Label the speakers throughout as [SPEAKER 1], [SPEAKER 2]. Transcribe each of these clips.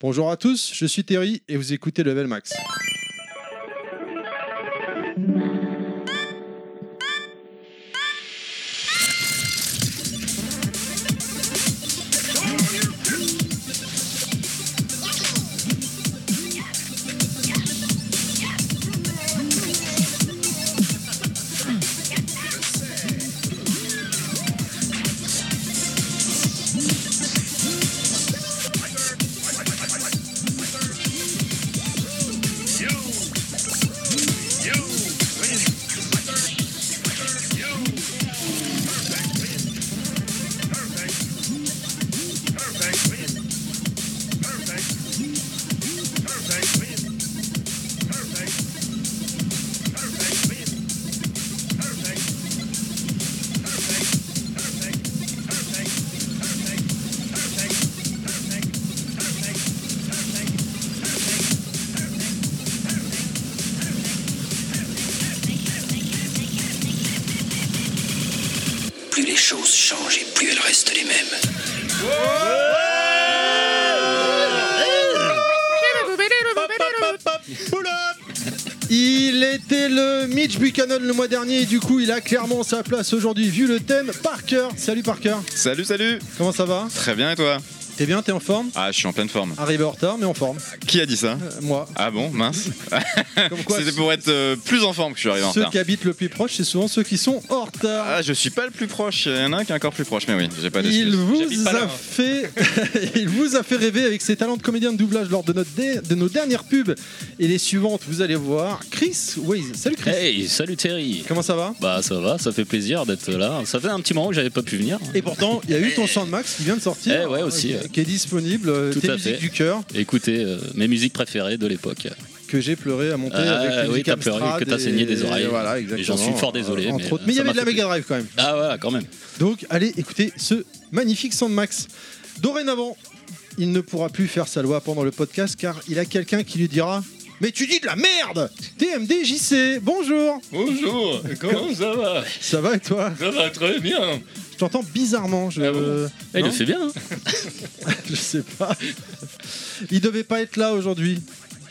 [SPEAKER 1] Bonjour à tous, je suis Terry et vous écoutez Level Max.
[SPEAKER 2] Plus les choses changent et plus elles restent les mêmes.
[SPEAKER 1] Il était le Mitch Buchanan le mois dernier et du coup il a clairement sa place aujourd'hui vu le thème. Parker, salut Parker,
[SPEAKER 3] Salut, salut
[SPEAKER 1] comment ça va
[SPEAKER 3] Très bien et toi
[SPEAKER 1] T'es bien, t'es en forme
[SPEAKER 3] Ah, je suis en pleine forme.
[SPEAKER 1] Arrivé en retard mais en forme.
[SPEAKER 3] Qui a dit ça
[SPEAKER 1] Euh, moi,
[SPEAKER 3] Ah bon, mince.
[SPEAKER 1] comme quoi
[SPEAKER 3] C'était pour être euh, plus en forme que je suis arrivé en
[SPEAKER 1] ceux
[SPEAKER 3] retard.
[SPEAKER 1] qui habitent le plus proche c'est souvent ceux qui sont en retard.
[SPEAKER 3] Ah, je suis pas le plus proche, il y en a un qui est encore plus proche, mais oui, j'ai pas
[SPEAKER 1] Il
[SPEAKER 3] d'excuses.
[SPEAKER 1] vous,
[SPEAKER 4] J'habite pas
[SPEAKER 1] a
[SPEAKER 4] là, hein.
[SPEAKER 1] fait, il vous a fait rêver avec ses talents de comédien de doublage lors de, notre dé- de nos dernières pubs et les suivantes, vous allez voir. Chris Waze, salut Chris.
[SPEAKER 4] Hey, salut Terry
[SPEAKER 1] Comment ça va
[SPEAKER 4] Bah ça va, ça fait plaisir d'être là. Ça fait un petit moment que j'avais pas pu venir.
[SPEAKER 1] Et pourtant, il y a eu ton son de Max qui vient de sortir,
[SPEAKER 4] Eh ouais,
[SPEAKER 1] euh,
[SPEAKER 4] aussi,
[SPEAKER 1] qui-
[SPEAKER 4] ouais.
[SPEAKER 1] qui est disponible, euh,
[SPEAKER 4] Tout
[SPEAKER 1] tes
[SPEAKER 4] à
[SPEAKER 1] musiques
[SPEAKER 4] fait.
[SPEAKER 1] du cœur,
[SPEAKER 4] Écoutez, euh, mes musiques préférées de l'époque.
[SPEAKER 1] que j'ai pleuré à monter
[SPEAKER 4] Ah,
[SPEAKER 1] avec les
[SPEAKER 4] oui,
[SPEAKER 1] musiques
[SPEAKER 4] t'as pleuré,
[SPEAKER 1] Amstrad
[SPEAKER 4] que t'as
[SPEAKER 1] et-
[SPEAKER 4] saigné des oreilles.
[SPEAKER 1] et Voilà,
[SPEAKER 4] Et j'en
[SPEAKER 1] exactement.
[SPEAKER 4] suis fort désolé,
[SPEAKER 1] euh, entre
[SPEAKER 4] mais
[SPEAKER 1] autres. mais il y
[SPEAKER 4] ça
[SPEAKER 1] avait
[SPEAKER 4] m'a
[SPEAKER 1] de la
[SPEAKER 4] fait
[SPEAKER 1] Mega Drive quand même.
[SPEAKER 4] Ah ouais, quand même.
[SPEAKER 1] Donc allez écouter ce magnifique son de Max. Dorénavant, il ne pourra plus faire sa loi pendant le podcast car il a quelqu'un qui lui dira Mais tu dis de la merde TMDJC, bonjour
[SPEAKER 5] Bonjour, comment ça va
[SPEAKER 1] Ça va et toi
[SPEAKER 5] Ça va très bien.
[SPEAKER 1] Je t'entends bizarrement, je,
[SPEAKER 5] Ah bon
[SPEAKER 4] Eh, il
[SPEAKER 1] Non
[SPEAKER 4] le fait bien. hein.
[SPEAKER 1] je sais pas. Il devait pas être là aujourd'hui.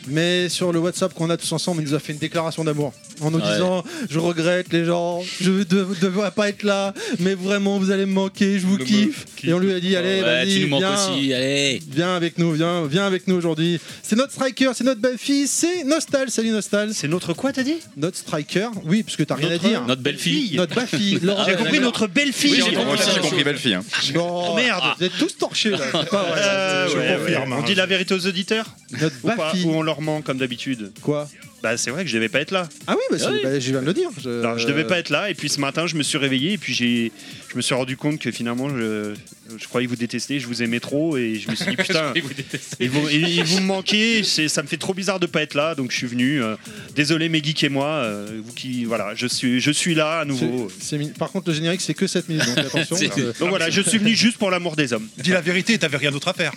[SPEAKER 1] Mais sur le WhatsApp qu'on a tous ensemble, il nous a fait une déclaration d'amour en nous
[SPEAKER 4] Ouais.
[SPEAKER 1] disant Je regrette les gens, je ne devrais pas être là, mais vraiment vous allez me manquer, je vous
[SPEAKER 5] Le
[SPEAKER 1] kiffe.
[SPEAKER 5] me kiffe.
[SPEAKER 1] Et on lui a dit Allez,
[SPEAKER 4] ouais,
[SPEAKER 1] vas-y,
[SPEAKER 4] tu nous manques
[SPEAKER 1] viens.
[SPEAKER 4] aussi. Allez.
[SPEAKER 1] Viens avec nous, viens, viens avec nous aujourd'hui. C'est notre striker, c'est notre belle fille, c'est Nostal. Salut Nostal.
[SPEAKER 6] C'est notre quoi, t'as dit
[SPEAKER 1] Notre striker, oui, parce que t'as rien à dire.
[SPEAKER 4] Notre belle fille.
[SPEAKER 1] Notre belle fille. Laurent.
[SPEAKER 4] Ah ouais,
[SPEAKER 6] J'ai compris
[SPEAKER 4] d'accord.
[SPEAKER 6] notre belle-fille.
[SPEAKER 4] Oui,
[SPEAKER 3] Oui, moi aussi j'ai compris belle fille. hein.
[SPEAKER 1] Non,
[SPEAKER 6] Merde.
[SPEAKER 1] Vous êtes tous torchés là. C'est pas vrai.
[SPEAKER 6] Euh,
[SPEAKER 1] Je
[SPEAKER 6] ouais,
[SPEAKER 1] confirme.
[SPEAKER 6] ouais. On dit la vérité aux auditeurs
[SPEAKER 1] Notre
[SPEAKER 6] ou, pas
[SPEAKER 1] belle fille.
[SPEAKER 6] Ou on leur ment comme d'habitude
[SPEAKER 1] Quoi
[SPEAKER 6] Bah c'est vrai que je devais pas être là.
[SPEAKER 1] Ah oui, bah, c'est-
[SPEAKER 4] Ah oui.
[SPEAKER 1] bah, je viens de le dire. Je,
[SPEAKER 6] Alors, je devais pas être là et puis ce matin je me suis réveillé et puis j'ai je me suis rendu compte que finalement je, je croyais vous détester, je vous aimais trop et je me suis dit putain
[SPEAKER 5] Et vous détestez.
[SPEAKER 6] ils vous, ils- ils vous me manquez, c'est- ça me fait trop bizarre de pas être là donc je suis venu. euh, désolé mes geeks et moi, euh, vous qui voilà je suis je suis là à
[SPEAKER 1] C'est-
[SPEAKER 6] nouveau.
[SPEAKER 1] c'est min- Par contre, le générique, c'est que 7 minutes. Donc attention. Euh,
[SPEAKER 4] C'est-
[SPEAKER 1] parce que-
[SPEAKER 6] Donc voilà, je suis venu juste pour l'amour des hommes,
[SPEAKER 7] Dis la vérité, t'avais rien d'autre à faire.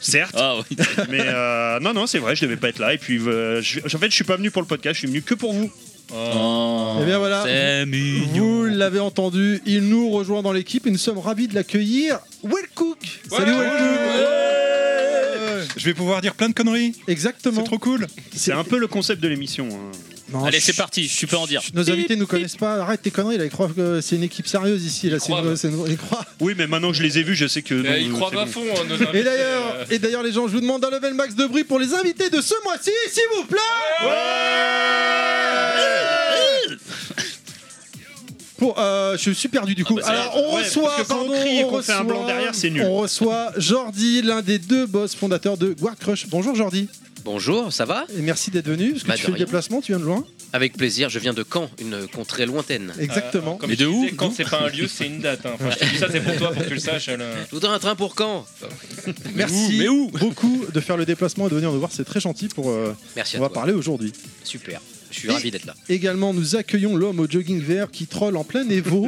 [SPEAKER 6] certes.
[SPEAKER 4] Ah oui.
[SPEAKER 6] Mais euh, non, non, c'est vrai, je devais pas être là. Et puis, euh, je- en fait, je suis pas venu pour le podcast, je suis venu que pour vous. Euh,
[SPEAKER 4] Oh,
[SPEAKER 1] Eh bien, voilà.
[SPEAKER 4] C'est mignon.
[SPEAKER 1] Vous l'avez entendu, il nous rejoint dans l'équipe et nous sommes ravis de l'accueillir. Wellcook Salut
[SPEAKER 5] Ouais.
[SPEAKER 1] Wellcook
[SPEAKER 7] Je vais pouvoir dire plein de conneries.
[SPEAKER 1] Exactement.
[SPEAKER 7] C'est trop cool.
[SPEAKER 6] C'est un peu le concept de l'émission. hein.
[SPEAKER 1] Non,
[SPEAKER 4] Allez,
[SPEAKER 1] chut.
[SPEAKER 4] c'est parti. Je peux en dire.
[SPEAKER 1] Nos invités nous connaissent pas. Arrête tes conneries. Là, ils croient que c'est une équipe sérieuse ici. Là, c'est
[SPEAKER 5] croient,
[SPEAKER 1] une- c'est une- ils croient.
[SPEAKER 6] Oui, mais maintenant que je les ai vus, je sais que. non,
[SPEAKER 5] Eh, Ils
[SPEAKER 6] euh,
[SPEAKER 5] croient
[SPEAKER 6] c'est
[SPEAKER 5] à
[SPEAKER 6] bon.
[SPEAKER 5] fond, hein, nos invités,
[SPEAKER 1] Ah. Et d'ailleurs,
[SPEAKER 5] euh,
[SPEAKER 1] et d'ailleurs, les gens, je vous demande un level max de bruit pour les invités de ce mois-ci, s'il vous plaît. Pour, euh, je suis perdu du coup.
[SPEAKER 4] Ah bah, c'est-
[SPEAKER 1] Alors on
[SPEAKER 6] ouais,
[SPEAKER 1] reçoit,
[SPEAKER 6] parce que quand on
[SPEAKER 1] pardon,
[SPEAKER 6] crie et qu'on
[SPEAKER 1] reçoit-
[SPEAKER 6] fait un blanc derrière, c'est nul.
[SPEAKER 1] On reçoit Jordi, l'un des deux boss fondateurs de Guard Crush. Bonjour Jordi,
[SPEAKER 2] Bonjour, ça va
[SPEAKER 1] et merci d'être venu parce que
[SPEAKER 2] Bah,
[SPEAKER 1] tu
[SPEAKER 2] de
[SPEAKER 1] fais le
[SPEAKER 2] rien.
[SPEAKER 1] déplacement, tu viens de loin.
[SPEAKER 2] Avec plaisir, je viens de Caen, une contrée lointaine.
[SPEAKER 1] Euh, Exactement.
[SPEAKER 5] comme
[SPEAKER 4] Mais
[SPEAKER 5] je
[SPEAKER 4] de
[SPEAKER 5] disais,
[SPEAKER 4] où
[SPEAKER 5] Quand
[SPEAKER 4] D'où
[SPEAKER 5] c'est pas un lieu, c'est une date. hein. Enfin, je te dis ça, c'est pour toi, pour que tu le saches. Alain.
[SPEAKER 2] Je voudrais un train pour Caen.
[SPEAKER 1] merci beaucoup de faire le déplacement et de venir nous voir. C'est très gentil pour. euh,
[SPEAKER 2] Merci à
[SPEAKER 1] on va
[SPEAKER 2] toi.
[SPEAKER 1] parler aujourd'hui.
[SPEAKER 2] Super. Je suis
[SPEAKER 1] Et-
[SPEAKER 2] ravi d'être là.
[SPEAKER 1] Également, nous accueillons l'homme au jogging vert qui troll en plein Evo.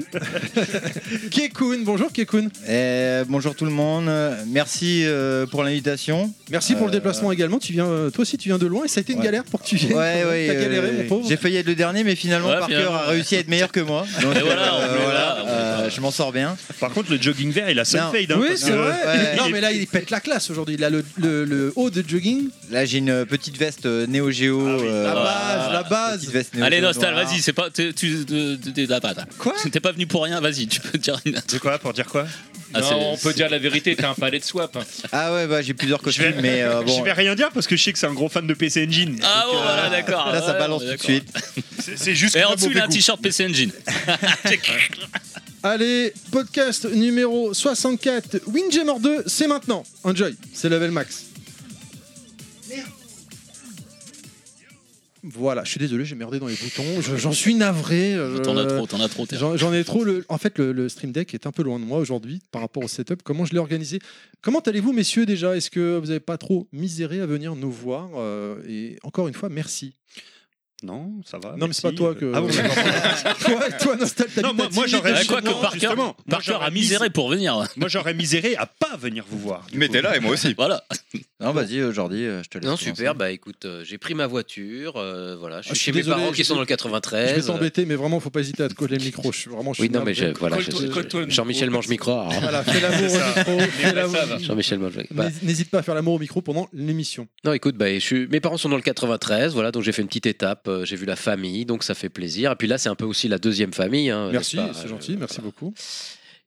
[SPEAKER 1] Kekun, bonjour Kekun.
[SPEAKER 8] Eh, bonjour tout le monde, Euh, merci euh, pour l'invitation.
[SPEAKER 1] Merci pour le
[SPEAKER 8] Euh,
[SPEAKER 1] déplacement également. Tu viens, euh, toi aussi, tu viens de loin et ça a été une
[SPEAKER 8] Ouais.
[SPEAKER 1] galère pour que tu viennes.
[SPEAKER 8] Ouais, ouais,
[SPEAKER 1] T'as galéré,
[SPEAKER 8] euh,
[SPEAKER 1] mon pauvre.
[SPEAKER 8] J'ai failli être le dernier, mais finalement,
[SPEAKER 4] Ouais,
[SPEAKER 8] Parker
[SPEAKER 4] finalement.
[SPEAKER 8] a réussi à être meilleur que moi. Donc,
[SPEAKER 4] Et voilà, on est là, on est là.
[SPEAKER 8] euh, je m'en sors bien.
[SPEAKER 6] Par contre, le jogging vert, il a sunfade. Hein,
[SPEAKER 1] oui,
[SPEAKER 6] parce
[SPEAKER 1] c'est
[SPEAKER 6] que-
[SPEAKER 1] vrai.
[SPEAKER 8] ouais.
[SPEAKER 1] Non, mais là, il pète la classe aujourd'hui. Il a le, le- le haut de jogging,
[SPEAKER 8] Là, j'ai une petite veste euh, Neo Geo. euh,
[SPEAKER 4] Ah,
[SPEAKER 1] la base, la
[SPEAKER 8] petite
[SPEAKER 1] base.
[SPEAKER 8] veste Neo
[SPEAKER 4] Allez,
[SPEAKER 8] Geo
[SPEAKER 4] Nostal,
[SPEAKER 8] noire.
[SPEAKER 4] vas-y, c'est pas. t'es- Tu t'es- t'es- t'es- t'es-
[SPEAKER 8] Quoi
[SPEAKER 4] T'es pas venu pour rien, vas-y, tu peux dire une.
[SPEAKER 6] De quoi Pour dire quoi
[SPEAKER 4] Ah, c'est-
[SPEAKER 5] non, on peut
[SPEAKER 4] c'est-
[SPEAKER 5] dire la vérité, t'as un palais de swap.
[SPEAKER 8] Ah ouais, bah, j'ai plusieurs costumes, mais euh,
[SPEAKER 6] Je
[SPEAKER 8] bon.
[SPEAKER 6] vais rien dire parce que je sais que c'est un gros fan de PC Engine. euh,
[SPEAKER 4] Ah bon, voilà, d'accord.
[SPEAKER 8] Là, ça
[SPEAKER 4] Ouais,
[SPEAKER 8] balance
[SPEAKER 4] ouais,
[SPEAKER 8] tout de
[SPEAKER 4] d'accord.
[SPEAKER 8] suite.
[SPEAKER 7] C'est c'est juste.
[SPEAKER 4] Et
[SPEAKER 7] qu'on a
[SPEAKER 4] en dessous, il
[SPEAKER 7] mauvais
[SPEAKER 4] a un
[SPEAKER 7] goût.
[SPEAKER 4] t-shirt PC Engine.
[SPEAKER 1] Allez, podcast numéro 64, Windjammer 2, c'est maintenant. Enjoy, c'est level max. Voilà, je suis désolé, j'ai merdé dans les boutons. Je- J'en suis navré. euh,
[SPEAKER 4] T'en as trop, t'en as trop. t'es-
[SPEAKER 1] J'en j'en ai trop. Le, en fait, le, le Stream Deck est un peu loin de moi aujourd'hui par rapport au setup. Comment je l'ai organisé Comment allez-vous, messieurs, déjà Est-ce que vous n'avez pas trop miséré à venir nous voir Euh, Et encore une fois, merci.
[SPEAKER 6] Non, ça va.
[SPEAKER 1] non, mais
[SPEAKER 6] merci.
[SPEAKER 1] c'est pas toi que.
[SPEAKER 6] Ah bon, d'accord.
[SPEAKER 1] toi, toi, Nostal, t'as
[SPEAKER 6] Non,
[SPEAKER 1] mis
[SPEAKER 6] moi-
[SPEAKER 1] ta
[SPEAKER 6] moi,
[SPEAKER 1] timide.
[SPEAKER 6] j'aurais-
[SPEAKER 4] Ah,
[SPEAKER 6] Ouais,
[SPEAKER 4] Quoique
[SPEAKER 6] justement,
[SPEAKER 4] Parker,
[SPEAKER 6] justement. Moi,
[SPEAKER 4] Parker a
[SPEAKER 6] j'aurais
[SPEAKER 4] miséré pour venir.
[SPEAKER 6] Moi, j'aurais miséré à pas venir vous voir. du
[SPEAKER 3] Mais
[SPEAKER 6] coup.
[SPEAKER 3] t'es là et moi aussi.
[SPEAKER 4] Voilà.
[SPEAKER 8] Non, vas-y, aujourd'hui, euh, je te laisse.
[SPEAKER 2] Non,
[SPEAKER 8] commencer.
[SPEAKER 2] super. Bah écoute, euh, j'ai pris ma voiture. euh, voilà, je suis
[SPEAKER 1] Ah, je suis
[SPEAKER 2] chez
[SPEAKER 1] désolé,
[SPEAKER 2] mes parents qui
[SPEAKER 1] je-
[SPEAKER 2] sont dans le
[SPEAKER 1] Je
[SPEAKER 2] 93.
[SPEAKER 1] vais t'embêter, mais vraiment, faut pas hésiter à te coller le micro. Je suis vraiment. je
[SPEAKER 2] Oui,
[SPEAKER 1] suis
[SPEAKER 2] non, mais je,
[SPEAKER 1] navré.
[SPEAKER 2] voilà. je-
[SPEAKER 5] Colle-toi- colle-toi au
[SPEAKER 2] Jean-Michel mange micro. hein.
[SPEAKER 1] Voilà, fais l'amour au
[SPEAKER 5] C'est ça.
[SPEAKER 1] micro. fais
[SPEAKER 5] Les
[SPEAKER 1] l'amour-
[SPEAKER 5] passaves.
[SPEAKER 2] Jean-Michel mange micro. Bah,
[SPEAKER 1] N'hés- N'hésite pas à faire l'amour au micro pendant l'émission.
[SPEAKER 2] Non, écoute, bah, je suis- mes parents sont dans le 93, voilà, donc j'ai fait une petite étape, euh, j'ai vu la famille, donc ça fait plaisir. Et puis là, c'est un peu aussi la deuxième famille. hein,
[SPEAKER 1] Merci,
[SPEAKER 2] n'est-ce pas
[SPEAKER 1] c'est gentil,
[SPEAKER 2] Euh,
[SPEAKER 1] merci
[SPEAKER 2] voilà.
[SPEAKER 1] beaucoup.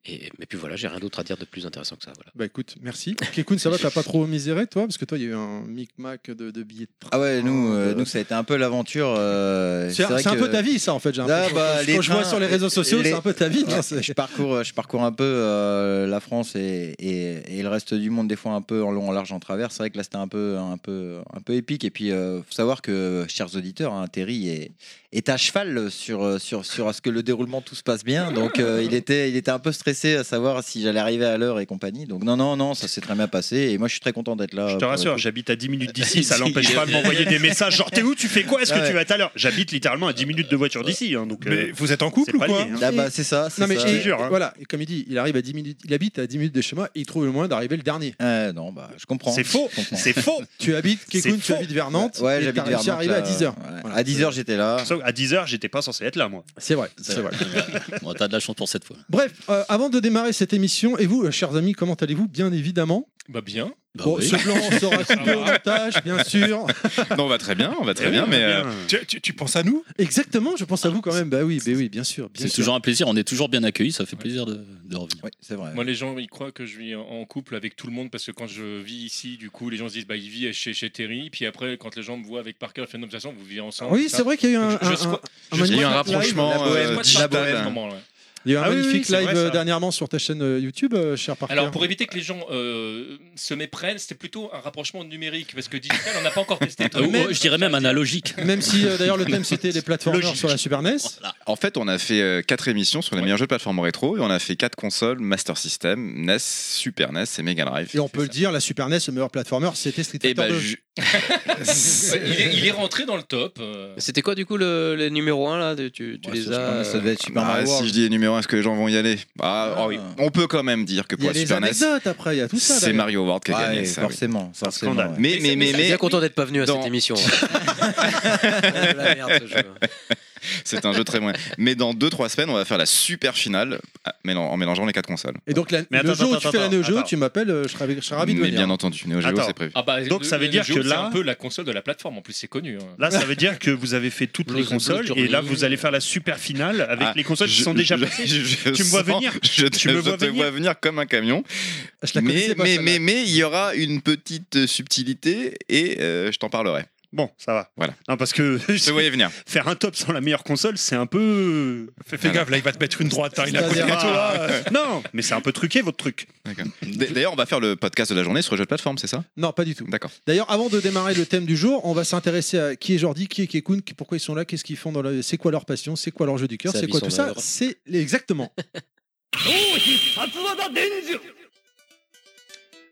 [SPEAKER 2] Et, mais puis voilà, j'ai rien d'autre à dire de plus intéressant que ça. Voilà.
[SPEAKER 1] Bah écoute, merci. Kekun, ça va, t'as pas trop miséré, toi Parce que toi, il y a eu un micmac de, de billets de train.
[SPEAKER 8] Ah ouais, nous, euh,
[SPEAKER 1] de-
[SPEAKER 8] nous, ça a été un peu l'aventure. euh,
[SPEAKER 1] C'est
[SPEAKER 8] vrai
[SPEAKER 1] c'est un
[SPEAKER 8] que-
[SPEAKER 1] peu ta vie, ça, en fait. j'ai
[SPEAKER 8] Ah,
[SPEAKER 1] l'impression.
[SPEAKER 8] bah,
[SPEAKER 1] Quand
[SPEAKER 8] les
[SPEAKER 1] je vois
[SPEAKER 8] trains,
[SPEAKER 1] sur les réseaux sociaux,
[SPEAKER 8] les-
[SPEAKER 1] c'est un peu ta vie. non, c'est-
[SPEAKER 8] je parcours, je parcours un peu euh, la France et, et- et le reste du monde, des fois un peu en long, en large, en travers. C'est vrai que là, c'était un peu, un, peu, un peu épique. Et puis, euh, faut savoir que, chers auditeurs, hein, Terry est, est à cheval sur, sur, sur à ce que le déroulement tout se passe bien. Donc, euh, il, était, il était un peu stressé à savoir si j'allais arriver à l'heure et compagnie. Donc, non, non, non, ça s'est très bien passé. Et moi, je suis très content d'être là.
[SPEAKER 6] Je te
[SPEAKER 8] pour le
[SPEAKER 1] Euh,
[SPEAKER 6] rassure,
[SPEAKER 8] coup.
[SPEAKER 6] j'habite à 10 minutes d'ici, ça l'empêche pas de m'envoyer des messages genre t'es où, tu fais quoi, est-ce
[SPEAKER 8] Ah
[SPEAKER 6] que
[SPEAKER 8] ouais.
[SPEAKER 6] tu vas tout à l'heure J'habite littéralement à 10 minutes de voiture d'ici, hein, donc euh,
[SPEAKER 7] Mais vous êtes en
[SPEAKER 6] c'est
[SPEAKER 7] couple ou
[SPEAKER 6] pas
[SPEAKER 7] quoi
[SPEAKER 6] lié. hein.
[SPEAKER 8] Là, bah, c'est ça. c'est
[SPEAKER 1] Ah Non, mais
[SPEAKER 8] ça.
[SPEAKER 1] et-
[SPEAKER 6] je te jure, hein.
[SPEAKER 1] voilà, et comme il dit, il arrive à 10 minutes, il habite à 10 minutes de chez moi et il trouve le moyen d'arriver le dernier.
[SPEAKER 8] Ouais, non, bah, je comprends.
[SPEAKER 6] C'est faux,
[SPEAKER 8] Je comprends.
[SPEAKER 6] c'est faux.
[SPEAKER 1] Tu habites, Kekun, tu
[SPEAKER 6] faux.
[SPEAKER 1] habites vers Nantes.
[SPEAKER 8] Ouais,
[SPEAKER 1] et
[SPEAKER 8] j'habite
[SPEAKER 1] t'as réussi à
[SPEAKER 8] vers
[SPEAKER 1] arriver à
[SPEAKER 8] Nantes, là.
[SPEAKER 1] 10 heures.
[SPEAKER 8] Ouais.
[SPEAKER 1] Voilà.
[SPEAKER 8] À 10h, j'étais là.
[SPEAKER 6] Sauf à 10h, j'étais pas censé être là, moi.
[SPEAKER 1] C'est vrai, c'est vrai.
[SPEAKER 4] Bon, t'as de la chance pour cette fois.
[SPEAKER 1] Bref, euh, avant de démarrer cette émission, et vous, euh, chers amis, comment allez-vous Bien évidemment.
[SPEAKER 5] Bah bien.
[SPEAKER 4] Bah
[SPEAKER 1] bon,
[SPEAKER 4] oui.
[SPEAKER 1] ce plan sera coupé au montage, bien sûr.
[SPEAKER 3] Non, on va très bien, on
[SPEAKER 8] Eh
[SPEAKER 3] va très bien, mais. euh,
[SPEAKER 7] tu, tu- tu penses à nous
[SPEAKER 1] Exactement, je pense à vous quand même. Bah oui, bah oui, bien sûr. bien
[SPEAKER 4] C'est
[SPEAKER 1] sûr.
[SPEAKER 4] toujours un plaisir, on est toujours bien accueillis, ça fait plaisir de, de revenir.
[SPEAKER 8] Oui, c'est vrai.
[SPEAKER 5] Moi, les gens, ils croient que je vis en- en couple avec tout le monde parce que quand je vis ici, du coup, les gens se disent bah il vit chez, chez Terry. Puis après, quand les gens me voient avec Parker, ils font de toute façon, vous vivez ensemble.
[SPEAKER 1] Ah Oui,
[SPEAKER 5] tout ça.
[SPEAKER 1] c'est vrai qu'il y a eu un,
[SPEAKER 5] Je- je
[SPEAKER 1] un-
[SPEAKER 5] squat-
[SPEAKER 1] un-
[SPEAKER 5] je-
[SPEAKER 1] un
[SPEAKER 3] Il y a eu un
[SPEAKER 1] magnifique live.
[SPEAKER 3] rapprochement.
[SPEAKER 8] La bohème,
[SPEAKER 3] euh,
[SPEAKER 8] moi,
[SPEAKER 5] Je suis
[SPEAKER 8] La
[SPEAKER 1] Ben.
[SPEAKER 5] pas
[SPEAKER 8] bohème.
[SPEAKER 5] à ce moment-là.
[SPEAKER 1] Il y a eu un
[SPEAKER 6] Ah oui, oui,
[SPEAKER 1] magnifique
[SPEAKER 6] c'est vrai,
[SPEAKER 1] live
[SPEAKER 6] ça.
[SPEAKER 1] euh, dernièrement sur ta chaîne euh, YouTube, euh, cher Parker.
[SPEAKER 5] Alors, pour éviter que les gens euh, se méprennent, c'était plutôt un rapprochement numérique parce que digital, on n'a pas encore testé.
[SPEAKER 4] Ou- ou- je dirais même analogique.
[SPEAKER 1] Même si euh, d'ailleurs le thème c'était les plateformes
[SPEAKER 6] Logique.
[SPEAKER 1] sur la Super E NES.
[SPEAKER 3] En fait, on a fait euh, quatre émissions sur les meilleurs jeux de plateforme rétro et on a fait quatre consoles Master System, NES, Super NES et Mega Drive.
[SPEAKER 1] Et on peut le dire, la Super NES, le meilleur platformer, c'était Street
[SPEAKER 3] Et
[SPEAKER 1] Fighter
[SPEAKER 3] bah,
[SPEAKER 1] 2.
[SPEAKER 3] ju-
[SPEAKER 5] Ouais, il, est, il est rentré dans le top. euh.
[SPEAKER 2] C'était quoi, du coup, le, le numéro 1 là de- Tu, tu
[SPEAKER 8] Ouais,
[SPEAKER 2] les
[SPEAKER 8] ça,
[SPEAKER 2] as.
[SPEAKER 8] Ah,
[SPEAKER 2] euh,
[SPEAKER 8] ça devait être Super
[SPEAKER 3] Bah,
[SPEAKER 8] Mario World.
[SPEAKER 3] si je dis numéro 1, est-ce que les gens vont y aller ah,
[SPEAKER 8] Ah.
[SPEAKER 3] oh oui. On peut quand même dire que
[SPEAKER 1] Il y
[SPEAKER 3] pour
[SPEAKER 1] a
[SPEAKER 3] la
[SPEAKER 1] les
[SPEAKER 3] Super NES,
[SPEAKER 1] anecdotes après, il y a tout ça.
[SPEAKER 3] c'est
[SPEAKER 1] d'ailleurs.
[SPEAKER 3] Mario World qui a
[SPEAKER 8] hein, Ouais,
[SPEAKER 3] gagné ça. oui.
[SPEAKER 8] forcément, forcément.
[SPEAKER 6] scandale.
[SPEAKER 8] ouais.
[SPEAKER 3] Mais, mais, mais,
[SPEAKER 2] Je suis
[SPEAKER 3] mais,
[SPEAKER 2] bien content d'être pas venu à
[SPEAKER 3] dans-
[SPEAKER 2] cette émission.
[SPEAKER 3] hein.
[SPEAKER 2] Oh, la merde, ce jeu.
[SPEAKER 3] c'est un jeu très moyen. Mais dans 2-3 semaines, on va faire la super finale ah, mais non, en mélangeant les quatre consoles.
[SPEAKER 1] Et donc la-
[SPEAKER 6] Mais
[SPEAKER 1] le
[SPEAKER 6] attends,
[SPEAKER 1] jour où tu
[SPEAKER 6] attends,
[SPEAKER 1] fais la
[SPEAKER 6] attends,
[SPEAKER 1] Neo Geo,
[SPEAKER 6] attends.
[SPEAKER 1] tu m'appelles, euh, je serais je serais ravi de
[SPEAKER 3] mais
[SPEAKER 1] venir.
[SPEAKER 3] bien entendu, Neo Geo,
[SPEAKER 6] Attends.
[SPEAKER 3] c'est prévu.
[SPEAKER 5] Ah bah,
[SPEAKER 6] Donc,
[SPEAKER 5] le-
[SPEAKER 6] ça veut
[SPEAKER 5] le
[SPEAKER 6] dire
[SPEAKER 5] jeu,
[SPEAKER 6] que
[SPEAKER 5] c'est
[SPEAKER 6] là-
[SPEAKER 5] un peu la console de la plateforme. En plus, c'est connu. hein.
[SPEAKER 6] Là, ça veut dire que vous avez fait toutes les
[SPEAKER 2] Blues and
[SPEAKER 6] consoles
[SPEAKER 2] Blue
[SPEAKER 6] et là,
[SPEAKER 2] Journey.
[SPEAKER 6] vous allez faire la super finale avec
[SPEAKER 3] Ah,
[SPEAKER 6] les consoles qui
[SPEAKER 3] je-
[SPEAKER 6] sont déjà
[SPEAKER 3] je-
[SPEAKER 6] passées.
[SPEAKER 3] je- je
[SPEAKER 6] Tu me vois
[SPEAKER 3] sens-
[SPEAKER 6] venir
[SPEAKER 3] Je, te-
[SPEAKER 6] Tu me
[SPEAKER 3] je
[SPEAKER 6] vois
[SPEAKER 3] te
[SPEAKER 6] venir
[SPEAKER 3] vois venir comme un camion.
[SPEAKER 8] Ah,
[SPEAKER 1] Je la connaissais
[SPEAKER 3] mais,
[SPEAKER 1] pas,
[SPEAKER 3] mais,
[SPEAKER 1] celle-là.
[SPEAKER 3] mais, mais il y aura une petite euh, subtilité et euh, je t'en parlerai.
[SPEAKER 6] Bon, ça va.
[SPEAKER 3] Voilà.
[SPEAKER 6] Non, parce que
[SPEAKER 3] Je te voyais venir.
[SPEAKER 6] faire un top sans la meilleure console, c'est un peu.
[SPEAKER 7] Fais, fais gaffe, là, il va te mettre une droite. hein, il a
[SPEAKER 1] C'est-à-dire-
[SPEAKER 7] collé à toi.
[SPEAKER 6] Ah, non, mais c'est un peu truqué votre truc.
[SPEAKER 3] D- D'ailleurs, on va faire le podcast de la journée sur les jeux de plateforme, c'est ça
[SPEAKER 1] Non, pas du tout.
[SPEAKER 3] D'accord.
[SPEAKER 1] D'ailleurs, avant de démarrer le thème du jour, on va s'intéresser à qui est Jordi, qui est Kekun, qui- pourquoi ils sont là, qu'est-ce qu'ils font dans la... C'est quoi leur passion, c'est quoi leur jeu du cœur,
[SPEAKER 2] Sa
[SPEAKER 1] c'est
[SPEAKER 2] vie,
[SPEAKER 1] quoi
[SPEAKER 2] son
[SPEAKER 1] tout ça
[SPEAKER 2] œuvre.
[SPEAKER 1] C'est exactement.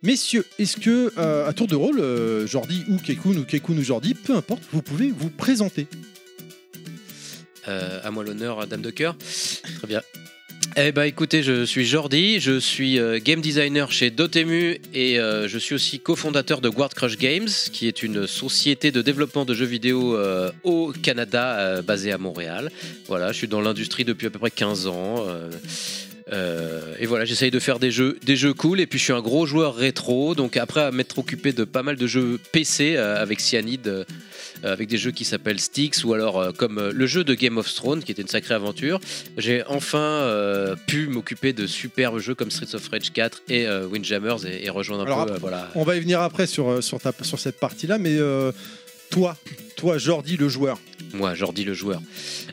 [SPEAKER 1] Messieurs, est-ce que, euh, à tour de rôle, euh, Jordi ou Kekun ou Kekun ou Jordi, peu importe, vous pouvez vous présenter
[SPEAKER 2] Euh, à moi l'honneur, dame de cœur. Très bien. Eh ben écoutez, je suis Jordi, je suis euh, game designer chez Dotemu et euh, je suis aussi cofondateur de Guard Crush Games, qui est une société de développement de jeux vidéo euh, au Canada euh, basée à Montréal. Voilà, je suis dans l'industrie depuis à peu près 15 ans. euh, Euh, et voilà, j'essaye de faire des jeux, des jeux cool. Et puis je suis un gros joueur rétro. Donc après, à m'être occupé de pas mal de jeux PC euh, avec Cyanide, euh, avec des jeux qui s'appellent Styx ou alors euh, comme euh, le jeu de Game of Thrones qui était une sacrée aventure. J'ai enfin euh, pu m'occuper de superbes jeux comme Streets of Rage 4 et euh, Windjammers et, et rejoindre un
[SPEAKER 1] Alors,
[SPEAKER 2] peu.
[SPEAKER 1] après-
[SPEAKER 2] euh, voilà.
[SPEAKER 1] On va y venir après sur, euh, sur, ta, sur cette partie-là, mais euh, toi, toi, Jordi, le joueur.
[SPEAKER 2] Moi, Jordi le joueur.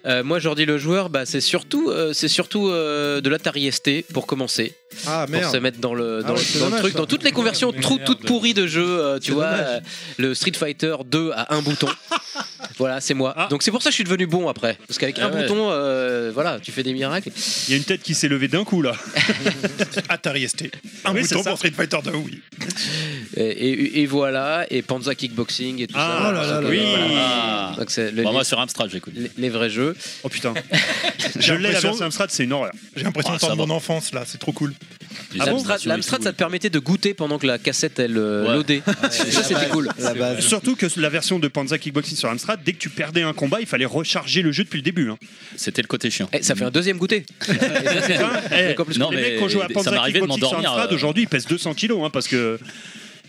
[SPEAKER 2] Euh, moi, Jordi le joueur, bah, c'est surtout, euh, c'est surtout euh, de l'Atari ST pour commencer,
[SPEAKER 1] Ah
[SPEAKER 2] pour se
[SPEAKER 1] merde.
[SPEAKER 2] mettre dans le,
[SPEAKER 1] Ah
[SPEAKER 2] dans,
[SPEAKER 1] ouais,
[SPEAKER 2] le-
[SPEAKER 1] c'est
[SPEAKER 2] dans le
[SPEAKER 1] dommage,
[SPEAKER 2] truc,
[SPEAKER 1] ça.
[SPEAKER 2] dans toutes les conversions
[SPEAKER 5] Merde.
[SPEAKER 2] trou- toutes pourries de jeux, euh, tu
[SPEAKER 1] C'est
[SPEAKER 2] vois,
[SPEAKER 1] dommage.
[SPEAKER 2] euh, le Street Fighter 2 à un bouton. voilà, c'est moi.
[SPEAKER 6] Ah.
[SPEAKER 2] Donc c'est pour ça que je suis devenu bon après, parce qu'avec
[SPEAKER 4] Ah
[SPEAKER 2] un
[SPEAKER 4] ouais.
[SPEAKER 2] bouton, euh, voilà, tu fais des miracles.
[SPEAKER 6] Il y a une tête qui s'est levée d'un coup là.
[SPEAKER 7] Atari ST. Un
[SPEAKER 6] Oui, c'est
[SPEAKER 7] bouton
[SPEAKER 6] ça.
[SPEAKER 7] pour Street Fighter 2, oui.
[SPEAKER 2] Et, et- et voilà, et Panza Kickboxing et tout
[SPEAKER 6] Ah,
[SPEAKER 2] ça.
[SPEAKER 1] oh là là là
[SPEAKER 2] oui.
[SPEAKER 1] là.
[SPEAKER 4] Ah.
[SPEAKER 2] Donc c'est le-
[SPEAKER 4] Bon, moi sur Amstrad, j'écoute.
[SPEAKER 2] les- les vrais jeux.
[SPEAKER 6] Oh putain.
[SPEAKER 7] J'ai
[SPEAKER 6] Je l'ai la
[SPEAKER 7] l'impression-
[SPEAKER 6] version Amstrad, c'est une horreur.
[SPEAKER 7] J'ai l'impression
[SPEAKER 4] Ah,
[SPEAKER 7] de d'entendre
[SPEAKER 4] ça va.
[SPEAKER 7] mon enfance là, c'est trop cool.
[SPEAKER 2] L'Amstrad, l'Amstrad, Ah ça te permettait de goûter pendant que la cassette elle euh,
[SPEAKER 4] Ouais.
[SPEAKER 2] l'audait. ça c'était cool.
[SPEAKER 8] La base.
[SPEAKER 6] Surtout que la version de Panza Kickboxing sur Amstrad, dès que tu perdais un combat, il fallait recharger le jeu depuis le début. hein.
[SPEAKER 4] C'était le côté chiant.
[SPEAKER 2] Eh, ça fait un deuxième goûter.
[SPEAKER 6] Putain, eh,
[SPEAKER 2] encore plus
[SPEAKER 4] Non,
[SPEAKER 6] les
[SPEAKER 4] mais
[SPEAKER 6] mecs qui ont joué à
[SPEAKER 4] ça
[SPEAKER 6] Panza
[SPEAKER 4] m'arrivait de
[SPEAKER 6] Kickboxing sur
[SPEAKER 4] m'endormir,
[SPEAKER 6] Amstrad
[SPEAKER 4] euh.
[SPEAKER 6] aujourd'hui, ils pèsent 200 kilos hein, parce que.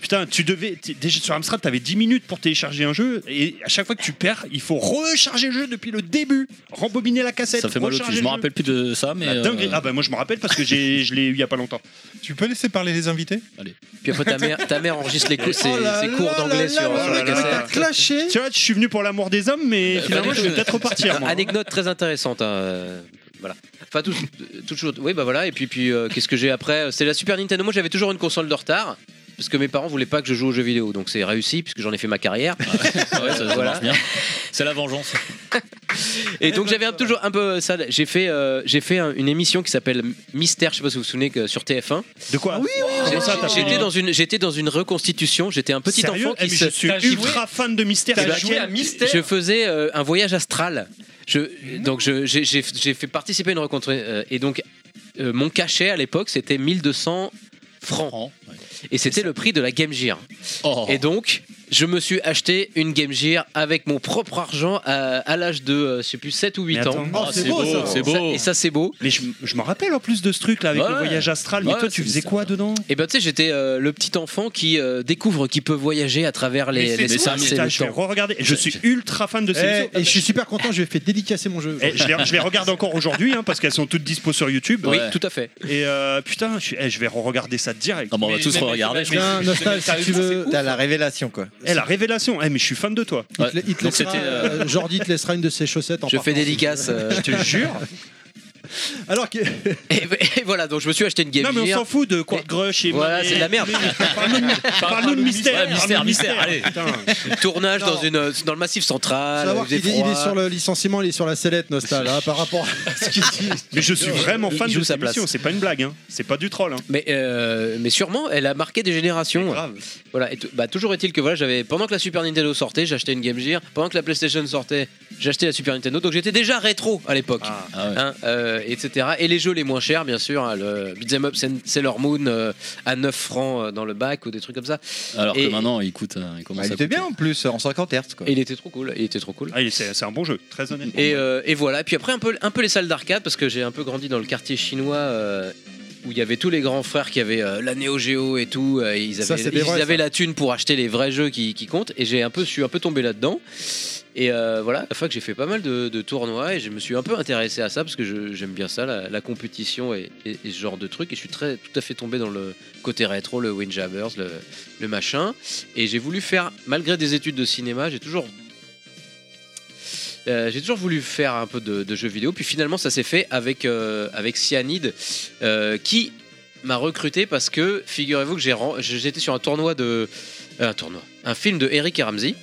[SPEAKER 6] Putain, tu devais. t'es- Déjà sur Amstrad, t'avais 10 minutes pour télécharger un jeu et à chaque fois que tu perds, il faut recharger le jeu depuis le début, rembobiner la cassette.
[SPEAKER 4] Ça fait mal au cul.
[SPEAKER 6] recharger
[SPEAKER 4] Je
[SPEAKER 6] le
[SPEAKER 4] me
[SPEAKER 6] jeu.
[SPEAKER 4] rappelle plus de ça, mais.
[SPEAKER 6] La
[SPEAKER 4] euh,
[SPEAKER 6] dinguerie. Ah bah moi je me rappelle parce que j'ai- je l'ai eu il y a pas longtemps.
[SPEAKER 7] Tu peux laisser parler les invités
[SPEAKER 2] Puis après ta mère, ta mère enregistre les cou- ses,
[SPEAKER 1] Oh là
[SPEAKER 2] ses
[SPEAKER 1] là
[SPEAKER 2] cours
[SPEAKER 1] là
[SPEAKER 2] d'anglais
[SPEAKER 1] là
[SPEAKER 2] sur,
[SPEAKER 1] là
[SPEAKER 2] sur la
[SPEAKER 1] là là,
[SPEAKER 2] cassette. Bah,
[SPEAKER 1] t'as clashé.
[SPEAKER 6] Tu vois, je suis venu pour l'amour des hommes, mais finalement je vais peut-être repartir. moi.
[SPEAKER 2] Anecdote très intéressante. hein, euh, Voilà. Enfin, tout, toute chose. Oui, bah voilà. Et puis, puis euh, qu'est-ce que j'ai après C'est la Super Nintendo. Moi, j'avais toujours une console de retard. Parce que mes parents voulaient pas que je joue aux jeux vidéo. Donc, c'est réussi, puisque j'en ai fait ma carrière.
[SPEAKER 4] ah ouais, ça- ça
[SPEAKER 2] Voilà.
[SPEAKER 4] marche bien. C'est la vengeance.
[SPEAKER 2] Et donc j'avais un- toujours un peu ça. J'ai fait, euh, j'ai fait un- une émission qui s'appelle Mystère. Je sais pas si vous vous souvenez que sur TF1.
[SPEAKER 6] De quoi Ah Oui,
[SPEAKER 2] J'ai-
[SPEAKER 6] oui,
[SPEAKER 2] J'étais dans une, j'étais dans une reconstitution. J'étais un petit enfant qui
[SPEAKER 6] Eh, je
[SPEAKER 2] se.
[SPEAKER 6] suis
[SPEAKER 2] qui-
[SPEAKER 6] ultra fan de mystère.
[SPEAKER 2] Eh ben,
[SPEAKER 6] Actuel.
[SPEAKER 2] je, faisais euh, un voyage astral. Je, donc je- j'ai j'ai- j'ai fait participer à une rencontre euh, et donc euh, mon cachet à l'époque c'était 1200 francs
[SPEAKER 4] Francs,
[SPEAKER 2] et c'était le prix de la Game Gear.
[SPEAKER 4] Oh.
[SPEAKER 2] Et donc, je me suis acheté une Game Gear avec mon propre argent à, à l'âge de, euh, je sais plus, 7 ou 8
[SPEAKER 6] Mais
[SPEAKER 2] ans.
[SPEAKER 6] attends.
[SPEAKER 1] Oh,
[SPEAKER 4] Ah,
[SPEAKER 1] c'est
[SPEAKER 4] c'est
[SPEAKER 1] beau,
[SPEAKER 4] beau,
[SPEAKER 1] ça.
[SPEAKER 4] c'est beau.
[SPEAKER 2] Et ça, c'est beau.
[SPEAKER 6] Mais je, je me rappelle en plus de ce truc là avec
[SPEAKER 2] Ouais.
[SPEAKER 6] le voyage astral. Mais
[SPEAKER 4] Ouais,
[SPEAKER 6] toi, tu
[SPEAKER 4] c'est
[SPEAKER 6] faisais
[SPEAKER 4] ça.
[SPEAKER 6] quoi dedans
[SPEAKER 2] Et ben tu sais, j'étais euh, le petit enfant qui euh, découvre qu'il peut voyager à travers
[SPEAKER 7] Mais
[SPEAKER 2] les,
[SPEAKER 7] c'est-
[SPEAKER 2] les
[SPEAKER 4] mais c'est un
[SPEAKER 2] espaces et
[SPEAKER 6] Putain,
[SPEAKER 2] le
[SPEAKER 6] Je vais
[SPEAKER 2] temps.
[SPEAKER 6] re-regarder. Je suis ultra fan de
[SPEAKER 1] Eh,
[SPEAKER 6] ces émissions.
[SPEAKER 1] et je suis super content, je vais faire dédicacer mon jeu.
[SPEAKER 6] Eh, je, les, je les regarde encore aujourd'hui hein, parce qu'elles sont toutes dispo sur YouTube.
[SPEAKER 2] Oui,
[SPEAKER 4] Ouais.
[SPEAKER 2] tout à fait.
[SPEAKER 6] Et euh, putain, je, suis- eh, je vais regarder ça direct.
[SPEAKER 4] Non, mais on va
[SPEAKER 5] Mais-
[SPEAKER 4] tous
[SPEAKER 5] mais- mais-
[SPEAKER 4] re-regarder. je
[SPEAKER 5] mais-
[SPEAKER 1] Tiens,
[SPEAKER 5] mais-
[SPEAKER 1] Nostal,
[SPEAKER 5] mais-
[SPEAKER 1] si
[SPEAKER 5] mais-
[SPEAKER 1] tu veux,
[SPEAKER 8] T'as la révélation quoi.
[SPEAKER 6] Eh, la révélation. Eh, mais je suis fan de toi.
[SPEAKER 4] Ouais.
[SPEAKER 1] il te- il te
[SPEAKER 4] Donc
[SPEAKER 1] laissera,
[SPEAKER 4] c'était, euh,
[SPEAKER 1] euh, Jordi te laissera une de ses chaussettes en
[SPEAKER 2] Je fais
[SPEAKER 1] partant.
[SPEAKER 2] dédicace. euh,
[SPEAKER 6] Je te jure.
[SPEAKER 1] Alors que
[SPEAKER 2] et, et voilà, donc je me suis acheté une Game
[SPEAKER 6] non, mais on
[SPEAKER 2] Gear.
[SPEAKER 6] s'en fout de Quart Grush et
[SPEAKER 2] Voilà,
[SPEAKER 6] mais-
[SPEAKER 2] c'est de la merde.
[SPEAKER 6] Parle-nous de mystère.
[SPEAKER 4] Ouais, mystère,
[SPEAKER 6] parle-nous de
[SPEAKER 4] mystère, allez.
[SPEAKER 6] Putain.
[SPEAKER 2] Tournage
[SPEAKER 1] Non.
[SPEAKER 2] dans, une, euh, dans le massif central.
[SPEAKER 1] savoir
[SPEAKER 2] il faisait
[SPEAKER 1] qu'il est, il est
[SPEAKER 2] Ah, froid.
[SPEAKER 1] sur le licenciement, il est sur la sellette, Nostal, hein, par rapport à ce qu'il dit.
[SPEAKER 6] Mais je suis vraiment
[SPEAKER 2] Il
[SPEAKER 6] fan
[SPEAKER 2] joue
[SPEAKER 6] de
[SPEAKER 2] sa
[SPEAKER 6] cette émission.
[SPEAKER 2] place.
[SPEAKER 6] C'est pas une blague. Hein. C'est pas du troll. Hein.
[SPEAKER 2] Mais, euh, mais sûrement, elle a marqué des générations. Voilà, et tout- bah, toujours est-il que voilà, j'avais pendant que la Super Nintendo sortait, j'achetais une Game Gear. Pendant que la PlayStation sortait, j'achetais la Super Nintendo. Donc j'étais déjà rétro à l'époque.
[SPEAKER 6] Ah.
[SPEAKER 4] Ah ouais.
[SPEAKER 2] Hein, euh, etc. Et les jeux les moins chers, bien sûr, hein, le Beat'em Up Sen- Sailor Moon euh, à 9 francs euh, dans le bac ou des trucs comme ça.
[SPEAKER 4] Ah, Alors
[SPEAKER 2] Et-
[SPEAKER 4] que maintenant, il coûte. euh, Il commence
[SPEAKER 8] Bah, il
[SPEAKER 4] à
[SPEAKER 8] était
[SPEAKER 4] coûter.
[SPEAKER 8] bien en plus en 50 Hz quoi.
[SPEAKER 2] Et il était trop cool, il était trop cool.
[SPEAKER 6] Ah, il- c'est c'est un bon jeu, très honnête.
[SPEAKER 2] Et, euh, et voilà, et puis après un peu, un peu les salles d'arcade, parce que j'ai un peu grandi dans le quartier chinois euh, où il y avait tous les grands frères qui avaient euh, la Neo Geo et tout, euh, et ils
[SPEAKER 1] Ça,
[SPEAKER 2] avaient,
[SPEAKER 1] c'est des
[SPEAKER 2] ils
[SPEAKER 1] vrais,
[SPEAKER 2] avaient
[SPEAKER 1] ça.
[SPEAKER 2] la thune pour acheter les vrais jeux qui, qui comptent, et j'ai un peu, je suis un peu tombé là-dedans. Et euh, voilà, la fac, j'ai fait pas mal de, de tournois et je me suis un peu intéressé à ça parce que je- j'aime bien ça, la, la compétition et, et- et ce genre de truc. Et je suis très, tout à fait tombé dans le côté rétro, le Windjammers, le, le machin. Et j'ai voulu faire, malgré des études de cinéma, j'ai toujours. euh, j'ai toujours voulu faire un peu de, de jeux vidéo, puis finalement ça s'est fait avec, euh, avec Cyanide, euh, qui m'a recruté parce que, figurez-vous que j'ai ren- j'étais sur un tournoi de. euh, un tournoi, un film de Eric et Ramsey.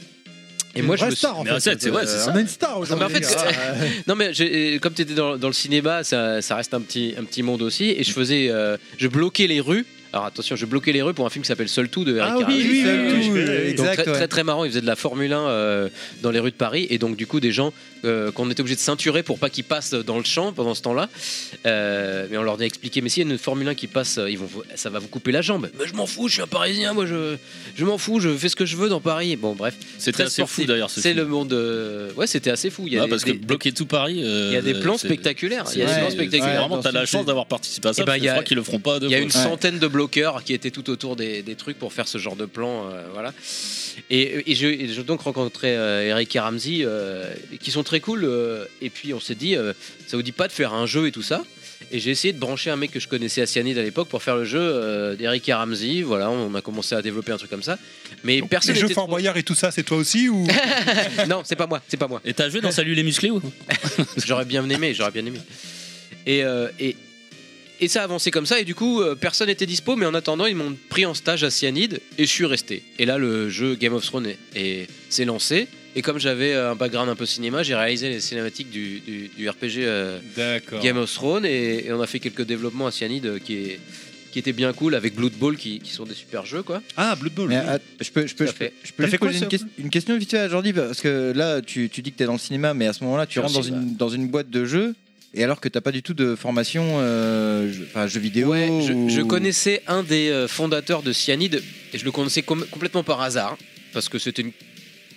[SPEAKER 2] Et moi je me suis-
[SPEAKER 1] star en
[SPEAKER 4] Mais
[SPEAKER 1] fait.
[SPEAKER 4] en fait, c'est- ouais, c'est
[SPEAKER 1] Euh,
[SPEAKER 4] ça.
[SPEAKER 1] On a une star aujourd'hui.
[SPEAKER 2] Ah, mais en fait,
[SPEAKER 1] les gars.
[SPEAKER 2] Non mais j'ai- euh, comme tu étais dans, dans le cinéma, ça, ça reste un petit, un petit monde aussi, et je faisais, euh, je bloquais les rues Alors attention, je bloquais les rues pour un film qui s'appelle Seul Tout de Eric Carrel.
[SPEAKER 1] Ah oui, oui,
[SPEAKER 2] Donc
[SPEAKER 8] exact.
[SPEAKER 2] très,
[SPEAKER 8] ouais.
[SPEAKER 2] très très marrant, il faisait de la Formule 1 euh, dans les rues de Paris et donc du coup des gens euh, qu'on était obligé de ceinturer pour pas qu'ils passent dans le champ pendant ce temps-là. Euh, mais on leur a expliqué mais s'il y a une Formule 1 qui passe, euh, ils vont, vous- ça va vous couper la jambe. Mais je m'en fous, je suis un Parisien, moi je, je m'en fous, je fais ce que je veux dans Paris. Bon bref,
[SPEAKER 4] C'était
[SPEAKER 2] très
[SPEAKER 4] assez
[SPEAKER 2] sportif.
[SPEAKER 4] fou d'ailleurs ce
[SPEAKER 2] c'est
[SPEAKER 4] film.
[SPEAKER 2] le monde. euh, Ouais, c'était assez fou. Il y a
[SPEAKER 4] Ah,
[SPEAKER 2] des-
[SPEAKER 4] parce
[SPEAKER 2] des-
[SPEAKER 4] que bloquer tout Paris. euh,
[SPEAKER 2] il y a des plans
[SPEAKER 4] c'est-
[SPEAKER 2] spectaculaires. Il y a
[SPEAKER 4] c'est-
[SPEAKER 2] des plans
[SPEAKER 4] c'est-
[SPEAKER 2] spectaculaires.
[SPEAKER 4] Vraiment, t'as la chance d'avoir participé à ça.
[SPEAKER 2] Eh ben,
[SPEAKER 4] parce que
[SPEAKER 2] il y
[SPEAKER 4] je
[SPEAKER 2] a-
[SPEAKER 4] crois qu'ils le feront pas. à deux
[SPEAKER 2] Il y a
[SPEAKER 4] fois.
[SPEAKER 2] une centaine de bloqueurs qui étaient tout autour des, des trucs pour faire ce genre de plan. euh, voilà. Et, et je- et j'ai donc rencontré euh, Eric et Ramsey, euh, qui sont très cool. euh, et puis on s'est dit, euh, ça vous dit pas de faire un jeu et tout ça Et j'ai essayé de brancher un mec que je connaissais à Cyanide à l'époque pour faire le jeu euh, d'Eric et Ramsey. Voilà, on a commencé à développer un truc comme ça. Mais
[SPEAKER 7] Donc,
[SPEAKER 2] personne
[SPEAKER 7] les jeux
[SPEAKER 2] n'était
[SPEAKER 7] Fort
[SPEAKER 2] trop-
[SPEAKER 7] Boyard et tout ça, c'est toi aussi ou
[SPEAKER 2] Non, c'est pas moi, c'est pas moi.
[SPEAKER 4] Et t'as joué dans Salut les musclés ou
[SPEAKER 2] J'aurais bien aimé, j'aurais bien aimé. Et, euh, et, et ça a avancé comme ça, et du coup, euh, personne n'était dispo, mais en attendant, ils m'ont pris en stage à Cyanide, et je suis resté. Et là, le jeu Game of Thrones est- est- s'est lancé, et comme j'avais euh, un background un peu cinéma, j'ai réalisé les cinématiques du, du- du RPG euh,
[SPEAKER 5] D'accord.
[SPEAKER 2] Game of Thrones, et, et on a fait quelques développements à Cyanide euh, qui, est- qui étaient bien cool, avec Blood Bowl, qui, qui sont des super jeux, quoi.
[SPEAKER 6] Ah, Blood Bowl.
[SPEAKER 8] Mais, ah, je peux, je peux,
[SPEAKER 2] Tout à
[SPEAKER 8] je peux,
[SPEAKER 2] fait.
[SPEAKER 8] je peux
[SPEAKER 6] T'as
[SPEAKER 8] juste
[SPEAKER 6] fait quoi,
[SPEAKER 8] poser
[SPEAKER 6] ça,
[SPEAKER 8] une, ques- une question vite fait à Jordi parce que là tu, tu dis que t'es dans le cinéma mais à ce moment-là
[SPEAKER 2] Je suis
[SPEAKER 8] tu rentres dans
[SPEAKER 2] au cinéma.
[SPEAKER 8] une, dans une boîte de jeux et alors que t'as pas du tout de formation euh, jeu- enfin jeux vidéo
[SPEAKER 2] Ouais,
[SPEAKER 8] ou-
[SPEAKER 2] je, je connaissais un des euh, fondateurs de Cyanide et je le connaissais com- complètement par hasard parce que c'était une-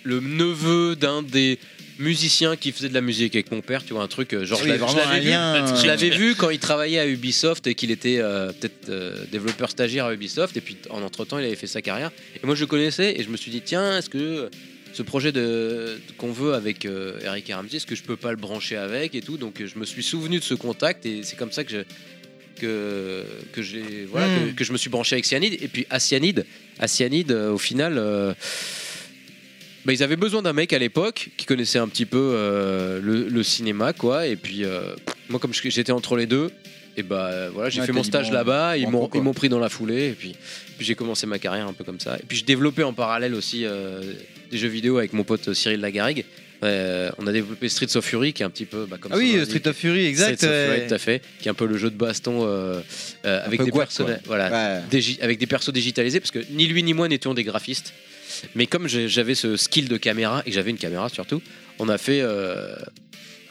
[SPEAKER 2] le neveu d'un des musiciens qui faisait de la musique avec mon père, tu vois, un truc euh, genre
[SPEAKER 8] Oui,
[SPEAKER 2] je l'avais-
[SPEAKER 8] vraiment
[SPEAKER 2] je l'avais
[SPEAKER 8] un
[SPEAKER 2] vu-
[SPEAKER 8] lien,
[SPEAKER 2] je
[SPEAKER 8] euh,
[SPEAKER 2] l'avais vu quand il travaillait à Ubisoft et qu'il était euh, peut-être euh, développeur stagiaire à Ubisoft et puis en entre-temps il avait fait sa carrière et moi je le connaissais et je me suis dit tiens, est-ce que ce projet de, qu'on veut avec euh, Eric et Ramsey, est-ce que je peux pas le brancher avec et tout Donc euh, je me suis souvenu de ce contact et c'est comme ça que je, que, que j'ai voilà
[SPEAKER 8] Mm.
[SPEAKER 2] que, que je me suis branché avec Cyanide et puis à Cyanide, à Cyanide, euh, au final euh, bah, ils avaient besoin d'un mec à l'époque qui connaissait un petit peu euh, le, le cinéma quoi et puis euh, moi comme je- j'étais entre les deux et bah euh, voilà j'ai
[SPEAKER 8] Ouais,
[SPEAKER 2] fait
[SPEAKER 8] t'as
[SPEAKER 2] mon
[SPEAKER 8] dit
[SPEAKER 2] stage
[SPEAKER 8] bon,
[SPEAKER 2] là-bas ils
[SPEAKER 8] bon
[SPEAKER 2] m'ont
[SPEAKER 8] coup, quoi.
[SPEAKER 2] ils m'ont pris dans la foulée et puis, puis j'ai commencé ma carrière un peu comme ça et puis je développais en parallèle aussi euh, des jeux vidéo avec mon pote Cyril Lagarrigue Euh, on a développé Streets of Fury qui est un petit peu bah, comme
[SPEAKER 8] ah
[SPEAKER 2] son
[SPEAKER 8] oui
[SPEAKER 2] nom
[SPEAKER 8] euh,
[SPEAKER 2] l'indique.
[SPEAKER 8] Street of Fury exact
[SPEAKER 2] Streets of Fury,
[SPEAKER 8] ouais.
[SPEAKER 2] tout à fait, qui est un peu le jeu de baston euh, euh, avec
[SPEAKER 8] peu
[SPEAKER 2] des
[SPEAKER 8] guac,
[SPEAKER 2] personnages, voilà,
[SPEAKER 8] Ouais.
[SPEAKER 2] dégi- avec des persos digitalisés, parce que ni lui ni moi n'étions des graphistes. Mais comme j'ai- j'avais ce skill de caméra et que j'avais une caméra surtout, on a fait, euh,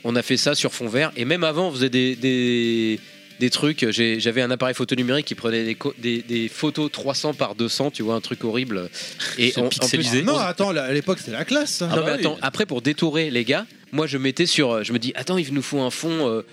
[SPEAKER 2] on a fait ça sur fond vert. Et même avant, on faisait des, des, des trucs. J'ai- J'avais un appareil photo numérique qui prenait des, co- des, des photos 300 par 200, tu vois, un truc horrible. Et
[SPEAKER 4] C'est
[SPEAKER 2] on- en plus-
[SPEAKER 4] pixelisé.
[SPEAKER 1] euh, Non, attends, là, à l'époque c'était la classe. Ah ça.
[SPEAKER 2] non,
[SPEAKER 4] Ah bah
[SPEAKER 2] mais
[SPEAKER 4] oui.
[SPEAKER 2] attends, après pour détourer les gars, moi je mettais sur. euh, Je me dis, attends, il nous faut un fond euh,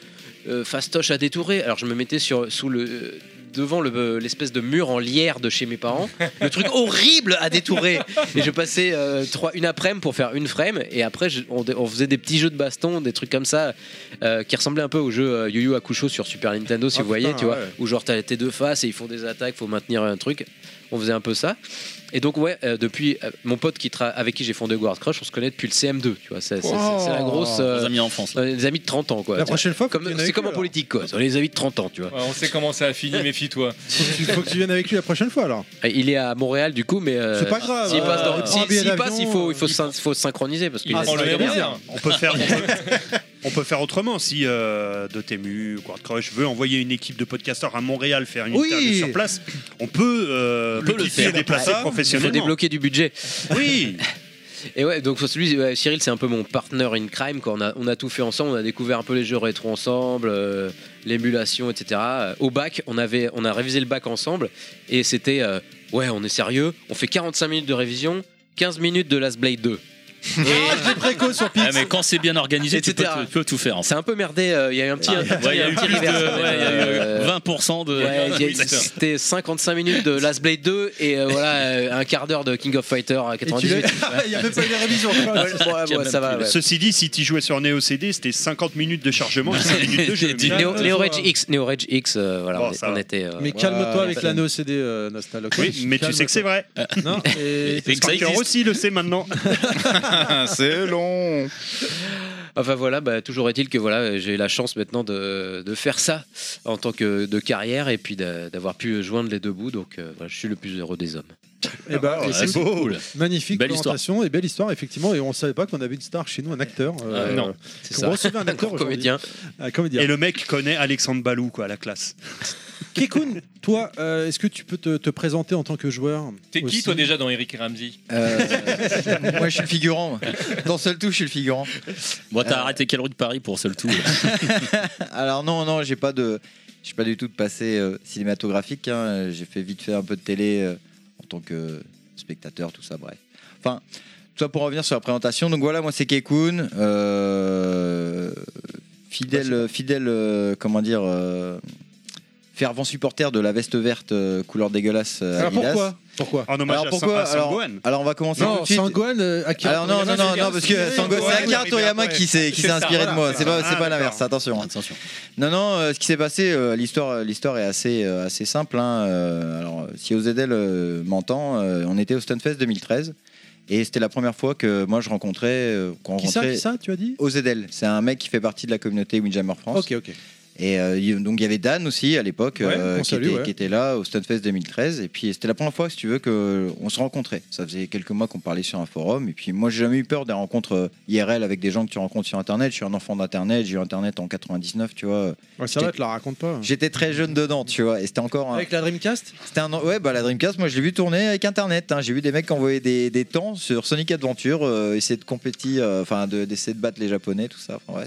[SPEAKER 2] euh, fastoche à détourer. Alors je me mettais sur, sous le. euh, devant le, euh, l'espèce de mur en lierre de chez mes parents, le truc horrible à détourer. Et je passais euh, trois, une après-midi pour faire une frame, et après je- on, dé- on faisait des petits jeux de baston, des trucs comme ça, euh, qui ressemblaient un peu au jeu euh, Yu Yu Hakusho sur Super Nintendo, si
[SPEAKER 1] Ah,
[SPEAKER 2] vous voyez,
[SPEAKER 1] putain,
[SPEAKER 2] tu vois,
[SPEAKER 1] ouais.
[SPEAKER 2] où genre t'as tes deux faces et ils font des attaques, faut maintenir un truc. On faisait un peu ça. Et donc ouais, euh, depuis euh, mon pote qui tra- avec qui j'ai fondé Guard Crush, on se connaît depuis le CM2, tu vois. C'est c'est- c'est- c'est la grosse
[SPEAKER 4] Nos
[SPEAKER 2] euh,
[SPEAKER 4] amis en France.
[SPEAKER 2] euh, les amis de 30 ans quoi.
[SPEAKER 1] La
[SPEAKER 2] Tu vois.
[SPEAKER 1] prochaine fois, faut que tu
[SPEAKER 2] Comme-
[SPEAKER 1] viennes
[SPEAKER 2] C'est
[SPEAKER 1] avec
[SPEAKER 2] comme
[SPEAKER 1] lui,
[SPEAKER 2] en politique quoi. C'est les amis de 30 ans, tu vois.
[SPEAKER 5] Ouais, on sait comment ça a fini, méfie-toi.
[SPEAKER 1] alors. Faut que tu- Faut que tu viennes avec lui la prochaine fois alors.
[SPEAKER 2] Euh, Il est à Montréal du coup, mais euh,
[SPEAKER 1] C'est pas grave,
[SPEAKER 2] S'il
[SPEAKER 1] euh,
[SPEAKER 2] passe, dans-
[SPEAKER 1] il prend
[SPEAKER 2] si-
[SPEAKER 1] un billet
[SPEAKER 2] s'il
[SPEAKER 1] d'avion,
[SPEAKER 2] passe, il faut, il faut,
[SPEAKER 1] euh,
[SPEAKER 2] syn- faut synchroniser parce qu'il
[SPEAKER 1] Ah,
[SPEAKER 2] est-
[SPEAKER 1] c'est
[SPEAKER 5] prend le
[SPEAKER 1] vrai,
[SPEAKER 5] RER.
[SPEAKER 1] bien.
[SPEAKER 6] On peut faire, on peut, on peut faire autrement si euh, Dotemu, Quad Crush veut envoyer une équipe de podcasteurs à Montréal faire une
[SPEAKER 1] Oui.
[SPEAKER 6] interview sur place. On peut, euh,
[SPEAKER 4] peut le
[SPEAKER 6] modifier,
[SPEAKER 4] faire.
[SPEAKER 7] Il
[SPEAKER 6] déplacer
[SPEAKER 7] faut
[SPEAKER 2] il faut
[SPEAKER 6] professionnellement.
[SPEAKER 2] débloquer du budget.
[SPEAKER 6] oui,
[SPEAKER 2] Et ouais, donc celui, ouais, Cyril, c'est un peu mon partner in crime. Quand on a, on a tout fait ensemble, on a découvert un peu les jeux rétro ensemble, euh, l'émulation, etc. Euh, Au bac, on avait, on a révisé le bac ensemble, et c'était euh, ouais, on est sérieux. On fait 45 minutes de révision, 15 minutes de Last Blade 2. Et
[SPEAKER 1] J'ai Ah, préco sur Pix.
[SPEAKER 4] Ah, mais quand c'est bien organisé, tu peux,
[SPEAKER 2] Etc.
[SPEAKER 4] tu peux tout faire. en fait.
[SPEAKER 2] c'est un peu merdé. euh, Il y a eu un petit, un petit-
[SPEAKER 4] Ouais, Il y a eu
[SPEAKER 2] un petit
[SPEAKER 4] plus de-
[SPEAKER 2] reverse,
[SPEAKER 4] ouais, il y a eu
[SPEAKER 2] euh,
[SPEAKER 4] 20% de.
[SPEAKER 2] Ouais, il y a-
[SPEAKER 4] Oui, d'accord.
[SPEAKER 2] c'était 55 minutes de Last Blade 2 et euh, voilà euh, un quart d'heure de King of Fighter à
[SPEAKER 1] Et tu
[SPEAKER 2] 98.
[SPEAKER 1] l'as- Il y a même pas eu de révision.
[SPEAKER 2] Ouais, ouais, ouais, ça va. ouais.
[SPEAKER 6] ceci dit, si tu jouais sur Neo CD, c'était 50 minutes de chargement et 5 minutes de jeu.
[SPEAKER 4] J'ai dit-
[SPEAKER 6] Mais-
[SPEAKER 2] Neo,
[SPEAKER 1] Ouais,
[SPEAKER 2] Neo
[SPEAKER 1] ouais.
[SPEAKER 2] Rage X, Neo Rage X, euh, voilà,
[SPEAKER 6] Bon,
[SPEAKER 2] on est-
[SPEAKER 6] ça
[SPEAKER 2] on
[SPEAKER 6] va.
[SPEAKER 2] était. euh,
[SPEAKER 1] Mais
[SPEAKER 8] Ouais,
[SPEAKER 1] calme-toi avec
[SPEAKER 8] personne.
[SPEAKER 1] l'anneau CD euh, Nostal, ok
[SPEAKER 6] Oui, mais tu sais que c'est vrai.
[SPEAKER 1] Non, et-
[SPEAKER 4] Et que ça
[SPEAKER 6] Parker
[SPEAKER 4] existe.
[SPEAKER 6] aussi le sait maintenant.
[SPEAKER 3] c'est long.
[SPEAKER 2] Enfin voilà, bah, toujours est-il que voilà, j'ai la chance maintenant de, de faire ça en tant que de carrière et puis d'a- d'avoir pu joindre les deux bouts. Donc euh, voilà, je suis le plus heureux des hommes.
[SPEAKER 1] Eh ben,
[SPEAKER 4] Ah,
[SPEAKER 1] écoute,
[SPEAKER 4] c'est beau.
[SPEAKER 1] Magnifique
[SPEAKER 4] Belle histoire.
[SPEAKER 1] présentation et belle histoire, effectivement. Et on savait pas qu'on avait une star chez nous, un acteur. euh,
[SPEAKER 2] Euh, non,
[SPEAKER 1] qu'on
[SPEAKER 2] c'est ça.
[SPEAKER 1] recevait un
[SPEAKER 2] Un
[SPEAKER 1] acteur
[SPEAKER 2] grand
[SPEAKER 1] aujourd'hui.
[SPEAKER 2] comédien.
[SPEAKER 1] Un comédien.
[SPEAKER 6] Et le mec connaît Alexandre Balou, quoi, à la classe.
[SPEAKER 1] Kekun, toi, euh, est-ce que tu peux te, te présenter en tant que joueur
[SPEAKER 5] T'es qui
[SPEAKER 1] aussi
[SPEAKER 5] toi déjà dans Eric et Ramsey
[SPEAKER 8] Euh, moi, je suis le figurant. moi. Dans seul tout, je suis le figurant.
[SPEAKER 4] Bon,
[SPEAKER 2] Ah.
[SPEAKER 4] t'as
[SPEAKER 8] Euh.
[SPEAKER 4] arrêté quelle rue de Paris pour seul tout là
[SPEAKER 8] Alors non, non, j'ai pas de, j'ai pas du tout de passé euh, cinématographique. hein. Euh, J'ai fait vite fait un peu de télé euh, en tant que spectateur, tout ça, bref. Enfin, tout ça pour revenir sur la présentation. Donc voilà, moi c'est Kekun, euh, fidèle, fidèle, euh, comment dire, euh, fervent supporter de la veste verte euh, couleur dégueulasse. euh,
[SPEAKER 1] Alors
[SPEAKER 8] Adidas.
[SPEAKER 1] pourquoi Pourquoi
[SPEAKER 6] En hommage
[SPEAKER 8] Alors
[SPEAKER 6] à
[SPEAKER 8] pourquoi
[SPEAKER 6] Saint- à
[SPEAKER 8] alors,
[SPEAKER 6] Saint-Gohan.
[SPEAKER 8] alors on va commencer tout
[SPEAKER 1] Non,
[SPEAKER 8] de suite.
[SPEAKER 1] Sangohan, euh, Akira
[SPEAKER 8] Alors non, non, non,
[SPEAKER 1] Toriyama, c'est
[SPEAKER 8] non,
[SPEAKER 1] bien,
[SPEAKER 8] parce
[SPEAKER 1] c'est
[SPEAKER 8] que
[SPEAKER 1] bien,
[SPEAKER 8] Sango,
[SPEAKER 1] ouais.
[SPEAKER 8] c'est Akira
[SPEAKER 7] ouais,
[SPEAKER 8] Toriyama
[SPEAKER 7] ouais.
[SPEAKER 8] qui s'est qui s'est
[SPEAKER 5] ça,
[SPEAKER 8] inspiré de
[SPEAKER 5] voilà,
[SPEAKER 8] moi. C'est
[SPEAKER 5] voilà.
[SPEAKER 8] pas, c'est
[SPEAKER 6] Ah,
[SPEAKER 8] pas
[SPEAKER 6] d'accord.
[SPEAKER 8] l'inverse. Attention.
[SPEAKER 4] Attention.
[SPEAKER 8] Non, non, euh, ce qui s'est passé, euh, l'histoire, euh, l'histoire est assez, euh, assez simple. hein. Euh, alors, si OZL euh, m'entend, euh, on était au Stunfest 2013 et c'était la première fois que moi je rencontrais, euh, qu'on
[SPEAKER 1] Qui ça,
[SPEAKER 8] rencontrait
[SPEAKER 1] qui ça, tu as dit
[SPEAKER 8] OZL. C'est un mec qui fait partie de la communauté Windjammer France.
[SPEAKER 1] Ok, ok.
[SPEAKER 8] Et euh, il- donc il y avait Dan aussi à l'époque
[SPEAKER 1] Ouais,
[SPEAKER 8] euh,
[SPEAKER 1] qu'on
[SPEAKER 8] qui,
[SPEAKER 1] salue,
[SPEAKER 8] était,
[SPEAKER 1] ouais.
[SPEAKER 8] qui était là au Stunfest 2013 et puis c'était la première fois si tu veux qu'on se rencontrait. Ça faisait quelques mois qu'on parlait sur un forum et puis moi j'ai jamais eu peur des rencontres euh, IRL avec des gens que tu rencontres sur internet. Je suis un enfant d'internet, j'ai eu internet en 99 tu vois.
[SPEAKER 1] Ouais, ça
[SPEAKER 8] J'étais-
[SPEAKER 1] va, te la raconte pas.
[SPEAKER 8] J'étais très jeune dedans tu vois et c'était encore un,
[SPEAKER 1] Avec la Dreamcast
[SPEAKER 8] c'était un ouais bah la Dreamcast moi je l'ai vu tourner avec internet. hein. J'ai vu des mecs qui envoyaient des, des temps sur Sonic Adventure euh, essayer de compétir euh, enfin de- d'essayer de battre les japonais tout ça enfin, ouais.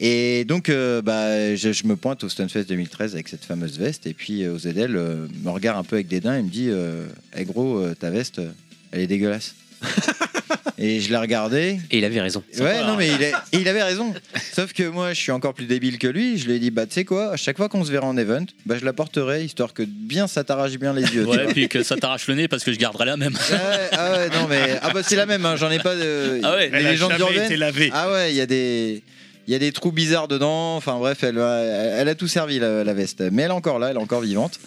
[SPEAKER 8] Et donc, euh, bah, je, je me pointe au Stunfest 2013 avec cette fameuse veste. Et puis, euh, OZL euh, me regarde un peu avec dédain et me dit euh, Eh gros, euh, ta veste, euh, elle est dégueulasse. et je l'ai regardé.
[SPEAKER 2] Et il avait raison.
[SPEAKER 8] Ouais, non, mais il, est- il avait raison. Sauf que moi, je suis encore plus débile que lui. Je lui ai dit Bah, tu sais quoi, à chaque fois qu'on se verra en event, bah, je la porterai histoire que bien ça t'arrache bien les yeux. tu vois.
[SPEAKER 4] Ouais, puis que ça t'arrache le nez parce que je garderai la même.
[SPEAKER 8] Ah ouais, ah ouais, non, mais. Ah, bah, c'est la même, hein, j'en ai pas de.
[SPEAKER 4] Ah ouais,
[SPEAKER 8] les légendes urbaines.
[SPEAKER 6] lavé.
[SPEAKER 8] Ah ouais, il y a des il y a des trous bizarres dedans. Enfin bref, elle a, elle a tout servi la, la veste, mais elle est encore là, elle est encore vivante.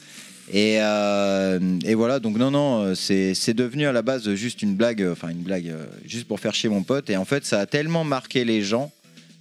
[SPEAKER 8] Et, euh, et voilà, donc non, non, c'est c'est devenu à la base juste une blague, enfin une blague euh, juste pour faire chier mon pote. Et en fait, ça a tellement marqué les gens,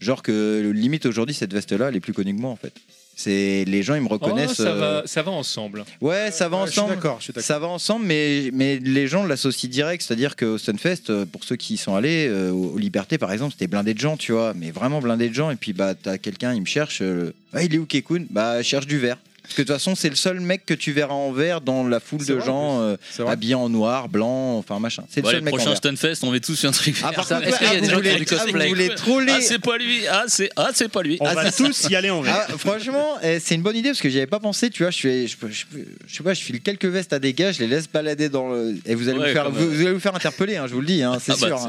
[SPEAKER 8] genre que limite aujourd'hui, cette veste-là, elle est plus connue que moi en fait. C'est les gens, ils me reconnaissent.
[SPEAKER 5] Oh, ça,
[SPEAKER 8] euh,
[SPEAKER 5] va, ça va ensemble.
[SPEAKER 8] Ouais, ça va
[SPEAKER 1] Ouais, Je suis
[SPEAKER 8] ensemble.
[SPEAKER 1] d'accord, je suis d'accord.
[SPEAKER 8] Ça va ensemble, mais, mais les gens l'associent direct. C'est-à-dire qu'au Stunfest, euh, pour ceux qui y sont allés, euh, aux aux Libertés par exemple, c'était blindé de gens, tu vois, mais vraiment blindé de gens. Et puis, bah, t'as quelqu'un, il me cherche. euh, Ah, il est où Kekun Bah, cherche du vert. Parce que de toute façon, c'est le seul mec que tu verras en vert dans la foule de
[SPEAKER 1] C'est vrai,
[SPEAKER 8] gens euh,
[SPEAKER 1] C'est vrai.
[SPEAKER 8] habillés en noir, blanc, enfin machin. C'est le
[SPEAKER 4] Ouais,
[SPEAKER 8] seul
[SPEAKER 4] le
[SPEAKER 8] mec en
[SPEAKER 4] prochain
[SPEAKER 8] vert.
[SPEAKER 4] Stunfest, on met tous sur un truc.
[SPEAKER 8] Ah, par
[SPEAKER 4] vert.
[SPEAKER 8] contre,
[SPEAKER 2] Est-ce qu'il y a
[SPEAKER 8] ah,
[SPEAKER 2] des
[SPEAKER 8] vous
[SPEAKER 2] gens qui font
[SPEAKER 8] voulez-
[SPEAKER 2] du
[SPEAKER 8] ah, vous
[SPEAKER 2] cosplay
[SPEAKER 8] voulez troller
[SPEAKER 4] Ah, c'est pas lui. Ah, c'est ah, c'est pas lui.
[SPEAKER 6] On
[SPEAKER 8] Ah,
[SPEAKER 6] va
[SPEAKER 8] c'est-
[SPEAKER 6] tous y aller en vrai.
[SPEAKER 8] Ah, franchement, eh, c'est une bonne idée parce que j'y avais pas pensé. Tu vois, je, fais- je, je, je sais pas, je file quelques vestes à des gars, je les laisse balader dans le. Et vous allez,
[SPEAKER 4] Ouais,
[SPEAKER 8] vous, faire,
[SPEAKER 4] comme,
[SPEAKER 6] euh,
[SPEAKER 8] vous, vous allez vous faire interpeller, hein, je vous le dis, hein, c'est
[SPEAKER 4] Ah bah,
[SPEAKER 8] sûr. hein,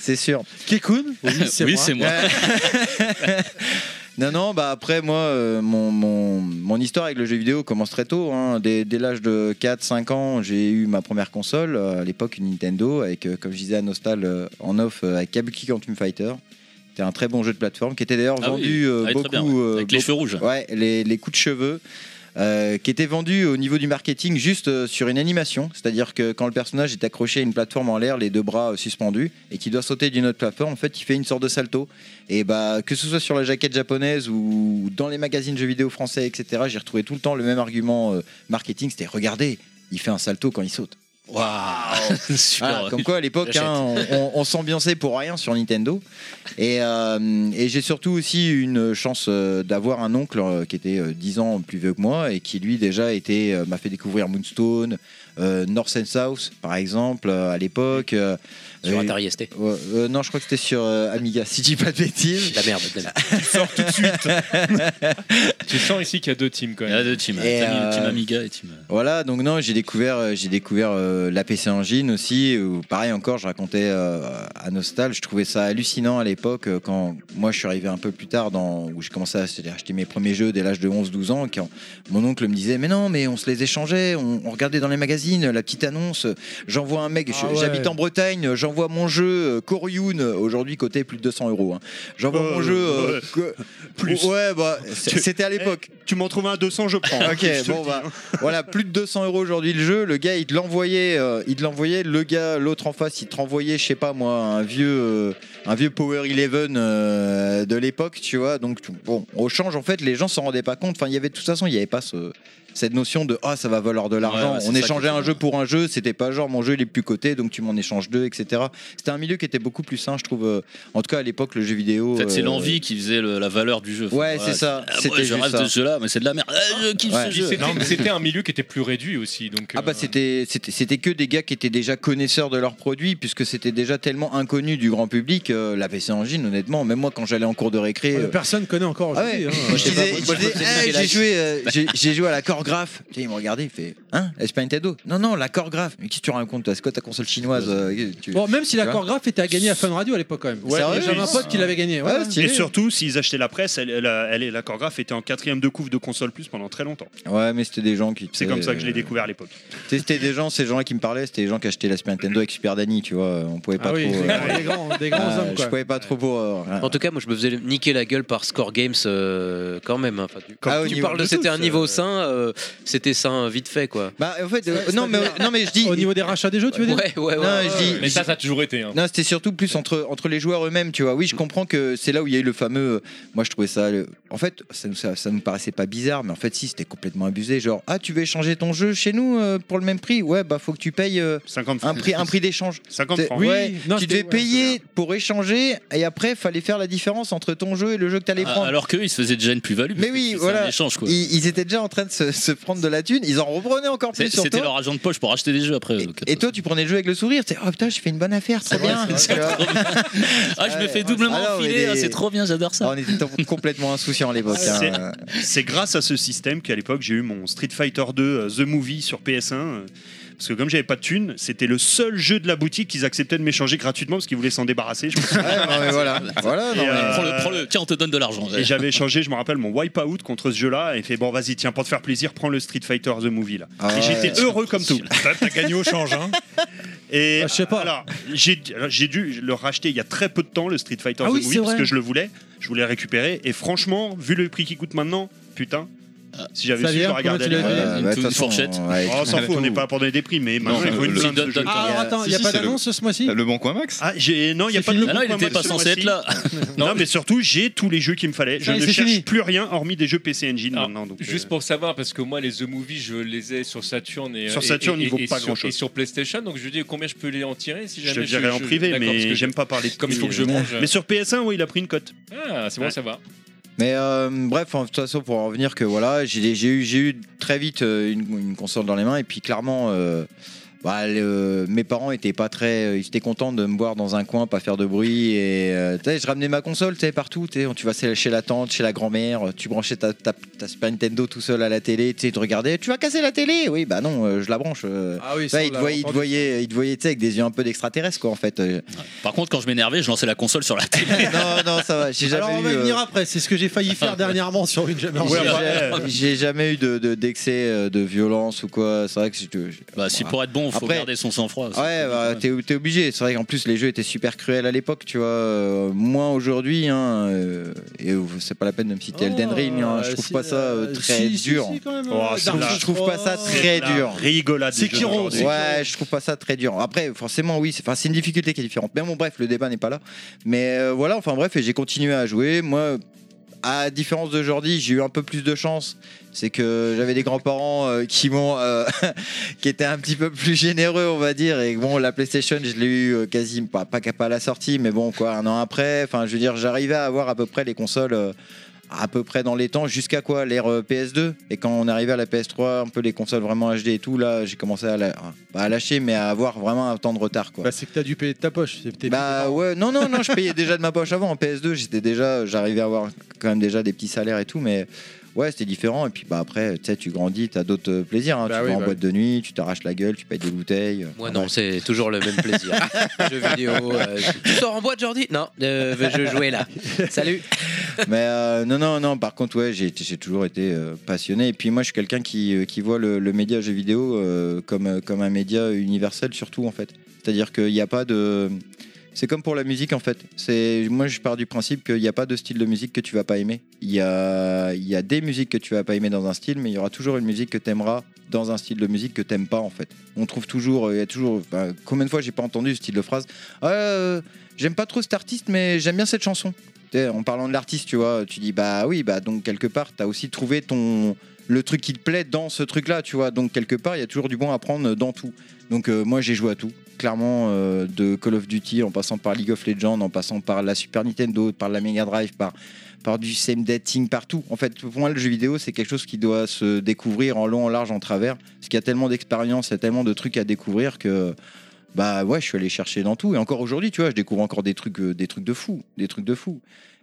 [SPEAKER 8] c'est sûr.
[SPEAKER 1] Kekun Oui, c'est
[SPEAKER 4] oui,
[SPEAKER 1] moi.
[SPEAKER 4] c'est moi.
[SPEAKER 8] Euh, non, non, bah après, moi, euh, mon, mon, mon histoire avec le jeu vidéo commence très tôt. hein. Dès, dès l'âge de 4-5 ans, j'ai eu ma première console, euh, à l'époque une Nintendo, avec, euh, comme je disais à Nostal euh, en off, euh, avec Kabuki Quantum Fighter. C'était un très bon jeu de plateforme qui était d'ailleurs
[SPEAKER 4] Ah oui.
[SPEAKER 8] vendu euh,
[SPEAKER 4] Ah, oui,
[SPEAKER 8] beaucoup.
[SPEAKER 4] très bien, ouais.
[SPEAKER 8] euh,
[SPEAKER 4] Avec les cheveux rouges.
[SPEAKER 8] Ouais, les, les coups de cheveux. euh, qui étaient vendus au niveau du marketing juste euh, sur une animation, c'est-à-dire que quand le personnage est accroché à une plateforme en l'air, les deux bras euh, suspendus, et qu'il doit sauter d'une autre plateforme, en fait, il fait une sorte de salto. Et bah, que ce soit sur la jaquette japonaise ou dans les magazines jeux vidéo français, etc., j'ai retrouvé tout le temps le même argument euh, marketing, c'était regardez, il fait un salto quand il saute.
[SPEAKER 4] Waouh.
[SPEAKER 8] Voilà,
[SPEAKER 4] Super.
[SPEAKER 8] comme quoi à l'époque,
[SPEAKER 4] J'achète.
[SPEAKER 8] hein, on, on- on s'ambiançait pour rien sur Nintendo. Et, euh, et j'ai surtout aussi eu une chance euh, d'avoir un oncle euh, qui était euh, 10 ans plus vieux que moi et qui lui déjà était, euh, m'a fait découvrir Moonstone, euh, North and South par exemple euh, à l'époque. euh,
[SPEAKER 2] Sur
[SPEAKER 8] euh,
[SPEAKER 2] Atari ST.
[SPEAKER 8] ouais, euh, non, je crois que c'était sur euh, Amiga, si je dis pas de bêtises.
[SPEAKER 2] La merde, de la merde.
[SPEAKER 5] Tu sens ici qu'il y a deux teams quand
[SPEAKER 4] Il y a
[SPEAKER 5] même.
[SPEAKER 4] deux teams.
[SPEAKER 8] Et,
[SPEAKER 4] T'as mis le team
[SPEAKER 8] euh,
[SPEAKER 4] Amiga et team.
[SPEAKER 8] Voilà, donc non, j'ai découvert, euh, j'ai découvert euh, la PC Engine aussi. Où, pareil encore, je racontais euh, à Nostal, je trouvais ça hallucinant à l'époque euh, quand moi je suis arrivé un peu plus tard dans où j'ai commencé à acheter- acheter mes premiers jeux dès l'âge de 11-12 ans. Quand mon oncle me disait mais non, mais on se les échangeait, on, on regardait dans les magazines la petite annonce. euh, J'envoie un mec,
[SPEAKER 1] Ah
[SPEAKER 8] je-
[SPEAKER 1] ouais.
[SPEAKER 8] j'habite en Bretagne, euh, j'envoie mon jeu euh, Corioun euh, aujourd'hui côté plus de 200 euros. hein. J'envoie
[SPEAKER 1] Oh,
[SPEAKER 6] Euh,
[SPEAKER 8] mon jeu euh, que-
[SPEAKER 6] plus. Eh,
[SPEAKER 8] Ouais, bah c'est- c'était à l'époque.
[SPEAKER 6] Tu m'en trouves un à 200, je prends. hein,
[SPEAKER 8] Ok,
[SPEAKER 6] Je te
[SPEAKER 8] bon
[SPEAKER 6] le dis. hein.
[SPEAKER 8] bah voilà, plus de 200 euros aujourd'hui le jeu. Le gars, il te l'envoyait, euh, il te l'envoyait. Le gars, l'autre en face, il te renvoyait, je sais pas moi, un vieux, euh, un vieux Power Eleven euh, de l'époque, tu vois. Donc tu- bon, au change en fait, les gens s'en rendaient pas compte. Enfin, il y avait de toute façon, il y avait pas ce cette notion de ah ça va valoir de l'argent.
[SPEAKER 4] Ouais, ouais, c'est
[SPEAKER 8] on
[SPEAKER 4] ça
[SPEAKER 8] échangeait
[SPEAKER 4] qui est-
[SPEAKER 8] un jeu pour un jeu, c'était pas genre mon jeu il est plus coté donc tu m'en échanges deux, etc. C'était un milieu qui était beaucoup plus sain, je trouve. euh, En tout cas à l'époque le jeu vidéo.
[SPEAKER 4] En fait, c'est
[SPEAKER 8] euh,
[SPEAKER 4] l'envie qui faisait le- la valeur du jeu.
[SPEAKER 8] Ouais, c'est ça.
[SPEAKER 4] Ah,
[SPEAKER 8] C'était
[SPEAKER 4] ouais, je
[SPEAKER 8] juste
[SPEAKER 4] rêve
[SPEAKER 8] ça.
[SPEAKER 4] de ce jeu-là, mais c'est de la merde. Ah, je kiffe
[SPEAKER 8] Ouais.
[SPEAKER 4] ce jeu.
[SPEAKER 5] C'était- C'était un milieu qui était plus réduit aussi. Donc,
[SPEAKER 8] Ah bah
[SPEAKER 5] euh,
[SPEAKER 8] c'était c'était c'était que des gars qui étaient déjà connaisseurs de leurs produits puisque c'était déjà tellement inconnu du grand public euh, la PC Engine honnêtement même moi quand j'allais en cours de récré euh,
[SPEAKER 1] Personne connaît encore
[SPEAKER 8] ah ouais,
[SPEAKER 1] aujourd'hui. hein.
[SPEAKER 8] je disais, je disais,
[SPEAKER 2] faisais
[SPEAKER 8] Ah,
[SPEAKER 2] des
[SPEAKER 8] j'ai
[SPEAKER 2] likes.
[SPEAKER 8] joué, euh, j'ai- j'ai joué à la chorégraphe. Tu sais, il me regardait, il fait, hein, est-ce pas Nintendo Non, non, la chorégraphe. Mais qu'est-ce que tu racontes toi C'est quoi ta console chinoise euh, tu-
[SPEAKER 1] Bon, même si la
[SPEAKER 8] Tu vois
[SPEAKER 1] chorégraphe était à gagner à Fun Radio à l'époque quand même.
[SPEAKER 8] Ouais,
[SPEAKER 1] J'avais
[SPEAKER 8] oui,
[SPEAKER 1] un pote qui l'avait gagné. Ouais,
[SPEAKER 8] Ouais,
[SPEAKER 1] ouais.
[SPEAKER 8] stylé.
[SPEAKER 6] Et surtout, s'ils achetaient la presse, elle, elle, elle et la chorégraphe était en quatrième de couve de console plus pendant très longtemps.
[SPEAKER 8] Ouais, mais c'était des gens qui.
[SPEAKER 6] C'est comme ça que je l'ai découvert à l'époque.
[SPEAKER 8] Tu sais, C'était des gens, ces gens-là qui me parlaient, c'était des gens qui achetaient la Super Nintendo avec Super Danny, tu vois. On pouvait pas
[SPEAKER 1] Ah oui,
[SPEAKER 8] trop. euh,
[SPEAKER 1] des grands, des grands
[SPEAKER 8] euh,
[SPEAKER 1] hommes
[SPEAKER 8] je
[SPEAKER 1] quoi.
[SPEAKER 8] pouvais pas trop pour. euh, rien.
[SPEAKER 2] En tout cas, moi, je me faisais niquer la gueule par Score Games euh, quand même. hein. Enfin, tu
[SPEAKER 8] Ah, au
[SPEAKER 2] tu
[SPEAKER 8] niveau
[SPEAKER 2] parles
[SPEAKER 8] de
[SPEAKER 2] de c'était un
[SPEAKER 8] tous,
[SPEAKER 2] niveau
[SPEAKER 8] euh,
[SPEAKER 2] sain, euh, c'était sain vite fait, quoi.
[SPEAKER 8] Bah, en fait, euh,
[SPEAKER 1] Ouais,
[SPEAKER 8] non, mais,
[SPEAKER 1] c'est-à-dire-
[SPEAKER 8] non, mais je dis.
[SPEAKER 1] Au niveau des rachats des jeux, tu veux
[SPEAKER 2] Ouais,
[SPEAKER 1] dire
[SPEAKER 2] ouais, ouais.
[SPEAKER 8] Non,
[SPEAKER 2] ouais.
[SPEAKER 8] je dis.
[SPEAKER 5] Mais ça, ça a toujours été. hein.
[SPEAKER 8] Non, c'était surtout plus entre, entre les joueurs eux-mêmes, tu vois. Oui, je comprends que c'est là où il y a eu le fameux. euh, Moi, je trouvais ça. le- En fait, ça, nous- ça, ça nous paraissait pas bizarre, mais en fait, si, c'était complètement abusé. Genre, ah, tu veux échanger ton jeu chez nous euh, pour le même prix Ouais, bah, faut que tu payes euh,
[SPEAKER 6] 50
[SPEAKER 8] un
[SPEAKER 6] francs.
[SPEAKER 8] prix, un prix d'échange.
[SPEAKER 6] 50
[SPEAKER 8] T'es-
[SPEAKER 6] francs.
[SPEAKER 1] Oui,
[SPEAKER 8] ouais,
[SPEAKER 1] non,
[SPEAKER 8] tu
[SPEAKER 1] c'était-
[SPEAKER 8] devais
[SPEAKER 1] ouais,
[SPEAKER 8] payer pour échanger, et après, fallait faire la différence entre ton jeu et le jeu que t'allais
[SPEAKER 4] Ah,
[SPEAKER 8] prendre.
[SPEAKER 4] Alors qu'eux, ils se faisaient déjà une plus-value.
[SPEAKER 8] Mais
[SPEAKER 4] parce que
[SPEAKER 8] oui,
[SPEAKER 4] c'est
[SPEAKER 8] voilà.
[SPEAKER 4] un échange, quoi.
[SPEAKER 8] Ils, ils étaient déjà en train de se, se prendre de la thune, ils en reprenaient encore
[SPEAKER 4] C'est-
[SPEAKER 8] plus sur
[SPEAKER 4] C'était
[SPEAKER 8] toi.
[SPEAKER 4] leur argent de poche pour acheter des jeux après.
[SPEAKER 8] Et,
[SPEAKER 4] donc, euh,
[SPEAKER 8] et toi, tu prenais le jeu avec le sourire, tu sais, oh putain, j'ai fait une bonne affaire, trop bien. Tu vois.
[SPEAKER 4] Ah, je me
[SPEAKER 8] Ouais,
[SPEAKER 4] fais doublement
[SPEAKER 8] alors, mais
[SPEAKER 4] filer,
[SPEAKER 8] des-
[SPEAKER 4] c'est trop bien, j'adore
[SPEAKER 8] Ah,
[SPEAKER 4] ça.
[SPEAKER 8] on était tom- complètement insouciants à l'époque. hein.
[SPEAKER 6] C'est- C'est grâce à ce système qu'à l'époque j'ai eu mon Street Fighter 2 euh, The Movie sur PS1. euh, Parce que comme j'avais pas de thune, c'était le seul jeu de la boutique qu'ils acceptaient de m'échanger gratuitement parce qu'ils voulaient s'en débarrasser. je pense.
[SPEAKER 8] Ouais, non, mais voilà. voilà non,
[SPEAKER 6] Et,
[SPEAKER 8] mais-
[SPEAKER 6] euh,
[SPEAKER 4] Prends-le, prends-le. Tiens, on te donne de l'argent.
[SPEAKER 6] Et j'avais échangé, je me rappelle, mon Wipeout contre ce jeu-là et fait bon vas-y tiens pour te faire plaisir prends le Street Fighter The Movie là.
[SPEAKER 8] Ah
[SPEAKER 6] et
[SPEAKER 8] ouais.
[SPEAKER 6] j'étais heureux comme tout.
[SPEAKER 7] T'as t'as gagné au change, hein
[SPEAKER 6] Et
[SPEAKER 1] Ah, je sais pas.
[SPEAKER 6] Alors, j'ai alors, j'ai dû le racheter il y a très peu de temps, le Street Fighter
[SPEAKER 1] Ah
[SPEAKER 6] The
[SPEAKER 1] oui, c'est
[SPEAKER 6] Movie, parce
[SPEAKER 1] vrai.
[SPEAKER 6] que je le voulais. Je voulais le récupérer. Et franchement, vu le prix qui coûte maintenant, putain, si j'avais su,
[SPEAKER 1] Xavier,
[SPEAKER 6] je le
[SPEAKER 1] Ah, comment
[SPEAKER 6] regardais.
[SPEAKER 1] tu l'as
[SPEAKER 6] aller.
[SPEAKER 1] dit
[SPEAKER 8] Ouais,
[SPEAKER 4] une
[SPEAKER 8] bah, de
[SPEAKER 4] tou-
[SPEAKER 8] toute
[SPEAKER 4] une
[SPEAKER 8] façon,
[SPEAKER 4] fourchette.
[SPEAKER 8] ouais.
[SPEAKER 6] Oh, on s'en fout, on n'est pas pour donner des prix, mais maintenant
[SPEAKER 3] Non,
[SPEAKER 6] il faut
[SPEAKER 3] le-
[SPEAKER 8] euh,
[SPEAKER 6] une
[SPEAKER 3] le-
[SPEAKER 6] blinde,
[SPEAKER 4] donne-
[SPEAKER 6] ce
[SPEAKER 4] donne-
[SPEAKER 6] jeu.
[SPEAKER 1] Ah, alors, attends, il
[SPEAKER 3] Si,
[SPEAKER 1] n'y a
[SPEAKER 3] si,
[SPEAKER 1] pas
[SPEAKER 3] c'est le-
[SPEAKER 1] d'annonce ce mois-ci
[SPEAKER 3] Le bon coin max
[SPEAKER 6] Ah, j'ai non, il y a
[SPEAKER 1] C'est
[SPEAKER 6] pas de
[SPEAKER 1] fini.
[SPEAKER 4] Ah non, il
[SPEAKER 6] moi,
[SPEAKER 4] était pas
[SPEAKER 6] ce
[SPEAKER 4] censé
[SPEAKER 6] mois-ci.
[SPEAKER 4] être là.
[SPEAKER 6] Non, mais surtout, j'ai tous les jeux qui me fallait. Je
[SPEAKER 1] Ça y est,
[SPEAKER 6] ne
[SPEAKER 1] c'est
[SPEAKER 6] cherche
[SPEAKER 1] fini.
[SPEAKER 6] plus rien hormis des jeux PC Engine
[SPEAKER 5] Alors,
[SPEAKER 6] maintenant. donc,
[SPEAKER 5] Juste
[SPEAKER 6] euh,
[SPEAKER 5] pour savoir, parce que moi, les The Movie, je les ai sur Saturn et
[SPEAKER 6] Sur
[SPEAKER 5] et-
[SPEAKER 6] Saturn,
[SPEAKER 5] et-
[SPEAKER 6] ils
[SPEAKER 5] et-
[SPEAKER 6] vaut
[SPEAKER 5] et
[SPEAKER 6] pas
[SPEAKER 5] sur-
[SPEAKER 6] grand-chose.
[SPEAKER 5] Et sur PlayStation, donc je lui dis combien je peux les en tirer si
[SPEAKER 6] je
[SPEAKER 5] jamais
[SPEAKER 6] te le dirai en privé,
[SPEAKER 5] d'accord, parce que
[SPEAKER 6] mais j'aime pas parler de
[SPEAKER 5] Comme il faut que je
[SPEAKER 6] prix,
[SPEAKER 5] mange.
[SPEAKER 6] euh, Mais sur PS1, oui, il a pris une cote.
[SPEAKER 5] Ah, c'est bon,
[SPEAKER 6] Ouais.
[SPEAKER 5] ça va.
[SPEAKER 8] Mais euh, bref, en- de toute façon, pour en revenir que voilà, j'ai j'ai eu, j'ai eu très vite euh, une, une console dans les mains et puis clairement. euh, bah, le- mes parents étaient pas très, euh, ils étaient contents de me voir dans un coin, pas faire de bruit et euh, tu sais, je ramenais ma console, tu sais, partout, tu sais, tu vas chez la tante, chez la grand-mère, euh, tu branchais ta, ta, ta Super Nintendo tout seul à la télé, tu sais, tu regardais, tu vas casser la télé, oui, bah non, euh, je la branche. euh.
[SPEAKER 1] Ah oui,
[SPEAKER 8] Tu sais, ils te voyaient, ils te voyaient, ils te voyaient, tu sais, avec des yeux un peu d'extraterrestre quoi en fait. euh.
[SPEAKER 4] Par contre, quand je m'énervais, je lançais la console sur la télé.
[SPEAKER 8] non, non, ça va, j'ai jamais
[SPEAKER 1] Alors on
[SPEAKER 8] eu,
[SPEAKER 1] va y
[SPEAKER 8] euh,
[SPEAKER 1] venir après, c'est ce que j'ai failli faire dernièrement sur une jamais.
[SPEAKER 6] Ouais,
[SPEAKER 8] J'ai-
[SPEAKER 6] ouais.
[SPEAKER 1] euh,
[SPEAKER 8] J'ai jamais eu de- de- d'excès euh, de, violence ou quoi. C'est vrai que si tu. je-
[SPEAKER 4] Bah, si
[SPEAKER 8] Ouais.
[SPEAKER 4] pour être bon, faut
[SPEAKER 8] Après-
[SPEAKER 4] garder son sang-froid. ça.
[SPEAKER 8] Ouais, bah, t'es t'es obligé. C'est vrai qu'en plus, les jeux étaient super cruels à l'époque, tu vois. euh, moins aujourd'hui, hein. euh, et c'est pas la peine, même si t'es Elden Ring, hein, je
[SPEAKER 1] Ah,
[SPEAKER 8] trouve pas ça euh, très dur.
[SPEAKER 6] Oh, c'est là.
[SPEAKER 8] Je trouve pas ça très-
[SPEAKER 6] La
[SPEAKER 8] dur.
[SPEAKER 6] Rigolade. des
[SPEAKER 1] C'est
[SPEAKER 6] jeux
[SPEAKER 1] Kiro,
[SPEAKER 6] d'aujourd'hui.
[SPEAKER 1] c'est-
[SPEAKER 8] Ouais, je trouve pas ça très dur. Après, forcément, oui, c'est enfin, c'est une difficulté qui est différente. Mais bon, bref, le débat n'est pas là. Mais euh, voilà, enfin bref, et j'ai continué à jouer. Moi, à différence de Jordi, j'ai eu un peu plus de chance. C'est que j'avais des grands-parents euh, qui m'ont, euh, qui étaient un petit peu plus généreux, on va dire. Et bon, la PlayStation, je l'ai eu euh, quasi pas pas, pas à la sortie, mais bon, quoi, un an après. Enfin, je veux dire, j'arrivais à avoir à peu près les consoles. euh, à peu près dans les temps jusqu'à quoi l'ère euh, PS2 et quand on arrivait à la PS3 un peu les consoles vraiment HD et tout là j'ai commencé à, la- pas à lâcher mais à avoir vraiment un temps de retard quoi
[SPEAKER 1] Bah, c'est que t'as dû payer de ta poche. c'est- t'es-
[SPEAKER 8] bah ouais non non non je payais déjà de ma poche avant en PS2 j'étais déjà j'arrivais à avoir quand même déjà des petits salaires et tout mais ouais c'était différent et puis bah après tu sais tu grandis t'as d'autres euh, plaisirs hein.
[SPEAKER 1] Bah
[SPEAKER 8] tu
[SPEAKER 1] oui,
[SPEAKER 8] vas en
[SPEAKER 1] bah
[SPEAKER 8] boîte de nuit tu t'arraches la gueule tu payes des bouteilles euh,
[SPEAKER 2] Moi
[SPEAKER 8] enfin,
[SPEAKER 2] non,
[SPEAKER 8] bref.
[SPEAKER 2] c'est toujours le même plaisir. Jeux vidéo. euh, tu sors en boîte, Jordi Non, euh, je jouais là. Salut.
[SPEAKER 8] mais euh, non non non par contre ouais j'ai j'ai toujours été euh, passionné et puis moi je suis quelqu'un qui, euh, qui voit le, le média jeu vidéo euh, comme, euh, comme un média universel surtout en fait c'est à dire qu'il n'y a pas de c'est comme pour la musique en fait. C'est moi je pars du principe qu'il n'y a pas de style de musique que tu vas pas aimer. Il y a il y a des musiques que tu vas pas aimer dans un style, mais il y aura toujours une musique que t'aimeras dans un style de musique que t'aimes pas en fait. On trouve toujours il y a toujours bah, combien de fois j'ai pas entendu ce style de phrase. Ah, euh, j'aime pas trop cet artiste, mais j'aime bien cette chanson. Tu sais, En parlant de l'artiste, tu vois, tu dis bah oui bah donc quelque part t'as aussi trouvé ton le truc qui te plaît dans ce truc-là, tu vois. Donc quelque part, il y a toujours du bon à prendre dans tout. Donc euh, moi, j'ai joué à tout. Clairement, euh, de Call of Duty, en passant par League of Legends, en passant par la Super Nintendo, par la Mega Drive, par par du same dating partout. En fait, pour moi, le jeu vidéo, c'est quelque chose qui doit se découvrir en long, en large, en travers. Parce qu'il y a tellement d'expériences, il y a tellement de trucs à découvrir que, bah ouais, je suis allé chercher dans tout. Et encore aujourd'hui, tu vois, je découvre encore des trucs, euh, des trucs de fou, des trucs de fou.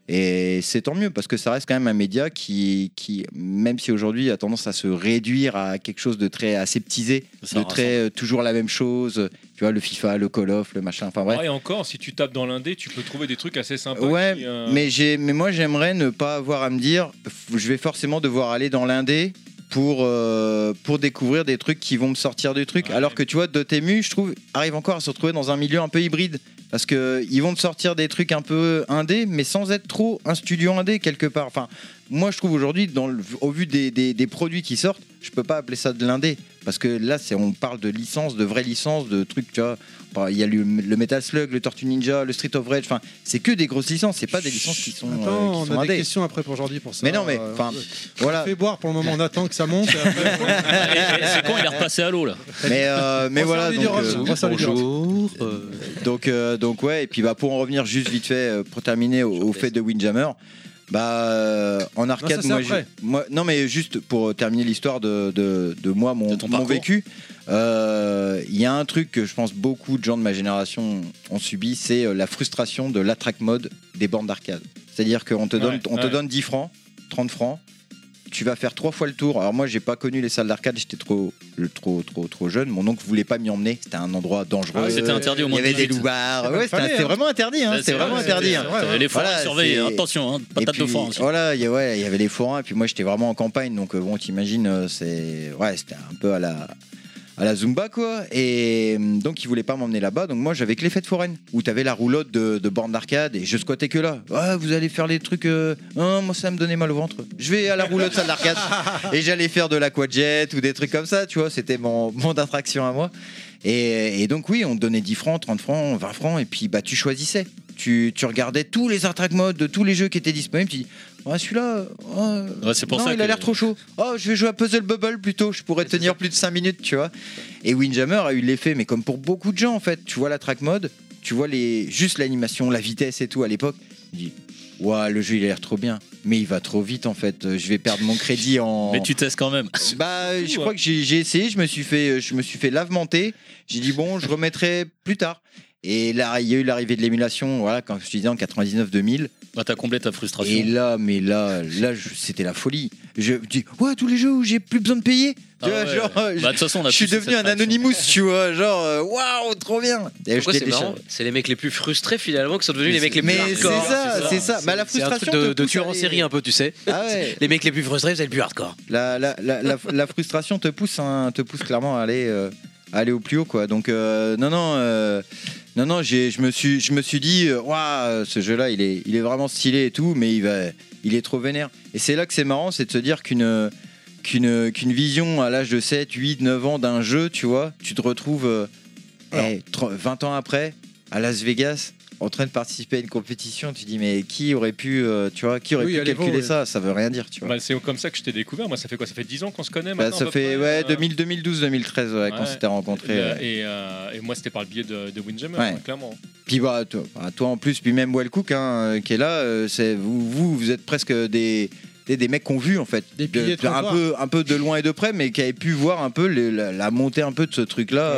[SPEAKER 8] Et c'est tant mieux parce que ça reste quand même un média qui, qui même si aujourd'hui a tendance à se réduire à quelque chose de très aseptisé,
[SPEAKER 2] Ça
[SPEAKER 8] de
[SPEAKER 2] rassemble.
[SPEAKER 8] très euh, toujours la même chose, euh, tu vois, le FIFA, le Call of, le machin, enfin bref.
[SPEAKER 5] Ah, et encore, si tu tapes dans l'indé, tu peux trouver des trucs assez sympas.
[SPEAKER 8] Ouais,
[SPEAKER 5] qui, euh,
[SPEAKER 8] mais, j'ai, mais moi j'aimerais ne pas avoir à me dire, f- je vais forcément devoir aller dans l'indé pour, euh, pour découvrir des trucs qui vont me sortir du truc.
[SPEAKER 5] Ouais.
[SPEAKER 8] Alors que tu vois, Dotemu, je trouve, arrive encore à se retrouver dans un milieu un peu hybride. Parce qu'ils vont te sortir des trucs un peu indé, mais sans être trop un studio indé quelque part. Enfin, moi je trouve aujourd'hui, dans le- au vu des, des- des produits qui sortent, je peux pas appeler ça de l'indé. Parce que là, c'est, on parle de licences, de vraies licences, de trucs, tu vois. Enfin, Il y a le, le Metal Slug, le Tortue Ninja, le Street of Rage. Enfin, c'est que des grosses licences, c'est pas des licences qui sont, euh,
[SPEAKER 1] Attends,
[SPEAKER 8] qui
[SPEAKER 1] on
[SPEAKER 8] sont
[SPEAKER 1] a des
[SPEAKER 8] indé.
[SPEAKER 1] questions après pour aujourd'hui pour ça.
[SPEAKER 8] Mais non, mais,
[SPEAKER 1] Euh,
[SPEAKER 8] enfin,
[SPEAKER 1] on
[SPEAKER 8] Voilà.
[SPEAKER 1] fait boire pour le moment, on attend que ça monte. et après, on-
[SPEAKER 4] C'est con, il est repassé à l'eau là.
[SPEAKER 8] Mais, euh, mais
[SPEAKER 1] on
[SPEAKER 8] voilà.
[SPEAKER 1] salue
[SPEAKER 8] Donc,
[SPEAKER 1] les
[SPEAKER 8] euh,
[SPEAKER 1] Roms. On salue les Roms.
[SPEAKER 2] Bonjour. euh,
[SPEAKER 8] donc, euh, donc, ouais. Et puis, bah, pour en revenir juste vite fait, euh, pour terminer au, au fait de Windjammer. Bah, euh, en
[SPEAKER 1] ça,
[SPEAKER 8] arcade,
[SPEAKER 1] c'est
[SPEAKER 8] moi,
[SPEAKER 1] après.
[SPEAKER 8] j'ai- moi- non, mais juste pour euh, terminer l'histoire de, de, de moi, mon,
[SPEAKER 4] De ton
[SPEAKER 8] mon
[SPEAKER 4] parcours.
[SPEAKER 8] vécu, euh, il y a un truc que je pense beaucoup de gens de ma génération ont subi, c'est euh, la frustration de l'attract mode des bandes d'arcade. C'est-à-dire qu'on te, donne,
[SPEAKER 5] Ouais,
[SPEAKER 8] on te
[SPEAKER 5] ouais.
[SPEAKER 8] donne 10 francs, 30 francs, tu vas faire trois fois le tour. Alors moi, j'ai pas connu les salles d'arcade, j'étais trop, trop, trop, trop jeune. Mon oncle voulait pas m'y emmener. C'était un endroit dangereux.
[SPEAKER 1] Ah,
[SPEAKER 4] C'était interdit au
[SPEAKER 8] euh, Il y
[SPEAKER 4] moins de
[SPEAKER 8] avait des
[SPEAKER 4] 18.
[SPEAKER 6] Ah,
[SPEAKER 8] loupards.
[SPEAKER 1] Ouais,
[SPEAKER 8] Ouais, c'était
[SPEAKER 1] fallait,
[SPEAKER 8] c'était
[SPEAKER 1] hein.
[SPEAKER 8] vraiment interdit. Hein.
[SPEAKER 4] Ouais,
[SPEAKER 8] C'était
[SPEAKER 4] c'est
[SPEAKER 8] vraiment
[SPEAKER 4] vrai,
[SPEAKER 8] interdit.
[SPEAKER 1] c'était-
[SPEAKER 8] hein.
[SPEAKER 1] Ouais, ouais.
[SPEAKER 4] Les forêts
[SPEAKER 8] Voilà,
[SPEAKER 4] surveillées,
[SPEAKER 8] c'est-
[SPEAKER 4] attention, hein,
[SPEAKER 8] Et
[SPEAKER 4] patate de
[SPEAKER 8] puis,
[SPEAKER 4] foin. aussi.
[SPEAKER 8] Voilà, il y, a- ouais, il y avait les forains. Et puis moi, j'étais vraiment en campagne. Donc euh, bon, t'imagines, euh, c'est ouais, c'était un peu à la à la Zumba quoi. Et hum, donc ils voulaient pas m'emmener là-bas. Donc moi, j'avais que les fêtes foraines où t'avais la roulotte de, de borne d'arcade et je squattais que là. Ouais, vous allez faire les trucs. euh, hein, moi, ça me donnait mal au ventre. Je vais à la roulotte salle d'arcade et j'allais faire de l'aquajet ou des trucs comme ça. Tu vois, c'était mon mon attraction à moi. Et, et donc oui, on te donnait 10 francs, 30 francs, 20 francs, et puis bah tu choisissais. Tu, tu regardais tous les attract modes de tous les jeux qui étaient disponibles, tu dis Ah, celui-là, euh,
[SPEAKER 4] Ouais, c'est pour
[SPEAKER 8] non,
[SPEAKER 4] ça
[SPEAKER 8] il
[SPEAKER 4] que-
[SPEAKER 8] a l'air trop chaud. Oh, je vais jouer à Puzzle Bubble plutôt, je pourrais tenir plus de 5 minutes, tu vois. Et Windjammer a eu l'effet, mais comme pour beaucoup de gens en fait, tu vois la track mode, tu vois les, juste l'animation, la vitesse et tout à l'époque, tu dis Ouah, le jeu il a l'air trop bien, mais il va trop vite en fait, euh, je vais perdre mon crédit en.
[SPEAKER 4] Mais tu testes quand même. hein.
[SPEAKER 8] Bah, je
[SPEAKER 5] fou,
[SPEAKER 8] crois que j'ai j'ai essayé, je me suis fait, je me suis fait lavementer. J'ai dit bon, je remettrai plus tard. Et là, il y a eu l'arrivée de l'émulation, voilà, quand je te disais en 99-2000.
[SPEAKER 4] Bah, t'as comblé ta frustration.
[SPEAKER 8] Et là, mais là, là, je- c'était la folie. Je me dis, ouais, tous les jeux où j'ai plus besoin de payer. Tu
[SPEAKER 4] Ah
[SPEAKER 8] vois,
[SPEAKER 4] ouais.
[SPEAKER 8] genre, euh, je-
[SPEAKER 4] Bah, de toute façon, on a
[SPEAKER 8] je suis
[SPEAKER 4] tous eu
[SPEAKER 8] devenu
[SPEAKER 4] cette
[SPEAKER 8] un
[SPEAKER 4] réaction.
[SPEAKER 8] anonymous, tu vois, genre, euh, waouh, trop bien. Et
[SPEAKER 2] Pourquoi c'est
[SPEAKER 8] je télécharge.
[SPEAKER 2] marrant C'est les mecs les plus frustrés finalement qui sont devenus les mecs les plus
[SPEAKER 8] Mais c'est
[SPEAKER 2] hardcore.
[SPEAKER 8] ça, c'est ça. Bah, la
[SPEAKER 2] C'est un
[SPEAKER 8] frustration
[SPEAKER 2] truc de,
[SPEAKER 8] te
[SPEAKER 2] de
[SPEAKER 8] pousse à
[SPEAKER 2] tueur en
[SPEAKER 8] aller-
[SPEAKER 2] série un peu, tu sais.
[SPEAKER 8] Ah ouais.
[SPEAKER 2] Les mecs les plus frustrés, vous êtes les plus hardcore.
[SPEAKER 8] la, la, la, la- la frustration te pousse, hein, te pousse clairement à aller, euh, à aller au plus haut, quoi. Donc euh, non, non, euh, non, non, j'ai- je me suis, je me suis dit, euh, Ouah, ce jeu-là, il est, il est vraiment stylé et tout, mais il va, il est trop vénère. Et c'est là que c'est marrant, c'est de se dire qu'une qu'une qu'une vision à l'âge de 7, 8, 9 ans d'un jeu, tu vois, tu te retrouves euh,
[SPEAKER 7] Alors.
[SPEAKER 8] eh, tro- 20 ans après à Las Vegas en train de participer à une compétition, tu dis mais qui aurait pu, euh, tu vois, qui aurait
[SPEAKER 1] Oui,
[SPEAKER 8] pu
[SPEAKER 1] allez,
[SPEAKER 8] calculer
[SPEAKER 1] bon, ouais.
[SPEAKER 8] ça Ça veut rien dire, tu vois.
[SPEAKER 5] bah, c'est comme ça que je t'ai découvert. Moi, ça fait quoi Ça fait 10 ans qu'on se connaît
[SPEAKER 8] Bah,
[SPEAKER 5] maintenant, à
[SPEAKER 8] ça
[SPEAKER 5] peu
[SPEAKER 8] fait
[SPEAKER 5] près,
[SPEAKER 8] ouais,
[SPEAKER 5] euh,
[SPEAKER 8] 2000, 2012 2013 ouais, quand
[SPEAKER 5] Ouais.
[SPEAKER 8] s'était rencontrés.
[SPEAKER 5] Euh,
[SPEAKER 8] ouais.
[SPEAKER 5] Et, euh, et moi, c'était par le biais de, de Windjammer,
[SPEAKER 8] Ouais.
[SPEAKER 5] hein, clairement.
[SPEAKER 8] Puis bah, toi, bah, toi, en plus, puis même Wellcook hein, euh, qui est là, euh, c'est vous, vous vous êtes presque des des, des mecs qu'on vu en fait,
[SPEAKER 1] Des
[SPEAKER 8] De-
[SPEAKER 1] piliers de
[SPEAKER 8] de- un
[SPEAKER 1] trottoir.
[SPEAKER 8] peu un peu de loin et de près, mais qui avaient pu voir un peu le- la, la montée un peu de ce truc là,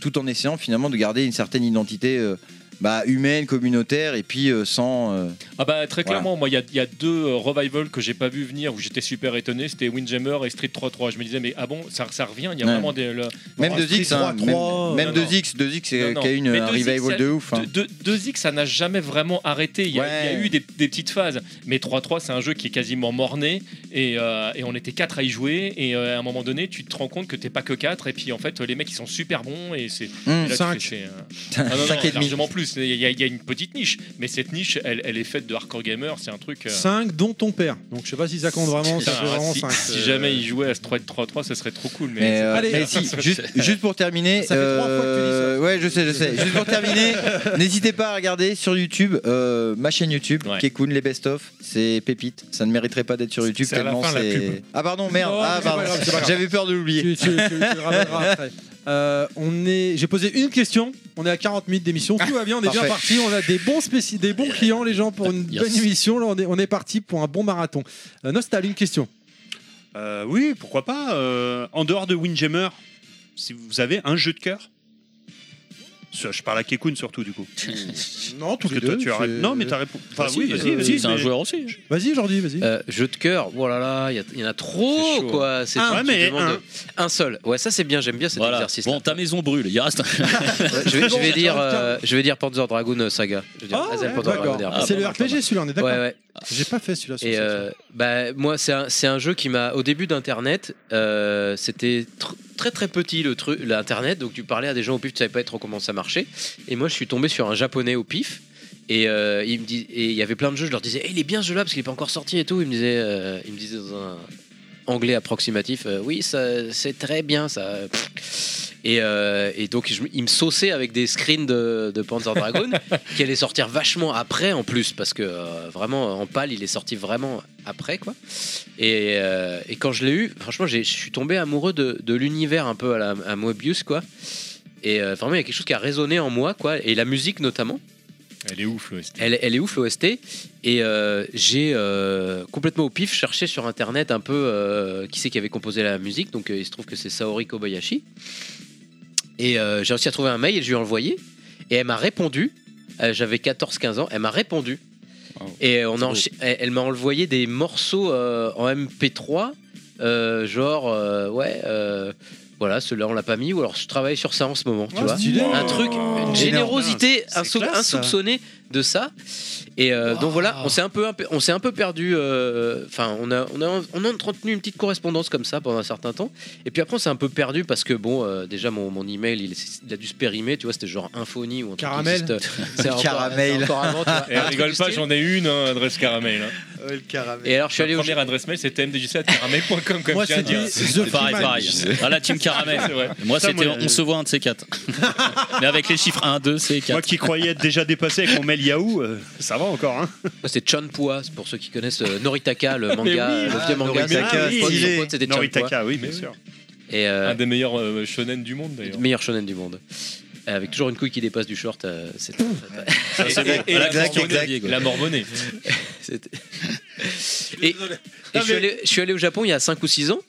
[SPEAKER 8] tout en essayant finalement de garder une certaine identité. euh, bah, humaine, communautaire, et puis euh, sans. euh,
[SPEAKER 5] Ah bah très
[SPEAKER 8] Voilà.
[SPEAKER 5] clairement, moi il y a- il y, a deux euh, revivals que j'ai pas vu venir où j'étais super étonné, c'était Windjammer et Street 3-3. Je me disais mais ah bon ça, ça revient, il y a
[SPEAKER 8] Ouais.
[SPEAKER 5] vraiment des... le- oh,
[SPEAKER 8] même
[SPEAKER 1] Bon,
[SPEAKER 8] 2X, hein,
[SPEAKER 1] Street
[SPEAKER 8] même,
[SPEAKER 1] 3,
[SPEAKER 8] même
[SPEAKER 5] euh,
[SPEAKER 8] 2X, 2X euh,
[SPEAKER 5] Non, non.
[SPEAKER 8] qui a eu une,
[SPEAKER 5] Mais
[SPEAKER 8] un
[SPEAKER 5] 2X,
[SPEAKER 8] revival de ouf. hein.
[SPEAKER 5] De- de- 2X ça n'a jamais vraiment arrêté, il y, a-
[SPEAKER 8] Ouais.
[SPEAKER 5] il y a eu des, des petites phases, mais 3-3 c'est un jeu qui est quasiment morné et, euh, et on était quatre à y jouer et euh, à un moment donné tu te rends compte que t'es pas que 4 et puis en fait les mecs ils sont super bons et c'est...
[SPEAKER 8] Hum.
[SPEAKER 5] et là, tu
[SPEAKER 1] Cinq.
[SPEAKER 5] fais, c'est, euh, ah non, non,
[SPEAKER 8] Cinq et demi.
[SPEAKER 5] largement plus. c'est- il y, a- il y a une petite niche, mais cette niche, elle, elle est faite de hardcore gamers. C'est un truc. euh,
[SPEAKER 1] 5 dont ton père. Donc je sais pas si ça compte vraiment,
[SPEAKER 8] Ah,
[SPEAKER 1] ça fait
[SPEAKER 5] putain,
[SPEAKER 1] vraiment euh,
[SPEAKER 5] si,
[SPEAKER 1] 5.
[SPEAKER 5] si jamais ils jouaient à ce 3-3-3, ça serait trop cool. Mais,
[SPEAKER 8] Mais, euh,
[SPEAKER 1] Allez.
[SPEAKER 8] mais si, juste, juste pour terminer,
[SPEAKER 1] Ça fait trois fois que tu dis ça.
[SPEAKER 8] euh, ouais, je sais, je sais. Juste pour terminer, n'hésitez pas à regarder sur YouTube euh, ma chaîne YouTube,
[SPEAKER 5] Ouais.
[SPEAKER 8] Kekun les best of, c'est pépite. Ça ne mériterait pas d'être sur YouTube
[SPEAKER 7] C'est à la
[SPEAKER 8] tellement
[SPEAKER 7] fin, la
[SPEAKER 8] c'est.
[SPEAKER 7] pub.
[SPEAKER 8] Ah pardon, merde.
[SPEAKER 1] Non,
[SPEAKER 8] ah
[SPEAKER 1] c'est pas
[SPEAKER 8] pardon.
[SPEAKER 1] grave, c'est pas grave.
[SPEAKER 8] J'avais peur de l'oublier.
[SPEAKER 1] Tu, tu- tu- tu le ramèneras après. Euh, on est, j'ai posé une question. On est à 40 minutes d'émission. Tout va bien, on est bien
[SPEAKER 8] Parfait.
[SPEAKER 1] parti. On a des bons spéci- des bons clients, les gens, pour une
[SPEAKER 4] Yes.
[SPEAKER 1] bonne émission. Là, on est, on est parti pour un bon marathon. Euh, Nostal, une question.
[SPEAKER 6] Euh, oui, pourquoi pas. euh, en dehors de Windjammer, si vous avez un jeu de cœur. Ça, Je parle à Kekun surtout du coup.
[SPEAKER 1] Non,
[SPEAKER 6] Parce que toi, tu as rép- Non, mais t'as répondu.
[SPEAKER 2] Bah
[SPEAKER 6] Enfin,
[SPEAKER 2] Ah,
[SPEAKER 6] oui, vas-y, vas-y.
[SPEAKER 4] c'est un
[SPEAKER 6] mais-
[SPEAKER 4] joueur
[SPEAKER 2] hein.
[SPEAKER 4] aussi.
[SPEAKER 1] Vas-y, Jordi, vas-y.
[SPEAKER 2] Euh, jeu de cœur, oh là là, il y a- il y, en a
[SPEAKER 5] C'est
[SPEAKER 2] trop
[SPEAKER 5] chaud.
[SPEAKER 2] quoi. C'est
[SPEAKER 6] Un,
[SPEAKER 2] tu
[SPEAKER 6] mais
[SPEAKER 2] demandes- un seul. Ouais, ça c'est bien, j'aime bien cet
[SPEAKER 4] Voilà.
[SPEAKER 2] exercice.
[SPEAKER 4] Bon, ta maison brûle. Il reste. un-
[SPEAKER 2] je vais, je
[SPEAKER 1] Bon,
[SPEAKER 2] vais dire,
[SPEAKER 1] tiens,
[SPEAKER 2] euh, je vais dire Panzer Dragoon euh, Saga. Je vais dire
[SPEAKER 1] Ah,
[SPEAKER 2] Hazel
[SPEAKER 1] ouais,
[SPEAKER 2] Panzer Dragoon
[SPEAKER 1] d'accord.
[SPEAKER 2] Saga.
[SPEAKER 4] Ah,
[SPEAKER 1] c'est
[SPEAKER 4] pas
[SPEAKER 1] le
[SPEAKER 4] mal,
[SPEAKER 1] RPG celui-là, on est d'accord.
[SPEAKER 2] Ouais, ouais.
[SPEAKER 1] J'ai pas fait celui-là. sur
[SPEAKER 2] Et
[SPEAKER 1] cette
[SPEAKER 2] euh, bah, moi, c'est un, c'est un jeu qui m'a. Au début d'Internet, euh, c'était tr- très très petit le truc, l'Internet. Donc tu parlais à des gens au pif, tu savais pas trop comment ça marchait. Et moi, je suis tombé sur un japonais au pif. Et euh, il me dit, et il y avait plein de jeux. Je leur disais, Eh, il est bien ce jeu-là parce qu'il est pas encore sorti et tout. Il me disait, euh, il me disait dans un anglais approximatif, euh, oui, ça, c'est très bien ça. Pff. Et, euh, et donc je- il me sauçait avec des screens de, de Panzer Dragoon qui allait sortir vachement après en plus parce que euh, vraiment en pâle il est sorti vraiment après quoi et, euh, et quand je l'ai eu franchement j'ai- je suis tombé amoureux de, de l'univers un peu à, la, à Moebius quoi et euh, vraiment il y a quelque chose qui a résonné en moi quoi et la musique notamment
[SPEAKER 5] Elle est ouf, le ST.
[SPEAKER 2] elle, elle est ouf l'OST et euh, j'ai euh, complètement au pif cherché sur internet un peu euh, qui c'est qui avait composé la musique donc euh, il se trouve que c'est Saori Kobayashi et euh, j'ai réussi à trouver un mail et je lui ai envoyé et elle m'a répondu Euh, j'avais 14-15 ans elle m'a répondu
[SPEAKER 3] Wow.
[SPEAKER 2] et on
[SPEAKER 4] C'est
[SPEAKER 2] encha- elle, elle m'a envoyé des morceaux euh, en MP3 euh, genre euh, ouais euh, voilà celui-là on l'a pas mis ou alors je travaille sur ça en ce moment tu
[SPEAKER 1] Ah,
[SPEAKER 2] vois
[SPEAKER 1] stylé.
[SPEAKER 2] un truc, une générosité
[SPEAKER 6] C'est
[SPEAKER 2] insou-
[SPEAKER 6] classe, ça.
[SPEAKER 2] insoupçonnée de ça. Et euh, donc voilà, on s'est un peu, un peu- on s'est un peu perdu. euh, Enfin, on a, on a, on a entretenu une petite correspondance comme ça pendant un certain temps. Et puis après, on s'est un peu perdu parce que bon, euh, déjà mon, mon email, il, il a dû se périmer. Tu vois, c'était genre Infony ou un truc
[SPEAKER 1] Caramel.
[SPEAKER 2] qui existe. C'est encore-
[SPEAKER 8] Caramel.
[SPEAKER 2] c'est encore avant, tu vois,
[SPEAKER 5] Et
[SPEAKER 2] un truc
[SPEAKER 5] Eh, rigole
[SPEAKER 2] du
[SPEAKER 5] pas,
[SPEAKER 2] style.
[SPEAKER 5] j'en ai une, hein, adresse caramel. Hein.
[SPEAKER 2] Et alors, je suis
[SPEAKER 5] Ma
[SPEAKER 2] allé au
[SPEAKER 5] première adresse mail, c'était mdjc.caramel.com, comme
[SPEAKER 1] Moi,
[SPEAKER 5] je viens de dire.
[SPEAKER 1] c'était The
[SPEAKER 4] pareil,
[SPEAKER 1] Freeman.
[SPEAKER 4] pareil. À la team caramel.
[SPEAKER 5] C'est vrai.
[SPEAKER 4] Moi,
[SPEAKER 6] Ça,
[SPEAKER 4] c'était
[SPEAKER 6] moi,
[SPEAKER 4] on se voit un de ces quatre. Mais avec les chiffres 1, 2, c'est 4.
[SPEAKER 6] Moi qui croyais être déjà dépassé avec mon mail Yahoo, euh, ça va encore. Hein
[SPEAKER 2] C'est Chonpua, c'est pour ceux qui connaissent euh, Noritaka, le manga,
[SPEAKER 6] oui.
[SPEAKER 2] le
[SPEAKER 8] Ah,
[SPEAKER 2] vieux manga.
[SPEAKER 8] Noritaka,
[SPEAKER 2] c'est-
[SPEAKER 6] oui,
[SPEAKER 2] son pote,
[SPEAKER 6] stylé.
[SPEAKER 2] c'était Chonpua.
[SPEAKER 6] Noritaka, oui, bien
[SPEAKER 5] Mais
[SPEAKER 6] sûr.
[SPEAKER 2] Et euh,
[SPEAKER 5] Un des meilleurs euh, shonen du monde, d'ailleurs.
[SPEAKER 2] meilleur shonen du monde. Euh, Avec toujours une couille qui dépasse du short, euh, c'est-
[SPEAKER 4] Ça, c'est bon.
[SPEAKER 5] et- et
[SPEAKER 4] À la
[SPEAKER 5] la
[SPEAKER 4] question
[SPEAKER 5] exact,
[SPEAKER 4] de Xavier, quoi.
[SPEAKER 5] La Mormonée.
[SPEAKER 2] c'est- et, et je, suis allé, je suis allé au Japon il y a 5 ou 6 ans.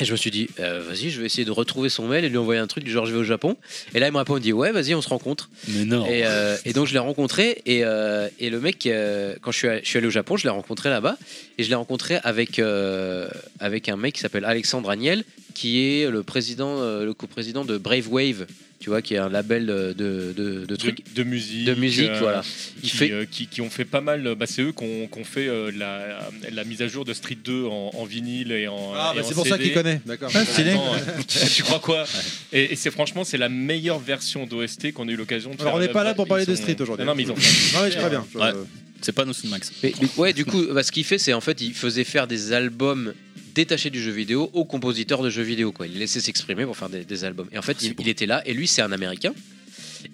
[SPEAKER 2] Et je me suis dit, euh, vas-y, je vais essayer de retrouver son mail et lui envoyer un truc du genre je vais au Japon. Et là, il me répond, il me dit, ouais, vas-y, on se rencontre.
[SPEAKER 4] Mais non.
[SPEAKER 2] Et, euh, et donc je l'ai rencontré et, euh, et le mec euh, quand je suis, allé, je suis allé au Japon je l'ai rencontré là-bas et je l'ai rencontré avec euh, avec un mec qui s'appelle Alexandre Agnel qui est le président euh, le coprésident de Brave Wave tu vois qui est un label de de, de, de
[SPEAKER 5] De,
[SPEAKER 2] trucs
[SPEAKER 5] de musique.
[SPEAKER 2] de musique
[SPEAKER 5] euh,
[SPEAKER 2] voilà
[SPEAKER 5] Qui,
[SPEAKER 2] il fait
[SPEAKER 5] euh, qui, qui ont fait pas mal. euh, Bah, c'est eux qui ont, qui ont fait euh, la, la mise à jour de Street 2 en, en vinyle et en.
[SPEAKER 1] Ah,
[SPEAKER 5] et
[SPEAKER 1] bah,
[SPEAKER 5] en
[SPEAKER 1] c'est pour
[SPEAKER 5] CD.
[SPEAKER 1] ça qu'il connaît. Ah, D'accord.
[SPEAKER 5] Attends, euh, tu crois quoi Et, et c'est franchement, c'est la meilleure version d'OST qu'on a eu l'occasion de
[SPEAKER 1] Alors,
[SPEAKER 5] faire.
[SPEAKER 1] on n'est pas là pour parler
[SPEAKER 5] Ils
[SPEAKER 1] de
[SPEAKER 5] sont-
[SPEAKER 1] Street aujourd'hui.
[SPEAKER 5] Non, non, mais ils ont fait
[SPEAKER 1] Ah ouais, je bien.
[SPEAKER 4] Ouais. C'est pas Nostal Max.
[SPEAKER 2] mais- mais- ouais du coup bah, ce qu'il fait c'est en fait il faisait faire des albums détachés du jeu vidéo aux compositeurs de jeux vidéo quoi il les laissait s'exprimer pour faire des, des albums et en
[SPEAKER 4] Ah,
[SPEAKER 2] fait il, il était là et lui c'est un américain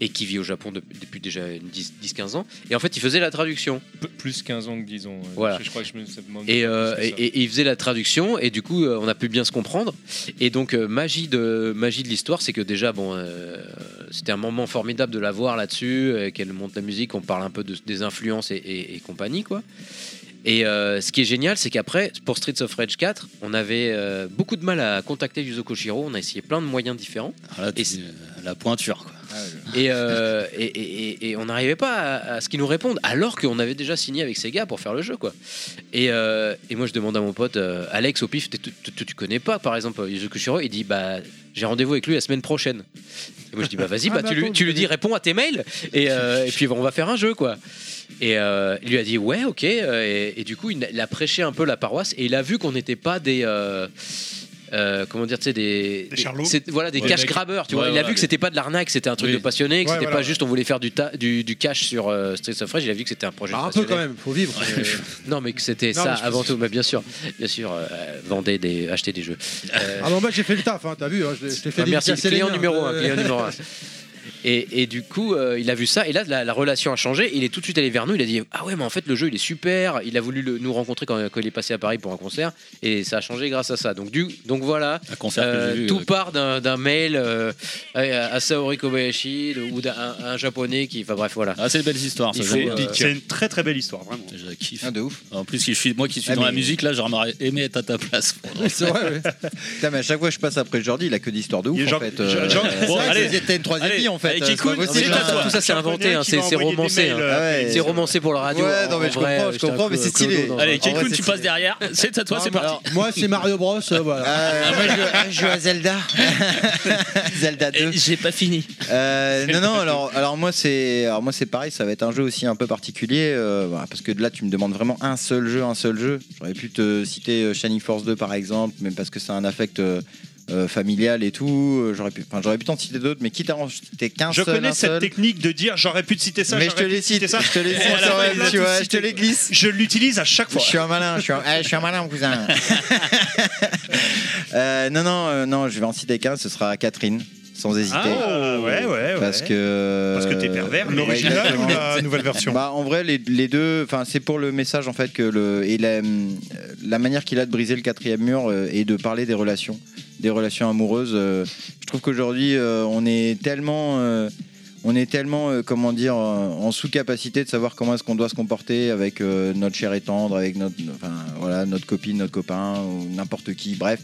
[SPEAKER 2] et qui vit au Japon de- depuis déjà 10-15 ans. Et en fait, il faisait la traduction.
[SPEAKER 5] p- plus 15 ans que disons.
[SPEAKER 2] Voilà.
[SPEAKER 5] Je, je crois euh, que je me ça me demande
[SPEAKER 2] Et,
[SPEAKER 5] plus
[SPEAKER 2] euh,
[SPEAKER 5] que ça.
[SPEAKER 2] et- et il faisait la traduction et du coup euh, on a pu bien se comprendre et donc euh, magie de magie de l'histoire c'est que déjà bon euh, c'était un moment formidable de la voir là-dessus euh, qu'elle monte la musique on parle un peu de- des influences et, et- et compagnie quoi et euh, ce qui est génial c'est qu'après pour Streets of Rage 4 on avait euh, beaucoup de mal à contacter Yuzo Koshiro on a essayé plein de moyens différents
[SPEAKER 4] Ah, là,
[SPEAKER 2] Et
[SPEAKER 4] t'es,
[SPEAKER 2] c'est-
[SPEAKER 4] euh, la pointure, quoi.
[SPEAKER 2] et, euh, et, et- et- et on n'arrivait pas à, à ce qu'ils nous répondent alors qu'on avait déjà signé avec Sega pour faire le jeu quoi et, euh, et moi je demande à mon pote euh, Alex au pif t'es- tu- tu tu connais pas par exemple Yuzo Koshiro il dit bah j'ai rendez-vous avec lui la semaine prochaine et moi je dis bah vas-y
[SPEAKER 1] Ah,
[SPEAKER 2] bah,
[SPEAKER 1] bah,
[SPEAKER 2] tu, lui,
[SPEAKER 1] attends,
[SPEAKER 2] tu lui
[SPEAKER 1] vous
[SPEAKER 2] dis réponds à tes mails et, euh, et puis bah, on va faire un jeu quoi et euh, il lui a dit ouais ok Euh, et, et du coup il a- il a prêché un peu la paroisse et il a vu qu'on n'était pas des euh, euh, comment dire, tu sais, des,
[SPEAKER 7] Des charlots.
[SPEAKER 2] c'est- voilà, des
[SPEAKER 5] Ouais,
[SPEAKER 2] cash
[SPEAKER 5] mec.
[SPEAKER 2] grabbers. Tu
[SPEAKER 5] Ouais,
[SPEAKER 2] vois, il a
[SPEAKER 5] voilà,
[SPEAKER 2] vu que
[SPEAKER 5] mais-
[SPEAKER 2] c'était pas de l'arnaque, c'était un truc
[SPEAKER 5] Oui.
[SPEAKER 2] de passionné, que
[SPEAKER 7] Ouais,
[SPEAKER 2] c'était
[SPEAKER 7] voilà.
[SPEAKER 2] pas juste on voulait faire du, ta- du, du cash sur euh, Streets of Rage. Il a vu que c'était un projet. de
[SPEAKER 1] Bah, un peu
[SPEAKER 2] passionné.
[SPEAKER 1] quand même, faut vivre. mais-
[SPEAKER 2] Non, mais que c'était
[SPEAKER 1] Non,
[SPEAKER 2] ça
[SPEAKER 1] mais je
[SPEAKER 2] avant
[SPEAKER 1] pense-
[SPEAKER 2] tout. Mais bien sûr, bien sûr, euh, euh, vendez des, achetez des jeux. Euh,
[SPEAKER 1] Ah non, bah j'ai fait le taf, hein, t'as vu, hein, je l'ai- je t'ai fait
[SPEAKER 2] ah, merci,
[SPEAKER 1] dédicacer les
[SPEAKER 2] client
[SPEAKER 1] miens.
[SPEAKER 2] numéro un,
[SPEAKER 1] Euh,
[SPEAKER 2] client numéro un. Et, et du coup, euh, il a vu ça, et là, la, la relation a changé. Il est tout de suite allé vers nous. Il a dit Ah ouais, mais en fait, le jeu, il est super. Il a voulu le- nous rencontrer quand, quand il est passé à Paris pour un concert, et ça a changé grâce à ça. Donc, du, donc voilà,
[SPEAKER 4] Un concert
[SPEAKER 2] euh,
[SPEAKER 4] que j'ai vu.
[SPEAKER 2] tout
[SPEAKER 4] euh,
[SPEAKER 2] part d'un d'un mail euh, à, à Saori Kobayashi de- ou d'un un- un japonais qui. Enfin, bref, voilà.
[SPEAKER 4] Ah, c'est de belles histoires. Ça,
[SPEAKER 2] Il
[SPEAKER 4] je,
[SPEAKER 2] faut,
[SPEAKER 4] euh,
[SPEAKER 2] euh,
[SPEAKER 6] C'est une très très belle histoire, vraiment.
[SPEAKER 4] je kiffe.
[SPEAKER 8] Ah, de ouf.
[SPEAKER 4] En plus, je suis, moi qui suis
[SPEAKER 8] Ah,
[SPEAKER 4] dans la
[SPEAKER 8] mais-
[SPEAKER 4] musique, là, j'aurais aimé être à ta place.
[SPEAKER 8] C'est vrai, ouais. Putain, mais à chaque fois que je passe après Jordi, il a que d'histoires de
[SPEAKER 6] Il
[SPEAKER 8] ouf,
[SPEAKER 6] est
[SPEAKER 8] en
[SPEAKER 6] genre-
[SPEAKER 8] fait. euh,
[SPEAKER 6] genre-
[SPEAKER 8] c'est
[SPEAKER 4] bon,
[SPEAKER 8] vrai que
[SPEAKER 4] allez.
[SPEAKER 8] c'est- T'as une troisième
[SPEAKER 4] Allez,
[SPEAKER 8] vie, en fait.
[SPEAKER 4] allez,
[SPEAKER 8] euh, c'est
[SPEAKER 4] Kikun,
[SPEAKER 8] pas
[SPEAKER 4] on est
[SPEAKER 8] possible,
[SPEAKER 2] là,
[SPEAKER 8] hein.
[SPEAKER 2] tout ça, c'est
[SPEAKER 6] Japonais
[SPEAKER 2] inventé, hein,
[SPEAKER 6] qui
[SPEAKER 2] c'est-
[SPEAKER 6] va
[SPEAKER 2] c'est
[SPEAKER 6] envoyer des
[SPEAKER 2] romancé,
[SPEAKER 6] mails,
[SPEAKER 2] hein.
[SPEAKER 6] euh,
[SPEAKER 8] Ah ouais.
[SPEAKER 2] C'est romancé pour la radio.
[SPEAKER 8] Ouais, non,
[SPEAKER 2] en-
[SPEAKER 8] mais
[SPEAKER 2] en
[SPEAKER 8] je
[SPEAKER 2] vrai,
[SPEAKER 8] comprends, je
[SPEAKER 2] j'étais un
[SPEAKER 8] comprends,
[SPEAKER 2] peu
[SPEAKER 8] mais c'est
[SPEAKER 2] clodo
[SPEAKER 8] stylé.
[SPEAKER 2] dans un-
[SPEAKER 4] Allez,
[SPEAKER 8] En vrai,
[SPEAKER 4] Kikun,
[SPEAKER 8] c'est
[SPEAKER 4] tu passes derrière. C'est à toi,
[SPEAKER 1] ah,
[SPEAKER 4] c'est
[SPEAKER 1] bah,
[SPEAKER 4] parti. Ah,
[SPEAKER 1] alors, Moi, c'est Mario Bros, euh, voilà.
[SPEAKER 8] Euh, moi, je, je joue à Zelda. Zelda 2.
[SPEAKER 4] Eh, J'ai pas fini.
[SPEAKER 8] Euh, non, non, alors, alors moi, c'est, alors moi c'est pareil, ça va être un jeu aussi un peu particulier, euh, voilà, parce que là tu me demandes vraiment un seul jeu, un seul jeu. J'aurais pu te citer euh, Shining Force 2 par exemple, même parce que c'est un affect euh, euh, familial et tout. euh, J'aurais pu, enfin j'aurais pu t'en citer d'autres, mais quitte à en citer qu'un
[SPEAKER 6] Je
[SPEAKER 8] seul,
[SPEAKER 6] connais
[SPEAKER 8] un
[SPEAKER 6] cette
[SPEAKER 8] seul,
[SPEAKER 6] technique de dire j'aurais pu te citer ça,
[SPEAKER 8] mais je te
[SPEAKER 6] j'aurais pu
[SPEAKER 8] les
[SPEAKER 6] te citer
[SPEAKER 8] cite,
[SPEAKER 6] ça.
[SPEAKER 8] je te les
[SPEAKER 6] Et
[SPEAKER 8] cite
[SPEAKER 6] à la
[SPEAKER 8] quand
[SPEAKER 6] fin,
[SPEAKER 8] même,
[SPEAKER 6] il a
[SPEAKER 8] tu
[SPEAKER 6] tout
[SPEAKER 8] vois, je te
[SPEAKER 6] cité.
[SPEAKER 8] les glisse.
[SPEAKER 6] Je l'utilise à chaque
[SPEAKER 8] Je
[SPEAKER 6] fois.
[SPEAKER 8] suis un malin, je suis un, eh, je suis un malin, mon cousin. Euh, non, non, euh, non, je vais en citer qu'un, ce sera Catherine, sans hésiter.
[SPEAKER 6] Ah ouais, ouais, ouais.
[SPEAKER 8] Parce que.
[SPEAKER 6] Parce que t'es pervers,
[SPEAKER 8] Ouais,
[SPEAKER 7] L'original
[SPEAKER 8] exactement.
[SPEAKER 7] ou la nouvelle version
[SPEAKER 8] Bah, en vrai, les, les deux, enfin, c'est pour le message en fait que le et la, hum, la manière qu'il a de briser le quatrième mur euh, et de parler des relations, des relations amoureuses. euh, je trouve qu'aujourd'hui, euh, on est tellement, euh, on est tellement, euh, comment dire, en en sous-capacité de savoir comment est-ce qu'on doit se comporter avec euh, notre cher et tendre, avec notre, enfin, voilà, notre copine, notre copain ou n'importe qui, bref.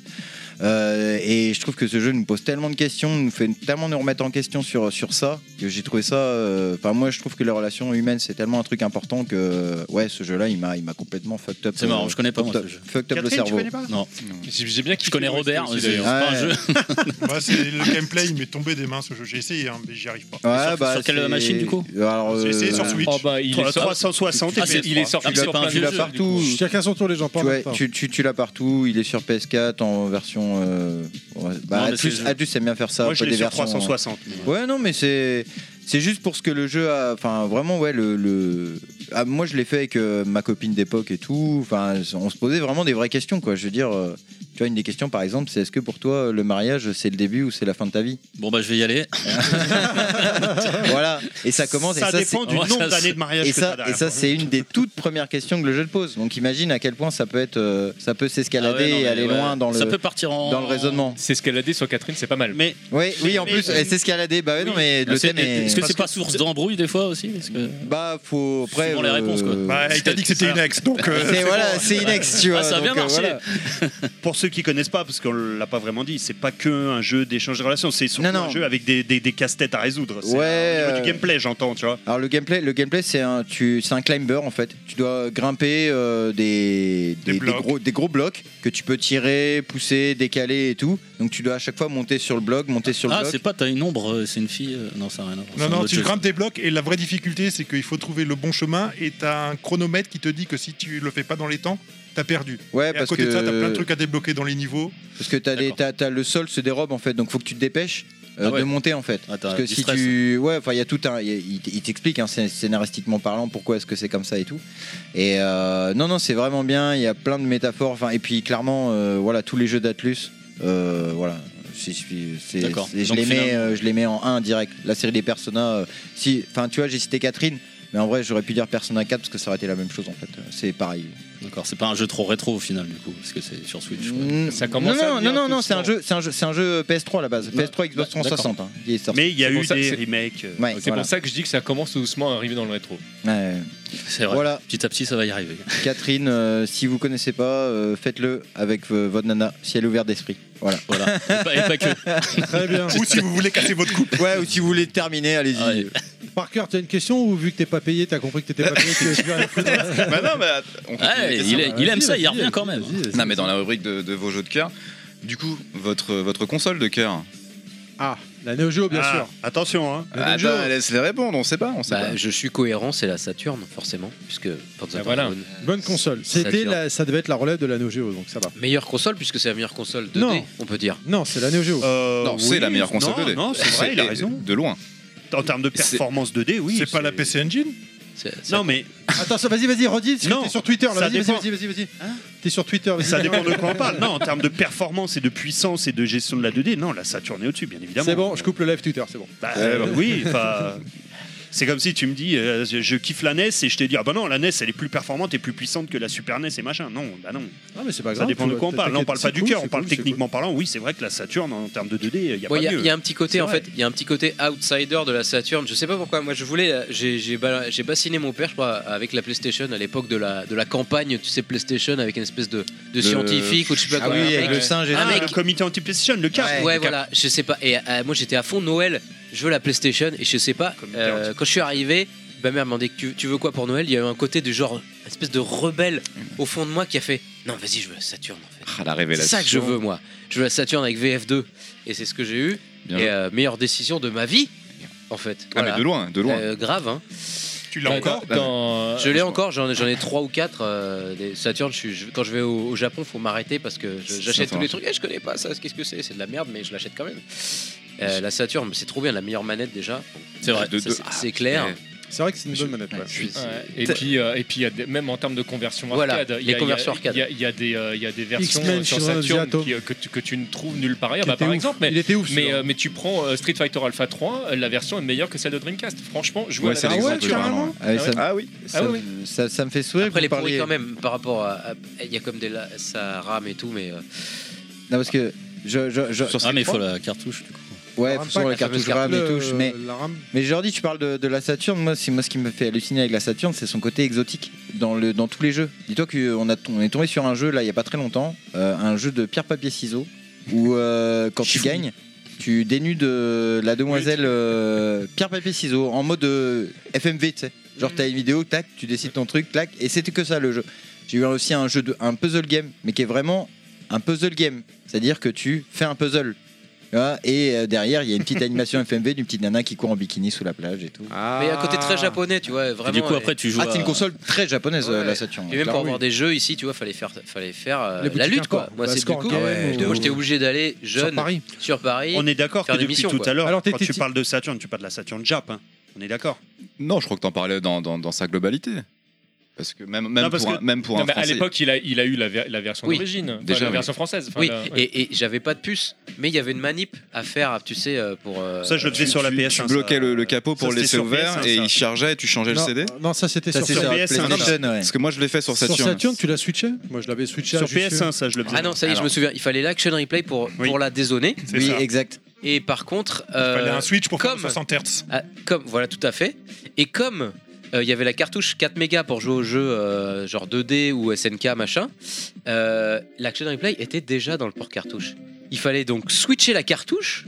[SPEAKER 8] Euh, et je trouve que ce jeu nous pose tellement de questions, nous fait tellement nous remettre en question sur, sur ça, que j'ai trouvé ça. euh, Enfin, moi, je trouve que les relations humaines, c'est tellement un truc important que, ouais, ce jeu-là, il m'a il m'a complètement fucked up. euh,
[SPEAKER 4] C'est marrant, je connais pas, moi,
[SPEAKER 8] fucked
[SPEAKER 4] ce
[SPEAKER 8] up-
[SPEAKER 4] jeu.
[SPEAKER 8] Fucked up le
[SPEAKER 6] Catherine, tu
[SPEAKER 8] cerveau.
[SPEAKER 6] connais pas
[SPEAKER 4] Non,
[SPEAKER 5] J'ai j'ai bien
[SPEAKER 4] je
[SPEAKER 5] kiffé
[SPEAKER 4] connais
[SPEAKER 5] le reste
[SPEAKER 4] Robert,
[SPEAKER 5] aussi,
[SPEAKER 4] mais c'est
[SPEAKER 5] d'ailleurs.
[SPEAKER 4] pas un
[SPEAKER 8] Ouais.
[SPEAKER 4] jeu.
[SPEAKER 7] Ouais, c'est le gameplay, il m'est tombé des mains ce jeu. J'ai essayé, hein, mais j'y arrive pas.
[SPEAKER 8] Ouais,
[SPEAKER 4] sur- sur quelle
[SPEAKER 8] c'est-
[SPEAKER 4] machine, du coup
[SPEAKER 8] Alors,
[SPEAKER 7] J'ai essayé
[SPEAKER 8] euh,
[SPEAKER 7] sur Switch.
[SPEAKER 5] Oh bah, il est sorti.
[SPEAKER 6] 360
[SPEAKER 4] Ah, c'est-
[SPEAKER 5] Il est sorti
[SPEAKER 4] Ah, c'est
[SPEAKER 5] sur
[SPEAKER 4] pas un
[SPEAKER 5] plein de
[SPEAKER 4] jeu,
[SPEAKER 5] jeux,
[SPEAKER 4] là,
[SPEAKER 5] du
[SPEAKER 8] partout.
[SPEAKER 5] coup.
[SPEAKER 8] Ouh.
[SPEAKER 1] Chacun son tour, les gens,
[SPEAKER 8] tu,
[SPEAKER 1] parle en
[SPEAKER 8] ouais,
[SPEAKER 1] même temps.
[SPEAKER 8] tu, tu, tu l'as partout, il est sur PS4 en version. Euh, bah,
[SPEAKER 4] Non, mais c'est
[SPEAKER 8] Atlus,
[SPEAKER 4] le jeu.
[SPEAKER 8] Atlus aime bien faire ça.
[SPEAKER 6] Moi,
[SPEAKER 8] un
[SPEAKER 6] je
[SPEAKER 8] peu
[SPEAKER 6] l'ai
[SPEAKER 8] des
[SPEAKER 6] sur
[SPEAKER 8] versions- euh,
[SPEAKER 6] 360.
[SPEAKER 8] Ouais, non, mais c'est. C'est juste pour ce que le jeu a. Enfin, vraiment, ouais, le. le- Ah, moi, je l'ai fait avec euh, ma copine d'époque et tout. Enfin, on se posait vraiment des vraies questions, quoi. Je veux dire, euh, tu vois, une des questions, par exemple, c'est est-ce que pour toi, le mariage, c'est le début ou c'est la fin de ta vie
[SPEAKER 4] Bon, bah, je vais y aller.
[SPEAKER 8] Voilà. Et ça commence.
[SPEAKER 6] Ça
[SPEAKER 8] et ça, c'est-
[SPEAKER 6] dépend du
[SPEAKER 4] Ouais,
[SPEAKER 6] nombre
[SPEAKER 4] ça,
[SPEAKER 6] d'années de mariage
[SPEAKER 8] et
[SPEAKER 6] que
[SPEAKER 8] ça,
[SPEAKER 6] t'as
[SPEAKER 8] et
[SPEAKER 6] derrière.
[SPEAKER 8] ça c'est une des toutes premières questions que le jeu te pose. Donc imagine à quel point ça peut être, euh, ça peut s'escalader
[SPEAKER 4] Ah ouais, non,
[SPEAKER 8] et
[SPEAKER 4] mais
[SPEAKER 8] aller
[SPEAKER 4] ouais.
[SPEAKER 8] loin dans
[SPEAKER 4] Ça
[SPEAKER 8] le,
[SPEAKER 4] peut partir en.
[SPEAKER 8] dans le raisonnement.
[SPEAKER 5] C'est escaladé sur Catherine, c'est pas mal.
[SPEAKER 4] Mais
[SPEAKER 8] Oui, oui, en
[SPEAKER 6] Mais-
[SPEAKER 8] plus, eh, s'escalader, bah ouais, non, mais le
[SPEAKER 4] Est-ce
[SPEAKER 8] thème est.
[SPEAKER 4] que c'est pas source d'embrouille des fois aussi Parce que-
[SPEAKER 8] Bah, faut. Après,
[SPEAKER 4] Suivant les réponses, quoi.
[SPEAKER 7] Bah, il t'a dit que c'était une ex, donc. euh,
[SPEAKER 8] C'est
[SPEAKER 7] c'est
[SPEAKER 8] voilà,
[SPEAKER 7] bon.
[SPEAKER 8] c'est inex, tu vois.
[SPEAKER 4] Ah, ça a bien
[SPEAKER 8] donc, euh,
[SPEAKER 4] marché.
[SPEAKER 8] voilà.
[SPEAKER 6] Pour ceux qui connaissent pas, parce qu'on l'a pas vraiment dit, c'est pas que un jeu d'échange de relations, c'est surtout
[SPEAKER 8] Non, non.
[SPEAKER 6] un jeu avec des, des- des casse-têtes à résoudre.
[SPEAKER 8] Ouais,
[SPEAKER 6] C'est au niveau
[SPEAKER 8] euh,
[SPEAKER 6] du gameplay, j'entends, tu vois.
[SPEAKER 8] Alors le gameplay, le gameplay, c'est un, tu, c'est un climber en fait. Tu dois grimper euh, des,
[SPEAKER 7] Des blocs.
[SPEAKER 8] gros, des gros blocs que tu peux tirer, pousser, décaler et tout. Donc tu dois à chaque fois monter sur le bloc, monter sur le
[SPEAKER 4] Ah,
[SPEAKER 8] bloc.
[SPEAKER 4] c'est pas, t'as une ombre, euh, c'est une fille. euh, Non, ça n'a rien à voir. c'est
[SPEAKER 7] Non,
[SPEAKER 4] un
[SPEAKER 7] non,
[SPEAKER 4] autre
[SPEAKER 7] tu
[SPEAKER 4] jeu.
[SPEAKER 7] grimpes des blocs et la vraie difficulté, c'est qu'il faut trouver le bon chemin et t'as un chronomètre qui te dit que si tu le fais pas dans les temps, t'as perdu.
[SPEAKER 8] Ouais,
[SPEAKER 7] Et à
[SPEAKER 8] parce
[SPEAKER 7] côté
[SPEAKER 8] que
[SPEAKER 7] de ça, t'as plein de trucs à débloquer dans les niveaux.
[SPEAKER 8] parce que t'as, des, t'as, t'as le sol se dérobe en fait, donc faut que tu te dépêches euh,
[SPEAKER 4] Ah ouais.
[SPEAKER 8] de monter en fait.
[SPEAKER 4] Ah, t'as
[SPEAKER 8] Parce que
[SPEAKER 4] du
[SPEAKER 8] si
[SPEAKER 4] stress.
[SPEAKER 8] tu. Ouais, enfin, il y a tout un. il y a- Il il t'explique, hein, scén- scénaristiquement parlant, pourquoi est-ce que c'est comme ça et tout. Et euh, non, non, c'est vraiment bien. Il y a plein de métaphores. Enfin, et puis, clairement, euh, voilà, tous les jeux d'Atlus, euh, voilà. Si je suis- c'est-
[SPEAKER 4] D'accord.
[SPEAKER 8] c'est- je,
[SPEAKER 4] Donc,
[SPEAKER 8] les mets,
[SPEAKER 4] finalement-
[SPEAKER 8] euh, je les mets en 1 direct. La série des Persona. euh, si, enfin, tu vois, j'ai cité Catherine, mais en vrai, j'aurais pu dire Persona 4 parce que ça aurait été la même chose en fait. C'est pareil.
[SPEAKER 4] D'accord, c'est pas un jeu trop rétro au final, du coup, parce que c'est sur Switch. quoi.
[SPEAKER 8] Mm,
[SPEAKER 5] Ça commence à
[SPEAKER 8] non, non,
[SPEAKER 5] venir
[SPEAKER 8] non,
[SPEAKER 5] un
[SPEAKER 8] non,
[SPEAKER 5] peu
[SPEAKER 8] non,
[SPEAKER 5] le
[SPEAKER 8] c'est un
[SPEAKER 5] sang.
[SPEAKER 8] jeu, c'est un jeu, c'est un jeu PS3 à la base. PS3, Xbox
[SPEAKER 4] Bah, d'accord.
[SPEAKER 8] 360. hein, qui est sorti.
[SPEAKER 6] Mais il y a
[SPEAKER 5] c'est
[SPEAKER 6] eu
[SPEAKER 5] pour ça-
[SPEAKER 6] des
[SPEAKER 5] c'est-
[SPEAKER 6] remakes. euh,
[SPEAKER 8] Ouais,
[SPEAKER 5] C'est
[SPEAKER 8] voilà.
[SPEAKER 5] pour ça que je dis que ça commence tout doucement à arriver dans le rétro.
[SPEAKER 8] Ouais.
[SPEAKER 4] C'est vrai.
[SPEAKER 8] voilà.
[SPEAKER 4] Petit à petit, ça va y arriver.
[SPEAKER 8] Catherine, euh, si vous connaissez pas, euh, faites-le avec euh, votre nana, si elle est ouverte d'esprit. Voilà.
[SPEAKER 4] Voilà. Et pas, et pas que.
[SPEAKER 1] Très bien.
[SPEAKER 7] Ou si vous voulez casser votre coupe.
[SPEAKER 8] Ouais, ou si vous voulez terminer, allez-y.
[SPEAKER 4] Ouais.
[SPEAKER 1] Parker, t'as une question ou vu que t'es pas payé, t'as compris que t'étais pas payé tu vas suivre la foutre
[SPEAKER 3] Bah non, bah, on continue
[SPEAKER 4] Ouais,
[SPEAKER 3] les questions.
[SPEAKER 4] il,
[SPEAKER 6] hein.
[SPEAKER 4] est- il aime
[SPEAKER 1] Vas-y,
[SPEAKER 4] ça, il
[SPEAKER 1] vas-y,
[SPEAKER 4] revient
[SPEAKER 1] vas-y,
[SPEAKER 4] quand même.
[SPEAKER 3] hein.
[SPEAKER 1] vas-y, vas-y.
[SPEAKER 3] Non, mais dans la rubrique de, de vos jeux de cœur. Du coup, votre, votre console de cœur.
[SPEAKER 1] Ah, La Neo Geo, bien
[SPEAKER 6] Ah,
[SPEAKER 1] sûr.
[SPEAKER 6] Attention, hein.
[SPEAKER 2] Ah
[SPEAKER 8] bah,
[SPEAKER 1] La Neo Geo.
[SPEAKER 3] Attends, laisse les répondre, on sait pas, on sait
[SPEAKER 2] Bah,
[SPEAKER 3] pas.
[SPEAKER 2] je suis cohérent, c'est la Saturne, forcément, puisque Panzer
[SPEAKER 6] Ah,
[SPEAKER 5] Bah voilà.
[SPEAKER 2] Dragoon,
[SPEAKER 1] Bonne console.
[SPEAKER 2] Ça
[SPEAKER 1] C'était
[SPEAKER 2] dure.
[SPEAKER 1] la- ça devait être la relève de la Neo Geo, donc ça va.
[SPEAKER 2] meilleure console, puisque c'est la meilleure console 2D,
[SPEAKER 1] Non.
[SPEAKER 2] on peut dire.
[SPEAKER 1] Non, c'est la Neo Geo.
[SPEAKER 6] Euh,
[SPEAKER 3] Non, c'est
[SPEAKER 6] oui,
[SPEAKER 3] la meilleure console
[SPEAKER 6] non,
[SPEAKER 3] 2D.
[SPEAKER 6] Non, c'est vrai, il a raison.
[SPEAKER 3] De loin.
[SPEAKER 6] En termes de
[SPEAKER 3] C'est-
[SPEAKER 6] performance 2D, oui.
[SPEAKER 7] c'est pas la PC Engine
[SPEAKER 2] C'est- c'est-
[SPEAKER 6] Non, mais
[SPEAKER 1] Attends, ça- vas-y, vas-y, redis. parce que
[SPEAKER 6] Non,
[SPEAKER 1] T'es sur Twitter, là.
[SPEAKER 6] ça
[SPEAKER 1] Vas-y,
[SPEAKER 6] dépend.
[SPEAKER 1] vas-y, vas-y, vas-y. T'es sur Twitter. vas-y.
[SPEAKER 6] ça dépend de quoi on parle. Non, en termes de performance et de puissance et de gestion de la 2D, non, la Saturn est au-dessus, bien évidemment.
[SPEAKER 1] C'est bon, je coupe le live Twitter, c'est bon.
[SPEAKER 6] Bah,
[SPEAKER 3] Ouais,
[SPEAKER 6] euh,
[SPEAKER 3] bon.
[SPEAKER 6] oui, enfin. C'est comme si tu me dis, euh, je, je kiffe la NES et je te dis, ah bah non, la NES elle est plus performante et plus puissante que la Super NES et machin. Non, bah non.
[SPEAKER 1] Ah, mais c'est pas
[SPEAKER 6] Ça
[SPEAKER 1] grave.
[SPEAKER 6] dépend de
[SPEAKER 1] tu
[SPEAKER 6] quoi on
[SPEAKER 1] vois,
[SPEAKER 6] parle. Là, on parle pas
[SPEAKER 1] t'inquiète,
[SPEAKER 6] du
[SPEAKER 1] c'est
[SPEAKER 6] cœur,
[SPEAKER 1] cool,
[SPEAKER 6] on parle
[SPEAKER 1] c'est cool,
[SPEAKER 6] techniquement parlant. Oui, c'est vrai que la Saturn en termes de 2D, il n'y a
[SPEAKER 2] Bon,
[SPEAKER 6] pas
[SPEAKER 2] Il y, a-
[SPEAKER 6] mieux.
[SPEAKER 2] il y a un petit côté
[SPEAKER 6] C'est
[SPEAKER 2] en
[SPEAKER 6] vrai.
[SPEAKER 2] fait, il y a un petit côté outsider de la Saturn. Je sais pas pourquoi. Moi, je voulais, euh, j'ai j'ai bala- j'ai bassiné mon père, je crois, avec la PlayStation à l'époque de la de la campagne, tu sais PlayStation avec une espèce de, de scientifique ou je sais pas
[SPEAKER 8] Ah
[SPEAKER 2] quoi.
[SPEAKER 8] oui,
[SPEAKER 2] un
[SPEAKER 8] avec
[SPEAKER 2] mec.
[SPEAKER 8] le singe et
[SPEAKER 2] Ah,
[SPEAKER 6] Ah,
[SPEAKER 8] tout.
[SPEAKER 2] mec.
[SPEAKER 6] le comité anti-PlayStation, le cap.
[SPEAKER 8] Ouais.
[SPEAKER 2] Ouais, voilà, je sais pas. Et euh, moi j'étais à fond Noël, je veux la PlayStation et je sais pas.
[SPEAKER 6] Comme
[SPEAKER 2] euh,
[SPEAKER 6] Internet.
[SPEAKER 2] quand je suis arrivé, ma mère m'a demandé que tu, tu veux quoi pour Noël. Il y a eu un côté du genre, une espèce de rebelle au fond de moi qui a fait Non, vas-y, je veux la Saturn en fait.
[SPEAKER 3] Ah, la
[SPEAKER 2] C'est
[SPEAKER 3] révélation.
[SPEAKER 2] ça que je veux moi. Je veux la Saturn avec VF2 et c'est ce que j'ai eu.
[SPEAKER 3] Bien
[SPEAKER 2] et
[SPEAKER 3] joué.
[SPEAKER 2] euh, meilleure décision de ma vie en fait.
[SPEAKER 3] Ah,
[SPEAKER 2] Voilà.
[SPEAKER 3] mais de loin, de loin.
[SPEAKER 2] Euh, grave, hein.
[SPEAKER 7] Tu l'as
[SPEAKER 5] Bah,
[SPEAKER 7] encore
[SPEAKER 5] dans- dans-
[SPEAKER 2] je l'ai encore, j'en ai- j'en ai trois ou quatre. euh, des Saturn, je suis- je- quand je vais au, au Japon, faut m'arrêter parce que je-
[SPEAKER 3] C'est
[SPEAKER 2] j'achète tous
[SPEAKER 3] sympa.
[SPEAKER 2] les trucs. Eh, je connais pas ça, qu'est-ce que c'est C'est de la merde, mais je l'achète quand même. Euh, la Saturn, c'est trop bien, la meilleure manette déjà.
[SPEAKER 4] C'est vrai.
[SPEAKER 3] De-
[SPEAKER 2] Ça,
[SPEAKER 3] de-
[SPEAKER 2] c'est-
[SPEAKER 3] Ah,
[SPEAKER 2] c'est clair.
[SPEAKER 3] putain.
[SPEAKER 1] c'est cool. C'est vrai que c'est une bonne manette. ouais. Ah.
[SPEAKER 2] C'est- c'est-
[SPEAKER 5] Ouais, et puis, euh, et puis il y a des- même en termes de conversion
[SPEAKER 2] Voilà,
[SPEAKER 5] arcade,
[SPEAKER 2] les
[SPEAKER 5] il y a- il y a-
[SPEAKER 2] conversions arcade.
[SPEAKER 5] Il y a, il y a des, euh, il y a des versions
[SPEAKER 1] X-Men,
[SPEAKER 5] euh, sur
[SPEAKER 1] Children of the
[SPEAKER 5] Saturn
[SPEAKER 1] Atom.
[SPEAKER 5] qui, euh, que, tu, que tu ne trouves nulle part ailleurs,
[SPEAKER 1] Qui
[SPEAKER 5] bah,
[SPEAKER 1] était
[SPEAKER 5] par
[SPEAKER 1] ouf.
[SPEAKER 5] exemple. Mais,
[SPEAKER 1] il était ouf.
[SPEAKER 5] mais,
[SPEAKER 1] celui-là.
[SPEAKER 5] euh, mais tu prends euh, Street Fighter Alpha 3, euh, la version est meilleure que celle de Dreamcast. Franchement, je vois
[SPEAKER 3] Ouais,
[SPEAKER 5] la
[SPEAKER 3] c'est
[SPEAKER 1] Ah
[SPEAKER 5] version.
[SPEAKER 1] ouais,
[SPEAKER 3] l'exemple,
[SPEAKER 1] carrément.
[SPEAKER 3] vraiment.
[SPEAKER 8] Ah oui, ça,
[SPEAKER 3] Ah oui.
[SPEAKER 8] ça-
[SPEAKER 5] Ah oui,
[SPEAKER 8] ça- ça me fait sourire.
[SPEAKER 2] Après,
[SPEAKER 8] que
[SPEAKER 2] les
[SPEAKER 8] vous
[SPEAKER 2] pourris
[SPEAKER 8] parliez-
[SPEAKER 2] quand même par rapport à. à- Il y a comme des. la- Ça rame et tout, mais. euh,
[SPEAKER 8] Non, parce que je, je, je-
[SPEAKER 4] Ah, mais il faut la cartouche, du coup.
[SPEAKER 8] ouais,
[SPEAKER 1] RAM
[SPEAKER 8] faut sur
[SPEAKER 1] pack,
[SPEAKER 8] la
[SPEAKER 1] la
[SPEAKER 8] cartouche
[SPEAKER 2] fameuse
[SPEAKER 8] RAM et
[SPEAKER 1] Le-
[SPEAKER 8] tout. Mais
[SPEAKER 1] euh, La RAM.
[SPEAKER 8] Mais Jordi, tu parles de, de la Saturne. Moi, c'est moi ce qui me fait halluciner avec la Saturne, c'est son côté exotique dans le dans tous les jeux. Dis-toi qu'on a on est tombé sur un jeu là il y a pas très longtemps, euh, un jeu de pierre papier ciseaux où euh, quand tu gagnes, tu dénudes euh, la demoiselle euh, pierre papier ciseaux en mode euh, FMV, tu sais. Genre t'as une vidéo, tac, tu décides ton truc, tac, et c'était que ça le jeu. J'ai eu aussi un jeu de un puzzle game, mais qui est vraiment un puzzle game, c'est-à-dire que tu fais un puzzle. tu vois, Et euh, derrière, il y a une petite animation FMV d'une petite nana qui court en bikini sous la plage et
[SPEAKER 5] Ah,
[SPEAKER 8] tout.
[SPEAKER 2] Mais un côté très japonais, tu vois, vraiment.
[SPEAKER 4] Et du coup,
[SPEAKER 2] euh,
[SPEAKER 4] après, tu joues.
[SPEAKER 8] Ah, c'est une
[SPEAKER 4] à-
[SPEAKER 8] console très japonaise, euh,
[SPEAKER 2] Ouais.
[SPEAKER 8] la Saturn.
[SPEAKER 2] Et même pour
[SPEAKER 8] clairement.
[SPEAKER 2] avoir des jeux ici, tu vois, fallait faire, fallait faire euh,
[SPEAKER 1] Les boutiques
[SPEAKER 2] la lutte, quoi.
[SPEAKER 1] hardcore.
[SPEAKER 2] Moi,
[SPEAKER 1] Bah,
[SPEAKER 2] c'est du
[SPEAKER 1] Score
[SPEAKER 2] coup,
[SPEAKER 1] Game
[SPEAKER 2] ouais,
[SPEAKER 1] ou-
[SPEAKER 2] moi, j'étais obligé d'aller jeune
[SPEAKER 1] Sur Paris.
[SPEAKER 2] sur Paris.
[SPEAKER 6] On est d'accord que
[SPEAKER 2] Faire des
[SPEAKER 6] depuis
[SPEAKER 2] missions,
[SPEAKER 6] tout
[SPEAKER 2] quoi.
[SPEAKER 6] à l'heure,
[SPEAKER 1] Alors, t'es-
[SPEAKER 6] quand tu
[SPEAKER 1] t'es-
[SPEAKER 6] parles de Saturn, tu parles de la Saturn Jap. hein. On est d'accord.
[SPEAKER 3] Non, je crois que t'en parlais dans, dans, dans sa globalité. Parce que même, même
[SPEAKER 6] Non, parce
[SPEAKER 3] pour,
[SPEAKER 6] que-
[SPEAKER 3] un, même pour
[SPEAKER 5] Non,
[SPEAKER 3] un
[SPEAKER 5] mais à
[SPEAKER 3] Français-
[SPEAKER 5] l'époque, il a, il a eu la, ver- la version
[SPEAKER 2] Oui.
[SPEAKER 5] d'origine, Enfin,
[SPEAKER 3] Déjà,
[SPEAKER 5] la
[SPEAKER 3] oui.
[SPEAKER 5] version française. Enfin,
[SPEAKER 2] Oui,
[SPEAKER 5] la-
[SPEAKER 2] et, et j'avais pas de puce, mais il y avait une manip à faire, tu sais, euh, pour. euh,
[SPEAKER 6] Ça, je le faisais
[SPEAKER 3] tu-
[SPEAKER 6] sur la
[SPEAKER 3] tu-
[SPEAKER 6] PS1.
[SPEAKER 3] Tu
[SPEAKER 6] ça.
[SPEAKER 3] bloquais le, le capot
[SPEAKER 6] Ça,
[SPEAKER 3] pour le
[SPEAKER 6] c'était
[SPEAKER 3] laisser
[SPEAKER 6] sur
[SPEAKER 3] ouvert
[SPEAKER 6] PS1,
[SPEAKER 3] et
[SPEAKER 6] ça.
[SPEAKER 3] il chargeait et tu changeais le
[SPEAKER 1] Non,
[SPEAKER 3] CD
[SPEAKER 1] Non, ça c'était
[SPEAKER 8] Ça,
[SPEAKER 1] sur,
[SPEAKER 8] c'est
[SPEAKER 6] sur
[SPEAKER 8] sur la
[SPEAKER 6] PS1,
[SPEAKER 8] PlayStation, ouais.
[SPEAKER 3] Parce que moi, je l'ai fait sur
[SPEAKER 1] sur
[SPEAKER 3] Saturn.
[SPEAKER 1] Saturn. Tu l'as switché Moi, je l'avais switché. à
[SPEAKER 6] Sur
[SPEAKER 1] juste-
[SPEAKER 6] PS1, ça, je le faisais.
[SPEAKER 2] Ah non, ça y est, je
[SPEAKER 3] Alors.
[SPEAKER 2] me souviens. Il fallait l'action replay pour,
[SPEAKER 6] Oui.
[SPEAKER 2] pour la dézoner.
[SPEAKER 7] C'est
[SPEAKER 8] Oui,
[SPEAKER 7] ça.
[SPEAKER 8] exact.
[SPEAKER 2] Et par contre,
[SPEAKER 7] Il fallait
[SPEAKER 2] euh,
[SPEAKER 7] un Switch pour
[SPEAKER 2] comme-
[SPEAKER 7] faire 60 Hz.
[SPEAKER 2] ah, comme voilà, tout à fait. Et comme euh, il y avait la cartouche 4 mégas pour jouer au jeu euh, genre 2D ou SNK machin, euh, l'action replay était déjà dans le port cartouche. Il fallait donc switcher la cartouche.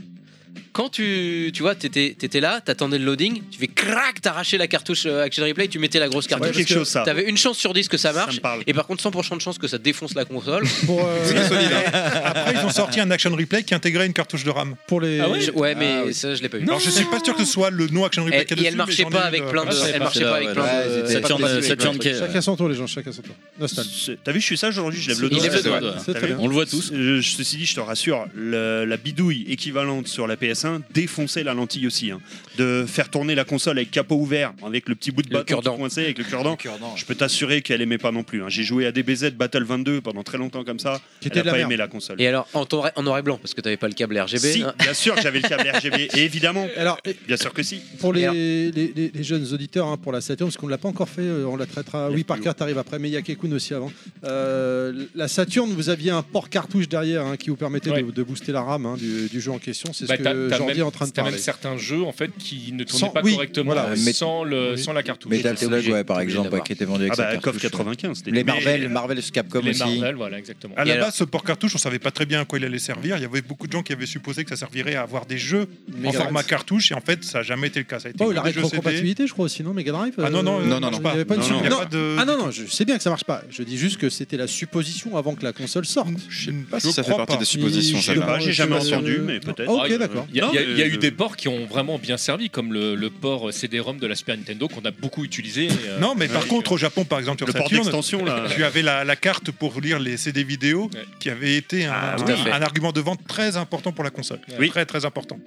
[SPEAKER 2] Quand tu, tu vois, t'étais, t'étais là, t'attendais le loading, tu fais crac, t'arrachais la cartouche euh, action replay, tu mettais la grosse
[SPEAKER 6] Ça me dit
[SPEAKER 2] cartouche.
[SPEAKER 6] quelque chose, ça.
[SPEAKER 2] T'avais une chance sur 10 que ça marche.
[SPEAKER 6] me parle.
[SPEAKER 2] Et par contre, 100% de chance que ça défonce la console.
[SPEAKER 1] Pour, euh,
[SPEAKER 3] C'est solide, hein.
[SPEAKER 7] Après, Ah, ils ont sorti un Action Replay qui intégrait une cartouche de RAM.
[SPEAKER 1] pour les.
[SPEAKER 5] Ah ouais
[SPEAKER 2] Je- ouais, mais
[SPEAKER 8] Ah oui.
[SPEAKER 2] ça, je l'ai pas eu.
[SPEAKER 7] Alors, je suis pas sûr que ce soit le nom Action Replay
[SPEAKER 2] Elle,
[SPEAKER 7] qu'il y a
[SPEAKER 2] et
[SPEAKER 7] dessus,
[SPEAKER 2] elle marchait
[SPEAKER 7] mais j'en ai euh,
[SPEAKER 2] pas
[SPEAKER 7] eu
[SPEAKER 2] avec
[SPEAKER 7] le-
[SPEAKER 2] plein de.
[SPEAKER 5] Ah, c'est
[SPEAKER 2] Elle
[SPEAKER 5] pas-
[SPEAKER 2] marchait
[SPEAKER 4] c'est
[SPEAKER 2] pas
[SPEAKER 4] là,
[SPEAKER 2] avec
[SPEAKER 4] ouais,
[SPEAKER 2] plein
[SPEAKER 8] là,
[SPEAKER 2] de.
[SPEAKER 8] c'était-
[SPEAKER 2] Saturn-
[SPEAKER 4] Saturn, Saturn K,
[SPEAKER 1] Chacun son tour, les gens. Chacun son tour. Nostal.
[SPEAKER 6] C'est- T'as vu, je suis ça aujourd'hui, je lève le
[SPEAKER 2] Il
[SPEAKER 6] doigt.
[SPEAKER 2] lève le
[SPEAKER 6] C'est
[SPEAKER 2] doigt.
[SPEAKER 6] vrai.
[SPEAKER 1] C'est
[SPEAKER 6] T'as
[SPEAKER 1] très
[SPEAKER 6] vu
[SPEAKER 1] bien.
[SPEAKER 4] on le voit tous.
[SPEAKER 6] Je, je- ceci dit, je te rassure, le- la bidouille équivalente sur la PS1 défonçait la lentille aussi. hein. De faire tourner la console avec capot ouvert, avec le petit bout de
[SPEAKER 2] Le
[SPEAKER 6] bâton
[SPEAKER 2] cure-dent.
[SPEAKER 6] qui coincé, avec le cure-dent,
[SPEAKER 8] Cure-dent.
[SPEAKER 6] je peux t'assurer qu'elle aimait pas non plus. hein. J'ai joué à DBZ Battle 22 pendant très longtemps comme ça.
[SPEAKER 1] Qui était
[SPEAKER 6] Elle a
[SPEAKER 1] de la
[SPEAKER 6] pas
[SPEAKER 1] merde.
[SPEAKER 6] aimé la console.
[SPEAKER 2] Et alors, en, temps- en noir et blanc, parce que t'avais pas le câble RGB.
[SPEAKER 6] Si,
[SPEAKER 2] hein.
[SPEAKER 6] bien sûr que j'avais le câble RGB, et évidemment,
[SPEAKER 1] Alors, et
[SPEAKER 6] bien sûr que si.
[SPEAKER 1] pour les,
[SPEAKER 2] Merde.
[SPEAKER 1] les, les- les jeunes auditeurs, hein, pour la Saturn, parce qu'on ne l'a pas encore fait, euh, on la traitera. Oui, par carte arrive après, mais il y a Kekun aussi avant. Euh, la Saturn, vous aviez un port cartouche derrière hein, qui vous permettait de,
[SPEAKER 5] Ouais.
[SPEAKER 1] de booster la RAM hein, du, du jeu en question. C'est
[SPEAKER 5] Bah,
[SPEAKER 1] ce
[SPEAKER 5] t'as-
[SPEAKER 1] que
[SPEAKER 5] t'as
[SPEAKER 1] Jordi
[SPEAKER 5] même-
[SPEAKER 1] est en train de
[SPEAKER 5] t'as
[SPEAKER 1] parler.
[SPEAKER 5] même certains jeux en fait qui ne tournaient
[SPEAKER 1] Sans-
[SPEAKER 5] pas
[SPEAKER 1] oui,
[SPEAKER 5] correctement euh,
[SPEAKER 1] voilà.
[SPEAKER 8] Mais-
[SPEAKER 5] sans, le,
[SPEAKER 1] oui.
[SPEAKER 5] sans la cartouche.
[SPEAKER 8] Metal
[SPEAKER 2] t'es
[SPEAKER 8] Slug,
[SPEAKER 2] obligé-
[SPEAKER 8] ouais, par
[SPEAKER 2] t'es obligé
[SPEAKER 8] exemple,
[SPEAKER 2] d'avoir.
[SPEAKER 8] qui était vendu avec
[SPEAKER 6] Ah
[SPEAKER 8] sa
[SPEAKER 6] bah,
[SPEAKER 8] cartouche.
[SPEAKER 6] KOF 95, c'était
[SPEAKER 8] Les
[SPEAKER 6] Mais-
[SPEAKER 8] Marvel, Marvel Capcom
[SPEAKER 5] les
[SPEAKER 8] aussi.
[SPEAKER 5] Marvel, voilà, exactement.
[SPEAKER 7] À
[SPEAKER 2] Et
[SPEAKER 7] la
[SPEAKER 2] alors-
[SPEAKER 7] base, ce port cartouche, on savait pas très bien à quoi il allait servir. Il y avait beaucoup de gens qui avaient supposé que ça servirait à avoir des jeux en
[SPEAKER 1] Mega
[SPEAKER 7] format
[SPEAKER 1] Drive.
[SPEAKER 7] cartouche, et en fait, ça n'a jamais été le cas. Ça a été
[SPEAKER 1] Oh,
[SPEAKER 7] que
[SPEAKER 1] la
[SPEAKER 7] des jeux CD.
[SPEAKER 1] rétrocompatibilité, je crois aussi, non Mega Drive
[SPEAKER 7] Ah non, non,
[SPEAKER 1] euh,
[SPEAKER 3] non, non, non.
[SPEAKER 1] Il n'y avait pas une
[SPEAKER 6] Non,
[SPEAKER 1] super-
[SPEAKER 7] Il y a
[SPEAKER 1] Non.
[SPEAKER 7] pas de-
[SPEAKER 1] Ah non, non, je sais bien que ça marche pas. Je dis juste que c'était la supposition avant que la console sorte.
[SPEAKER 7] Je ne
[SPEAKER 3] si ça fait
[SPEAKER 7] crois
[SPEAKER 3] partie
[SPEAKER 7] pas.
[SPEAKER 3] des suppositions,
[SPEAKER 1] Je sais
[SPEAKER 3] celle-là.
[SPEAKER 1] pas,
[SPEAKER 6] j'ai jamais
[SPEAKER 1] euh,
[SPEAKER 6] entendu,
[SPEAKER 1] euh,
[SPEAKER 6] mais
[SPEAKER 1] non.
[SPEAKER 6] peut-être.
[SPEAKER 1] Ah, ok,
[SPEAKER 5] Ah, il y a-
[SPEAKER 1] d'accord.
[SPEAKER 5] Il Il y, a-
[SPEAKER 6] Non,
[SPEAKER 5] il y a-
[SPEAKER 6] mais-
[SPEAKER 5] il y a eu des ports qui ont vraiment bien servi, comme le, le port CD-ROM de la Super Nintendo qu'on a beaucoup utilisé. euh,
[SPEAKER 7] Non, mais par
[SPEAKER 5] ouais,
[SPEAKER 7] contre, au Japon, par exemple, sur
[SPEAKER 6] Le port
[SPEAKER 7] Saturn,
[SPEAKER 6] d'extension, là.
[SPEAKER 7] tu avais la, la carte pour lire les CD vidéo
[SPEAKER 5] Ouais.
[SPEAKER 7] qui avait été un,
[SPEAKER 6] Ah,
[SPEAKER 7] un-
[SPEAKER 2] tout à fait.
[SPEAKER 7] un argument de vente très important pour la console.
[SPEAKER 6] Oui.
[SPEAKER 7] Très, très important.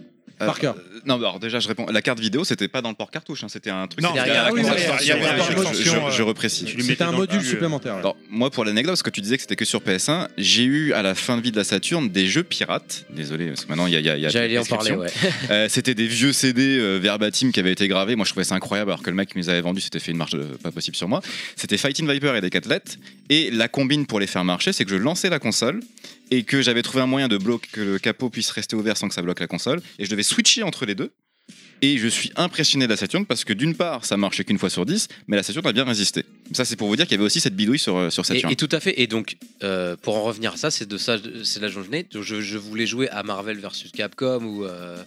[SPEAKER 3] Euh,
[SPEAKER 1] Par cœur.
[SPEAKER 3] euh, non, bah, alors déjà, je réponds. La carte vidéo, c'était pas dans le port cartouche, hein, c'était un truc.
[SPEAKER 7] Non,
[SPEAKER 3] c'était
[SPEAKER 2] derrière,
[SPEAKER 3] à la
[SPEAKER 1] ah oui,
[SPEAKER 3] console.
[SPEAKER 1] derrière,
[SPEAKER 3] Je-
[SPEAKER 1] il y avait un
[SPEAKER 3] je-
[SPEAKER 1] port
[SPEAKER 3] je-
[SPEAKER 7] d'extension,
[SPEAKER 3] je-
[SPEAKER 7] euh,
[SPEAKER 3] je reprécise.
[SPEAKER 6] Tu lui
[SPEAKER 1] C'était
[SPEAKER 6] mettais
[SPEAKER 1] un
[SPEAKER 6] dans le
[SPEAKER 1] module
[SPEAKER 6] cul, euh,
[SPEAKER 1] supplémentaire. ouais.
[SPEAKER 3] Alors, moi, pour l'anecdote, parce que tu disais que c'était que sur PS1, j'ai eu à la fin de vie de la Saturne des jeux pirates. Désolé, parce que maintenant, il y a. il y a- il y a
[SPEAKER 2] J'allais en parler,
[SPEAKER 3] prescription.
[SPEAKER 2] ouais.
[SPEAKER 3] Euh, c'était des vieux CD euh, verbatim qui avaient été gravés. Moi, je trouvais ça incroyable, alors que le mec qui nous avait vendu, c'était fait une marche de- pas possible sur moi. C'était Fighting Viper et des catelettes. Et la combine pour les faire marcher, c'est que je lançais la console et que j'avais trouvé un moyen de bloquer que le capot puisse rester ouvert sans que ça bloque la console. Et je devais switcher entre les deux. Et je suis impressionné de la Saturn parce que d'une part, ça marchait qu'une fois sur 10, mais la Saturn a bien résisté. Ça, c'est pour vous dire qu'il y avait aussi cette bidouille sur, euh, sur
[SPEAKER 2] Et,
[SPEAKER 3] Saturn.
[SPEAKER 2] et tout à fait. Et donc, euh, pour en revenir à ça, c'est de ça, c'est là que j'en venais. Donc, Je, je voulais jouer à Marvel versus Capcom ou euh,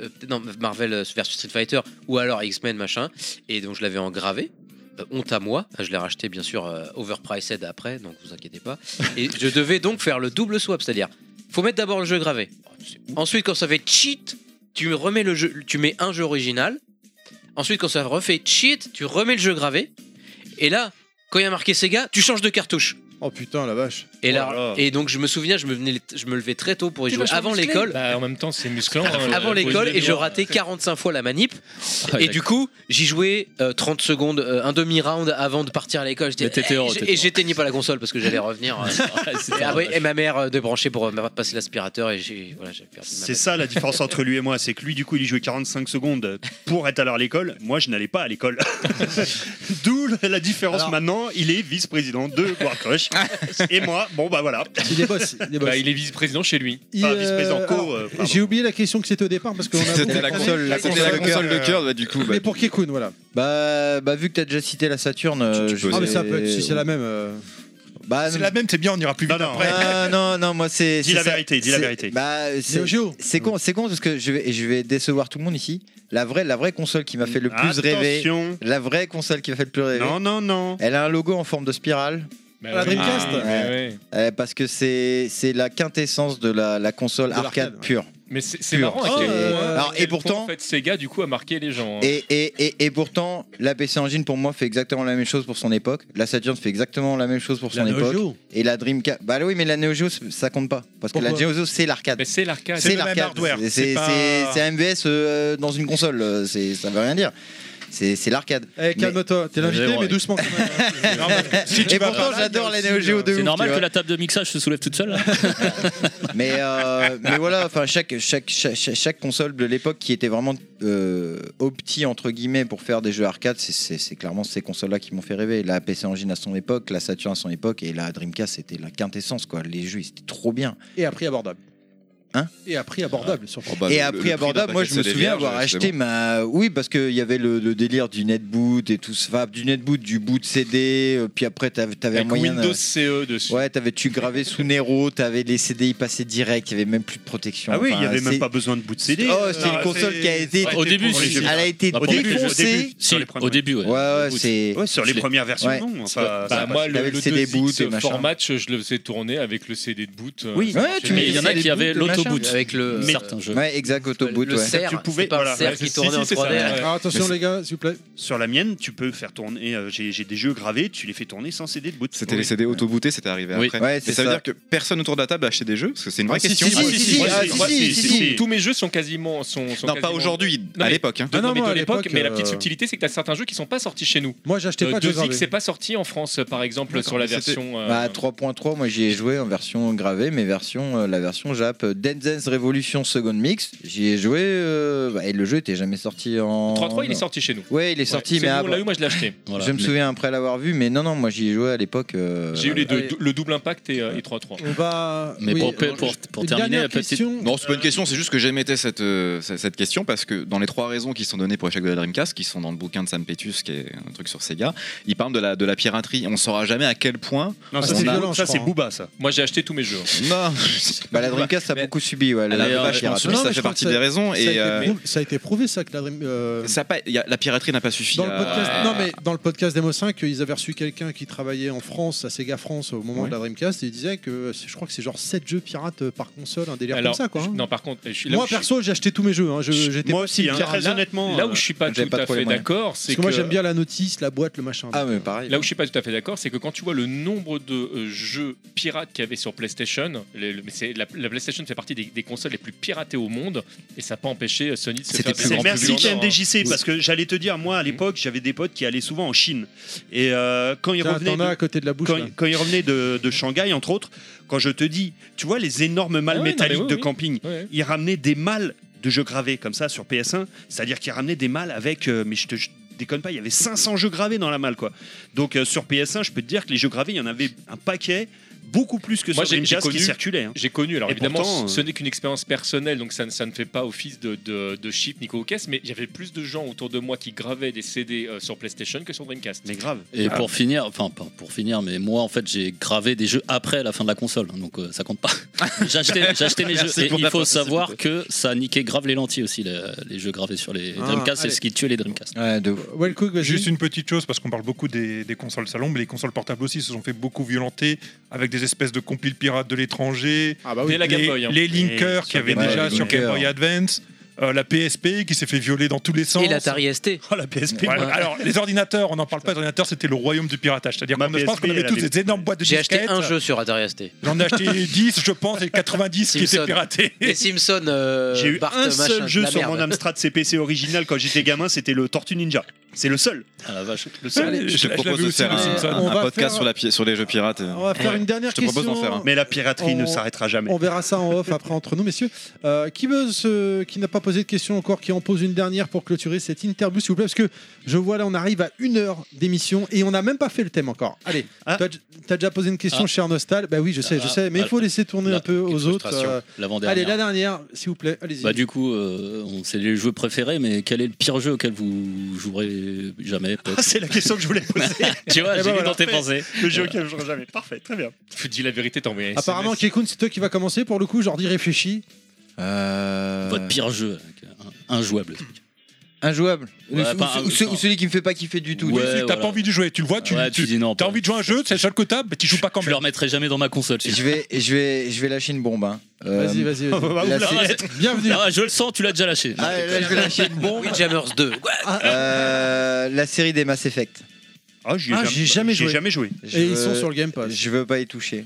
[SPEAKER 2] euh, non Marvel versus Street Fighter ou alors X-Men machin. Et donc je l'avais en gravé. Euh, honte à moi, je l'ai racheté bien sûr euh, overpriced après, donc vous inquiétez pas. Et je devais donc faire le double swap, c'est-à-dire faut mettre d'abord le jeu gravé. Ensuite, quand ça fait cheat, tu remets le jeu, tu mets un jeu original. Ensuite, quand ça refait cheat, tu remets le jeu gravé. Et là, quand il y a marqué Sega, tu changes de cartouche.
[SPEAKER 1] Oh putain, la vache.
[SPEAKER 2] Et,
[SPEAKER 5] Oh
[SPEAKER 2] là,
[SPEAKER 5] là là.
[SPEAKER 2] et donc je me souviens, je me, venais- je me levais très tôt pour y
[SPEAKER 9] T'es
[SPEAKER 2] jouer
[SPEAKER 9] vachement
[SPEAKER 2] avant
[SPEAKER 9] musclé.
[SPEAKER 2] l'école.
[SPEAKER 5] Bah, en même temps, c'est musclant. hein,
[SPEAKER 2] Avant
[SPEAKER 5] euh,
[SPEAKER 2] l'école,
[SPEAKER 5] poser
[SPEAKER 2] et
[SPEAKER 5] des
[SPEAKER 2] je
[SPEAKER 5] doigts.
[SPEAKER 2] ratais 45 fois la manip. et du coup, j'y jouais euh, 30 secondes, euh, un demi-round avant de partir à l'école. J'étais-
[SPEAKER 4] Mais t'étais heureux,
[SPEAKER 2] et
[SPEAKER 4] t'étais
[SPEAKER 2] et j'éteignais pas la console parce que j'allais revenir. euh, et, après, et ma mère euh, débranchait pour euh, passer l'aspirateur. Et j'ai voilà, j'ai perdu ma
[SPEAKER 6] C'est ça la différence entre lui et moi, c'est que lui, du coup, il y jouait 45 secondes pour être à l'heure à l'école. Moi, je n'allais pas à l'école. D'où la différence
[SPEAKER 1] Alors-
[SPEAKER 6] maintenant, il est vice-président de War Crush. et moi, bon, bah voilà.
[SPEAKER 1] Il est boss. Il est boss.
[SPEAKER 5] Bah, il est vice-président chez lui.
[SPEAKER 1] Il,
[SPEAKER 6] Enfin,
[SPEAKER 1] euh,
[SPEAKER 6] vice-président co.
[SPEAKER 1] alors,
[SPEAKER 6] euh, pardon.
[SPEAKER 1] J'ai oublié la question que c'était au départ parce qu'on a.
[SPEAKER 3] C'était
[SPEAKER 1] on a
[SPEAKER 3] la
[SPEAKER 1] cramé.
[SPEAKER 3] console, la
[SPEAKER 1] C'était
[SPEAKER 3] console,
[SPEAKER 1] la
[SPEAKER 3] la console de cœur, bah, du coup. bah,
[SPEAKER 1] Mais pour Kekun, voilà.
[SPEAKER 8] Bah, bah, vu que t'as déjà cité la Saturne. euh,
[SPEAKER 3] tu
[SPEAKER 8] je
[SPEAKER 3] peux-
[SPEAKER 1] Ah, mais
[SPEAKER 8] vais-
[SPEAKER 1] ça peut être si c'est la même. euh,
[SPEAKER 8] Bah,
[SPEAKER 7] C'est la même, c'est bien, on ira plus
[SPEAKER 6] Non,
[SPEAKER 7] vite
[SPEAKER 6] non.
[SPEAKER 7] après.
[SPEAKER 8] Ah, non, non, moi c'est.
[SPEAKER 6] Dis
[SPEAKER 8] c'est
[SPEAKER 6] la
[SPEAKER 8] ça-
[SPEAKER 6] vérité, dis la
[SPEAKER 8] c'est-
[SPEAKER 6] vérité.
[SPEAKER 8] Bah, c'est
[SPEAKER 1] Neo Geo.
[SPEAKER 8] c'est con, c'est con parce que je vais, je vais décevoir tout le monde ici. La vraie, la vraie console qui m'a fait le plus rêver,
[SPEAKER 6] Attention.
[SPEAKER 8] la vraie console qui m'a fait le plus rêver.
[SPEAKER 6] Non, non, non.
[SPEAKER 8] Elle a un logo en forme de spirale
[SPEAKER 5] Bah,
[SPEAKER 1] La
[SPEAKER 5] oui,
[SPEAKER 1] Dreamcast.
[SPEAKER 5] mais
[SPEAKER 8] Ouais.
[SPEAKER 5] ouais.
[SPEAKER 8] euh, parce que c'est c'est la quintessence de la, la console
[SPEAKER 1] De l'arcade,
[SPEAKER 8] arcade
[SPEAKER 1] ouais.
[SPEAKER 8] pure.
[SPEAKER 5] Mais c'est c'est
[SPEAKER 8] Pur.
[SPEAKER 5] marrant. hein, à
[SPEAKER 1] Oh,
[SPEAKER 5] quel
[SPEAKER 1] euh,
[SPEAKER 5] point-
[SPEAKER 8] alors,
[SPEAKER 5] à
[SPEAKER 8] et
[SPEAKER 5] quel point,
[SPEAKER 8] pourtant-
[SPEAKER 5] En fait, Sega, du coup, a marqué les gens. hein.
[SPEAKER 8] Et, et, et, et pourtant, la PC Engine pour moi fait exactement la même chose pour son époque. La Saturn fait exactement la même chose pour son
[SPEAKER 1] la Neo
[SPEAKER 8] époque.
[SPEAKER 1] Geo.
[SPEAKER 8] Et la Dreamcast. Bah oui, mais la Neo Geo ça compte pas parce que la
[SPEAKER 1] Pourquoi
[SPEAKER 8] Neo Geo c'est l'arcade.
[SPEAKER 5] Mais c'est l'arcade.
[SPEAKER 8] C'est
[SPEAKER 7] le même
[SPEAKER 8] l'arcade.
[SPEAKER 7] hardware,
[SPEAKER 8] C'est-
[SPEAKER 7] c'est
[SPEAKER 8] C'est
[SPEAKER 7] pas-
[SPEAKER 8] c'est- c'est MVS euh, dans une console. euh, c'est- Ça veut rien dire. C'est c'est l'arcade.
[SPEAKER 1] Eh, calme-toi, t'es l'invité,
[SPEAKER 4] Mais-
[SPEAKER 1] mais doucement quand même.
[SPEAKER 7] Non, parce que si tu
[SPEAKER 8] Et
[SPEAKER 7] vas
[SPEAKER 8] pourtant,
[SPEAKER 7] pas là,
[SPEAKER 8] j'adore
[SPEAKER 7] il y
[SPEAKER 8] la
[SPEAKER 7] a
[SPEAKER 8] Neo
[SPEAKER 7] aussi,
[SPEAKER 8] Geo
[SPEAKER 7] euh,
[SPEAKER 8] de
[SPEAKER 4] C'est
[SPEAKER 8] ouf,
[SPEAKER 4] normal
[SPEAKER 8] tu
[SPEAKER 4] que
[SPEAKER 8] vois.
[SPEAKER 4] la table de mixage se soulève toute seule. là.
[SPEAKER 8] Mais, euh, mais voilà, enfin, chaque, chaque, chaque, chaque console de l'époque qui était vraiment euh, opti entre guillemets pour faire des jeux arcade, c'est- c'est c'est clairement ces consoles-là qui m'ont fait rêver. La PC Engine à son époque, la Saturn à son époque et la Dreamcast, c'était la quintessence. quoi. Les jeux, c'était trop bien.
[SPEAKER 1] Et à prix abordable.
[SPEAKER 8] Hein
[SPEAKER 1] Et à prix abordable, surtout.
[SPEAKER 3] oh, bah,
[SPEAKER 8] et
[SPEAKER 3] le-
[SPEAKER 8] à
[SPEAKER 3] le
[SPEAKER 8] prix
[SPEAKER 3] prix d'un
[SPEAKER 8] abordable, moi je
[SPEAKER 3] paquet de
[SPEAKER 8] me
[SPEAKER 3] CD
[SPEAKER 8] souviens
[SPEAKER 3] vierge,
[SPEAKER 8] avoir
[SPEAKER 3] c'est
[SPEAKER 8] acheté
[SPEAKER 3] bon.
[SPEAKER 8] ma. Oui, parce qu'il y avait le, le délire du netboot et tout ça. Enfin, du netboot, du boot CD. euh, Puis après, t'avais t'avais un
[SPEAKER 5] Avec
[SPEAKER 8] moyen. de-
[SPEAKER 5] Windows
[SPEAKER 3] E
[SPEAKER 5] CE dessus.
[SPEAKER 8] Ouais, t'avais tu gravé sous Nero, t'avais les CDI passés direct, il y avait même plus de protection.
[SPEAKER 6] Ah oui, il n'y
[SPEAKER 8] Enfin,
[SPEAKER 6] avait même
[SPEAKER 8] c'est-
[SPEAKER 6] pas besoin de bout de CD.
[SPEAKER 8] Oh, c'est une console qui a été.
[SPEAKER 4] Au début,
[SPEAKER 6] pour les
[SPEAKER 4] si.
[SPEAKER 6] jeux.
[SPEAKER 8] Elle a été
[SPEAKER 4] Bah,
[SPEAKER 6] au début, au
[SPEAKER 8] défoncée.
[SPEAKER 6] début. sur
[SPEAKER 4] Si,
[SPEAKER 6] les premiers.
[SPEAKER 4] au début, ouais.
[SPEAKER 8] Ouais, ouais,
[SPEAKER 4] Au bout.
[SPEAKER 8] c'est.
[SPEAKER 6] Ouais, sur les premières versions,
[SPEAKER 8] Ouais.
[SPEAKER 6] non. Enfin,
[SPEAKER 5] Bah,
[SPEAKER 8] ça,
[SPEAKER 5] moi,
[SPEAKER 8] t'avais
[SPEAKER 5] le,
[SPEAKER 8] le
[SPEAKER 5] le
[SPEAKER 8] CD
[SPEAKER 5] 2X
[SPEAKER 8] boot et machin.
[SPEAKER 5] format, je je le faisais tourner avec le CD de boot. euh,
[SPEAKER 8] Oui,
[SPEAKER 5] ça
[SPEAKER 8] ouais,
[SPEAKER 5] marchait
[SPEAKER 8] tu
[SPEAKER 5] bien.
[SPEAKER 4] Mais il y en a
[SPEAKER 8] c'est
[SPEAKER 4] qui
[SPEAKER 8] les boots,
[SPEAKER 4] avaient
[SPEAKER 8] le machin.
[SPEAKER 4] l'autoboot.
[SPEAKER 2] Avec le
[SPEAKER 4] Certains jeux.
[SPEAKER 8] Ouais, exact, autoboot,
[SPEAKER 2] le
[SPEAKER 8] ouais.
[SPEAKER 2] cerf,
[SPEAKER 6] Tu pouvais-
[SPEAKER 2] c'est pas
[SPEAKER 6] voilà.
[SPEAKER 2] un cerf
[SPEAKER 5] Ouais,
[SPEAKER 2] qui
[SPEAKER 5] si,
[SPEAKER 2] tournait
[SPEAKER 5] si,
[SPEAKER 2] en
[SPEAKER 5] c'est
[SPEAKER 2] 3D.
[SPEAKER 5] ça,
[SPEAKER 2] ouais.
[SPEAKER 5] ouais.
[SPEAKER 1] Ah, attention les gars, s'il vous plaît.
[SPEAKER 6] sur la mienne, tu peux faire tourner. euh, J'ai j'ai des jeux gravés, tu les fais tourner sans CD de boot.
[SPEAKER 3] C'était les CD autobootés, c'était arrivé
[SPEAKER 4] Oui.
[SPEAKER 3] après.
[SPEAKER 8] Ouais,
[SPEAKER 3] Mais
[SPEAKER 8] c'est
[SPEAKER 3] ça, veut
[SPEAKER 8] ça.
[SPEAKER 3] dire que personne autour de la table a acheté des jeux Parce que c'est une vraie
[SPEAKER 8] Ah, si,
[SPEAKER 3] question.
[SPEAKER 8] si, si,
[SPEAKER 3] Ah,
[SPEAKER 8] si, si,
[SPEAKER 5] ouais,
[SPEAKER 8] ah,
[SPEAKER 5] c'est-
[SPEAKER 8] si,
[SPEAKER 5] ouais,
[SPEAKER 8] si,
[SPEAKER 5] c'est-
[SPEAKER 8] si,
[SPEAKER 5] tous-
[SPEAKER 8] si.
[SPEAKER 5] Tous mes jeux sont quasiment. Sont, sont
[SPEAKER 3] Non, pas
[SPEAKER 5] quasiment-
[SPEAKER 3] aujourd'hui, à
[SPEAKER 5] Non, mais-
[SPEAKER 3] l'époque. hein.
[SPEAKER 5] Non,
[SPEAKER 1] Non, non,
[SPEAKER 5] non, mais
[SPEAKER 1] moi,
[SPEAKER 5] de
[SPEAKER 1] à
[SPEAKER 5] l'époque,
[SPEAKER 1] l'époque,
[SPEAKER 5] mais la
[SPEAKER 1] euh,
[SPEAKER 5] petite subtilité, c'est que tu as certains jeux qui sont pas sortis chez nous.
[SPEAKER 1] Moi, j'achetais
[SPEAKER 5] Euh,
[SPEAKER 1] pas de jeux
[SPEAKER 5] 2X,
[SPEAKER 1] gravés.
[SPEAKER 5] c'est pas sorti en France, euh, par exemple, sur la
[SPEAKER 3] mais c'était-
[SPEAKER 5] version. euh,
[SPEAKER 8] Bah, 3.3, moi j'y ai joué en version gravée, mais version, euh, la version Jap. euh, Dance Dance Revolution Second Mix, j'y ai joué euh, bah, et le jeu était jamais sorti en.
[SPEAKER 5] 3.3, il est sorti chez nous.
[SPEAKER 8] Ouais, il est sorti,
[SPEAKER 5] Ouais, c'est
[SPEAKER 8] mais
[SPEAKER 5] nous,
[SPEAKER 8] après-
[SPEAKER 5] on l'a eu, moi je l'ai acheté.
[SPEAKER 4] Voilà.
[SPEAKER 8] je me
[SPEAKER 4] Mais-
[SPEAKER 8] souviens après l'avoir vu, mais non, non, moi j'y ai joué à l'époque. euh,
[SPEAKER 5] J'ai eu les deux,
[SPEAKER 1] allez.
[SPEAKER 5] dou- le double impact et, euh, et 3.3.
[SPEAKER 1] On va.
[SPEAKER 4] Mais
[SPEAKER 1] oui,
[SPEAKER 4] pour,
[SPEAKER 1] euh,
[SPEAKER 4] pour, pour
[SPEAKER 1] une
[SPEAKER 4] terminer,
[SPEAKER 1] dernière
[SPEAKER 4] la petite-
[SPEAKER 1] question. Euh,
[SPEAKER 3] Non, c'est pas une question, c'est juste que j'émettais cette, euh, cette cette question parce que dans les trois raisons qui sont données pour l'échec de la Dreamcast, qui sont dans le bouquin de Sam Petus, qui est un truc sur Sega, il parle de la, de la piraterie. On saura jamais à quel point.
[SPEAKER 6] Non,
[SPEAKER 1] Ah,
[SPEAKER 6] ça,
[SPEAKER 1] c'est
[SPEAKER 6] c'est
[SPEAKER 1] violent,
[SPEAKER 6] ça,
[SPEAKER 1] je
[SPEAKER 6] c'est
[SPEAKER 1] crois, hein.
[SPEAKER 6] Booba, ça.
[SPEAKER 5] Moi j'ai acheté tous mes jeux.
[SPEAKER 3] Non,
[SPEAKER 8] Bah, la Dreamcast a
[SPEAKER 5] Mais-
[SPEAKER 8] beaucoup subi. Ouais,
[SPEAKER 3] Elle a
[SPEAKER 8] la- la
[SPEAKER 3] vachement
[SPEAKER 8] piraterie.
[SPEAKER 3] subi,
[SPEAKER 1] euh, Non, mais
[SPEAKER 3] ça
[SPEAKER 1] je
[SPEAKER 3] fait
[SPEAKER 1] crois
[SPEAKER 3] partie
[SPEAKER 1] que
[SPEAKER 3] des raisons.
[SPEAKER 1] Ça a,
[SPEAKER 3] Et
[SPEAKER 1] été
[SPEAKER 3] euh,
[SPEAKER 1] prou- ça a été prouvé ça que la, euh,
[SPEAKER 3] ça euh, a pas- y a- la piraterie n'a pas suffi.
[SPEAKER 1] dans le
[SPEAKER 3] à-
[SPEAKER 1] podcast, non mais dans le podcast Demo 5, ils avaient reçu quelqu'un qui travaillait en France à Sega France au moment
[SPEAKER 3] Ouais.
[SPEAKER 1] de la Dreamcast et il disait que c'est- je crois que c'est genre 7 jeux pirates euh, par console, un délire
[SPEAKER 5] Alors,
[SPEAKER 1] comme ça quoi.
[SPEAKER 5] je-
[SPEAKER 1] hein.
[SPEAKER 5] Non, par contre, je suis là
[SPEAKER 1] moi
[SPEAKER 5] où je suis-
[SPEAKER 1] perso, j'ai acheté tous mes jeux. hein. Je- J'étais
[SPEAKER 6] Moi aussi, hein,
[SPEAKER 5] Car
[SPEAKER 6] très
[SPEAKER 5] là-
[SPEAKER 6] honnêtement.
[SPEAKER 5] Là
[SPEAKER 6] euh,
[SPEAKER 5] où je suis pas tout
[SPEAKER 8] j'avais pas
[SPEAKER 5] à
[SPEAKER 8] trop les
[SPEAKER 5] fait
[SPEAKER 8] moyens.
[SPEAKER 5] d'accord,
[SPEAKER 1] parce
[SPEAKER 5] c'est
[SPEAKER 1] que, moi
[SPEAKER 5] que-
[SPEAKER 1] j'aime bien la notice, la boîte, le machin.
[SPEAKER 8] Ah, mais pareil.
[SPEAKER 5] Là où je suis pas tout à fait d'accord, c'est que quand tu vois le nombre de euh, jeux pirates qu'il y avait sur PlayStation, le- le- mais c'est- la, la PlayStation fait partie des, des consoles les plus piratées au monde, et ça n'a pas empêché euh, Sony de se
[SPEAKER 3] C'était
[SPEAKER 5] faire
[SPEAKER 3] plus
[SPEAKER 5] des
[SPEAKER 6] C'est
[SPEAKER 3] grand
[SPEAKER 6] merci
[SPEAKER 5] publics en or, hein.
[SPEAKER 6] KMDJC parce que j'allais te dire moi à l'époque j'avais des potes qui allaient souvent en Chine et euh, quand ils
[SPEAKER 1] Tiens,
[SPEAKER 6] revenaient
[SPEAKER 1] t'en as
[SPEAKER 6] de-
[SPEAKER 1] à côté de la bouche.
[SPEAKER 6] quand,
[SPEAKER 1] là.
[SPEAKER 6] quand ils revenaient de, de Shanghai entre autres quand je te dis tu vois les énormes malles
[SPEAKER 5] Ah oui, non, mais
[SPEAKER 6] métalliques
[SPEAKER 5] oui,
[SPEAKER 6] de
[SPEAKER 5] oui.
[SPEAKER 6] camping
[SPEAKER 5] Ouais.
[SPEAKER 6] ils ramenaient des malles de jeux gravés comme ça sur PS1 c'est-à-dire qu'ils ramenaient des malles avec euh, mais je te je déconne pas il y avait 500 jeux gravés dans la malle quoi donc euh, sur PS1 je peux te dire que les jeux gravés il y en avait un paquet beaucoup plus que
[SPEAKER 5] Moi,
[SPEAKER 6] sur
[SPEAKER 5] j'ai-
[SPEAKER 6] Dreamcast
[SPEAKER 5] j'ai
[SPEAKER 6] qui
[SPEAKER 5] connu-
[SPEAKER 6] circulait hein.
[SPEAKER 5] J'ai connu, alors
[SPEAKER 6] Et
[SPEAKER 5] évidemment,
[SPEAKER 6] pourtant, euh,
[SPEAKER 5] ce n'est qu'une expérience personnelle, donc ça, ne- ça ne fait pas office de, de, de chip ni caisse, mais il y avait plus de gens autour de moi qui gravaient des CD euh, sur PlayStation que sur Dreamcast. Ah.
[SPEAKER 6] mais grave
[SPEAKER 4] Et pour finir, enfin pas pour finir, mais moi en fait j'ai gravé des jeux après la fin de la console, hein, donc euh, ça compte pas. J'achetais j'achetais mes jeux.
[SPEAKER 3] Merci
[SPEAKER 4] Et
[SPEAKER 3] pour
[SPEAKER 4] il
[SPEAKER 3] la
[SPEAKER 4] faut
[SPEAKER 3] participation.
[SPEAKER 4] savoir que ça niquait grave les lentilles aussi, les, les jeux gravés sur les
[SPEAKER 1] Ah,
[SPEAKER 4] Dreamcast, c'est
[SPEAKER 1] allez.
[SPEAKER 4] ce qui tuait les Dreamcast.
[SPEAKER 8] Ouais, de ouf.
[SPEAKER 1] Well, Cook, vas-y.
[SPEAKER 7] Juste une petite chose, parce qu'on parle beaucoup des, des consoles salon, mais les consoles portables aussi se sont fait beaucoup violenter avec des espèces de compiles pirates de l'étranger,
[SPEAKER 1] Ah bah
[SPEAKER 5] Dès
[SPEAKER 1] oui.
[SPEAKER 5] la Game
[SPEAKER 7] les,
[SPEAKER 5] Boy, hein.
[SPEAKER 7] les
[SPEAKER 6] Et
[SPEAKER 7] Linkers
[SPEAKER 6] sur
[SPEAKER 7] qui avaient
[SPEAKER 6] Game
[SPEAKER 8] Boy,
[SPEAKER 7] déjà
[SPEAKER 8] les
[SPEAKER 7] sur Game
[SPEAKER 8] Linkers.
[SPEAKER 7] Boy Advance, euh, la PSP qui s'est fait violer dans tous les sens.
[SPEAKER 2] Et l'Atari ST.
[SPEAKER 6] oh la PSP
[SPEAKER 7] Ouais, Alors, les ordinateurs, on n'en parle pas, les ordinateurs, c'était le royaume du piratage. C'est-à-dire
[SPEAKER 6] Ma
[SPEAKER 7] qu'on Ah, je pense
[SPEAKER 6] PSP,
[SPEAKER 7] qu'on avait
[SPEAKER 6] elle
[SPEAKER 7] tous
[SPEAKER 6] avait-
[SPEAKER 7] des énormes boîtes de
[SPEAKER 2] J'ai acheté
[SPEAKER 7] disquettes.
[SPEAKER 2] un jeu sur Atari ST.
[SPEAKER 7] J'en ai acheté 10, je pense, et 90 qui
[SPEAKER 2] Simpson.
[SPEAKER 7] étaient piratés.
[SPEAKER 2] Les Simpsons. euh,
[SPEAKER 6] J'ai eu
[SPEAKER 2] Bart,
[SPEAKER 6] un
[SPEAKER 2] machin,
[SPEAKER 6] seul jeu
[SPEAKER 2] la
[SPEAKER 6] sur
[SPEAKER 2] merde.
[SPEAKER 6] mon Amstrad CPC original quand j'étais gamin, c'était le Tortue Ninja. C'est le seul.
[SPEAKER 4] Ah la vache.
[SPEAKER 6] Le seul.
[SPEAKER 1] Allez,
[SPEAKER 3] Je
[SPEAKER 7] Je
[SPEAKER 3] te
[SPEAKER 7] l'avais
[SPEAKER 3] propose de
[SPEAKER 7] aussi,
[SPEAKER 3] faire un,
[SPEAKER 1] les Simpsons.
[SPEAKER 3] un
[SPEAKER 1] On va
[SPEAKER 3] podcast
[SPEAKER 1] faire-
[SPEAKER 3] sur, la pi- sur les jeux pirates. euh.
[SPEAKER 1] On va faire une dernière
[SPEAKER 3] Je te propose
[SPEAKER 1] question.
[SPEAKER 3] d'en faire un.
[SPEAKER 6] Mais la piraterie ne
[SPEAKER 1] On-
[SPEAKER 6] s'arrêtera jamais.
[SPEAKER 1] On verra ça en off après entre nous, messieurs. Euh, qui veut ce- qui n'a pas posé de question encore, qui en pose une dernière pour clôturer cette interview, s'il vous plaît, parce que je vois là, on arrive à une heure d'émission et on n'a même pas fait le thème encore. Allez,
[SPEAKER 6] Ah.
[SPEAKER 1] t'as t'as déjà posé une question,
[SPEAKER 4] Ah.
[SPEAKER 1] cher Nostal. Bah oui, je sais, je
[SPEAKER 4] Ah,
[SPEAKER 1] sais, mais il
[SPEAKER 4] ah,
[SPEAKER 1] faut laisser tourner
[SPEAKER 4] là,
[SPEAKER 1] un peu
[SPEAKER 2] quelle
[SPEAKER 1] aux autres.
[SPEAKER 2] frustration.
[SPEAKER 1] Euh,
[SPEAKER 4] L'avant-dernière.
[SPEAKER 1] allez, la dernière, s'il vous plaît, allez-y.
[SPEAKER 4] Bah du coup, euh, on c'est les jeux préférés, mais quel est le pire jeu auquel vous jouerez jamais peut-être
[SPEAKER 6] Ah, C'est la question que je voulais poser.
[SPEAKER 4] Tu vois,
[SPEAKER 6] Eh ben
[SPEAKER 4] j'ai lu
[SPEAKER 6] voilà,
[SPEAKER 4] dans tes
[SPEAKER 6] fait.
[SPEAKER 4] pensées.
[SPEAKER 6] le jeu auquel je jouerai jamais. Parfait, très bien.
[SPEAKER 5] Tu dis la vérité, t'en mets un SMS.
[SPEAKER 1] Apparemment, Kekun, c'est toi qui va commencer. Pour le coup, Jordi réfléchit.
[SPEAKER 8] Euh,
[SPEAKER 4] Votre pire jeu, euh, injouable.
[SPEAKER 8] Injouable.
[SPEAKER 4] Ouais,
[SPEAKER 8] ou,
[SPEAKER 4] pas
[SPEAKER 8] ou-
[SPEAKER 4] un-
[SPEAKER 8] ou ce-
[SPEAKER 4] non.
[SPEAKER 8] ou celui qui me fait pas kiffer du tout.
[SPEAKER 7] Oui,
[SPEAKER 4] Ouais,
[SPEAKER 7] si, T'as
[SPEAKER 4] voilà.
[SPEAKER 7] pas envie de jouer, tu le vois, tu,
[SPEAKER 4] Ouais,
[SPEAKER 7] tu-
[SPEAKER 4] tu dis non,
[SPEAKER 7] t'as
[SPEAKER 4] pas-
[SPEAKER 7] envie de jouer à un jeu, c'est le seul quotable, mais tu joues pas quand
[SPEAKER 4] Je
[SPEAKER 7] même.
[SPEAKER 4] le remettrai jamais dans ma console. c'est-
[SPEAKER 8] Je vais, je vais, je vais lâcher une bombe. hein. Euh,
[SPEAKER 1] Vas-y, vas-y, vas-y.
[SPEAKER 6] Bah,
[SPEAKER 8] la
[SPEAKER 6] oula,
[SPEAKER 8] sé-
[SPEAKER 6] arrête.
[SPEAKER 1] Bienvenue.
[SPEAKER 4] Ah, je le sens, tu l'as déjà lâché.
[SPEAKER 8] Ah, là, je vais lâcher une bombe.
[SPEAKER 2] Windjammers 2.
[SPEAKER 8] Euh, la série des Mass Effect.
[SPEAKER 6] Ah, j'y ai
[SPEAKER 1] Ah,
[SPEAKER 6] jamais,
[SPEAKER 1] j'ai jamais
[SPEAKER 6] j'y ai
[SPEAKER 1] joué.
[SPEAKER 6] jamais joué.
[SPEAKER 8] Je
[SPEAKER 1] Et ils
[SPEAKER 8] veux-
[SPEAKER 1] sont sur le Game Pass.
[SPEAKER 8] Je veux pas y toucher.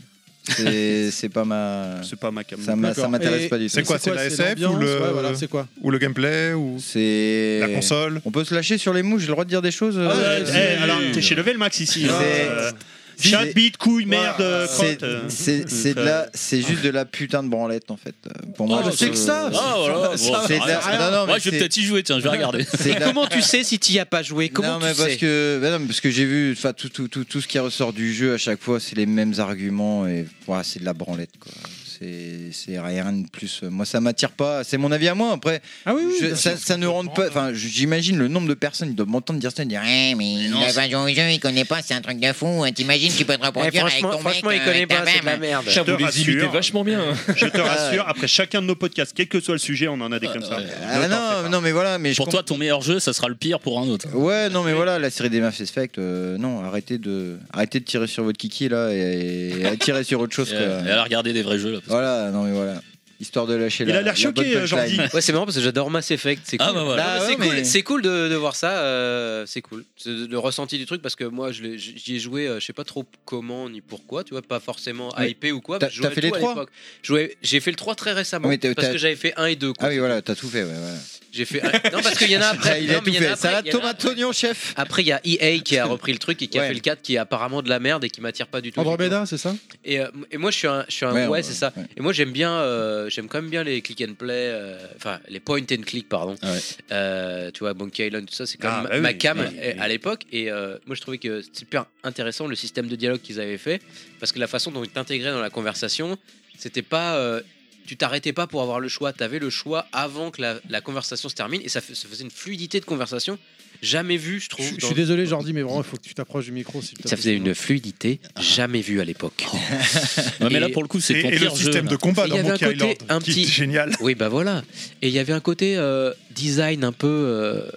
[SPEAKER 8] C'est c'est pas ma.
[SPEAKER 6] C'est pas ma cam.
[SPEAKER 8] Ça m'a- ça
[SPEAKER 1] D'accord.
[SPEAKER 8] m'intéresse
[SPEAKER 1] Et-
[SPEAKER 8] pas du tout.
[SPEAKER 7] C'est quoi, c'est la SF ou
[SPEAKER 1] l'ambiance
[SPEAKER 7] le-
[SPEAKER 1] Ouais, voilà, c'est quoi
[SPEAKER 7] Ou le gameplay, ou
[SPEAKER 8] C'est.
[SPEAKER 7] la console.
[SPEAKER 8] On peut se lâcher sur les mouches, j'ai le droit de dire des choses euh,
[SPEAKER 6] Ah,
[SPEAKER 1] ouais,
[SPEAKER 6] eh,
[SPEAKER 1] c'est-
[SPEAKER 6] alors, t'es chez Level Max ici. hein.
[SPEAKER 8] C'est-
[SPEAKER 6] Euh,
[SPEAKER 8] c'est-
[SPEAKER 6] Chat, bite, couille,
[SPEAKER 1] Voilà.
[SPEAKER 6] merde, euh,
[SPEAKER 8] C'est
[SPEAKER 6] crotte. euh.
[SPEAKER 8] c'est- c'est de la- c'est juste de la putain de branlette en fait. Euh, Pour moi,
[SPEAKER 1] Oh,
[SPEAKER 8] je- oh,
[SPEAKER 1] c'est que ça
[SPEAKER 4] Ah, voilà, bon, ça
[SPEAKER 8] C'est de
[SPEAKER 6] Ah,
[SPEAKER 8] la-
[SPEAKER 4] va.
[SPEAKER 8] non, non, mais
[SPEAKER 4] Moi, je vais
[SPEAKER 8] c'est-
[SPEAKER 4] peut-être y jouer, tiens, je vais regarder.
[SPEAKER 8] c'est de la-
[SPEAKER 2] Comment tu sais si tu n'y as pas joué Comment
[SPEAKER 8] non,
[SPEAKER 2] tu
[SPEAKER 8] mais
[SPEAKER 2] sais
[SPEAKER 8] parce que, bah non, mais parce que j'ai vu enfin, tout, tout, tout, tout ce qui ressort du jeu à chaque fois, c'est les mêmes arguments et ouah, c'est de la branlette. quoi. C'est c'est rien de plus. Moi, ça m'attire pas. C'est mon avis à moi. Après,
[SPEAKER 1] Ah oui, oui.
[SPEAKER 8] je-
[SPEAKER 1] bien sûr.
[SPEAKER 8] ça, ça ne rend pas. Enfin, j'imagine le nombre de personnes qui doivent m'entendre dire ça et dire eh,
[SPEAKER 9] Ouais, mais il
[SPEAKER 4] non,
[SPEAKER 9] a pas joué au jeu, il connaît pas, c'est un truc de fou. hein. T'imagines, tu peux te
[SPEAKER 2] Eh,
[SPEAKER 9] reproduire avec
[SPEAKER 2] franchement,
[SPEAKER 9] ton
[SPEAKER 2] franchement,
[SPEAKER 9] mec.
[SPEAKER 2] il
[SPEAKER 9] euh,
[SPEAKER 2] connaît
[SPEAKER 9] avec ta
[SPEAKER 2] pas, c'est de
[SPEAKER 9] femme.
[SPEAKER 2] la merde.
[SPEAKER 5] Putain,
[SPEAKER 6] Je te
[SPEAKER 5] vous les imitez
[SPEAKER 6] rassure.
[SPEAKER 5] vachement bien. hein.
[SPEAKER 6] Je te rassure, après chacun de nos podcasts, quel que soit le sujet, on en a des comme ça.
[SPEAKER 4] Ouais.
[SPEAKER 8] Ah
[SPEAKER 6] Ne t'en fais
[SPEAKER 8] non,
[SPEAKER 6] pas.
[SPEAKER 8] non, mais voilà. Mais je
[SPEAKER 4] Pour toi, ton meilleur jeu, ça sera le pire pour un autre.
[SPEAKER 8] Ouais, non, mais voilà, la série des Mass Effect, euh, non, arrêtez de, arrêtez de tirer sur votre kiki là et, et à tirer sur autre chose.
[SPEAKER 4] Et,
[SPEAKER 8] quoi.
[SPEAKER 4] euh, et aller regarder des vrais jeux. Là, parce que-
[SPEAKER 8] Voilà, non, mais voilà. Histoire de lâcher
[SPEAKER 6] Il
[SPEAKER 8] la.
[SPEAKER 6] a l'air
[SPEAKER 8] la bonne
[SPEAKER 6] choqué,
[SPEAKER 2] euh,
[SPEAKER 8] punchline.
[SPEAKER 6] Jordi.
[SPEAKER 2] Ouais, c'est marrant parce que j'adore Mass Effect. C'est cool.
[SPEAKER 4] Ah, bah voilà.
[SPEAKER 8] Bah
[SPEAKER 2] Non, mais c'est
[SPEAKER 8] ouais,
[SPEAKER 2] cool,
[SPEAKER 8] mais-
[SPEAKER 2] c'est cool de, de voir ça. euh, c'est cool. C'est le ressenti du truc parce que moi, je l'ai- j'y ai joué, euh, je sais pas trop comment ni pourquoi, tu vois, pas forcément
[SPEAKER 8] Mais
[SPEAKER 2] hypé ou quoi.
[SPEAKER 8] t'as-
[SPEAKER 2] parce que je jouais
[SPEAKER 8] t'as fait les
[SPEAKER 2] tout à
[SPEAKER 8] trois
[SPEAKER 2] l'époque. Je jouais- J'ai fait le 3 très récemment
[SPEAKER 8] Oui, t'as-
[SPEAKER 2] Ah parce
[SPEAKER 8] t'as-
[SPEAKER 2] que j'avais fait 1 et 2. quoi.
[SPEAKER 8] Ah oui, voilà, t'as tout fait. Ouais, voilà.
[SPEAKER 2] J'ai fait un- Non, parce qu'il y en a après.
[SPEAKER 8] il a
[SPEAKER 2] non, mais y
[SPEAKER 8] tout
[SPEAKER 2] en
[SPEAKER 8] fait.
[SPEAKER 2] après,
[SPEAKER 8] Salade,
[SPEAKER 2] il y en a
[SPEAKER 8] tomate,
[SPEAKER 2] après.
[SPEAKER 8] oignon, chef.
[SPEAKER 2] Après, il y a EA qui a repris le truc et qui a
[SPEAKER 8] Ouais.
[SPEAKER 2] fait le 4 qui est apparemment de la merde et qui m'attire pas du tout.
[SPEAKER 1] Andromeda, c'est ça
[SPEAKER 2] Et, euh, et moi, je suis un. Je suis un ouais, c'est ça. Et moi j'aime bien, euh, j'aime quand même bien les click and play, euh, enfin les point and click pardon.
[SPEAKER 4] Ouais.
[SPEAKER 2] Euh, tu vois, Monkey Island, tout ça, c'est quand
[SPEAKER 6] Ah,
[SPEAKER 2] même
[SPEAKER 6] bah
[SPEAKER 2] ma
[SPEAKER 6] oui,
[SPEAKER 2] cam
[SPEAKER 6] oui, oui.
[SPEAKER 2] à l'époque. Et euh, moi je trouvais que c'était super intéressant le système de dialogue qu'ils avaient fait, parce que la façon dont ils t'intégraient dans la conversation, c'était pas euh, tu t'arrêtais pas pour avoir le choix. Tu avais le choix avant que la, la conversation se termine et ça, fa- ça faisait une fluidité de conversation jamais vue, je
[SPEAKER 1] Je
[SPEAKER 2] trouve.
[SPEAKER 1] je
[SPEAKER 2] dans-
[SPEAKER 1] suis désolé, Jordi, mais vraiment, il faut que tu t'approches du micro. s'il te
[SPEAKER 2] Ça
[SPEAKER 1] plaît.
[SPEAKER 2] faisait une fluidité jamais vue à l'époque.
[SPEAKER 4] Ouais, mais
[SPEAKER 2] Et-
[SPEAKER 4] là, pour le coup, c'est
[SPEAKER 7] Et,
[SPEAKER 4] ton
[SPEAKER 7] et le
[SPEAKER 4] pire jeu.
[SPEAKER 7] système
[SPEAKER 4] là.
[SPEAKER 7] de combat
[SPEAKER 2] Il y
[SPEAKER 7] dans
[SPEAKER 2] avait un
[SPEAKER 7] Monkey
[SPEAKER 2] côté
[SPEAKER 7] Island,
[SPEAKER 2] un
[SPEAKER 7] qui
[SPEAKER 2] petit-
[SPEAKER 7] est génial.
[SPEAKER 2] Oui, bah voilà. Et il y avait un côté euh, design un peu euh,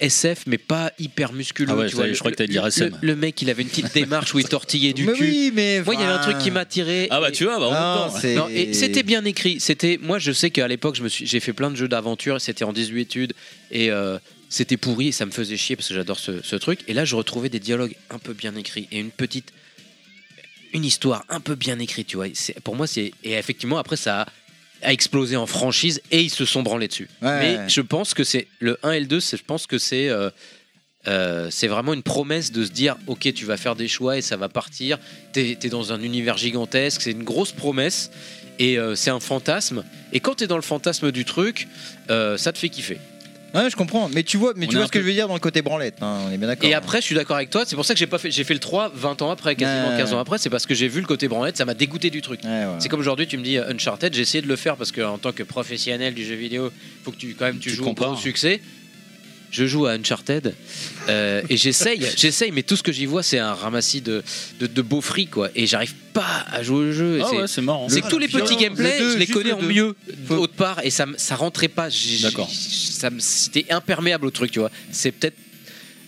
[SPEAKER 2] SF, mais pas hyper musculeux.
[SPEAKER 4] Ah ouais,
[SPEAKER 2] tu vois,
[SPEAKER 4] je crois que t'allais dire
[SPEAKER 2] le-
[SPEAKER 4] SM.
[SPEAKER 2] Le, le mec, il avait une petite démarche où il tortillait du
[SPEAKER 8] mais
[SPEAKER 2] cul.
[SPEAKER 8] oui, mais.
[SPEAKER 2] Moi, il y avait un truc qui m'attirait.
[SPEAKER 4] Ah bah
[SPEAKER 2] et-
[SPEAKER 4] tu vois, bah, en même temps.
[SPEAKER 8] c'est-
[SPEAKER 2] Non, et c'était bien écrit. C'était moi, je sais qu'à l'époque, je me suis, j'ai fait plein de jeux d'aventure. C'était en 18 études et euh, c'était pourri. Et ça me faisait chier parce que j'adore ce, ce truc. Et là, je retrouvais des dialogues un peu bien écrits et une petite, une histoire un peu bien écrite. Tu vois, C'est- pour moi, c'est et effectivement après ça. A, a explosé en franchise et ils se sont branlés dessus.
[SPEAKER 8] Ouais.
[SPEAKER 2] Mais je pense que c'est le 1 et le 2, c'est- je pense que c'est euh, euh, c'est vraiment une promesse de se dire ok tu vas faire des choix et ça va partir t'es es dans un univers gigantesque c'est une grosse promesse et euh, c'est un fantasme et quand t'es dans le fantasme du truc euh, ça te fait kiffer
[SPEAKER 8] Ouais, je comprends. Mais tu vois, mais
[SPEAKER 4] On
[SPEAKER 8] tu
[SPEAKER 4] est
[SPEAKER 8] vois
[SPEAKER 4] un
[SPEAKER 8] ce que
[SPEAKER 4] peu-
[SPEAKER 8] je veux dire dans le côté branlette. hein, on est bien d'accord.
[SPEAKER 2] et après je suis d'accord avec toi c'est pour ça que j'ai pas fait j'ai fait le 3 20 ans après quasiment
[SPEAKER 8] Ouais.
[SPEAKER 2] 15 ans après c'est parce que j'ai vu le côté branlette ça m'a dégoûté du truc
[SPEAKER 8] Ouais, voilà.
[SPEAKER 2] c'est comme aujourd'hui, tu me dis euh, Uncharted, j'ai essayé de le faire parce que en tant que professionnel du jeu vidéo, faut que tu quand même tu,
[SPEAKER 4] Tu
[SPEAKER 2] joues
[SPEAKER 4] compares.
[SPEAKER 2] au gros succès. Je joue à Uncharted euh, et j'essaye, j'essaye, mais tout ce que j'y vois, c'est un ramassis de, de, de beaux frics, quoi. Et j'arrive pas à jouer au jeu. et
[SPEAKER 4] Ah
[SPEAKER 2] c'est
[SPEAKER 4] ouais, c'est marrant.
[SPEAKER 2] c'est
[SPEAKER 8] Le-
[SPEAKER 2] que tous les
[SPEAKER 8] le
[SPEAKER 2] petits
[SPEAKER 8] deux,
[SPEAKER 2] gameplays,
[SPEAKER 8] le deux,
[SPEAKER 2] je les
[SPEAKER 8] juste
[SPEAKER 2] connais
[SPEAKER 8] le
[SPEAKER 2] en
[SPEAKER 8] deux.
[SPEAKER 2] mieux
[SPEAKER 8] Faut-
[SPEAKER 2] d'autre part et ça, me- ça rentrait pas. J'ai-
[SPEAKER 4] D'accord.
[SPEAKER 2] ça me- C'était imperméable au truc, tu vois. C'est peut-être.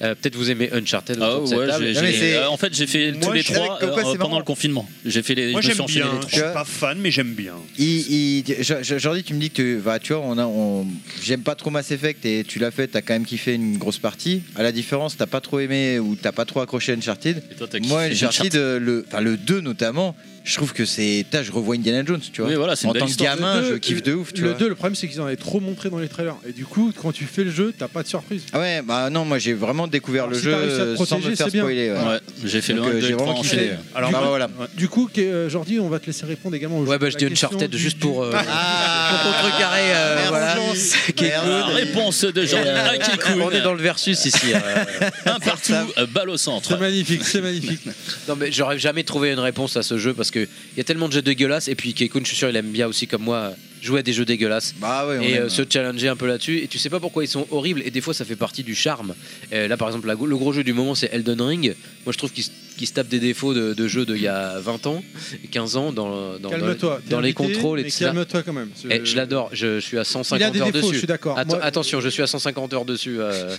[SPEAKER 2] euh, peut-être vous aimez Uncharted
[SPEAKER 4] Ah
[SPEAKER 2] autour de cette
[SPEAKER 4] ouais,
[SPEAKER 2] table.
[SPEAKER 4] j'ai-
[SPEAKER 8] Non, mais
[SPEAKER 4] j'ai-
[SPEAKER 8] c'est-
[SPEAKER 4] euh, en fait j'ai fait
[SPEAKER 8] Moi,
[SPEAKER 4] tous les
[SPEAKER 8] je suis
[SPEAKER 4] trois
[SPEAKER 8] avec- pourquoi
[SPEAKER 4] euh,
[SPEAKER 8] c'est
[SPEAKER 4] pendant
[SPEAKER 8] marrant
[SPEAKER 4] le confinement. J'ai fait les,
[SPEAKER 6] Moi
[SPEAKER 4] je me
[SPEAKER 6] j'aime
[SPEAKER 4] suis enchaîné les
[SPEAKER 6] bien, je
[SPEAKER 4] trois.
[SPEAKER 6] suis pas fan mais j'aime bien.
[SPEAKER 8] Il- il- Je- je- Jordi, tu me dis que tu, bah, tu vois, on a, on- j'aime pas trop Mass Effect et tu l'as fait, t'as quand même kiffé une grosse partie. À la différence, t'as pas trop aimé ou t'as pas trop accroché à Uncharted.
[SPEAKER 4] Et toi, t'as
[SPEAKER 8] Moi,
[SPEAKER 4] kiffé Uncharted.
[SPEAKER 8] Uncharted, euh, le, enfin, le 2 notamment, je trouve que c'est. putain, Je revois Indiana Jones, tu vois.
[SPEAKER 4] Oui, voilà, c'est une
[SPEAKER 8] en
[SPEAKER 4] belle
[SPEAKER 8] tant que
[SPEAKER 4] histoire.
[SPEAKER 8] gamin,
[SPEAKER 1] Le
[SPEAKER 8] je
[SPEAKER 1] deux,
[SPEAKER 8] kiffe de ouf, tu
[SPEAKER 1] le
[SPEAKER 8] vois.
[SPEAKER 1] 2, le problème, c'est qu'ils en avaient trop montré dans les trailers. Et du coup, quand tu fais le jeu, t'as pas de surprise.
[SPEAKER 8] Ah ouais, bah non, moi j'ai vraiment découvert
[SPEAKER 1] Alors,
[SPEAKER 8] le
[SPEAKER 1] si
[SPEAKER 8] jeu
[SPEAKER 1] t'as réussi à te
[SPEAKER 8] euh, sans
[SPEAKER 1] protéger,
[SPEAKER 8] me faire
[SPEAKER 1] c'est bien.
[SPEAKER 8] spoiler. ouais.
[SPEAKER 4] Ouais, j'ai fait le
[SPEAKER 8] Donc,
[SPEAKER 4] 1,
[SPEAKER 8] euh,
[SPEAKER 4] 2
[SPEAKER 8] j'ai
[SPEAKER 4] et 3
[SPEAKER 8] vraiment
[SPEAKER 4] enchaîné.
[SPEAKER 8] kiffé.
[SPEAKER 6] Alors,
[SPEAKER 8] Bah,
[SPEAKER 6] moi-
[SPEAKER 8] voilà.
[SPEAKER 1] Du coup, qu'est- euh, Jordi, on va te laisser répondre également. au jeu.
[SPEAKER 2] Ouais, bah je
[SPEAKER 1] La
[SPEAKER 2] dis
[SPEAKER 1] question
[SPEAKER 2] Uncharted
[SPEAKER 1] du-
[SPEAKER 2] juste pour, euh,
[SPEAKER 8] Ah.
[SPEAKER 2] pour contrecarrer. euh,
[SPEAKER 8] Merci,
[SPEAKER 2] voilà.
[SPEAKER 8] Jean.
[SPEAKER 2] Qui est
[SPEAKER 8] Merci.
[SPEAKER 4] La réponse de Jean
[SPEAKER 2] Euh,
[SPEAKER 4] qui cool.
[SPEAKER 2] On est dans le versus ici. euh.
[SPEAKER 4] Un partout, euh, balle au centre.
[SPEAKER 1] C'est magnifique, c'est magnifique.
[SPEAKER 2] Non mais j'aurais jamais trouvé une réponse à ce jeu parce que il y a tellement de jeux dégueulasses et puis Keikun, je suis sûr, il aime bien aussi comme moi euh, jouer à des jeux dégueulasses
[SPEAKER 8] Bah ouais, on
[SPEAKER 2] et
[SPEAKER 8] aime.
[SPEAKER 2] euh, se challenger un peu là-dessus. Et tu sais pas pourquoi ils sont horribles et des fois ça fait partie du charme. Euh, là par exemple, la- le gros jeu du moment c'est Elden Ring. Moi je trouve qu'il se- qu'il se tape des défauts de, de jeux d'il y a 20 ans, 15 ans dans, dans,
[SPEAKER 1] Calme-toi.
[SPEAKER 2] dans-
[SPEAKER 1] t'es
[SPEAKER 2] dans les
[SPEAKER 1] invité,
[SPEAKER 2] contrôles et
[SPEAKER 1] mais
[SPEAKER 2] tout ça.
[SPEAKER 1] Calme-toi quand même.
[SPEAKER 2] Eh, je l'adore, je, je suis à
[SPEAKER 1] Il
[SPEAKER 2] 150
[SPEAKER 1] a des
[SPEAKER 2] heures
[SPEAKER 1] défauts, je
[SPEAKER 2] dessus.
[SPEAKER 1] suis d'accord.
[SPEAKER 2] Atten-
[SPEAKER 1] Moi,
[SPEAKER 2] Attention, je suis à 150 heures dessus. euh.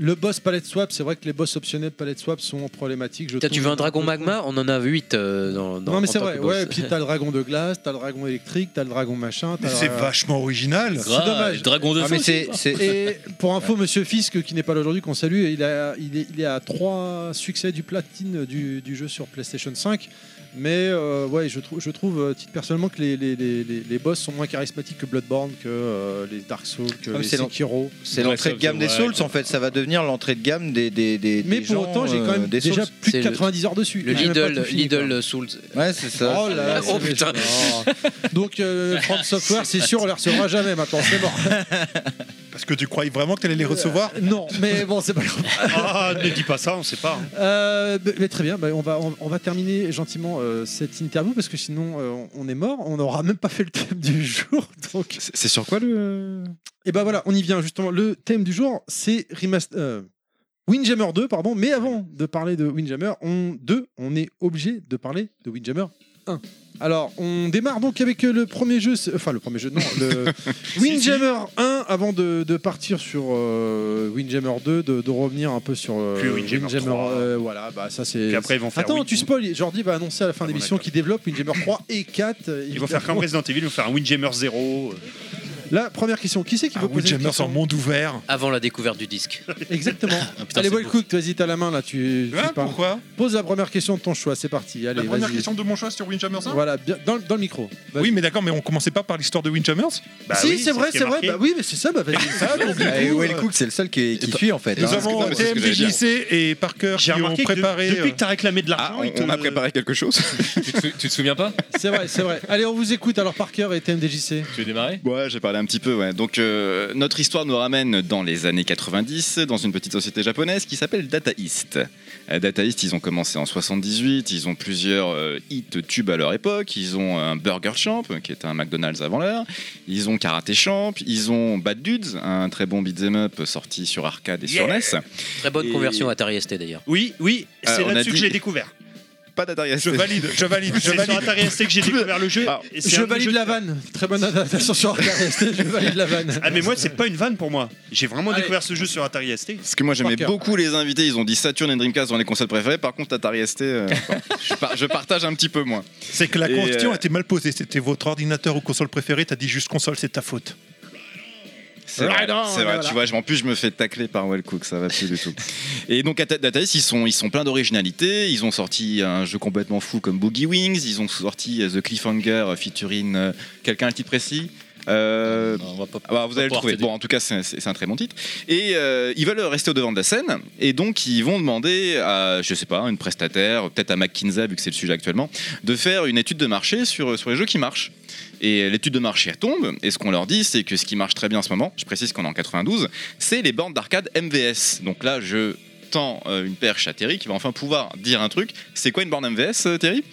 [SPEAKER 1] Le boss palette swap, c'est vrai que les boss optionnels palette swap sont problématiques. Je
[SPEAKER 2] Putain, tu
[SPEAKER 1] trouve.
[SPEAKER 2] veux un dragon magma On en a 8 dans, dans
[SPEAKER 1] Non, mais
[SPEAKER 2] en
[SPEAKER 1] c'est
[SPEAKER 2] tant
[SPEAKER 1] vrai.
[SPEAKER 2] que boss.
[SPEAKER 1] Ouais, et puis t'as le dragon de glace, t'as le dragon électrique, t'as le dragon machin. t'as
[SPEAKER 7] Mais
[SPEAKER 1] le-
[SPEAKER 7] c'est vachement original.
[SPEAKER 1] C'est dommage.
[SPEAKER 4] Dragon de
[SPEAKER 8] Ah,
[SPEAKER 4] feu.
[SPEAKER 8] mais c'est. c'est-
[SPEAKER 1] Et pour info, monsieur Fisk, qui n'est pas là aujourd'hui, qu'on salue, il, a- il est, il est à 3 succès du platine du, du jeu sur PlayStation 5. Mais euh, ouais, je, trou- je trouve euh, titre- personnellement que les, les, les, les- les boss sont moins charismatiques que Bloodborne, que euh, les Dark Souls, que
[SPEAKER 8] Ah, mais
[SPEAKER 1] les
[SPEAKER 8] c'est long.
[SPEAKER 1] Sekiro.
[SPEAKER 8] C'est
[SPEAKER 5] Ouais,
[SPEAKER 8] l'entrée
[SPEAKER 5] ça,
[SPEAKER 8] de gamme des
[SPEAKER 5] ouais,
[SPEAKER 8] Souls
[SPEAKER 5] ouais.
[SPEAKER 8] en fait, ça va devenir l'entrée de gamme des des des.
[SPEAKER 1] Mais
[SPEAKER 8] des
[SPEAKER 1] pour
[SPEAKER 8] gens,
[SPEAKER 1] autant, j'ai quand
[SPEAKER 8] euh,
[SPEAKER 1] même
[SPEAKER 8] des
[SPEAKER 1] déjà
[SPEAKER 8] Souls.
[SPEAKER 1] plus
[SPEAKER 2] C'est
[SPEAKER 1] de
[SPEAKER 2] le-
[SPEAKER 1] 90 heures dessus.
[SPEAKER 2] Le
[SPEAKER 1] J'ai même pas
[SPEAKER 2] Lidl,
[SPEAKER 1] tout fini, quoi.
[SPEAKER 2] Lidl euh, Souls.
[SPEAKER 8] Ouais, c'est ça.
[SPEAKER 1] Oh là là,
[SPEAKER 2] Oh
[SPEAKER 1] c'est
[SPEAKER 2] putain.
[SPEAKER 1] méchant. Donc euh, From Software, c'est sûr, on les recevra jamais maintenant, c'est mort.
[SPEAKER 7] Parce que tu croyais vraiment que t'allais les recevoir
[SPEAKER 1] Non, mais bon, c'est pas grave.
[SPEAKER 6] Ah, ne dis pas ça, on sait pas. hein.
[SPEAKER 1] Euh, mais- mais très bien, bah, on, va, on, on va terminer gentiment euh, cette interview parce que sinon euh, on est mort, on n'aura même pas fait le thème du jour. Donc...
[SPEAKER 3] C'est c'est sur quoi le.
[SPEAKER 1] Et ben voilà, on y vient justement. Le thème du jour, c'est remaster. euh, Windjammer 2, pardon, mais avant de parler de Windjammer on, 2, on est obligé de parler de Windjammer 1. Alors, on démarre donc avec euh, le premier jeu, c'est- enfin le premier jeu, non, le Windjammer 1, avant de, de partir sur euh, Windjammer 2, de, de revenir un peu sur euh,
[SPEAKER 6] Puis Windjammer 3.
[SPEAKER 1] euh, voilà, bah ça c'est...
[SPEAKER 6] Puis après ils vont faire
[SPEAKER 1] Attends,
[SPEAKER 6] Win-
[SPEAKER 1] tu spoil, Jordi va annoncer à la fin
[SPEAKER 6] Ah
[SPEAKER 1] de
[SPEAKER 6] bon,
[SPEAKER 1] l'émission
[SPEAKER 6] d'accord.
[SPEAKER 1] qu'il développe Windjammer 3 et 4. euh,
[SPEAKER 6] ils vont faire comme
[SPEAKER 1] évidemment.
[SPEAKER 6] Resident Evil, ils vont faire un Windjammer 0. euh,
[SPEAKER 1] La première question, qui c'est qui
[SPEAKER 7] Ah,
[SPEAKER 1] veut poser une
[SPEAKER 7] Windjammer
[SPEAKER 1] question
[SPEAKER 7] sans monde ouvert.
[SPEAKER 2] Avant la découverte du disque.
[SPEAKER 1] Exactement.
[SPEAKER 4] putain,
[SPEAKER 1] allez,
[SPEAKER 4] c'est
[SPEAKER 1] well
[SPEAKER 4] beau.
[SPEAKER 1] cook, toi, hésite à la main là. Tu, tu
[SPEAKER 7] Hein,
[SPEAKER 1] parles.
[SPEAKER 7] pourquoi
[SPEAKER 1] Pose la première question de ton choix. C'est parti. Allez,
[SPEAKER 7] La première
[SPEAKER 1] vas-y.
[SPEAKER 7] question de mon choix sur Windjammer 5
[SPEAKER 1] Voilà, bien- dans, dans le micro. Vas-y.
[SPEAKER 7] Oui, mais d'accord, mais on commençait pas par l'histoire de Windjammers
[SPEAKER 6] bah
[SPEAKER 1] si,
[SPEAKER 6] oui,
[SPEAKER 1] c'est vrai,
[SPEAKER 6] ce qui est
[SPEAKER 1] c'est vrai.
[SPEAKER 6] marqué.
[SPEAKER 1] Bah oui, mais c'est ça. Bah vas-y.
[SPEAKER 7] Ah, donc, du
[SPEAKER 8] Ah, et
[SPEAKER 7] coup,
[SPEAKER 8] Will
[SPEAKER 7] euh,
[SPEAKER 8] Cook, c'est le seul qui, qui suit en fait.
[SPEAKER 7] Nous
[SPEAKER 8] hein.
[SPEAKER 7] avons
[SPEAKER 3] parce que- parce que j'allais dire.
[SPEAKER 7] TMDJC et Parker qui
[SPEAKER 6] J'ai
[SPEAKER 7] ont
[SPEAKER 6] remarqué que de-
[SPEAKER 7] préparé.
[SPEAKER 6] depuis
[SPEAKER 7] euh,
[SPEAKER 6] que t'as réclamé de l'argent,
[SPEAKER 3] Ah, on,
[SPEAKER 6] ils te-
[SPEAKER 3] on a préparé quelque chose
[SPEAKER 5] tu, te sou- tu te souviens pas
[SPEAKER 1] C'est vrai, c'est vrai. Allez, on vous écoute. Alors Parker et TMDJC.
[SPEAKER 5] Tu veux démarrer
[SPEAKER 3] Ouais, j'ai pas parler un petit peu. ouais. Donc, euh, notre histoire nous ramène dans les années 90, dans une petite société japonaise qui s'appelle Data East. Euh, Data East, ils ont commencé en 78, ils ont plusieurs euh, hits tubes à leur époque. Ils ont un Burger Champ, euh, qui était un McDonald's avant l'heure. Ils ont Karate Champ. Ils ont Bad Dudes, un très bon beat'em up sorti sur arcade et sur NES.
[SPEAKER 2] Très bonne
[SPEAKER 3] Et-
[SPEAKER 2] conversion Atari ST d'ailleurs.
[SPEAKER 6] Oui, oui,
[SPEAKER 3] Ah,
[SPEAKER 6] c'est
[SPEAKER 3] on a
[SPEAKER 6] là-dessus que
[SPEAKER 3] dit-
[SPEAKER 6] j'ai découvert.
[SPEAKER 3] Pas d'Atari
[SPEAKER 7] Je
[SPEAKER 3] ST.
[SPEAKER 7] valide, je valide, je
[SPEAKER 6] Ah, C'est sur
[SPEAKER 7] valide.
[SPEAKER 6] Atari ST que j'ai découvert le jeu.
[SPEAKER 3] Ah,
[SPEAKER 6] et c'est
[SPEAKER 1] Je
[SPEAKER 6] un des
[SPEAKER 1] valide
[SPEAKER 6] jeux-
[SPEAKER 1] la vanne. Très bonne adaptation sur Arcade ST, je valide la vanne. Ah
[SPEAKER 6] Ah mais moi c'est pas une vanne pour moi. J'ai vraiment
[SPEAKER 1] Allez.
[SPEAKER 6] découvert ce jeu sur Atari ST.
[SPEAKER 3] Parce que moi j'aimais
[SPEAKER 1] Parker.
[SPEAKER 3] beaucoup les invités, ils ont dit Saturn et Dreamcast dans les consoles préférées, par contre Atari ST, euh, bon, je, par- je partage un petit peu moins.
[SPEAKER 7] C'est que la
[SPEAKER 3] Et,
[SPEAKER 7] question
[SPEAKER 3] euh,
[SPEAKER 7] était mal posée. C'était votre ordinateur ou console préférée, t'as dit juste console, c'est ta faute.
[SPEAKER 3] C'est vrai,
[SPEAKER 1] Ouais, non,
[SPEAKER 3] c'est vrai,
[SPEAKER 1] voilà.
[SPEAKER 3] tu vois, je- en plus je me fais tacler par Wellcook, ça va plus du tout. Et donc à Dataïs, ils sont, ils sont pleins d'originalité, ils ont sorti un jeu complètement fou comme Boogie Wings, ils ont sorti euh, The Cliffhanger euh, featuring euh, quelqu'un à le titre précis Euh,
[SPEAKER 4] On va pas-
[SPEAKER 3] Ah bah, vous
[SPEAKER 4] pas
[SPEAKER 3] allez le
[SPEAKER 4] pouvoir
[SPEAKER 3] trouver.
[SPEAKER 4] t'aider.
[SPEAKER 3] Bon, en tout cas, c'est c'est- c'est un très bon titre. Et euh, ils veulent rester au devant de la scène. Et donc, ils vont demander à, je sais pas, une prestataire, peut-être à McKinsey, vu que c'est le sujet actuellement, de faire une étude de marché sur, sur les jeux qui marchent. Et l'étude de marché elle tombe. Et ce qu'on leur dit, c'est que ce qui marche très bien en ce moment, je précise qu'on est en 92, c'est les bornes d'arcade MVS. Donc là, je tends euh, une perche à Terry qui va enfin pouvoir dire un truc. C'est quoi une borne MVS, euh, Terry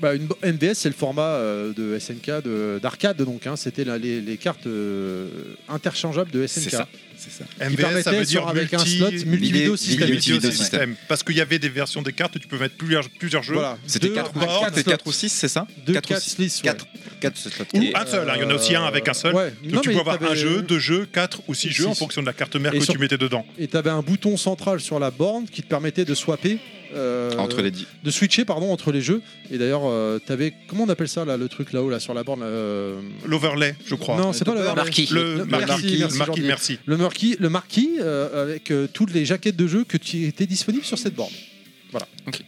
[SPEAKER 1] Bah, une bo- MVS, c'est le format euh, de SNK de- d'arcade, donc hein, c'était la- les, les cartes euh, interchangeables de SNK.
[SPEAKER 3] C'est ça. C'est ça.
[SPEAKER 1] Qui permettait sur avec un slot multivideo
[SPEAKER 8] vidéo-
[SPEAKER 1] système.
[SPEAKER 8] vidéo-
[SPEAKER 7] Multivideo
[SPEAKER 3] système.
[SPEAKER 7] système. Parce qu'il y avait des versions des cartes, tu peux mettre plusieurs, plusieurs jeux.
[SPEAKER 1] Voilà.
[SPEAKER 3] C'était
[SPEAKER 1] Deux-
[SPEAKER 3] 4 ou
[SPEAKER 1] quatre
[SPEAKER 3] 4,
[SPEAKER 1] slots.
[SPEAKER 3] 4 ou 6, c'est ça
[SPEAKER 1] Deux,
[SPEAKER 3] quatre ou
[SPEAKER 1] quatre
[SPEAKER 3] six.
[SPEAKER 1] slices, ouais.
[SPEAKER 8] Quatre. Quatre, ce slot.
[SPEAKER 7] Ou
[SPEAKER 3] Et-
[SPEAKER 7] un seul, hein, il y en a aussi un avec un seul.
[SPEAKER 1] Ouais.
[SPEAKER 7] Donc
[SPEAKER 1] Non,
[SPEAKER 7] tu
[SPEAKER 1] mais
[SPEAKER 7] peux avoir
[SPEAKER 1] t'avais-
[SPEAKER 7] un jeu, deux jeux, quatre ou six
[SPEAKER 1] Six.
[SPEAKER 7] jeux en fonction de la carte mère
[SPEAKER 1] Et
[SPEAKER 7] que
[SPEAKER 1] sur-
[SPEAKER 7] tu mettais dedans.
[SPEAKER 1] Et t'avais un bouton central sur la borne qui te permettait de swapper. euh,
[SPEAKER 3] Entre les 10.
[SPEAKER 1] de switcher pardon entre les jeux et d'ailleurs euh, t'avais comment on appelle ça là le truc là-haut là sur la borne là, euh,
[SPEAKER 7] L'overlay, je crois.
[SPEAKER 1] non c'est pas le
[SPEAKER 2] Marquis.
[SPEAKER 7] Le
[SPEAKER 1] Le-
[SPEAKER 7] marquis,
[SPEAKER 1] merci, merci,
[SPEAKER 7] merci,
[SPEAKER 1] Jordi.
[SPEAKER 7] merci.
[SPEAKER 1] le marquis le marquis euh, avec euh, toutes les jaquettes de jeux que tu étais disponible sur cette borne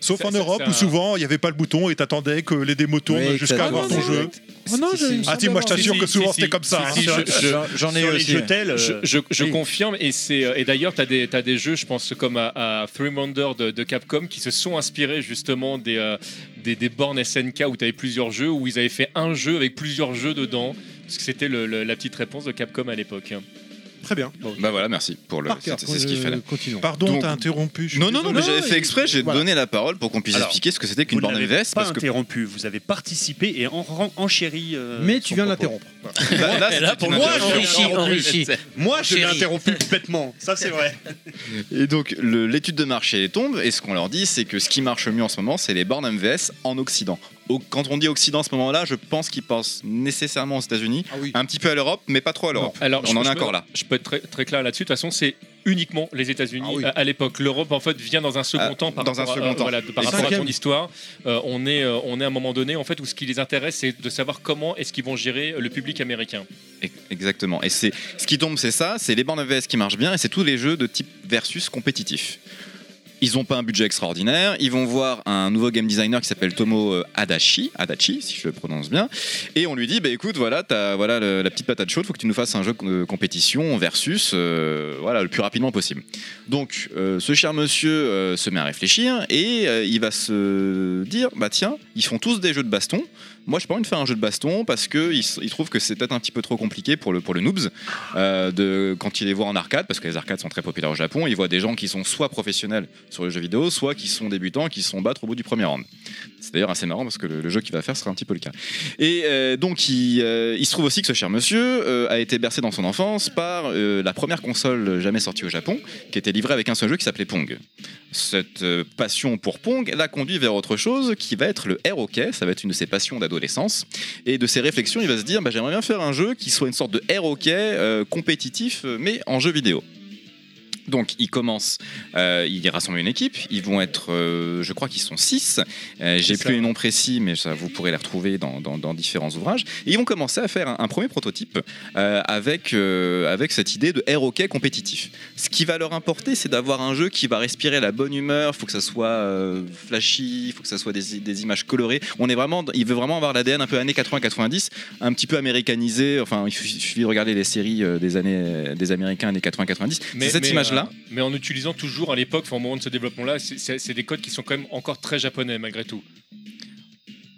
[SPEAKER 7] Sauf
[SPEAKER 5] C'est-
[SPEAKER 7] en
[SPEAKER 5] c'est-
[SPEAKER 7] Europe
[SPEAKER 5] c'est
[SPEAKER 7] où
[SPEAKER 5] un-
[SPEAKER 7] souvent il n'y avait pas le bouton et t'attendais que les démos tournent
[SPEAKER 8] Oui,
[SPEAKER 7] jusqu'à
[SPEAKER 8] exactement.
[SPEAKER 7] avoir ton
[SPEAKER 1] Ah, non,
[SPEAKER 7] jeu.
[SPEAKER 1] oh non
[SPEAKER 8] Si,
[SPEAKER 1] j'ai-
[SPEAKER 8] si.
[SPEAKER 1] il me
[SPEAKER 7] Ah,
[SPEAKER 1] semble
[SPEAKER 7] si, moi je
[SPEAKER 1] avoir-
[SPEAKER 7] t'assure
[SPEAKER 5] Si,
[SPEAKER 7] que
[SPEAKER 5] si,
[SPEAKER 7] souvent
[SPEAKER 5] si,
[SPEAKER 7] c'était
[SPEAKER 5] si,
[SPEAKER 7] comme ça. hein.
[SPEAKER 5] si, si,
[SPEAKER 7] Sur-
[SPEAKER 5] je-
[SPEAKER 8] J'en- J'en ai
[SPEAKER 6] Sur
[SPEAKER 8] eu
[SPEAKER 6] les
[SPEAKER 8] aussi. ouais.
[SPEAKER 6] jetels, euh,
[SPEAKER 5] Je- je, je
[SPEAKER 6] oui.
[SPEAKER 5] confirme, et, c'est, euh, et d'ailleurs, tu as des, t'as des jeux, je pense, comme à, à Three Wonder de, de Capcom, qui se sont inspirés justement des, euh, des, des bornes SNK où tu avais plusieurs jeux, où ils avaient fait un jeu avec plusieurs jeux dedans, parce que c'était le- le- la petite réponse de Capcom à l'époque.
[SPEAKER 1] très bien
[SPEAKER 3] Bah voilà, merci pour le.
[SPEAKER 1] Parker
[SPEAKER 3] C'est c'est ce qu'il
[SPEAKER 1] euh,
[SPEAKER 3] fallait.
[SPEAKER 1] continuons
[SPEAKER 7] Pardon,
[SPEAKER 3] Donc-
[SPEAKER 7] t'as interrompu. je suis
[SPEAKER 3] Non, non, non,
[SPEAKER 7] désolé.
[SPEAKER 3] mais j'avais fait exprès, j'ai
[SPEAKER 1] Voilà.
[SPEAKER 3] donné la parole pour qu'on puisse
[SPEAKER 6] Alors,
[SPEAKER 3] expliquer ce que c'était
[SPEAKER 6] Vous
[SPEAKER 3] qu'une borne
[SPEAKER 6] n'avez
[SPEAKER 3] MVS.
[SPEAKER 6] pas
[SPEAKER 3] Parce que
[SPEAKER 6] interrompu, vous avez participé et en, en, enchéri. euh,
[SPEAKER 1] mais
[SPEAKER 6] son
[SPEAKER 1] tu viens de
[SPEAKER 6] propos.
[SPEAKER 1] l'interrompre
[SPEAKER 3] là, Bah, là,
[SPEAKER 4] Et là,
[SPEAKER 3] c'était
[SPEAKER 4] pour
[SPEAKER 3] une
[SPEAKER 4] moi,
[SPEAKER 3] interruption.
[SPEAKER 2] Enrichi, enrichi.
[SPEAKER 6] Moi, je l'ai
[SPEAKER 2] Chérie.
[SPEAKER 6] interrompu bêtement. Ça, c'est vrai.
[SPEAKER 3] Et donc, le- l'étude de marché tombe, et ce qu'on leur dit, c'est que ce qui marche mieux en ce moment, c'est les bornes MVS en Occident. Au- quand on dit Occident à ce moment-là, je pense qu'ils pensent nécessairement aux États-Unis,
[SPEAKER 1] ah oui
[SPEAKER 3] un petit peu à l'Europe, mais pas trop à l'Europe.
[SPEAKER 5] Alors,
[SPEAKER 3] On
[SPEAKER 5] je-
[SPEAKER 3] en est
[SPEAKER 5] je peux-
[SPEAKER 3] encore là.
[SPEAKER 5] Je peux être très, très clair là-dessus. De toute façon, c'est uniquement les États-Unis
[SPEAKER 1] Ah oui.
[SPEAKER 5] à, à l'époque. L'Europe, en fait, vient dans un second
[SPEAKER 3] Ah,
[SPEAKER 5] temps par
[SPEAKER 3] dans un
[SPEAKER 5] rapport, à-
[SPEAKER 3] second temps.
[SPEAKER 5] voilà, par
[SPEAKER 3] Et
[SPEAKER 5] rapport à
[SPEAKER 1] cinquième.
[SPEAKER 5] ton histoire. Euh, on, est, euh, on est à un moment donné, en fait, où ce qui les intéresse, c'est de savoir comment est-ce qu'ils vont gérer le public américain.
[SPEAKER 3] E- Exactement. Et c'est ce qui tombe, c'est ça, c'est les bornes VS qui marchent bien et c'est tous les jeux de type versus compétitif. Ils n'ont pas un budget extraordinaire. Ils vont voir un nouveau game designer qui s'appelle Tomo euh, Adachi, Adachi si je le prononce bien, et on lui dit bah écoute voilà t'as voilà le- la petite patate chaude, faut que tu nous fasses un jeu de compétition versus euh, voilà le plus rapidement possible. Donc euh, ce cher monsieur euh, se met à réfléchir et euh, il va se dire bah tiens ils font tous des jeux de baston, moi, je pas envie de faire un jeu de baston parce que ils, ils trouvent que c'est peut-être un petit peu trop compliqué pour le, pour le noobs euh, de, quand ils les voient en arcade, parce que les arcades sont très populaires au Japon. Ils voient des gens qui sont soit professionnels sur le jeu vidéo, soit qui sont débutants, qui se sont battre au bout du premier round. C'est d'ailleurs assez marrant parce que le, le jeu qu'il va faire sera un petit peu le cas. Et euh, donc, il, euh, il se trouve aussi que ce cher monsieur euh, a été bercé dans son enfance par euh, la première console jamais sortie au Japon, qui était livrée avec un seul jeu qui s'appelait Pong cette euh, passion pour Pong l'a conduit vers autre chose qui va être le air hockey. Ça va être une de ses passions d'adolescence. Et de ses réflexions, il va se dire bah, j'aimerais bien faire un jeu qui soit une sorte de air hockey euh, compétitif, euh, mais en jeu vidéo. Donc, il commence, euh, il rassemble une équipe. Ils vont être, euh, je crois qu'ils sont six. Euh, J'ai
[SPEAKER 5] ça.
[SPEAKER 3] plus les noms précis, mais ça, vous pourrez les retrouver dans, dans- dans différents ouvrages. Et ils vont commencer à faire un, un premier prototype euh, avec, euh, avec cette idée de air hockey compétitif. Ce qui va leur importer, c'est d'avoir un jeu qui va respirer la bonne humeur. Faut que ça soit euh, flashy, faut que ça soit des, des images colorées. On est vraiment, il veut vraiment avoir l'ADN un peu années 80-90, un petit peu américanisé. Enfin, il suffit il suffit de regarder les séries euh, des années des Américains années 80-90. C'est cette image-là.
[SPEAKER 5] euh, mais en utilisant toujours à l'époque, enfin, au moment de ce développement-là, c'est- c'est c'est des codes qui sont quand même encore très japonais malgré tout.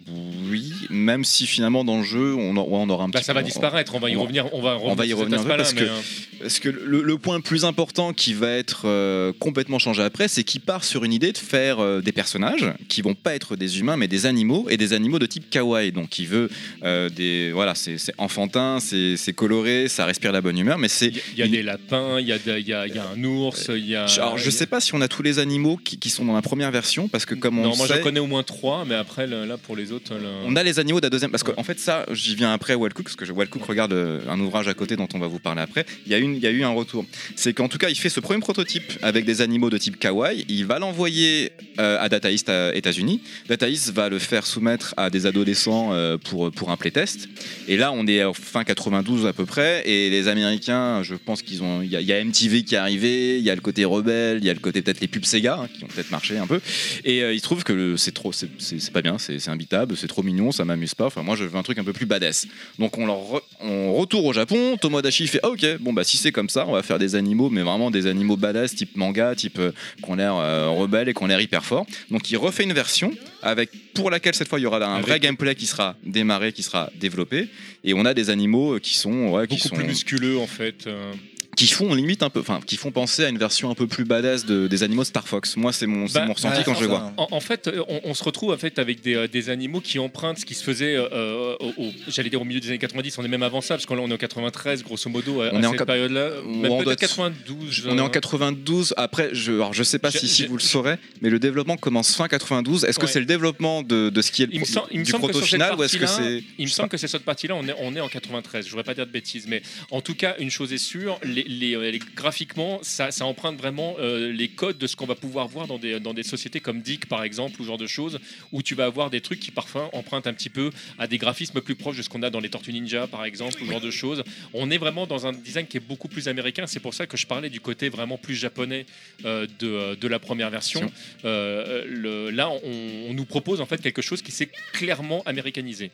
[SPEAKER 3] Je euh, oui, même si finalement dans le jeu, on, en- ouais, on aura un petit
[SPEAKER 5] Bah, ça
[SPEAKER 3] peu-
[SPEAKER 5] va disparaître, on va y
[SPEAKER 3] on-
[SPEAKER 5] revenir. On va,
[SPEAKER 3] on va y
[SPEAKER 5] sur cet
[SPEAKER 3] revenir un peu
[SPEAKER 5] aspect-là,
[SPEAKER 3] parce que-
[SPEAKER 5] mais, euh,
[SPEAKER 3] Parce que le, le point le plus important qui va être euh, complètement changé après, c'est qu'il part sur une idée de faire euh, des personnages qui vont pas être des humains, mais des animaux et des animaux de type kawaii. Donc, il veut euh, des voilà, c'est c'est enfantin, c'est c'est coloré, ça respire la bonne humeur, mais c'est
[SPEAKER 5] Il y a- il y a
[SPEAKER 3] il-
[SPEAKER 5] des lapins, il y, a de- il y a il y a un ours, il y a.
[SPEAKER 3] alors, Euh, je
[SPEAKER 5] Euh, il y a-
[SPEAKER 3] sais pas si on a tous les animaux qui, qui sont dans la première version, parce que comme on
[SPEAKER 5] Non,
[SPEAKER 3] le
[SPEAKER 5] moi
[SPEAKER 3] sait,
[SPEAKER 5] j'en connais au moins trois, mais après le- là pour les autres. le-
[SPEAKER 3] Euh, on a les animaux de la deuxième. Parce qu'en en fait, ça, j'y viens après Walcook, parce que je- Walcook regarde euh, un ouvrage à côté dont on va vous parler après. Il y a, une, il y a eu un retour. C'est qu'en tout cas, il fait ce premier prototype avec des animaux de type kawaii. Il va l'envoyer euh, à Data East à États-Unis. Data East va le faire soumettre à des adolescents euh, pour, pour un playtest. Et là, on est en fin 92 à peu près. Et les Américains, je pense qu'ils ont. Il y, a- il y a MTV qui est arrivé, il y a le côté rebelle, il y a le côté peut-être les pubs Sega hein, qui ont peut-être marché un peu. Et euh, il se trouve que le- c'est trop, c'est- c'est c'est pas bien, c'est c'est imbitable, c'est trop mignon, ça m'amuse pas. Enfin, moi, je veux un truc un peu plus badass. Donc, on leur re- on retourne au Japon. Tomodachi fait ah, ok, bon bah si c'est comme ça, on va faire des animaux, mais vraiment des animaux badass, type manga, type euh, qu'on l'air euh, rebelle et qu'on l'air hyper fort. Donc, il refait une version avec pour laquelle cette fois il y aura là un vrai gameplay qui sera démarré, qui sera développé, et on a des animaux euh, qui sont ouais, qui
[SPEAKER 5] Beaucoup
[SPEAKER 3] sont
[SPEAKER 5] plus musculeux en fait. euh.
[SPEAKER 3] qui font limite un peu, enfin qui font penser à une version un peu plus badass de- des animaux Star Fox. Moi, c'est mon, c'est
[SPEAKER 5] Bah,
[SPEAKER 3] mon ressenti
[SPEAKER 8] Ouais,
[SPEAKER 3] quand je le
[SPEAKER 8] ça,
[SPEAKER 3] vois.
[SPEAKER 5] En, en fait, euh, on, on se retrouve en fait avec des, euh, des animaux qui empruntent ce qui se faisait, euh, euh, au, au- j'allais dire au milieu des années 90. On est même avant ça parce qu'on on est en 93, grosso modo, à,
[SPEAKER 3] On
[SPEAKER 5] Euh, à
[SPEAKER 3] est en
[SPEAKER 5] cette
[SPEAKER 3] cap-
[SPEAKER 5] période-là.
[SPEAKER 3] on
[SPEAKER 5] Même
[SPEAKER 3] doit
[SPEAKER 5] peut-être
[SPEAKER 3] être-
[SPEAKER 5] 92.
[SPEAKER 3] On est en
[SPEAKER 5] euh,
[SPEAKER 3] 92. Après, je, alors je sais pas
[SPEAKER 5] J'ai-
[SPEAKER 3] si, si
[SPEAKER 5] j'ai-
[SPEAKER 3] vous le saurez, mais le développement commence fin 92. Est-ce que
[SPEAKER 5] Ouais.
[SPEAKER 3] c'est le développement de, de ce qui est le
[SPEAKER 5] Il me,
[SPEAKER 3] pro-
[SPEAKER 5] sem- il me
[SPEAKER 3] du
[SPEAKER 5] semble que
[SPEAKER 3] proto
[SPEAKER 5] sur cette
[SPEAKER 3] final ou est-ce que
[SPEAKER 5] partie-là,
[SPEAKER 3] c'est
[SPEAKER 5] il me
[SPEAKER 3] je sais
[SPEAKER 5] semble que c'est cette partie-là, on est, on est en 93. Je voudrais pas dire de bêtises, mais en tout cas, une chose est sûre, les, les- euh, les- graphiquement, ça, ça emprunte vraiment euh, les codes de ce qu'on va pouvoir voir dans des, dans des sociétés comme Dick, par exemple, ou ce genre de choses, où tu vas avoir des trucs qui parfois empruntent un petit peu à des graphismes plus proches de ce qu'on a dans les Tortues Ninja, par exemple, ou ce genre de choses. On est vraiment dans un design qui est beaucoup plus américain. C'est pour ça que je parlais du côté vraiment plus japonais euh, de, de la première version. Euh, le- là, on, on nous propose en fait quelque chose qui s'est clairement américanisé.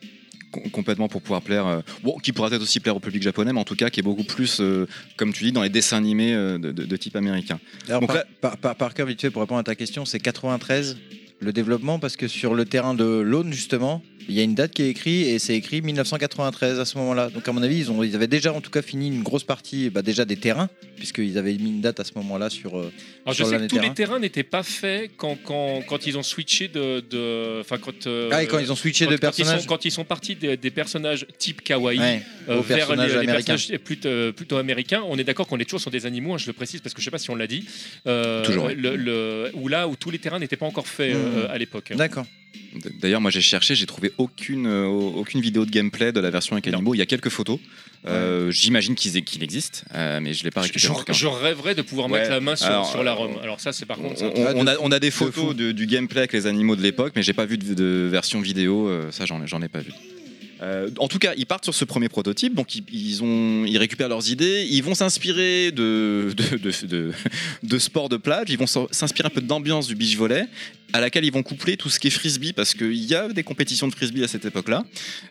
[SPEAKER 3] com- complètement pour pouvoir plaire, euh, bon, qui pourra peut-être aussi plaire au public japonais, mais en tout cas qui est beaucoup plus, euh, comme tu dis, dans les dessins animés euh, de, de- de type américain.
[SPEAKER 8] Alors,
[SPEAKER 3] Donc
[SPEAKER 8] par,
[SPEAKER 3] là-
[SPEAKER 8] par, par- par cœur, vite fait, pour répondre à ta question, c'est 93 le développement parce que sur le terrain de l'Aune, justement, il y a une date qui est écrite et c'est écrit 1993 à ce moment-là. Donc, à mon avis, ils, ont, ils avaient déjà en tout cas fini une grosse partie bah, déjà des terrains, puisqu'ils avaient mis une date à ce moment-là sur. euh,
[SPEAKER 5] Alors Ah, je
[SPEAKER 8] Sur
[SPEAKER 5] sais que
[SPEAKER 8] l'année
[SPEAKER 5] tous
[SPEAKER 8] terrain.
[SPEAKER 5] les terrains n'étaient pas faits quand, quand, quand ils ont switché de. de- Enfin, quand. euh,
[SPEAKER 8] Ah, et quand ils ont switché
[SPEAKER 5] quand-
[SPEAKER 8] de
[SPEAKER 5] quand ils sont-
[SPEAKER 8] personnages.
[SPEAKER 5] quand ils sont partis des, des personnages type kawaii
[SPEAKER 8] Ouais,
[SPEAKER 5] euh,
[SPEAKER 8] aux
[SPEAKER 5] vers les-
[SPEAKER 8] personnages
[SPEAKER 5] les,
[SPEAKER 8] américains.
[SPEAKER 5] personnages plutôt, euh, plutôt américains, on est d'accord qu'on est toujours sur des animaux, hein, je le précise parce que je sais pas si on l'a dit. Euh,
[SPEAKER 3] Toujours, oui.
[SPEAKER 5] le- le- où là où tous les terrains n'étaient pas encore faits euh,
[SPEAKER 8] Mmh.
[SPEAKER 5] à l'époque.
[SPEAKER 8] D'accord.
[SPEAKER 3] D- D'ailleurs, moi j'ai cherché, j'ai trouvé aucune, euh, aucune vidéo de gameplay de la version avec
[SPEAKER 5] Non.
[SPEAKER 3] animaux. Il y a quelques photos. Euh, J'imagine qu'il qu'il existe, euh, mais je l'ai pas
[SPEAKER 5] Je,
[SPEAKER 3] récupéré. en tout cas.
[SPEAKER 5] je rêverais de pouvoir
[SPEAKER 3] Ouais.
[SPEAKER 5] mettre la main sur,
[SPEAKER 3] Alors,
[SPEAKER 5] sur la
[SPEAKER 3] euh,
[SPEAKER 5] Rome. Alors ça, c'est par contre. ça.
[SPEAKER 3] On, on- on a, on a des
[SPEAKER 8] Ah, fou.
[SPEAKER 3] photos de- du gameplay avec les animaux de l'époque, mais j'ai pas vu de, de version vidéo, euh, ça j'en j'en ai pas vu. Euh, en tout cas, ils partent sur ce premier prototype, donc ils, ils ont, ils récupèrent leurs idées, ils vont s'inspirer de, de, de, de- de sport de plage, ils vont s'en- s'inspirer un peu d'ambiance du beach volley, à laquelle ils vont coupler tout ce qui est frisbee, parce qu'il y a des compétitions de frisbee à cette époque-là.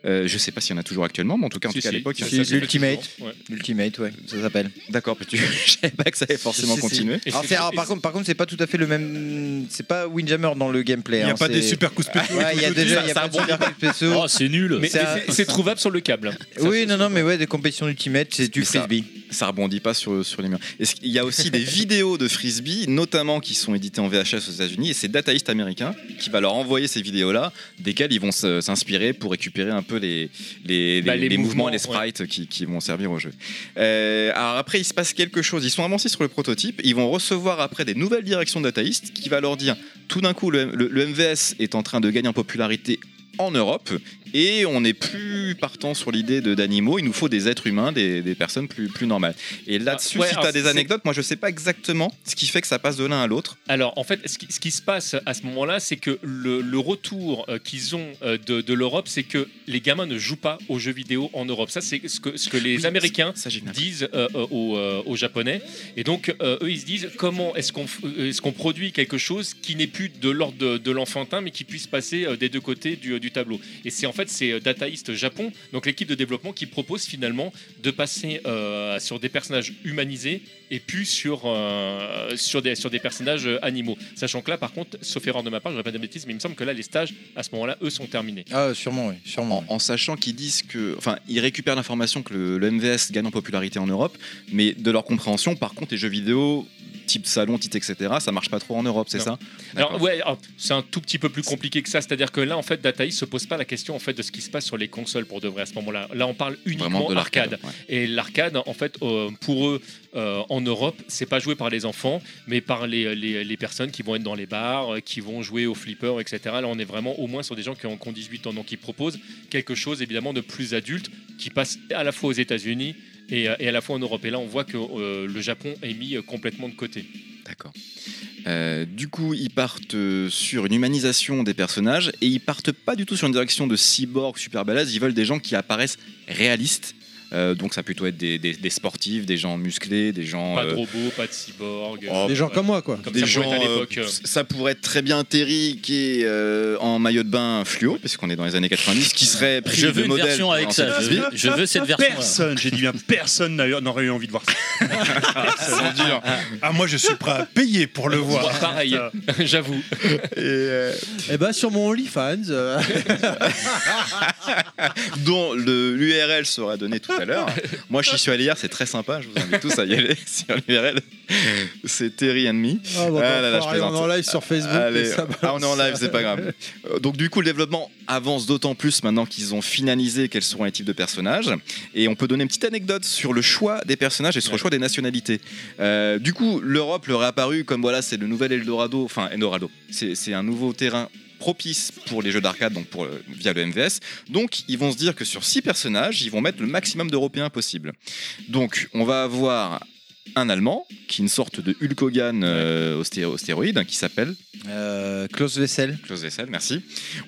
[SPEAKER 3] Euh, je sais pas s'il y en a toujours actuellement, mais en tout cas, en
[SPEAKER 5] Si,
[SPEAKER 3] tout cas à
[SPEAKER 5] si,
[SPEAKER 3] l'époque,
[SPEAKER 5] ça,
[SPEAKER 3] il y
[SPEAKER 8] si,
[SPEAKER 3] en
[SPEAKER 5] ça
[SPEAKER 3] a-
[SPEAKER 5] se fait
[SPEAKER 8] l'ultimate.
[SPEAKER 5] toujours, ouais.
[SPEAKER 8] L'Ultimate, ouais, ça s'appelle.
[SPEAKER 3] D'accord, mais tu- je savais pas que ça allait forcément
[SPEAKER 8] Si, si, si.
[SPEAKER 3] continuer.
[SPEAKER 5] Et
[SPEAKER 8] Alors,
[SPEAKER 5] c'est-
[SPEAKER 8] c'est- alors, par contre, par contre, c'est pas tout à fait le même. C'est pas Windjammer dans le gameplay.
[SPEAKER 7] Il n'y a
[SPEAKER 8] hein,
[SPEAKER 7] pas des
[SPEAKER 8] c'est-
[SPEAKER 7] super coups spéciaux.
[SPEAKER 8] Ouais, il y a déjà il y a
[SPEAKER 3] Ça,
[SPEAKER 8] pas
[SPEAKER 3] ça
[SPEAKER 8] de super coups spéciaux.
[SPEAKER 4] Oh, c'est nul.
[SPEAKER 5] Mais
[SPEAKER 8] c'est
[SPEAKER 5] mais c'est- c'est trouvable sur le câble.
[SPEAKER 8] oui, non, non, mais ouais, des compétitions Ultimate, c'est du
[SPEAKER 3] Mais ça-
[SPEAKER 8] frisbee.
[SPEAKER 3] ça rebondit pas sur, sur les murs. Et ce- Il y a aussi des vidéos de frisbee, notamment qui sont éditées en VHS aux États-Unis, et c'est Dataist américain qui va leur envoyer ces vidéos-là, desquelles ils vont se- s'inspirer pour récupérer un peu les, les,
[SPEAKER 5] Bah,
[SPEAKER 3] les-
[SPEAKER 5] les
[SPEAKER 3] les mouvements
[SPEAKER 5] mouvements,
[SPEAKER 3] et les sprites qui, qui vont servir au jeu. Euh, alors après, il se passe quelque chose. Ils sont avancés sur le prototype, ils vont recevoir après des nouvelles directions de Dataist qui va leur dire tout d'un coup, le, le- le MVS est en train de gagner en popularité en Europe et on n'est plus partant sur l'idée de- d'animaux, il nous faut des êtres humains, des, des personnes plus, plus normales. Et là-dessus,
[SPEAKER 5] Ah, ouais,
[SPEAKER 3] si tu as
[SPEAKER 5] alors,
[SPEAKER 3] des
[SPEAKER 5] c'est-
[SPEAKER 3] anecdotes, moi je sais pas exactement ce qui fait que ça passe de l'un à l'autre.
[SPEAKER 5] Alors, en fait, ce qui, ce qui se passe à ce moment-là, c'est que le, le retour euh, qu'ils ont euh, de, de l'Europe, c'est que les gamins ne jouent pas aux jeux vidéo en Europe. Ça, c'est ce que, ce que les
[SPEAKER 3] Oui,
[SPEAKER 5] Américains
[SPEAKER 3] Ça, j'ai
[SPEAKER 5] disent euh, euh, aux, euh, aux Japonais. Et donc, euh, eux, ils se disent comment est-ce qu'on est qu'on produit euh, quelque chose qui n'est plus de l'ordre de, de l'enfantin, mais qui puisse passer euh, des deux côtés du, du tableau. Et c'est en fait fait, c'est euh, Data East Japon, donc l'équipe de développement qui propose finalement de passer euh, sur des personnages humanisés et puis sur, euh, sur, des, sur des personnages euh, animaux. Sachant que là, par contre, sauf erreur de ma part, je ne pas de bêtises, mais il me semble que là, les stages, à ce moment-là, eux, sont terminés.
[SPEAKER 8] Ah, sûrement, oui. Sûrement.
[SPEAKER 3] En, en sachant qu'ils disent que. Enfin, ils récupèrent l'information que le, le MVS gagne en popularité en Europe, mais de leur compréhension, par contre, les jeux vidéo, type salon, titre, etc., ça marche pas trop en Europe, c'est
[SPEAKER 5] Non.
[SPEAKER 3] ça
[SPEAKER 5] Alors
[SPEAKER 3] D'accord.
[SPEAKER 5] ouais, alors, c'est un tout petit peu plus compliqué que ça, c'est-à-dire que là en fait Data East se pose pas la question en fait de ce qui se passe sur les consoles pour de vrai à ce moment-là. Là on parle uniquement
[SPEAKER 3] Vraiment de l'arcade.
[SPEAKER 5] arcade.
[SPEAKER 3] ouais.
[SPEAKER 5] Et l'arcade en fait euh, pour eux euh, en Europe, c'est pas joué par les enfants, mais par les, les, les personnes qui vont être dans les bars, euh, qui vont jouer au flipper, etc. Là on est vraiment au moins sur des gens qui ont, qui ont 18 ans, donc ils proposent quelque chose évidemment de plus adulte qui passe à la fois aux États-Unis et, euh, et à la fois en Europe. Et là on voit que euh, le Japon est mis euh, complètement de côté.
[SPEAKER 3] D'accord. Euh, du coup, ils partent euh, sur une humanisation des personnages et ils partent pas du tout sur une direction de cyborg super balèze. Ils veulent des gens qui apparaissent réalistes. Euh, donc, ça va plutôt être des, des- des sportifs, des gens musclés, des gens.
[SPEAKER 5] Pas de
[SPEAKER 3] euh,
[SPEAKER 5] robots, pas de cyborg.
[SPEAKER 3] oh,
[SPEAKER 5] euh,
[SPEAKER 1] Des gens
[SPEAKER 5] ouais.
[SPEAKER 1] comme moi, quoi.
[SPEAKER 5] Comme
[SPEAKER 3] des
[SPEAKER 5] ça
[SPEAKER 3] gens,
[SPEAKER 5] pouvait être à
[SPEAKER 3] euh,
[SPEAKER 5] l'époque. euh,
[SPEAKER 3] ça pourrait être très bien Terry qui est euh, en maillot de bain fluo, puisqu'on est dans les années 90, qui serait pris
[SPEAKER 4] Je
[SPEAKER 3] de
[SPEAKER 4] veux une
[SPEAKER 3] modèle
[SPEAKER 4] version
[SPEAKER 3] pour
[SPEAKER 4] avec
[SPEAKER 3] un
[SPEAKER 4] ça. Je
[SPEAKER 3] selfie.
[SPEAKER 4] veux, je veux cette version.
[SPEAKER 6] Personne, j'ai dit bien personne d'ailleurs n'aurait eu envie de voir ça.
[SPEAKER 3] C'est dur.
[SPEAKER 7] Ah, moi, je suis prêt à payer pour le voir.
[SPEAKER 5] Pareil,
[SPEAKER 6] Euh,
[SPEAKER 5] j'avoue.
[SPEAKER 3] Et, euh,
[SPEAKER 1] Eh ben, sur mon OnlyFans, euh,
[SPEAKER 3] dont le- l'URL sera donné tout à l'heure. Moi, je suis allé hier, c'est très sympa. Je vous invite tous à y aller sur l'URL. C'est Terry and me.
[SPEAKER 1] ah, bon,
[SPEAKER 3] Ah là là, je
[SPEAKER 1] on est
[SPEAKER 3] plaisante.
[SPEAKER 1] en live sur Facebook.
[SPEAKER 3] Allez,
[SPEAKER 1] et ça
[SPEAKER 3] ah, on est en
[SPEAKER 1] balance.
[SPEAKER 3] live, c'est pas grave. Euh, Donc du coup, le développement avance d'autant plus maintenant qu'ils ont finalisé quels seront les types de personnages. Et on peut donner une petite anecdote sur le choix des personnages et sur le choix des nationalités. Euh, du coup, l'Europe leur est apparue comme voilà, c'est le nouvel Eldorado, enfin Eldorado. C'est c'est un nouveau terrain propice pour les jeux d'arcade, donc pour, le- via le MVS. Donc, ils vont se dire que sur six personnages, ils vont mettre le maximum d'Européens possible. Donc, on va avoir un Allemand, qui est une sorte de Hulk Hogan euh, au sté- au stéroïde, hein, qui s'appelle
[SPEAKER 8] Euh, Klaus Wessel.
[SPEAKER 3] Close vaisselle, merci.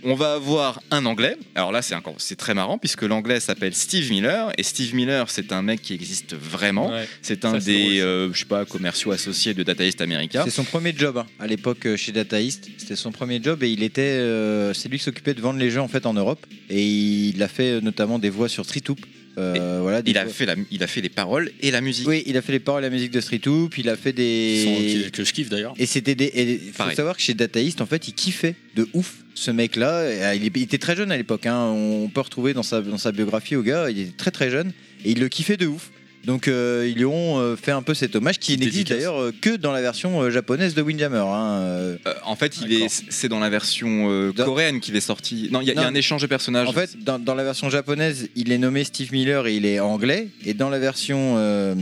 [SPEAKER 3] On va avoir un anglais. Alors là, c'est encore, c'est très marrant puisque l'anglais s'appelle Steve Miller et Steve Miller, c'est un mec qui existe vraiment.
[SPEAKER 5] Ouais.
[SPEAKER 3] C'est un
[SPEAKER 5] Ça, c'est drôle,
[SPEAKER 3] des,
[SPEAKER 5] ça.
[SPEAKER 3] euh, je sais pas, commerciaux associés de Data East America.
[SPEAKER 8] C'est son premier job hein, à l'époque euh, chez Data East. C'était son premier job et il était, euh, c'est lui qui s'occupait de vendre les jeux en fait en Europe. Et il a fait euh, notamment des voix sur Street Hoop. Euh, voilà, des
[SPEAKER 3] Il a
[SPEAKER 8] voix-
[SPEAKER 3] fait la, il a fait les paroles et la musique.
[SPEAKER 8] Oui, il a fait les paroles et la musique de Street Hoop. Il a fait
[SPEAKER 4] Qui sont- qui-
[SPEAKER 8] des.
[SPEAKER 4] que je kiffe d'ailleurs.
[SPEAKER 8] Et c'était des. et faut
[SPEAKER 3] Pareil.
[SPEAKER 8] savoir que chez Data East, en fait, il kiffait de ouf ce mec-là. Et, euh, Il il était très jeune à l'époque. hein. On peut retrouver dans sa, dans sa biographie au gars, il était très très jeune et il le kiffait de ouf. Donc euh, ils lui ont euh, fait un peu cet hommage qui
[SPEAKER 4] Petite
[SPEAKER 8] n'existe
[SPEAKER 4] dédicace.
[SPEAKER 8] d'ailleurs euh, que dans la version euh, japonaise de Windjammer. hein, euh,
[SPEAKER 3] Euh, en fait, il est,
[SPEAKER 8] D'accord.
[SPEAKER 3] c'est dans la version euh,
[SPEAKER 8] Dans-
[SPEAKER 3] coréenne qu'il est sorti. Non, il y, a- il y a
[SPEAKER 8] Non.
[SPEAKER 3] un échange de personnages.
[SPEAKER 8] En fait, dans, dans la version japonaise, il est nommé Steve Miller et il est anglais. Et dans la version. euh,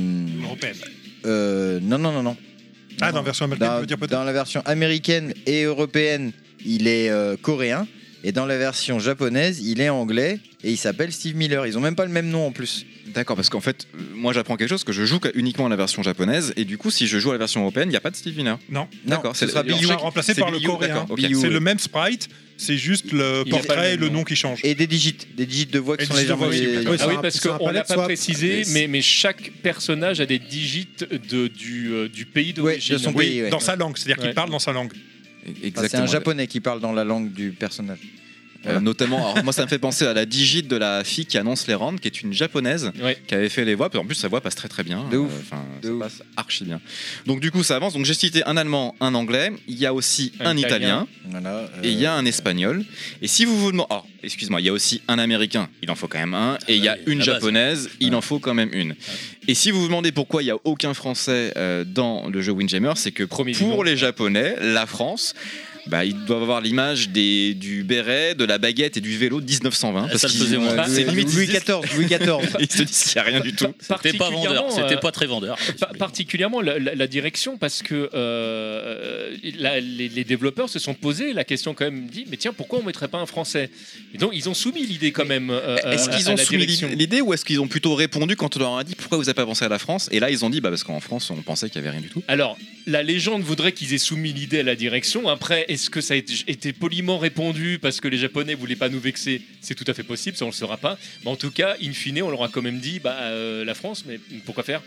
[SPEAKER 7] Européenne.
[SPEAKER 8] euh, non, non, non, non.
[SPEAKER 7] Ah, dans la version américaine, je
[SPEAKER 8] Dans,
[SPEAKER 7] veux dire peut-être.
[SPEAKER 8] dans la version américaine et européenne, il est euh, coréen. Et dans la version japonaise, il est anglais et il s'appelle Steve Miller. Ils ont même pas le même nom en plus.
[SPEAKER 3] D'accord, parce qu'en fait, euh, moi j'apprends quelque chose que je joue qu'à- uniquement à la version japonaise et du coup, si je joue à la version européenne, il n'y a pas de Steve Miller.
[SPEAKER 7] Non.
[SPEAKER 3] D'accord,
[SPEAKER 8] ce
[SPEAKER 3] c'est-
[SPEAKER 8] sera
[SPEAKER 3] alors,
[SPEAKER 8] Bill
[SPEAKER 3] je sais
[SPEAKER 7] Sera
[SPEAKER 3] que-
[SPEAKER 7] remplacé
[SPEAKER 3] c'est
[SPEAKER 7] par le
[SPEAKER 3] Bill You,
[SPEAKER 7] coréen.
[SPEAKER 3] d'accord, ok.
[SPEAKER 8] Bill You.
[SPEAKER 7] C'est le même sprite, c'est juste le
[SPEAKER 5] Il a pas
[SPEAKER 7] portrait et
[SPEAKER 5] le
[SPEAKER 7] le
[SPEAKER 5] même
[SPEAKER 7] nom
[SPEAKER 5] nom.
[SPEAKER 7] qui change.
[SPEAKER 8] Et des digites. Des digites de voix qui
[SPEAKER 7] Et
[SPEAKER 8] sont
[SPEAKER 7] des
[SPEAKER 8] légèrement.
[SPEAKER 7] digites de voix, oui,
[SPEAKER 8] les-
[SPEAKER 7] d'accord.
[SPEAKER 1] Ouais,
[SPEAKER 5] Ah
[SPEAKER 1] c'est
[SPEAKER 5] oui,
[SPEAKER 1] un-
[SPEAKER 5] parce
[SPEAKER 1] c'est un
[SPEAKER 5] qu'on
[SPEAKER 1] palette
[SPEAKER 5] l'a pas
[SPEAKER 1] swap.
[SPEAKER 5] précisé,
[SPEAKER 3] Mais-
[SPEAKER 5] mais, mais chaque personnage a des digits de, du, euh, du pays
[SPEAKER 8] Ouais,
[SPEAKER 5] d'origine.
[SPEAKER 8] de son
[SPEAKER 7] Oui,
[SPEAKER 8] pays. ouais.
[SPEAKER 7] dans sa langue, c'est-à-dire
[SPEAKER 5] Ouais.
[SPEAKER 7] qu'il parle dans sa langue.
[SPEAKER 8] Enfin, c'est
[SPEAKER 3] Exactement.
[SPEAKER 8] un japonais qui parle dans la langue du personnage.
[SPEAKER 3] Euh, notamment, alors, moi ça me fait penser à la digite de la fille qui annonce les rounds, qui est une japonaise,
[SPEAKER 5] Ouais.
[SPEAKER 3] qui avait fait les voix. En plus, sa voix passe très très bien. euh,
[SPEAKER 8] De ouf.
[SPEAKER 3] Enfin,
[SPEAKER 8] De
[SPEAKER 3] ça
[SPEAKER 8] ouf.
[SPEAKER 3] passe archi bien. Donc du coup, ça avance. Donc j'ai cité un allemand, un anglais. Il y a aussi un,
[SPEAKER 5] Un
[SPEAKER 3] italien,
[SPEAKER 5] Italien.
[SPEAKER 8] Voilà, euh,
[SPEAKER 3] et il y a un espagnol. Et si vous vous demandez, oh, excuse-moi, il y a aussi un américain. Il en faut quand même un. Et il y a
[SPEAKER 4] Ah oui,
[SPEAKER 3] une
[SPEAKER 4] la base.
[SPEAKER 3] japonaise. Il en faut quand même une. Et si vous vous demandez pourquoi il y a aucun français euh, dans le jeu Windjammer, c'est que
[SPEAKER 5] Premier du
[SPEAKER 3] pour
[SPEAKER 5] monde.
[SPEAKER 3] les japonais, la France. Bah, ils doivent avoir l'image des, du béret, de la baguette et du vélo de 1920.
[SPEAKER 4] Ah,
[SPEAKER 3] Parce
[SPEAKER 4] ça le
[SPEAKER 3] qu'ils-
[SPEAKER 4] faisait, moi.
[SPEAKER 8] euh,
[SPEAKER 3] c'est
[SPEAKER 8] Louis-
[SPEAKER 3] limite,
[SPEAKER 8] Louis
[SPEAKER 3] ils disent-
[SPEAKER 8] XIV. Louis XIV.
[SPEAKER 3] ils se disent qu'il n'y a rien du tout.
[SPEAKER 4] C'était pas vendeur, c'était pas très vendeur.
[SPEAKER 5] Pa- Euh, particulièrement la, la- la direction parce que euh, la- les, les développeurs se sont posés la question quand même dit mais tiens pourquoi on mettrait pas un français et donc ils ont soumis l'idée quand même euh,
[SPEAKER 3] Est-ce
[SPEAKER 5] à-
[SPEAKER 3] qu'ils
[SPEAKER 5] à
[SPEAKER 3] ont
[SPEAKER 5] la
[SPEAKER 3] soumis
[SPEAKER 5] direction.
[SPEAKER 3] l'idée ou est-ce qu'ils ont plutôt répondu quand on leur a dit pourquoi vous n'avez pas pensé à la France Et là, ils ont dit bah, parce qu'en France, on pensait qu'il n'y avait rien du tout.
[SPEAKER 5] alors la légende voudrait qu'ils aient soumis l'idée à la direction après est-ce que ça a été été poliment répondu parce que les japonais voulaient pas nous vexer c'est tout à fait possible ça on le saura pas mais en tout cas in fine on leur a quand même dit bah euh, la France mais pourquoi faire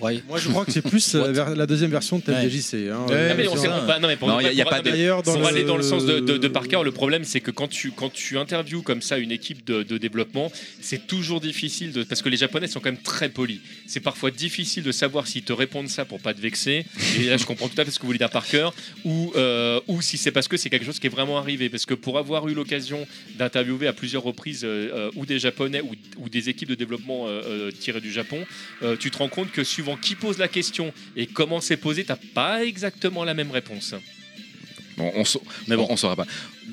[SPEAKER 4] Ouais.
[SPEAKER 1] Moi, je crois que c'est plus euh, vers- la deuxième version de TMDJC. hein.
[SPEAKER 8] Ouais,
[SPEAKER 5] Ah, mais
[SPEAKER 1] Euh,
[SPEAKER 5] on
[SPEAKER 1] sur-
[SPEAKER 5] sait pas. Non, mais pour
[SPEAKER 3] Non,
[SPEAKER 5] nous,
[SPEAKER 3] y a- y a
[SPEAKER 5] pour-
[SPEAKER 3] pas de-
[SPEAKER 1] D'ailleurs, dans
[SPEAKER 5] on va aller dans le sens de, de, de
[SPEAKER 1] le-
[SPEAKER 5] Parker. Le problème, c'est que quand tu, quand tu interviews comme ça une équipe de, de développement, c'est toujours difficile de, parce que les Japonais sont quand même très polis. C'est parfois difficile de savoir s'ils te répondent ça pour pas te vexer. Et là, je comprends tout à fait ce que vous voulez dire Parker. Ou, euh, ou si c'est parce que c'est quelque chose qui est vraiment arrivé. Parce que pour avoir eu l'occasion d'interviewer à plusieurs reprises euh, euh, ou des Japonais ou, ou des équipes de développement euh, euh, tirées du Japon, euh, tu te rends compte que suivant qui pose la question et comment c'est posé, t'as pas exactement la même réponse.
[SPEAKER 3] Bon, on, sa-
[SPEAKER 4] Mais bon.
[SPEAKER 3] on, on saura pas.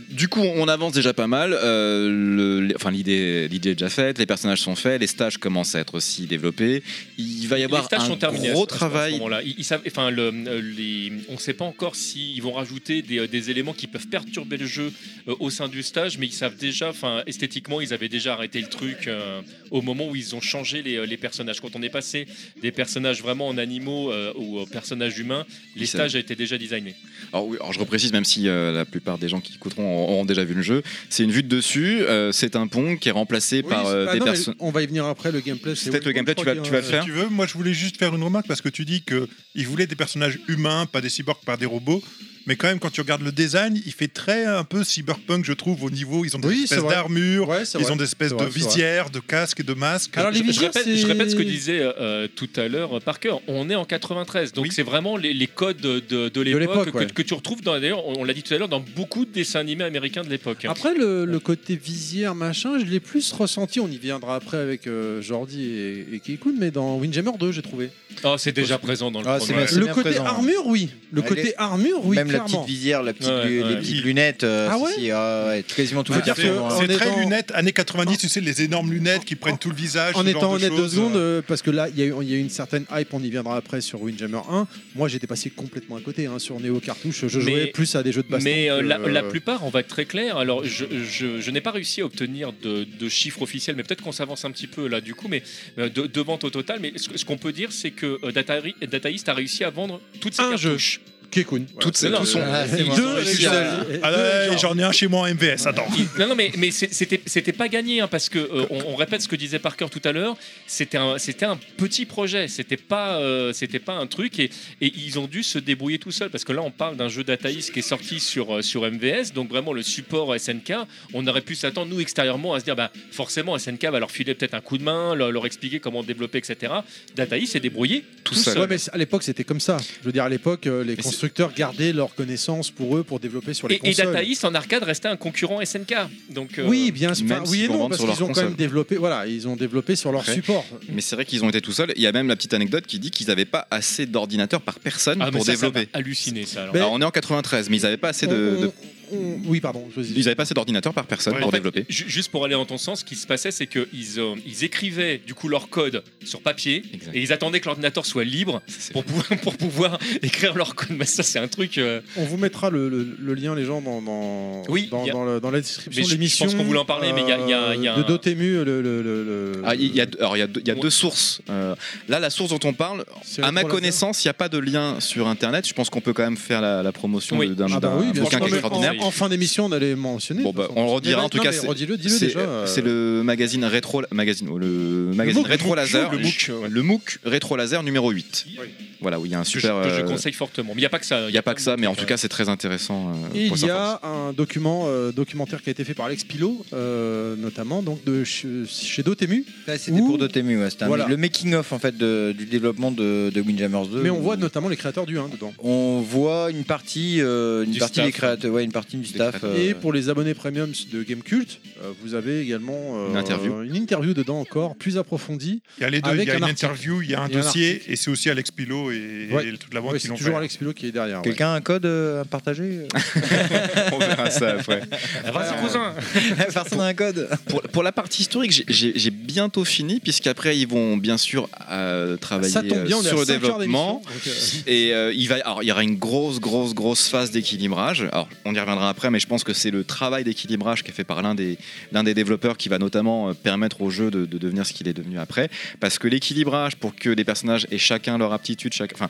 [SPEAKER 3] Du coup, on avance déjà pas mal. euh, le- les- enfin, l'idée, l'idée est déjà faite, les personnages sont faits, les stages commencent à être aussi développés. Il va y
[SPEAKER 5] les
[SPEAKER 3] avoir
[SPEAKER 5] stages
[SPEAKER 3] un
[SPEAKER 5] sont terminés
[SPEAKER 3] gros
[SPEAKER 5] à ce- à ce- à ce
[SPEAKER 3] travail.
[SPEAKER 5] moment-là. Ils- ils savent- enfin, le- euh, les- on ne sait pas encore s'ils vont rajouter des, euh, des éléments qui peuvent perturber le jeu euh, au sein du stage, mais ils savent déjà, enfin, esthétiquement, ils avaient déjà arrêté le truc euh, au moment où ils ont changé les, euh, les personnages. Quand on est passé des personnages vraiment en animaux euh, ou euh, personnages humains, les
[SPEAKER 3] Ils savent.
[SPEAKER 5] stages étaient déjà designés.
[SPEAKER 3] Alors, oui, alors, je reprécise, même si euh, la plupart des gens qui écouteront auront auront déjà vu le jeu, c'est une vue de dessus, euh, c'est un pont qui est remplacé
[SPEAKER 1] Oui,
[SPEAKER 3] par
[SPEAKER 1] c'est-
[SPEAKER 3] euh,
[SPEAKER 8] bah
[SPEAKER 1] ah
[SPEAKER 3] des
[SPEAKER 1] non, mais
[SPEAKER 3] personnes.
[SPEAKER 1] On va y venir après, le gameplay. c'est
[SPEAKER 3] Peut-être le
[SPEAKER 1] Will
[SPEAKER 3] gameplay, tu vas-
[SPEAKER 1] Control qui-
[SPEAKER 3] tu vas le
[SPEAKER 1] euh,
[SPEAKER 3] faire.
[SPEAKER 7] Si tu veux, moi je voulais juste faire une remarque parce que tu dis que ils voulaient des personnages humains, pas des cyborgs, pas des robots. Mais quand même, quand tu regardes le design, il fait très un peu cyberpunk, je trouve, au niveau. Ils ont des
[SPEAKER 1] Oui, c'est
[SPEAKER 7] espèces
[SPEAKER 1] vrai.
[SPEAKER 7] d'armures,
[SPEAKER 1] Ouais, c'est
[SPEAKER 7] ils
[SPEAKER 1] vrai.
[SPEAKER 7] ont des espèces
[SPEAKER 1] C'est
[SPEAKER 7] de
[SPEAKER 1] vrai, c'est vrai.
[SPEAKER 7] visières, de casques et de masques.
[SPEAKER 1] Alors, les
[SPEAKER 5] Je- je,
[SPEAKER 1] visières,
[SPEAKER 5] répète, je
[SPEAKER 1] c'est-
[SPEAKER 5] répète ce que disait euh, euh, tout à l'heure euh, Parker. On est en 93, donc
[SPEAKER 7] Oui.
[SPEAKER 5] c'est vraiment les, les codes de, de
[SPEAKER 1] l'époque,
[SPEAKER 5] l'époque que,
[SPEAKER 1] ouais.
[SPEAKER 5] que tu retrouves dans. D'ailleurs, on, on l'a dit tout à l'heure dans beaucoup de dessins animés américains de l'époque.
[SPEAKER 1] Après, le, le côté visière, machin, je l'ai plus ressenti. On y viendra après avec euh, Jordi et, et Kikun, mais dans Windjammer 2, j'ai trouvé.
[SPEAKER 5] Oh, c'est déjà présent dans le
[SPEAKER 8] Ah, c'est
[SPEAKER 5] programme.
[SPEAKER 8] bien, c'est
[SPEAKER 1] le
[SPEAKER 8] bien
[SPEAKER 1] côté
[SPEAKER 8] présent.
[SPEAKER 1] armure, oui. Le
[SPEAKER 8] Elle
[SPEAKER 1] côté
[SPEAKER 8] est-
[SPEAKER 1] armure, oui,
[SPEAKER 8] Même la petite
[SPEAKER 1] clairement.
[SPEAKER 8] visière, la petite,
[SPEAKER 5] Ouais,
[SPEAKER 8] lu-
[SPEAKER 5] ouais.
[SPEAKER 8] les petites lunettes. euh,
[SPEAKER 1] Ah
[SPEAKER 8] si,
[SPEAKER 1] ouais
[SPEAKER 8] si, ah ouais, quasiment tout
[SPEAKER 1] Ah,
[SPEAKER 8] le
[SPEAKER 1] dire
[SPEAKER 8] carton.
[SPEAKER 1] que-
[SPEAKER 8] hein.
[SPEAKER 1] en
[SPEAKER 7] c'est très
[SPEAKER 1] étant-
[SPEAKER 7] lunettes années 90, tu sais, les énormes lunettes qui prennent tout le visage.
[SPEAKER 1] En
[SPEAKER 7] ce genre
[SPEAKER 1] étant
[SPEAKER 7] de
[SPEAKER 1] honnête deux
[SPEAKER 7] choses.
[SPEAKER 1] secondes, euh, parce que là, il y, a eu- il y a eu une certaine hype, on y viendra après sur Windjammer 1. Moi, j'étais passé complètement à côté hein, sur Neo Cartouche. Je
[SPEAKER 5] Mais-
[SPEAKER 1] jouais plus à des jeux de baston.
[SPEAKER 5] Mais euh,
[SPEAKER 1] que,
[SPEAKER 5] la, la
[SPEAKER 1] euh,
[SPEAKER 5] plupart, on va être très clair. Alors, je, je- je n'ai pas réussi à obtenir de, de chiffres officiels, mais peut-être qu'on s'avance un petit peu là du coup, mais euh, de, de ventes au total. Mais ce, ce qu'on peut dire, c'est que euh, Data, Data East a réussi à vendre toutes ses
[SPEAKER 1] Un jeu.
[SPEAKER 5] cartouches.
[SPEAKER 1] Kekun.
[SPEAKER 3] Toutes ces-
[SPEAKER 5] Non,
[SPEAKER 3] tous sont-
[SPEAKER 1] Voilà.
[SPEAKER 5] ils ont
[SPEAKER 1] Deux
[SPEAKER 5] réussi
[SPEAKER 1] avec
[SPEAKER 5] à-
[SPEAKER 1] le- et-
[SPEAKER 7] Ah
[SPEAKER 1] deux
[SPEAKER 7] ouais,
[SPEAKER 1] avec le-
[SPEAKER 7] j'en ai un chez moi en MVS, attends.
[SPEAKER 5] Il- Non, non, mais, mais c'est- c'était c'était pas gagné hein, parce que euh, on, on répète ce que disait Parker tout à l'heure. C'était un c'était un petit projet. C'était pas euh, c'était pas un truc et, et ils ont dû se débrouiller tout seuls parce que là on parle d'un jeu d'Ataïs qui est sorti sur euh, sur MVS donc vraiment le support SNK. On aurait pu s'attendre nous extérieurement à se dire bah forcément SNK va leur filer peut-être un coup de main, leur, leur expliquer comment développer etc. Dataïs s'est débrouillé tout,
[SPEAKER 3] Tout seul.
[SPEAKER 5] seul.
[SPEAKER 1] Ouais, mais c'est- à l'époque, c'était comme ça. Je veux dire, à l'époque, euh, les
[SPEAKER 3] c'est-
[SPEAKER 1] constructeurs gardaient leurs connaissances pour eux pour développer sur les
[SPEAKER 5] Et, et
[SPEAKER 1] consoles.
[SPEAKER 5] Data East en arcade restait un concurrent SNK. Donc euh,
[SPEAKER 1] Oui, bien sûr.
[SPEAKER 3] Même
[SPEAKER 1] oui et
[SPEAKER 3] s'ils vont
[SPEAKER 1] non,
[SPEAKER 3] vendre
[SPEAKER 1] parce
[SPEAKER 3] sur
[SPEAKER 1] qu'ils
[SPEAKER 3] leur
[SPEAKER 1] ont quand
[SPEAKER 3] console.
[SPEAKER 1] même développé. Voilà, ils ont développé sur leur
[SPEAKER 3] Après.
[SPEAKER 1] support.
[SPEAKER 3] Mais c'est vrai qu'ils ont été tout seuls. Il y a même la petite anecdote qui dit qu'ils n'avaient pas assez d'ordinateurs par personne
[SPEAKER 5] ah, mais
[SPEAKER 3] pour
[SPEAKER 5] ça, ça m'a
[SPEAKER 3] développer.
[SPEAKER 5] halluciné ça. alors.
[SPEAKER 1] Mais-
[SPEAKER 3] Alors, on est en 93, mais ils n'avaient pas assez de-
[SPEAKER 1] On-
[SPEAKER 3] de
[SPEAKER 1] on- oui, pardon. je vous ai-
[SPEAKER 3] Ils n'avaient pas assez d'ordinateurs par personne
[SPEAKER 7] Ouais.
[SPEAKER 3] pour
[SPEAKER 5] En fait,
[SPEAKER 3] développer.
[SPEAKER 5] ju- juste pour aller dans ton sens, ce qui se passait, c'est qu'ils ils écrivaient du coup leur code sur papier
[SPEAKER 3] Exact.
[SPEAKER 5] et ils attendaient que l'ordinateur soit libre pour pouvoir, pour pouvoir écrire leur code. Mais ça, c'est un truc. euh,
[SPEAKER 1] On vous mettra le, le- le lien, les gens, dans, dans,
[SPEAKER 5] Oui,
[SPEAKER 1] dans,
[SPEAKER 5] il y a-
[SPEAKER 1] dans le- dans la description
[SPEAKER 5] Mais
[SPEAKER 1] de
[SPEAKER 5] je- je
[SPEAKER 1] l'émission. euh,
[SPEAKER 5] pense qu'on voulait en parler, mais il y a- il y a- il y a
[SPEAKER 1] De
[SPEAKER 5] un-
[SPEAKER 1] Dotemu, le. le, le- le-
[SPEAKER 3] Ah, il y a, alors, il y a, deux- il y a
[SPEAKER 5] Ouais.
[SPEAKER 3] deux sources. Euh, là, la source dont on parle,
[SPEAKER 1] c'est
[SPEAKER 3] à ma
[SPEAKER 1] rétro-laser.
[SPEAKER 3] connaissance, il n'y a pas de lien sur Internet. Je pense qu'on peut quand même faire la, la promotion
[SPEAKER 5] Oui.
[SPEAKER 3] de- d'un
[SPEAKER 1] Ah bah
[SPEAKER 3] d'un
[SPEAKER 1] oui, bien
[SPEAKER 3] bouquin
[SPEAKER 1] sûr.
[SPEAKER 3] qui est
[SPEAKER 1] mais
[SPEAKER 3] extraordinaire.
[SPEAKER 1] En, en fin d'émission, on allait mentionner.
[SPEAKER 3] Bon,
[SPEAKER 1] de toute
[SPEAKER 3] bah,
[SPEAKER 1] façon.
[SPEAKER 3] on le redira
[SPEAKER 1] Mais
[SPEAKER 3] en tout
[SPEAKER 1] non,
[SPEAKER 3] cas.
[SPEAKER 1] mais
[SPEAKER 3] c'est-
[SPEAKER 1] Redis-le, dis-le
[SPEAKER 3] C'est
[SPEAKER 1] déjà. euh,
[SPEAKER 3] c'est le magazine rétro, magazine, oh, le magazine
[SPEAKER 1] MOOC,
[SPEAKER 3] rétro
[SPEAKER 1] le
[SPEAKER 3] laser,
[SPEAKER 1] MOOC,
[SPEAKER 3] le
[SPEAKER 1] le
[SPEAKER 3] MOOC, rétro laser numéro 8.
[SPEAKER 5] Oui.
[SPEAKER 3] Voilà, où il y a un
[SPEAKER 5] que je,
[SPEAKER 3] super.
[SPEAKER 5] que je
[SPEAKER 3] euh,
[SPEAKER 5] conseille fortement. Mais il n'y a pas hein. que ça.
[SPEAKER 3] Il n'y a pas que ça, mais en tout cas, c'est très intéressant. euh,
[SPEAKER 1] Et
[SPEAKER 3] pour
[SPEAKER 1] il y
[SPEAKER 3] s'informer.
[SPEAKER 1] a un document, euh, documentaire qui a été fait par Alex Pilot, euh, notamment, donc de ch- chez Dotemu.
[SPEAKER 8] Ça, C'était
[SPEAKER 1] Ouh.
[SPEAKER 8] pour Dotemu, ouais, c'était un-
[SPEAKER 1] Voilà.
[SPEAKER 8] le making-of en fait de- du développement de, de Windjammers 2.
[SPEAKER 1] Mais on voit
[SPEAKER 8] où-
[SPEAKER 1] notamment les créateurs du 1 dedans.
[SPEAKER 8] on voit une partie, euh, une
[SPEAKER 5] Du
[SPEAKER 8] partie
[SPEAKER 5] staff.
[SPEAKER 8] des créateurs, ouais, une partie du staff.
[SPEAKER 3] créateurs.
[SPEAKER 1] Et
[SPEAKER 8] euh,
[SPEAKER 1] pour les abonnés premium de Gamecult, euh, vous avez également euh,
[SPEAKER 3] Une interview.
[SPEAKER 1] une interview dedans encore plus approfondie.
[SPEAKER 7] Il y a les deux,
[SPEAKER 1] Avec
[SPEAKER 7] il y a
[SPEAKER 1] un
[SPEAKER 7] une
[SPEAKER 1] article.
[SPEAKER 7] interview, il y a un
[SPEAKER 1] Et un
[SPEAKER 7] dossier, et c'est aussi Alex Pilot et,
[SPEAKER 1] Ouais.
[SPEAKER 7] et toute la bande
[SPEAKER 1] Ouais,
[SPEAKER 7] qui
[SPEAKER 1] c'est
[SPEAKER 7] l'ont
[SPEAKER 1] toujours
[SPEAKER 7] fait.
[SPEAKER 1] Alex Pilot qui est derrière. Ah ouais.
[SPEAKER 8] Quelqu'un a un code euh, à partager
[SPEAKER 3] on verra ça après.
[SPEAKER 5] Vas-y, cousin
[SPEAKER 8] Personne n'a un code
[SPEAKER 3] pour, pour la partie historique, j'ai- j'ai j'ai bientôt fini, puisqu'après, ils vont bien sûr euh, travailler
[SPEAKER 1] Ça tombe bien,
[SPEAKER 3] euh,
[SPEAKER 1] on est
[SPEAKER 3] sur
[SPEAKER 1] à
[SPEAKER 3] le
[SPEAKER 1] 5 heures
[SPEAKER 3] développement.
[SPEAKER 1] d'émission, donc,
[SPEAKER 3] Et euh, il, va, alors, il y aura une grosse, grosse, grosse phase d'équilibrage. Alors, on y reviendra après, mais je pense que c'est le travail d'équilibrage qui est fait par l'un des, l'un des développeurs qui va notamment euh, permettre au jeu de, de devenir ce qu'il est devenu après. Parce que l'équilibrage, pour que les personnages aient chacun leur aptitude, chaque, enfin,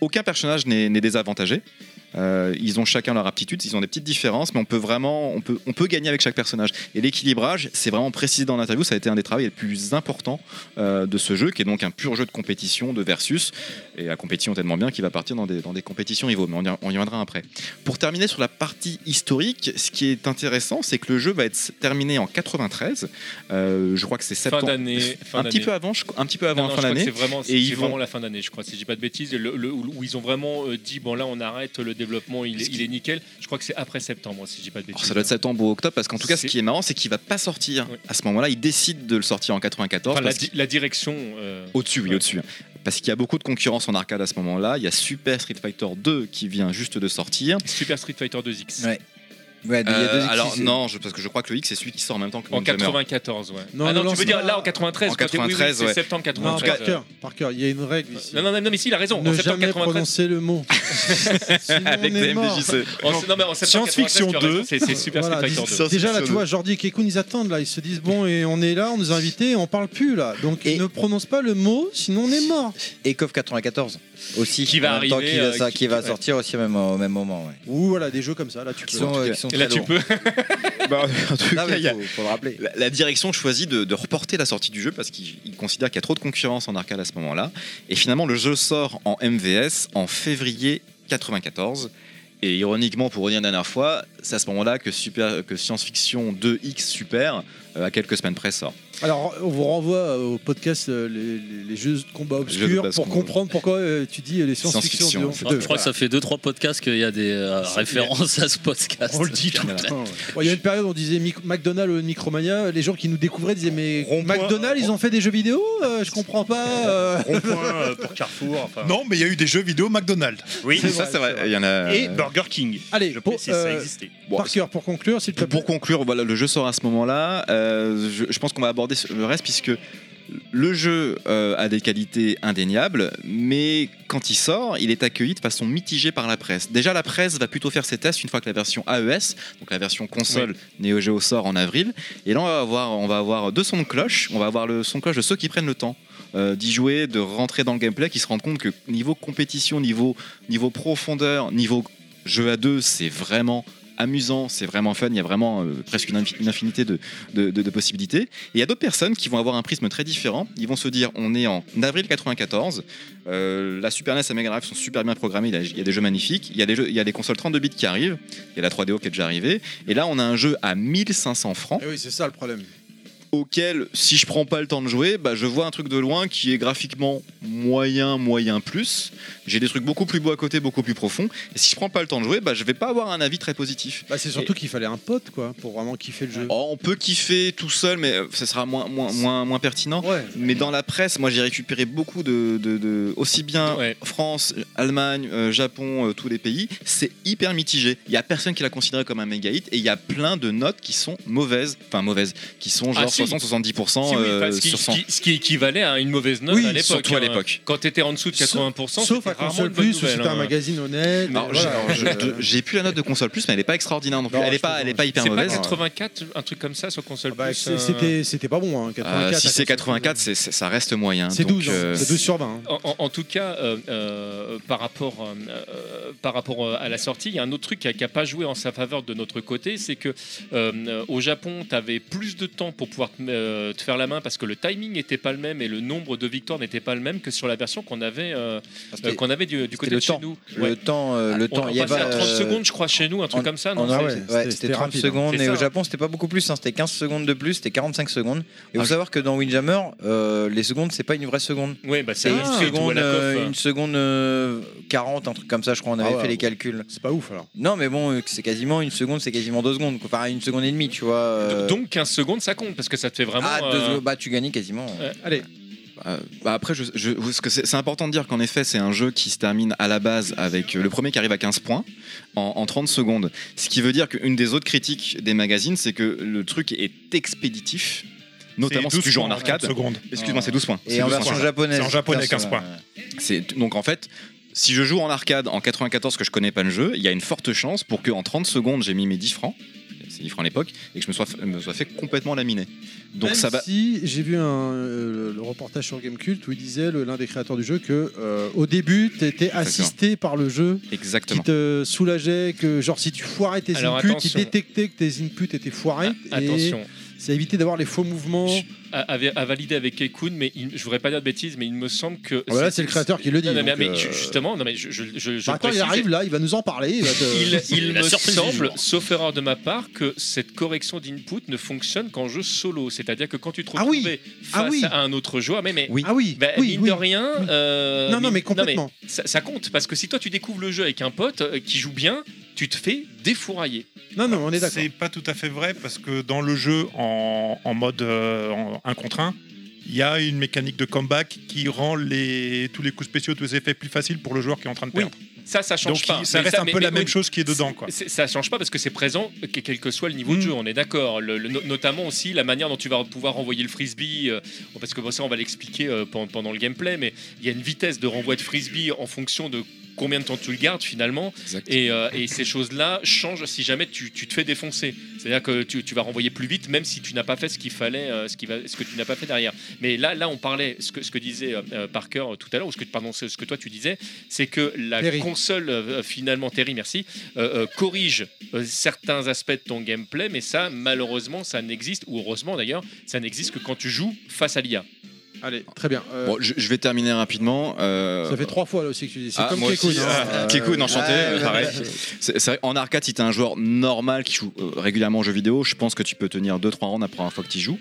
[SPEAKER 3] aucun personnage n'est n'est désavantagé. Euh, ils ont chacun leur aptitude, ils ont des petites différences, mais on peut vraiment, on peut, on peut gagner avec chaque personnage. Et l'équilibrage, c'est vraiment précisé dans l'interview, ça a été un des travaux les plus importants euh, de ce jeu, qui est donc un pur jeu de compétition, de versus. Et la compétition tellement bien qu'il va partir dans des, dans des compétitions niveau, mais on y, on y reviendra après. Pour terminer sur la partie historique, ce qui est intéressant, c'est que le jeu va être terminé en 93. Euh, je crois que c'est
[SPEAKER 5] Fin
[SPEAKER 3] septembre.
[SPEAKER 5] d'année. fin
[SPEAKER 3] Un petit
[SPEAKER 5] d'année.
[SPEAKER 3] peu avant, je- un petit peu avant la
[SPEAKER 5] Non, non,
[SPEAKER 3] fin
[SPEAKER 5] je crois que
[SPEAKER 3] d'année.
[SPEAKER 5] C'est vraiment,
[SPEAKER 3] et
[SPEAKER 5] c'est
[SPEAKER 3] ils
[SPEAKER 5] c'est
[SPEAKER 3] vont-
[SPEAKER 5] vraiment la fin d'année, je crois, si je dis pas de bêtises. Le- le- où ils ont vraiment euh, dit bon là on arrête le développement, il, est- il est nickel. Je crois que c'est après septembre, si je dis pas de bêtises.
[SPEAKER 3] Alors, Oh, ça doit être septembre ou octobre parce qu'en tout cas ce
[SPEAKER 5] C'est-
[SPEAKER 3] qui est marrant c'est qu'il va pas sortir
[SPEAKER 5] Oui.
[SPEAKER 3] à ce moment-là il décide de le sortir en 94
[SPEAKER 5] Enfin, la,
[SPEAKER 3] parce
[SPEAKER 5] di- la direction. euh,
[SPEAKER 3] Au-dessus, oui,
[SPEAKER 5] Ouais.
[SPEAKER 3] au-dessus. Parce qu'il y a beaucoup de concurrence en arcade à ce moment-là. Il y a Super Street Fighter 2 qui vient juste de sortir.
[SPEAKER 5] Super Street Fighter 2X.
[SPEAKER 8] Ouais. Ouais, il y a
[SPEAKER 3] Euh,
[SPEAKER 8] deux X,
[SPEAKER 3] alors
[SPEAKER 8] c'est-
[SPEAKER 3] non, je- parce que je crois que le X c'est celui qui sort en même temps que
[SPEAKER 5] En
[SPEAKER 3] Windjammer.
[SPEAKER 5] 94, ouais.
[SPEAKER 1] Non,
[SPEAKER 5] ah non,
[SPEAKER 1] non,
[SPEAKER 5] tu
[SPEAKER 1] c'est
[SPEAKER 5] veux dire
[SPEAKER 1] pas-
[SPEAKER 5] là en 93
[SPEAKER 3] En
[SPEAKER 5] quand t'es- oui, oui,
[SPEAKER 3] 93,
[SPEAKER 5] c'est
[SPEAKER 3] ouais.
[SPEAKER 5] septembre
[SPEAKER 1] Non, par
[SPEAKER 5] 93. euh.
[SPEAKER 1] cœur, par cœur, il y a une règle ici.
[SPEAKER 5] Ah Non, non, non, mais si, il a raison.
[SPEAKER 1] ne
[SPEAKER 5] en septembre
[SPEAKER 1] jamais
[SPEAKER 5] 93.
[SPEAKER 1] prononcer le mot. Sinon,
[SPEAKER 3] Avec
[SPEAKER 1] on est mort.
[SPEAKER 3] TMDJC.
[SPEAKER 5] en- non, mais en septembre
[SPEAKER 7] Science-fiction
[SPEAKER 5] 93, tu as raison,
[SPEAKER 7] 2.
[SPEAKER 5] C'est c'est Super
[SPEAKER 1] Voilà,
[SPEAKER 5] Street
[SPEAKER 1] dis-
[SPEAKER 5] Fighter 2.
[SPEAKER 1] Déjà là, tu vois, Jordi et Kekun, ils attendent là, ils se disent bon, et on est là, on nous a invités, et on parle plus là. Donc
[SPEAKER 8] Et-
[SPEAKER 1] ne prononce pas le mot, sinon on est mort.
[SPEAKER 8] Et KOF 94 aussi.
[SPEAKER 5] Qui va
[SPEAKER 8] en même temps,
[SPEAKER 5] arriver,
[SPEAKER 8] qui va,
[SPEAKER 5] euh,
[SPEAKER 8] ça-
[SPEAKER 5] qui-
[SPEAKER 8] qui va
[SPEAKER 5] ouais.
[SPEAKER 8] sortir aussi au même, au même moment. Ouais.
[SPEAKER 1] Ou voilà, des jeux comme ça, là tu
[SPEAKER 8] Qui
[SPEAKER 1] peux.
[SPEAKER 8] sont, euh, qui sont
[SPEAKER 5] Et là,
[SPEAKER 8] très
[SPEAKER 5] tu
[SPEAKER 8] lourds.
[SPEAKER 5] peux.
[SPEAKER 3] Bah, en tout
[SPEAKER 8] Non,
[SPEAKER 3] cas,
[SPEAKER 8] mais
[SPEAKER 3] il y a-
[SPEAKER 8] faut, faut le rappeler.
[SPEAKER 3] La, la direction choisit de, de reporter la sortie du jeu parce qu'il il considère qu'il y a trop de concurrence en arcade à ce moment-là. Et finalement, le jeu sort en MVS en février 94. Et ironiquement, pour revenir une dernière fois, c'est à ce moment-là que, Super- que Science Fiction 2X Super, euh, à quelques semaines près, sort.
[SPEAKER 1] Alors, on vous renvoie au podcast euh, les, les- les jeux de combat
[SPEAKER 3] jeux de
[SPEAKER 1] obscurs
[SPEAKER 3] base
[SPEAKER 1] pour
[SPEAKER 3] combat.
[SPEAKER 1] comprendre pourquoi euh, tu dis euh, les science-fiction.
[SPEAKER 3] Science-fiction,
[SPEAKER 1] de-
[SPEAKER 3] c'est
[SPEAKER 4] Je
[SPEAKER 1] de-
[SPEAKER 4] crois que ça fait 2-3 podcasts qu'il y a des euh, références à ce podcast.
[SPEAKER 1] On le dit tout le temps. ouais. Bon, Il y a une période où on disait Mic- McDonald's ou Micromania, les gens qui nous découvraient disaient Mais
[SPEAKER 6] Rond-point,
[SPEAKER 1] McDonald's, ils ont fait des jeux vidéo Euh, Je comprends pas. euh.
[SPEAKER 6] Rond-point euh, pour Carrefour. Enfin,
[SPEAKER 7] Non, mais il y a eu des jeux vidéo McDonald's.
[SPEAKER 6] Oui.
[SPEAKER 1] C'est
[SPEAKER 3] ça,
[SPEAKER 1] vrai,
[SPEAKER 3] c'est vrai.
[SPEAKER 1] c'est vrai.
[SPEAKER 3] Il y en a.
[SPEAKER 6] Et bah, Burger King.
[SPEAKER 1] Allez,
[SPEAKER 6] Je
[SPEAKER 1] pour,
[SPEAKER 6] précise,
[SPEAKER 3] oh,
[SPEAKER 6] ça
[SPEAKER 1] euh,
[SPEAKER 6] existait.
[SPEAKER 3] Bon,
[SPEAKER 1] par cœur, pour conclure, s'il te
[SPEAKER 3] Pour,
[SPEAKER 1] plaît.
[SPEAKER 3] pour conclure, voilà, le jeu sort à ce moment-là. Euh, je, je pense qu'on va aborder ce- le reste puisque le jeu euh, a des qualités indéniables, mais quand il sort, il est accueilli de façon mitigée par la presse. Déjà, la presse va plutôt faire ses tests une fois que la version AES, donc la version console Neo Geo sort en avril. Et là, on va avoir, on va avoir deux sons de cloche. On va avoir le son de cloche de ceux qui prennent le temps. euh, d'y jouer, de rentrer dans le gameplay, qui se rendent compte que niveau compétition, niveau, niveau profondeur, niveau jeu à deux, c'est vraiment amusant, c'est vraiment fun, il y a vraiment euh, presque une, infi- une infinité de, de- de- de possibilités. Et il y a d'autres personnes qui vont avoir un prisme très différent, ils vont se dire on est en avril 94, euh, la Super NES et la Mega Drive sont super bien programmées, il y a- il y, a des jeux magnifiques, il y, a des jeux- il y a des consoles 32 bits qui arrivent, il y a la 3DO qui est déjà arrivée, et là on a un jeu à 1500 francs
[SPEAKER 1] Eh oui, c'est ça le problème.
[SPEAKER 3] auquel, si je prends pas le temps de jouer, bah, je vois un truc de loin qui est graphiquement moyen, moyen plus. J'ai des trucs beaucoup plus beaux à côté, beaucoup plus profonds. Et si je prends pas le temps de jouer, bah, je vais pas avoir un avis très positif.
[SPEAKER 1] Bah, c'est surtout qu'il fallait un pote quoi pour vraiment kiffer le jeu.
[SPEAKER 3] Oh, on peut kiffer tout seul, mais euh, ça sera moins, moins, moins, moins pertinent.
[SPEAKER 1] Ouais.
[SPEAKER 3] Mais dans la presse, moi j'ai récupéré beaucoup de, de- de- aussi bien
[SPEAKER 5] Ouais.
[SPEAKER 3] France, Allemagne, euh, Japon, euh, tous les pays. C'est hyper mitigé. Il y a personne qui l'a considéré comme un méga hit et il y a plein de notes qui sont mauvaises, enfin mauvaises, qui sont genre
[SPEAKER 5] Ah, si.
[SPEAKER 3] 60-70%
[SPEAKER 5] Si, oui,
[SPEAKER 3] euh,
[SPEAKER 5] enfin, ce, qui,
[SPEAKER 3] sur
[SPEAKER 5] ce
[SPEAKER 3] 100.
[SPEAKER 5] qui- ce qui équivalait à une mauvaise note
[SPEAKER 3] Oui,
[SPEAKER 5] à l'époque. hein.
[SPEAKER 3] surtout à l'époque.
[SPEAKER 5] Quand t'étais en dessous de 80%,
[SPEAKER 1] Sauf
[SPEAKER 5] c'était
[SPEAKER 1] à
[SPEAKER 5] rarement
[SPEAKER 1] Console
[SPEAKER 5] une bonne
[SPEAKER 1] Plus, où
[SPEAKER 5] nouvelle,
[SPEAKER 1] c'était un
[SPEAKER 5] hein.
[SPEAKER 1] magazine honnête.
[SPEAKER 3] Alors,
[SPEAKER 1] mais
[SPEAKER 3] j'ai-
[SPEAKER 1] voilà,
[SPEAKER 3] alors, je-
[SPEAKER 1] euh,
[SPEAKER 3] de- j'ai plus la note de console plus, mais elle est pas extraordinaire non plus.
[SPEAKER 1] Non,
[SPEAKER 3] elle est
[SPEAKER 1] je
[SPEAKER 3] pas, elle est pas hyper
[SPEAKER 5] C'est pas
[SPEAKER 3] mauvaise.
[SPEAKER 5] 84, un truc comme ça sur console
[SPEAKER 1] bah,
[SPEAKER 5] plus. hein.
[SPEAKER 1] c'est-
[SPEAKER 5] un-
[SPEAKER 1] C'était c'était pas bon, hein, 84.
[SPEAKER 3] Euh, si
[SPEAKER 1] à
[SPEAKER 3] c'est
[SPEAKER 1] Console Plus.
[SPEAKER 3] 84, c'est- c'est- ça reste moyen.
[SPEAKER 1] C'est
[SPEAKER 3] donc,
[SPEAKER 1] 12, hein,
[SPEAKER 3] euh,
[SPEAKER 1] c'est 12 sur 20. hein.
[SPEAKER 5] En, en- en tout cas, euh, euh, par rapport, euh, euh, par rapport euh, à la sortie, il y a un autre truc qui n'a pas joué en sa faveur de notre côté, c'est que euh, euh, au Japon, tu avais plus de temps pour pouvoir te, euh, te faire la main parce que le timing n'était pas le même et le nombre de victoires n'était pas le même que sur la version qu'on avait, euh,
[SPEAKER 8] Parce que
[SPEAKER 5] euh, qu'on avait du, du côté
[SPEAKER 8] Ah, le
[SPEAKER 5] de chez
[SPEAKER 8] temps.
[SPEAKER 5] nous.
[SPEAKER 8] le
[SPEAKER 5] Ouais. Ah,
[SPEAKER 8] temps, euh, le
[SPEAKER 5] On-
[SPEAKER 8] temps,
[SPEAKER 5] on
[SPEAKER 8] il y avait.
[SPEAKER 5] passait à 30
[SPEAKER 8] euh,
[SPEAKER 5] secondes, je crois, chez nous, un truc
[SPEAKER 8] on-
[SPEAKER 5] comme ça.
[SPEAKER 8] on-
[SPEAKER 5] non
[SPEAKER 8] ah
[SPEAKER 5] c'est-
[SPEAKER 8] ouais,
[SPEAKER 1] c'était-
[SPEAKER 8] ouais,
[SPEAKER 1] c'était
[SPEAKER 8] c'était 30
[SPEAKER 1] rapide, hein.
[SPEAKER 8] secondes
[SPEAKER 5] C'est
[SPEAKER 8] et au
[SPEAKER 5] ça.
[SPEAKER 8] Japon c'était pas beaucoup plus, hein, c'était 15 secondes de plus, c'était 45 secondes. Et
[SPEAKER 5] Ah,
[SPEAKER 8] faut savoir que dans Windjammer, euh, les secondes c'est pas une vraie seconde.
[SPEAKER 5] Ouais, bah, c'est
[SPEAKER 8] C'est
[SPEAKER 5] un
[SPEAKER 8] une
[SPEAKER 5] street ou à
[SPEAKER 8] seconde,
[SPEAKER 5] la coff,
[SPEAKER 8] euh,
[SPEAKER 5] hein.
[SPEAKER 8] une seconde euh, 40, un truc comme ça, je crois, on
[SPEAKER 1] Ah
[SPEAKER 8] avait
[SPEAKER 1] ouais,
[SPEAKER 8] fait les
[SPEAKER 1] bon.
[SPEAKER 8] calculs.
[SPEAKER 1] C'est pas ouf alors.
[SPEAKER 8] Non, mais bon, euh, c'est quasiment une seconde, c'est quasiment deux secondes, quoi. enfin une seconde et demie, tu vois. euh,
[SPEAKER 5] Donc 15 secondes, ça compte parce que ça te fait vraiment.
[SPEAKER 8] ah, deux
[SPEAKER 5] euh,
[SPEAKER 8] secondes, bah tu gagnais quasiment.
[SPEAKER 5] Ouais.
[SPEAKER 1] Allez,
[SPEAKER 3] Euh, bah après, je, je- parce que c'est c'est important de dire qu'en effet, c'est un jeu qui se termine à la base avec euh, le premier qui arrive à 15 points en, en 30 secondes. Ce qui veut dire qu'une des autres critiques des magazines, c'est que le truc est expéditif, notamment
[SPEAKER 7] C'est
[SPEAKER 3] si tu
[SPEAKER 7] 12
[SPEAKER 3] joues en
[SPEAKER 7] points
[SPEAKER 3] arcade.
[SPEAKER 7] secondes.
[SPEAKER 3] Excuse-moi, c'est 12 points.
[SPEAKER 8] Ah. Et
[SPEAKER 3] C'est
[SPEAKER 8] en
[SPEAKER 3] 12
[SPEAKER 8] version
[SPEAKER 3] points.
[SPEAKER 8] japonaise. euh,
[SPEAKER 7] C'est en japonais, 15 points.
[SPEAKER 3] C'est- Donc en fait, si je joue en arcade en 94 que je connais pas le jeu, il y a une forte chance pour que en 30 secondes j'ai mis mes 10 francs. C'est livres à l'époque, et que je me sois, me sois fait complètement laminer. Donc
[SPEAKER 1] Même
[SPEAKER 3] ça va.
[SPEAKER 1] si j'ai vu un, euh, le, le reportage sur Gamecult où il disait le- l'un des créateurs du jeu que euh, au début t'étais assisté par le jeu qui
[SPEAKER 3] Exactement.
[SPEAKER 1] te soulageait que genre si tu foirais tes
[SPEAKER 5] Alors,
[SPEAKER 1] inputs
[SPEAKER 5] attention.
[SPEAKER 1] il détectait que tes inputs étaient foirés
[SPEAKER 4] Ah,
[SPEAKER 1] et
[SPEAKER 5] Attention.
[SPEAKER 1] ça évitait d'avoir les faux mouvements
[SPEAKER 5] Je- à, à- à valider avec Kekun, mais il- je voudrais pas dire de bêtises, mais il me semble que.
[SPEAKER 1] Ah bah là, c'est le créateur qui le dit,
[SPEAKER 5] Non, non,
[SPEAKER 1] donc,
[SPEAKER 5] mais, mais
[SPEAKER 1] euh,
[SPEAKER 5] ju- justement, non, mais je, je, je- je le
[SPEAKER 1] Bah, attends il
[SPEAKER 5] précise,
[SPEAKER 1] arrive là il va nous en parler il va te-
[SPEAKER 5] Il, il
[SPEAKER 4] La
[SPEAKER 5] me
[SPEAKER 4] surprise du
[SPEAKER 5] semble,
[SPEAKER 4] jour.
[SPEAKER 5] sauf erreur de ma part, que cette correction d'input ne fonctionne qu'en jeu solo. C'est-à-dire que quand tu te
[SPEAKER 1] Ah oui.
[SPEAKER 5] retrouves face
[SPEAKER 1] Ah oui.
[SPEAKER 5] à un autre joueur, mais, mais
[SPEAKER 3] Oui.
[SPEAKER 1] ah oui
[SPEAKER 5] bah,
[SPEAKER 1] oui,
[SPEAKER 5] mine
[SPEAKER 1] oui.
[SPEAKER 5] de rien. euh,
[SPEAKER 1] non non
[SPEAKER 5] mine-
[SPEAKER 1] mais complètement
[SPEAKER 5] ça, ça compte parce que si toi tu découvres le jeu avec un pote euh, qui joue bien, tu te fais défourailler.
[SPEAKER 1] non non on est d'accord
[SPEAKER 7] C'est pas tout à fait vrai parce que dans le jeu en, en mode euh, en 1 contre 1, il y a une mécanique de comeback qui rend les, tous les coups spéciaux, tous les effets plus faciles pour le joueur qui est en train de
[SPEAKER 5] Oui,
[SPEAKER 7] perdre.
[SPEAKER 5] Ça, ça change
[SPEAKER 7] Donc
[SPEAKER 5] pas.
[SPEAKER 7] il- ça
[SPEAKER 5] Mais
[SPEAKER 7] reste un
[SPEAKER 5] mais-
[SPEAKER 7] peu la
[SPEAKER 5] mais
[SPEAKER 7] même
[SPEAKER 5] au-
[SPEAKER 7] chose qui est dedans. Quoi.
[SPEAKER 5] C'est- Ça change pas parce que c'est présent, que- quel que soit le niveau de jeu, on est d'accord. Le- le- no- notamment aussi la manière dont tu vas pouvoir renvoyer le frisbee, euh, parce que bon, ça on va l'expliquer euh, pen- pendant le gameplay, mais il y a une vitesse de renvoi de frisbee en fonction de combien de temps tu le gardes finalement.
[SPEAKER 3] Exact.
[SPEAKER 5] Et, euh, et ces choses-là changent si jamais tu, tu te fais défoncer. C'est-à-dire que tu, tu vas renvoyer plus vite même si tu n'as pas fait ce qu'il fallait, euh, ce, qui va, ce que tu n'as pas fait derrière. Mais là, là on parlait, ce que, ce que disait euh, euh, Parker tout à l'heure, ou ce que, pardon, ce ce que toi tu disais, c'est que la
[SPEAKER 1] Terry.
[SPEAKER 5] console, euh, euh, finalement, Terry, merci, euh, euh, corrige euh, certains aspects de ton gameplay, mais ça, malheureusement, ça n'existe, ou heureusement d'ailleurs, ça n'existe que quand tu joues face à l'IA.
[SPEAKER 1] allez très bien Euh,
[SPEAKER 3] Bon, je, je vais terminer rapidement. euh,
[SPEAKER 1] ça fait trois fois là aussi que tu dis c'est
[SPEAKER 3] Ah,
[SPEAKER 1] comme
[SPEAKER 3] moi
[SPEAKER 1] Kekun
[SPEAKER 3] aussi,
[SPEAKER 1] hein.
[SPEAKER 3] ah,
[SPEAKER 1] Euh,
[SPEAKER 3] Kekun, enchanté,
[SPEAKER 8] ouais,
[SPEAKER 3] euh,
[SPEAKER 8] ouais,
[SPEAKER 3] pareil.
[SPEAKER 8] ouais.
[SPEAKER 3] C'est c'est vrai, en arcade, si t'es un joueur normal qui joue euh, régulièrement aux jeux vidéo, je pense que tu peux tenir 2-3 rounds après un fois que tu joues.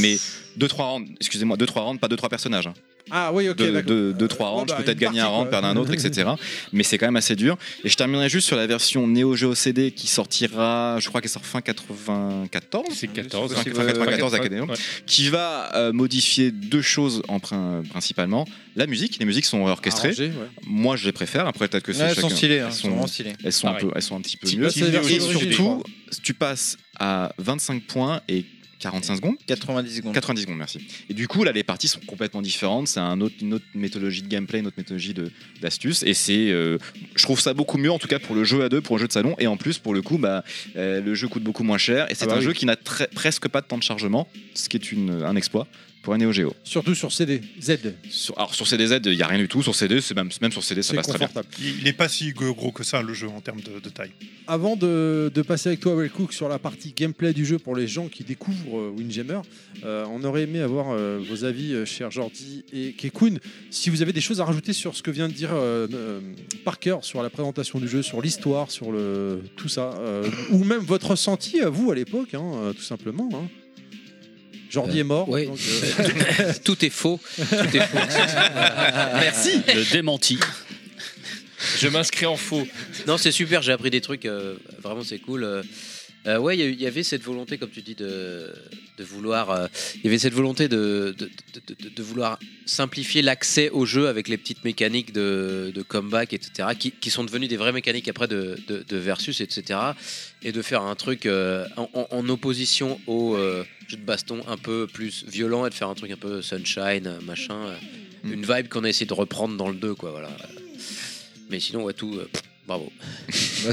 [SPEAKER 3] Mais 2-3 rounds, excusez-moi, 2-3 rounds, pas 2-3 personnages. hein.
[SPEAKER 1] ah oui ok
[SPEAKER 3] Deux,
[SPEAKER 1] d'accord
[SPEAKER 3] deux, deux, trois
[SPEAKER 1] Ouais,
[SPEAKER 3] rounds,
[SPEAKER 1] bah,
[SPEAKER 3] je peux peut-être
[SPEAKER 1] une
[SPEAKER 3] gagner un
[SPEAKER 1] partie,
[SPEAKER 3] round,
[SPEAKER 1] quoi.
[SPEAKER 3] perdre un autre, etc. Mais c'est quand même assez dur. Et je terminerai juste sur la version Neo Geo CD qui sortira, je crois qu'elle sort fin 94.
[SPEAKER 5] C'est
[SPEAKER 3] hein,
[SPEAKER 5] 14,
[SPEAKER 3] je sais pas si,
[SPEAKER 5] hein,
[SPEAKER 3] euh, 94
[SPEAKER 5] ouais.
[SPEAKER 3] Académie, qui va euh, modifier deux choses en prin- principalement. La musique, les musiques sont orchestrées.
[SPEAKER 1] Arrangé, ouais.
[SPEAKER 3] Moi, je les préfère. Après, peut-être que c'est
[SPEAKER 8] Ouais, elles
[SPEAKER 3] chacun-
[SPEAKER 8] sont stylées, hein,
[SPEAKER 3] elles
[SPEAKER 8] elles
[SPEAKER 3] sont-
[SPEAKER 8] sont vraiment stylées.
[SPEAKER 3] elles sont, un
[SPEAKER 5] Pareil.
[SPEAKER 3] peu, elles sont un petit peu
[SPEAKER 5] Petit
[SPEAKER 3] mieux.
[SPEAKER 1] Bah, c'est la version
[SPEAKER 3] Et
[SPEAKER 1] originale,
[SPEAKER 3] surtout, tu passes à 25 points et 45 secondes.
[SPEAKER 8] 90 secondes.
[SPEAKER 3] 90 secondes, merci. Et du coup, là, les parties sont complètement différentes. C'est un autre, une autre méthodologie de gameplay, une autre méthodologie de- d'astuce. Et c'est, euh, je trouve ça beaucoup mieux, en tout cas pour le jeu à deux, pour un jeu de salon. Et en plus, pour le coup, bah, euh, le jeu coûte beaucoup moins cher. Et c'est
[SPEAKER 1] Ah bah
[SPEAKER 3] un
[SPEAKER 1] oui.
[SPEAKER 3] jeu qui n'a très- presque pas de temps de chargement, ce qui est une- un exploit pour un Neo Geo.
[SPEAKER 1] surtout sur CD Z
[SPEAKER 3] Sur- alors sur CDZ, il n'y a rien du tout. Sur CD, c'est même, même sur CD, ça
[SPEAKER 1] c'est
[SPEAKER 3] passe très bien.
[SPEAKER 1] confortable
[SPEAKER 7] Il n'est pas si gros que ça, le jeu, en termes de, de taille.
[SPEAKER 1] Avant de, de passer avec toi, Will Cook, sur la partie gameplay du jeu pour les gens qui découvrent euh, Windjammer, euh, on aurait aimé avoir euh, vos avis, euh, cher Jordi et Kekun. Si vous avez des choses à rajouter sur ce que vient de dire euh, euh, Parker, sur la présentation du jeu, sur l'histoire, sur le tout ça, euh, ou même votre ressenti à vous à l'époque, hein, euh, tout simplement. hein. Jordi
[SPEAKER 4] Euh,
[SPEAKER 1] est mort.
[SPEAKER 2] ouais.
[SPEAKER 1] donc, euh,
[SPEAKER 2] Tout est faux. Tout est faux.
[SPEAKER 4] Merci Le démenti.
[SPEAKER 5] Je m'inscris en faux.
[SPEAKER 2] Non, c'est super, j'ai appris des trucs, euh, vraiment c'est cool. euh. Euh, ouais, il y a eu- il y, avait cette volonté, comme tu dis, de, de vouloir. euh, Il y avait cette volonté de, de, de- de- de vouloir simplifier l'accès au jeu avec les petites mécaniques de, de comeback, etc., qui, qui sont devenues des vraies mécaniques après de, de- de versus, etc. Et de faire un truc euh, en, en- en opposition au euh, jeu de baston un peu plus violent et de faire un truc un peu sunshine, euh, machin. euh,
[SPEAKER 3] Mm.
[SPEAKER 2] Une vibe qu'on a essayé de reprendre dans le 2, quoi, voilà. Mais sinon, ouais, tout. euh, pff, bravo.
[SPEAKER 8] Bah,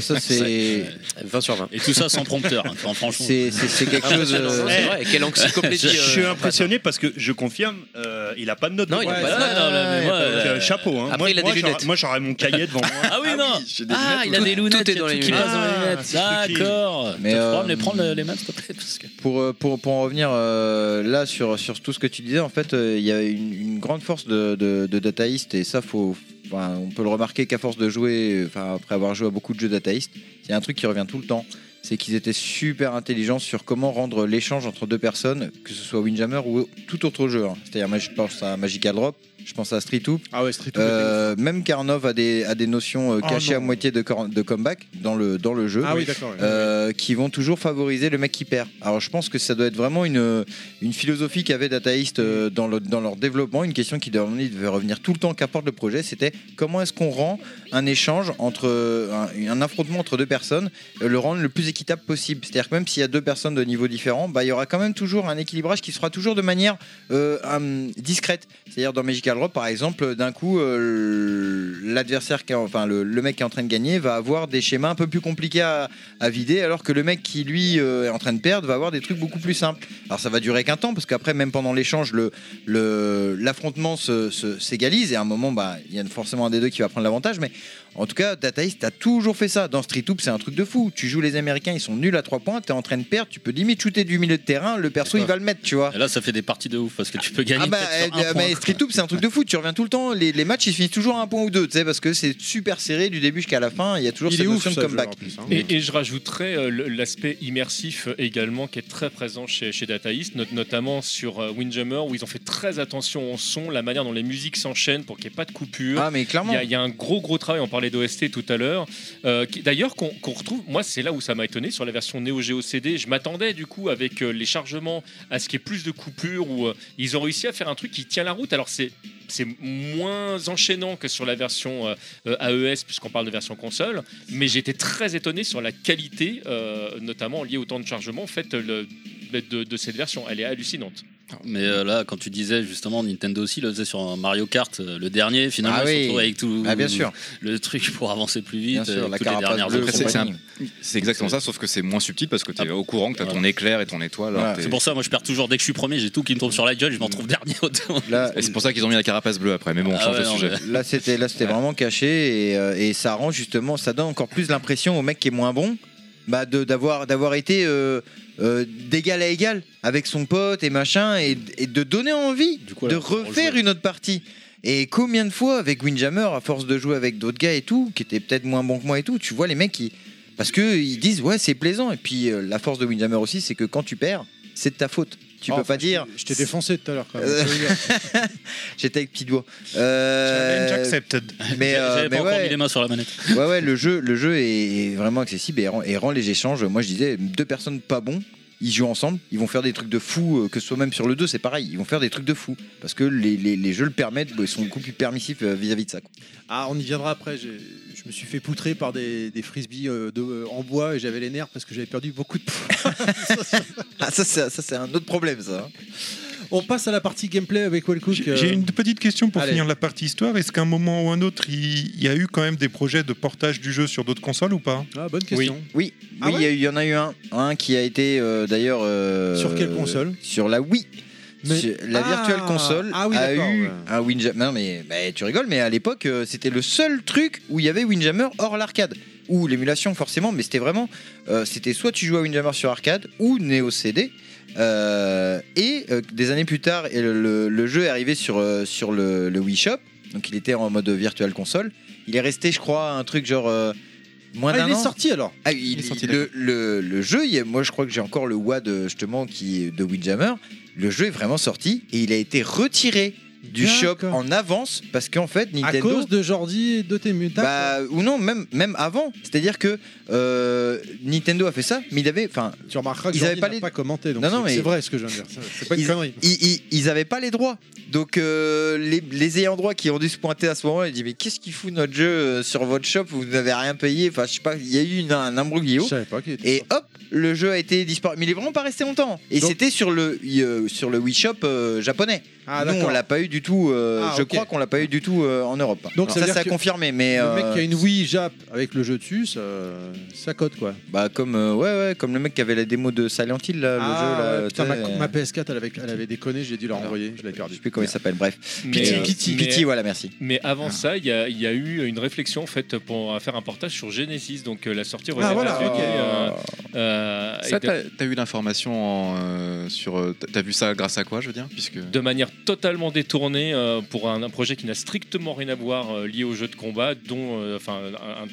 [SPEAKER 8] ça, c'est.
[SPEAKER 2] 20 sur 20.
[SPEAKER 4] Et tout ça sans prompteur. hein. Enfin, franchement.
[SPEAKER 8] C'est c'est- c'est
[SPEAKER 4] Ah,
[SPEAKER 8] quelque chose.
[SPEAKER 2] Impressionnant,
[SPEAKER 8] euh,
[SPEAKER 2] c'est
[SPEAKER 4] eh,
[SPEAKER 2] vrai. Eh Quelle encyclopédie.
[SPEAKER 6] Je
[SPEAKER 2] euh,
[SPEAKER 6] suis impressionné parce que je confirme, euh, il a pas de note.
[SPEAKER 2] Non, il a
[SPEAKER 6] Ouais,
[SPEAKER 2] pas de
[SPEAKER 6] ça,
[SPEAKER 2] note.
[SPEAKER 4] Ah, non, non, mais moi,
[SPEAKER 6] donc, euh,
[SPEAKER 4] euh,
[SPEAKER 6] chapeau. hein.
[SPEAKER 2] après,
[SPEAKER 6] moi,
[SPEAKER 2] il a des
[SPEAKER 6] moi, j'aurais-
[SPEAKER 2] lunettes.
[SPEAKER 6] Moi, j'aurais mon cahier devant moi.
[SPEAKER 4] Ah oui, non Ah, il a
[SPEAKER 2] Tout-
[SPEAKER 4] des lunettes.
[SPEAKER 2] tout est dans les
[SPEAKER 4] il y
[SPEAKER 2] lunettes.
[SPEAKER 4] a qui passe dans les lunettes.
[SPEAKER 6] Ah, c'est
[SPEAKER 4] D'accord.
[SPEAKER 8] Mais,
[SPEAKER 4] Mais
[SPEAKER 8] euh,
[SPEAKER 4] me les prendre les mêmes, s'il te plaît parce que-
[SPEAKER 8] pour, euh, pour, pour en revenir euh, là sur, sur tout ce que tu disais, en fait, euh, il y a une, une grande force de, de, de dataïstes et ça, faut, enfin, on peut le remarquer qu'à force de jouer, enfin, après avoir joué à beaucoup de jeux dataïstes, il y a un truc qui revient tout le temps. C'est qu'ils étaient super intelligents sur comment rendre l'échange entre deux personnes, que ce soit Windjammer ou tout autre jeu. hein. C'est-à-dire, moi, je pense à Magical Drop, je pense à Street Hoop,
[SPEAKER 1] Ah ouais, Street Hoop,
[SPEAKER 8] euh, même Karnov a des, a des notions euh,
[SPEAKER 7] Oh
[SPEAKER 8] cachées
[SPEAKER 7] non.
[SPEAKER 8] à moitié de, cor- de comeback dans le, dans le jeu.
[SPEAKER 1] Ah oui, d'accord. ouais.
[SPEAKER 8] Euh, qui vont toujours favoriser le mec qui perd. Alors je pense que ça doit être vraiment une, une philosophie qu'avaient Dataist euh, dans, le- dans leur développement. Une question qui devait devait revenir tout le temps qu'apporte le projet, c'était comment est-ce qu'on rend un échange entre euh, un, un affrontement entre deux personnes, euh, le rendre le plus équitable possible. C'est-à-dire que même s'il y a deux personnes de niveaux différents, bah, il y aura quand même toujours un équilibrage qui sera toujours de manière euh, hum, discrète. C'est-à-dire dans Magic Vertical Rope, par exemple, d'un coup, euh, l'adversaire, qui est- enfin le, le mec qui est en train de gagner, va avoir des schémas un peu plus compliqués à, à vider, alors que le mec qui, lui, euh, est en train de perdre, va avoir des trucs beaucoup plus simples. Alors ça va durer qu'un temps, parce qu'après, même pendant l'échange, le- le- l'affrontement se- se- s'égalise, et à un moment, bah, il y a forcément un des deux qui va prendre l'avantage, mais en tout cas, Data East a toujours fait ça. Dans Street Hoop, c'est un truc de fou. Tu joues les Américains, ils sont nuls à 3 points, t'es en train de perdre, tu peux limite shooter du milieu de terrain, le perso, il va le mettre, tu vois.
[SPEAKER 4] Et là, ça fait des parties de ouf parce que tu peux gagner.
[SPEAKER 8] Ah bah,
[SPEAKER 4] peut-être sur
[SPEAKER 8] euh,
[SPEAKER 4] un
[SPEAKER 8] mais
[SPEAKER 4] point.
[SPEAKER 8] Street Hoop, c'est un truc de fou. Tu reviens tout le temps. Les, les matchs, ils finissent toujours à un point ou deux, tu sais, parce que c'est super serré du début jusqu'à la fin. Il y a toujours
[SPEAKER 1] Il
[SPEAKER 8] cette
[SPEAKER 1] est ouf,
[SPEAKER 8] notion
[SPEAKER 1] ça,
[SPEAKER 8] de
[SPEAKER 1] le jeu,
[SPEAKER 8] comeback.
[SPEAKER 1] en plus, hein.
[SPEAKER 5] Et, et je rajouterais euh, le- l'aspect immersif euh, également qui est très présent chez, chez Data East, not- notamment sur euh, Windjammer où ils ont fait très attention au son, la manière dont les musiques s'enchaînent pour qu'il n'y ait pas de coupure.
[SPEAKER 8] Ah, mais
[SPEAKER 5] Il
[SPEAKER 8] clairement.
[SPEAKER 5] y, a, il y a un gros gros travail, on parlait d'OST tout à l'heure, euh, qui- d'ailleurs qu'on qu'on retrouve, moi c'est là où ça m'a étonné, sur la version Neo Geo CD, je m'attendais du coup avec euh, les chargements à ce qu'il y ait plus de coupures, où euh, ils ont réussi à faire un truc qui tient la route, alors c'est c'est moins enchaînant que sur la version euh, euh, AES puisqu'on parle de version console, mais j'étais très étonné sur la qualité, euh, notamment liée au temps de chargement en fait, le- de, de cette version, elle est hallucinante.
[SPEAKER 4] Mais euh, là, quand tu disais justement, Nintendo aussi le faisait sur un Mario Kart, euh, le dernier, finalement,
[SPEAKER 8] Ah
[SPEAKER 4] ils se
[SPEAKER 8] oui.
[SPEAKER 4] retrouvent avec tout
[SPEAKER 8] Ah, bien sûr.
[SPEAKER 4] le truc pour avancer plus vite,
[SPEAKER 8] Bien sûr,
[SPEAKER 4] euh,
[SPEAKER 8] la
[SPEAKER 4] toutes les
[SPEAKER 8] carapace
[SPEAKER 4] dernières
[SPEAKER 8] bleue,
[SPEAKER 4] options.
[SPEAKER 3] c'est- c'est un-
[SPEAKER 8] compagnie.
[SPEAKER 3] C'est exactement ça, sauf que c'est moins subtil parce que tu es
[SPEAKER 4] Ah.
[SPEAKER 3] au courant que tu as ton
[SPEAKER 4] Voilà.
[SPEAKER 3] éclair et ton étoile.
[SPEAKER 8] Voilà.
[SPEAKER 3] alors t'es-
[SPEAKER 4] C'est pour ça, moi je perds toujours dès que je suis premier, j'ai tout qui me tombe sur la gueule, je m'en trouve dernier au devant.
[SPEAKER 8] Là,
[SPEAKER 3] Et c'est pour ça qu'ils ont mis la carapace bleue après, mais bon, on
[SPEAKER 4] Ah
[SPEAKER 3] change
[SPEAKER 4] ouais,
[SPEAKER 3] de
[SPEAKER 4] non,
[SPEAKER 3] sujet.
[SPEAKER 8] là, c'était là, c'était vraiment caché et, euh, et ça rend justement, ça donne encore plus l'impression au mec qui est moins bon, bah, de d'avoir d'avoir été euh, euh, d'égal à égal avec son pote et machin et, et de donner envie
[SPEAKER 4] Du coup,
[SPEAKER 8] de
[SPEAKER 4] alors, on
[SPEAKER 8] refaire
[SPEAKER 4] rejouait.
[SPEAKER 8] une autre partie. Et combien de fois avec Windjammer, à force de jouer avec d'autres gars et tout, qui étaient peut-être moins bons que moi et tout, tu vois les mecs qui parce que ils disent ouais c'est plaisant et puis euh, la force de Windjammer aussi c'est que quand tu perds c'est de ta faute. Tu
[SPEAKER 1] Oh,
[SPEAKER 8] peux pas dire
[SPEAKER 1] Je t'ai défoncé tout à l'heure quand même.
[SPEAKER 8] Euh, j'étais avec petit doigt. Euh,
[SPEAKER 7] Challenge accepted.
[SPEAKER 8] mais euh,
[SPEAKER 4] J'avais pas
[SPEAKER 8] mais
[SPEAKER 4] encore
[SPEAKER 8] ouais.
[SPEAKER 4] mis les mains sur la manette.
[SPEAKER 8] Ouais, ouais, le jeu, le jeu est, est vraiment accessible et rend, et rend les échanges. Moi, je disais, deux personnes pas bons, ils jouent ensemble, ils vont faire des trucs de fou, euh, que ce soit même sur le 2, c'est pareil, ils vont faire des trucs de fou. Parce que les, les- les jeux le permettent, ils sont beaucoup plus permissifs euh, vis-à-vis de ça. quoi.
[SPEAKER 1] Ah, on y viendra après. j'ai- Je me suis fait poutrer par des, des frisbees euh, de- euh, en bois et j'avais les nerfs parce que j'avais perdu beaucoup de points.
[SPEAKER 8] Ah, ça, c'est- ça, c'est un autre problème, ça. hein.
[SPEAKER 1] on passe à la partie gameplay avec Wellcook.
[SPEAKER 7] J'ai j'ai une petite question pour
[SPEAKER 1] Euh, Allez.
[SPEAKER 7] finir la partie histoire. Est-ce qu'à un moment ou un autre, il il y a eu quand même des projets de portage du jeu sur d'autres consoles ou pas
[SPEAKER 1] Ah, bonne question.
[SPEAKER 8] Oui,
[SPEAKER 1] Ah
[SPEAKER 8] oui, il y a eu- il y, en a eu un, un qui a été euh, d'ailleurs. euh,
[SPEAKER 1] Sur quelle console
[SPEAKER 8] Sur la Wii.
[SPEAKER 1] Mais-
[SPEAKER 8] Sur- La
[SPEAKER 1] Ah
[SPEAKER 8] Virtual Console
[SPEAKER 1] Ah oui,
[SPEAKER 8] a
[SPEAKER 1] d'accord,
[SPEAKER 8] eu
[SPEAKER 1] ouais.
[SPEAKER 8] un Windjammer. Non, mais bah, tu rigoles, mais à l'époque, euh, c'était le seul truc où il y avait Windjammer hors l'arcade. Ou l'émulation, forcément, mais c'était vraiment. euh, c'était soit tu jouais à Windjammer sur arcade ou Neo CD. euh, et euh, des années plus tard, et le, le- le jeu est arrivé sur, euh, sur le, le Wii Shop. Donc il était en mode Virtual Console. Il est resté, je crois, un truc genre. euh, moins
[SPEAKER 1] Ah,
[SPEAKER 8] d'un
[SPEAKER 1] il est
[SPEAKER 8] an.
[SPEAKER 1] sorti alors.
[SPEAKER 8] Ah, il-
[SPEAKER 1] est sorti,
[SPEAKER 8] le, le- le jeu, il y a- moi je crois que j'ai encore le WAD euh, justement qui est de Windjammer. Le jeu est vraiment sorti et il a été retiré du shop
[SPEAKER 1] D'accord.
[SPEAKER 8] en avance parce qu'en fait
[SPEAKER 1] À
[SPEAKER 8] Nintendo.
[SPEAKER 1] cause de Jordi et de Temu.
[SPEAKER 8] bah, ou non, même, même avant. C'est-à-dire que euh, Nintendo a fait ça, mais il avait. Enfin,
[SPEAKER 1] tu remarqueras que
[SPEAKER 8] ils
[SPEAKER 1] Jordi
[SPEAKER 8] avaient pas
[SPEAKER 1] n'a
[SPEAKER 8] les-
[SPEAKER 1] pas commenté. Donc
[SPEAKER 8] Non, non,
[SPEAKER 1] c'est-
[SPEAKER 8] mais-
[SPEAKER 1] c'est vrai ce que je viens de dire. C'est pas une
[SPEAKER 8] Ils-
[SPEAKER 1] connerie.
[SPEAKER 8] ils- ils- ils avaient pas les droits. Donc euh, les, les ayants droit qui ont dû se pointer à ce moment-là, ils disent Mais qu'est-ce qu'il fout notre jeu euh, sur votre shop Vous n'avez rien payé. Enfin, je sais pas, il y a eu une- un
[SPEAKER 1] Je
[SPEAKER 8] imbroglio.
[SPEAKER 1] savais pas qu'il était
[SPEAKER 8] Et
[SPEAKER 1] sorti.
[SPEAKER 8] hop, le jeu a été disparu. Mais il est vraiment pas resté longtemps. Et
[SPEAKER 1] Donc-
[SPEAKER 8] c'était sur le euh, sur le Wii Shop euh, japonais.
[SPEAKER 1] Ah,
[SPEAKER 8] Nous, on
[SPEAKER 1] d'accord.
[SPEAKER 8] l'a pas eu du tout. euh,
[SPEAKER 1] Ah,
[SPEAKER 8] je
[SPEAKER 1] ok.
[SPEAKER 8] crois qu'on l'a pas eu du tout euh, en Europe.
[SPEAKER 1] Donc,
[SPEAKER 8] Alors
[SPEAKER 1] ça veut
[SPEAKER 8] ça,
[SPEAKER 1] dire
[SPEAKER 8] c'est à
[SPEAKER 1] que
[SPEAKER 8] confirmer. Mais
[SPEAKER 1] Le
[SPEAKER 8] euh,
[SPEAKER 1] mec qui a une Wii Jap avec le jeu dessus, ça, ça cote quoi.
[SPEAKER 8] bah comme euh, ouais ouais comme le mec qui avait la démo de Silent Hill là,
[SPEAKER 1] Ah,
[SPEAKER 8] le jeu là.
[SPEAKER 1] ouais, putain,
[SPEAKER 8] tu
[SPEAKER 1] ma,
[SPEAKER 8] sais,
[SPEAKER 1] ma PS4 elle avait, elle avait déconné, j'ai dû la
[SPEAKER 8] Alors,
[SPEAKER 1] renvoyer, je l'ai
[SPEAKER 8] Je
[SPEAKER 1] perdue.
[SPEAKER 8] sais plus comment il s'appelle. Bref.
[SPEAKER 5] Mais,
[SPEAKER 8] Pity,
[SPEAKER 5] euh,
[SPEAKER 8] Pity,
[SPEAKER 5] mais-
[SPEAKER 8] Pity, voilà, merci.
[SPEAKER 5] Mais avant ça, il y, a- il y a eu une réflexion en fait pour faire un portage sur Genesis, donc euh, la sortie aux
[SPEAKER 1] Ah,
[SPEAKER 5] États-Unis,
[SPEAKER 1] voilà, ok.
[SPEAKER 5] euh, euh,
[SPEAKER 3] Ça,
[SPEAKER 5] et de,
[SPEAKER 3] t'as t'as eu l'information en, euh, sur. euh, t'as- T'as vu ça grâce à quoi, je veux dire Puisque.
[SPEAKER 5] de manière totalement détournée euh, pour un, un projet qui n'a strictement rien à voir euh, lié au jeu de combat, dont euh, enfin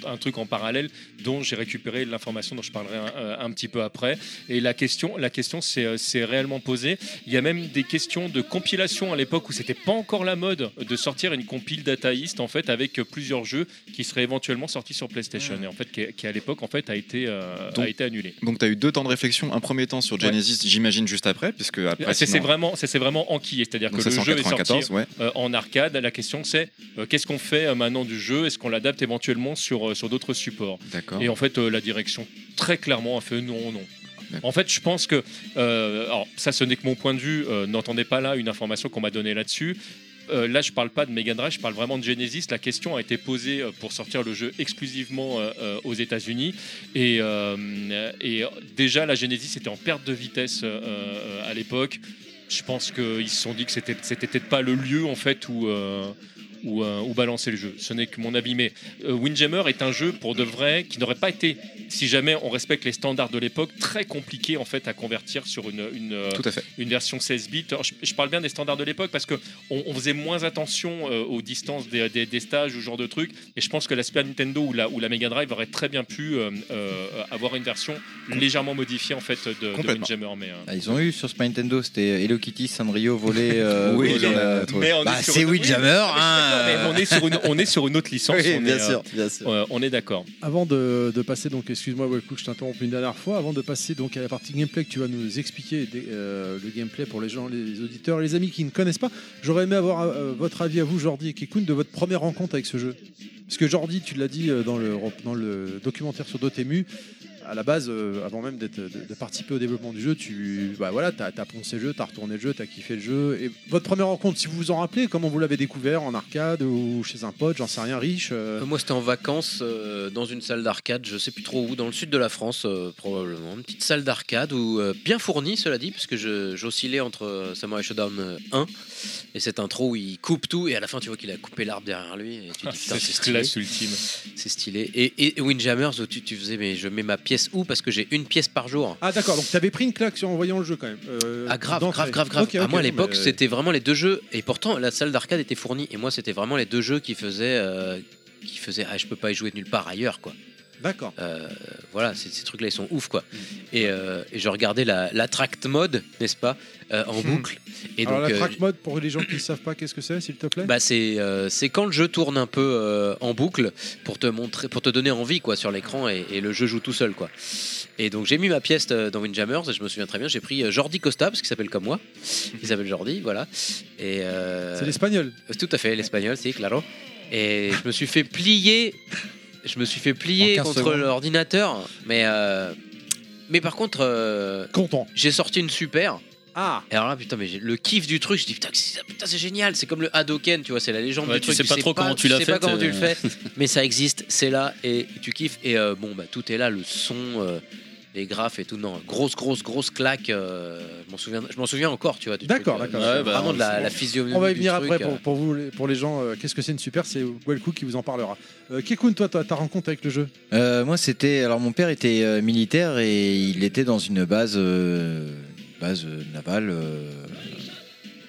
[SPEAKER 5] un, un truc en parallèle dont j'ai récupéré l'information dont je parlerai un, euh, un petit peu après. Et la question, la question s'est euh, s'est réellement posée. Il y a même des questions de compilation à l'époque où c'était pas encore la mode de sortir une compile dataïste en fait avec euh, plusieurs jeux qui seraient éventuellement sortis sur PlayStation et en fait qui, qui, à l'époque en fait a été euh,
[SPEAKER 3] Donc,
[SPEAKER 5] a été annulé.
[SPEAKER 3] Donc, t'as eu deux temps de réflexion. Un premier temps sur Genesis, j'imagine, juste après, puisque après.
[SPEAKER 5] Ah, C'est c'est
[SPEAKER 3] sinon-
[SPEAKER 5] vraiment, c'est c'est vraiment enquillé, c'est-à-dire que
[SPEAKER 3] Donc, ça,
[SPEAKER 5] le
[SPEAKER 3] c'est en
[SPEAKER 5] jeu est sorti
[SPEAKER 3] 94, ouais.
[SPEAKER 5] euh, en arcade. La question c'est euh, qu'est-ce qu'on fait euh, maintenant du jeu Est-ce qu'on l'adapte éventuellement sur, euh, sur d'autres supports
[SPEAKER 3] D'accord.
[SPEAKER 5] Et en fait, euh, la direction très clairement a fait non, non.
[SPEAKER 3] D'accord.
[SPEAKER 5] En fait, je pense que, euh, alors ça ce n'est que mon point de vue, euh, n'entendez pas là une information qu'on m'a donnée là-dessus. euh, là je parle pas de Mega Drive, je parle vraiment de Genesis. La question a été posée euh, pour sortir le jeu exclusivement euh, euh, aux États-Unis et, euh, et déjà la Genesis était en perte de vitesse euh, euh, à l'époque. Je pense qu'ils se sont dit que c'était c'était peut-être pas le lieu en fait où euh, où, euh, où balancer le jeu. Ce n'est que mon avis, mais euh, Windjammer est un jeu pour de vrai qui n'aurait pas été, si jamais on respecte les standards de l'époque, très compliqué en fait à convertir sur une, une, euh,
[SPEAKER 3] Tout à fait.
[SPEAKER 5] une version 16 bits. Alors, Je, je parle bien des standards de l'époque parce que on, on faisait moins attention euh, aux distances des, des- des stages ou ce genre de trucs. Et je pense que la Super Nintendo ou la, ou la Mega Drive aurait très bien pu euh, euh, avoir une version légèrement modifiée en fait de, de
[SPEAKER 3] Complètement.
[SPEAKER 5] Windjammer. Mais, euh,
[SPEAKER 8] Ah, ils ont eu sur Super Nintendo, c'était euh, Hello Kitty, Sanrio, volé. euh,
[SPEAKER 3] Oui,
[SPEAKER 8] volé dans la-
[SPEAKER 5] mais on est
[SPEAKER 8] Bah,
[SPEAKER 5] sur
[SPEAKER 8] c'est
[SPEAKER 5] une-
[SPEAKER 8] Windjammer,
[SPEAKER 5] Non, mais on
[SPEAKER 8] hein.
[SPEAKER 5] est sur une, on est sur une autre licence.
[SPEAKER 8] Oui,
[SPEAKER 5] on
[SPEAKER 8] bien
[SPEAKER 5] est, euh,
[SPEAKER 8] sûr, bien sûr.
[SPEAKER 5] euh, on est d'accord.
[SPEAKER 1] Avant de, de passer donc, excuse-moi Webcook, je t'interromps une dernière fois, avant de passer donc à la partie gameplay que tu vas nous expliquer, dé- euh, le gameplay pour les gens, les auditeurs, les amis qui ne connaissent pas, j'aurais aimé avoir euh, votre avis à vous Jordi et Kekun de votre première rencontre avec ce jeu. Parce que Jordi, tu l'as dit euh, dans le, dans le documentaire sur Dotemu, à la base, euh, avant même d'être- de, de participer au développement du jeu, tu bah voilà, as, poncé le jeu, tu as retourné le jeu, tu as kiffé le jeu. Et votre première rencontre, si vous vous en rappelez, comment vous l'avez découvert en arcade ou chez un pote, j'en sais rien, riche euh,
[SPEAKER 2] Euh, Moi, c'était en vacances euh, dans une salle d'arcade, je sais plus trop où, dans le sud de la France, euh, probablement. Une petite salle d'arcade où euh, bien fournie, cela dit, parce que je- j'oscillais entre euh, Samurai Shodown euh, 1 et cette intro où il coupe tout et à la fin, tu vois qu'il a coupé l'arbre derrière lui. Et tu te dis, putain,
[SPEAKER 5] C'est
[SPEAKER 2] c'est
[SPEAKER 5] cette
[SPEAKER 2] stylé.
[SPEAKER 5] classe ultime.
[SPEAKER 2] C'est stylé. Et, et, et Windjammers, où tu, tu faisais, mais je mets ma pièce où Parce que j'ai une pièce par jour.
[SPEAKER 1] Ah d'accord, donc t'avais pris une claque sur- en voyant le jeu quand même. euh,
[SPEAKER 2] Ah grave,
[SPEAKER 1] d'entrée.
[SPEAKER 2] grave, grave, grave.
[SPEAKER 1] Ok,
[SPEAKER 2] à
[SPEAKER 1] ok,
[SPEAKER 2] moi à
[SPEAKER 1] non,
[SPEAKER 2] l'époque,
[SPEAKER 1] mais- euh,
[SPEAKER 2] c'était vraiment les deux jeux. Et pourtant, la salle d'arcade était fournie. Et moi, c'était vraiment les deux jeux qui faisaient, euh, qui faisaient, ah, je peux pas y jouer nulle part ailleurs, quoi.
[SPEAKER 1] D'accord. Mm.
[SPEAKER 2] Euh, voilà, ces, ces trucs-là, ils sont ouf, quoi. Et, euh, et je regardais la, la tract mode, n'est-ce pas, euh, en boucle. Et
[SPEAKER 1] Hmm. Alors
[SPEAKER 2] donc,
[SPEAKER 1] la
[SPEAKER 2] euh,
[SPEAKER 1] track mode, pour les gens qui ne savent pas qu'est-ce que c'est, s'il te plaît
[SPEAKER 2] bah c'est euh, c'est quand le jeu tourne un peu euh, en boucle pour te montrer pour te donner envie quoi sur l'écran et, et le jeu joue tout seul quoi. Et donc j'ai mis ma pièce euh, dans Windjammers et je me souviens très bien j'ai pris euh, Jordi Costa parce qu'il s'appelle comme moi. Il s'appelle Jordi voilà. Et euh,
[SPEAKER 1] C'est l'espagnol.
[SPEAKER 2] tout à fait l'espagnol c'est claro. Et je me suis fait plier je me suis fait plier
[SPEAKER 8] En 15
[SPEAKER 2] contre
[SPEAKER 8] secondes.
[SPEAKER 2] l'ordinateur mais euh, mais par contre euh,
[SPEAKER 1] Content.
[SPEAKER 2] j'ai sorti une super
[SPEAKER 1] Ah
[SPEAKER 2] et alors là, putain, mais j'ai- le kiff du truc, je dis putain, c'est putain, c'est génial, c'est comme le Hadoken, tu vois, c'est la légende
[SPEAKER 4] Ouais,
[SPEAKER 2] du
[SPEAKER 4] tu
[SPEAKER 2] truc.
[SPEAKER 4] sais pas trop comment tu l'as
[SPEAKER 2] sais pas
[SPEAKER 4] fait,
[SPEAKER 2] comment tu le
[SPEAKER 4] euh.
[SPEAKER 2] fais, mais ça existe, c'est là et tu kiffes. Et euh, bon, bah tout est là, le son, euh, les graphes et tout. Non, grosse, grosse, grosse claque. euh, je m'en souviens, je m'en souviens encore, tu vois. du
[SPEAKER 1] D'accord,
[SPEAKER 2] truc,
[SPEAKER 1] d'accord.
[SPEAKER 4] Ouais, bah,
[SPEAKER 2] vraiment de la,
[SPEAKER 4] c'est
[SPEAKER 2] la
[SPEAKER 4] bon.
[SPEAKER 2] physionomie.
[SPEAKER 1] On va y
[SPEAKER 2] du
[SPEAKER 1] venir
[SPEAKER 2] truc,
[SPEAKER 1] après
[SPEAKER 2] euh.
[SPEAKER 1] pour, pour vous, les- pour les gens. euh, qu'est-ce que c'est une super C'est Wellcook qui vous en parlera. Euh, Kekun, toi, ta ta rencontre avec le jeu
[SPEAKER 8] Euh, moi, c'était. Alors, mon père était euh, militaire et il était dans une base, euh, base euh, navale euh,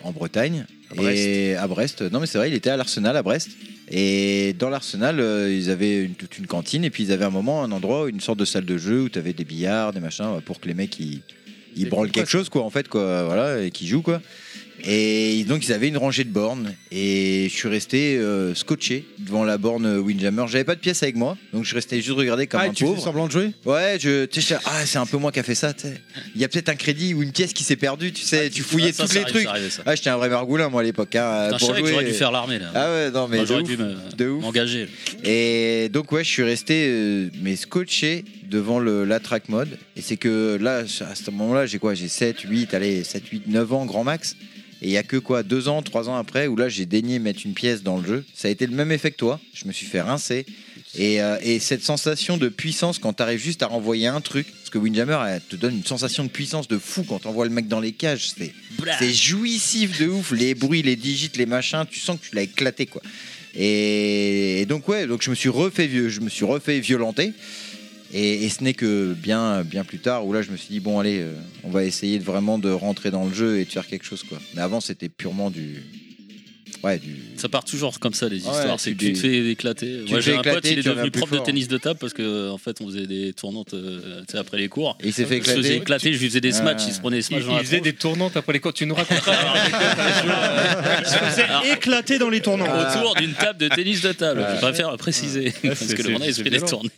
[SPEAKER 8] en Bretagne.
[SPEAKER 6] Brest.
[SPEAKER 8] Et à Brest. Non, mais c'est vrai, il était à l'arsenal à Brest. Et dans l'arsenal, euh, ils avaient une- toute une cantine et puis ils avaient un moment, un endroit, une sorte de salle de jeu où tu avais des billards, des machins, bah, pour que les mecs ils, ils
[SPEAKER 1] Des
[SPEAKER 8] branlent
[SPEAKER 1] coups de
[SPEAKER 8] quelque chose, quoi, en fait, quoi, voilà, et qui jouent, quoi. Et donc ils avaient une rangée de bornes et je suis resté euh, scotché devant la borne Windjammer. J'avais pas de pièce avec moi, donc je restais juste regarder comme
[SPEAKER 1] Ah,
[SPEAKER 8] un
[SPEAKER 1] tu fais
[SPEAKER 8] pauvre.
[SPEAKER 1] semblant de jouer
[SPEAKER 8] Ouais, je, tu sais, j'étais là, ah c'est un peu moi qui a fait ça. tu sais. Il y a peut-être un crédit ou une pièce qui s'est perdue, tu sais, tu fouillais
[SPEAKER 4] Ah, ça,
[SPEAKER 8] tous
[SPEAKER 4] ça
[SPEAKER 8] les
[SPEAKER 4] arrive,
[SPEAKER 8] trucs.
[SPEAKER 4] ça arrivait, ça.
[SPEAKER 8] Ah j'étais un vrai margoulin moi à l'époque. hein,
[SPEAKER 4] Putain, je
[SPEAKER 8] pour
[SPEAKER 4] savais que
[SPEAKER 8] jouer.
[SPEAKER 4] j'aurais dû faire l'armée là.
[SPEAKER 8] Ah ouais non mais
[SPEAKER 4] Enfin,
[SPEAKER 8] de
[SPEAKER 4] j'aurais
[SPEAKER 8] ouf,
[SPEAKER 4] dû me-
[SPEAKER 8] de ouf.
[SPEAKER 4] m'engager.
[SPEAKER 8] Et donc ouais, je suis resté euh, mais scotché devant le, la track mode. Et c'est que là, à ce moment-là, j'ai quoi J'ai 7, 8, allez, 7, 8, 9 ans grand max. Et il y a que quoi Deux ans, trois ans après, où là j'ai daigné mettre une pièce dans le jeu. Ça a été le même effet que toi. Je me suis fait rincer. Et, euh, et cette sensation de puissance quand t'arrives juste à renvoyer un truc, parce que Windjammer elle te donne une sensation de puissance de fou quand t'envoies le mec dans les cages. C'est c'est jouissif de ouf, les bruits, les digits, les machins, tu sens que tu l'as éclaté quoi. Et, et donc ouais, donc je me suis refait vieux, je me suis refait violenter. Et, et ce n'est que bien, bien plus tard où là je me suis dit bon allez, euh, on va essayer de vraiment de rentrer dans le jeu et de faire quelque chose quoi. Mais avant c'était purement du, ouais du.
[SPEAKER 4] Ça part toujours comme ça les
[SPEAKER 8] Ouais,
[SPEAKER 4] histoires, c'est que
[SPEAKER 8] tu
[SPEAKER 4] tu te fais éclater.
[SPEAKER 8] tu
[SPEAKER 4] Moi
[SPEAKER 8] te
[SPEAKER 4] j'ai
[SPEAKER 8] fais
[SPEAKER 4] un pote,
[SPEAKER 8] éclater,
[SPEAKER 4] il est
[SPEAKER 8] tu reviens
[SPEAKER 4] devenu
[SPEAKER 8] plus
[SPEAKER 4] prof
[SPEAKER 8] fort.
[SPEAKER 4] de tennis de table parce que euh, en fait on faisait des tournantes euh, tu sais, après les cours.
[SPEAKER 8] Et il s'est fait
[SPEAKER 4] Je se faisais
[SPEAKER 8] éclater.
[SPEAKER 4] éclater, je lui faisais des
[SPEAKER 8] Ah.
[SPEAKER 4] smash, il se prenait des
[SPEAKER 5] Il,
[SPEAKER 4] smash dans
[SPEAKER 5] il
[SPEAKER 4] la
[SPEAKER 5] faisait
[SPEAKER 4] tronche.
[SPEAKER 5] des tournantes après les cours. Tu nous raconteras.
[SPEAKER 4] Alors,
[SPEAKER 6] Éclaté dans les tournants.
[SPEAKER 4] Autour d'une table de tennis de table, je préfère préciser. parce
[SPEAKER 5] c'est-
[SPEAKER 4] que le
[SPEAKER 5] c'est-
[SPEAKER 4] monde a
[SPEAKER 5] c'est
[SPEAKER 4] fait des
[SPEAKER 5] violent.
[SPEAKER 4] tournées.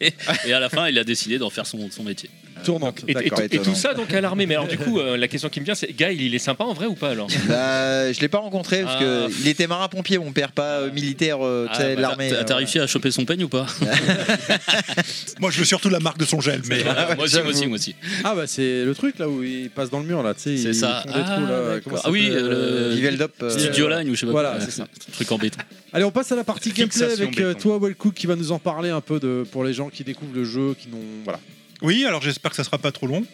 [SPEAKER 4] Et à la fin, il a décidé d'en faire son, son métier.
[SPEAKER 1] Tournante.
[SPEAKER 5] Et, et-
[SPEAKER 8] D'accord,
[SPEAKER 5] et tout
[SPEAKER 8] étonnant.
[SPEAKER 5] ça donc à l'armée. Mais alors du coup, euh, la question qui me vient, c'est Gaël, il est sympa en vrai ou pas alors
[SPEAKER 8] Bah, je l'ai pas rencontré parce
[SPEAKER 5] Ah.
[SPEAKER 8] que il était marin-pompier, mon père, pas euh, militaire, euh, tu
[SPEAKER 4] Ah,
[SPEAKER 8] sais,
[SPEAKER 4] bah,
[SPEAKER 8] de l'armée.
[SPEAKER 4] t'as-
[SPEAKER 8] euh,
[SPEAKER 4] T'as réussi à choper son peigne ou pas
[SPEAKER 7] Moi, je veux surtout la marque de son gel, mais
[SPEAKER 4] Moi aussi, moi aussi, moi aussi.
[SPEAKER 1] Ah bah c'est le truc là où il passe dans le mur là, tu sais.
[SPEAKER 4] C'est
[SPEAKER 1] ils
[SPEAKER 4] ça.
[SPEAKER 1] font des
[SPEAKER 4] Ah,
[SPEAKER 1] trous, là.
[SPEAKER 4] d'accord.
[SPEAKER 1] Comment ça
[SPEAKER 4] Ah oui,
[SPEAKER 1] s'appelle,
[SPEAKER 4] euh,
[SPEAKER 1] euh,
[SPEAKER 8] Level Up. euh,
[SPEAKER 4] Studio Line ou je sais pas.
[SPEAKER 1] Voilà,
[SPEAKER 4] quoi.
[SPEAKER 1] c'est ça.
[SPEAKER 4] Truc en béton.
[SPEAKER 1] Allez, on passe à la partie gameplay
[SPEAKER 6] Fixation
[SPEAKER 1] avec euh,
[SPEAKER 6] béton.
[SPEAKER 1] toi, Wellcook, qui va nous en parler un peu de, pour les gens qui découvrent le jeu, qui n'ont. Voilà.
[SPEAKER 7] oui, alors j'espère que ça sera pas trop long.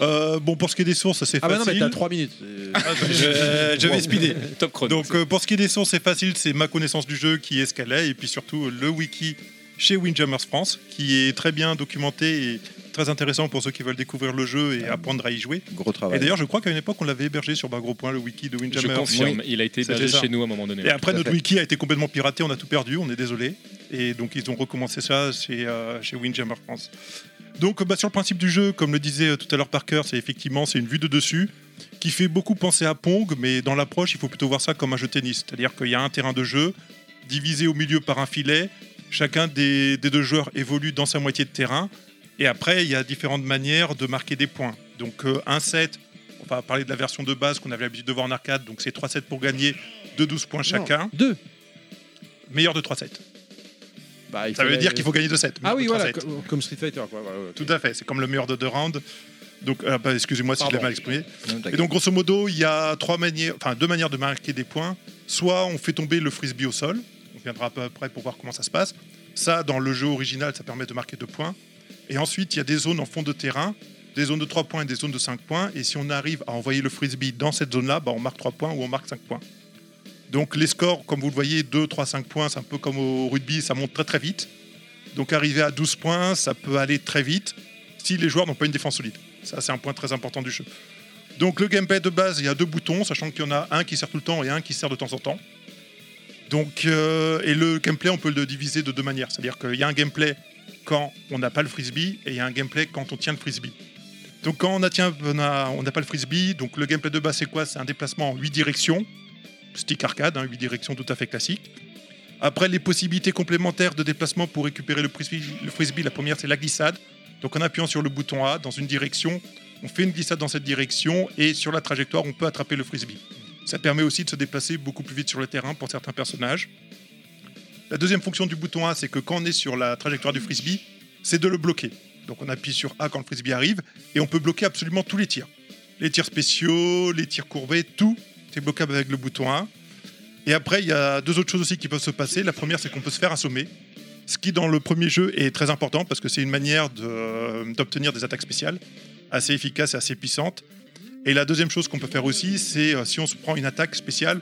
[SPEAKER 7] Euh, bon, pour ce qui est des sources, c'est
[SPEAKER 1] Ah bah non, mais
[SPEAKER 7] facile.
[SPEAKER 1] t'as 3 minutes. Euh,
[SPEAKER 7] Ah, bah, je, euh, je vais speeder.
[SPEAKER 5] Top chrono.
[SPEAKER 7] Donc euh, pour ce qui est des sources, c'est facile, c'est ma connaissance du jeu qui est ce qu'elle est, et puis surtout euh, le wiki chez Windjammers France, qui est très bien documenté et très intéressant pour ceux qui veulent découvrir le jeu
[SPEAKER 1] Ah.
[SPEAKER 7] et apprendre à y jouer.
[SPEAKER 8] Gros
[SPEAKER 7] Et
[SPEAKER 8] travail.
[SPEAKER 7] d'ailleurs, je crois qu'à une époque, on l'avait hébergé sur Bagro Point, le wiki de
[SPEAKER 5] je
[SPEAKER 7] Windjammers.
[SPEAKER 5] confirme, il a été
[SPEAKER 7] C'était
[SPEAKER 5] hébergé
[SPEAKER 7] ça.
[SPEAKER 5] chez nous à un moment donné.
[SPEAKER 7] Et après,
[SPEAKER 8] Tout à
[SPEAKER 7] notre
[SPEAKER 8] fait.
[SPEAKER 7] wiki a été complètement piraté, on a tout perdu, on est désolé. Et donc, ils ont recommencé ça chez, euh, chez Windjammer France. Donc, bah, sur le principe du jeu, comme le disait euh, tout à l'heure Parker, c'est effectivement c'est une vue de dessus qui fait beaucoup penser à Pong, mais dans l'approche, il faut plutôt voir ça comme un jeu de tennis. C'est-à-dire qu'il y a un terrain de jeu divisé au milieu par un filet. Chacun des, des deux joueurs évolue dans sa moitié de terrain. Et après, il y a différentes manières de marquer des points. Donc, euh, un set, on va parler de la version de base qu'on avait l'habitude de voir en arcade. Donc, c'est 3 sets pour gagner, de 12 points chacun
[SPEAKER 1] Deux.
[SPEAKER 7] meilleur de 3 sets.
[SPEAKER 8] Ah,
[SPEAKER 1] Bah, il
[SPEAKER 7] Ça veut
[SPEAKER 1] fallait-
[SPEAKER 7] dire qu'il faut gagner 2 sets.
[SPEAKER 1] Ah
[SPEAKER 7] meilleur
[SPEAKER 1] oui,
[SPEAKER 7] de trois
[SPEAKER 1] voilà,
[SPEAKER 7] sets.
[SPEAKER 1] comme, comme Street Fighter quoi. voilà, ouais.
[SPEAKER 7] Tout à fait, c'est comme le meilleur de deux rounds. Donc, euh, bah, excusez-moi si je l'ai
[SPEAKER 1] Pardon.
[SPEAKER 7] mal exprimé.
[SPEAKER 8] Non, t'as-
[SPEAKER 7] Et donc, grosso modo, il y a trois manières, enfin, deux manières de marquer des points. Soit on fait tomber le frisbee au sol, on viendra à peu près pour voir comment ça se passe. Ça, dans le jeu original, ça permet de marquer deux points. Et ensuite, il y a des zones en fond de terrain, des zones de 3 points et des zones de 5 points. Et si on arrive à envoyer le frisbee dans cette zone-là, bah, on marque 3 points ou on marque 5 points. Donc les scores, comme vous le voyez, 2, 3, 5 points, c'est un peu comme au rugby, ça monte très très vite. Donc arriver à 12 points, ça peut aller très vite si les joueurs n'ont pas une défense solide. Ça, c'est un point très important du jeu. Donc le gameplay de base, il y a deux boutons, sachant qu'il y en a un qui sert tout le temps et un qui sert de temps en temps. Donc, euh, et le gameplay, on peut le diviser de deux manières. C'est-à-dire qu'il y a un gameplay quand on n'a pas le frisbee et il y a un gameplay quand on tient le frisbee. Donc quand on a tient- on a- on n'a pas le frisbee, donc le gameplay de base c'est quoi C'est un déplacement en 8 directions, stick arcade, hein, 8 directions tout à fait classique. Après les possibilités complémentaires de déplacement pour récupérer le frisbee, le frisbee la première c'est la glissade. Donc en appuyant sur le bouton A dans une direction, on fait une glissade dans cette direction et sur la trajectoire on peut attraper le frisbee. Ça permet aussi de se déplacer beaucoup plus vite sur le terrain pour certains personnages. La deuxième fonction du bouton A, c'est que quand on est sur la trajectoire du frisbee, c'est de le bloquer. Donc on appuie sur A quand le frisbee arrive et on peut bloquer absolument tous les tirs. Les tirs spéciaux, les tirs courbés, tout est bloquable avec le bouton A. Et après, il y a deux autres choses aussi qui peuvent se passer. La première, c'est qu'on peut se faire assommer. Ce qui, dans le premier jeu, est très important parce que c'est une manière de- d'obtenir des attaques spéciales assez efficaces et assez puissantes. Et la deuxième chose qu'on peut faire aussi, c'est euh, si on se prend une attaque spéciale,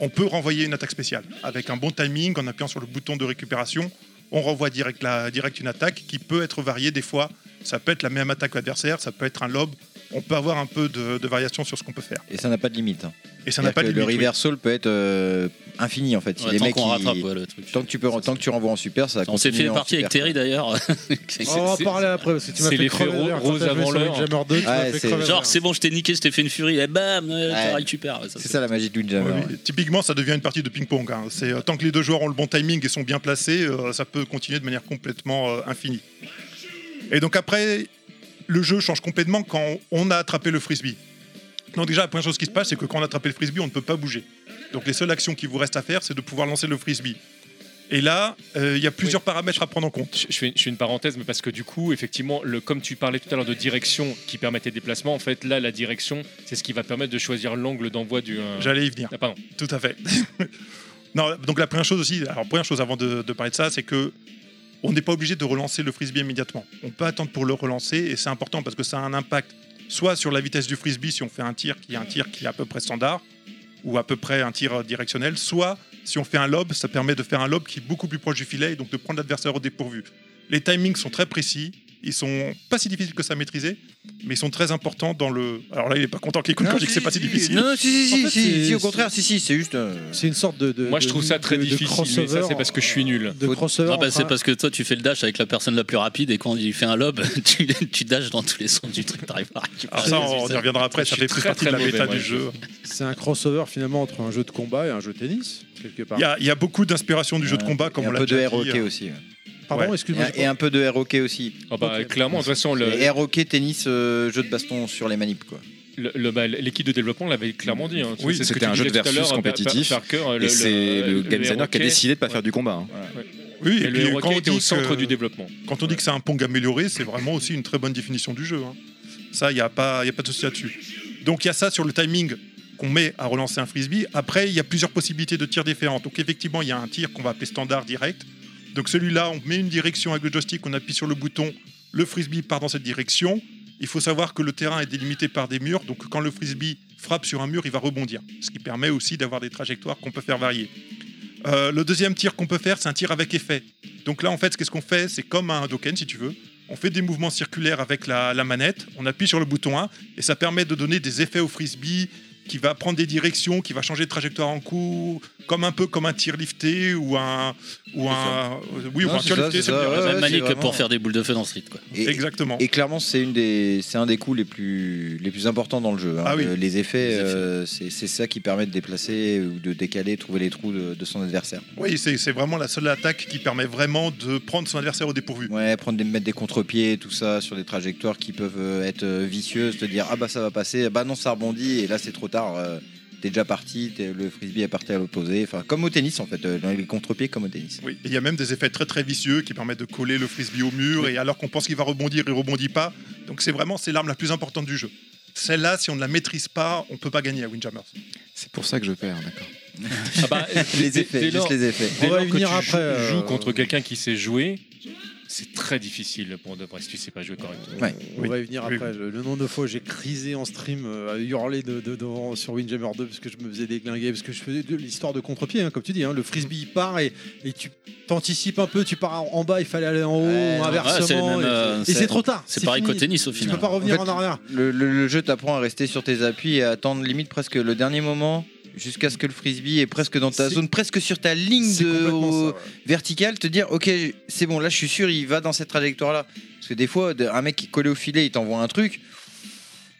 [SPEAKER 7] on peut renvoyer une attaque spéciale. Avec un bon timing, en appuyant sur le bouton de récupération, on renvoie direct, la- direct une attaque qui peut être variée des fois. Ça peut être la même attaque adversaire, ça peut être un lobe. On peut avoir un peu de, de variation sur ce qu'on peut faire.
[SPEAKER 8] Et ça n'a pas de limite. hein.
[SPEAKER 7] Et ça n'a
[SPEAKER 8] C'est-à-dire
[SPEAKER 7] pas
[SPEAKER 8] que
[SPEAKER 7] de limite.
[SPEAKER 8] Le
[SPEAKER 7] oui.
[SPEAKER 8] reversal peut être euh, infini en fait. Si
[SPEAKER 4] Ouais,
[SPEAKER 8] les
[SPEAKER 4] tant
[SPEAKER 8] mecs
[SPEAKER 4] qu'on
[SPEAKER 8] ils-
[SPEAKER 4] rattrape ouais, le truc.
[SPEAKER 8] Tant que tu peux, tant que tu renvoies en super, ça.
[SPEAKER 4] On s'est fait
[SPEAKER 8] continue en
[SPEAKER 4] partie avec
[SPEAKER 8] super,
[SPEAKER 4] Terry d'ailleurs.
[SPEAKER 1] On va en
[SPEAKER 5] c'est-
[SPEAKER 1] parler après parce que tu m'as
[SPEAKER 5] c'est
[SPEAKER 1] fait
[SPEAKER 5] l'effet
[SPEAKER 1] crever de
[SPEAKER 5] ro-
[SPEAKER 1] rire quand
[SPEAKER 5] rose
[SPEAKER 1] t'as joué
[SPEAKER 5] avant
[SPEAKER 1] sur
[SPEAKER 5] l'heure.
[SPEAKER 1] Windjammer 2, tu m'as
[SPEAKER 8] Ouais,
[SPEAKER 1] fait
[SPEAKER 8] c'est-
[SPEAKER 1] crever de
[SPEAKER 4] Genre
[SPEAKER 1] rire.
[SPEAKER 4] c'est bon, je t'ai niqué, je t'ai fait une furie et bam, euh,
[SPEAKER 8] Ouais.
[SPEAKER 4] tu récupères. Ouais, ça,
[SPEAKER 8] quoi. C'est ça la magie de Windjammer.
[SPEAKER 7] Oui, oui. Typiquement, ça devient une partie de ping-pong. hein. C'est euh, tant que les deux joueurs ont le bon timing et sont bien placés, euh, ça peut continuer de manière complètement euh, infinie. Et donc après, le jeu change complètement quand on a attrapé le frisbee. Donc déjà, la première chose qui se passe, c'est que quand on a attrapé le frisbee, on ne peut pas bouger. Donc les seules actions qui vous restent à faire, c'est de pouvoir lancer le frisbee. Et là, euh, il y a plusieurs paramètres à prendre en compte.
[SPEAKER 5] Je, je fais, je fais une parenthèse, mais parce que du coup, effectivement, le, comme tu parlais tout à l'heure de direction qui permettait des déplacements, en fait, là, la direction, c'est ce qui va permettre de choisir l'angle d'envoi du. euh,
[SPEAKER 7] J'allais y venir.
[SPEAKER 5] Ah, pardon.
[SPEAKER 7] Tout à fait. non, donc la première chose aussi, alors première chose avant de, de parler de ça, c'est que on n'est pas obligé de relancer le frisbee immédiatement. On peut attendre pour le relancer et c'est important parce que ça a un impact soit sur la vitesse du frisbee si on fait un tir qui est un tir qui est à peu près standard ou à peu près un tir euh, directionnel, soit si on fait un lob, ça permet de faire un lob qui est beaucoup plus proche du filet et donc de prendre l'adversaire au dépourvu. Les timings sont très précis, ils sont pas si difficiles que ça à maîtriser, mais ils sont très importants dans le. Alors là, il est pas content qu'il écoute
[SPEAKER 8] Non,
[SPEAKER 7] quand je dis que
[SPEAKER 8] si,
[SPEAKER 7] c'est pas si
[SPEAKER 8] si,
[SPEAKER 7] difficile.
[SPEAKER 8] Non, non, si, si,
[SPEAKER 1] En
[SPEAKER 8] si,
[SPEAKER 1] fait,
[SPEAKER 8] si,
[SPEAKER 1] c'est-
[SPEAKER 8] si, au contraire, si, si, c'est juste. euh,
[SPEAKER 1] C'est une sorte de, de-
[SPEAKER 5] Moi, je
[SPEAKER 1] de-
[SPEAKER 5] trouve ça très
[SPEAKER 1] de- de
[SPEAKER 5] difficile, mais ça, c'est
[SPEAKER 1] crossover
[SPEAKER 5] parce que je suis nul.
[SPEAKER 1] de crossover.
[SPEAKER 4] Ah bah, c'est
[SPEAKER 1] entre un-
[SPEAKER 4] parce que toi tu fais le dash avec la personne la plus rapide et quand il fait un lob, tu, tu dashes dans tous les sens du truc, t'arrives pas à récupérer.
[SPEAKER 7] Alors ça, on y reviendra après,
[SPEAKER 5] Je
[SPEAKER 7] ça
[SPEAKER 5] suis
[SPEAKER 7] fait plus
[SPEAKER 5] très,
[SPEAKER 7] partie
[SPEAKER 5] très
[SPEAKER 7] de la
[SPEAKER 5] mauvais,
[SPEAKER 7] méta
[SPEAKER 5] moi,
[SPEAKER 7] du
[SPEAKER 5] je-
[SPEAKER 7] jeu.
[SPEAKER 1] c'est un crossover finalement entre un jeu de combat et un jeu de tennis quelque part.
[SPEAKER 7] Il y a, il y a beaucoup d'inspiration du jeu de combat, comme
[SPEAKER 8] et
[SPEAKER 7] on
[SPEAKER 8] un
[SPEAKER 7] l'a
[SPEAKER 8] peu de
[SPEAKER 7] déjà
[SPEAKER 8] ROK
[SPEAKER 7] dit. euh,
[SPEAKER 8] aussi. ouais.
[SPEAKER 1] Pardon,
[SPEAKER 7] ouais.
[SPEAKER 1] excuse-moi. j'ai
[SPEAKER 8] Et, et un peu de ROK aussi.
[SPEAKER 5] Ah bah, Clairement, de toute façon, le,
[SPEAKER 8] Et ROK tennis, euh, jeu de baston sur les manips quoi.
[SPEAKER 5] le- le- bah, l'équipe de développement l'avait clairement dit. hein. Tu
[SPEAKER 3] Oui,
[SPEAKER 5] vois, c'est ce que
[SPEAKER 3] c'était
[SPEAKER 5] tu
[SPEAKER 3] un jeu de
[SPEAKER 5] disais tout à
[SPEAKER 3] versus
[SPEAKER 5] l'heure, Par-
[SPEAKER 3] compétitif,
[SPEAKER 5] Par- Parker, le-
[SPEAKER 3] et c'est le, game designer qui a
[SPEAKER 5] héroquet.
[SPEAKER 3] décidé de pas faire du combat. hein.
[SPEAKER 7] Oui,
[SPEAKER 5] Et
[SPEAKER 7] et
[SPEAKER 5] le
[SPEAKER 7] puis quand
[SPEAKER 5] héroquet
[SPEAKER 7] on,
[SPEAKER 5] était au
[SPEAKER 7] dit
[SPEAKER 5] centre
[SPEAKER 7] que,
[SPEAKER 5] du développement.
[SPEAKER 7] quand on dit que c'est un Pong amélioré, c'est vraiment aussi une très bonne définition du jeu. hein. Ça, il n'y a, pas- y a pas de souci là-dessus. Donc, il y a ça sur le timing qu'on met à relancer un frisbee. Après, il y a plusieurs possibilités de tirs différentes. Donc, effectivement, il y a un tir qu'on va appeler standard direct. Donc, celui-là, on met une direction avec le joystick, on appuie sur le bouton, le frisbee part dans cette direction. Il faut savoir que le terrain est délimité par des murs, donc quand le frisbee frappe sur un mur, il va rebondir, ce qui permet aussi d'avoir des trajectoires qu'on peut faire varier. Euh, le deuxième tir qu'on peut faire, c'est un tir avec effet. Donc là, en fait, qu'est-ce qu'on fait C'est comme un Doken, si tu veux. On fait des mouvements circulaires avec la, la manette, on appuie sur le bouton 1 et ça permet de donner des effets au frisbee qui va prendre des directions, qui va changer de trajectoire en cours, comme un peu comme un tir lifté ou un ou un oui ou
[SPEAKER 8] Non,
[SPEAKER 7] un
[SPEAKER 8] c'est
[SPEAKER 7] tir
[SPEAKER 8] ça,
[SPEAKER 7] lifté,
[SPEAKER 8] c'est
[SPEAKER 7] c'est
[SPEAKER 8] ça,
[SPEAKER 7] bien.
[SPEAKER 8] ouais,
[SPEAKER 4] Même
[SPEAKER 8] c'est
[SPEAKER 4] Manique
[SPEAKER 8] vraiment-
[SPEAKER 4] pour faire des boules de feu dans Street, quoi.
[SPEAKER 8] Et-
[SPEAKER 7] Exactement.
[SPEAKER 8] Et clairement, c'est une des, c'est un des coups les plus, les plus importants dans le jeu. hein.
[SPEAKER 7] Ah oui.
[SPEAKER 8] Le- les effets,
[SPEAKER 4] Les effets.
[SPEAKER 8] euh, c'est c'est ça qui permet de déplacer ou de décaler, trouver les trous de, de son adversaire.
[SPEAKER 7] Oui, c'est c'est vraiment la seule attaque qui permet vraiment de prendre son adversaire au dépourvu.
[SPEAKER 8] Ouais, prendre des, mettre des contre-pieds, tout ça, sur des trajectoires qui peuvent euh, être euh, vicieuses, te dire ah bah ça va passer, bah non ça rebondit et là c'est trop tard. euh, T'es déjà parti, t'es- le frisbee est parti à l'opposé, enfin comme au tennis en fait, euh, dans les contre-pieds comme au tennis.
[SPEAKER 7] Oui. Et Il y a même des effets très très vicieux qui permettent de coller le frisbee au mur et alors qu'on pense qu'il va rebondir, il rebondit pas. Donc c'est vraiment c'est l'arme la plus importante du jeu. Celle-là, si on ne la maîtrise pas, on peut pas gagner à Windjammers.
[SPEAKER 3] C'est pour ça que je perds, d'accord.
[SPEAKER 5] Ah bah,
[SPEAKER 8] Les
[SPEAKER 5] dès-
[SPEAKER 8] effets,
[SPEAKER 5] dès
[SPEAKER 8] juste
[SPEAKER 5] lors-
[SPEAKER 8] les effets.
[SPEAKER 5] Dès
[SPEAKER 1] On va
[SPEAKER 5] lors
[SPEAKER 1] y
[SPEAKER 5] que
[SPEAKER 1] venir
[SPEAKER 5] tu
[SPEAKER 1] après,
[SPEAKER 5] joues-
[SPEAKER 1] euh,
[SPEAKER 5] joues contre quelqu'un qui sait jouer, c'est très difficile pour de si tu sais pas jouer correctement.
[SPEAKER 1] On
[SPEAKER 7] Oui.
[SPEAKER 1] va y venir
[SPEAKER 7] Oui.
[SPEAKER 1] après. Je- Le nombre de fois où j'ai crisé en stream, euh, à hurler de, de- devant sur Windjammer 2 parce que je me faisais déglinguer, parce que je faisais de l'histoire de contre-pied, hein, comme tu dis. hein. le frisbee il part et, et tu t'anticipes un peu, tu pars en en bas, il fallait aller en haut,
[SPEAKER 8] Ouais,
[SPEAKER 1] ou
[SPEAKER 4] ouais, c'est le
[SPEAKER 1] inversement.
[SPEAKER 4] même,
[SPEAKER 1] et-
[SPEAKER 4] euh,
[SPEAKER 1] et
[SPEAKER 4] c'est-
[SPEAKER 1] c'est trop tard.
[SPEAKER 4] C'est pareil
[SPEAKER 1] fini.
[SPEAKER 4] qu'au tennis au
[SPEAKER 1] Tu peux
[SPEAKER 4] final.
[SPEAKER 1] pas revenir
[SPEAKER 8] En
[SPEAKER 1] en,
[SPEAKER 8] fait,
[SPEAKER 1] arrière.
[SPEAKER 8] Le, le- le jeu t'apprend à rester sur tes appuis et à attendre limite presque le dernier moment jusqu'à ce que le frisbee est presque dans ta
[SPEAKER 1] C'est-
[SPEAKER 8] zone, presque sur ta ligne
[SPEAKER 1] C'est
[SPEAKER 8] de,
[SPEAKER 1] complètement ça, ouais.
[SPEAKER 8] verticale, te dire ok c'est bon là je suis sûr il va dans cette trajectoire là. Parce que des fois de- un mec qui est collé au filet il t'envoie un truc.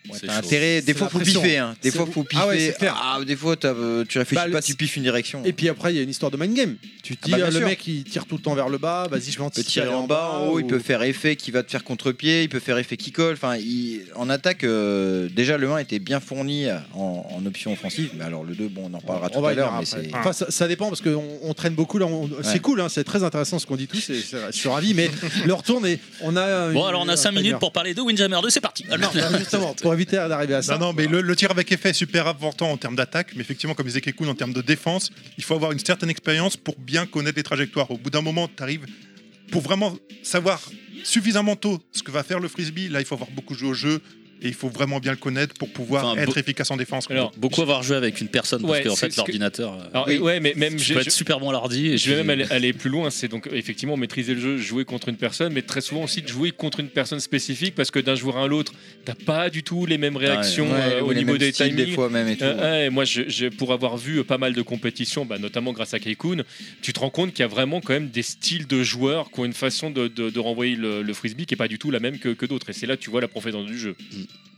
[SPEAKER 8] Ouais,
[SPEAKER 4] C'est
[SPEAKER 8] t'as
[SPEAKER 4] chaud.
[SPEAKER 8] intérêt, des
[SPEAKER 1] C'est
[SPEAKER 8] fois
[SPEAKER 1] la
[SPEAKER 8] faut
[SPEAKER 1] pression.
[SPEAKER 8] piffer, hein. des
[SPEAKER 1] C'est
[SPEAKER 8] fois
[SPEAKER 1] vous-
[SPEAKER 8] faut piffer,
[SPEAKER 1] Ah ouais, c'est clair.
[SPEAKER 8] Ah, des fois t'as, euh, tu réfléchis
[SPEAKER 1] Bah, le-
[SPEAKER 8] pas, tu piffes une direction.
[SPEAKER 1] Et puis après, il y a une histoire de mind game. Tu te
[SPEAKER 8] Ah
[SPEAKER 1] dis,
[SPEAKER 8] bah,
[SPEAKER 1] ah,
[SPEAKER 8] bien
[SPEAKER 1] le
[SPEAKER 8] sûr.
[SPEAKER 1] mec il tire tout le temps vers le bas, vas-y, je vais
[SPEAKER 8] Il peut
[SPEAKER 1] anticiper.
[SPEAKER 8] tirer
[SPEAKER 1] aller
[SPEAKER 8] en bas, en haut, il
[SPEAKER 1] ou-
[SPEAKER 8] peut faire effet qui va te faire contre-pied, il peut faire effet qui colle. Enfin, il- en attaque, euh, déjà le 1 était bien fourni en, en option offensive, mais alors le 2, bon, on en reparlera
[SPEAKER 1] On
[SPEAKER 8] tout
[SPEAKER 1] va
[SPEAKER 8] à
[SPEAKER 1] y venir
[SPEAKER 8] l'heure. Mais
[SPEAKER 1] après.
[SPEAKER 8] c'est...
[SPEAKER 1] Enfin, ça, ça dépend parce qu'on on traîne beaucoup là. on- C'est cool, hein, c'est très intéressant ce qu'on dit tous. Et, c'est- je suis ravi, mais le retourne et on a.
[SPEAKER 4] Bon,
[SPEAKER 1] une-
[SPEAKER 4] alors on
[SPEAKER 1] un
[SPEAKER 4] a 5
[SPEAKER 1] timer.
[SPEAKER 4] minutes pour parler de Windjammer 2, c'est parti.
[SPEAKER 1] Non, bah, justement, pour éviter d'arriver à ça.
[SPEAKER 7] Non, non, mais le, le tir avec effet est super important en termes d'attaque, mais effectivement, comme disait Kekun, en termes de défense, il faut avoir une certaine expérience pour bien connaître les trajectoires. Au bout d'un moment, tu arrives pour vraiment savoir suffisamment tôt ce que va faire le frisbee. Là, il faut avoir beaucoup joué au jeu et il faut vraiment bien le connaître pour pouvoir
[SPEAKER 4] Enfin,
[SPEAKER 7] être
[SPEAKER 4] beau-
[SPEAKER 7] efficace en défense. quoi.
[SPEAKER 5] Alors,
[SPEAKER 4] Beaucoup avoir joué avec une personne parce
[SPEAKER 5] Ouais,
[SPEAKER 4] qu'en
[SPEAKER 5] c'est
[SPEAKER 4] fait
[SPEAKER 5] ce que-
[SPEAKER 4] l'ordinateur. euh,
[SPEAKER 5] alors,
[SPEAKER 4] oui,
[SPEAKER 5] ouais, mais même
[SPEAKER 4] tu
[SPEAKER 5] j'ai-
[SPEAKER 4] peux être super bon à l'ordi.
[SPEAKER 5] Et
[SPEAKER 4] et
[SPEAKER 5] je vais
[SPEAKER 4] puis-
[SPEAKER 5] même aller, aller plus loin, c'est donc effectivement maîtriser le jeu, jouer contre une personne, mais très souvent aussi de jouer contre une personne spécifique parce que d'un joueur à l'autre, t'as pas du tout les mêmes réactions
[SPEAKER 8] Ouais,
[SPEAKER 5] euh,
[SPEAKER 8] ou
[SPEAKER 5] au
[SPEAKER 8] les
[SPEAKER 5] niveau
[SPEAKER 8] mêmes
[SPEAKER 5] des
[SPEAKER 8] styles,
[SPEAKER 5] timings.
[SPEAKER 8] Des fois même et tout.
[SPEAKER 5] Euh, ouais, et moi, je- je- pour avoir vu euh, pas mal de compétitions, bah, notamment grâce à Keikun, tu te rends compte qu'il y a vraiment quand même des styles de joueurs qui ont une façon de, de- de renvoyer le, le frisbee qui est pas du tout la même que, que d'autres. Et c'est là que tu vois la profondeur du jeu.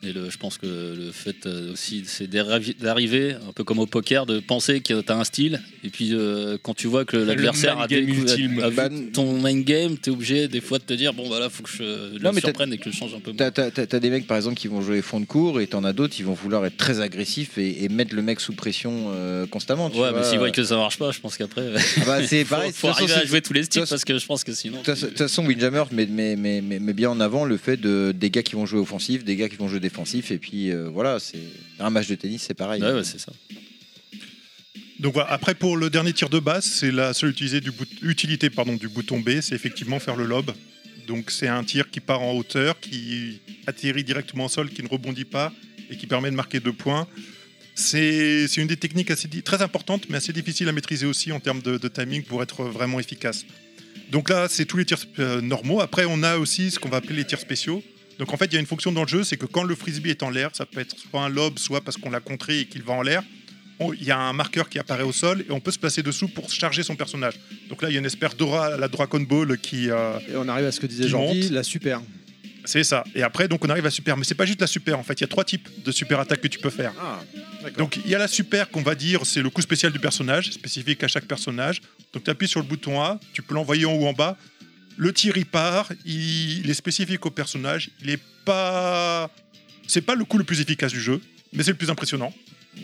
[SPEAKER 4] Et le, je pense que le fait euh, aussi, c'est d'arri- d'arriver, un peu comme au poker, de penser que t'as un style, et puis euh, quand tu vois que l'adversaire
[SPEAKER 5] mind
[SPEAKER 4] a,
[SPEAKER 5] game
[SPEAKER 4] découvert-
[SPEAKER 5] ultime.
[SPEAKER 4] a vu
[SPEAKER 8] Bah,
[SPEAKER 4] ton main game, t'es obligé des fois de te dire bon bah là faut que je
[SPEAKER 8] Non,
[SPEAKER 4] le
[SPEAKER 8] mais t'as-
[SPEAKER 4] surprenne et que je change un peu.
[SPEAKER 8] T'as, t'as- t'as- t'as des mecs par exemple qui vont jouer fond de cours et t'en as d'autres qui vont vouloir être très agressifs et, et mettre le mec sous pression euh, constamment. tu
[SPEAKER 4] ouais, mais
[SPEAKER 8] vois. euh,
[SPEAKER 4] s'ils voient que ça marche pas, je pense qu'après
[SPEAKER 8] Ah bah, c'est
[SPEAKER 4] faut,
[SPEAKER 8] pareil.
[SPEAKER 4] faut
[SPEAKER 8] de toute
[SPEAKER 4] arriver
[SPEAKER 8] façon,
[SPEAKER 4] à jouer tous les styles
[SPEAKER 8] de toute
[SPEAKER 4] parce que je pense que sinon.
[SPEAKER 8] De toute façon, Windjammer met, met- met- met- met bien en avant le fait de, des gars qui vont jouer offensif, des gars qui vont jouer défensif, et puis euh, voilà, c'est un match de tennis, c'est pareil.
[SPEAKER 4] Ouais, ouais, c'est ça.
[SPEAKER 7] Donc voilà, après pour le dernier tir de basse, c'est la seule utilisée du bout- utilité pardon, du bouton B, c'est effectivement faire le lob. Donc c'est un tir qui part en hauteur, qui atterrit directement au sol, qui ne rebondit pas et qui permet de marquer deux points. C'est c'est une des techniques assez, di- très importantes, mais assez difficile à maîtriser aussi en termes de, de timing pour être vraiment efficace. Donc là, c'est tous les tirs euh, normaux. Après, on a aussi ce qu'on va appeler les tirs spéciaux. Donc en fait, il y a une fonction dans le jeu, c'est que quand le frisbee est en l'air, ça peut être soit un lob, soit parce qu'on l'a contré et qu'il va en l'air, on- il y a un marqueur qui apparaît au sol et on peut se placer dessous pour charger son personnage. Donc là, il y a une espèce d'aura à la Dragon Ball qui... euh,
[SPEAKER 1] Et on arrive à ce que disait
[SPEAKER 7] Qui
[SPEAKER 1] Jordi,
[SPEAKER 7] monte.
[SPEAKER 1] la super.
[SPEAKER 7] c'est ça. Et après, donc on arrive à super. Mais c'est pas juste la super, en fait. Il y a trois types de super attaques que tu peux faire.
[SPEAKER 1] Ah,
[SPEAKER 7] Donc il y a la super qu'on va dire, c'est le coup spécial du personnage, spécifique à chaque personnage. Donc tu appuies sur le bouton A, tu peux l'envoyer en haut ou en bas. Le tir il part, il, il est spécifique au personnage, il est pas C'est pas le coup le plus efficace du jeu, mais c'est le plus impressionnant.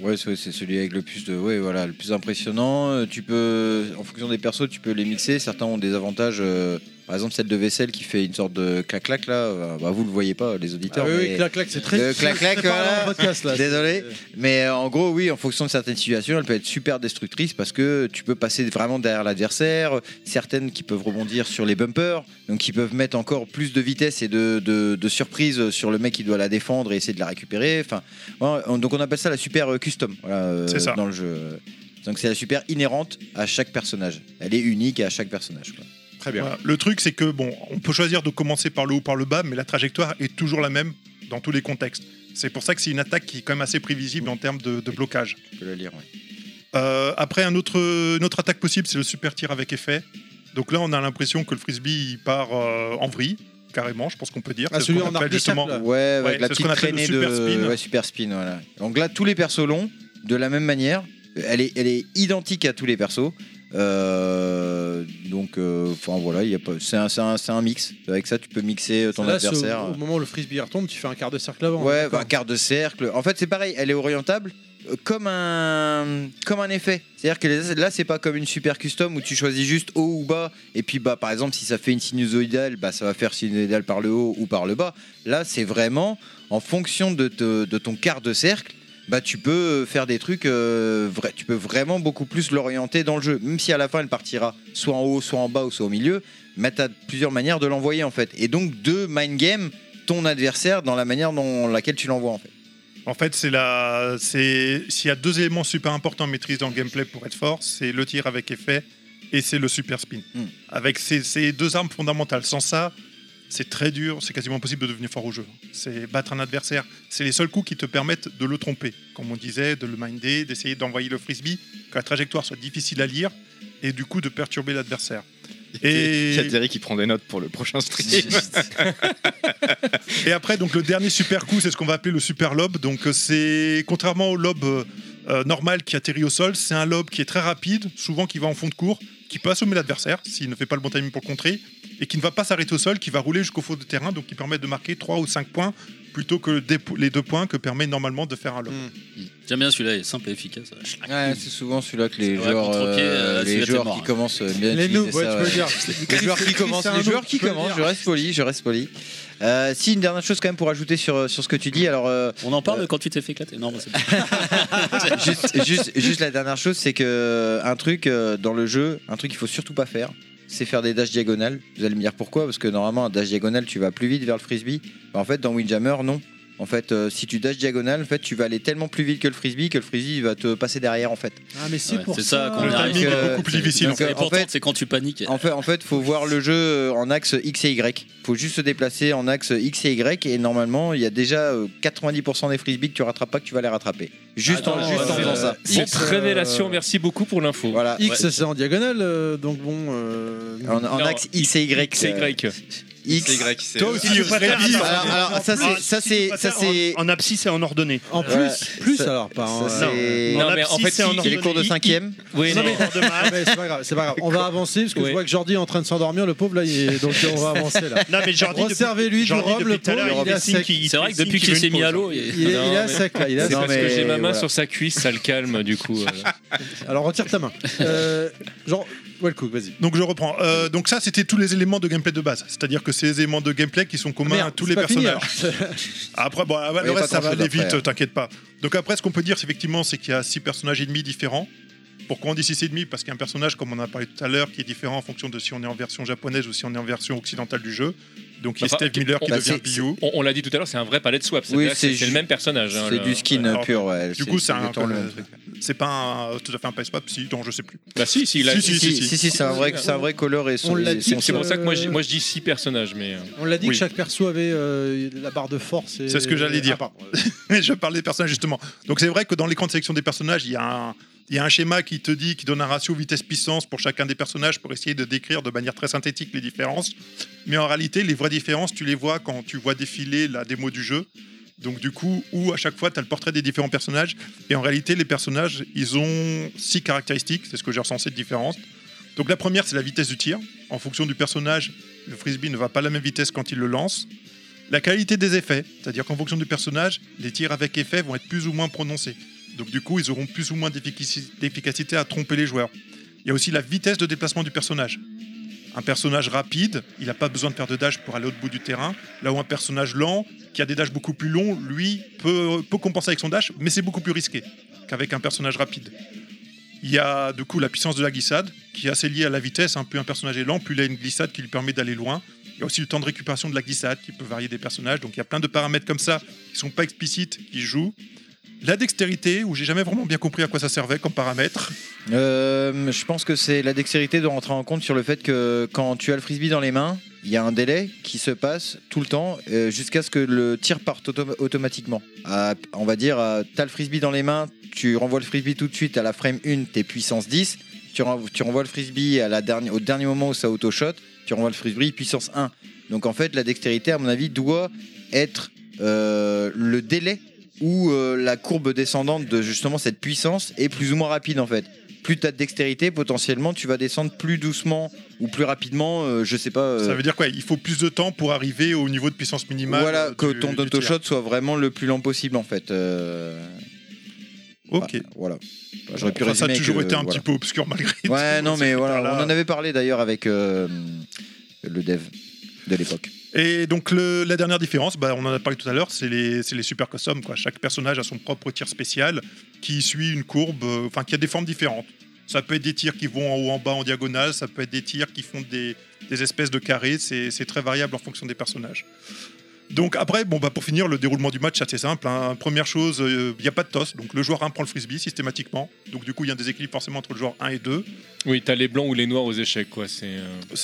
[SPEAKER 8] Ouais, c'est c'est celui avec le plus de, ouais, voilà, le plus impressionnant. Euh, Tu peux, en fonction des persos, tu peux les mixer. Certains ont des avantages. euh, par exemple, celle de vaisselle qui fait une sorte de clac-clac là. euh, Bah, vous le voyez pas, les
[SPEAKER 1] Ah
[SPEAKER 8] auditeurs.
[SPEAKER 1] oui, oui,
[SPEAKER 8] mais-
[SPEAKER 1] clac, clac, c'est très.
[SPEAKER 8] Le Euh, clac, clac,
[SPEAKER 1] c'est très parlant
[SPEAKER 8] voilà.
[SPEAKER 1] dans le podcast, là.
[SPEAKER 8] Désolé, mais euh, en gros, oui, en fonction de certaines situations, elle peut être super destructrice parce que tu peux passer vraiment derrière l'adversaire. Certaines qui peuvent rebondir sur les bumpers, donc qui peuvent mettre encore plus de vitesse et de, de- de surprise sur le mec qui doit la défendre et essayer de la récupérer. Enfin, ouais, on- donc on appelle ça la super euh, custom voilà, euh,
[SPEAKER 7] C'est ça.
[SPEAKER 8] dans le jeu. Donc c'est la super inhérente à chaque personnage. Elle est unique à chaque personnage. quoi.
[SPEAKER 1] Très bien.
[SPEAKER 7] Voilà. Le truc, c'est que bon, on peut choisir de commencer par le haut ou par le bas, mais la trajectoire est toujours la même dans tous les contextes. C'est pour ça que c'est une attaque qui est quand même assez prévisible en termes de, de blocage.
[SPEAKER 8] Tu peux la lire. ouais.
[SPEAKER 7] Euh, après, un autre, une autre attaque possible, c'est le super tir avec effet. Donc là, on a l'impression que le frisbee il part euh, en vrille, carrément, je pense qu'on peut dire.
[SPEAKER 1] Ah,
[SPEAKER 7] C'est ce
[SPEAKER 1] celui
[SPEAKER 7] qu'on
[SPEAKER 1] en
[SPEAKER 7] appelle
[SPEAKER 1] arc d'échappe, là.
[SPEAKER 8] Ouais, avec la
[SPEAKER 7] Ouais, c'est ce
[SPEAKER 8] petite
[SPEAKER 7] qu'on appelle le
[SPEAKER 8] traînée
[SPEAKER 7] super
[SPEAKER 8] de
[SPEAKER 7] spin.
[SPEAKER 8] ouais, super spin. Voilà. Donc là, tous les persos longs, de la même manière, elle est, elle est identique à tous les persos. Euh, donc, euh, enfin voilà, il y a pas. C'est un, c'est un, c'est un mix. Avec ça, tu peux mixer euh, ton
[SPEAKER 1] Là, c'est au-
[SPEAKER 8] adversaire.
[SPEAKER 1] Au, moment où le frisbee retombe, tu fais un quart de cercle avant.
[SPEAKER 8] Ouais,
[SPEAKER 1] d'accord.
[SPEAKER 8] un quart de cercle. En fait, c'est pareil, elle est orientable euh, comme un comme un effet. C'est-à-dire que les- là, c'est pas comme une super custom où tu choisis juste haut ou bas. Et puis, bah, par exemple, si ça fait une sinusoïdale, bah, ça va faire sinusoïdale par le haut ou par le bas. Là, c'est vraiment en fonction de, te- de ton quart de cercle. Bah, tu peux faire des trucs, euh, vra- tu peux vraiment beaucoup plus l'orienter dans le jeu. Même si à la fin elle partira soit en haut, soit en bas ou soit au milieu, mais tu as plusieurs manières de l'envoyer en fait. Et donc deux mind games ton adversaire dans la manière dont laquelle tu l'envoies en fait.
[SPEAKER 7] En fait, c'est la, c'est s'il y a deux éléments super importants à maîtrise dans le gameplay pour être fort, c'est le tir avec effet et c'est le super spin.
[SPEAKER 6] Ah.
[SPEAKER 8] Mm.
[SPEAKER 7] Avec ces, ces deux armes fondamentales, sans ça, c'est très dur, c'est quasiment impossible de devenir fort au jeu. C'est battre un adversaire, c'est les seuls coups qui te permettent de le tromper, comme on disait, de le minder, d'essayer d'envoyer le frisbee, que la trajectoire soit difficile à lire et du coup de perturber l'adversaire.
[SPEAKER 3] Il y a
[SPEAKER 7] Et,
[SPEAKER 3] Thierry qui prend des notes pour le prochain stream.
[SPEAKER 7] et après, donc le dernier super coup, c'est ce qu'on va appeler le super lobe. Donc euh, c'est contrairement au lobe euh, euh, normal qui atterrit au sol, c'est un lobe qui est très rapide, souvent qui va en fond de cours, qui peut assommer l'adversaire s'il ne fait pas le bon timing pour le contrer, et qui ne va pas s'arrêter au sol, qui va rouler jusqu'au fond de terrain, donc qui permet de marquer 3 ou 5 points plutôt que des po- les deux points que permet normalement de faire un lobe.
[SPEAKER 1] Hmm.
[SPEAKER 4] J'aime bien celui-là, il est simple et efficace.
[SPEAKER 8] Ouais, c'est souvent celui-là que les
[SPEAKER 4] Ouais,
[SPEAKER 8] joueurs,
[SPEAKER 4] contre-pied,
[SPEAKER 8] euh,
[SPEAKER 4] euh,
[SPEAKER 8] les
[SPEAKER 4] celui-là,
[SPEAKER 8] joueurs
[SPEAKER 4] t'es mort,
[SPEAKER 8] qui
[SPEAKER 4] hein.
[SPEAKER 8] commencent euh, bien
[SPEAKER 1] Les
[SPEAKER 8] utiliser
[SPEAKER 1] noobs, ouais,
[SPEAKER 8] ça,
[SPEAKER 1] tu
[SPEAKER 8] ouais.
[SPEAKER 1] peux le dire.
[SPEAKER 8] Les joueurs
[SPEAKER 1] Chris,
[SPEAKER 8] qui commencent,
[SPEAKER 1] c'est un
[SPEAKER 8] les joueurs
[SPEAKER 1] noob,
[SPEAKER 8] qui
[SPEAKER 1] tu peux le
[SPEAKER 8] commencent,
[SPEAKER 1] dire.
[SPEAKER 8] je reste poli, je reste poli. Euh, si une dernière chose quand même pour ajouter sur, sur ce que tu dis, alors euh,
[SPEAKER 4] On en parle
[SPEAKER 8] Euh,
[SPEAKER 4] de quand tu t'es fait éclater Non, bah, c'est
[SPEAKER 8] juste, juste, juste la dernière chose, c'est que un truc euh, dans le jeu, un truc qu'il faut surtout pas faire, c'est faire des dash diagonales. Vous allez me dire pourquoi Parce que normalement, un dash diagonale, tu vas plus vite vers le frisbee. Bah, en fait, dans Windjammer, non. En fait, euh, si tu dash diagonale, en fait, tu vas aller tellement plus vite que le frisbee que le frisbee il va te passer derrière, en fait.
[SPEAKER 1] Ah, mais c'est
[SPEAKER 4] Ouais,
[SPEAKER 1] pour
[SPEAKER 4] c'est ça qu'on
[SPEAKER 7] Le
[SPEAKER 4] arrive.
[SPEAKER 7] timing
[SPEAKER 8] Euh,
[SPEAKER 7] est beaucoup plus
[SPEAKER 8] c'est-
[SPEAKER 7] difficile.
[SPEAKER 8] donc,
[SPEAKER 7] en
[SPEAKER 8] euh,
[SPEAKER 7] fait.
[SPEAKER 4] Et
[SPEAKER 8] en
[SPEAKER 4] pourtant,
[SPEAKER 8] fait-
[SPEAKER 4] c'est quand tu paniques.
[SPEAKER 8] En fait, en fait, faut voir le jeu euh, en axe X et Y. Faut juste se déplacer en axe X et Y et normalement, il y a déjà euh, 90% des frisbees que tu rattrapes pas que tu vas les rattraper. Juste
[SPEAKER 4] Ah
[SPEAKER 8] en,
[SPEAKER 4] non,
[SPEAKER 8] juste en
[SPEAKER 4] ouais,
[SPEAKER 8] faisant
[SPEAKER 4] ouais.
[SPEAKER 8] ça.
[SPEAKER 5] Cette
[SPEAKER 1] X, euh,
[SPEAKER 5] révélation, merci beaucoup pour l'info.
[SPEAKER 8] Voilà.
[SPEAKER 1] X, c'est en diagonale, euh, donc bon. euh,
[SPEAKER 8] En, en
[SPEAKER 5] Non,
[SPEAKER 8] axe X et Y.
[SPEAKER 5] X et Y.
[SPEAKER 8] euh, X.
[SPEAKER 3] Y, c'est.
[SPEAKER 7] Toi aussi, Rémi,
[SPEAKER 8] Alors, alors, ça c'est ça c'est ça c'est
[SPEAKER 6] en, en abscis et en ordonnée.
[SPEAKER 1] En plus,
[SPEAKER 8] Voilà.
[SPEAKER 1] plus
[SPEAKER 8] Ça-
[SPEAKER 1] alors, pas.
[SPEAKER 8] ça,
[SPEAKER 1] en-
[SPEAKER 8] c'est-
[SPEAKER 5] Non,
[SPEAKER 6] en
[SPEAKER 5] mais en
[SPEAKER 6] abscis
[SPEAKER 5] fait,
[SPEAKER 6] et en
[SPEAKER 5] si-
[SPEAKER 8] c'est les
[SPEAKER 6] ordonnée.
[SPEAKER 8] cours de cinquième.
[SPEAKER 5] Oui,
[SPEAKER 1] Non,
[SPEAKER 5] non.
[SPEAKER 1] mais- Ah, mais c'est pas grave, c'est pas grave. On va avancer parce que
[SPEAKER 5] Ouais.
[SPEAKER 1] je vois que Jordi est en train de s'endormir, le pauvre là, il est- donc on va avancer là.
[SPEAKER 6] Non mais Jordi, depuis-
[SPEAKER 1] Reservez-lui du
[SPEAKER 6] Jordi,
[SPEAKER 1] rhum,
[SPEAKER 6] depuis
[SPEAKER 1] le
[SPEAKER 6] tout à l'heure,
[SPEAKER 1] pauvre,
[SPEAKER 6] il
[SPEAKER 1] il est à
[SPEAKER 6] fait signe
[SPEAKER 1] sec.
[SPEAKER 6] qu'il-
[SPEAKER 4] C'est vrai
[SPEAKER 6] il
[SPEAKER 4] que
[SPEAKER 6] fait
[SPEAKER 4] depuis
[SPEAKER 6] signe
[SPEAKER 4] qu'il
[SPEAKER 6] veut
[SPEAKER 4] s'est
[SPEAKER 6] une
[SPEAKER 4] mis à
[SPEAKER 6] pause.
[SPEAKER 4] l'eau, il-
[SPEAKER 1] Il est,
[SPEAKER 5] Non,
[SPEAKER 1] il est à
[SPEAKER 5] mais-
[SPEAKER 1] sec là, il est à
[SPEAKER 5] C'est
[SPEAKER 1] sec.
[SPEAKER 8] Non,
[SPEAKER 5] parce que
[SPEAKER 8] mais
[SPEAKER 5] j'ai ma main
[SPEAKER 8] voilà.
[SPEAKER 5] sur sa cuisse, ça le calme du coup. euh.
[SPEAKER 1] Alors retire ta main. Euh, genre, Wellcook, vas-y.
[SPEAKER 7] Donc je reprends. Euh, donc ça, c'était tous les éléments de gameplay de base. C'est-à-dire que c'est les éléments de gameplay qui sont communs à
[SPEAKER 1] Ah, Merde,
[SPEAKER 7] tous
[SPEAKER 1] c'est
[SPEAKER 7] les
[SPEAKER 1] pas fini,
[SPEAKER 7] personnages. Après, bon, ah ouais,
[SPEAKER 8] Il y
[SPEAKER 7] le
[SPEAKER 8] a
[SPEAKER 7] reste,
[SPEAKER 8] pas
[SPEAKER 7] ça va
[SPEAKER 8] grand-chose
[SPEAKER 7] aller vite,
[SPEAKER 8] après, hein.
[SPEAKER 7] t'inquiète pas. Donc après, ce qu'on peut dire, c'est effectivement, c'est qu'il y a six personnages ennemis différents. Pourquoi on dit six et demi Parce qu'il y a un personnage, comme on en a parlé tout à l'heure, qui est différent en fonction de si on est en version japonaise ou si on est en version occidentale du jeu. Donc il y a
[SPEAKER 5] Enfin,
[SPEAKER 7] Steve Miller qui
[SPEAKER 8] bah,
[SPEAKER 7] devient
[SPEAKER 8] c'est-
[SPEAKER 7] Piyou.
[SPEAKER 5] On, on l'a dit tout à l'heure, c'est un vrai palette swap.
[SPEAKER 8] Oui,
[SPEAKER 5] C'est-à-dire que
[SPEAKER 8] c'est
[SPEAKER 5] c'est le
[SPEAKER 8] ju-
[SPEAKER 5] même personnage. hein,
[SPEAKER 8] C'est
[SPEAKER 5] le-
[SPEAKER 8] du skin
[SPEAKER 7] alors,
[SPEAKER 8] pur, ouais.
[SPEAKER 7] Du coup, c'est un,
[SPEAKER 8] exactement le même truc.
[SPEAKER 7] c'est pas un- tout à fait un pace si, donc je sais plus.
[SPEAKER 5] Bah si, si, il a-
[SPEAKER 7] Si,
[SPEAKER 8] Si, si, si, si, c'est un vrai, c'est un vrai color et son.
[SPEAKER 1] On l'a
[SPEAKER 8] et
[SPEAKER 1] dit,
[SPEAKER 8] son-
[SPEAKER 5] C'est pour ça que moi, je-
[SPEAKER 1] Euh,
[SPEAKER 5] moi je dis six personnages, mais. euh,
[SPEAKER 1] On l'a dit
[SPEAKER 7] Oui.
[SPEAKER 1] que chaque perso avait euh, la barre de force. et-
[SPEAKER 7] C'est ce que j'allais dire.
[SPEAKER 1] Ah, pardon.
[SPEAKER 7] Mais je parle des personnages justement. Donc c'est vrai que dans l'écran de sélection des personnages, il y a un il y a un schéma qui te dit, qui donne un ratio vitesse-puissance pour chacun des personnages pour essayer de décrire de manière très synthétique les différences. Mais en réalité, les vraies différences, tu les vois quand tu vois défiler la démo du jeu. Donc du coup, où à chaque fois, tu as le portrait des différents personnages. Et en réalité, les personnages, ils ont six caractéristiques, c'est ce que j'ai recensé de différence. Donc la première, c'est la vitesse du tir. En fonction du personnage, le frisbee ne va pas à la même vitesse quand il le lance. La qualité des effets, c'est-à-dire qu'en fonction du personnage, les tirs avec effet vont être plus ou moins prononcés. Donc du coup, ils auront plus ou moins d'efficaci- d'efficacité à tromper les joueurs. Il y a aussi la vitesse de déplacement du personnage. Un personnage rapide, il n'a pas besoin de faire de dash pour aller au bout du terrain. Là où un personnage lent, qui a des dashs beaucoup plus longs, lui peut, peut compenser avec son dash, mais c'est beaucoup plus risqué qu'avec un personnage rapide. Il y a du coup la puissance de la glissade, qui est assez liée à la vitesse. hein. Plus un personnage est lent, plus il a une glissade qui lui permet d'aller loin. Il y a aussi le temps de récupération de la glissade qui peut varier des personnages. Donc il y a plein de paramètres comme ça qui sont pas explicites, qui jouent. La dextérité, où j'ai jamais vraiment bien compris à quoi ça servait comme paramètre.
[SPEAKER 8] Euh, je pense que c'est la dextérité de rentrer en compte sur le fait que quand tu as le frisbee dans les mains, il y a un délai qui se passe tout le temps euh, jusqu'à ce que le tir parte auto- automatiquement. À- on va dire, euh, t'as le frisbee dans les mains, tu renvoies le frisbee tout de suite à la frame 1, t'es puissance 10, tu, ren- tu renvoies le frisbee à la dernière, au dernier moment où ça auto-shot, tu renvoies le frisbee puissance 1. Donc en fait, la dextérité, à mon avis, doit être euh, le délai où euh, la courbe descendante de justement cette puissance est plus ou moins rapide en fait plus t'as de dextérité, potentiellement tu vas descendre plus doucement ou plus rapidement, euh, je sais pas. euh,
[SPEAKER 7] Ça veut dire quoi Il faut plus de temps pour arriver au niveau de puissance minimale.
[SPEAKER 8] voilà,
[SPEAKER 7] euh,
[SPEAKER 8] que
[SPEAKER 7] du-
[SPEAKER 8] ton
[SPEAKER 7] du tir.
[SPEAKER 8] autoshot soit vraiment le plus lent possible en fait. euh,
[SPEAKER 7] Ok.
[SPEAKER 8] bah, voilà. Bah, J'aurais pu
[SPEAKER 7] Enfin, ça a
[SPEAKER 8] résumer que,
[SPEAKER 7] toujours été un
[SPEAKER 8] voilà.
[SPEAKER 7] petit peu obscur malgré tout.
[SPEAKER 8] Ouais, non, mais voilà,
[SPEAKER 7] Voilà.
[SPEAKER 8] on en avait parlé d'ailleurs avec euh, le dev de l'époque.
[SPEAKER 7] Et donc le- la dernière différence, bah, on en a parlé tout à l'heure, c'est les, c'est les super customs. Quoi. Chaque personnage a son propre tir spécial qui suit une courbe, euh, enfin qui a des formes différentes. Ça peut être des tirs qui vont en haut, en bas, en diagonale, ça peut être des tirs qui font des, des espèces de carrés, c'est c'est très variable en fonction des personnages. Donc après, bon, bah, pour finir, le déroulement du match, c'est assez simple. hein. Première chose, il n'y a pas de toss, donc le joueur 1 prend le frisbee systématiquement. Donc du coup, il y a un déséquilibre forcément entre le joueur 1 et 2.
[SPEAKER 5] Oui, t'as les blancs ou les noirs aux échecs, quoi. C'est. euh,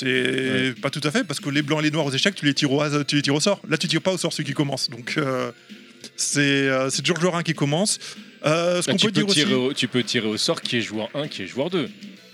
[SPEAKER 7] C'est pas tout à fait, parce que les blancs et les noirs aux échecs, tu les tires au, hasard- tu les tires au sort. Là, tu tires pas au sort celui qui commence. Donc, euh, c'est euh, c'est toujours le joueur 1 qui commence. Euh, ce
[SPEAKER 5] Ah,
[SPEAKER 7] qu'on
[SPEAKER 5] tu,
[SPEAKER 7] peut
[SPEAKER 5] peux
[SPEAKER 7] dire aussi.
[SPEAKER 5] tirer au, tu peux tirer au sort qui est joueur 1, qui est joueur 2.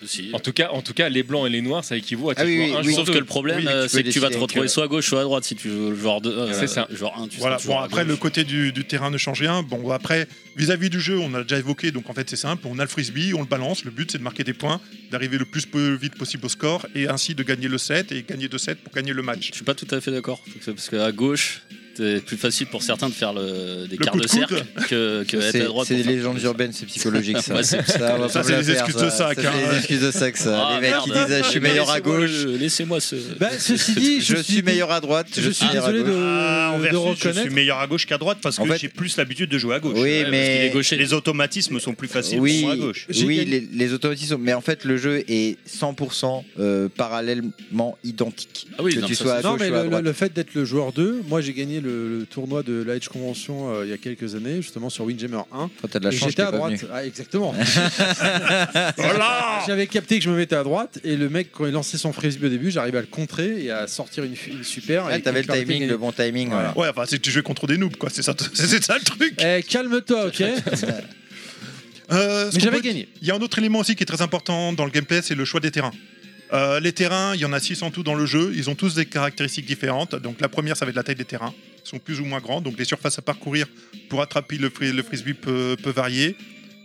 [SPEAKER 4] Si.
[SPEAKER 5] En tout cas, en tout cas les blancs et les noirs, ça équivaut à tu
[SPEAKER 8] Ah oui,
[SPEAKER 5] joueur
[SPEAKER 8] oui,
[SPEAKER 5] 1,
[SPEAKER 8] oui.
[SPEAKER 5] joueur
[SPEAKER 4] Sauf
[SPEAKER 5] 2.
[SPEAKER 4] que le problème,
[SPEAKER 8] Oui,
[SPEAKER 4] euh,
[SPEAKER 8] tu peux
[SPEAKER 4] c'est que tu vas te
[SPEAKER 8] décider
[SPEAKER 4] retrouver
[SPEAKER 8] que-
[SPEAKER 4] soit à gauche, soit à droite si tu veux le joueur 2.
[SPEAKER 5] C'est ça.
[SPEAKER 4] Genre 1, tu
[SPEAKER 7] Voilà,
[SPEAKER 4] seras toujours
[SPEAKER 7] bon,
[SPEAKER 4] à
[SPEAKER 7] après, le
[SPEAKER 4] gauche.
[SPEAKER 7] côté du, du terrain ne change rien. Bon, après, vis-à-vis du jeu, on a déjà évoqué, donc en fait, c'est simple. On a le frisbee, on le balance. Le but, c'est de marquer des points, d'arriver le plus peu vite possible au score, et ainsi de gagner le set, et gagner 2 sets pour gagner le match.
[SPEAKER 4] Je suis pas tout à fait d'accord. Parce qu'à gauche, c'est plus facile pour certains de faire le, des
[SPEAKER 7] Le
[SPEAKER 4] quarts
[SPEAKER 7] coup
[SPEAKER 4] de
[SPEAKER 7] de coude.
[SPEAKER 4] cercle que, que être à
[SPEAKER 8] C'est
[SPEAKER 4] droite.
[SPEAKER 8] c'est des
[SPEAKER 4] pour faire-
[SPEAKER 8] légendes urbaines, c'est psychologique ça.
[SPEAKER 4] Ouais, c'est-
[SPEAKER 8] Ça, on va
[SPEAKER 7] Ça,
[SPEAKER 8] pas
[SPEAKER 7] c'est
[SPEAKER 8] me
[SPEAKER 7] les
[SPEAKER 8] la faire,
[SPEAKER 7] excuses
[SPEAKER 8] ça.
[SPEAKER 7] de sac,
[SPEAKER 8] Ça, c'est
[SPEAKER 7] hein.
[SPEAKER 8] les excuses de sac, ça.
[SPEAKER 4] Ah,
[SPEAKER 8] les mecs
[SPEAKER 4] merde.
[SPEAKER 8] qui disent je suis meilleur à
[SPEAKER 4] Laissez-moi
[SPEAKER 8] gauche,
[SPEAKER 4] le- Laissez-moi ce.
[SPEAKER 1] Bah, ceci dit,
[SPEAKER 8] je suis meilleur à droite,
[SPEAKER 1] Je suis
[SPEAKER 8] meilleur à
[SPEAKER 1] désolé
[SPEAKER 8] gauche.
[SPEAKER 6] euh, Ah, en
[SPEAKER 1] de, de
[SPEAKER 6] versus, je
[SPEAKER 1] reconnaître.
[SPEAKER 6] suis meilleur à gauche qu'à droite parce que
[SPEAKER 8] En fait-
[SPEAKER 6] j'ai plus l'habitude de jouer à gauche.
[SPEAKER 8] Oui,
[SPEAKER 4] parce qu'il est
[SPEAKER 8] mais
[SPEAKER 4] gaucher.
[SPEAKER 6] Les automatismes sont plus faciles
[SPEAKER 8] oui,
[SPEAKER 6] pour moi bah, à gauche.
[SPEAKER 1] J'ai
[SPEAKER 8] Oui,
[SPEAKER 1] gagné.
[SPEAKER 8] les, les automatismes, mais en fait, le jeu est 100% euh, parallèlement identique.
[SPEAKER 4] Ah oui,
[SPEAKER 8] que
[SPEAKER 4] non,
[SPEAKER 8] tu
[SPEAKER 4] ça,
[SPEAKER 8] sois à
[SPEAKER 4] c'est-
[SPEAKER 1] Non,
[SPEAKER 8] gauche
[SPEAKER 1] mais
[SPEAKER 8] ou à
[SPEAKER 1] le,
[SPEAKER 8] droite.
[SPEAKER 1] le fait d'être le joueur 2, moi j'ai gagné le, le tournoi de la Edge Convention euh, il y a quelques années, justement sur Windjammer 1.
[SPEAKER 8] Toi, Oh, t'as de la
[SPEAKER 1] Et
[SPEAKER 8] chance,
[SPEAKER 1] j'étais
[SPEAKER 8] t'es
[SPEAKER 1] à
[SPEAKER 8] pas
[SPEAKER 1] droite.
[SPEAKER 8] venu.
[SPEAKER 1] Ah, exactement. J'avais capté que je me mettais à droite et le mec, quand il lançait son frisbee au début, j'arrivais à le contrer et à sortir une, fu- une super.
[SPEAKER 8] Ouais,
[SPEAKER 1] et-
[SPEAKER 8] Ah, t'avais
[SPEAKER 1] et
[SPEAKER 8] le
[SPEAKER 1] faire
[SPEAKER 8] timing,
[SPEAKER 1] truc
[SPEAKER 8] le bon timing.
[SPEAKER 1] Voilà.
[SPEAKER 7] Ouais, enfin, c'est que tu joues contre des noobs, quoi. C'est ça, c'est ça le truc.
[SPEAKER 1] gagné. Eh, calme-toi, ok Mais
[SPEAKER 7] Euh, ce qu'on
[SPEAKER 1] j'avais
[SPEAKER 7] peut
[SPEAKER 1] gagné.
[SPEAKER 7] Il y a un autre élément aussi qui est très important dans le gameplay, c'est le choix des terrains. Euh, les terrains, il y en a 6 en tout dans le jeu, ils ont tous des caractéristiques différentes. Donc la première, ça va être la taille des terrains. Ils sont plus ou moins grands, donc les surfaces à parcourir pour attraper le, fri- le frisbee peut, peut varier.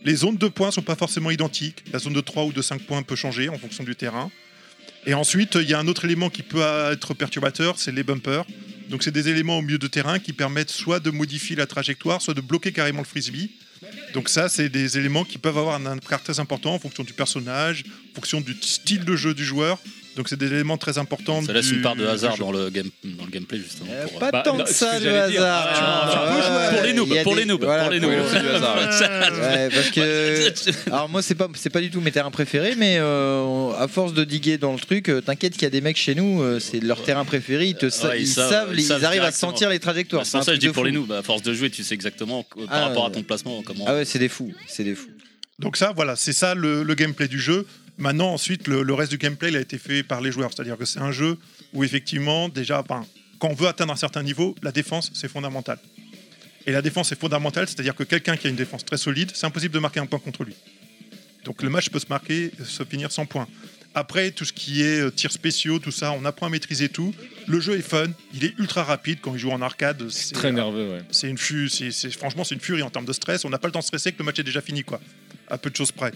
[SPEAKER 7] Les zones de points sont pas forcément identiques. La zone de 3 ou de 5 points peut changer en fonction du terrain. Et ensuite, il y a un autre élément qui peut être perturbateur, c'est les bumpers. Donc c'est des éléments au milieu de terrain qui permettent soit de modifier la trajectoire, soit de bloquer carrément le frisbee. Donc ça, c'est des éléments qui peuvent avoir un impact très important en fonction du personnage, en fonction du style de jeu du joueur. Donc c'est des éléments très importants.
[SPEAKER 4] Ça laisse
[SPEAKER 7] du-
[SPEAKER 4] une part de
[SPEAKER 7] du
[SPEAKER 4] hasard
[SPEAKER 7] jeu.
[SPEAKER 4] dans le, game, dans le gameplay, justement.
[SPEAKER 8] Euh,
[SPEAKER 4] pour, euh,
[SPEAKER 8] Pas
[SPEAKER 5] bah,
[SPEAKER 8] tant
[SPEAKER 5] non,
[SPEAKER 8] que
[SPEAKER 5] ce
[SPEAKER 8] ça,
[SPEAKER 5] que
[SPEAKER 8] le
[SPEAKER 5] j'allais dire.
[SPEAKER 8] hasard.
[SPEAKER 4] Ah,
[SPEAKER 8] tu vois.
[SPEAKER 4] tu peux jouer pour les
[SPEAKER 8] Ouais,
[SPEAKER 4] noobs,
[SPEAKER 8] il y a
[SPEAKER 4] pour
[SPEAKER 8] des-
[SPEAKER 4] les noobs,
[SPEAKER 8] voilà,
[SPEAKER 4] pour les
[SPEAKER 8] pour les
[SPEAKER 4] noobs.
[SPEAKER 8] noobs, Euh, Ouais, parce que alors moi c'est pas c'est pas du tout mes terrains préférés mais euh, on- à force de diguer dans le truc euh, t'inquiète qu'il y a des mecs chez nous euh, c'est leur terrain préféré ils te sa-
[SPEAKER 4] Ouais, ils
[SPEAKER 8] ils,
[SPEAKER 4] savent-
[SPEAKER 8] savent
[SPEAKER 4] ils
[SPEAKER 8] ils,
[SPEAKER 4] savent
[SPEAKER 8] arrivent à
[SPEAKER 4] directement.
[SPEAKER 8] sentir les trajectoires
[SPEAKER 4] C'est pour
[SPEAKER 8] un
[SPEAKER 4] ça je
[SPEAKER 8] truc
[SPEAKER 4] dis
[SPEAKER 8] de
[SPEAKER 4] pour
[SPEAKER 8] fou.
[SPEAKER 4] les noobs. À force de jouer, tu sais exactement euh, par
[SPEAKER 8] Ah,
[SPEAKER 4] rapport à
[SPEAKER 8] ouais.
[SPEAKER 4] ton placement comment.
[SPEAKER 8] ah ouais c'est des fous c'est des fous
[SPEAKER 7] Donc ça, voilà, c'est ça le, le gameplay du jeu. Maintenant, ensuite, le, le reste du gameplay, il a été fait par les joueurs. C'est-à-dire que c'est un jeu où effectivement, déjà, enfin, quand on veut atteindre un certain niveau, la défense, c'est fondamental. Et la défense est fondamentale, c'est-à-dire que quelqu'un qui a une défense très solide, c'est impossible de marquer un point contre lui. Donc le match peut se marquer, se finir sans points. Après, tout ce qui est euh, tirs spéciaux, tout ça, on apprend à maîtriser tout. Le jeu est fun, il est ultra rapide quand il joue en arcade. C'est euh,
[SPEAKER 5] Très nerveux, ouais.
[SPEAKER 7] c'est une fu- c'est- c'est- franchement, c'est une furie en termes de stress. On n'a pas le temps de stresser que le match est déjà fini, quoi. À peu de choses près.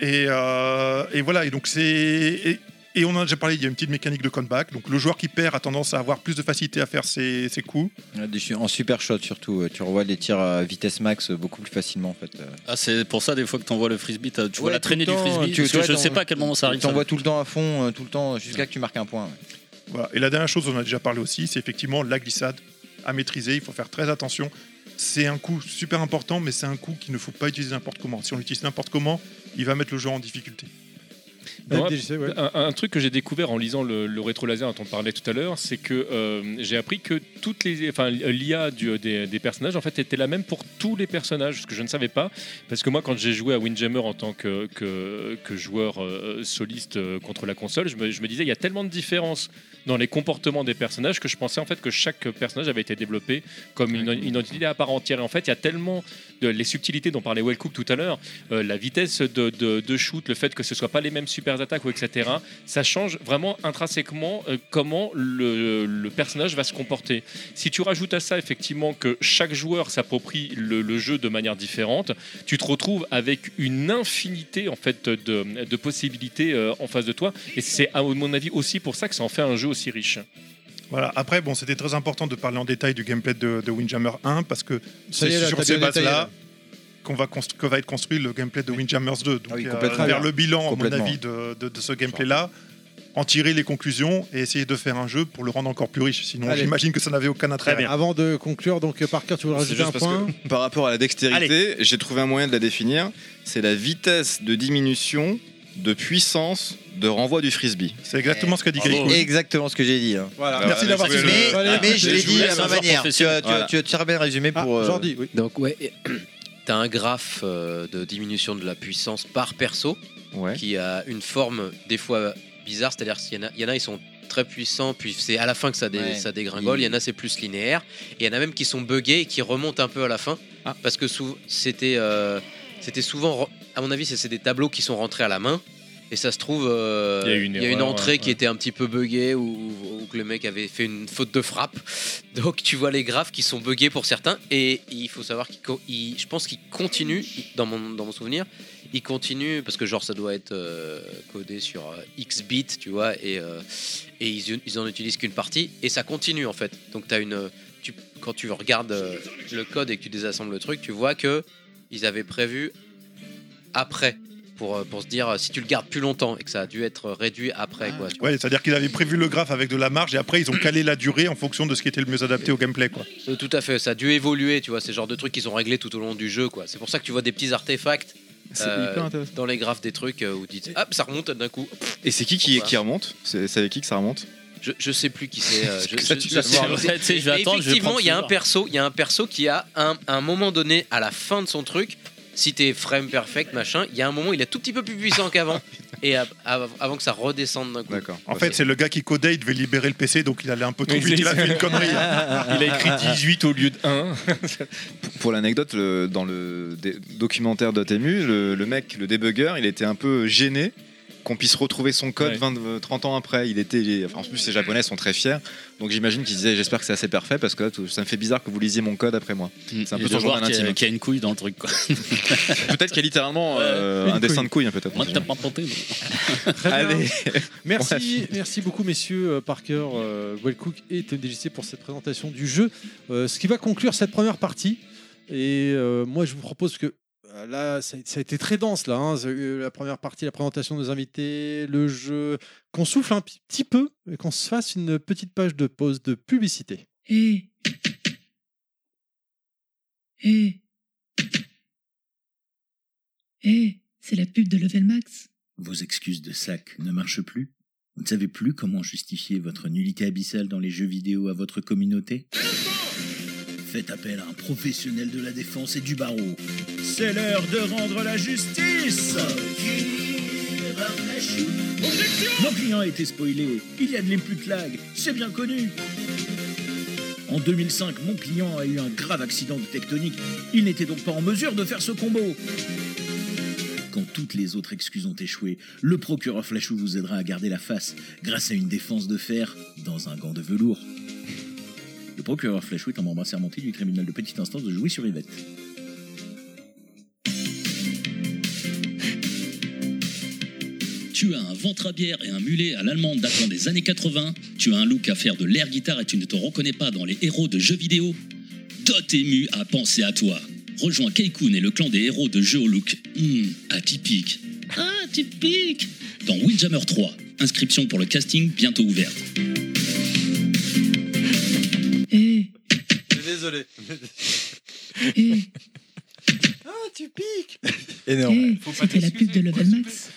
[SPEAKER 7] Et, euh, et voilà. Et donc c'est, et Et on en a déjà parlé, il y a une petite mécanique de comeback. Donc le joueur qui perd a tendance à avoir plus de facilité à faire ses, ses coups.
[SPEAKER 8] Ouais, des- En super shot surtout, euh, tu revois les tirs à vitesse max euh, beaucoup plus facilement en fait. euh.
[SPEAKER 4] Ah, c'est pour ça, des fois que t'envoies le frisbee, t'as- tu
[SPEAKER 8] Ouais,
[SPEAKER 4] vois la
[SPEAKER 8] tout
[SPEAKER 4] traînée
[SPEAKER 8] le
[SPEAKER 4] du
[SPEAKER 8] temps,
[SPEAKER 4] frisbee.
[SPEAKER 8] tu-
[SPEAKER 4] parce
[SPEAKER 8] tu
[SPEAKER 4] que
[SPEAKER 8] vois,
[SPEAKER 4] je
[SPEAKER 8] t'en-
[SPEAKER 4] sais pas à quel moment
[SPEAKER 8] Tu
[SPEAKER 4] ça arrive. ça.
[SPEAKER 8] t'envoies tout le temps à fond, euh, tout le temps, jusqu'à que tu marques un point.
[SPEAKER 7] Voilà. Et la dernière chose, on en a déjà parlé aussi, c'est effectivement la glissade à maîtriser. Il faut faire très attention. C'est un coup super important, mais c'est un coup qu'il ne faut pas utiliser n'importe comment. Si on l'utilise n'importe comment, il va mettre le joueur en difficulté.
[SPEAKER 5] Ouais.
[SPEAKER 1] DGC, ouais.
[SPEAKER 5] Un, un truc que j'ai découvert en lisant le, le rétro laser dont on parlait tout à l'heure, c'est que euh, j'ai appris que toutes les, enfin, l'IA du- des, des personnages en fait était la même pour tous les personnages, ce que je ne savais pas, parce que moi quand j'ai joué à Windjammer en tant que que, que joueur euh, soliste euh, contre la console, je me, je me disais il y a tellement de différences dans les comportements des personnages que je pensais en fait que chaque personnage avait été développé comme une, une identité à part entière. Et en fait, il y a tellement de les subtilités dont parlait Wellcook tout à l'heure, euh, la vitesse de, de- de shoot, le fait que ce soit pas les mêmes super attaques ou etc. Ça change vraiment intrinsèquement euh, comment le, le personnage va se comporter. Si tu rajoutes à ça effectivement que chaque joueur s'approprie le, le jeu de manière différente, tu te retrouves avec une infinité en fait de, de possibilités euh, en face de toi. Et c'est à mon avis aussi pour ça que ça en fait un jeu aussi riche.
[SPEAKER 7] Voilà. Après, bon, c'était très important de parler en détail du gameplay de, de Windjammer 1 parce que
[SPEAKER 1] Ça y
[SPEAKER 7] c'est
[SPEAKER 1] est, là,
[SPEAKER 7] sur
[SPEAKER 1] t'as
[SPEAKER 7] ces
[SPEAKER 1] bien détaillé,
[SPEAKER 7] bases-là
[SPEAKER 1] là.
[SPEAKER 7] qu'on va constru- que va être construit le gameplay de Windjammer 2. Donc,
[SPEAKER 8] Ah oui,
[SPEAKER 7] euh,
[SPEAKER 8] complètement.
[SPEAKER 7] faire le bilan, à mon
[SPEAKER 8] Complètement.
[SPEAKER 7] avis, de, de- de ce gameplay-là, en tirer les conclusions et essayer de faire un jeu pour le rendre encore plus riche. Sinon,
[SPEAKER 1] Allez.
[SPEAKER 7] j'imagine que ça n'avait aucun intérêt.
[SPEAKER 1] Avant de conclure, donc euh, Parker, tu voulais
[SPEAKER 3] C'est
[SPEAKER 1] rajouter un
[SPEAKER 3] juste parce
[SPEAKER 1] point
[SPEAKER 3] que par rapport à la dextérité, j'ai trouvé un moyen de la définir. C'est la vitesse de diminution de puissance de renvoi du frisbee.
[SPEAKER 7] C'est exactement ce qu'a dit
[SPEAKER 4] Bravo. Bah,
[SPEAKER 7] Gaïko.
[SPEAKER 8] Exactement ce que j'ai dit. hein.
[SPEAKER 1] Voilà.
[SPEAKER 3] Ah,
[SPEAKER 7] Merci
[SPEAKER 3] ouais,
[SPEAKER 7] d'avoir
[SPEAKER 3] c'est
[SPEAKER 7] suivi.
[SPEAKER 3] le-
[SPEAKER 8] Mais,
[SPEAKER 1] Allez,
[SPEAKER 8] mais je
[SPEAKER 4] écoutez,
[SPEAKER 8] l'ai
[SPEAKER 4] je
[SPEAKER 8] dit
[SPEAKER 4] vous
[SPEAKER 8] à
[SPEAKER 4] laisse
[SPEAKER 8] ma
[SPEAKER 4] un
[SPEAKER 8] manière. Tu as, tu as-
[SPEAKER 3] Voilà.
[SPEAKER 8] tu as très bien résumé
[SPEAKER 1] Ah,
[SPEAKER 8] pour. euh,
[SPEAKER 1] Jordi, oui.
[SPEAKER 2] Donc ouais, et- t'as un graphe euh, de diminution de la puissance par perso
[SPEAKER 3] Ouais.
[SPEAKER 2] qui a une forme des fois bizarre, c'est-à-dire qu'il y en a, il y en a, ils sont très puissants, puis c'est à la fin que ça, dé-
[SPEAKER 8] Ouais.
[SPEAKER 2] ça dégringole, il y en a c'est plus linéaire, et il y en a même qui sont buggés et qui remontent un peu à la fin, parce que sou- c'était euh, c'était souvent, re- à mon avis, c'est- c'est des tableaux qui sont rentrés à la main, et ça se trouve, euh,
[SPEAKER 5] Il y a eu une erreur,
[SPEAKER 2] entrée
[SPEAKER 5] ouais,
[SPEAKER 2] qui
[SPEAKER 5] ouais.
[SPEAKER 2] était un petit peu buggée, ou, ou que le mec avait fait une faute de frappe, donc tu vois les graphes qui sont buggés pour certains, et il faut savoir qu'ils, co- ils- je pense qu'ils continuent, dans mon, dans mon souvenir, ils continuent, parce que genre ça doit être euh, codé sur euh, X bits, tu vois, et, euh, et ils, ils en utilisent qu'une partie, et ça continue en fait. Donc t'as une, tu, quand tu regardes euh, le code et que tu désassembles le truc, tu vois que ils avaient prévu après. Pour, euh, pour se dire euh, si tu le gardes plus longtemps et que ça a dû être réduit après quoi. tu vois.
[SPEAKER 7] Ouais, c'est-à-dire qu'ils avaient prévu le graphe avec de la marge et après ils ont calé la durée en fonction de ce qui était le mieux adapté au gameplay. Quoi.
[SPEAKER 2] Euh, Tout à fait, ça a dû évoluer, tu vois, c'est le genre de trucs qu'ils ont réglé tout au long du jeu, quoi. C'est pour ça que tu vois des petits artefacts
[SPEAKER 1] C'est
[SPEAKER 2] euh,
[SPEAKER 1] hyper intéressant.
[SPEAKER 2] dans les graphes des trucs euh, où tu dis, hop, ça remonte d'un coup.
[SPEAKER 3] Et c'est qui qui,
[SPEAKER 2] Pourquoi
[SPEAKER 3] qui remonte C'est c'est avec qui que ça remonte
[SPEAKER 2] Je, je sais plus qui c'est. euh, je,
[SPEAKER 4] Ça,
[SPEAKER 2] je-
[SPEAKER 4] tu
[SPEAKER 2] je
[SPEAKER 4] vas
[SPEAKER 2] sais
[SPEAKER 4] voir.
[SPEAKER 2] plus.
[SPEAKER 4] Ouais, tu sais, je vais
[SPEAKER 2] Mais
[SPEAKER 4] attendre, je vais
[SPEAKER 2] effectivement,
[SPEAKER 4] prendre
[SPEAKER 2] il y a
[SPEAKER 4] ce
[SPEAKER 2] un
[SPEAKER 4] soir.
[SPEAKER 2] perso, il y a un perso qui a un, un moment donné à la fin de son truc. Si t'es frame perfect, machin, il y a un moment, il est tout petit peu plus puissant qu'avant, et av- av- avant que ça redescende d'un coup.
[SPEAKER 3] Ah, D'accord.
[SPEAKER 7] En fait, c'est le gars qui codait, il devait libérer le PC, donc il allait un peu trop
[SPEAKER 5] Oui,
[SPEAKER 7] vite,
[SPEAKER 5] c'est-
[SPEAKER 7] il a fait une connerie. hein.
[SPEAKER 5] Il a écrit 18 au lieu de 1.
[SPEAKER 3] Pour l'anecdote, le- dans le dé- documentaire Dotemu, le, le mec, le débugger, il était un peu gêné qu'on puisse retrouver son code
[SPEAKER 5] Ouais.
[SPEAKER 3] 20, 30 ans après. Il était, enfin, en plus, les Japonais sont très fiers, donc j'imagine qu'il disait J'espère que c'est assez parfait parce que là, tout- ça me fait bizarre que vous lisiez mon code après moi.
[SPEAKER 4] C'est
[SPEAKER 3] un peu son journal
[SPEAKER 4] qui a,
[SPEAKER 3] intime.
[SPEAKER 4] qui a une couille dans le truc. Quoi.
[SPEAKER 3] Peut-être qu'il y a littéralement euh,
[SPEAKER 1] Une
[SPEAKER 3] un dessin
[SPEAKER 1] couille.
[SPEAKER 3] de couille, hein, peut-être.
[SPEAKER 4] Moi, t'as pas tenté. donc.
[SPEAKER 1] Très bien.
[SPEAKER 3] Allez,
[SPEAKER 1] Merci, merci beaucoup messieurs euh, Parker, euh, Wellcook et TMDJC pour cette présentation du jeu. Euh, ce qui va conclure cette première partie. Et euh, moi je vous propose que euh, là ça, ça a été très dense là, hein, euh, la première partie, la présentation de nos invités, le jeu, qu'on souffle un p- petit peu et qu'on se fasse une petite page de pause de publicité.
[SPEAKER 10] Eh. Eh. Eh, c'est la pub de Level Max.
[SPEAKER 11] Vos excuses de sac ne marchent plus Vous ne savez plus comment justifier votre nullité abyssale dans les jeux vidéo à votre communauté Faites appel à un professionnel de la défense et du barreau. C'est l'heure de rendre la justice Mon client a été spoilé, il y a de l'épluclag, c'est bien connu En 2005, mon client a eu un grave accident de tectonique, il n'était donc pas en mesure de faire ce combo quand toutes les autres excuses ont échoué, le procureur Flachou vous aidera à garder la face grâce à une défense de fer dans un gant de velours. Le procureur Flachou est un membre assermenté du tribunal de petite instance de Jouy-sur-Yvette.
[SPEAKER 12] Tu as un ventre à bière et un mulet à l'allemande datant des années 80. Tu as un look à faire de l'air guitare et tu ne te reconnais pas dans les héros de jeux vidéo. Dotemu a pensé à toi. Rejoins Keikun et le clan des héros de jeux au look hmm, atypique. Ah, typique Dans Windjammer 3. Inscription pour le casting bientôt ouverte.
[SPEAKER 1] Désolé.
[SPEAKER 10] Eh. Ah,
[SPEAKER 1] tu piques
[SPEAKER 6] Énorme.
[SPEAKER 10] Eh, C'était la pub de Level Max.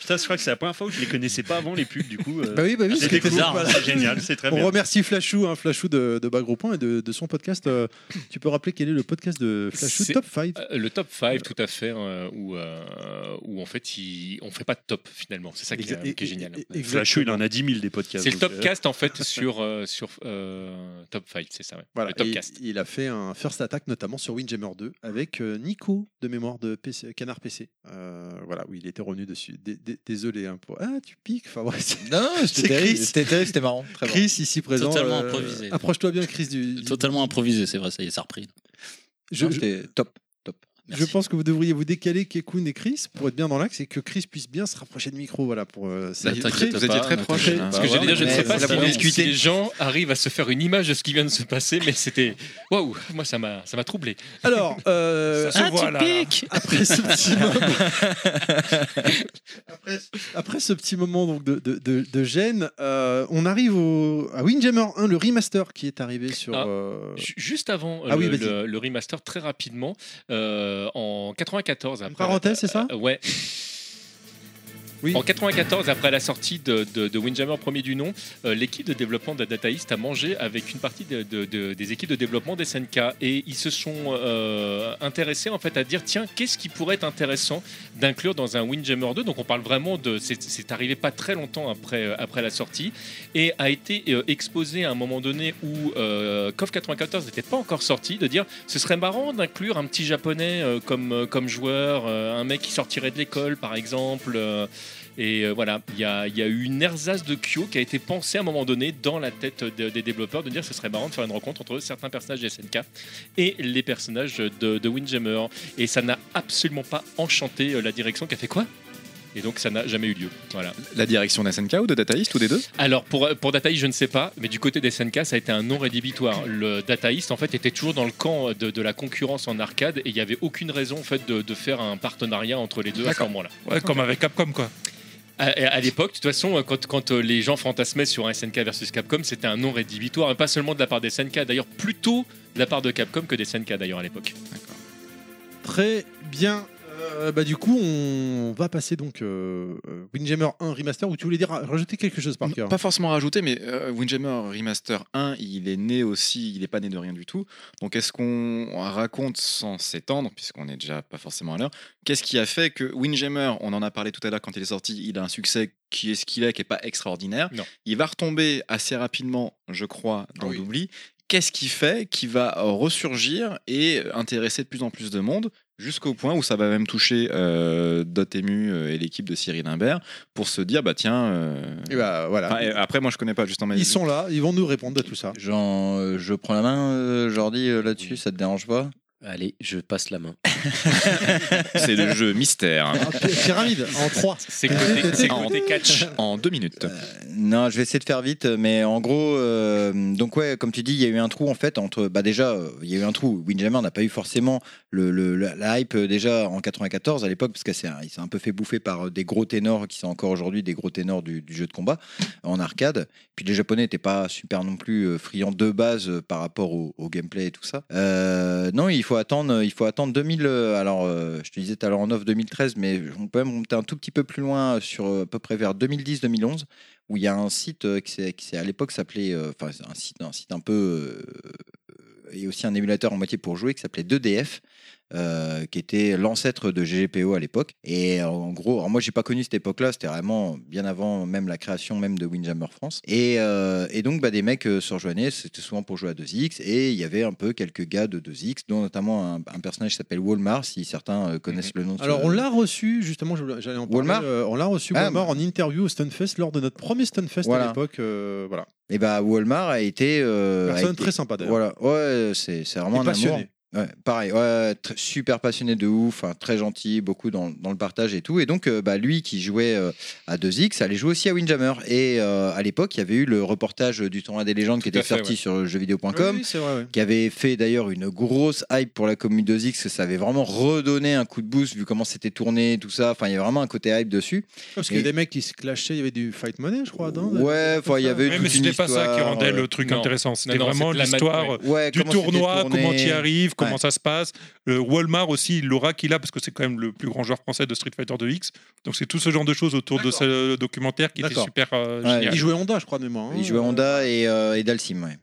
[SPEAKER 6] Putain, je crois que c'est la première fois où je les connaissais pas avant les pubs du coup. euh,
[SPEAKER 1] Bah oui, bah oui,
[SPEAKER 6] c'est
[SPEAKER 1] c'était
[SPEAKER 6] bizarre,
[SPEAKER 1] cool.
[SPEAKER 6] hein, c'est génial, c'est très
[SPEAKER 1] On
[SPEAKER 6] bien.
[SPEAKER 1] remercie Flashou, hein, Flashou de, de Bas Gros Point et de, de son podcast. euh, tu peux rappeler quel est le podcast de Flashou
[SPEAKER 5] C'est-
[SPEAKER 1] Top 5
[SPEAKER 5] Euh, Le top 5, tout à fait, euh, où, euh, où en fait, il- on fait pas de top finalement. C'est ça qui, est- euh,
[SPEAKER 6] Exa-
[SPEAKER 5] qui est génial.
[SPEAKER 6] et- et- Flashou, il en a 10 000 des podcasts.
[SPEAKER 5] C'est le
[SPEAKER 6] donc,
[SPEAKER 5] top
[SPEAKER 6] euh,
[SPEAKER 5] cast en fait sur, euh, sur euh, top 5, c'est ça. ouais.
[SPEAKER 1] Voilà,
[SPEAKER 5] le top
[SPEAKER 1] et
[SPEAKER 5] cast.
[SPEAKER 1] il a fait un first attack notamment sur Windjammer 2 avec euh, Nico de mémoire de PC, Canard PC. Euh, voilà, où il était revenu dessus. Dé- dé- Désolé hein, pour. Ah, tu piques. Enfin, ouais, c'est-
[SPEAKER 8] Non,
[SPEAKER 1] c'est
[SPEAKER 8] c'était terrible,
[SPEAKER 1] Chris.
[SPEAKER 8] c'était terrible, c'était marrant. Très
[SPEAKER 1] Chris, ici présent.
[SPEAKER 4] Totalement
[SPEAKER 1] euh,
[SPEAKER 4] improvisé.
[SPEAKER 1] Approche-toi bien, Chris, du. du-
[SPEAKER 4] Totalement improvisé, c'est vrai, ça y est, ça a repris.
[SPEAKER 1] Je,
[SPEAKER 4] Non,
[SPEAKER 1] je-
[SPEAKER 8] C'était top.
[SPEAKER 1] je pense que vous devriez vous décaler Kekun et Chris pour être bien dans l'axe et que Chris puisse bien se rapprocher de micro. Voilà, pour. euh, c'est
[SPEAKER 5] Bah,
[SPEAKER 1] très-
[SPEAKER 5] t'inquiète pas,
[SPEAKER 1] très
[SPEAKER 5] ne
[SPEAKER 1] proche.
[SPEAKER 5] t'inquiète pas. Parce que j'allais dire, je ne sais pas si,
[SPEAKER 1] pour
[SPEAKER 5] si les gens arrivent à se faire une image de ce qui vient de se passer, mais c'était. Waouh, moi ça m'a ça m'a troublé.
[SPEAKER 1] Alors, euh,
[SPEAKER 5] Ça se voit, là.
[SPEAKER 1] atypique. après ce petit moment, après, après ce petit moment donc de, de, de- de gêne, euh, on arrive au, à Windjammer 1, le remaster qui est arrivé sur.
[SPEAKER 5] Ah,
[SPEAKER 1] euh,
[SPEAKER 5] ju- Juste avant euh,
[SPEAKER 1] Ah oui,
[SPEAKER 5] le,
[SPEAKER 1] vas-y.
[SPEAKER 5] le- le remaster, très rapidement, euh, en 94, après,
[SPEAKER 1] Parenthèse, c'est ça
[SPEAKER 5] Euh, Ouais. En 94, après la sortie de, de- de Windjammer premier du nom, euh, l'équipe de développement de Data East a mangé avec une partie de- de- de- des équipes de développement des SNK et ils se sont euh, intéressés en fait à dire tiens qu'est-ce qui pourrait être intéressant d'inclure dans un Windjammer 2 donc on parle vraiment de c'est c'est arrivé pas très longtemps après euh, après la sortie et a été euh, exposé à un moment donné où euh, KOF 94 n'était pas encore sorti de dire ce serait marrant d'inclure un petit japonais euh, comme euh, comme joueur euh, un mec qui sortirait de l'école par exemple euh, et euh, voilà, il y a, il y a eu une ersatz de Kyo qui a été pensée à un moment donné dans la tête de- des développeurs de dire que ce serait marrant de faire une rencontre entre certains personnages des SNK et les personnages de, de Windjammer. Et ça n'a absolument pas enchanté euh, la direction qui a fait quoi Et donc ça n'a jamais eu lieu. Voilà.
[SPEAKER 3] La direction de SNK ou de Data East ou des deux
[SPEAKER 5] Alors pour, pour Data East, je ne sais pas, mais du côté des SNK, ça a été un non rédhibitoire. Le Data East, en fait, était toujours dans le camp de, de la concurrence en arcade et il n'y avait aucune raison en fait, de, de faire un partenariat entre les deux à ce
[SPEAKER 13] D'accord.
[SPEAKER 5] moment-là.
[SPEAKER 13] Ouais, comme avec Capcom, quoi.
[SPEAKER 5] À, à l'époque, de toute façon, quand, quand euh, les gens fantasmaient sur un SNK versus Capcom, c'était un non rédhibitoire, et pas seulement de la part des SNK, d'ailleurs plutôt de la part de Capcom que des SNK d'ailleurs à l'époque.
[SPEAKER 1] Très bien. Euh, bah, du coup, on va passer donc euh, euh, Windjammer 1 remaster où tu voulais dire rajouter quelque chose par cœur.
[SPEAKER 3] Pas forcément rajouté, mais euh, Windjammer Remaster 1, il est né aussi, il n'est pas né de rien du tout. Donc est-ce qu'on raconte sans s'étendre, puisqu'on n'est déjà pas forcément à l'heure, qu'est-ce qui a fait que Windjammer, on en a parlé tout à l'heure quand il est sorti, il a un succès qui est ce qu'il est, qui n'est pas extraordinaire.
[SPEAKER 5] Non.
[SPEAKER 3] Il va retomber assez rapidement, je crois, dans l'oubli. Qu'est-ce qui fait qui va euh, ressurgir et euh, intéresser de plus en plus de monde jusqu'au point où ça va même toucher euh, Dotemu euh, et l'équipe de Cyril Imbert pour se dire bah tiens euh,
[SPEAKER 8] bah,
[SPEAKER 1] voilà.
[SPEAKER 3] Enfin, et après, moi, je connais pas, juste en
[SPEAKER 1] Ils sont là, ils vont nous répondre à tout ça.
[SPEAKER 8] Genre, euh, je prends la main, euh, Jordi, euh, là-dessus, ça te dérange pas
[SPEAKER 2] Allez, je passe la main.
[SPEAKER 3] C'est le jeu mystère.
[SPEAKER 1] Pyramide, en 3.
[SPEAKER 5] C'est
[SPEAKER 8] côté- c'est côté
[SPEAKER 5] catch.
[SPEAKER 3] En deux minutes.
[SPEAKER 8] Euh, Non, je vais essayer de faire vite, mais en gros, euh, donc ouais, comme tu dis, il y a eu un trou en fait entre, bah déjà, euh, il y a eu un trou. Windjammer n'a pas eu forcément le, le- la, la hype euh, déjà en 94 à l'époque, parce qu'il s'est il s'est un peu fait bouffer par euh, des gros ténors qui sont encore aujourd'hui des gros ténors du, du jeu de combat en arcade. Puis les Japonais n'étaient pas super non plus euh, friands de base euh, par rapport au, au gameplay et tout ça. Euh, non, il faut attendre, il faut attendre 2000. euh, alors, euh, je te disais tout à l'heure en off 2013, mais on peut même monter un tout petit peu plus loin euh, sur euh, à peu près vers 2010-2011 où il y a un site euh, qui, s'est- qui s'est- à l'époque s'appelait, euh, enfin c'est un site, un site un peu, euh, et aussi un émulateur en moitié pour jouer qui s'appelait 2DF. euh, qui était l'ancêtre de GGPO à l'époque et euh, en gros alors moi j'ai pas connu cette époque là c'était vraiment bien avant même la création même de Windjammer France et, euh, et donc bah, des mecs euh, se rejoignaient c'était souvent pour jouer à 2X et il y avait un peu quelques gars de 2X dont notamment un, un personnage qui s'appelle Walmart si certains euh, connaissent le nom de ce-
[SPEAKER 1] Mmh Alors on l'a reçu justement, je voulais- j'allais en parler.
[SPEAKER 8] Walmart
[SPEAKER 1] euh, on l'a reçu
[SPEAKER 8] Ah,
[SPEAKER 1] Walmart en interview au Stunfest lors de notre premier Stunfest à
[SPEAKER 8] Voilà.
[SPEAKER 1] l'époque. euh, voilà.
[SPEAKER 8] Et bah Walmart a été. euh, a
[SPEAKER 1] Personne
[SPEAKER 8] été-
[SPEAKER 1] très sympa, d'ailleurs.
[SPEAKER 8] Voilà, ouais, c'est c'est vraiment
[SPEAKER 1] Et
[SPEAKER 8] un amour.
[SPEAKER 1] passionné.
[SPEAKER 8] Ouais, pareil, ouais, tr- super passionné de ouf, hein, très gentil, beaucoup dans, dans le partage et tout. Et donc, euh, bah, lui qui jouait euh, à 2X allait jouer aussi à Windjammer. Et euh, à l'époque, il y avait eu le reportage du tournoi des légendes qui
[SPEAKER 1] Tout à
[SPEAKER 8] était
[SPEAKER 1] fait,
[SPEAKER 8] sorti
[SPEAKER 1] ouais.
[SPEAKER 8] sur jeuxvideo.com,
[SPEAKER 1] Oui, c'est vrai, ouais.
[SPEAKER 8] qui avait fait d'ailleurs une grosse hype pour la commune 2X, parce que ça avait vraiment redonné un coup de boost vu comment c'était tourné, tout ça. Enfin, il y avait vraiment un côté hype dessus.
[SPEAKER 1] Parce qu'il y a
[SPEAKER 8] Et-
[SPEAKER 1] des mecs qui se clashaient, il y avait du fight money, je crois. non
[SPEAKER 8] Ouais, enfin, il y avait
[SPEAKER 7] Ouais,
[SPEAKER 8] toute
[SPEAKER 7] mais
[SPEAKER 8] une
[SPEAKER 7] c'était pas ça qui
[SPEAKER 8] histoire,
[SPEAKER 7] rendait
[SPEAKER 8] euh,
[SPEAKER 7] le truc
[SPEAKER 8] non.
[SPEAKER 7] intéressant. C'était
[SPEAKER 8] Non, non,
[SPEAKER 7] vraiment
[SPEAKER 8] c'était la mat-
[SPEAKER 7] l'histoire euh,
[SPEAKER 8] ouais. Ouais,
[SPEAKER 7] du
[SPEAKER 8] comment c'était
[SPEAKER 7] tournoi,
[SPEAKER 8] tourné.
[SPEAKER 7] comment tu y arrives, comment
[SPEAKER 8] Ouais.
[SPEAKER 7] ça se passe. Le Walmart aussi, l'aura qu'il a, parce que c'est quand même le plus grand joueur français de Street Fighter 2X. Donc c'est tout ce genre de choses autour de ce documentaire qui était
[SPEAKER 8] D'accord.
[SPEAKER 7] super euh,
[SPEAKER 8] Ouais.
[SPEAKER 7] génial.
[SPEAKER 8] Il
[SPEAKER 1] jouait Honda, je crois, de hein. moi.
[SPEAKER 8] Il jouait Honda et, euh, et Dalsim, ouais.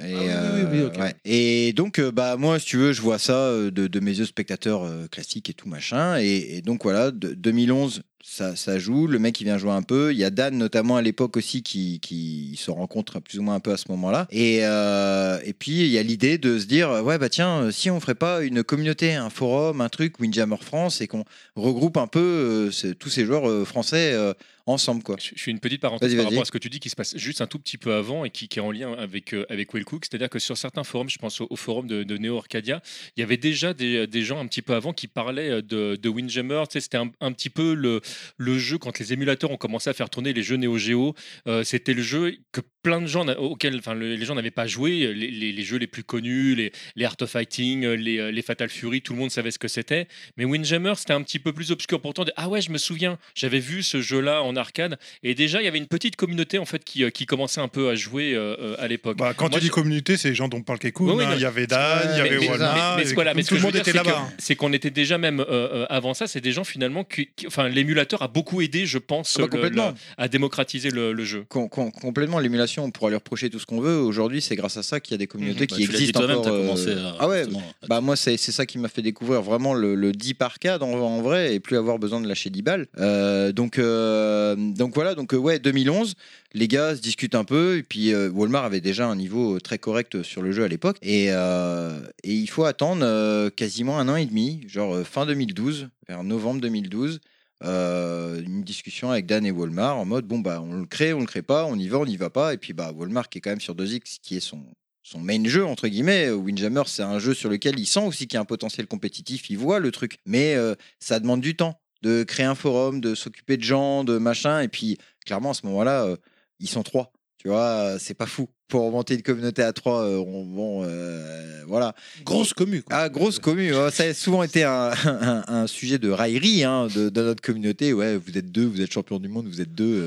[SPEAKER 8] Et,
[SPEAKER 1] Ah oui, oui, oui,
[SPEAKER 8] euh,
[SPEAKER 1] ok.
[SPEAKER 8] ouais. Et donc, euh, bah, moi, si tu veux, je vois ça euh, de, de mes yeux spectateurs euh, classiques et tout machin. Et, et donc, voilà, de- 2011, ça, ça joue. Le mec, il vient jouer un peu. Il y a Dan, notamment à l'époque aussi, qui, qui se rencontre plus ou moins un peu à ce moment-là. Et, euh, et puis, il y a l'idée de se dire ouais, bah tiens, euh, si on ferait pas une communauté, un forum, un truc, Windjammer France, et qu'on regroupe un peu euh, ce- tous ces joueurs euh, français euh, ensemble, quoi.
[SPEAKER 5] Je fais une petite parenthèse
[SPEAKER 8] Vas-y,
[SPEAKER 5] par
[SPEAKER 8] vas-y.
[SPEAKER 5] rapport à ce que tu dis qui se passe juste un tout petit peu avant et qui, qui est en lien avec, euh, avec Will Cook. C'est-à-dire que sur certains forums, je pense au, au forum de, de Neo Arcadia, il y avait déjà des, des gens un petit peu avant qui parlaient euh, de, de Windjammer. Tu sais, c'était un, un petit peu le, le jeu quand les émulateurs ont commencé à faire tourner les jeux Neo Geo. euh, c'était le jeu que plein de gens n'a- auxquels enfin, le- les gens n'avaient pas joué. Les, les- les jeux les plus connus, les, les Art of Fighting, euh, les, euh, les Fatal Fury, tout le monde savait ce que c'était. Mais Windjammer, c'était un petit peu plus obscur. Pourtant, de- ah ouais, je me souviens, j'avais vu ce jeu-là en arcade. Et déjà, il y avait une petite communauté en fait qui, euh, qui commençait un peu à jouer euh, euh, à l'époque.
[SPEAKER 7] Bah, quand
[SPEAKER 5] Moi,
[SPEAKER 7] tu dis
[SPEAKER 5] je-
[SPEAKER 7] communauté, c'est les gens dont parle Kekou.
[SPEAKER 5] Oui, oui,
[SPEAKER 7] hein.
[SPEAKER 5] non,
[SPEAKER 7] Il y avait Dan, il y
[SPEAKER 5] mais-
[SPEAKER 7] avait
[SPEAKER 5] mais-
[SPEAKER 7] Walmart.
[SPEAKER 5] mais- mais
[SPEAKER 7] et
[SPEAKER 5] voilà, mais ce
[SPEAKER 7] tout
[SPEAKER 5] que
[SPEAKER 7] le
[SPEAKER 5] je
[SPEAKER 7] monde
[SPEAKER 5] veux dire,
[SPEAKER 7] était
[SPEAKER 5] c'est que-
[SPEAKER 7] là-bas.
[SPEAKER 5] C'est qu'on était déjà même euh, euh, avant ça, c'est des gens finalement qui, qui- enfin, l'émulateur a beaucoup aidé, je pense,
[SPEAKER 8] Ah bah,
[SPEAKER 5] le- le-
[SPEAKER 8] complètement.
[SPEAKER 5] à démocratiser le, le jeu.
[SPEAKER 8] Com- com- complètement l'émulation, on pourra lui reprocher tout ce qu'on veut. Aujourd'hui, c'est grâce à ça qu'il y a des communautés
[SPEAKER 5] Mhm. Bah,
[SPEAKER 8] qui
[SPEAKER 5] tu l'as dit
[SPEAKER 8] existent
[SPEAKER 5] toi-même,
[SPEAKER 8] encore.
[SPEAKER 5] t'as commencé à-
[SPEAKER 8] ah ouais, bah moi c'est c'est ça qui m'a fait découvrir vraiment le, le 10 par cadre en, en vrai et plus avoir besoin de lâcher 10 balles. Euh, donc euh, donc voilà, donc euh, ouais 2011, les gars se discutent un peu et puis euh, Walmart avait déjà un niveau euh, très correct sur le jeu à l'époque et, euh, et il faut attendre euh, quasiment un an et demi, genre euh, fin 2012, vers novembre 2012 euh, une discussion avec Dan et Walmart en mode bon bah on le crée, on le crée pas, on y va, on y va pas et puis bah Walmart qui est quand même sur 2X qui est son son main jeu entre guillemets, euh, Windjammer c'est un jeu sur lequel il sent aussi qu'il y a un potentiel compétitif, il voit le truc mais euh, ça demande du temps de créer un forum, de s'occuper de gens, de machin et puis clairement à ce moment-là euh, ils sont trois. Tu vois, euh, c'est pas fou. Pour monter une communauté à trois, euh, on, bon, euh, voilà.
[SPEAKER 1] Grosse commu.
[SPEAKER 8] Ah, grosse commu. ouais, ça a souvent été un, un- un sujet de raillerie hein, de, de notre communauté. Ouais, vous êtes deux, vous êtes champion du monde, vous êtes deux. euh.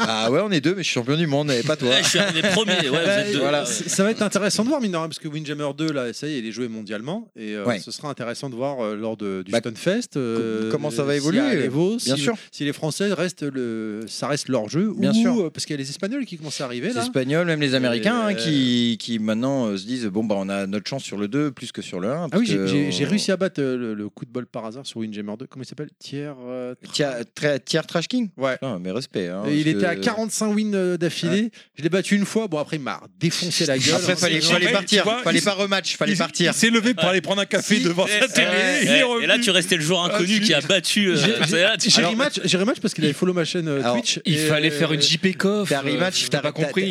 [SPEAKER 8] ah ouais, on est deux, mais je suis champion du monde, et pas toi.
[SPEAKER 1] Ouais, je suis un des
[SPEAKER 12] premiers, ouais, vous êtes deux.
[SPEAKER 8] Voilà.
[SPEAKER 1] C'est- Ça va être intéressant de voir, mine de rien, parce que Windjammer 2, là, ça y est, il est joué mondialement. Et euh,
[SPEAKER 8] Ouais. Bah,
[SPEAKER 1] ce sera intéressant de voir euh, lors de, du Stunfest euh,
[SPEAKER 8] comment ça va
[SPEAKER 1] s'il y a
[SPEAKER 8] évoluer,
[SPEAKER 1] un niveau,
[SPEAKER 8] bien
[SPEAKER 1] si,
[SPEAKER 8] sûr.
[SPEAKER 1] Si les Français restent le, ça reste leur jeu,
[SPEAKER 8] Bien
[SPEAKER 1] ou,
[SPEAKER 8] sûr.
[SPEAKER 1] euh, parce qu'il y a les Espagnols qui commencent à arriver
[SPEAKER 8] Les
[SPEAKER 1] là.
[SPEAKER 8] Espagnols, même les Américains, hein,
[SPEAKER 1] euh,
[SPEAKER 8] qui, qui maintenant euh, se disent bon, bah, on a notre chance sur le 2 plus que sur le 1.
[SPEAKER 1] Ah oui, j'ai- j'ai j'ai réussi à battre euh, le, le coup de bol par hasard sur Windjammer 2. Comment il s'appelle Tiers. euh,
[SPEAKER 8] Tiers, tra- tiers Trash King
[SPEAKER 1] Ouais.
[SPEAKER 8] mes respects. hein,
[SPEAKER 1] Et il
[SPEAKER 8] parce
[SPEAKER 1] était à
[SPEAKER 8] que-
[SPEAKER 1] 45 wins euh, d'affilée. Je l'ai battu une fois. Bon, après, il m'a défoncé la gueule.
[SPEAKER 8] Après, fallait,
[SPEAKER 1] Hein,
[SPEAKER 8] fallait
[SPEAKER 1] c'est-
[SPEAKER 8] partir.
[SPEAKER 1] tu vois,
[SPEAKER 8] fallait
[SPEAKER 1] il-
[SPEAKER 8] pas rematch, fallait partir.
[SPEAKER 7] Il s'est levé pour aller prendre un café devant sa télé. il est
[SPEAKER 12] Et là, tu restais le joueur inconnu qui a battu. euh,
[SPEAKER 1] J'ai-
[SPEAKER 12] c'est là, tu-
[SPEAKER 1] J'ai
[SPEAKER 12] Alors-
[SPEAKER 1] rematch, j'ai rematch parce qu'il avait follow ma chaîne euh, Twitch.
[SPEAKER 5] il fallait faire une JP
[SPEAKER 1] coff.
[SPEAKER 8] T'as rematch, t'as- t'as-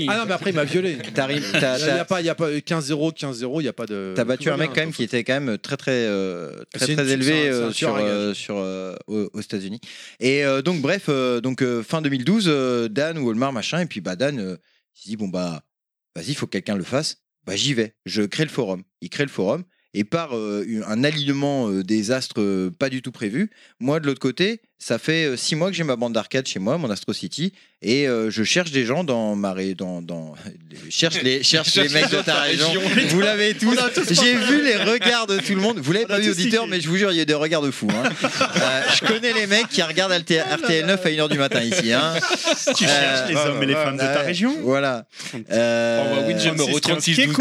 [SPEAKER 1] Ah non, mais après, il m'a violé.
[SPEAKER 8] T'as rim-
[SPEAKER 1] Il n'y
[SPEAKER 8] t'as-
[SPEAKER 1] a,
[SPEAKER 8] t'as-
[SPEAKER 1] pas- il y a pas 15-0, 15-0, il n'y a pas de. hein.
[SPEAKER 8] T'as battu un mec quand même qui était quand même très très euh, très
[SPEAKER 1] Ah, C'est
[SPEAKER 8] très
[SPEAKER 1] une- c'est
[SPEAKER 8] élevé
[SPEAKER 1] un- c'est un
[SPEAKER 8] euh, sur
[SPEAKER 1] tueur à gages.
[SPEAKER 8] euh, sur euh, aux, aux États-Unis. Et euh, donc bref, euh, donc euh, fin 2012, euh, Dan ou Walmart machin et puis bah Dan euh, il se dit bon bah vas-y, il faut que quelqu'un le fasse. Bah j'y vais, je crée le forum. Il crée le forum et par euh, une- un alignement euh, des astres euh, pas du tout prévu, moi de l'autre côté, ça fait euh, six mois que j'ai ma bande d'arcade chez moi, mon Astro City, et euh, je cherche des gens dans ma ré- dans, dans cherche les cherche les mecs de ta région. Vous l'avez tous. J'ai vu les regards de tout le monde. Vous l'avez pas vu, auditeur, mais je vous jure, il y a eu des regards de fous. hein. Euh, je connais les mecs qui regardent RTL, 9 à 1h du matin ici. hein.
[SPEAKER 6] Oh
[SPEAKER 8] Euh,
[SPEAKER 6] Tu cherches les hommes et les femmes de ta
[SPEAKER 8] ouais,
[SPEAKER 6] région Oh, bah
[SPEAKER 8] Voilà. Euh,
[SPEAKER 5] Envoie Windjammer au 36 12.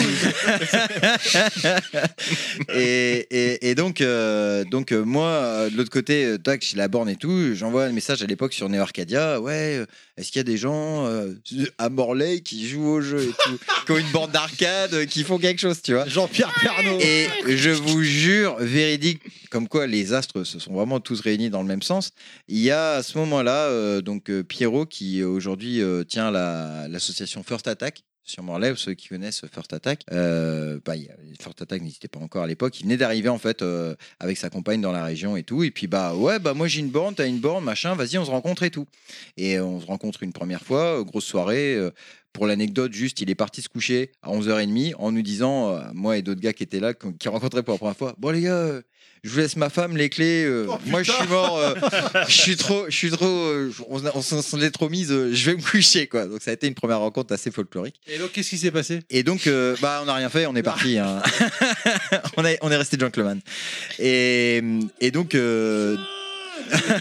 [SPEAKER 8] et, et- et donc, euh, donc euh, moi, euh, de l'autre côté, euh, tac, j'ai la borne et tout, j'envoie un message à l'époque sur Neo Arcadia. Ouais, euh, est-ce qu'il y a des gens euh, à Morlaix qui jouent au jeu et tout, qui ont une borne d'arcade, euh, qui font quelque chose, tu vois
[SPEAKER 1] Jean-Pierre Pernaud.
[SPEAKER 8] Et je vous jure, véridique, comme quoi les astres se sont vraiment tous réunis dans le même sens. Il y a à ce moment-là, euh, donc euh, Pierrot, qui euh, aujourd'hui euh, tient la- l'association First Attack, sur Morlaix, ou ceux qui connaissent First Attack, euh, bah, il y a- First Attack n'existait pas encore à l'époque. Il venait d'arriver en fait euh, avec sa compagne dans la région et tout. Et puis bah ouais, bah moi j'ai une borne, t'as une borne, machin, vas-y, on se rencontre et tout. Et euh, on se rencontre une première fois, euh, grosse soirée. euh, pour l'anecdote, juste, il est parti se coucher à 11h30 en nous disant, euh, moi et d'autres gars qui étaient là, qu'on- qui rencontraient pour la première fois, bon les gars, euh, je vous laisse ma femme, les clés, euh, moi je suis mort, euh, je suis trop, je suis trop, euh, je- on, on s'en- s'en est trop mise, euh, je vais me coucher quoi. Donc ça a été une première rencontre assez folklorique.
[SPEAKER 1] Et donc, qu'est-ce qui s'est passé
[SPEAKER 8] Et donc, euh, bah, on n'a rien fait, on est parti. hein. on, est- on est resté gentleman. Et, et donc. euh,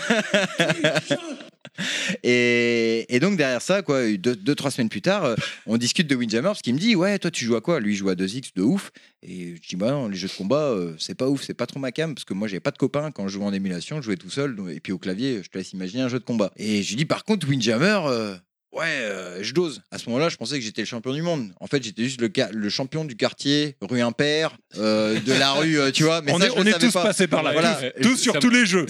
[SPEAKER 8] et, et donc derrière ça, quoi, deux, deux, trois semaines plus tard, euh, on discute de Windjammer parce qu'il me dit ouais, toi tu joues à quoi Lui il joue à 2x de ouf. Et je dis bah non, les jeux de combat, euh, c'est pas ouf, c'est pas trop ma cam parce que moi j'avais pas de copains quand je jouais en émulation, je jouais tout seul donc- et puis au clavier, je te laisse imaginer un jeu de combat. Et je lui dis par contre Windjammer. euh, Ouais, euh, je dose. À ce moment-là, je pensais que j'étais le champion du monde. En fait, j'étais juste le, ca- le champion du quartier, rue Impair, euh, de la rue, euh, tu vois. Mais
[SPEAKER 7] on
[SPEAKER 8] ça,
[SPEAKER 7] est,
[SPEAKER 8] je
[SPEAKER 7] on
[SPEAKER 8] le
[SPEAKER 7] est
[SPEAKER 8] savais
[SPEAKER 7] tous
[SPEAKER 8] pas.
[SPEAKER 7] passés par là.
[SPEAKER 8] Voilà.
[SPEAKER 7] Tous, tous sur tous les jeux.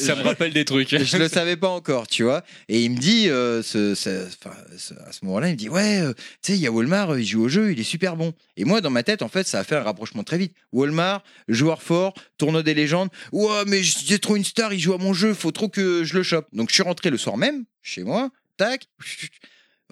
[SPEAKER 5] des trucs.
[SPEAKER 8] Je le savais pas encore, tu vois. Et il me dit, euh, ce- ce- enfin, ce- à ce moment-là, il me dit, ouais, euh, tu sais, il y a Walmart, euh, il joue au jeu, il est super bon. Et moi, dans ma tête, en fait, ça a fait un rapprochement très vite. Walmart, joueur fort, tournoi des légendes. Ouais, mais j'ai trop une star, il joue à mon jeu, faut trop que je le chope. Donc, je suis rentré le soir même, chez moi, tac.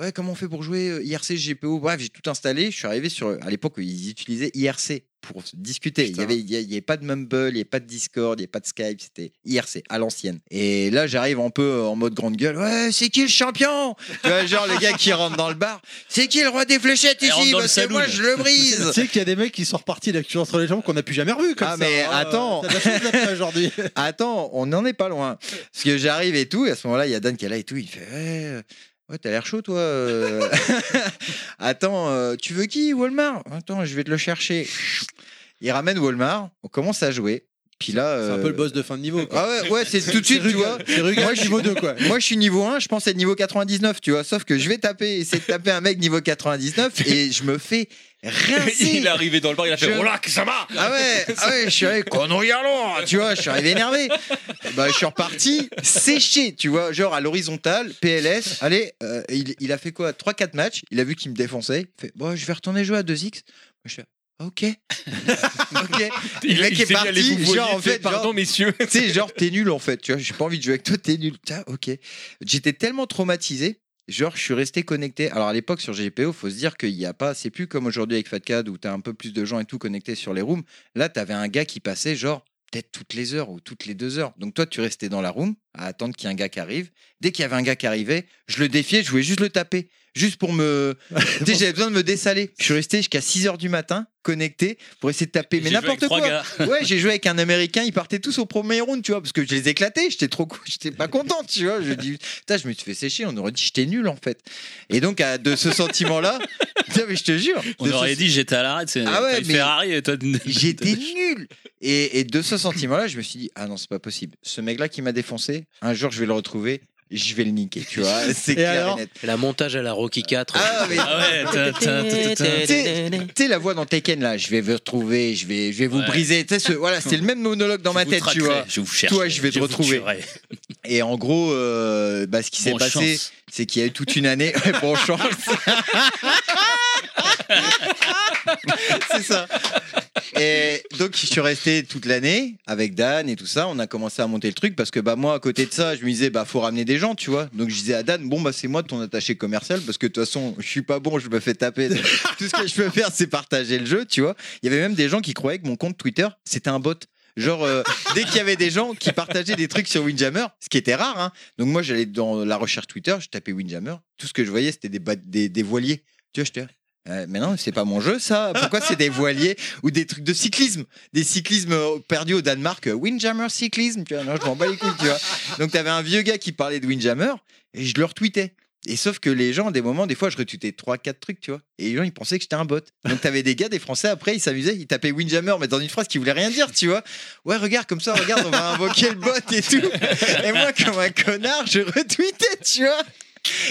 [SPEAKER 8] Ouais, comment on fait pour jouer euh, IRC, GPO Bref, j'ai tout installé. Je suis arrivé sur. euh, À l'époque, ils utilisaient IRC pour se discuter. Il n'y avait, il y a- il y avait pas de Mumble, il n'y avait pas de Discord, il n'y avait pas de Skype. C'était IRC à l'ancienne. Et là, j'arrive un peu euh, en mode grande gueule. Ouais, c'est qui le champion Tu vois, Genre le gars qui rentre dans le bar. C'est qui le roi des fléchettes ici Parce que moi, je le brise.
[SPEAKER 1] Tu sais qu'il y a des mecs qui sont repartis la queue entre les jambes qu'on n'a plus jamais revu comme
[SPEAKER 8] ah,
[SPEAKER 1] ça.
[SPEAKER 8] mais
[SPEAKER 1] hein.
[SPEAKER 8] attends. Euh,
[SPEAKER 1] T'as de la chance d'être là aujourd'hui.
[SPEAKER 8] attends, on n'en est pas loin. Parce que j'arrive et tout, et à ce moment-là, il y a Dan qui est là et tout, il fait Ouais, euh, ouais, t'as l'air chaud, toi. euh. attends, euh, tu veux qui, Walmart Attends, je vais te le chercher. Il ramène Walmart, on commence à jouer. Puis là, euh,
[SPEAKER 1] C'est un peu le boss de fin de niveau. quoi.
[SPEAKER 8] ah ouais, ouais, c'est tout de suite, tu
[SPEAKER 1] Rugal.
[SPEAKER 8] vois.
[SPEAKER 1] C'est Rugal
[SPEAKER 8] Moi, je suis
[SPEAKER 1] niveau 2, quoi.
[SPEAKER 8] Moi, je suis niveau 1, je pense être niveau 99, tu vois. Sauf que je vais taper, essayer de taper un mec niveau 99 et je me fais rincer.
[SPEAKER 5] Il est arrivé dans le bar, il a fait
[SPEAKER 8] Je-
[SPEAKER 5] Oh là, que ça va
[SPEAKER 8] Ah ouais, ah ouais, je suis arrivé, Conon Yalon, tu vois, je suis arrivé énervé. Bah, je suis reparti séché, tu vois, genre à l'horizontale, PLS. Allez, euh, il, il a fait quoi 3-4 matchs, il a vu qu'il me défonçait. Il fait, bon, je vais retourner jouer à 2X. Moi, je fais, ok. ok. Le
[SPEAKER 5] Il- il
[SPEAKER 8] mec
[SPEAKER 5] s'est
[SPEAKER 8] est
[SPEAKER 5] mis à les
[SPEAKER 8] parti, genre
[SPEAKER 5] vous voyez,
[SPEAKER 8] en
[SPEAKER 5] il fait,
[SPEAKER 8] fait.
[SPEAKER 5] Pardon,
[SPEAKER 8] genre,
[SPEAKER 5] messieurs.
[SPEAKER 8] tu sais, genre, t'es nul en fait, tu vois, j'ai pas envie de jouer avec toi, t'es nul. Putain, ok. J'étais tellement traumatisé, genre, je suis resté connecté. Alors à l'époque, sur GPO, faut se dire qu'il n'y a pas, c'est plus comme aujourd'hui avec FatCad où t'as un peu plus de gens et tout connectés sur les rooms. Là, t'avais un gars qui passait, genre, peut-être toutes les heures ou toutes les deux heures. Donc toi, tu restais dans la room à attendre qu'il y ait un gars qui arrive. Dès qu'il y avait un gars qui arrivait, je le défiais, je voulais juste le taper. Juste pour me. tu sais, j'avais besoin de me dessaler. Je suis resté jusqu'à 6 heures du matin, connecté, pour essayer de taper. Mais
[SPEAKER 4] j'ai joué
[SPEAKER 8] n'importe
[SPEAKER 4] avec
[SPEAKER 8] quoi.
[SPEAKER 4] trois gars.
[SPEAKER 8] Ouais, j'ai joué avec un américain, ils partaient tous au premier round, tu vois, parce que je les éclatais, j'étais trop cool, j'étais pas content, tu vois. Je dis, putain, je me suis fait sécher, on aurait dit, j'étais nul en fait. Et donc, à- de ce sentiment-là, putain, mais je te jure.
[SPEAKER 4] On
[SPEAKER 8] de ce-
[SPEAKER 4] aurait dit j'étais à l'arrêt, c'est
[SPEAKER 8] Ah ouais,
[SPEAKER 4] t'as une
[SPEAKER 8] mais-
[SPEAKER 4] Ferrari et toi.
[SPEAKER 8] J'étais nul. Et, et de ce sentiment-là, je me suis dit, ah non, c'est pas possible. Ce mec-là qui m'a défoncé, un jour, je vais le retrouver, je vais le niquer, tu vois. C'est
[SPEAKER 2] Et
[SPEAKER 8] clair
[SPEAKER 2] alors
[SPEAKER 8] et net.
[SPEAKER 2] La montage à la Rocky 4.
[SPEAKER 8] Ah, mais-
[SPEAKER 4] Ah ouais, t'as- t'as-
[SPEAKER 8] Tu
[SPEAKER 4] t'as- t'as-
[SPEAKER 8] sais-
[SPEAKER 2] Bah
[SPEAKER 8] tu sais, la voix dans Taken, là, je vais vous retrouver, je vais, je vais vous
[SPEAKER 4] Ouais.
[SPEAKER 8] briser. Tu sais, ce- voilà, c'était le même monologue dans ma
[SPEAKER 4] vous
[SPEAKER 8] tête, tu
[SPEAKER 4] traquerai,
[SPEAKER 8] vois.
[SPEAKER 4] je vous chercherai,
[SPEAKER 8] Toi, je vais te
[SPEAKER 4] je vous
[SPEAKER 8] retrouver.
[SPEAKER 4] tuerai.
[SPEAKER 8] Et en gros, euh, bah, ce qui s'est
[SPEAKER 4] Bonne
[SPEAKER 8] passé,
[SPEAKER 4] chance.
[SPEAKER 8] c'est qu'il y a eu toute une année. Ouais, bonne chance. c'est ça. Et donc, je suis resté toute l'année avec Dan et tout ça. On a commencé à monter le truc parce que bah, moi, à côté de ça, je me disais, bah, faut ramener des gens, tu vois. Donc, je disais à Dan, bon, bah, c'est moi ton attaché commercial parce que de toute façon, je suis pas bon, je me fais taper. Donc, tout ce que je peux faire, c'est partager le jeu, tu vois. Il y avait même des gens qui croyaient que mon compte Twitter, c'était un bot. Genre, euh, dès qu'il y avait des gens qui partageaient des trucs sur Windjammer, ce qui était rare, hein. donc moi j'allais dans la recherche Twitter, je tapais Windjammer, tout ce que je voyais c'était des, ba- des, des voiliers. Tu vois, j'étais là, euh, mais non, c'est pas mon jeu ça, pourquoi c'est des voiliers ou des trucs de cyclisme Des cyclismes euh, perdus au Danemark, euh, Windjammer cyclisme, tu vois, non, je m'en bats les couilles, tu vois. Donc t'avais un vieux gars qui parlait de Windjammer et je le retweetais. Et sauf que les gens, à des moments, des fois, je retweetais 3-4 trucs, tu vois. Et les gens, ils pensaient que j'étais un bot. Donc, t'avais des gars, des Français, après, ils s'amusaient, ils tapaient Windjammer, mais dans une phrase qui voulait rien dire, tu vois. Ouais, regarde, comme ça, regarde, on va invoquer le bot et tout. Et moi, comme un connard, je retweetais, tu vois.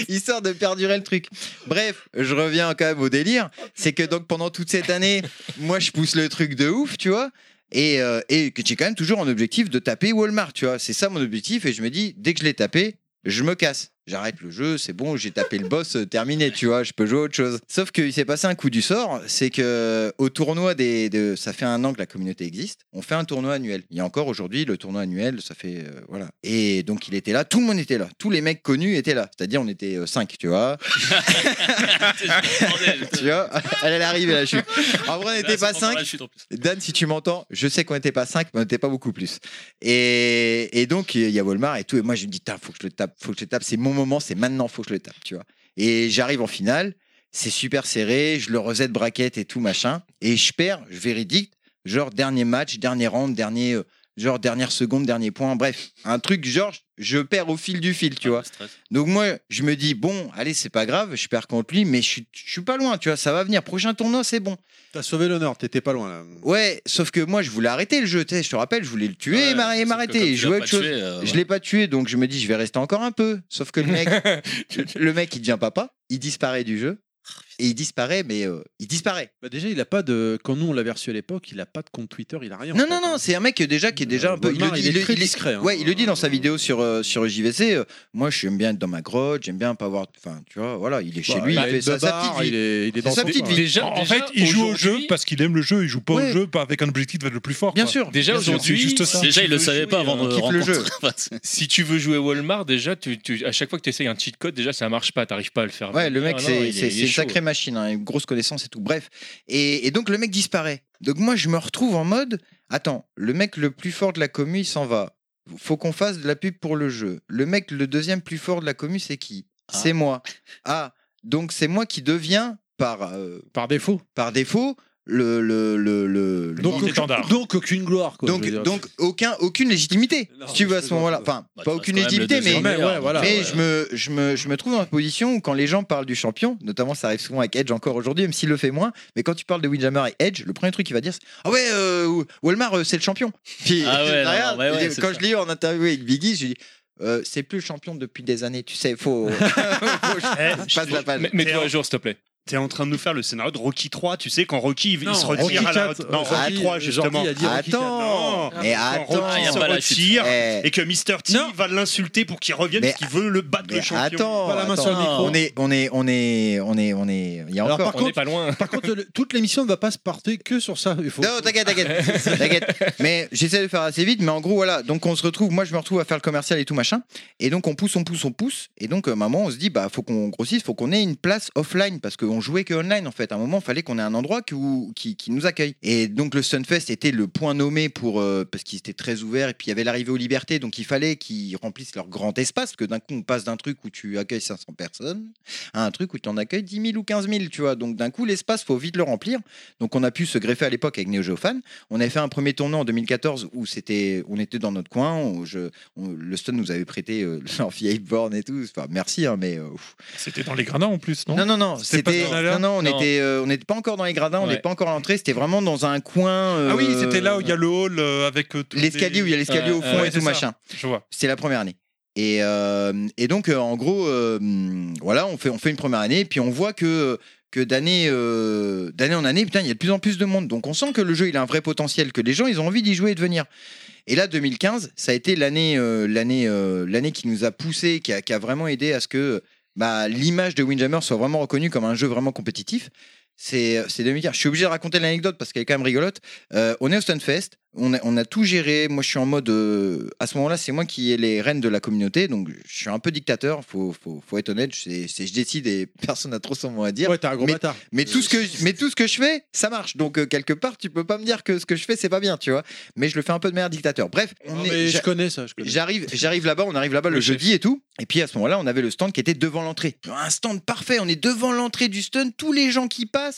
[SPEAKER 8] Histoire de perdurer le truc. Bref, je reviens quand même au délire. C'est que donc pendant toute cette année, moi je pousse le truc de ouf, tu vois. Et, euh, et que j'ai quand même toujours un objectif de taper Walmart, tu vois. C'est ça mon objectif. Et je me dis, dès que je l'ai tapé, je me casse. J'arrête le jeu, c'est bon, j'ai tapé le boss, euh, terminé, tu vois, je peux jouer à autre chose. Sauf qu'il s'est passé un coup du sort, c'est que euh, au tournoi des, de, ça fait un an que la communauté existe, on fait un tournoi annuel. Il y a encore aujourd'hui le tournoi annuel, ça fait euh, voilà. Et donc il était là, tout le monde était là, tous les mecs connus étaient là. C'est-à-dire on était 5, tu vois. tu vois, elle elle arrive la chute. En vrai, on n'était pas 5. Dan, si tu m'entends, je sais qu'on n'était pas 5, mais on n'était pas beaucoup plus. Et, et donc, il y a Volmar et tout. Et moi, je me dis, Tain, faut que je le tape, faut que je le tape. C'est mon moment, c'est maintenant, faut que je le tape, tu vois. Et j'arrive en finale, c'est super serré, je le reset braquette et tout, machin. Et je perds, je véridique, genre dernier match, dernier round, dernier. euh, Genre dernière seconde, dernier point, bref, un truc genre je perds au fil du fil, tu vois. Donc moi, je me dis bon, allez, c'est pas grave, je perds contre lui, mais je suis, je suis pas loin, tu vois, ça va venir. Prochain tournoi, c'est bon.
[SPEAKER 1] T'as sauvé l'honneur, t'étais pas loin là.
[SPEAKER 8] Ouais, sauf que moi, je voulais arrêter le jeu, tu sais, je te rappelle, je voulais le tuer et m'arr- et
[SPEAKER 1] comme tu
[SPEAKER 8] m'arrêter. Je
[SPEAKER 1] l'as
[SPEAKER 8] jouais à
[SPEAKER 1] pas
[SPEAKER 8] autre chose.
[SPEAKER 1] tué, euh,
[SPEAKER 8] Je
[SPEAKER 1] ouais.
[SPEAKER 8] l'ai pas tué, donc je me dis, je vais rester encore un peu. Sauf que le mec, le mec, il devient papa, il disparaît du jeu.
[SPEAKER 1] Oh,
[SPEAKER 8] Et il disparaît, mais euh, il disparaît.
[SPEAKER 1] Bah déjà, il a pas de. Quand nous on l'avait reçu à l'époque, il a pas de compte Twitter, il a rien.
[SPEAKER 8] Non, non, non,
[SPEAKER 7] hein.
[SPEAKER 8] c'est un mec qui est déjà, qui est déjà un peu.
[SPEAKER 1] Walmart, il est
[SPEAKER 8] le-
[SPEAKER 1] très discret, hein.
[SPEAKER 8] Ouais, il le dit dans sa vidéo sur, euh, sur JVC. euh, moi, j'aime bien être dans ma grotte, j'aime bien pas avoir. Enfin, tu vois, voilà, il est chez
[SPEAKER 7] Bah,
[SPEAKER 8] lui,
[SPEAKER 7] bah,
[SPEAKER 8] il
[SPEAKER 7] il
[SPEAKER 8] fait
[SPEAKER 7] est
[SPEAKER 8] sa, sa
[SPEAKER 7] bavard,
[SPEAKER 8] petite vie.
[SPEAKER 7] il est- il est dans
[SPEAKER 8] sa
[SPEAKER 7] son
[SPEAKER 8] petite
[SPEAKER 7] coin.
[SPEAKER 8] vie.
[SPEAKER 7] Déjà- En déjà, fait, il joue au aujourd'hui- jeu parce qu'il aime le jeu, il joue pas
[SPEAKER 8] Ouais.
[SPEAKER 7] au jeu pas avec un objectif d'être le plus fort.
[SPEAKER 8] Bien
[SPEAKER 7] quoi.
[SPEAKER 8] sûr.
[SPEAKER 5] Déjà
[SPEAKER 7] Bien sûr,
[SPEAKER 5] aujourd'hui,
[SPEAKER 7] c'est juste ça.
[SPEAKER 5] déjà il euh, le savait pas
[SPEAKER 7] euh,
[SPEAKER 5] avant de rencontrer. si tu veux jouer Walmart, déjà tu, tu- à chaque fois que tu essayes un cheat code, déjà ça marche pas, t'arrives pas à le faire.
[SPEAKER 8] Ouais, le mec,
[SPEAKER 5] Ah non, il
[SPEAKER 8] c'est
[SPEAKER 5] est-
[SPEAKER 8] c'est-
[SPEAKER 5] il est
[SPEAKER 8] c'est une
[SPEAKER 5] chaud.
[SPEAKER 8] sacrée machine, hein, une grosse connaissance et tout. Bref. Et, et donc, le mec disparaît. Donc, moi, je me retrouve en mode Attends, le mec le plus fort de la commu, il s'en va. Faut qu'on fasse de la pub pour le jeu. Le mec, le deuxième plus fort de la commu, c'est qui C'est moi. Ah, donc c'est moi qui deviens par. euh,
[SPEAKER 1] par défaut.
[SPEAKER 8] Par défaut. Le, le, le, le- le-
[SPEAKER 1] Donc, aucun- donc aucune gloire. Quoi,
[SPEAKER 8] donc,
[SPEAKER 1] je veux dire. Ah,
[SPEAKER 8] donc aucun, aucune légitimité, si tu veux, à ce moment-là. Enfin, pas aucune
[SPEAKER 1] quand même le
[SPEAKER 8] légitimité, mais,
[SPEAKER 1] deuxième meilleur,
[SPEAKER 8] mais,
[SPEAKER 1] donc, voilà, ouais.
[SPEAKER 8] je, me, je, me, je me trouve dans une position où quand les gens parlent du champion, notamment ça arrive souvent avec Edge encore aujourd'hui, même s'il le fait moins, mais quand tu parles de Windjammer et Edge, le premier truc qu'il va dire, c'est Ah ouais, euh, Walmart, euh, c'est le champion. Puis,
[SPEAKER 4] Ah ouais, non,
[SPEAKER 8] regarde,
[SPEAKER 4] non, ouais, ouais, c'est
[SPEAKER 8] quand
[SPEAKER 4] ça.
[SPEAKER 8] je lis en interview avec Biggie, je dis. Euh, c'est plus le champion depuis des années, tu sais, faut. passe la page.
[SPEAKER 6] Mets-toi à
[SPEAKER 5] jour, s'il te plaît.
[SPEAKER 6] Eh, T'es en train de nous faire le scénario de Rocky 3, tu sais, quand Rocky il
[SPEAKER 8] Non,
[SPEAKER 6] se
[SPEAKER 8] Rocky
[SPEAKER 6] retire à la.
[SPEAKER 8] IV,
[SPEAKER 6] non,
[SPEAKER 8] euh,
[SPEAKER 6] Rocky 3,
[SPEAKER 8] Jordi
[SPEAKER 6] justement. Ah,
[SPEAKER 8] a dit Rocky IV. Attends,
[SPEAKER 6] Non,
[SPEAKER 8] mais
[SPEAKER 6] quand
[SPEAKER 8] attends.
[SPEAKER 6] Rocky
[SPEAKER 8] Ah, y a
[SPEAKER 6] se
[SPEAKER 8] pas la
[SPEAKER 6] retire
[SPEAKER 8] suite.
[SPEAKER 6] et que Mr. T va l'insulter pour qu'il revienne
[SPEAKER 8] Mais-
[SPEAKER 6] parce qu'il veut le battre le
[SPEAKER 8] Mais
[SPEAKER 6] champion.
[SPEAKER 8] attends, attends, on est, on est, on est, on est, on est. Il y a
[SPEAKER 1] Alors,
[SPEAKER 8] encore.
[SPEAKER 1] par contre, Par contre, le- toute l'émission ne va pas se porter que sur ça. Il faut.
[SPEAKER 8] Non, t'inquiète, t'inquiète. t'inquiète. Mais j'essaie de faire assez vite, mais en gros, voilà. Donc, on se retrouve, moi, je me retrouve à faire le commercial et tout machin. Et donc, on pousse, on pousse, on pousse. Et donc, euh, maman, on se dit, bah, faut qu'on grossisse, faut qu'on ait une place offline parce qu'on jouait que online, en fait. À un moment, fallait qu'on ait un endroit qui, où- qui, qui nous accueille. Et donc, le Sunfest était le point nommé pour. euh, parce qu'il était très ouvert. Et puis, il y avait l'arrivée aux libertés. Donc, il fallait qu'ils remplissent leur grand espace parce que d'un coup, on passe d'un truc où tu accueilles 500 personnes à un truc où tu en accueilles 10 000 ou 15 000, tu vois. Donc, d'un coup, l'espace, faut vite le remplir. Donc on a pu se greffer à l'époque avec Neo Geo Fan. On avait fait un premier tournoi en 2014 où c'était, on était dans notre coin. on- je- on- le Stone nous avait prêté euh, leur vieille borne et tout. Enfin, merci, hein, mais euh, ouf.
[SPEAKER 7] C'était dans les gradins en plus, non
[SPEAKER 8] Non, non, non.
[SPEAKER 7] C'était pas
[SPEAKER 8] C'était,
[SPEAKER 7] dans la
[SPEAKER 8] non,
[SPEAKER 7] leur
[SPEAKER 8] non, on
[SPEAKER 7] Non.
[SPEAKER 8] était, euh, on n'était pas encore dans les gradins. On
[SPEAKER 7] Ouais.
[SPEAKER 8] n'était pas encore à l'entrée. C'était vraiment dans un coin.
[SPEAKER 7] Ah oui,
[SPEAKER 8] euh,
[SPEAKER 7] c'était là où il y a le hall euh, avec euh, tous
[SPEAKER 8] l'escalier
[SPEAKER 7] les-
[SPEAKER 8] où il y a l'escalier au
[SPEAKER 7] Ouais,
[SPEAKER 8] fond
[SPEAKER 7] ouais,
[SPEAKER 8] et
[SPEAKER 7] c'est
[SPEAKER 8] tout
[SPEAKER 7] ça.
[SPEAKER 8] machin.
[SPEAKER 7] Je vois.
[SPEAKER 8] C'est la première année. Et, euh, et donc, euh, en gros, euh, hum, voilà, on fait, on fait une première année, puis on voit que, que d'année euh, d'année en année, putain, il y a de plus en plus de monde. Donc, on sent que le jeu, il a un vrai potentiel, que les gens, ils ont envie d'y jouer et de venir. Et là, 2015, ça a été l'année euh, l'année euh, l'année qui nous a poussé, qui a, qui a vraiment aidé à ce que bah, l'image de Windjammer soit vraiment reconnue comme un jeu vraiment compétitif. C'est euh, c'est 2015. Je suis obligé de raconter l'anecdote parce qu'elle est quand même rigolote. Euh, on est au Stunfest, on a, on a tout géré. Moi, je suis en mode. euh, à ce moment-là, c'est moi qui ai les rênes de la communauté, donc je suis un peu dictateur. Faut, faut, faut être honnête. C'est c'est- je décide et personne n'a trop son mot à dire. mais, mais tout ce que je- mais tout ce que je fais, ça marche. Donc euh, quelque part, tu peux pas me dire que ce que je fais, c'est pas bien, tu vois. Mais je le fais un peu de manière dictateur. Bref, on
[SPEAKER 1] Non,
[SPEAKER 8] est-
[SPEAKER 1] mais je
[SPEAKER 8] j'a-
[SPEAKER 1] connais ça. Je connais.
[SPEAKER 8] J'arrive, j'arrive là-bas, on arrive là-bas le, jeudi et tout. Et puis à ce moment-là, on avait le stand qui était devant l'entrée. Un stand parfait, on est devant l'entrée du stand, tous les gens qui passent.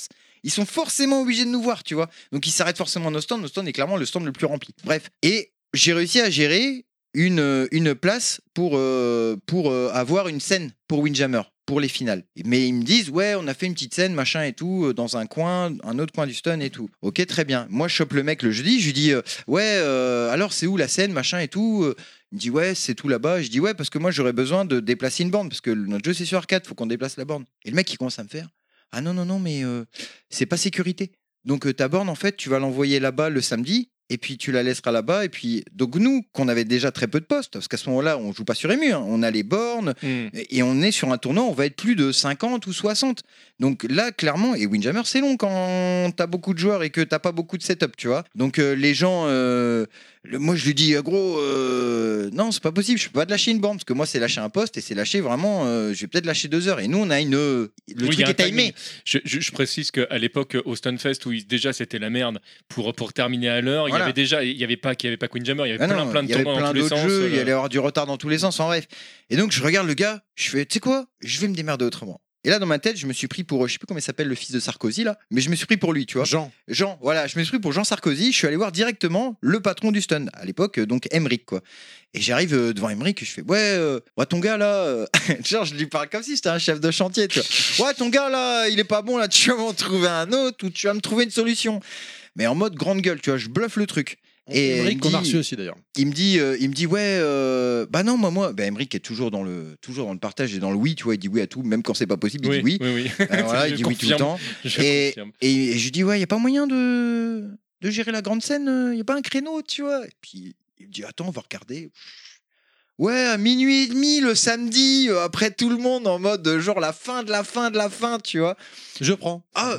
[SPEAKER 8] Ils sont forcément obligés de nous voir, tu vois. Donc ils s'arrêtent forcément à nos stands. Nos stands est clairement le stand le plus rempli. Bref. Et j'ai réussi à gérer une, euh, une place pour, euh, pour euh, avoir une scène pour Windjammer, pour les finales. Mais ils me disent, ouais, on a fait une petite scène, machin et tout, euh, dans un coin, un autre coin du stun et tout. Ok, très bien. Moi, je chope le mec le jeudi, je lui dis, euh, ouais, euh, alors c'est où la scène, machin et tout euh, il me dit ouais, c'est tout là-bas. Je dis ouais, parce que moi j'aurais besoin de déplacer une borne, parce que notre jeu c'est sur arcade, faut qu'on déplace la borne. Et le mec il commence à me faire ah non, non, non, mais euh, c'est pas sécurité. Donc euh, ta borne, en fait, tu vas l'envoyer là-bas le samedi et puis tu la laisseras là-bas. Et puis, donc nous, qu'on avait déjà très peu de postes, parce qu'à ce moment-là, on joue pas sur ému, hein, on a les bornes, et et on est sur un tournoi, on va être plus de 50 ou 60. Donc là, clairement, et Windjammer, c'est long quand t'as beaucoup de joueurs et que t'as pas beaucoup de setup, tu vois. Donc euh, les gens, euh, le- moi je lui dis, euh, gros, euh, non, c'est pas possible, je peux pas te lâcher une borne, parce que moi c'est lâcher un poste et c'est lâcher vraiment, euh, je vais peut-être lâcher deux heures. Et nous, on a une. Le
[SPEAKER 5] Oui, il y
[SPEAKER 8] truc
[SPEAKER 5] a
[SPEAKER 8] est
[SPEAKER 5] un timing.
[SPEAKER 8] timé.
[SPEAKER 5] Je, je- je précise qu'à l'époque, au Stunfest, où il- déjà c'était la merde, pour, pour terminer à l'heure, il y
[SPEAKER 8] Voilà.
[SPEAKER 5] avait déjà, il y avait pas, qu'il y avait pas Queen Jammer, il y avait
[SPEAKER 8] Ah
[SPEAKER 5] plein,
[SPEAKER 8] non,
[SPEAKER 5] plein de
[SPEAKER 8] il y avait
[SPEAKER 5] tournois
[SPEAKER 8] plein
[SPEAKER 5] dans tous les
[SPEAKER 8] d'autres
[SPEAKER 5] sens.
[SPEAKER 8] jeux, il
[SPEAKER 5] euh,
[SPEAKER 8] allait y avoir du retard dans tous les sens, en bref. Et donc je regarde le gars, je fais, tu sais quoi, je vais me démerder autrement. Et là, dans ma tête, je me suis pris pour, euh, je sais plus comment il s'appelle, le fils de Sarkozy, là, mais je me suis pris pour lui, tu vois.
[SPEAKER 1] Jean.
[SPEAKER 8] Jean, voilà, je me suis pris pour Jean Sarkozy, je suis allé voir directement le patron du stun, à l'époque, euh, donc Emmerich, quoi. Et j'arrive euh, devant Emmerich, je fais, ouais, euh, ouais, ton gars, là, euh, genre, je lui parle comme si c'était un chef de chantier, tu vois. Ouais, ton gars, là, il est pas bon, là, tu vas m'en trouver un autre ou tu vas me trouver une solution. Mais en mode grande gueule, tu vois, je bluffe le truc. Et il
[SPEAKER 1] Emmerich,
[SPEAKER 8] me
[SPEAKER 1] qu'on a
[SPEAKER 8] dit-
[SPEAKER 1] reçu aussi d'ailleurs.
[SPEAKER 8] il me dit, euh, il me dit ouais, euh, bah non, moi, moi, bah, Emmerich est toujours dans le, toujours dans le partage et dans le oui, tu vois, il dit oui à tout, même quand c'est pas possible, il
[SPEAKER 5] Oui,
[SPEAKER 8] dit oui.
[SPEAKER 5] oui, oui.
[SPEAKER 8] Euh, voilà,
[SPEAKER 5] Je
[SPEAKER 8] il dit oui tout le
[SPEAKER 5] confirme,
[SPEAKER 8] temps.
[SPEAKER 5] je
[SPEAKER 8] Et,
[SPEAKER 5] confirme.
[SPEAKER 8] et, et je lui dis ouais, y a pas moyen de, de gérer la grande scène, euh, y a pas un créneau, tu vois. Et puis il me dit attends, on va regarder. Ouais, à minuit et demi le samedi, euh, après tout le monde en mode euh, genre la fin de la fin de la fin, tu vois.
[SPEAKER 1] Je prends. Mhm.
[SPEAKER 8] Ah,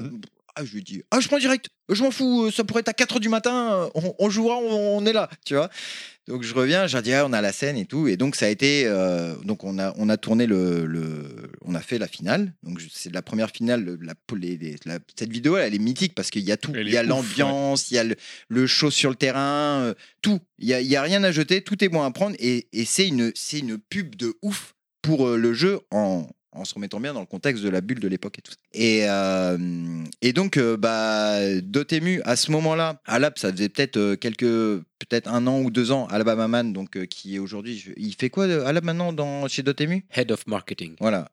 [SPEAKER 8] ah, je lui dis, ah, je prends direct, je m'en fous, euh, ça pourrait être à 4 du matin, euh, on, on jouera, on, on est là, tu vois. Donc je reviens, j'ai dit, ah, on a la scène et tout. Et donc ça a été, euh, donc on a, on a tourné le, le- on a fait la finale. Donc je- c'est la première finale, le- la, les- les- la- cette vidéo, elle, elle est mythique parce qu'il y a tout.
[SPEAKER 1] Elle
[SPEAKER 8] Il
[SPEAKER 1] est
[SPEAKER 8] y a
[SPEAKER 1] ouf,
[SPEAKER 8] l'ambiance, il y a le, le show sur le terrain, euh, tout. Il n'y a, il y a rien à jeter, tout est bon à prendre. Et, et c'est une, c'est une pub de ouf pour euh, le jeu en, en se remettant bien dans le contexte de la bulle de l'époque et tout ça. Et, euh, et donc, euh, bah, Dotemu, à ce moment-là, à l'AP, ça faisait peut-être euh, quelques, peut-être un an ou deux ans, Alabama Man, donc, euh, qui est aujourd'hui, je- il fait quoi, euh, Alab, maintenant, dans, chez Dotemu
[SPEAKER 2] Head of Marketing.
[SPEAKER 8] Voilà.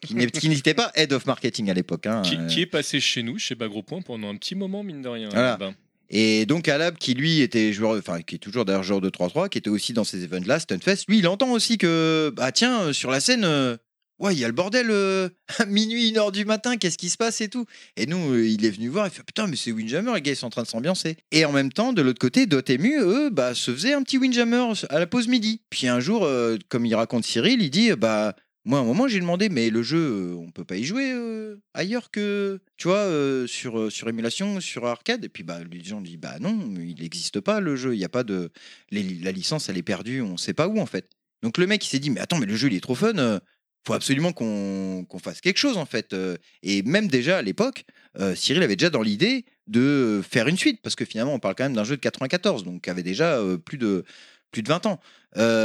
[SPEAKER 8] Qui n'est- qui n'était pas Head of Marketing à l'époque. hein.
[SPEAKER 5] Qui,
[SPEAKER 8] Euh,
[SPEAKER 5] qui est passé chez nous, chez Bagro Point, pendant un petit moment, mine de rien.
[SPEAKER 8] Voilà.
[SPEAKER 5] là-bas.
[SPEAKER 8] Et donc Alab, qui lui était joueur, enfin qui est toujours d'ailleurs joueur de 3-3, qui était aussi dans ces events-là, Stunfest, lui il entend aussi que, bah tiens, euh, sur la scène, euh, ouais, il y a le bordel euh, à minuit, une heure du matin, qu'est-ce qui se passe et tout. Et nous, euh, il est venu voir, il fait putain, mais c'est Windjammer, les gars, ils sont en train de s'ambiancer. Et en même temps, de l'autre côté, Dotemu, eux, bah se faisaient un petit Windjammer à la pause midi. Puis un jour, euh, comme il raconte Cyril, il dit, euh, bah. Moi, à un moment, j'ai demandé, mais le jeu, euh, on peut pas y jouer euh, ailleurs que, tu vois, euh, sur, euh, sur émulation, sur arcade. Et puis, bah, les gens disent, bah non, il n'existe pas le jeu, il n'y a pas de. les- la licence, elle est perdue, on sait pas où, en fait. Donc, le mec, il s'est dit, mais attends, mais le jeu, il est trop fun, euh, faut absolument qu'on qu'on fasse quelque chose, en fait. Euh, Et même déjà, à l'époque, euh, Cyril avait déjà dans l'idée de euh, faire une suite, parce que finalement, on parle quand même d'un jeu de 94, donc qui avait déjà euh, plus de plus de 20 ans.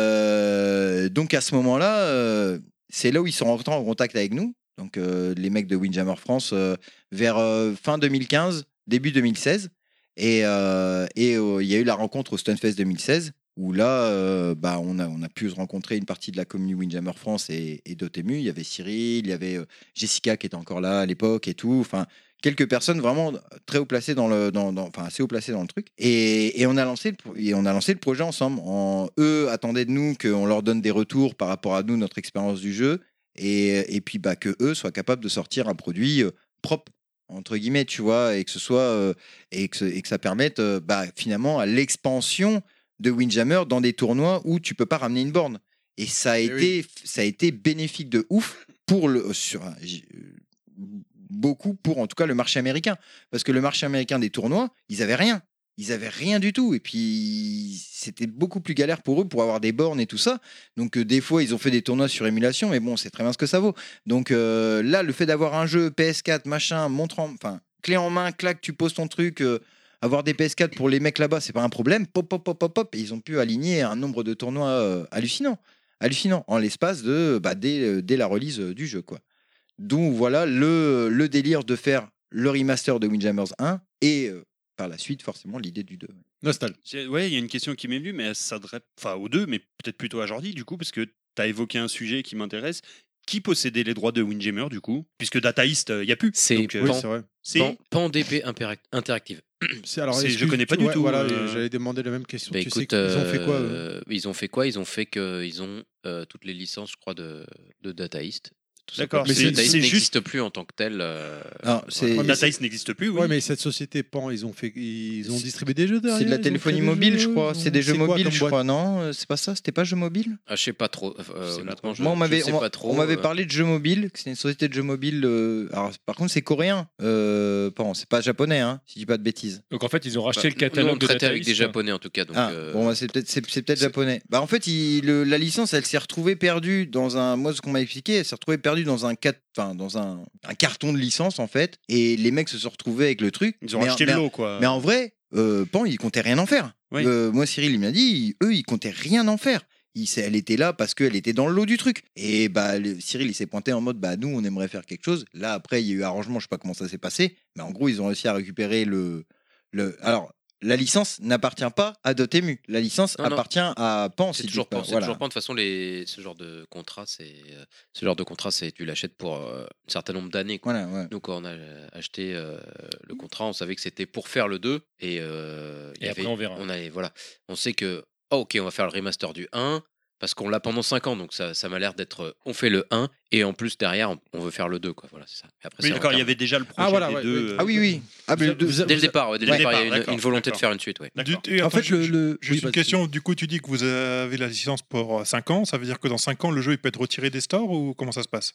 [SPEAKER 8] Euh, donc à ce moment-là, euh, c'est là où ils sont rentrés en contact avec nous. Donc euh, les mecs de Windjammer France euh, vers euh, fin 2015, début 2016. Et euh, et, euh, il y a eu la rencontre au Stunfest 2016 où là, euh, bah, on, a, on a pu rencontrer une partie de la commune Windjammer France et, et Dotemu. Il y avait Cyril, il y avait euh, Jessica qui était encore là à l'époque et tout. Enfin, quelques personnes vraiment très haut placées dans le, dans, dans- enfin assez haut placées dans le truc. Et, et on a lancé le, pro- et on a lancé le projet ensemble. En, eux attendaient de nous qu'on leur donne des retours par rapport à nous, notre expérience du jeu, et, et puis bah que eux soient capables de sortir un produit euh, propre entre guillemets, tu vois, et que ce soit euh, et, que, ce- et que ça permette euh, bah, finalement à l'expansion de Windjammer dans des tournois où tu peux pas ramener une borne. Et ça a été ça a été bénéfique de ouf pour le euh, sur, j- euh, beaucoup pour en tout cas le marché américain parce que le marché américain des tournois ils avaient rien ils avaient rien du tout et puis c'était beaucoup plus galère pour eux pour avoir des bornes et tout ça donc euh, des fois ils ont fait des tournois sur émulation mais bon c'est très bien ce que ça vaut donc euh, là le fait d'avoir un jeu PS4 machin montre en- enfin clé en main clac tu poses ton truc euh, avoir des PS4 pour les mecs là-bas c'est pas un problème pop pop pop pop pop et ils ont pu aligner un nombre de tournois euh, hallucinant hallucinant en l'espace de bah, dès, dès la release euh, du jeu quoi donc voilà le, le délire de faire le remaster de Windjammers 1 et euh, par la suite forcément l'idée du 2.
[SPEAKER 1] Nostal.
[SPEAKER 6] J'ai- Ouais, il y a une question qui m'est venue, mais elle s'adresse enfin aux deux, mais peut-être plutôt à Jordi, du coup, parce que tu as évoqué un sujet qui m'intéresse. Qui possédait les droits de Windjammer, du coup Puisque Data East, il n'y a plus.
[SPEAKER 2] C'est
[SPEAKER 6] Donc, euh,
[SPEAKER 2] Pan,
[SPEAKER 6] C'est-
[SPEAKER 2] Pan, Pan DP Interac- Interactive.
[SPEAKER 1] C'est- alors,
[SPEAKER 6] C'est- je
[SPEAKER 1] excuse-
[SPEAKER 6] connais pas du
[SPEAKER 1] ouais,
[SPEAKER 6] tout,
[SPEAKER 1] Voilà,
[SPEAKER 6] euh.
[SPEAKER 1] j'allais demander la même question.
[SPEAKER 2] Bah,
[SPEAKER 1] tu sais,
[SPEAKER 2] écoute,
[SPEAKER 1] qu'ils ont fait quoi eux
[SPEAKER 2] euh, Ils ont fait quoi Ils ont fait qu'ils ont euh, toutes les licences, je crois, de, de Data East. Tout
[SPEAKER 6] D'accord,
[SPEAKER 2] simplement.
[SPEAKER 6] mais
[SPEAKER 2] Le
[SPEAKER 6] c'est-
[SPEAKER 2] Thaïs
[SPEAKER 6] c'est
[SPEAKER 2] n'existe plus en tant que tel. euh,
[SPEAKER 8] Alors, c'est-
[SPEAKER 2] voilà.
[SPEAKER 8] La Thaïs
[SPEAKER 6] n'existe plus,
[SPEAKER 1] Ouais, mais cette société Pan, ils ont fait, ils ont distribué des jeux derrière.
[SPEAKER 8] C'est de la
[SPEAKER 1] ils ont
[SPEAKER 8] téléphonie
[SPEAKER 1] fait des
[SPEAKER 8] mobile,
[SPEAKER 1] jeux,
[SPEAKER 8] je crois.
[SPEAKER 1] ils ont-
[SPEAKER 8] C'est des jeux
[SPEAKER 1] quoi
[SPEAKER 8] mobiles,
[SPEAKER 1] comme
[SPEAKER 8] je
[SPEAKER 1] boîte
[SPEAKER 8] crois. Non, Euh, c'est pas ça. C'était pas jeux mobile
[SPEAKER 2] Ah, je sais pas trop. euh, honnêtement, je-
[SPEAKER 8] Moi, on
[SPEAKER 2] je
[SPEAKER 8] m'avait
[SPEAKER 2] sais
[SPEAKER 8] on-
[SPEAKER 2] pas trop,
[SPEAKER 8] on m'avait
[SPEAKER 2] euh.
[SPEAKER 8] parlé de jeux mobiles. que C'est une société de jeux mobiles. euh, alors, par contre, c'est coréen. Euh, pardon, c'est pas japonais, hein, si je dis pas de bêtises.
[SPEAKER 5] Donc en fait, ils ont racheté
[SPEAKER 2] Bah,
[SPEAKER 5] le
[SPEAKER 2] nous,
[SPEAKER 5] catalogue
[SPEAKER 2] on
[SPEAKER 5] de
[SPEAKER 2] traitait avec
[SPEAKER 5] Dataist,
[SPEAKER 2] des
[SPEAKER 5] quoi.
[SPEAKER 2] japonais en tout cas. Donc,
[SPEAKER 8] Ah,
[SPEAKER 2] euh,
[SPEAKER 8] bon, bah, c'est peut-être c'est- c'est peut-être japonais. Bah, en fait, il- le- la licence, elle s'est retrouvée perdue dans un. Moi, ce qu'on m'a expliqué, elle s'est retrouvée perdue dans un cat- enfin, dans un, un carton de licence en fait. Et les mecs se sont retrouvés avec le truc.
[SPEAKER 6] Ils ont
[SPEAKER 8] Mais-
[SPEAKER 6] racheté le
[SPEAKER 8] mais-
[SPEAKER 6] lot, quoi.
[SPEAKER 8] Mais en vrai, euh, Pan, ils comptaient rien en faire.
[SPEAKER 6] Oui.
[SPEAKER 8] Euh, moi, Cyril, il m'a dit, eux, ils comptaient rien en faire. Il, s'est- elle était là parce qu'elle était dans le lot du truc. Et bah, le- Cyril, il s'est pointé en mode, bah, nous, on aimerait faire quelque chose. Là, après, il y a eu arrangement, je sais pas comment ça s'est passé. Mais en gros, ils ont réussi à récupérer le. le... Alors, la licence n'appartient pas à Dotemu. La licence
[SPEAKER 2] Non, non.
[SPEAKER 8] appartient à Pan.
[SPEAKER 2] C'est
[SPEAKER 8] si
[SPEAKER 2] toujours
[SPEAKER 8] tu-
[SPEAKER 2] pas. c'est
[SPEAKER 8] voilà.
[SPEAKER 2] toujours pas. De toute façon, les, ce genre de contrat, c'est euh, ce genre de contrat, c'est tu l'achètes pour euh, un certain nombre d'années. quoi.
[SPEAKER 8] Voilà, ouais.
[SPEAKER 2] Nous, quand on a euh, acheté euh,
[SPEAKER 6] Mmh.
[SPEAKER 2] le contrat, on savait que c'était pour faire le 2 et, euh, il y
[SPEAKER 5] Et après,
[SPEAKER 2] avait-
[SPEAKER 5] on verra.
[SPEAKER 2] avait- voilà, on sait que ah, ok, on va faire le remaster du 1 parce qu'on l'a pendant 5 ans, donc ça, ça m'a l'air d'être euh, on fait le 1 et en plus derrière on, on veut faire le 2 quoi. Voilà, c'est ça. Et après,
[SPEAKER 6] Oui,
[SPEAKER 2] c'est
[SPEAKER 6] d'accord,
[SPEAKER 2] en
[SPEAKER 6] il y
[SPEAKER 2] termes-
[SPEAKER 6] avait déjà le projet
[SPEAKER 1] Ah, voilà,
[SPEAKER 6] des
[SPEAKER 1] ouais,
[SPEAKER 6] deux.
[SPEAKER 1] oui.
[SPEAKER 6] euh,
[SPEAKER 8] Ah oui, oui. Ah, mais le deux-
[SPEAKER 2] dès le départ, ouais, dès le
[SPEAKER 8] Ouais.
[SPEAKER 2] départ, il y a une-
[SPEAKER 6] D'accord,
[SPEAKER 2] une, volonté de
[SPEAKER 6] d'accord.
[SPEAKER 2] faire une suite. Ouais.
[SPEAKER 6] D'accord.
[SPEAKER 1] En fait, le, le-
[SPEAKER 7] Juste
[SPEAKER 1] oui,
[SPEAKER 7] une
[SPEAKER 1] bah,
[SPEAKER 7] question, du coup tu dis que vous avez la licence pour 5 ans, ça veut dire que dans 5 ans le jeu il peut être retiré des stores ou comment ça se passe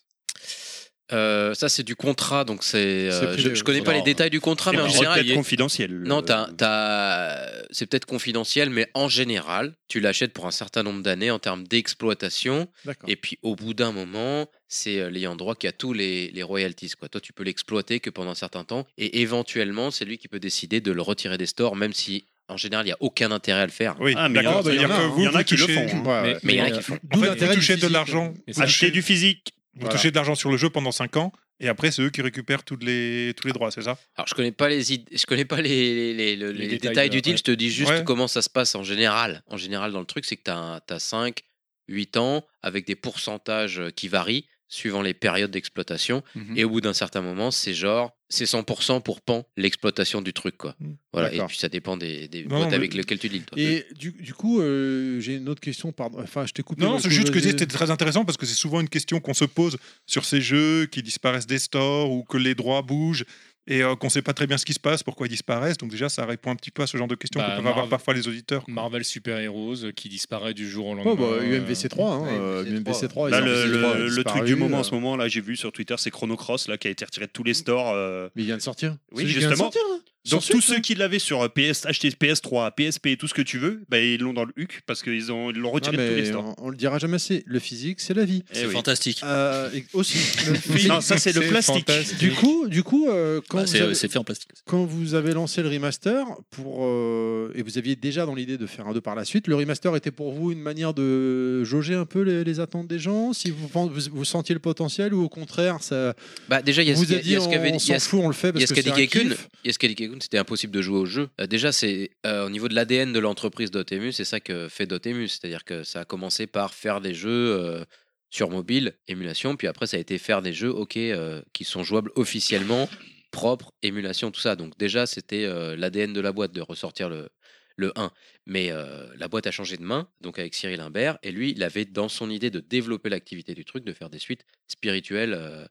[SPEAKER 2] Euh, ça c'est du contrat, donc c'est.
[SPEAKER 1] C'est
[SPEAKER 2] euh,
[SPEAKER 1] privé,
[SPEAKER 2] je, je connais
[SPEAKER 1] ouais.
[SPEAKER 2] pas les
[SPEAKER 1] Non.
[SPEAKER 2] détails du contrat,
[SPEAKER 6] Et
[SPEAKER 2] mais en
[SPEAKER 6] puis, c'est
[SPEAKER 2] général, il
[SPEAKER 6] peut-être
[SPEAKER 2] y a-
[SPEAKER 6] confidentiel. le-
[SPEAKER 2] Non, t'as- t'as- c'est peut-être confidentiel, mais en général, tu l'achètes pour un certain nombre d'années en termes d'exploitation.
[SPEAKER 1] D'accord.
[SPEAKER 2] Et puis, au bout d'un moment, c'est euh, l'ayant droit qui a tous les, les royalties. Quoi. Toi, tu peux l'exploiter que pendant un certain temps. Et éventuellement, c'est lui qui peut décider de le retirer des stores, même si, en général, il n'y a aucun intérêt à le faire.
[SPEAKER 7] Oui,
[SPEAKER 6] Ah, mais
[SPEAKER 7] d'accord,
[SPEAKER 6] il y en
[SPEAKER 7] c'est-à-dire
[SPEAKER 6] a, hein.
[SPEAKER 7] que vous,
[SPEAKER 6] Il y en a
[SPEAKER 7] vous
[SPEAKER 6] qui le
[SPEAKER 7] touchez-
[SPEAKER 6] font, hein.
[SPEAKER 1] Ouais,
[SPEAKER 2] Mais il y euh, en a
[SPEAKER 1] ouais.
[SPEAKER 2] qui font.
[SPEAKER 1] D'où
[SPEAKER 7] En fait,
[SPEAKER 1] l'intérêt
[SPEAKER 7] vous
[SPEAKER 1] du
[SPEAKER 7] touchez de
[SPEAKER 1] physique,
[SPEAKER 7] l'argent,
[SPEAKER 5] Et c'est-
[SPEAKER 6] Acheter du physique.
[SPEAKER 7] vous
[SPEAKER 1] Voilà.
[SPEAKER 7] touchez de l'argent sur le jeu pendant 5 ans, et après c'est eux qui récupèrent toutes les, tous les droits, c'est ça
[SPEAKER 2] Alors, je connais pas les, id- je connais pas les, les- les- les- les
[SPEAKER 5] détails
[SPEAKER 2] détails,
[SPEAKER 5] de-
[SPEAKER 2] du deal.
[SPEAKER 5] ouais.
[SPEAKER 2] Je te dis juste
[SPEAKER 7] Ouais.
[SPEAKER 2] comment ça se passe en général. En général, dans le truc, c'est que tu as, 5, 8 ans avec des pourcentages euh, qui varient suivant les périodes d'exploitation.
[SPEAKER 3] Mhm.
[SPEAKER 2] Et au bout d'un certain moment, c'est genre, c'est 100% pour Pan, l'exploitation du truc. quoi.
[SPEAKER 7] Mhm.
[SPEAKER 2] Voilà. Et
[SPEAKER 1] D'accord.
[SPEAKER 2] puis, ça dépend des, des
[SPEAKER 7] Non,
[SPEAKER 2] boîtes
[SPEAKER 7] mais-
[SPEAKER 2] avec lesquelles tu deals. toi.
[SPEAKER 1] Et du, du coup, euh, j'ai une autre question. Pardon. Enfin, je t'ai coupé.
[SPEAKER 7] Non, non,
[SPEAKER 1] du
[SPEAKER 7] c'est
[SPEAKER 1] coup,
[SPEAKER 7] juste que
[SPEAKER 1] vas-y.
[SPEAKER 7] c'était très intéressant parce que c'est souvent une question qu'on se pose sur ces jeux qui disparaissent des stores ou que les droits bougent et euh, qu'on ne sait pas très bien ce qui se passe, pourquoi ils disparaissent. Donc déjà, ça répond un petit peu à ce genre de questions
[SPEAKER 5] Bah,
[SPEAKER 7] que peuvent avoir
[SPEAKER 5] Marvel-
[SPEAKER 7] parfois les auditeurs.
[SPEAKER 5] Marvel Super Heroes euh, qui disparaît du jour au lendemain.
[SPEAKER 1] Ouais, bah, UMVC 3, hein,
[SPEAKER 8] Ouais,
[SPEAKER 1] euh,
[SPEAKER 8] UMVC
[SPEAKER 1] UMVC 3.
[SPEAKER 6] Là,
[SPEAKER 1] ils ont-
[SPEAKER 6] le,
[SPEAKER 1] ils
[SPEAKER 6] le-
[SPEAKER 1] ont
[SPEAKER 6] le truc
[SPEAKER 1] disparu,
[SPEAKER 6] du moment
[SPEAKER 1] euh,
[SPEAKER 6] en ce moment, là, j'ai vu sur Twitter, c'est Chrono Cross là, qui a été retiré de tous les stores. euh,
[SPEAKER 1] Mais il vient de sortir.
[SPEAKER 6] Oui,
[SPEAKER 1] Celui qui vient de
[SPEAKER 6] justement.
[SPEAKER 1] sortir, hein.
[SPEAKER 6] Donc
[SPEAKER 1] Sur
[SPEAKER 6] tous
[SPEAKER 1] Switch,
[SPEAKER 6] ceux qui l'avaient sur euh, PS, acheté PS3, PSP, tout ce que tu veux, bah, ils l'ont dans le HUC parce qu'ils ont- ils l'ont
[SPEAKER 1] hein.
[SPEAKER 6] retiré
[SPEAKER 1] Non,
[SPEAKER 6] de tous les
[SPEAKER 1] mais
[SPEAKER 6] stores.
[SPEAKER 1] on, on le dira jamais assez. Le physique, c'est la vie.
[SPEAKER 6] Eh
[SPEAKER 4] C'est
[SPEAKER 6] oui.
[SPEAKER 4] fantastique.
[SPEAKER 1] Euh, et aussi. le physique-
[SPEAKER 6] Non, ça c'est le
[SPEAKER 7] C'est
[SPEAKER 6] plastique.
[SPEAKER 7] fantastique.
[SPEAKER 1] du coup, du coup, euh, quand
[SPEAKER 4] Bah,
[SPEAKER 1] vous
[SPEAKER 4] c'est
[SPEAKER 1] avez-
[SPEAKER 4] c'est fait en plastique.
[SPEAKER 1] quand vous avez lancé le remaster pour euh, et vous aviez déjà dans l'idée de faire un 2 par la suite, le remaster était pour vous une manière de jauger un peu les, les attentes des gens, si vous, pen- vous, vous sentiez le potentiel ou au contraire ça
[SPEAKER 2] Bah, déjà, il y a ce
[SPEAKER 1] vous
[SPEAKER 2] qu'il
[SPEAKER 1] a
[SPEAKER 2] y a- il y
[SPEAKER 1] dit
[SPEAKER 2] a ce qu'avait
[SPEAKER 1] on
[SPEAKER 2] il y a
[SPEAKER 1] s'en
[SPEAKER 2] ce-
[SPEAKER 1] fout, on le fait
[SPEAKER 2] Il y a ce
[SPEAKER 1] parce que
[SPEAKER 2] qu'a dit
[SPEAKER 1] c'est un
[SPEAKER 2] Gekun,
[SPEAKER 1] kiff.
[SPEAKER 2] il y a ce qu'a dit Gekun, c'était impossible de jouer au jeu. Euh, déjà, c'est euh, au niveau de l'ADN de l'entreprise Dotemu, c'est ça que fait Dotemu, c'est-à-dire que ça a commencé par faire des jeux euh, sur mobile, émulation, puis après ça a été faire des jeux, ok, euh, qui sont jouables officiellement, propres, émulation, tout ça. Donc déjà, c'était euh, l'ADN de la boîte de ressortir le, le 1. Mais euh, la boîte a changé de main, donc avec Cyril Imbert, et lui, il avait dans son idée de développer l'activité du truc, de faire des suites spirituelles, euh,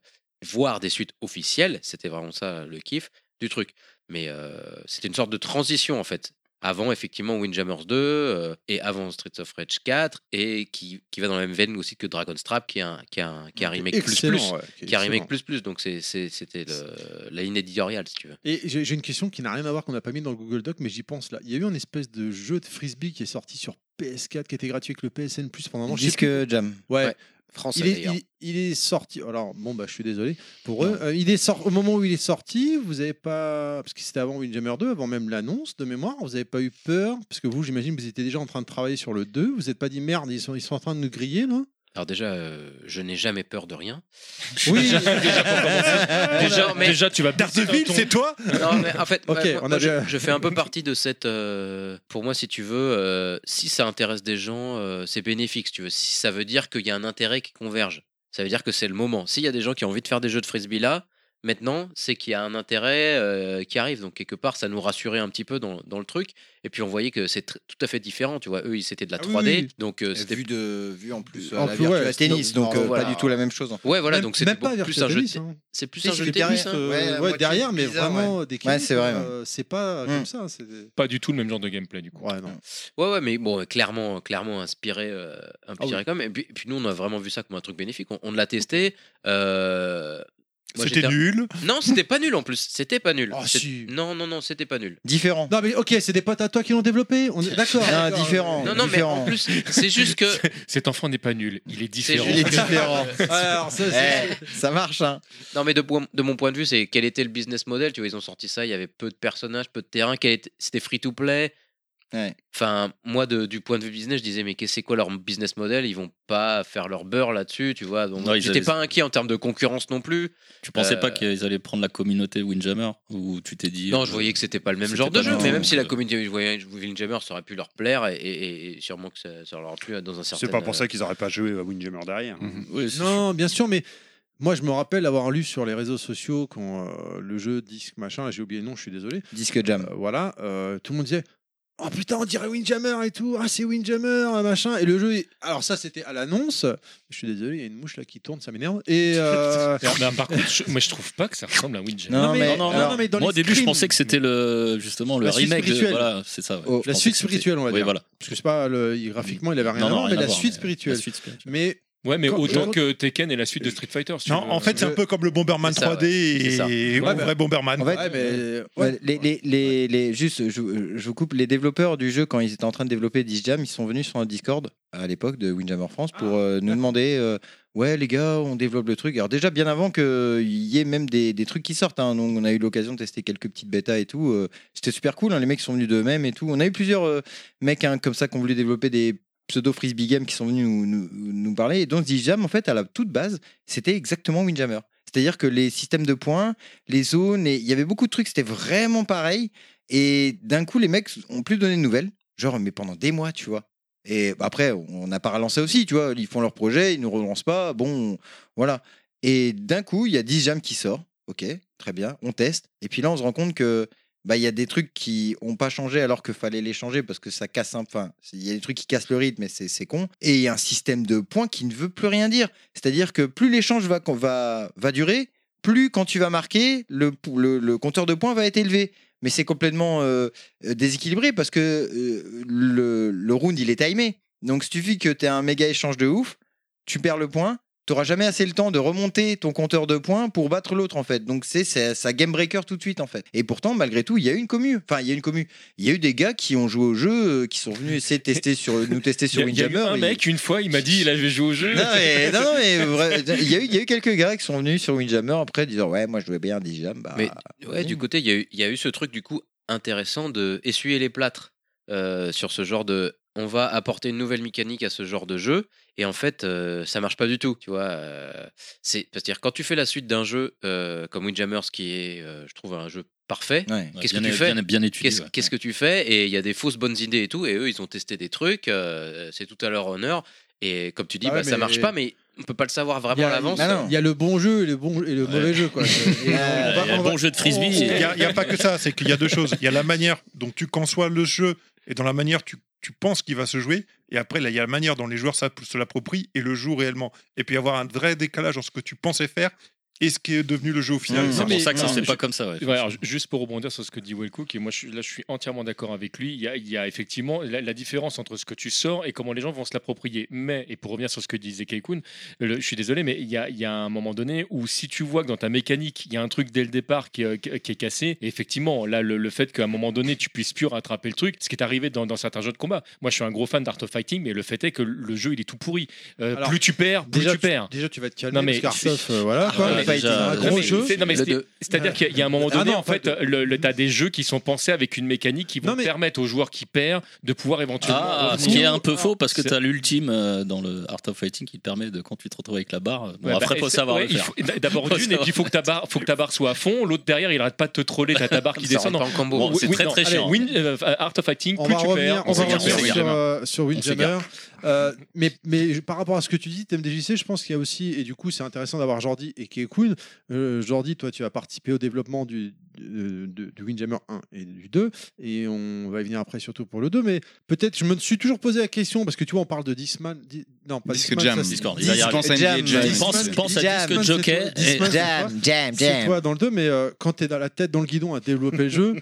[SPEAKER 2] voire des suites officielles, c'était vraiment ça le kiff du truc. Mais euh, c'était une sorte de transition en fait. Avant effectivement Windjammers 2 euh, et avant Streets of Rage 4 et qui, qui va dans la même veine aussi que Dragon Strap qui est un, qui est un, qui est un remake plus
[SPEAKER 1] Mmh, Excellent,
[SPEAKER 2] plus.
[SPEAKER 1] ouais, qui est
[SPEAKER 2] Qui est un remake
[SPEAKER 1] excellent.
[SPEAKER 2] plus plus, donc c'est- c'est- c'était le- la ligne éditoriale si tu veux.
[SPEAKER 1] Et j'ai j'ai une question qui n'a rien à voir, qu'on n'a pas mis dans le Google Doc, mais j'y pense là. Il y a eu un espèce de jeu de frisbee qui est sorti sur PS4 qui était gratuit avec le PSN Plus pendant un moment. je sais
[SPEAKER 8] Disque
[SPEAKER 1] plus-
[SPEAKER 8] Jam.
[SPEAKER 1] Ouais,
[SPEAKER 2] Ouais. Français
[SPEAKER 1] il est,
[SPEAKER 2] d'ailleurs.
[SPEAKER 1] il- il est sorti. Alors bon bah je suis désolé pour eux. Euh, il est sorti au moment où il est sorti. Vous avez pas parce que c'était avant Windjammer 2, avant même l'annonce de mémoire. Vous avez pas eu peur parce que vous j'imagine vous étiez déjà en train de travailler sur le 2. Vous n'êtes pas dit merde ils sont ils sont en train de nous griller là.
[SPEAKER 2] Alors déjà, euh, je n'ai jamais peur de rien.
[SPEAKER 1] Oui.
[SPEAKER 2] Déjà, mais-
[SPEAKER 5] Déjà, tu vas baisser ton-
[SPEAKER 7] toi
[SPEAKER 2] Non, mais en fait,
[SPEAKER 1] Ok,
[SPEAKER 2] ouais, moi,
[SPEAKER 1] on
[SPEAKER 2] moi,
[SPEAKER 1] a
[SPEAKER 2] je,
[SPEAKER 1] bien-
[SPEAKER 2] je fais un peu partie de cette. euh, pour moi, si tu veux, euh, si ça intéresse des gens, euh, c'est bénéfique. Si tu veux, si ça veut dire qu'il y a un intérêt qui converge, ça veut dire que c'est le moment. S'il y a des gens qui ont envie de faire des jeux de frisbee là, Maintenant, c'est qu'il y a un intérêt euh, qui arrive. Donc, quelque part, ça nous rassurait un petit peu dans, dans le truc. Et puis, on voyait que c'est tr- tout à fait différent. Tu vois, eux, ils- c'était de la
[SPEAKER 8] Ah oui,
[SPEAKER 2] 3D.
[SPEAKER 8] oui.
[SPEAKER 2] Donc, euh,
[SPEAKER 8] Et
[SPEAKER 2] c'était.
[SPEAKER 8] vu, de, vu en plus euh,
[SPEAKER 2] En
[SPEAKER 8] la
[SPEAKER 2] plus, ouais,
[SPEAKER 8] Virtua
[SPEAKER 2] c'est-
[SPEAKER 8] Tennis,
[SPEAKER 2] non,
[SPEAKER 8] donc euh,
[SPEAKER 2] voilà.
[SPEAKER 8] pas du tout la même chose. en fait.
[SPEAKER 2] Ouais, voilà, donc c'était
[SPEAKER 1] même pas
[SPEAKER 2] beaucoup plus
[SPEAKER 1] Virtua
[SPEAKER 2] un jeu. de-
[SPEAKER 1] Tennis, hein.
[SPEAKER 2] C'est plus
[SPEAKER 1] Si,
[SPEAKER 2] un jeu de
[SPEAKER 1] c'était
[SPEAKER 2] tennis.
[SPEAKER 1] juste,
[SPEAKER 2] hein.
[SPEAKER 1] euh,
[SPEAKER 8] Ouais, la
[SPEAKER 1] ouais,
[SPEAKER 8] moitié
[SPEAKER 1] derrière, mais
[SPEAKER 8] bizarre,
[SPEAKER 1] vraiment
[SPEAKER 8] ouais.
[SPEAKER 1] des clips,
[SPEAKER 8] Ouais, c'est vrai,
[SPEAKER 1] euh, c'est
[SPEAKER 2] Hmm.
[SPEAKER 1] pas comme ça. c'est-
[SPEAKER 5] euh, Pas du tout le même genre de gameplay du coup.
[SPEAKER 1] Ouais, non.
[SPEAKER 2] Ouais, ouais, mais bon, euh, clairement, clairement inspiré, euh, inspiré
[SPEAKER 5] oui.
[SPEAKER 2] quand même. Et puis, et puis nous, on a vraiment vu ça comme un truc bénéfique. On, on l'a testé. euh, moi,
[SPEAKER 7] C'était
[SPEAKER 2] j'étais-
[SPEAKER 7] nul.
[SPEAKER 2] Non, c'était pas nul en plus. C'était pas nul.
[SPEAKER 1] Ah,
[SPEAKER 2] C'est-
[SPEAKER 1] si.
[SPEAKER 2] Non, non, non, c'était pas nul.
[SPEAKER 8] Différent.
[SPEAKER 1] Non, mais ok, c'est des potes à toi qui l'ont développé. On est d'accord.
[SPEAKER 8] Non,
[SPEAKER 1] d'accord.
[SPEAKER 8] différent.
[SPEAKER 2] Non, non, mais
[SPEAKER 8] différent.
[SPEAKER 2] en plus, c'est juste que.
[SPEAKER 5] Cet enfant n'est pas nul, il est
[SPEAKER 2] c'est
[SPEAKER 5] différent. Ah,
[SPEAKER 2] juste que-
[SPEAKER 1] Ouais, alors, ça, c'est-
[SPEAKER 8] Eh, ça marche, hein.
[SPEAKER 2] Non, mais de, point- de mon point de vue, c'est quel était le business model Tu vois, ils ont sorti ça, il y avait peu de personnages, peu de terrain, quel était- c'était free to play.
[SPEAKER 8] Ouais.
[SPEAKER 2] Enfin, moi, de- du point de vue business, je disais, mais qu'est- c'est quoi leur business model Ils vont pas faire leur beurre là-dessus, tu vois. Donc,
[SPEAKER 4] Non, ils
[SPEAKER 2] j'étais
[SPEAKER 4] avaient-
[SPEAKER 2] pas inquiet en termes de concurrence non plus.
[SPEAKER 4] Tu pensais
[SPEAKER 2] Euh,
[SPEAKER 4] pas qu'ils allaient prendre la communauté Windjammer Ou tu t'es dit. euh,
[SPEAKER 2] Non, je voyais que c'était pas le même
[SPEAKER 4] C'était
[SPEAKER 2] genre de
[SPEAKER 4] pas
[SPEAKER 2] jeu,
[SPEAKER 4] le
[SPEAKER 2] mais
[SPEAKER 4] même
[SPEAKER 2] même si
[SPEAKER 4] genre
[SPEAKER 2] la
[SPEAKER 4] de-
[SPEAKER 2] communauté Windjammer, ça aurait pu leur plaire et, et- et sûrement que ça, ça leur aurait plu euh, dans un certain
[SPEAKER 6] C'est pas pour ça qu'ils auraient pas joué à Windjammer derrière.
[SPEAKER 4] Oui, c'est-
[SPEAKER 1] Non, bien sûr, mais moi, je me rappelle avoir lu sur les réseaux sociaux quand euh, le jeu disque machin, j'ai oublié le nom, je suis désolé.
[SPEAKER 8] Disque jam.
[SPEAKER 1] Euh, voilà, euh, tout le monde disait Oh putain, on dirait Windjammer et tout, ah c'est Windjammer, machin. Et le jeu, est- alors ça, c'était à l'annonce. Je suis désolé, il y a une mouche là qui tourne, ça m'énerve. Et. euh,
[SPEAKER 5] Non, mais par contre, je, moi je trouve pas que ça ressemble à Windjammer.
[SPEAKER 8] Non,
[SPEAKER 1] Non, mais,
[SPEAKER 8] mais-
[SPEAKER 1] non, non,
[SPEAKER 8] alors,
[SPEAKER 1] non, mais dans les
[SPEAKER 4] Moi, au début, je
[SPEAKER 1] screams-
[SPEAKER 4] pensais que c'était le, justement le
[SPEAKER 1] La suite
[SPEAKER 4] remake. de-
[SPEAKER 1] spirituelle.
[SPEAKER 4] voilà, c'est ça. ouais.
[SPEAKER 8] Oh,
[SPEAKER 4] Je
[SPEAKER 1] La
[SPEAKER 4] pensais
[SPEAKER 1] suite
[SPEAKER 4] que c'était-
[SPEAKER 1] spirituelle, on va
[SPEAKER 4] Oui,
[SPEAKER 1] dire.
[SPEAKER 4] voilà.
[SPEAKER 1] Parce que je sais pas, le- il- graphiquement, il avait rien
[SPEAKER 4] Non,
[SPEAKER 1] à
[SPEAKER 4] non,
[SPEAKER 1] voir, mais
[SPEAKER 4] rien à
[SPEAKER 1] la
[SPEAKER 4] voir,
[SPEAKER 1] suite
[SPEAKER 4] mais-
[SPEAKER 1] spirituelle.
[SPEAKER 4] La suite spirituelle.
[SPEAKER 1] Mais
[SPEAKER 5] Ouais, mais
[SPEAKER 1] Quand-
[SPEAKER 5] autant
[SPEAKER 1] quand-
[SPEAKER 5] que Tekken est la suite de Street Fighter. si
[SPEAKER 7] Non,
[SPEAKER 5] tu veux.
[SPEAKER 7] en fait, c'est un peu comme le Bomberman
[SPEAKER 2] C'est ça,
[SPEAKER 7] 3D
[SPEAKER 2] c'est ça.
[SPEAKER 7] et,
[SPEAKER 1] Ouais,
[SPEAKER 7] le
[SPEAKER 5] bah,
[SPEAKER 7] vrai Bomberman.
[SPEAKER 8] En fait, euh,
[SPEAKER 1] Ouais,
[SPEAKER 5] euh,
[SPEAKER 1] mais-
[SPEAKER 8] Ouais,
[SPEAKER 1] ouais.
[SPEAKER 8] les, les, les, les- juste, je, je vous coupe. Les développeurs du jeu, quand ils étaient en train de développer Disjam, ils sont venus sur un Discord à l'époque de Windjammer France pour euh, nous demander euh, Ouais, les gars, on développe le truc. Alors, déjà, bien avant qu'il y ait même des, des trucs qui sortent, hein, donc on a eu l'occasion de tester quelques petites bêtas et tout. euh, C'était super cool. hein, les mecs sont venus d'eux-mêmes et tout. On a eu plusieurs euh, mecs hein, comme ça qui ont voulu développer des pseudo frisbee games qui sont venus nous, nous- nous parler. Et donc, Disjam, en fait, à la toute base, c'était exactement Windjammer. C'est-à-dire que les systèmes de points, les zones, et il y avait beaucoup de trucs, c'était vraiment pareil. Et d'un coup, les mecs ont plus donné de nouvelles, genre, mais pendant des mois, tu vois. Et bah, après, on n'a pas relancé aussi, tu vois. Ils font leur projet, ils ne nous relancent pas, bon, voilà. Et d'un coup, il y a 10 jams qui sort, ok, très bien, on teste. Et puis là, on se rend compte que bah, il y a des trucs qui n'ont pas changé alors qu'il fallait les changer parce que ça casse un. Enfin, il y a des trucs qui cassent le rythme et c'est c'est con. Et il y a un système de points qui ne veut plus rien dire. C'est-à-dire que plus l'échange va, va, va durer, plus quand tu vas marquer, le, le, le compteur de points va être élevé. Mais c'est complètement euh, euh, déséquilibré parce que euh, le, le round, il est timé. Donc, si tu vis que tu as un méga échange de ouf, tu perds le point, tu n'auras jamais assez le temps de remonter ton compteur de points pour battre l'autre, en fait. Donc, c'est c'est- ça game breaker tout de suite, en fait. Et pourtant, malgré tout, il y a eu une commu. Enfin, il y a eu une commu. Il y a eu des gars qui ont joué au jeu, euh, qui sont venus essayer de tester sur, nous tester
[SPEAKER 5] Il y
[SPEAKER 8] sur
[SPEAKER 5] a- il y a eu
[SPEAKER 8] Windjammer.
[SPEAKER 5] un
[SPEAKER 8] et-
[SPEAKER 5] mec, une fois, il m'a dit là, je vais jouer au jeu.
[SPEAKER 8] non mais, non, non, mais vrai- il y, a eu- il y a eu quelques gars qui sont venus sur Windjammer après disant ouais moi je jouais bien à Dijam bah
[SPEAKER 2] Mais ouais,
[SPEAKER 8] oui.
[SPEAKER 2] du côté, il y, a eu- il y a eu ce truc du coup intéressant de essuyer les plâtres euh, sur ce genre de. On va apporter une nouvelle mécanique à ce genre de jeu et en fait, euh, ça marche pas du tout. Tu vois, euh, c'est c'est-à-dire quand tu fais la suite d'un jeu euh, comme Windjammer, ce qui est, euh, je trouve, un jeu parfait.
[SPEAKER 8] Ouais.
[SPEAKER 4] Ouais,
[SPEAKER 2] Qu'est-ce
[SPEAKER 4] bien-
[SPEAKER 2] que tu fais
[SPEAKER 4] bien, bien étudié.
[SPEAKER 2] Qu'est-ce
[SPEAKER 4] ouais.
[SPEAKER 2] qu'est-ce que tu fais Et il y a des fausses bonnes idées et tout. Et eux, ils ont testé des trucs. euh, c'est tout à leur honneur. Et comme tu dis,
[SPEAKER 1] Bah
[SPEAKER 2] bah,
[SPEAKER 1] ouais,
[SPEAKER 2] ça
[SPEAKER 1] mais-
[SPEAKER 2] marche pas, mais on peut pas le savoir
[SPEAKER 1] Il y
[SPEAKER 2] vraiment
[SPEAKER 1] a-
[SPEAKER 2] à l'avance.
[SPEAKER 8] Bah non.
[SPEAKER 1] Il y a le bon jeu et le, bon, et le
[SPEAKER 4] Ouais.
[SPEAKER 1] mauvais jeu. Quoi. Et
[SPEAKER 4] Euh,
[SPEAKER 1] on va-
[SPEAKER 4] il y a
[SPEAKER 1] on
[SPEAKER 4] un
[SPEAKER 1] va-
[SPEAKER 4] bon jeu de frisbee.
[SPEAKER 1] on-
[SPEAKER 7] Il
[SPEAKER 4] et-
[SPEAKER 7] n'y a, pas que ça, c'est qu'il y a deux choses. Il y a la manière dont tu conçois le jeu et dans la manière tu, tu penses qu'il va se jouer. Et après, là, il y a la manière dont les joueurs s'app- se l'approprient et le jouent réellement. Et puis avoir un vrai décalage entre ce que tu pensais faire et ce qui est devenu le jeu au final.
[SPEAKER 8] Mmh.
[SPEAKER 4] C'est
[SPEAKER 5] Non, mais-
[SPEAKER 4] pour ça que ça
[SPEAKER 5] non,
[SPEAKER 4] c'est
[SPEAKER 5] je-
[SPEAKER 4] pas comme ça. ouais.
[SPEAKER 5] Ouais, alors, ju- juste pour rebondir sur ce que dit Wellcook, et moi je suis- là je suis entièrement d'accord avec lui, il y a, il y a effectivement la, la différence entre ce que tu sors et comment les gens vont se l'approprier. Mais, et pour revenir sur ce que disait Keikun, le- je suis désolé, mais il y, a, il y a un moment donné où si tu vois que dans ta mécanique, il y a un truc dès le départ qui, est- qui est cassé, et effectivement, là le, le fait qu'à un moment donné tu puisses plus rattraper le truc, ce qui est arrivé dans, dans certains jeux de combat. Moi je suis un gros fan d'Art of Fighting, mais le fait est que le jeu il est tout pourri. Euh,
[SPEAKER 1] Alors,
[SPEAKER 5] plus tu perds, plus
[SPEAKER 1] Déjà,
[SPEAKER 5] tu perds.
[SPEAKER 1] déjà, tu vas te calmer
[SPEAKER 5] Non, mais- Ah,
[SPEAKER 1] parce qu'Arsof, euh, voilà. quoi.
[SPEAKER 4] ouais,
[SPEAKER 1] Il a
[SPEAKER 4] déjà,
[SPEAKER 1] été un
[SPEAKER 4] euh,
[SPEAKER 5] Non,
[SPEAKER 1] gros
[SPEAKER 5] mais
[SPEAKER 1] jeu.
[SPEAKER 5] c'est- non, mais
[SPEAKER 2] Le
[SPEAKER 5] c'est-
[SPEAKER 2] deux.
[SPEAKER 5] C'est-à-dire qu'il y a- il y a un moment
[SPEAKER 1] Ah
[SPEAKER 5] donné,
[SPEAKER 1] non,
[SPEAKER 5] en fait,
[SPEAKER 1] pas
[SPEAKER 5] le, le- t'as des jeux qui sont pensés avec une mécanique qui vont
[SPEAKER 1] Non, mais-
[SPEAKER 5] permettre aux joueurs qui perdent de pouvoir éventuellement.
[SPEAKER 4] Ah,
[SPEAKER 5] revenir.
[SPEAKER 4] ce qui est un peu faux parce que
[SPEAKER 5] C'est-
[SPEAKER 4] tu as l'ultime euh, dans le Art of Fighting qui te permet de quand tu te retrouves avec la barre. euh, Bon,
[SPEAKER 5] Ouais, bah,
[SPEAKER 4] après,
[SPEAKER 5] et
[SPEAKER 4] faut
[SPEAKER 5] c'est-
[SPEAKER 4] savoir
[SPEAKER 5] ouais,
[SPEAKER 4] le
[SPEAKER 5] il
[SPEAKER 4] faire.
[SPEAKER 5] faut- D'abord
[SPEAKER 4] Faut
[SPEAKER 5] d'une, et puis il faut que ta barre, faut que ta barre soit à fond. L'autre derrière, il arrête pas de te troller. T'as ta barre qui
[SPEAKER 2] Ça rentre
[SPEAKER 5] descend.
[SPEAKER 2] pas
[SPEAKER 5] Non.
[SPEAKER 2] en combo.
[SPEAKER 4] Bon, c'est
[SPEAKER 5] oui,
[SPEAKER 4] très,
[SPEAKER 5] non,
[SPEAKER 4] très
[SPEAKER 5] allez,
[SPEAKER 4] chiant.
[SPEAKER 5] Win- euh, Art of Fighting,
[SPEAKER 1] On
[SPEAKER 5] plus
[SPEAKER 1] va
[SPEAKER 5] tu
[SPEAKER 1] revenir,
[SPEAKER 5] perds.
[SPEAKER 1] on va
[SPEAKER 4] s'égare,
[SPEAKER 1] revenir
[SPEAKER 4] on s'égare.
[SPEAKER 1] sur, euh, sur Windjammer.
[SPEAKER 4] s'égare.
[SPEAKER 1] Euh, mais, mais je- par rapport à ce que tu dis, TMDJC, je pense qu'il y a aussi, et du coup c'est intéressant d'avoir Jordi et qui Tycoon. Euh, Jordi, toi, tu as participé au développement du, de, de- du Windjammer 1 et du 2, et on va y venir après surtout pour le 2, mais peut-être, je me suis toujours posé la question, parce que tu vois, on parle de Discman, Di- non, pas
[SPEAKER 3] Disque
[SPEAKER 1] Discman,
[SPEAKER 3] Jam,
[SPEAKER 1] ça, c'est-
[SPEAKER 3] Discord.
[SPEAKER 1] Discman,
[SPEAKER 3] Jam, Pense à Jam, NBA Jam. Jam.
[SPEAKER 1] Discman,
[SPEAKER 3] Pense- pense à
[SPEAKER 1] Jam,
[SPEAKER 3] Disque
[SPEAKER 1] c'est toi,
[SPEAKER 3] Jockey et-
[SPEAKER 1] Discman, c'est
[SPEAKER 9] Jam,
[SPEAKER 1] toi.
[SPEAKER 9] Jam,
[SPEAKER 1] C'est
[SPEAKER 9] Jam.
[SPEAKER 1] toi dans le 2, mais euh, quand tu es dans la tête dans le guidon à développer le jeu,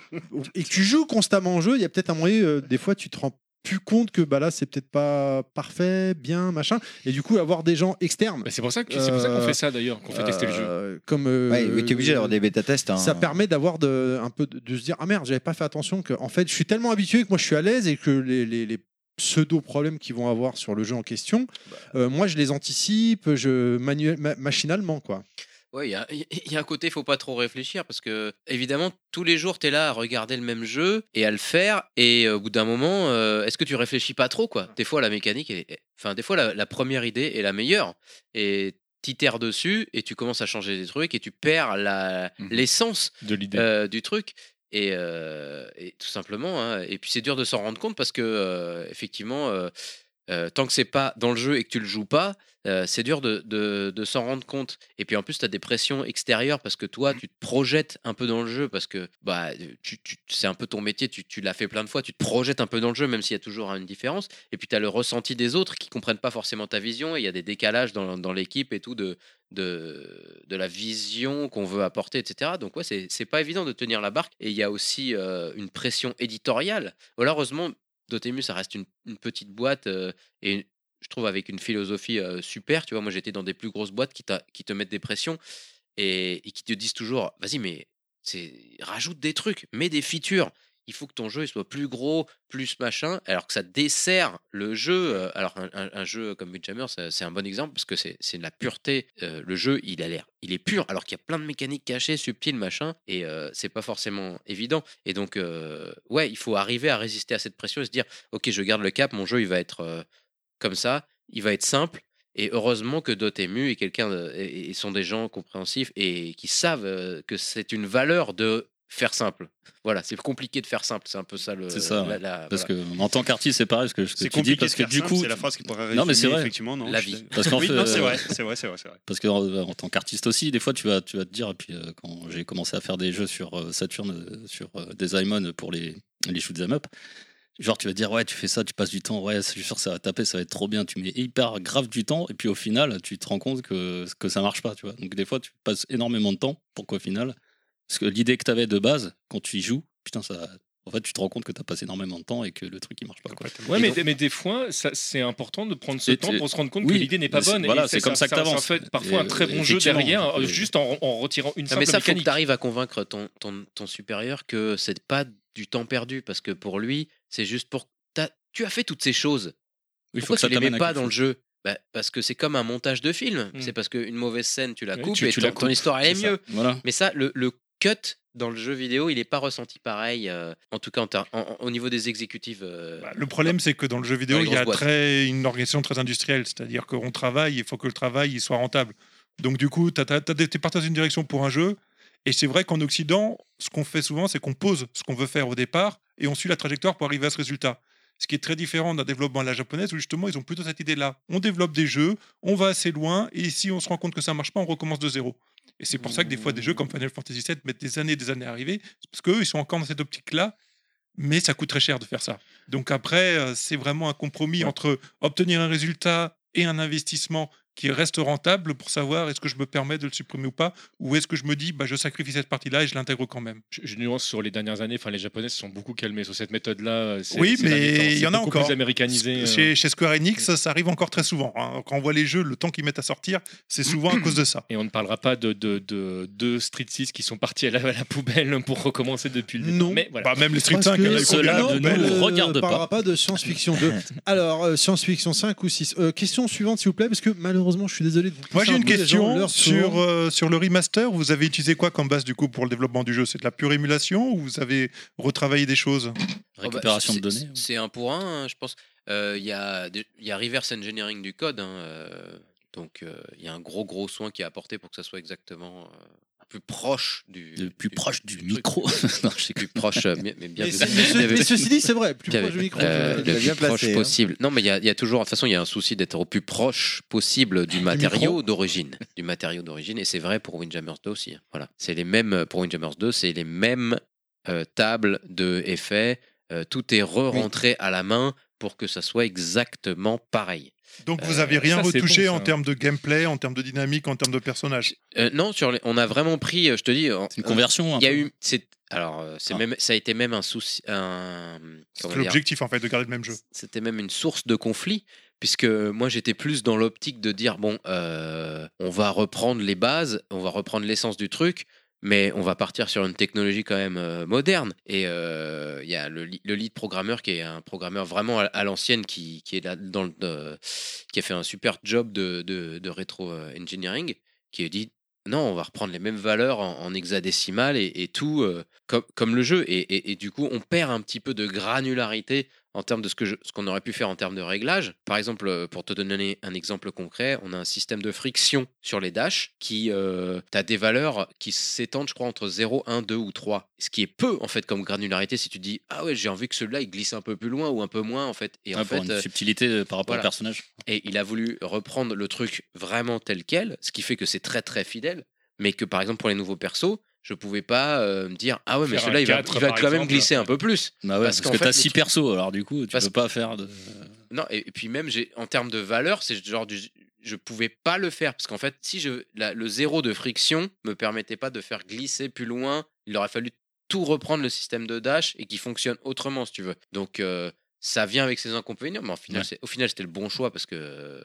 [SPEAKER 1] et que tu joues constamment au jeu, il y a peut-être un moyen, euh, des fois, tu te rends plus compte que bah là c'est peut-être pas parfait bien machin et du coup avoir des gens externes Euh,
[SPEAKER 5] c'est pour ça que- c'est pour ça qu'on fait ça, d'ailleurs, qu'on fait tester le jeu.
[SPEAKER 1] comme
[SPEAKER 8] euh,
[SPEAKER 1] euh,
[SPEAKER 4] euh,
[SPEAKER 8] Ouais, oui, t'es obligé d'avoir des bêta-tests, hein.
[SPEAKER 1] ça permet d'avoir de un peu de, de se dire ah merde j'avais pas fait attention que en fait je suis tellement habitué que moi je suis à l'aise et que les, les- les pseudo problèmes qu'ils vont avoir sur le jeu en question
[SPEAKER 5] Bah.
[SPEAKER 1] euh, moi je les anticipe je manuel ma- machinalement quoi
[SPEAKER 2] Ouais, il y a, il y a un côté, faut pas trop réfléchir parce que évidemment tous les jours tu es là à regarder le même jeu et à le faire et euh, au bout d'un moment, euh, est-ce que tu réfléchis pas trop quoi Des fois la mécanique, est- est- enfin des fois la, la première idée est la meilleure et t'itères dessus et tu commences à changer des trucs et tu perds la l'essence
[SPEAKER 5] Mmh de l'idée
[SPEAKER 2] du truc. Et, euh, et tout simplement, hein. et puis c'est dur de s'en rendre compte parce que euh, effectivement, euh, euh, tant que c'est pas dans le jeu et que tu le joues pas, euh, c'est dur de, de- de s'en rendre compte. Et puis en plus, tu as des pressions extérieures parce que toi, tu te projettes un peu dans le jeu parce que bah, tu, tu- c'est un peu ton métier, tu, tu l'as fait plein de fois, tu te projettes un peu dans le jeu, même s'il y a toujours hein, une différence. Et puis tu as le ressenti des autres qui comprennent pas forcément ta vision et il y a des décalages dans, dans l'équipe et tout de, de, de la vision qu'on veut apporter, etc. Donc ouais, c'est c'est pas évident de tenir la barque. Et il y a aussi euh, une pression éditoriale. Malheureusement, Dotemu, ça reste une, une petite boîte euh, et je trouve avec une philosophie euh, super. Tu vois, moi j'étais dans des plus grosses boîtes qui, t'a- qui te mettent des pressions et, et qui te disent toujours, vas-y, mais c'est rajoute des trucs, mets des features. Il faut que ton jeu il soit plus gros, plus machin, alors que ça dessert le jeu. Euh, Alors un, un- un jeu comme Windjammer, ça- c'est un bon exemple parce que c'est c'est de la pureté. Euh, le jeu, il a l'air, il est pur, alors qu'il y a plein de mécaniques cachées, subtiles, machin, et euh, c'est pas forcément évident. Et donc euh, ouais, il faut arriver à résister à cette pression et se dire, ok, je garde le cap, mon jeu, il va être euh, comme ça, il va être simple. Et heureusement que Dotemu est quelqu'un de- et- et sont des gens compréhensifs et qui savent euh, que c'est une valeur de faire simple. Voilà, c'est compliqué de faire simple, c'est un peu ça le.
[SPEAKER 6] euh,
[SPEAKER 4] C'est ça.
[SPEAKER 2] la-
[SPEAKER 4] ouais.
[SPEAKER 2] la-
[SPEAKER 4] parce
[SPEAKER 2] voilà.
[SPEAKER 4] que en tant qu'artiste, c'est pareil. ce que- Ce que
[SPEAKER 6] C'est
[SPEAKER 4] tu dis
[SPEAKER 6] compliqué
[SPEAKER 4] parce
[SPEAKER 6] de
[SPEAKER 4] que
[SPEAKER 6] faire
[SPEAKER 4] du
[SPEAKER 6] simple,
[SPEAKER 4] coup,
[SPEAKER 6] c'est la phrase qui pourrait
[SPEAKER 4] Non, mais c'est
[SPEAKER 6] résumer,
[SPEAKER 4] vrai.
[SPEAKER 6] effectivement, non,
[SPEAKER 2] La
[SPEAKER 6] je suis
[SPEAKER 2] vie.
[SPEAKER 6] d'accord.
[SPEAKER 4] Parce qu'en
[SPEAKER 6] Oui,
[SPEAKER 4] fait,
[SPEAKER 6] non, c'est
[SPEAKER 4] euh,
[SPEAKER 6] vrai, c'est vrai, c'est vrai, c'est vrai.
[SPEAKER 4] Parce que euh, en tant qu'artiste aussi, des fois, tu vas, tu vas te dire. Et puis, euh, quand j'ai commencé à faire des jeux sur euh, Saturn, euh, sur euh, Desaimon pour les les shoot 'em up. Genre, tu vas te dire, ouais, tu fais ça, tu passes du temps, ouais, je suis sûr que ça va taper, ça va être trop bien, tu mets hyper grave du temps, et puis au final, tu te rends compte que, que ça marche pas, tu vois. Donc, des fois, tu passes énormément de temps pour qu'au final, parce que l'idée que tu avais de base, quand tu y joues, putain, ça. En fait, tu te rends compte que tu as passé énormément de temps et que le truc, il marche pas. Quoi.
[SPEAKER 5] Ouais,
[SPEAKER 4] Et
[SPEAKER 5] mais,
[SPEAKER 4] donc-
[SPEAKER 5] mais des fois, ça- c'est important de prendre ce
[SPEAKER 4] Et
[SPEAKER 5] temps
[SPEAKER 4] tu-
[SPEAKER 5] pour se rendre compte
[SPEAKER 4] oui,
[SPEAKER 5] que l'idée n'est pas
[SPEAKER 4] c'est-
[SPEAKER 5] bonne. Et
[SPEAKER 4] voilà, c'est
[SPEAKER 5] c'est
[SPEAKER 4] comme ça que
[SPEAKER 5] ça
[SPEAKER 4] t'avances.
[SPEAKER 5] fait parfois
[SPEAKER 4] Et-
[SPEAKER 5] un très bon jeu
[SPEAKER 4] effectivement,
[SPEAKER 5] derrière,
[SPEAKER 4] et-
[SPEAKER 5] euh, juste en, en retirant une
[SPEAKER 2] Non,
[SPEAKER 5] simple
[SPEAKER 2] mais ça, faut que
[SPEAKER 5] mécanique.
[SPEAKER 2] tu arrives à convaincre ton, ton, ton supérieur que c'est pas du temps perdu, parce que pour lui, c'est juste pour. t'as- tu as fait toutes ces choses.
[SPEAKER 4] Oui, faut
[SPEAKER 2] Pourquoi
[SPEAKER 4] que ça
[SPEAKER 2] tu les
[SPEAKER 4] t'amène
[SPEAKER 2] mets
[SPEAKER 4] à
[SPEAKER 2] pas
[SPEAKER 4] quelque
[SPEAKER 2] dans le
[SPEAKER 4] chose.
[SPEAKER 2] jeu Bah, Parce que c'est comme un montage de film.
[SPEAKER 4] Mm.
[SPEAKER 2] C'est parce qu'une mauvaise scène, tu la
[SPEAKER 4] Oui,
[SPEAKER 2] coupes
[SPEAKER 4] tu-
[SPEAKER 2] et
[SPEAKER 4] tu
[SPEAKER 2] ton,
[SPEAKER 4] la
[SPEAKER 2] ton
[SPEAKER 4] coupes,
[SPEAKER 2] histoire, elle est,
[SPEAKER 4] c'est ça.
[SPEAKER 2] mieux.
[SPEAKER 4] Voilà.
[SPEAKER 2] Mais ça, le, le cut dans le jeu vidéo, il n'est pas ressenti pareil, euh, en tout cas en ter- en- en- au niveau des exécutifs. euh,
[SPEAKER 4] Bah,
[SPEAKER 7] Bah, Le problème, c'est que dans le jeu vidéo,
[SPEAKER 2] Dans les
[SPEAKER 7] il y a
[SPEAKER 2] grosses boîtes.
[SPEAKER 7] très, une organisation très industrielle. C'est-à-dire qu'on travaille, il faut que le travail il soit rentable. Donc, du coup, tu es parti dans une direction pour un jeu. Et c'est vrai qu'en Occident, ce qu'on fait souvent, c'est qu'on pose ce qu'on veut faire au départ et on suit la trajectoire pour arriver à ce résultat. Ce qui est très différent d'un développement à la japonaise où justement ils ont plutôt cette idée-là. On développe des jeux, on va assez loin et si on se rend compte que ça marche pas, on recommence de zéro. Et c'est pour ça que des fois des jeux comme Final Fantasy VII mettent des années et des années à arriver c'est parce qu'eux ils sont encore dans cette optique-là, mais ça coûte très cher de faire ça. Donc après, euh, c'est vraiment un compromis entre obtenir un résultat et un investissement qui reste rentable pour savoir est-ce que je me permets de le supprimer ou pas, ou est-ce que je me dis bah, je sacrifie cette partie-là et je l'intègre quand même.
[SPEAKER 5] Je, je nuance sur les dernières années, enfin les Japonais se sont beaucoup calmés sur cette méthode-là. euh, ces-
[SPEAKER 7] Oui,
[SPEAKER 5] ces derniers temps.
[SPEAKER 7] mais il y
[SPEAKER 5] C'est
[SPEAKER 7] en a
[SPEAKER 5] beaucoup
[SPEAKER 7] encore.
[SPEAKER 5] Plus américanisé. euh. Mm.
[SPEAKER 7] Chez, chez Square Enix, ça, ça arrive encore très souvent. hein. Quand on voit les jeux, le temps qu'ils mettent à sortir, c'est souvent à cause de ça.
[SPEAKER 5] Et on ne parlera pas de deux de, de Street 6 qui sont partis à la, à la poubelle pour recommencer depuis le hein, début.
[SPEAKER 1] Non.
[SPEAKER 5] mais voilà.
[SPEAKER 7] Bah, même les Street
[SPEAKER 1] Parce
[SPEAKER 7] 5,
[SPEAKER 1] que
[SPEAKER 7] il y en a eu combien
[SPEAKER 5] cela
[SPEAKER 7] là,
[SPEAKER 5] ne
[SPEAKER 7] belle
[SPEAKER 5] nous
[SPEAKER 1] Euh,
[SPEAKER 5] regarde
[SPEAKER 1] on parlera pas de science-fiction 2. Alors, euh, science-fiction 5 ou 6. Euh, question suivante, s'il vous plaît, parce que malheureusement, je suis désolé de vous
[SPEAKER 7] Moi
[SPEAKER 1] pousser
[SPEAKER 7] j'ai
[SPEAKER 1] un
[SPEAKER 7] une
[SPEAKER 1] peu les gens,
[SPEAKER 7] question
[SPEAKER 1] l'heure
[SPEAKER 7] sur,
[SPEAKER 1] tourne.
[SPEAKER 7] euh, sur le remaster. Vous avez utilisé quoi comme base du coup pour le développement du jeu C'est de la pure émulation ou vous avez retravaillé des choses
[SPEAKER 2] Oh bah, c'est- c'est- C'est un pour un, hein, je pense. Euh, Il y, a des- il y a reverse engineering du code. hein, euh, donc, euh, il y a un gros, gros soin qui est apporté pour que ça soit exactement euh, plus proche du.
[SPEAKER 4] plus proche du micro. non, je sais
[SPEAKER 2] plus proche, euh, mais mais bien.
[SPEAKER 1] Mais ce- mais ce- mais ceci dit, c'est vrai, plus
[SPEAKER 2] Bien-
[SPEAKER 1] proche du micro,
[SPEAKER 2] euh, le
[SPEAKER 1] je- je l'ai
[SPEAKER 2] plus
[SPEAKER 1] bien placé,
[SPEAKER 2] proche
[SPEAKER 1] hein.
[SPEAKER 2] possible. Non, mais il y, a- il y a toujours, de toute façon, il y a un souci d'être au plus proche possible du matériau
[SPEAKER 1] Ah, micro.
[SPEAKER 2] d'origine, du matériau d'origine, et c'est vrai pour Windjammers 2 aussi. hein. Voilà, c'est les mêmes pour Windjammers 2, c'est les mêmes euh, tables de effets. euh, tout est re-rentré à la main pour que ça soit exactement pareil.
[SPEAKER 7] Donc vous
[SPEAKER 2] Euh,
[SPEAKER 7] avez rien
[SPEAKER 2] ça, c'est
[SPEAKER 7] retouché
[SPEAKER 2] bon, ça.
[SPEAKER 7] en termes de gameplay, en termes de dynamique, en termes de personnages.
[SPEAKER 2] Euh, non, sur les- on a vraiment pris, euh, je te dis. C'est
[SPEAKER 7] une conversion, un
[SPEAKER 2] Il y a
[SPEAKER 7] peu. Ah.
[SPEAKER 2] eu. c'est- Alors, euh, c'est même, ça a été même un souci. Un, comment
[SPEAKER 7] C'est
[SPEAKER 2] dire
[SPEAKER 7] l'objectif en fait de garder le même jeu.
[SPEAKER 2] C'était même une source de conflit, puisque moi j'étais plus dans l'optique de dire bon, euh, on va reprendre les bases, on va reprendre l'essence du truc, mais on va partir sur une technologie quand même euh, moderne. Et euh, il y a le, li- le lead programmeur qui est un programmeur vraiment à, à l'ancienne qui, qui est là dans le, de- qui a fait un super job de, de, de rétro euh, engineering, qui a dit non, on va reprendre les mêmes valeurs en, en hexadécimal et, et tout euh, comme, comme le jeu. Et, et- et du coup, on perd un petit peu de granularité en termes de ce que je- ce qu'on aurait pu faire en termes de réglage. Par exemple, euh, pour te donner un exemple concret, on a un système de friction sur les dashs qui, tu as des valeurs qui s'étendent, je crois, entre 0, 1, 2 ou 3. Ce qui est peu, en fait, comme granularité si tu dis, ah ouais, j'ai envie que celui-là, il glisse un peu plus loin ou un peu moins, en fait. Et en
[SPEAKER 4] Ah, pour
[SPEAKER 2] fait,
[SPEAKER 4] une
[SPEAKER 2] euh,
[SPEAKER 4] subtilité euh, par rapport au
[SPEAKER 2] voilà.
[SPEAKER 4] personnage.
[SPEAKER 2] et il a voulu reprendre le truc vraiment tel quel, ce qui fait que c'est très très fidèle, mais que par exemple pour les nouveaux persos, je pouvais pas euh, me dire ah ouais mais
[SPEAKER 4] Faire
[SPEAKER 2] celui-là
[SPEAKER 4] un
[SPEAKER 2] il va,
[SPEAKER 4] quatre,
[SPEAKER 2] il va
[SPEAKER 4] par
[SPEAKER 2] quand même
[SPEAKER 4] exemple.
[SPEAKER 2] glisser un peu plus.
[SPEAKER 4] Bah ouais, parce,
[SPEAKER 2] euh, qu'en
[SPEAKER 4] que
[SPEAKER 2] fait,
[SPEAKER 4] t'as
[SPEAKER 2] le
[SPEAKER 4] 6
[SPEAKER 2] truc-
[SPEAKER 4] persos, alors du coup, tu
[SPEAKER 2] Parce-
[SPEAKER 4] peux pas faire de.
[SPEAKER 2] non, et, et puis même, j'ai en termes de valeur, c'est genre du. Je pouvais pas le faire parce qu'en fait, si je la- le zéro de friction me permettait pas de faire glisser plus loin, il aurait fallu tout reprendre le système de dash et qui fonctionne autrement, si tu veux. Donc euh, ça vient avec ses inconvénients, mais en final,
[SPEAKER 4] Ouais.
[SPEAKER 2] c'est- au final, c'était le bon choix parce que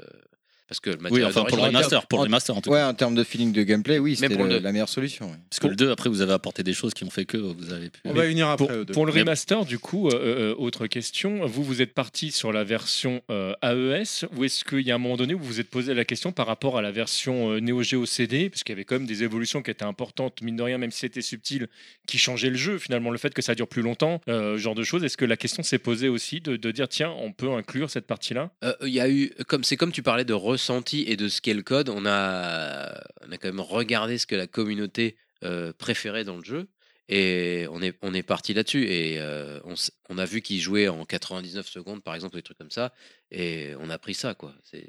[SPEAKER 2] parce que le
[SPEAKER 4] Oui,
[SPEAKER 2] matériel
[SPEAKER 4] enfin pour le
[SPEAKER 2] d'origine-
[SPEAKER 4] remaster, pour le remaster en tout
[SPEAKER 8] Ouais,
[SPEAKER 4] cas.
[SPEAKER 8] en termes de feeling de gameplay, oui, c'était
[SPEAKER 4] pour
[SPEAKER 8] le-
[SPEAKER 4] le-
[SPEAKER 8] la meilleure solution. ouais.
[SPEAKER 4] Parce que le 2, après, vous avez apporté des choses qui ont fait que vous avez pu.
[SPEAKER 1] On va y venir après,
[SPEAKER 5] Pour,
[SPEAKER 1] aux deux.
[SPEAKER 5] pour le
[SPEAKER 1] Mais-
[SPEAKER 5] remaster, du coup, euh, euh, autre question. Vous, vous êtes parti sur la version euh, AES ou est-ce qu'il y a un moment donné où vous vous êtes posé la question par rapport à la version euh, Neo Geo CD Parce qu'il y avait quand même des évolutions qui étaient importantes, mine de rien, même si c'était subtil, qui changeaient le jeu. Finalement, le fait que ça dure plus longtemps, euh, genre de choses. Est-ce que la question s'est posée aussi de, de dire, tiens, on peut inclure cette partie-là
[SPEAKER 2] Euh, Il y a eu, comme c'est comme tu parlais de ressenti et de ce qu'est le code, on a, on a quand même regardé ce que la communauté euh, préférait dans le jeu et on est, on est parti là-dessus et euh, on, s- on a vu qu'ils jouaient en 99 secondes par exemple, des trucs comme ça et on a pris ça quoi. C'est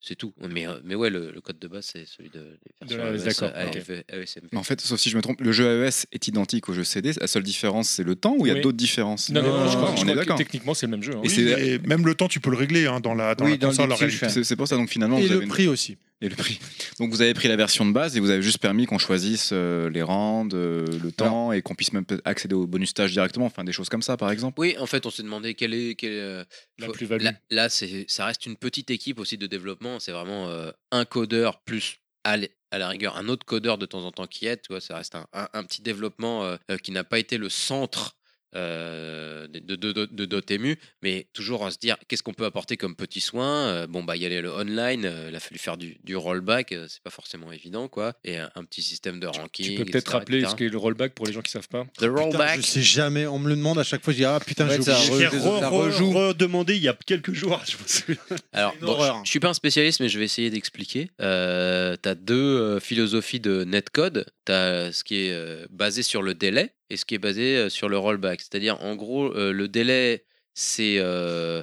[SPEAKER 2] c'est tout. Mais, euh, mais ouais, le, le code de base c'est celui de, des
[SPEAKER 5] De
[SPEAKER 2] versions
[SPEAKER 5] la-
[SPEAKER 2] AES,
[SPEAKER 5] d'accord,
[SPEAKER 2] AES,
[SPEAKER 5] ok.
[SPEAKER 2] AESM.
[SPEAKER 3] Mais en fait, sauf si je me trompe, le jeu AES est identique au jeu CD. La seule différence, c'est le temps ou il y a
[SPEAKER 5] Oui.
[SPEAKER 3] d'autres différences Ah,
[SPEAKER 5] Non, non, non, je crois,
[SPEAKER 3] on
[SPEAKER 5] je crois
[SPEAKER 3] est
[SPEAKER 5] que
[SPEAKER 3] d'accord.
[SPEAKER 5] techniquement, c'est le même jeu. hein.
[SPEAKER 3] Et
[SPEAKER 7] Oui,
[SPEAKER 3] c'est-
[SPEAKER 7] Ah. mais même le temps, tu peux le régler hein, dans la, dans la console en réalité.
[SPEAKER 3] C'est c'est pour ça, donc finalement.
[SPEAKER 1] Et
[SPEAKER 3] vous
[SPEAKER 1] le
[SPEAKER 3] avez une-
[SPEAKER 1] prix aussi.
[SPEAKER 3] Et le prix. Donc vous avez pris la version de base et vous avez juste permis qu'on choisisse euh, les rounds, euh, le temps et qu'on puisse même peut- accéder au bonus stage directement, enfin des choses comme ça par exemple.
[SPEAKER 2] Oui, en fait, on s'est demandé quelle est. quelle est, euh,
[SPEAKER 5] La
[SPEAKER 2] faut-
[SPEAKER 5] plus-value.
[SPEAKER 2] Là, là, c'est- ça reste une petite équipe aussi de développement. C'est vraiment euh, un codeur plus, à la, à la rigueur, un autre codeur de temps en temps qui est. Tu vois, ça reste un, un- un petit développement euh, euh, qui n'a pas été le centre. euh, de, de, de- de Dotemu, mais toujours à se dire qu'est-ce qu'on peut apporter comme petit soin. Euh, bon, bah, il y a le online, euh, il a fallu faire du, du rollback, euh, c'est pas forcément évident, quoi. Et un, un petit système de ranking.
[SPEAKER 5] Tu peux peut-être
[SPEAKER 2] etc.,
[SPEAKER 5] rappeler
[SPEAKER 2] etc.
[SPEAKER 5] ce qu'est le rollback pour les gens qui savent pas
[SPEAKER 2] The rollback.
[SPEAKER 1] Je sais jamais, on me le demande à chaque fois, je dis ah putain,
[SPEAKER 8] Ouais,
[SPEAKER 1] j'ai
[SPEAKER 8] ça
[SPEAKER 1] oublié.
[SPEAKER 8] re- ça rejoue.
[SPEAKER 6] redemandé il y a quelques jours, je me souviens.
[SPEAKER 2] Alors,
[SPEAKER 1] une
[SPEAKER 2] bon,
[SPEAKER 1] horreur.
[SPEAKER 2] je, je suis pas un spécialiste, mais je vais essayer d'expliquer. Euh, tu as deux euh, philosophies de netcode. Tu as ce qui est euh, basé sur le délai et ce qui est basé euh, sur le rollback. C'est-à-dire, en gros, euh, le délai, c'est. euh,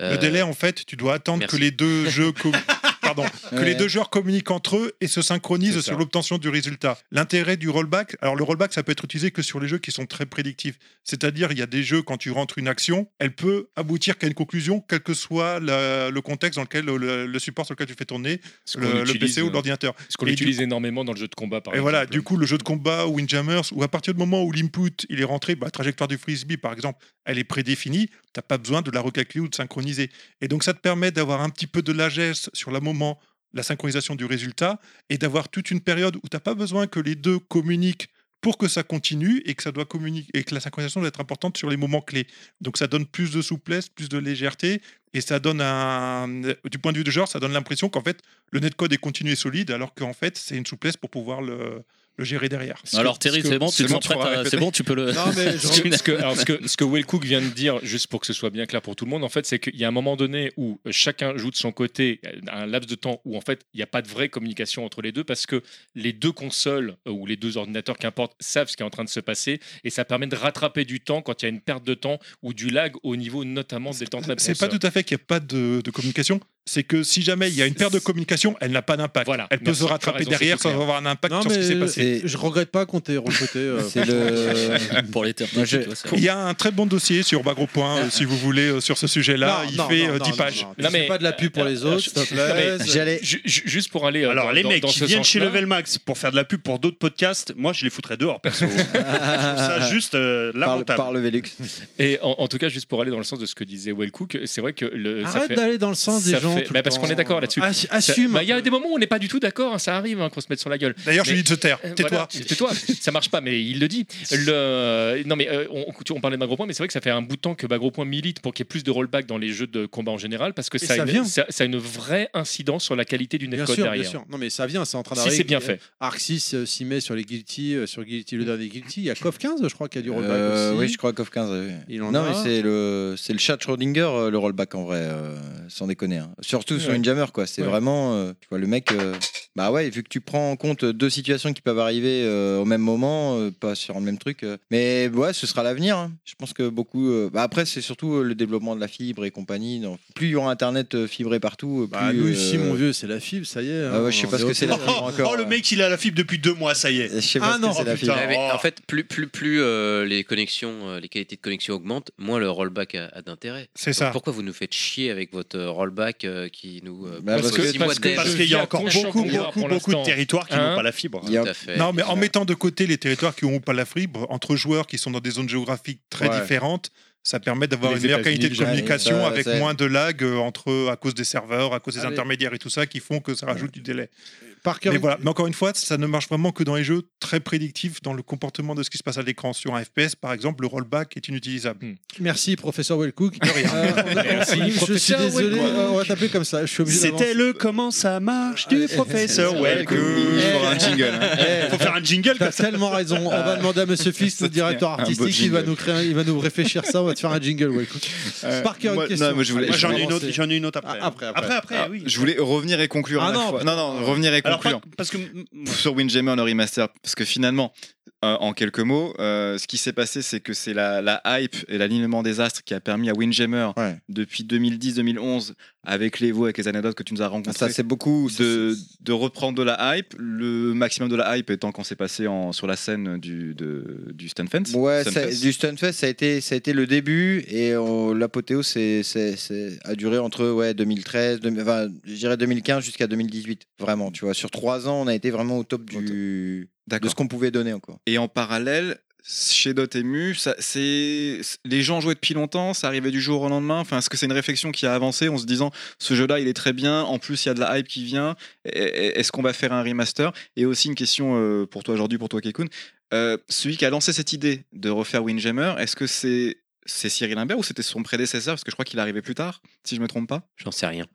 [SPEAKER 2] euh,
[SPEAKER 7] Le délai, en fait, tu dois attendre
[SPEAKER 2] merci.
[SPEAKER 7] que les deux jeux com- Pardon, que les
[SPEAKER 8] Ouais.
[SPEAKER 7] deux joueurs communiquent entre eux et se synchronisent
[SPEAKER 2] C'est ça.
[SPEAKER 7] sur l'obtention du résultat. L'intérêt du rollback, alors le rollback, ça peut être utilisé que sur les jeux qui sont très prédictifs. C'est-à-dire, il y a des jeux, quand tu rentres une action, elle peut aboutir qu'à une conclusion, quel que soit la- le contexte dans lequel, le, le support sur lequel tu fais tourner,
[SPEAKER 5] Ce qu'on
[SPEAKER 7] le, le
[SPEAKER 5] utilise,
[SPEAKER 7] PC ou
[SPEAKER 5] euh,
[SPEAKER 7] l'ordinateur.
[SPEAKER 5] Ce qu'on
[SPEAKER 7] Et du
[SPEAKER 5] utilise énormément dans le jeu de combat, par
[SPEAKER 7] et
[SPEAKER 5] exemple.
[SPEAKER 7] voilà, du coup, le jeu de combat ou Windjammers, où à partir du moment où l'input il est rentré, bah, la trajectoire du frisbee, par exemple, elle est prédéfinie, t'as pas besoin de la recalculer ou de synchroniser. Et donc, ça te permet d'avoir un petit peu de largesse sur le moment, la synchronisation du résultat, et d'avoir toute une période où t'as pas besoin que les deux communiquent pour que ça continue et que ça doit communiquer et que la synchronisation doit être importante sur les moments clés. Donc ça donne plus de souplesse, plus de légèreté et ça donne un du point de vue du genre, ça donne l'impression qu'en fait le netcode est continu et solide alors qu'en fait c'est une souplesse pour pouvoir le, le gérer derrière.
[SPEAKER 4] Alors Terry, c'est bon, tu te sens prête à- c'est bon, tu peux le.
[SPEAKER 7] Non, mais
[SPEAKER 5] ce, que, ce que- alors, ce que- ce que Will Cook vient de dire, juste pour que ce soit bien clair pour tout le monde, en fait, c'est qu'il y a un moment donné où chacun joue de son côté, euh, un laps de temps où en fait il n'y a pas de vraie communication entre les deux parce que les deux consoles euh, ou les deux ordinateurs, qu'importe, savent ce qui est en train de se passer et ça permet de rattraper du temps quand il y a une perte de temps ou du lag au niveau notamment des temps de réponse.
[SPEAKER 7] C'est pas tout à fait qu'il n'y a pas de, de communication. C'est que si jamais il y a une perte de communication, elle n'a pas d'impact. elle peut
[SPEAKER 5] Merci,
[SPEAKER 7] se
[SPEAKER 5] tu as
[SPEAKER 7] rattraper
[SPEAKER 5] raison,
[SPEAKER 7] derrière
[SPEAKER 5] c'est tout
[SPEAKER 7] sans
[SPEAKER 5] clair.
[SPEAKER 7] avoir un impact
[SPEAKER 1] Non,
[SPEAKER 7] sur ce qui
[SPEAKER 1] mais
[SPEAKER 7] s'est passé.
[SPEAKER 1] c'est- je regrette pas qu'on t'ait recruté. euh,
[SPEAKER 8] C'est le-
[SPEAKER 4] Pour les
[SPEAKER 1] Moi, j'ai-
[SPEAKER 7] Il y a un très bon dossier sur Bagro Point, euh, si vous voulez, euh, sur ce sujet-là.
[SPEAKER 1] Non,
[SPEAKER 7] Il
[SPEAKER 1] non,
[SPEAKER 7] fait
[SPEAKER 1] non,
[SPEAKER 7] euh, 10
[SPEAKER 1] non,
[SPEAKER 7] pages.
[SPEAKER 1] non, non. Tu fais pas de la pub pour
[SPEAKER 5] euh,
[SPEAKER 1] les autres, s'il te plaît.
[SPEAKER 7] J'allais-
[SPEAKER 5] Ju- ju- Juste pour aller. euh,
[SPEAKER 6] Alors
[SPEAKER 5] dans-
[SPEAKER 6] les
[SPEAKER 5] dans-
[SPEAKER 6] mecs
[SPEAKER 5] dans
[SPEAKER 6] qui
[SPEAKER 5] ce
[SPEAKER 6] viennent chez
[SPEAKER 5] sens-là,
[SPEAKER 6] Level Max pour faire de la pub pour d'autres podcasts, moi je les foutrais dehors perso. Je trouve ça juste euh, lamentable.
[SPEAKER 5] Et en, en tout cas, juste pour aller dans le sens de ce que disait Will Cook, c'est vrai que le. ça
[SPEAKER 1] Arrête
[SPEAKER 5] fait-
[SPEAKER 1] d'aller dans le sens des
[SPEAKER 5] ça
[SPEAKER 1] gens
[SPEAKER 5] fait-
[SPEAKER 1] tout
[SPEAKER 5] bah,
[SPEAKER 1] le
[SPEAKER 5] parce
[SPEAKER 1] temps.
[SPEAKER 5] qu'on est d'accord là-dessus.
[SPEAKER 1] Assu-
[SPEAKER 5] Ça-
[SPEAKER 1] assume.
[SPEAKER 5] bah, Il y a des moments où on n'est pas du tout d'accord, hein, ça arrive hein, qu'on se mette sur la gueule.
[SPEAKER 7] D'ailleurs, je
[SPEAKER 5] Mais-
[SPEAKER 7] lui dis de se taire.
[SPEAKER 5] euh,
[SPEAKER 7] Tais-toi.
[SPEAKER 5] voilà, Tais-toi. ça marche pas, mais il le dit. Le... Non, mais euh, on, on- on parlait de Bagro Point, mais c'est vrai que ça fait un bout de temps que Bagro Point milite pour qu'il y ait plus de rollback dans les jeux de combat en général, parce que
[SPEAKER 1] Et
[SPEAKER 5] ça, a
[SPEAKER 1] ça
[SPEAKER 5] une-
[SPEAKER 1] vient.
[SPEAKER 5] ça- ça a une vraie incidence sur la qualité du
[SPEAKER 1] Bien
[SPEAKER 5] netcode
[SPEAKER 1] sûr,
[SPEAKER 5] derrière.
[SPEAKER 1] bien sûr. Non, mais ça vient, c'est en train
[SPEAKER 5] Si
[SPEAKER 1] d'arriver.
[SPEAKER 5] c'est bien fait.
[SPEAKER 1] Arc 6 euh, s'y met sur les Guilty, euh, sur Guilty, le dernier Guilty. Il y a KOF 15, je crois, qui a du rollback
[SPEAKER 8] Euh,
[SPEAKER 1] aussi.
[SPEAKER 8] oui, je crois qu'off 15. oui.
[SPEAKER 1] Il en
[SPEAKER 8] Non,
[SPEAKER 1] a.
[SPEAKER 8] mais c'est le, c'est le chat de Schrödinger, euh, le rollback en vrai, euh, sans déconner. hein. Surtout sur
[SPEAKER 1] Ouais.
[SPEAKER 8] une jammer, quoi. C'est
[SPEAKER 1] Ouais.
[SPEAKER 8] vraiment, euh, tu vois, le mec. euh, bah ouais, vu que tu prends en compte deux situations qui peuvent arriver euh, au même moment, euh, pas sur le même truc. euh. Mais ouais, ce sera l'avenir. hein. Je pense que beaucoup. euh, bah après, c'est surtout euh, le développement de la fibre et compagnie. Donc, plus il y aura Internet euh, fibré partout, euh, plus.
[SPEAKER 1] Ah, nous
[SPEAKER 8] euh,
[SPEAKER 1] ici, mon vieux, c'est la fibre, ça y est. hein.
[SPEAKER 8] Ah ouais, je sais pas ce que c'est la fibre encore.
[SPEAKER 6] Oh le mec il a la fibre depuis deux mois, ça y est.
[SPEAKER 8] Je sais pas
[SPEAKER 6] Ah
[SPEAKER 8] ce que
[SPEAKER 6] non,
[SPEAKER 8] c'est
[SPEAKER 6] oh,
[SPEAKER 8] la
[SPEAKER 6] putain.
[SPEAKER 2] Ouais,
[SPEAKER 8] fibre.
[SPEAKER 2] mais
[SPEAKER 6] Oh.
[SPEAKER 2] en fait, plus, plus, plus euh, les connexions, euh, les qualités de connexion augmentent, moins le rollback a, a d'intérêt.
[SPEAKER 7] C'est
[SPEAKER 2] Donc
[SPEAKER 7] ça.
[SPEAKER 2] Pourquoi vous nous faites chier avec votre euh, rollback euh, qui nous euh,
[SPEAKER 8] Bah,
[SPEAKER 2] prend
[SPEAKER 8] parce
[SPEAKER 2] six
[SPEAKER 8] que-
[SPEAKER 2] mois
[SPEAKER 6] parce
[SPEAKER 2] de
[SPEAKER 6] que-
[SPEAKER 2] dev
[SPEAKER 6] parce qu'il y a encore
[SPEAKER 2] Confiant
[SPEAKER 6] beaucoup,
[SPEAKER 2] qu'on voit
[SPEAKER 6] beaucoup,
[SPEAKER 2] pour
[SPEAKER 6] beaucoup de
[SPEAKER 2] l'instant.
[SPEAKER 6] territoires qui
[SPEAKER 5] Hein
[SPEAKER 6] n'ont pas la fibre.
[SPEAKER 8] Il y a-
[SPEAKER 2] Tout à fait.
[SPEAKER 7] Non, mais en mettant de côté les territoires qui n'ont pas la fibre, entre joueurs qui sont dans des zones géographiques très
[SPEAKER 8] Ouais.
[SPEAKER 7] différentes, ça permet d'avoir
[SPEAKER 5] Les
[SPEAKER 7] une meilleure
[SPEAKER 5] États-Unis,
[SPEAKER 7] qualité de
[SPEAKER 5] le Japon.
[SPEAKER 7] communication
[SPEAKER 8] Ouais, ça, Ah
[SPEAKER 7] avec
[SPEAKER 8] c'est-
[SPEAKER 7] moins de lag euh, entre, à cause des serveurs, à cause des
[SPEAKER 1] Allez.
[SPEAKER 7] intermédiaires et tout ça, qui font que ça rajoute du délai.
[SPEAKER 1] Par
[SPEAKER 7] Mais voilà, mais encore une fois, ça ne marche vraiment que dans les jeux très prédictifs, dans le comportement de ce qui se passe à l'écran. Sur un FPS, par exemple, le rollback est inutilisable.
[SPEAKER 1] Merci, professeur Wellcook.
[SPEAKER 7] rien.
[SPEAKER 1] Euh, on a-
[SPEAKER 5] Merci,
[SPEAKER 1] je suis
[SPEAKER 5] professeur
[SPEAKER 1] désolé,
[SPEAKER 5] Wellcook.
[SPEAKER 1] euh, on va taper comme ça. Je suis obligé
[SPEAKER 6] C'était le comment ça marche
[SPEAKER 8] Ah
[SPEAKER 6] du professeur Welcome.
[SPEAKER 3] Faut un jingle. hein.
[SPEAKER 6] Faut faire un jingle
[SPEAKER 1] Eh, T'as
[SPEAKER 6] comme ça.
[SPEAKER 1] tellement raison. On va demander à Monsieur Fix, le directeur
[SPEAKER 3] beau
[SPEAKER 1] artistique, il va
[SPEAKER 3] jingle.
[SPEAKER 1] nous créer, il va nous réfléchir ça. On va te faire un jingle. Wellcook.
[SPEAKER 3] Euh,
[SPEAKER 1] Par cœur, une
[SPEAKER 3] moi-
[SPEAKER 1] question.
[SPEAKER 3] non, moi, je voulais-
[SPEAKER 6] Moi
[SPEAKER 1] Allez,
[SPEAKER 6] Ah, j'en
[SPEAKER 1] je
[SPEAKER 6] ai
[SPEAKER 1] vais
[SPEAKER 6] une autre,
[SPEAKER 1] avancer.
[SPEAKER 6] j'en ai une autre après.
[SPEAKER 1] Ah, après, après.
[SPEAKER 3] Ah,
[SPEAKER 6] oui.
[SPEAKER 3] Je voulais revenir et conclure.
[SPEAKER 1] Ah
[SPEAKER 3] à la
[SPEAKER 1] non,
[SPEAKER 3] fois.
[SPEAKER 1] bah-
[SPEAKER 3] non, non, revenir et
[SPEAKER 6] Alors
[SPEAKER 3] conclure.
[SPEAKER 6] pas- parce que m- m-
[SPEAKER 3] sur Windjammer le remaster parce que finalement euh, en quelques mots euh, ce qui s'est passé c'est que c'est la, la hype et l'alignement des astres qui a permis à Windjammer
[SPEAKER 8] Ouais.
[SPEAKER 3] depuis 2010-2011 avec les voix avec les anecdotes que tu nous as
[SPEAKER 8] Ah,
[SPEAKER 3] rencontrées
[SPEAKER 8] Ça, c'est beaucoup.
[SPEAKER 3] de, de reprendre de la hype le maximum de la hype étant quand c'est passé en, sur la scène du, de, du Stunfest
[SPEAKER 8] Ouais,
[SPEAKER 3] Stunfest.
[SPEAKER 8] ça- du Stunfest, ça a été, ça a été le début et on- l'apothéose c'est, c'est- c'est- a duré entre ouais, 2013, deux- enfin, je dirais 2015 jusqu'à 2018. Vraiment, tu vois, sur trois ans, on a été vraiment au top du, de
[SPEAKER 3] D'accord.
[SPEAKER 8] ce qu'on pouvait donner encore.
[SPEAKER 3] Et en parallèle, chez Dotemu, ça, c'est les gens jouaient depuis longtemps, ça arrivait du jour au lendemain. Enfin, est-ce que c'est une réflexion qui a avancé en se disant ce jeu-là, il est très bien. En plus, il y a de la hype qui vient. Et- et- Est-ce qu'on va faire un remaster Et aussi une question euh, pour toi aujourd'hui, pour toi Kekun, Euh, celui qui a lancé cette idée de refaire Windjammer, est-ce que c'est c'est Cyril Imbert ou c'était son prédécesseur parce que je crois qu'il arrivait plus tard, si je me trompe pas.
[SPEAKER 2] J'en sais rien.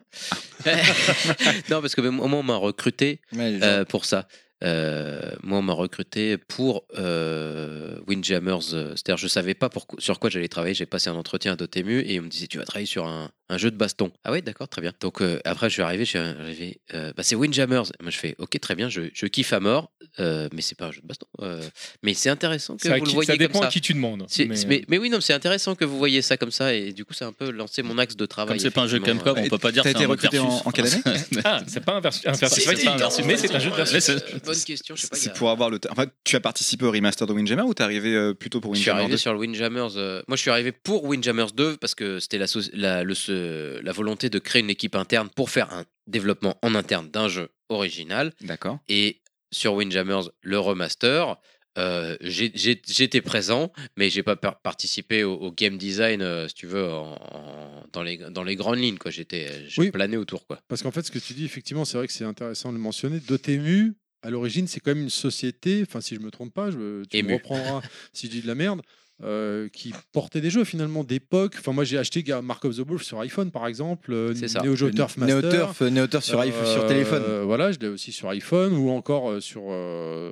[SPEAKER 2] non, parce que même- moi, on m'a recruté
[SPEAKER 8] Mais les gens-
[SPEAKER 2] euh, pour ça. Euh, moi, on m'a recruté pour euh, Windjammers. euh, C'est-à-dire, je savais pas pour- sur quoi j'allais travailler. J'ai passé un entretien à Dotemu et on me disait Tu vas travailler sur un, un jeu de baston. Ah ouais, d'accord, très bien. Donc euh, après, je suis arrivé, je suis arrivé. euh, bah, c'est Windjammers. Moi, je fais Ok, très bien, je, je kiffe à mort, euh, mais c'est pas un jeu de baston. Euh, mais c'est intéressant que
[SPEAKER 5] Ça,
[SPEAKER 2] vous le
[SPEAKER 5] qui-
[SPEAKER 2] voyez
[SPEAKER 5] ça dépend
[SPEAKER 2] comme ça.
[SPEAKER 5] à qui tu demandes.
[SPEAKER 2] C'est-
[SPEAKER 5] mais- euh.
[SPEAKER 2] c'est- mais, mais oui, non, mais c'est intéressant que vous voyez ça comme ça, et du coup, ça a un peu lancé mon axe de travail.
[SPEAKER 4] Comme c'est pas un jeu
[SPEAKER 2] effectivement.
[SPEAKER 4] Capcom, on peut pas dire
[SPEAKER 3] T'as
[SPEAKER 4] que
[SPEAKER 3] été
[SPEAKER 4] c'est un
[SPEAKER 3] recruté en, en quelle année
[SPEAKER 5] Ah, c'est pas un versus. un versus
[SPEAKER 4] c'est pas
[SPEAKER 5] fighting,
[SPEAKER 4] un versus
[SPEAKER 5] mais c'est un jeu de versus.
[SPEAKER 4] fighting.
[SPEAKER 2] Euh, Bonne question, je sais pas. il y
[SPEAKER 3] C'est
[SPEAKER 2] a-
[SPEAKER 3] pour avoir le. temps. Enfin, tu as participé au remaster de Windjammer ou t'es arrivé euh, plutôt pour
[SPEAKER 2] Je suis
[SPEAKER 3] Windjammer
[SPEAKER 2] arrivé
[SPEAKER 3] 2?
[SPEAKER 2] sur le Windjammers. euh, Moi, je suis arrivé pour Windjammers 2 parce que c'était la, so- la- le- ce- la volonté de créer une équipe interne pour faire un développement en interne d'un jeu original.
[SPEAKER 3] D'accord.
[SPEAKER 2] Et sur Windjammers, le remaster, euh, j'ai- j'ai- j'étais présent, mais j'ai pas par- participé au, au game design, euh, si tu veux, en- en- dans, les, dans les grandes lignes. quoi. J'étais j'ai
[SPEAKER 1] Oui.
[SPEAKER 2] plané autour. Quoi.
[SPEAKER 1] Parce qu'en fait, ce que tu dis, effectivement, c'est vrai que c'est intéressant de le mentionner. Dotemu, à l'origine, c'est quand même une société, enfin, si je me trompe pas, je, tu
[SPEAKER 2] Ému.
[SPEAKER 1] me reprendras si je dis de la merde, euh, qui portait des jeux finalement d'époque. Enfin, moi, j'ai acheté Ga- Mark of the Wolf sur iPhone, par exemple, euh,
[SPEAKER 2] C'est ça.
[SPEAKER 1] Neo Geo Turf Master.
[SPEAKER 8] Néo-Turf, euh, Néo-Turf sur, iPhone- sur
[SPEAKER 1] Euh,
[SPEAKER 8] téléphone.
[SPEAKER 1] Voilà, je l'ai aussi sur iPhone ou encore euh, sur. euh,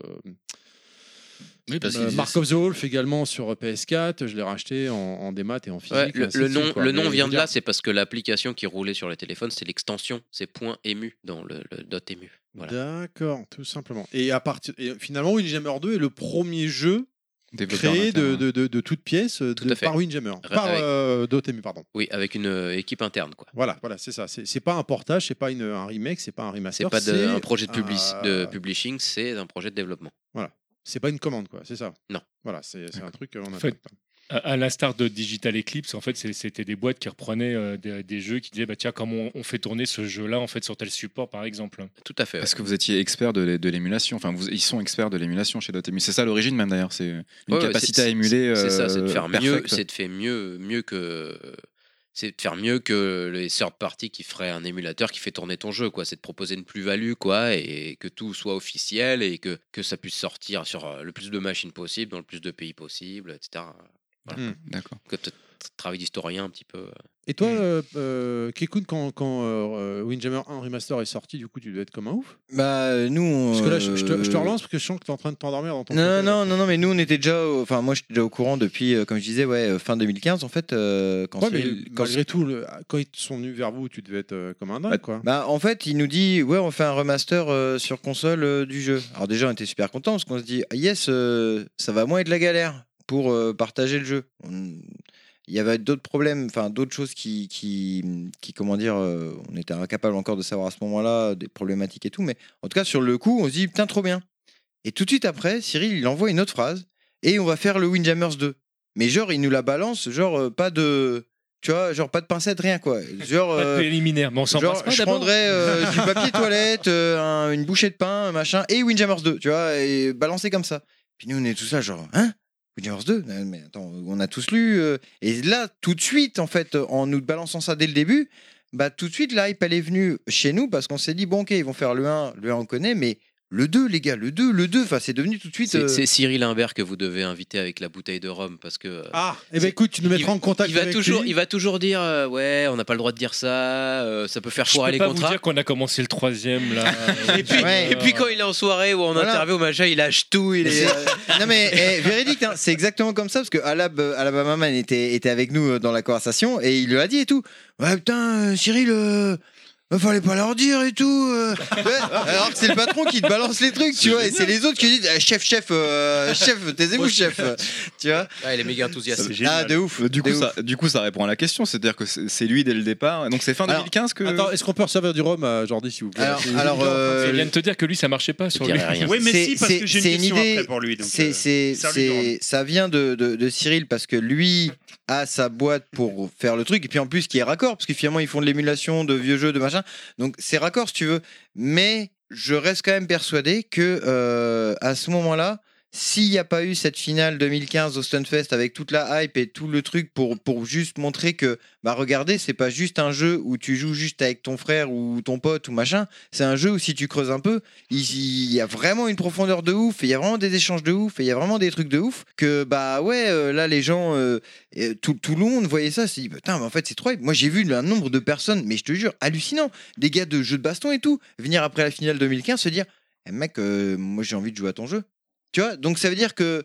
[SPEAKER 4] Oui, parce
[SPEAKER 1] Euh,
[SPEAKER 4] qu'ils-
[SPEAKER 1] Mark of the Wolf également sur euh, PS4, je l'ai racheté en, en démat et en physique.
[SPEAKER 2] Ouais, le,
[SPEAKER 1] ainsi
[SPEAKER 2] le
[SPEAKER 1] de
[SPEAKER 2] nom,
[SPEAKER 1] suite, quoi.
[SPEAKER 2] le
[SPEAKER 1] Mais
[SPEAKER 2] nom
[SPEAKER 1] je veux
[SPEAKER 2] vient de
[SPEAKER 1] dire-
[SPEAKER 2] là, c'est parce que l'application qui roulait sur les téléphones, c'est l'extension, c'est point ému dans le, le dot ému. Voilà.
[SPEAKER 1] D'accord, tout simplement. Et à partir, et finalement, Windjammer 2 est le premier jeu
[SPEAKER 2] Développé en
[SPEAKER 1] créé de,
[SPEAKER 2] interne.
[SPEAKER 1] de, de, de toute pièce euh,
[SPEAKER 2] Tout
[SPEAKER 1] de-
[SPEAKER 2] à fait.
[SPEAKER 1] par Windjammer,
[SPEAKER 2] Re-
[SPEAKER 1] par
[SPEAKER 2] avec-
[SPEAKER 1] euh, Dotemu, pardon.
[SPEAKER 2] Oui, avec une euh, équipe interne, quoi.
[SPEAKER 1] Voilà, voilà, c'est ça. C'est c'est pas un portage, c'est pas une, un remake, c'est pas un remaster.
[SPEAKER 2] C'est pas de- un projet de, publici-
[SPEAKER 1] publicité
[SPEAKER 2] de publishing, c'est un projet de développement.
[SPEAKER 1] Voilà, c'est pas une commande, quoi. C'est ça.
[SPEAKER 2] Non.
[SPEAKER 1] Voilà, c'est c'est un truc. euh, on
[SPEAKER 5] En
[SPEAKER 1] attend.
[SPEAKER 5] fait, à, à l'instar de Digital Eclipse, en fait, c'est- c'était des boîtes qui reprenaient euh, des, des jeux qui disaient bah tiens, comment on, on fait tourner ce jeu-là en fait sur tel support, par exemple.
[SPEAKER 2] Tout à fait.
[SPEAKER 3] Parce que vous étiez expert de, l'é- de l'émulation. Enfin, vous- ils sont experts de l'émulation chez Dotemu. C'est ça l'origine même d'ailleurs. C'est une
[SPEAKER 2] Ouais, ouais,
[SPEAKER 3] capacité
[SPEAKER 2] c'est-
[SPEAKER 3] à émuler.
[SPEAKER 2] C'est c'est ça, c'est de
[SPEAKER 3] euh,
[SPEAKER 2] faire mieux,
[SPEAKER 3] perfecte.
[SPEAKER 2] c'est de faire mieux, mieux que. C'est de faire mieux que les third parties qui feraient un émulateur qui fait tourner ton jeu, quoi. C'est de proposer une plus-value, quoi, et que tout soit officiel et que, que ça puisse sortir sur euh, le plus de machines possible, dans le plus de pays possible, etc. Voilà.
[SPEAKER 1] Hmm.
[SPEAKER 3] Mmh, D'accord.
[SPEAKER 2] Que t- t- travail d'historien un petit peu. euh.
[SPEAKER 1] Et
[SPEAKER 5] Mmh.
[SPEAKER 1] toi, euh, euh, Kekun, quand, quand euh, Windjammer 1 Remaster est sorti, du coup, tu devais être comme un ouf
[SPEAKER 8] Bah, euh, nous. on-
[SPEAKER 1] Parce que là, je, je te, je te
[SPEAKER 8] euh,
[SPEAKER 1] relance parce que je sens que t'es en train de t'endormir dans ton.
[SPEAKER 8] Non, non, non, non, mais nous on était déjà, au- enfin moi j'étais déjà au courant depuis, euh, comme je disais, ouais, euh, fin 2015 en fait. euh, quand
[SPEAKER 1] Ouais, mais
[SPEAKER 8] c'est- quand
[SPEAKER 1] malgré tout, le- quand ils sont venus vers vous, tu devais être euh, comme un dingue, quoi.
[SPEAKER 8] Bah, en fait, il nous dit ouais, on fait un remaster euh, sur console euh, du jeu. Alors déjà, on était super contents parce qu'on se dit ah, yes, euh, ça va moins être la galère pour euh, partager le jeu. On- Il y avait d'autres problèmes, enfin d'autres choses qui, qui, qui, comment dire, euh, on était incapable encore de savoir à ce moment-là des problématiques et tout. Mais en tout cas, sur le coup, on se dit putain, trop bien. Et tout de suite après, Cyril, il envoie une autre phrase et on va faire le Windjammers 2. Mais genre, il nous la balance, genre euh, pas de, tu vois, genre pas de pincette, rien quoi. Genre
[SPEAKER 5] Pas de
[SPEAKER 8] euh,
[SPEAKER 5] préliminaire, mais Ah, on s'en
[SPEAKER 8] Genre,
[SPEAKER 5] passe pas
[SPEAKER 8] je
[SPEAKER 5] d'abord.
[SPEAKER 8] prendrais euh, du papier toilette, euh, un- une bouchée de pain, machin, et Windjammers 2, tu vois, et balancé comme ça. Puis nous, on est tous là, genre, hein Windjammers 2 Non, Mais attends, on a tous lu. euh, et là, tout de suite, en fait, en nous balançant ça dès le début, bah tout de suite, la hype, elle est venue chez nous parce qu'on s'est dit, bon, ok, ils vont faire le 1, le 1, on connaît, mais le 2, les gars, le 2, le 2, enfin, c'est devenu tout de suite.
[SPEAKER 2] C'est
[SPEAKER 8] euh,
[SPEAKER 2] c'est Cyril Imbert que vous devez inviter avec la bouteille de rhum parce que. euh,
[SPEAKER 1] Ah, eh ben écoute, tu nous mettras en contact
[SPEAKER 2] il va
[SPEAKER 1] avec
[SPEAKER 2] toujours,
[SPEAKER 1] lui.
[SPEAKER 2] il va toujours dire euh, ouais, on n'a pas le droit de dire ça, euh, ça peut faire
[SPEAKER 5] Je
[SPEAKER 2] foirer
[SPEAKER 5] peux
[SPEAKER 2] les
[SPEAKER 5] pas vous
[SPEAKER 2] contrats.
[SPEAKER 5] dire qu'on a commencé le troisième là.
[SPEAKER 2] Et puis,
[SPEAKER 8] Ouais.
[SPEAKER 2] et puis quand il est en soirée ou en
[SPEAKER 8] Voilà.
[SPEAKER 2] interview, machin, il lâche tout. Il est, euh,
[SPEAKER 8] non mais eh, véridique, hein, c'est exactement comme ça parce que Alab, euh, Alabama Man était, était avec nous euh, dans la conversation et il lui a dit et tout. Ouais putain, euh, Cyril, euh, euh, fallait pas leur dire et tout. euh. Ouais, alors que c'est le patron qui te balance les trucs, tu vois, et c'est les autres qui disent eh, chef, chef, euh, chef, taisez-vous, chef, tu vois.
[SPEAKER 2] ouais, il est méga euh, enthousiaste.
[SPEAKER 8] Ah de ouf.
[SPEAKER 3] Du
[SPEAKER 8] de
[SPEAKER 3] coup,
[SPEAKER 8] ouf.
[SPEAKER 3] ça, du coup, ça répond à la question. C'est-à-dire que c'est c'est lui dès le départ. Donc c'est fin
[SPEAKER 8] Alors,
[SPEAKER 3] 2015 que.
[SPEAKER 1] Attends, est-ce qu'on peut recevoir du rhum à Jordi, s'il vous plaît
[SPEAKER 8] Alors,
[SPEAKER 1] C'est-
[SPEAKER 8] alors, euh,
[SPEAKER 5] Je viens de te dire que lui, ça marchait pas sur lui.
[SPEAKER 2] dirais rien.
[SPEAKER 6] Oui, mais
[SPEAKER 8] C'est-
[SPEAKER 6] si, parce
[SPEAKER 8] c'est-
[SPEAKER 6] que j'ai une
[SPEAKER 8] c'est
[SPEAKER 6] question après pour lui. donc,
[SPEAKER 8] C'est,
[SPEAKER 6] euh,
[SPEAKER 8] c'est-
[SPEAKER 6] salut,
[SPEAKER 8] c'est-
[SPEAKER 6] Jérôme.
[SPEAKER 8] ça vient de, de- de Cyril parce que lui a sa boîte pour faire le truc et puis en plus qui est raccord parce que finalement ils font de l'émulation de vieux jeux de machin donc c'est raccord si tu veux mais je reste quand même persuadé que euh, à ce moment-là s'il n'y a pas eu cette finale 2015 au Stunfest avec toute la hype et tout le truc pour, pour juste montrer que, bah regardez, c'est pas juste un jeu où tu joues juste avec ton frère ou ton pote ou machin, c'est un jeu où si tu creuses un peu, il il y a vraiment une profondeur de ouf, et il y a vraiment des échanges de ouf, et il y a vraiment des trucs de ouf, que bah ouais, euh, là les gens, euh, euh, tout, tout le monde voyait ça, s'est dit putain, mais en fait c'est trop hype. Moi j'ai vu un nombre de personnes, mais je te jure, hallucinant, des gars de jeux de baston et tout, venir après la finale 2015 se dire, Eh, mec, euh, moi j'ai envie de jouer à ton jeu. Tu vois, donc ça veut dire que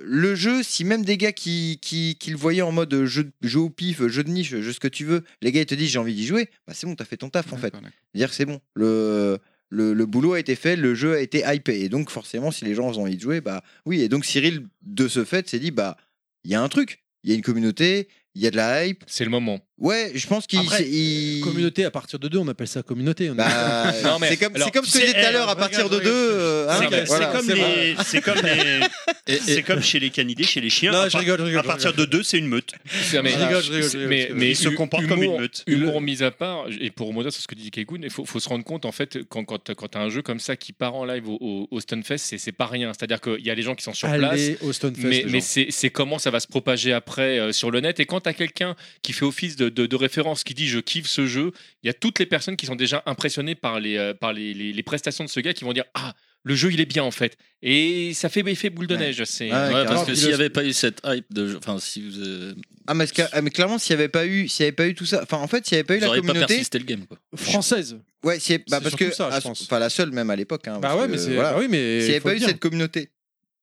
[SPEAKER 8] le jeu, si même des gars qui, qui, qui le voyaient en mode jeu, jeu au pif, jeu de niche, jeu ce que tu veux, les gars ils te disent j'ai envie d'y jouer, bah c'est bon, t'as fait ton taf en fait.
[SPEAKER 3] D'accord, d'accord.
[SPEAKER 8] C'est-à-dire que c'est bon, le, le, le boulot a été fait, le jeu a été hypé. Et donc forcément, si les gens ont envie de jouer, bah oui. Et donc Cyril, de ce fait, s'est dit, bah il y a un truc, il y a une communauté, il y a de la hype.
[SPEAKER 5] C'est le moment.
[SPEAKER 8] Ouais, je pense qu'il...
[SPEAKER 1] Après,
[SPEAKER 8] c'est- il-
[SPEAKER 1] Communauté, à partir de deux, on appelle ça communauté. on est-
[SPEAKER 8] Bah,
[SPEAKER 5] Non, mais
[SPEAKER 8] c'est comme,
[SPEAKER 5] alors,
[SPEAKER 8] c'est comme ce que
[SPEAKER 6] c'est-
[SPEAKER 8] j'ai dit tout à
[SPEAKER 6] eh,
[SPEAKER 8] l'heure, à partir de
[SPEAKER 6] regarde,
[SPEAKER 8] deux... euh,
[SPEAKER 1] Ah,
[SPEAKER 8] hein,
[SPEAKER 6] C'est comme-
[SPEAKER 8] voilà,
[SPEAKER 6] c'est comme
[SPEAKER 8] c'est vrai.
[SPEAKER 6] les- c'est comme les- c'est comme chez les canidés, chez les chiens.
[SPEAKER 1] Non,
[SPEAKER 6] à
[SPEAKER 1] je
[SPEAKER 6] part-
[SPEAKER 1] rigole, je rigole,
[SPEAKER 6] À
[SPEAKER 1] je
[SPEAKER 6] partir de deux, c'est une meute.
[SPEAKER 5] C'est- mais-
[SPEAKER 1] Je rigole, je rigole, je rigole.
[SPEAKER 5] mais, mais
[SPEAKER 6] Ils se
[SPEAKER 5] hu-
[SPEAKER 6] comportent
[SPEAKER 5] humour,
[SPEAKER 6] comme une meute.
[SPEAKER 5] Humour mis à part, et pour rebondir sur ce que dit Kekun, il faut, faut se rendre compte, en fait, quand, quand, quand t'as un jeu comme ça qui part en live au, au, au Stunfest, c'est c'est pas rien. C'est-à-dire qu'il y a les gens qui sont sur place.
[SPEAKER 1] Allez au Stonefest.
[SPEAKER 5] mais,
[SPEAKER 1] les
[SPEAKER 5] mais
[SPEAKER 1] gens.
[SPEAKER 5] c'est c'est comment ça va se propager après euh, sur le net. Et quand tu as quelqu'un qui fait office de, de- de référence, qui dit je kiffe ce jeu, il y a toutes les personnes qui sont déjà impressionnées par les, euh, par les, les- les prestations de ce gars qui vont dire Ah, le jeu il est bien en fait. Et ça fait effet boule de
[SPEAKER 8] Ouais.
[SPEAKER 5] neige. C'est
[SPEAKER 8] Ouais,
[SPEAKER 4] Ouais,
[SPEAKER 8] carrément.
[SPEAKER 4] parce que s'il n'y avait pas eu cette hype de, enfin si vous, euh,
[SPEAKER 8] Ah, mais, ca- ah, mais clairement, s'il n'y avait pas eu, s'il y avait pas eu tout ça, enfin en fait, s'il n'y avait pas eu
[SPEAKER 4] vous
[SPEAKER 8] la
[SPEAKER 4] auriez pas
[SPEAKER 8] communauté,
[SPEAKER 4] persisté le game quoi.
[SPEAKER 1] Française.
[SPEAKER 8] ouais, s'il y a- bah,
[SPEAKER 1] C'est
[SPEAKER 8] parce
[SPEAKER 1] surtout
[SPEAKER 8] que,
[SPEAKER 1] ça, je
[SPEAKER 8] à-
[SPEAKER 1] pense.
[SPEAKER 8] enfin la seule même à l'époque, hein,
[SPEAKER 1] Bah
[SPEAKER 8] parce
[SPEAKER 1] ouais,
[SPEAKER 8] que,
[SPEAKER 1] mais c'est.
[SPEAKER 8] voilà.
[SPEAKER 1] bah oui, mais.
[SPEAKER 8] S'il n'y avait
[SPEAKER 1] faut
[SPEAKER 8] pas
[SPEAKER 1] le
[SPEAKER 8] eu
[SPEAKER 1] dire.
[SPEAKER 8] cette communauté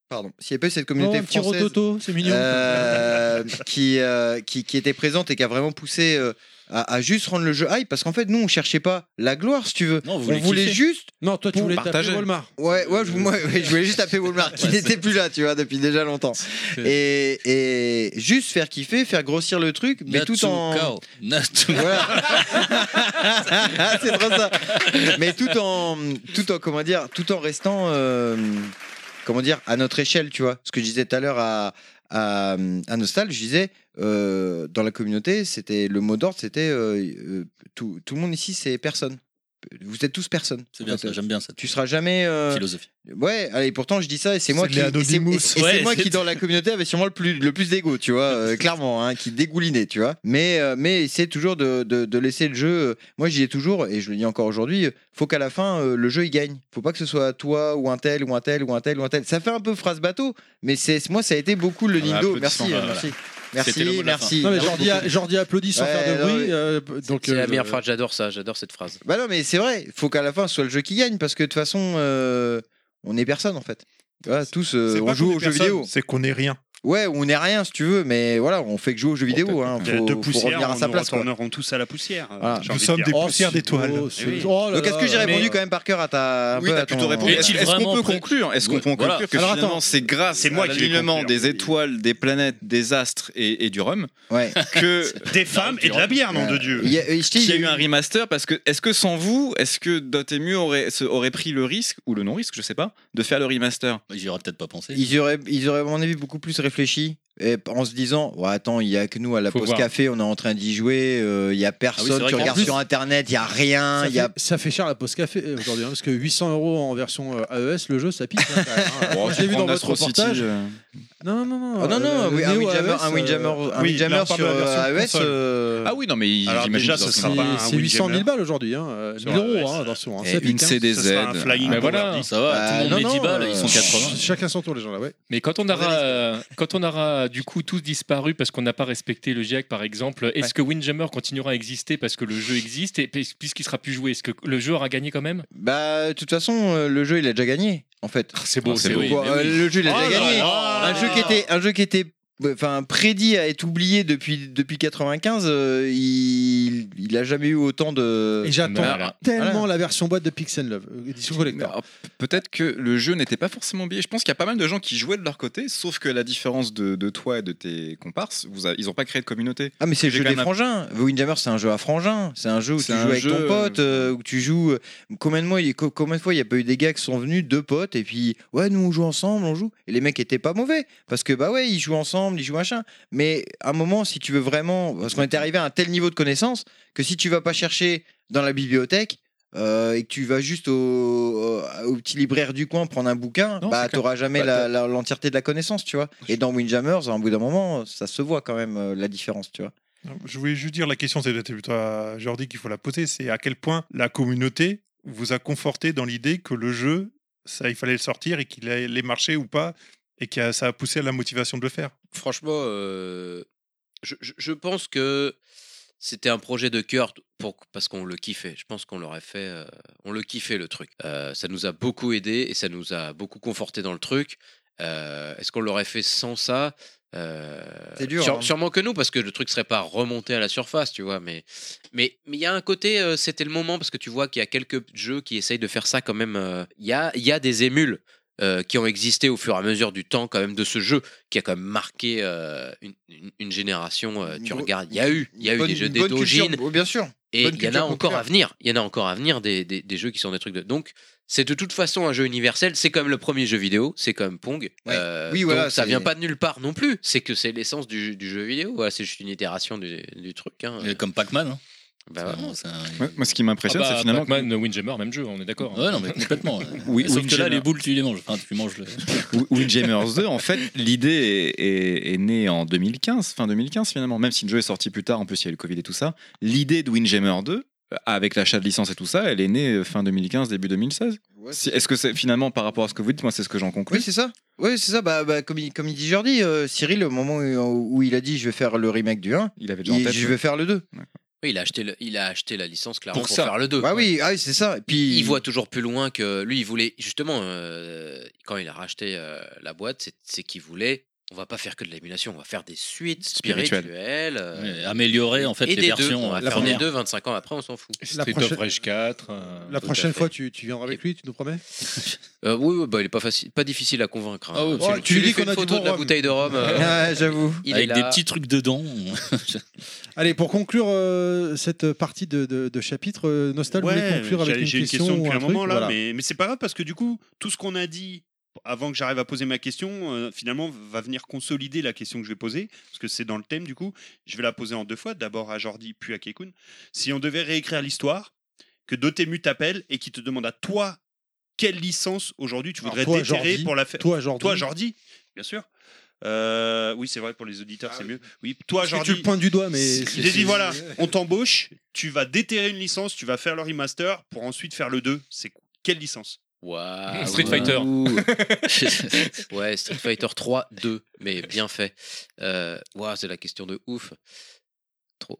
[SPEAKER 8] Pardon. S'il n'y avait pas eu cette communauté
[SPEAKER 1] Oh, un petit
[SPEAKER 8] française
[SPEAKER 1] rototo, c'est mignon.
[SPEAKER 8] euh, qui, euh, qui, qui était présente et qui a vraiment poussé euh, à, à juste rendre le jeu hype, parce qu'en fait, nous, on cherchait pas la gloire, si tu veux.
[SPEAKER 1] Non, vous
[SPEAKER 8] on
[SPEAKER 1] voulez
[SPEAKER 8] voulait
[SPEAKER 1] kiffer.
[SPEAKER 8] juste.
[SPEAKER 1] Non, toi, tu
[SPEAKER 8] pour-
[SPEAKER 1] voulais taper Walmart.
[SPEAKER 8] Ouais, ouais, je, moi, ouais, je voulais juste taper Walmart, qui
[SPEAKER 1] Ouais,
[SPEAKER 8] n'était plus là, tu vois, depuis déjà longtemps. Et, et juste faire kiffer, faire grossir le truc, mais tout en.
[SPEAKER 4] Natsukao. Natsukao.
[SPEAKER 8] Voilà. c'est trop ça. Mais tout en, tout en, comment dire, tout en restant, euh, comment dire, à notre échelle, tu vois. Ce que je disais tout à l'heure à, à, à Nostal, je disais, euh, dans la communauté, c'était le mot d'ordre, c'était euh, euh, tout, tout le monde ici, c'est personne. Vous êtes tous personne.
[SPEAKER 4] C'est bien ça, j'aime bien ça.
[SPEAKER 8] Tu seras jamais. euh,
[SPEAKER 4] Philosophie.
[SPEAKER 8] Ouais, allez, pourtant je dis ça et c'est moi
[SPEAKER 4] C'est
[SPEAKER 8] qui.
[SPEAKER 4] de
[SPEAKER 8] et c'est-
[SPEAKER 4] l'anonymous.
[SPEAKER 8] et c'est- et
[SPEAKER 4] Ouais,
[SPEAKER 8] c'est moi
[SPEAKER 4] c'est-
[SPEAKER 8] qui dans la communauté avait sûrement le plus le plus d'ego, tu vois, euh, clairement, hein, qui dégoulinait, tu vois. Mais euh, mais essayer toujours de, de, de laisser le jeu. euh, Moi j'y ai toujours et je le dis encore aujourd'hui. euh, Faut qu'à la fin euh, le jeu il gagne. Faut pas que ce soit toi ou un tel ou un tel ou un tel ou un tel. Ça fait un peu phrase bateau, mais c'est moi ça a été beaucoup le
[SPEAKER 3] Voilà,
[SPEAKER 8] Lindo. Merci,
[SPEAKER 3] applaudissements,
[SPEAKER 8] euh,
[SPEAKER 3] voilà.
[SPEAKER 8] merci,
[SPEAKER 3] C'était le
[SPEAKER 8] merci,
[SPEAKER 3] mot de la fin.
[SPEAKER 8] merci.
[SPEAKER 1] Non, mais
[SPEAKER 8] Merci
[SPEAKER 1] Jordi, a-
[SPEAKER 8] beaucoup.
[SPEAKER 1] Jordi applaudit sans
[SPEAKER 8] Ouais,
[SPEAKER 1] faire de
[SPEAKER 8] non,
[SPEAKER 1] bruit.
[SPEAKER 8] mais-
[SPEAKER 1] euh, donc,
[SPEAKER 2] C'est la
[SPEAKER 1] euh,
[SPEAKER 2] meilleure phrase, j'adore ça, j'adore cette phrase.
[SPEAKER 8] Bah non, mais c'est vrai, faut qu'à la fin ce soit le jeu qui gagne parce que de toute façon, euh, on est personne en fait. Voilà, tous, euh,
[SPEAKER 7] C'est pas
[SPEAKER 8] on joue
[SPEAKER 7] qu'on est
[SPEAKER 8] aux jeux
[SPEAKER 7] personne,
[SPEAKER 8] vidéo.
[SPEAKER 7] C'est qu'on est rien.
[SPEAKER 8] Ouais, on est rien si tu veux, mais voilà, on fait que jouer aux jeux vidéo. Hein,
[SPEAKER 6] De,
[SPEAKER 8] faut,
[SPEAKER 6] de
[SPEAKER 8] faut
[SPEAKER 6] poussière,
[SPEAKER 8] revenir à sa
[SPEAKER 6] on
[SPEAKER 8] place. quoi.
[SPEAKER 6] retournerons tous à la poussière.
[SPEAKER 8] Voilà.
[SPEAKER 6] j'ai
[SPEAKER 7] Ah, Nous
[SPEAKER 6] envie de
[SPEAKER 7] sommes
[SPEAKER 6] dire.
[SPEAKER 7] des
[SPEAKER 1] Oh,
[SPEAKER 7] poussières
[SPEAKER 1] c'est
[SPEAKER 7] d'étoiles.
[SPEAKER 1] beau,
[SPEAKER 6] Eh oui.
[SPEAKER 1] c'est- oh là
[SPEAKER 8] Donc est-ce que
[SPEAKER 1] là.
[SPEAKER 8] j'ai répondu
[SPEAKER 1] Mais-
[SPEAKER 8] quand même par cœur à ta. un
[SPEAKER 3] Oui,
[SPEAKER 8] peu
[SPEAKER 3] t'as
[SPEAKER 8] à ton-
[SPEAKER 3] plutôt répondu. Est-ce
[SPEAKER 4] Est-il
[SPEAKER 3] est-ce qu'on
[SPEAKER 4] vraiment
[SPEAKER 3] peut
[SPEAKER 4] prêt
[SPEAKER 3] conclure Est-ce qu'on
[SPEAKER 4] Ouais,
[SPEAKER 3] peut conclure
[SPEAKER 4] voilà.
[SPEAKER 3] que
[SPEAKER 1] Alors, attends.
[SPEAKER 3] finalement c'est grâce
[SPEAKER 6] C'est moi
[SPEAKER 3] à
[SPEAKER 6] qui vais
[SPEAKER 3] l'alignement
[SPEAKER 6] conclure.
[SPEAKER 3] des étoiles, des planètes, des astres et, et du rhum
[SPEAKER 8] Ouais.
[SPEAKER 3] que
[SPEAKER 6] Des femmes et de la bière, nom de Dieu.
[SPEAKER 8] Euh, Il y a, je t'ai-
[SPEAKER 3] qu'il y a eu un remaster Parce que est-ce que sans vous, est-ce que Dotemu aurait, se- aurait pris le risque ou le non-risque, je sais pas, de faire le remaster
[SPEAKER 4] J'y aurais peut-être pas pensé.
[SPEAKER 8] Ils auraient, ils auraient, à mon avis, beaucoup plus réfléchi. Et en se disant, ouais, attends, il y a que nous à la
[SPEAKER 5] Faut
[SPEAKER 8] pause
[SPEAKER 5] voir.
[SPEAKER 8] café, on est en train d'y jouer, euh, il y a
[SPEAKER 4] c'est
[SPEAKER 8] personne,
[SPEAKER 4] vrai
[SPEAKER 8] tu
[SPEAKER 4] qu'en
[SPEAKER 8] regardes
[SPEAKER 4] plus-
[SPEAKER 8] sur internet, il y a Ah, rien,
[SPEAKER 1] Ça
[SPEAKER 8] il y a
[SPEAKER 1] fait, ça fait cher la pause café euh, aujourd'hui, hein, parce que 800 euros en version euh, AES, le jeu, ça pique. hein, quand même, hein.
[SPEAKER 3] Oh,
[SPEAKER 1] Moi, je l'ai vu dans votre reportage.
[SPEAKER 3] euh.
[SPEAKER 1] Non, non, non.
[SPEAKER 8] Oh non,
[SPEAKER 1] euh,
[SPEAKER 8] non,
[SPEAKER 1] le
[SPEAKER 8] oui, un
[SPEAKER 1] Neo
[SPEAKER 8] Windjammer,
[SPEAKER 1] AES,
[SPEAKER 8] un Windjammer,
[SPEAKER 1] euh,
[SPEAKER 8] un
[SPEAKER 7] oui,
[SPEAKER 8] Windjammer
[SPEAKER 7] là, on parle
[SPEAKER 8] sur
[SPEAKER 7] de
[SPEAKER 3] E
[SPEAKER 7] la version
[SPEAKER 8] euh, AES.
[SPEAKER 7] console.
[SPEAKER 8] euh,
[SPEAKER 3] Ah oui, non, mais
[SPEAKER 6] Alors
[SPEAKER 3] j'imagine
[SPEAKER 6] déjà,
[SPEAKER 3] que
[SPEAKER 6] ce
[SPEAKER 3] ça-
[SPEAKER 6] sera pas un
[SPEAKER 1] C'est c'est 800 000
[SPEAKER 6] Windjammer.
[SPEAKER 1] balles aujourd'hui, hein, euh, 1000
[SPEAKER 6] Sur
[SPEAKER 1] euros,
[SPEAKER 6] AES,
[SPEAKER 1] hein, attention. hein,
[SPEAKER 3] Et
[SPEAKER 1] ça
[SPEAKER 3] une
[SPEAKER 1] pique, hein.
[SPEAKER 6] Ce
[SPEAKER 3] CDZ.
[SPEAKER 6] sera un flying
[SPEAKER 5] Bah voilà.
[SPEAKER 6] Bombardier.
[SPEAKER 4] Ça va,
[SPEAKER 8] Bah,
[SPEAKER 4] tout le monde
[SPEAKER 8] non,
[SPEAKER 4] met 10
[SPEAKER 8] non,
[SPEAKER 4] balles, ils sont
[SPEAKER 8] euh,
[SPEAKER 4] 80.
[SPEAKER 1] Chacun son tour, les gens là, ouais.
[SPEAKER 5] Mais quand on aura, euh, quand on aura du coup tous disparu parce qu'on n'a pas respecté le GIEC par exemple, est-ce que Windjammer continuera à exister parce que le jeu existe et puis- puisqu'il sera plus joué, est-ce que le jeu aura gagné quand même
[SPEAKER 8] Bah, de toute façon, euh, le jeu, il a déjà gagné, en fait.
[SPEAKER 5] C'est
[SPEAKER 3] beau, c'est
[SPEAKER 8] Bon, euh, le jeu, il a
[SPEAKER 6] Oh
[SPEAKER 8] déjà
[SPEAKER 6] là
[SPEAKER 8] gagné.
[SPEAKER 6] là.
[SPEAKER 8] un jeu qui était, un jeu qui était, enfin, prédit à être oublié depuis depuis 95. euh, il, il a jamais eu autant de.
[SPEAKER 1] Et j'attends
[SPEAKER 5] Voilà.
[SPEAKER 1] tellement
[SPEAKER 8] Voilà.
[SPEAKER 1] la version boîte de Pixel Love, euh, édition collector.
[SPEAKER 3] Alors, p- ah, Peut-être que le jeu n'était pas forcément biais. Je pense qu'il y a pas mal de gens qui jouaient de leur côté, sauf que la différence de, de toi et de tes comparses, vous a- ils n'ont pas créé de communauté.
[SPEAKER 8] Ah mais c'est le
[SPEAKER 3] J'ai
[SPEAKER 8] jeu
[SPEAKER 3] quand
[SPEAKER 8] des
[SPEAKER 3] même un-
[SPEAKER 8] frangins. The Windjammer c'est un jeu à frangins. C'est un jeu où tu
[SPEAKER 3] C'est
[SPEAKER 8] joues
[SPEAKER 3] un
[SPEAKER 8] avec
[SPEAKER 3] jeu,
[SPEAKER 8] ton pote,
[SPEAKER 3] euh,
[SPEAKER 8] euh, où tu joues. euh, Combien de mois, il y a- co- combien de fois il y a pas eu des gars qui sont venus deux potes et puis ouais nous on joue ensemble, on joue. Et les mecs étaient pas mauvais parce que bah ouais ils jouent ensemble, ils jouent machin. Mais à un moment si tu veux vraiment, parce qu'on est arrivé à un tel niveau de connaissance que si tu vas pas chercher dans la bibliothèque. euh, et que tu vas juste au, au- au petit libraire du coin prendre un bouquin,
[SPEAKER 3] Non,
[SPEAKER 8] bah
[SPEAKER 3] c'est
[SPEAKER 8] t'auras jamais la-
[SPEAKER 3] bah,
[SPEAKER 8] la- l'entièreté de la connaissance, tu vois. Et dans Windjammers, à un bout d'un moment, ça se voit quand même euh, la différence, tu vois.
[SPEAKER 7] Je voulais juste dire, la question, c'est peut-être plutôt à Jordi qu'il faut la poser, c'est à quel point la communauté vous a conforté dans l'idée que le jeu, ça, il fallait le sortir et qu'il allait marcher ou pas, et que ça a poussé à la motivation de le faire.
[SPEAKER 2] Franchement, euh, je, je- je pense que c'était un projet de cœur pour, parce qu'on le kiffait. Je pense qu'on l'aurait fait, euh, on le kiffait le truc. Euh, ça nous a beaucoup aidé et ça nous a beaucoup conforté dans le truc. Euh, Est-ce qu'on l'aurait fait sans ça Euh,
[SPEAKER 8] C'est dur, hein.
[SPEAKER 2] Sûrement que nous, parce que le truc serait pas remonté à la surface, tu vois. Mais mais mais il y a un côté, euh, c'était le moment parce que tu vois qu'il y a quelques jeux qui essayent de faire ça quand même. euh, Il y a il y a des émules euh, qui ont existé au fur et à mesure du temps quand même de ce jeu qui a quand même marqué euh, une, une- une génération. euh, tu
[SPEAKER 8] Une gro-
[SPEAKER 2] regardes, il y a eu, il y a eu
[SPEAKER 8] Bonne-
[SPEAKER 2] des jeux
[SPEAKER 8] une bonne
[SPEAKER 2] d'Edogine,
[SPEAKER 8] culture, Bien sûr.
[SPEAKER 2] et
[SPEAKER 8] bonne
[SPEAKER 2] il y en a
[SPEAKER 8] culture
[SPEAKER 2] encore
[SPEAKER 8] populaire.
[SPEAKER 2] à venir. Il y en a encore à venir des, des- des jeux qui sont des trucs de. Donc, c'est de toute façon un jeu universel. C'est comme le premier jeu vidéo. C'est comme Pong.
[SPEAKER 8] Ouais.
[SPEAKER 2] Euh,
[SPEAKER 8] Oui, voilà,
[SPEAKER 2] donc ça
[SPEAKER 8] c'est-
[SPEAKER 2] vient pas de nulle part non plus. C'est que c'est l'essence du, du jeu vidéo. Voilà, c'est juste une itération du, du truc. hein.
[SPEAKER 4] Et Comme Pac-Man. hein.
[SPEAKER 2] Bah,
[SPEAKER 4] C'est
[SPEAKER 2] voilà.
[SPEAKER 4] vraiment- c'est un-
[SPEAKER 3] Ouais, moi, ce qui m'impressionne,
[SPEAKER 5] Ah bah,
[SPEAKER 3] c'est finalement.
[SPEAKER 5] Pac-Man, Windjammer, même jeu, on est d'accord. hein.
[SPEAKER 4] Ouais, non, mais complètement. ouais.
[SPEAKER 3] Oui,
[SPEAKER 4] Sauf que là,
[SPEAKER 3] Windjammer.
[SPEAKER 4] les boules, tu les manges. Enfin, tu manges le.
[SPEAKER 3] Wi- Windjammers 2, en fait, l'idée est, est- est née en 2015, fin 2015 finalement, même si le jeu est sorti plus tard, en plus il y a eu le Covid et tout ça. L'idée de Windjammer 2, euh, avec l'achat de licence et tout ça, elle est née euh, fin 2015, début 2016. Si- Est-ce que c'est finalement par rapport à ce que vous dites, moi c'est ce que j'en conclus
[SPEAKER 8] Oui, c'est ça. Oui, c'est ça. Bah, bah, comme, il, comme il dit Jordi, euh, Cyril, au moment où, où il a dit je vais faire le remake du 1,
[SPEAKER 3] Il avait déjà en
[SPEAKER 8] et
[SPEAKER 3] tête. euh,
[SPEAKER 8] je
[SPEAKER 3] ouais.
[SPEAKER 8] vais faire le 2.
[SPEAKER 2] Oui, il, a acheté le- il a acheté la licence clairement
[SPEAKER 8] Pour
[SPEAKER 2] pour,
[SPEAKER 8] ça.
[SPEAKER 2] faire le 2.
[SPEAKER 8] Bah oui, ah oui, c'est ça. Et puis-
[SPEAKER 2] il voit toujours plus loin que lui. Il voulait justement euh, quand il a racheté euh, la boîte, c'est- c'est qu'il voulait. On va pas faire que de l'émulation, on va faire des suites
[SPEAKER 4] Spirituelles.
[SPEAKER 2] spirituelles, euh,
[SPEAKER 4] Ouais, améliorer, en fait,
[SPEAKER 2] et
[SPEAKER 4] les
[SPEAKER 2] des
[SPEAKER 4] versions,
[SPEAKER 2] Deux, on
[SPEAKER 4] euh,
[SPEAKER 2] va faire
[SPEAKER 4] premières.
[SPEAKER 2] des deux 25 ans après, on s'en fout.
[SPEAKER 1] La Street of prochaine- Rage
[SPEAKER 5] 4.
[SPEAKER 1] La prochaine fois, tu, tu viendras avec lui, tu nous promets
[SPEAKER 2] Euh, oui, oui, bah, il est pas facile, pas difficile à convaincre. hein.
[SPEAKER 1] Ah oui,
[SPEAKER 2] Tu-
[SPEAKER 1] absolument.
[SPEAKER 2] tu
[SPEAKER 1] Tu
[SPEAKER 2] lui
[SPEAKER 1] lui dis
[SPEAKER 2] fais
[SPEAKER 1] qu'on
[SPEAKER 2] une
[SPEAKER 1] a du
[SPEAKER 2] photo
[SPEAKER 1] bon
[SPEAKER 2] de la
[SPEAKER 1] rhum.
[SPEAKER 2] bouteille de rhum. euh,
[SPEAKER 8] Ouais, j'avoue.
[SPEAKER 2] il est
[SPEAKER 4] Avec des
[SPEAKER 2] là.
[SPEAKER 4] petits trucs dedans.
[SPEAKER 1] Allez, pour conclure euh, cette partie de, de- de chapitre, euh, Nostal voulait
[SPEAKER 6] Ouais,
[SPEAKER 1] conclure avec
[SPEAKER 6] j'ai
[SPEAKER 1] une
[SPEAKER 6] j'ai
[SPEAKER 1] question.
[SPEAKER 6] une
[SPEAKER 1] ou
[SPEAKER 6] question depuis un,
[SPEAKER 1] truc,
[SPEAKER 6] moment là,
[SPEAKER 1] voilà.
[SPEAKER 6] mais, mais c'est pas grave parce que du coup, tout ce qu'on a dit avant que j'arrive à poser ma question, euh, finalement, va venir consolider la question que je vais poser, parce que c'est dans le thème du coup. Je vais la poser en deux fois, d'abord à Jordi, puis à Kekun. Si on devait réécrire l'histoire, que Dotemu t'appelle et qu'il te demande à toi quelle licence aujourd'hui tu
[SPEAKER 1] Alors,
[SPEAKER 6] voudrais
[SPEAKER 1] toi,
[SPEAKER 6] déterrer
[SPEAKER 1] Jordi,
[SPEAKER 6] pour la faire.
[SPEAKER 1] toi, Jordi.
[SPEAKER 6] bien sûr. Euh, oui, c'est vrai pour les auditeurs, c'est mieux. Oui, toi,
[SPEAKER 1] Parce que
[SPEAKER 6] Jordi.
[SPEAKER 1] tu le pointes du doigt, mais c'est-
[SPEAKER 6] J'ai
[SPEAKER 1] c'est-
[SPEAKER 6] dit voilà, on t'embauche, tu vas déterrer une licence, tu vas faire le remaster pour ensuite faire le 2. C'est quelle licence
[SPEAKER 2] Waouh.
[SPEAKER 6] Street Fighter.
[SPEAKER 2] ouais, Street Fighter 3, 2, mais bien fait. Euh, Waouh, c'est la question de ouf. Trop.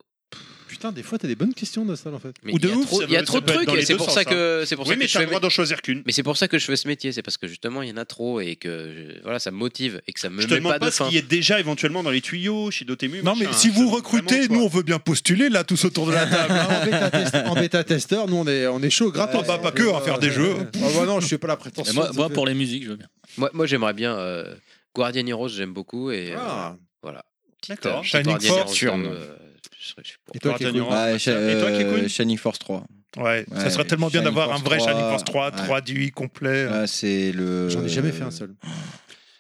[SPEAKER 1] Putain, des fois, t'as des bonnes questions, Nostal, en fait.
[SPEAKER 2] Mais il y a trop- il y a trop de trucs, et c'est pour
[SPEAKER 6] hein.
[SPEAKER 2] ça que c'est pour ça que je fais-
[SPEAKER 6] choisir qu'une.
[SPEAKER 2] Mais c'est pour ça que je fais ce métier, c'est parce que justement il y en a trop et que je- voilà ça me motive et que ça me
[SPEAKER 6] Je te
[SPEAKER 2] met
[SPEAKER 6] demande
[SPEAKER 2] pas,
[SPEAKER 6] pas,
[SPEAKER 2] de
[SPEAKER 6] ce
[SPEAKER 2] faim.
[SPEAKER 6] qui est déjà éventuellement dans les tuyaux chez Dotemu. hein.
[SPEAKER 7] Non, mais si vous recrutez, nous on veut bien postuler là, tous autour de la table. hein.
[SPEAKER 1] En bêta test- En bêta-testeur, nous, on est, on est chaud, gratos.
[SPEAKER 7] Ah bah, pas
[SPEAKER 2] hein,
[SPEAKER 7] que, à faire des jeux.
[SPEAKER 1] Ah bah non, je suis pas la prétention. ça fait-
[SPEAKER 2] les musiques, je veux bien. Moi, moi j'aimerais bien euh, Guardian Heroes, j'aime beaucoup et euh,
[SPEAKER 1] Ah.
[SPEAKER 2] voilà. Petite,
[SPEAKER 6] D'accord.
[SPEAKER 2] euh, petite
[SPEAKER 6] Shining
[SPEAKER 2] Guardian
[SPEAKER 6] Force.
[SPEAKER 2] Heroes,
[SPEAKER 6] Saturne.
[SPEAKER 2] euh, je serais- je suis pour.
[SPEAKER 1] Et toi,
[SPEAKER 6] Guardian
[SPEAKER 1] Kekun
[SPEAKER 6] Heroes.
[SPEAKER 8] Ouais, Sha-
[SPEAKER 6] Et toi, Kekun
[SPEAKER 8] bah, euh, Shining Force 3.
[SPEAKER 7] Ouais, ça serait tellement bien d'avoir un vrai Shining Force 3, 3 DUI complet.
[SPEAKER 8] Ah, c'est le.
[SPEAKER 1] J'en ai jamais fait un seul.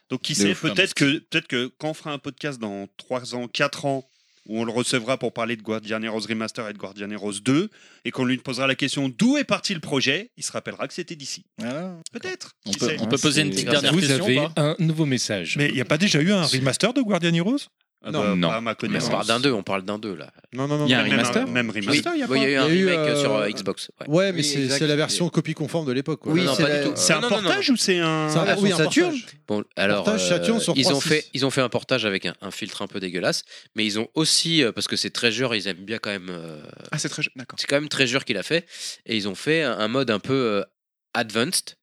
[SPEAKER 6] Donc qui
[SPEAKER 8] De
[SPEAKER 6] sait,
[SPEAKER 8] ouf, quand
[SPEAKER 6] peut-être que, peut que quand on fera un podcast dans 3 ans, 4 ans, où on le recevra pour parler de Guardian Heroes Remaster et de Guardian Heroes 2, et qu'on lui posera la question d'où est parti le projet, il se rappellera que c'était d'ici.
[SPEAKER 8] Ah,
[SPEAKER 6] Peut-être.
[SPEAKER 4] On
[SPEAKER 6] Qui
[SPEAKER 4] peut,
[SPEAKER 6] sait
[SPEAKER 7] Ah,
[SPEAKER 4] on peut poser une petite dernière
[SPEAKER 5] Vous
[SPEAKER 4] question.
[SPEAKER 5] avez
[SPEAKER 4] pas
[SPEAKER 5] un nouveau message.
[SPEAKER 7] Mais il n'y a pas déjà eu un remaster de Guardian Heroes
[SPEAKER 6] Ah bah,
[SPEAKER 3] Non.
[SPEAKER 6] pas à ma
[SPEAKER 2] Mais on
[SPEAKER 6] connaissance.
[SPEAKER 2] parle d'un 2, on parle d'un 2 là.
[SPEAKER 1] Non, non, non.
[SPEAKER 4] Il y a un
[SPEAKER 1] non,
[SPEAKER 6] Même-
[SPEAKER 1] non.
[SPEAKER 4] remaster
[SPEAKER 6] Même
[SPEAKER 2] Oui,
[SPEAKER 6] remaster.
[SPEAKER 2] bah, il y a,
[SPEAKER 1] pas-
[SPEAKER 2] eu un
[SPEAKER 1] il y a eu,
[SPEAKER 2] remake euh, sur euh,
[SPEAKER 1] euh,
[SPEAKER 2] Xbox. ouais.
[SPEAKER 1] Ouais, mais
[SPEAKER 8] Oui,
[SPEAKER 1] c'est
[SPEAKER 8] exact.
[SPEAKER 1] c'est la version copie conforme de l'époque. quoi.
[SPEAKER 8] Oui,
[SPEAKER 2] Non, non,
[SPEAKER 8] c'est
[SPEAKER 2] pas
[SPEAKER 8] la-
[SPEAKER 2] du tout.
[SPEAKER 6] C'est un
[SPEAKER 2] Non, non, non, non.
[SPEAKER 6] portage ou c'est un.
[SPEAKER 1] Ça-
[SPEAKER 8] Ah,
[SPEAKER 1] Ah,
[SPEAKER 8] version
[SPEAKER 1] oui, un
[SPEAKER 8] Saturn
[SPEAKER 1] portage.
[SPEAKER 2] Bon, alors, euh,
[SPEAKER 1] Portage Saturn sur
[SPEAKER 2] ils, ont
[SPEAKER 1] 3.6.
[SPEAKER 2] fait, ils ont fait un portage avec un, un filtre un peu dégueulasse, mais ils ont aussi, euh, parce que c'est Treasure, ils aiment bien quand même. euh,
[SPEAKER 3] Ah, c'est très. D'accord.
[SPEAKER 2] c'est quand même Treasure qui l'a fait, et ils ont fait un, un mode un peu euh, advanced,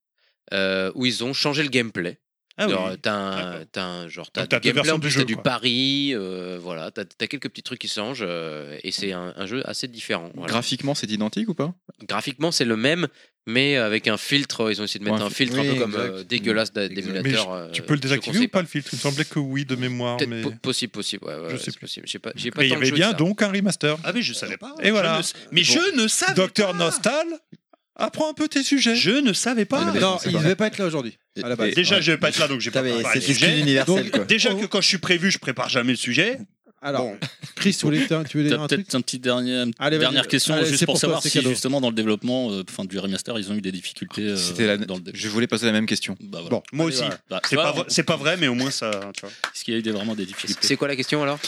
[SPEAKER 2] euh, où ils ont changé le gameplay.
[SPEAKER 6] Ah oui.
[SPEAKER 2] genre, t'as un,
[SPEAKER 6] D'accord.
[SPEAKER 2] t'as un- genre, t'as
[SPEAKER 7] Donc,
[SPEAKER 2] du
[SPEAKER 7] t'as
[SPEAKER 2] gameplay,
[SPEAKER 7] deux versions
[SPEAKER 2] en
[SPEAKER 7] du
[SPEAKER 2] plus,
[SPEAKER 7] jeu,
[SPEAKER 2] t'as du
[SPEAKER 7] quoi.
[SPEAKER 2] pari, euh, voilà, t'as as quelques petits trucs qui changent, euh, et c'est un, un jeu assez différent. voilà.
[SPEAKER 3] Graphiquement, c'est identique ou pas
[SPEAKER 2] Graphiquement, c'est le même, mais avec un filtre, ils ont essayé de mettre
[SPEAKER 3] Ouais,
[SPEAKER 2] un filtre
[SPEAKER 8] oui,
[SPEAKER 2] un peu comme
[SPEAKER 8] exact.
[SPEAKER 2] euh, dégueulasse d'a-
[SPEAKER 7] Mm.
[SPEAKER 8] Exact.
[SPEAKER 2] d'émulateur.
[SPEAKER 7] Mais
[SPEAKER 2] euh,
[SPEAKER 7] Tu peux le
[SPEAKER 2] je
[SPEAKER 7] désactiver
[SPEAKER 2] conseille
[SPEAKER 7] ou pas le filtre Il me semblait que oui, de mémoire.
[SPEAKER 2] Peut-être
[SPEAKER 7] Mais
[SPEAKER 2] po- possible, possible. ouais, ouais,
[SPEAKER 7] Je
[SPEAKER 2] ouais,
[SPEAKER 7] sais
[SPEAKER 2] c'est
[SPEAKER 7] plus.
[SPEAKER 2] possible. J'ai pas, j'ai pas
[SPEAKER 7] Mais il y
[SPEAKER 2] tant le
[SPEAKER 7] avait
[SPEAKER 2] jeu que
[SPEAKER 7] bien
[SPEAKER 2] ça.
[SPEAKER 7] donc un remaster.
[SPEAKER 6] Ah mais je savais pas.
[SPEAKER 7] Et
[SPEAKER 6] Je
[SPEAKER 7] voilà.
[SPEAKER 6] ne- Mais je ne savais
[SPEAKER 7] Docteur
[SPEAKER 6] pas.
[SPEAKER 7] Nostal, apprends un peu tes sujets.
[SPEAKER 6] Je ne savais pas.
[SPEAKER 8] Ah,
[SPEAKER 1] Non,
[SPEAKER 8] c'est
[SPEAKER 1] il
[SPEAKER 8] pas
[SPEAKER 1] devait pas être là aujourd'hui. à la base.
[SPEAKER 8] Et-
[SPEAKER 6] Déjà,
[SPEAKER 8] ouais.
[SPEAKER 6] je vais pas être là, donc j'ai pas
[SPEAKER 8] Putain, mais
[SPEAKER 6] préparé
[SPEAKER 8] C'est
[SPEAKER 6] le
[SPEAKER 8] du style
[SPEAKER 6] sujet.
[SPEAKER 8] universel,
[SPEAKER 1] Donc-
[SPEAKER 8] quoi.
[SPEAKER 6] Déjà que quand je suis prévu, je prépare jamais le sujet.
[SPEAKER 1] Alors,
[SPEAKER 6] Bon.
[SPEAKER 1] Chris, tu voulais- tu voulais dire
[SPEAKER 4] T'as
[SPEAKER 1] un truc
[SPEAKER 4] peut-être un petit dernier, une
[SPEAKER 1] Allez, vas-y.
[SPEAKER 4] dernière question
[SPEAKER 1] Allez, c'est
[SPEAKER 4] juste pour,
[SPEAKER 1] pour toi,
[SPEAKER 4] savoir
[SPEAKER 1] c'est
[SPEAKER 4] si
[SPEAKER 1] cadeau.
[SPEAKER 4] justement dans le développement euh, enfin, du remaster ils ont eu des difficultés euh,
[SPEAKER 3] C'était la-
[SPEAKER 4] dans le dé-
[SPEAKER 3] Je voulais poser la même question.
[SPEAKER 4] Bah, voilà.
[SPEAKER 1] Bon.
[SPEAKER 6] Moi
[SPEAKER 1] Allez,
[SPEAKER 6] aussi.
[SPEAKER 1] voilà.
[SPEAKER 4] Bah,
[SPEAKER 6] C'est
[SPEAKER 4] ça,
[SPEAKER 6] pas, vrai- c'est pas vrai, mais au moins ça. Tu vois.
[SPEAKER 4] Est-ce qu'il y a eu des- vraiment des difficultés
[SPEAKER 2] C'est quoi la question alors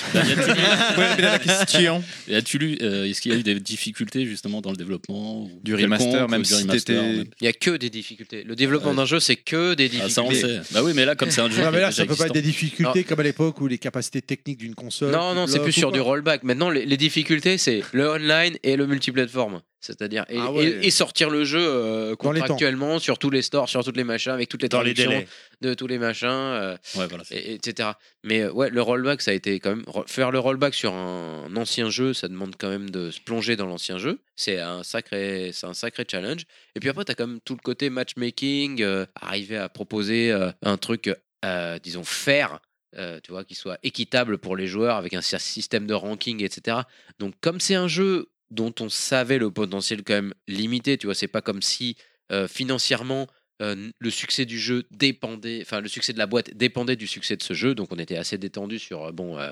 [SPEAKER 3] la question
[SPEAKER 4] Et As-tu lu euh, Est-ce qu'il y a eu des difficultés justement dans le développement ou
[SPEAKER 3] Du remaster,
[SPEAKER 4] quelconque, euh,
[SPEAKER 3] même
[SPEAKER 4] du
[SPEAKER 3] si
[SPEAKER 4] remaster,
[SPEAKER 3] t'étais-
[SPEAKER 4] même-
[SPEAKER 2] Il y a que des difficultés. Le développement d'un jeu, c'est que des
[SPEAKER 4] Ah, ça on
[SPEAKER 2] difficultés.
[SPEAKER 4] sait. Bah oui, mais là comme c'est un jeu.
[SPEAKER 1] Non,
[SPEAKER 4] qui
[SPEAKER 1] mais
[SPEAKER 4] est
[SPEAKER 1] là,
[SPEAKER 4] déjà
[SPEAKER 1] ça peut pas être
[SPEAKER 4] existant.
[SPEAKER 1] des difficultés comme à l'époque où les capacités techniques d'une console.
[SPEAKER 2] non,
[SPEAKER 1] qui
[SPEAKER 2] non, c'est
[SPEAKER 1] bloquent
[SPEAKER 2] plus
[SPEAKER 1] ou
[SPEAKER 2] sur du
[SPEAKER 1] quoi.
[SPEAKER 2] rollback. Maintenant, les, les difficultés, c'est le online et le multiplateforme. C'est-à-dire, et,
[SPEAKER 1] Ah ouais.
[SPEAKER 2] et- et sortir le jeu euh,
[SPEAKER 1] Dans les temps.
[SPEAKER 2] contractuellement sur tous les stores, sur toutes les machins, avec toutes les
[SPEAKER 6] Dans les
[SPEAKER 2] traductions
[SPEAKER 6] délais.
[SPEAKER 2] de tous les machins, euh,
[SPEAKER 4] Ouais, voilà.
[SPEAKER 2] et- et- etc. Mais euh, ouais, le rollback, ça a été quand même. ro- Faire le rollback sur un, un ancien jeu, ça demande quand même de se plonger dans l'ancien jeu. C'est un, sacré- c'est un sacré challenge. Et puis après, tu as quand même tout le côté matchmaking, euh, arriver à proposer euh, un truc, euh, disons, faire. euh, tu vois, qui soit équitable pour les joueurs avec un sy- système de ranking, etc. Donc, comme c'est un jeu dont on savait le potentiel quand même limité, tu vois, c'est pas comme si euh, financièrement euh, le succès du jeu dépendait, enfin, le succès de la boîte dépendait du succès de ce jeu, donc on était assez détendu sur euh, bon, euh,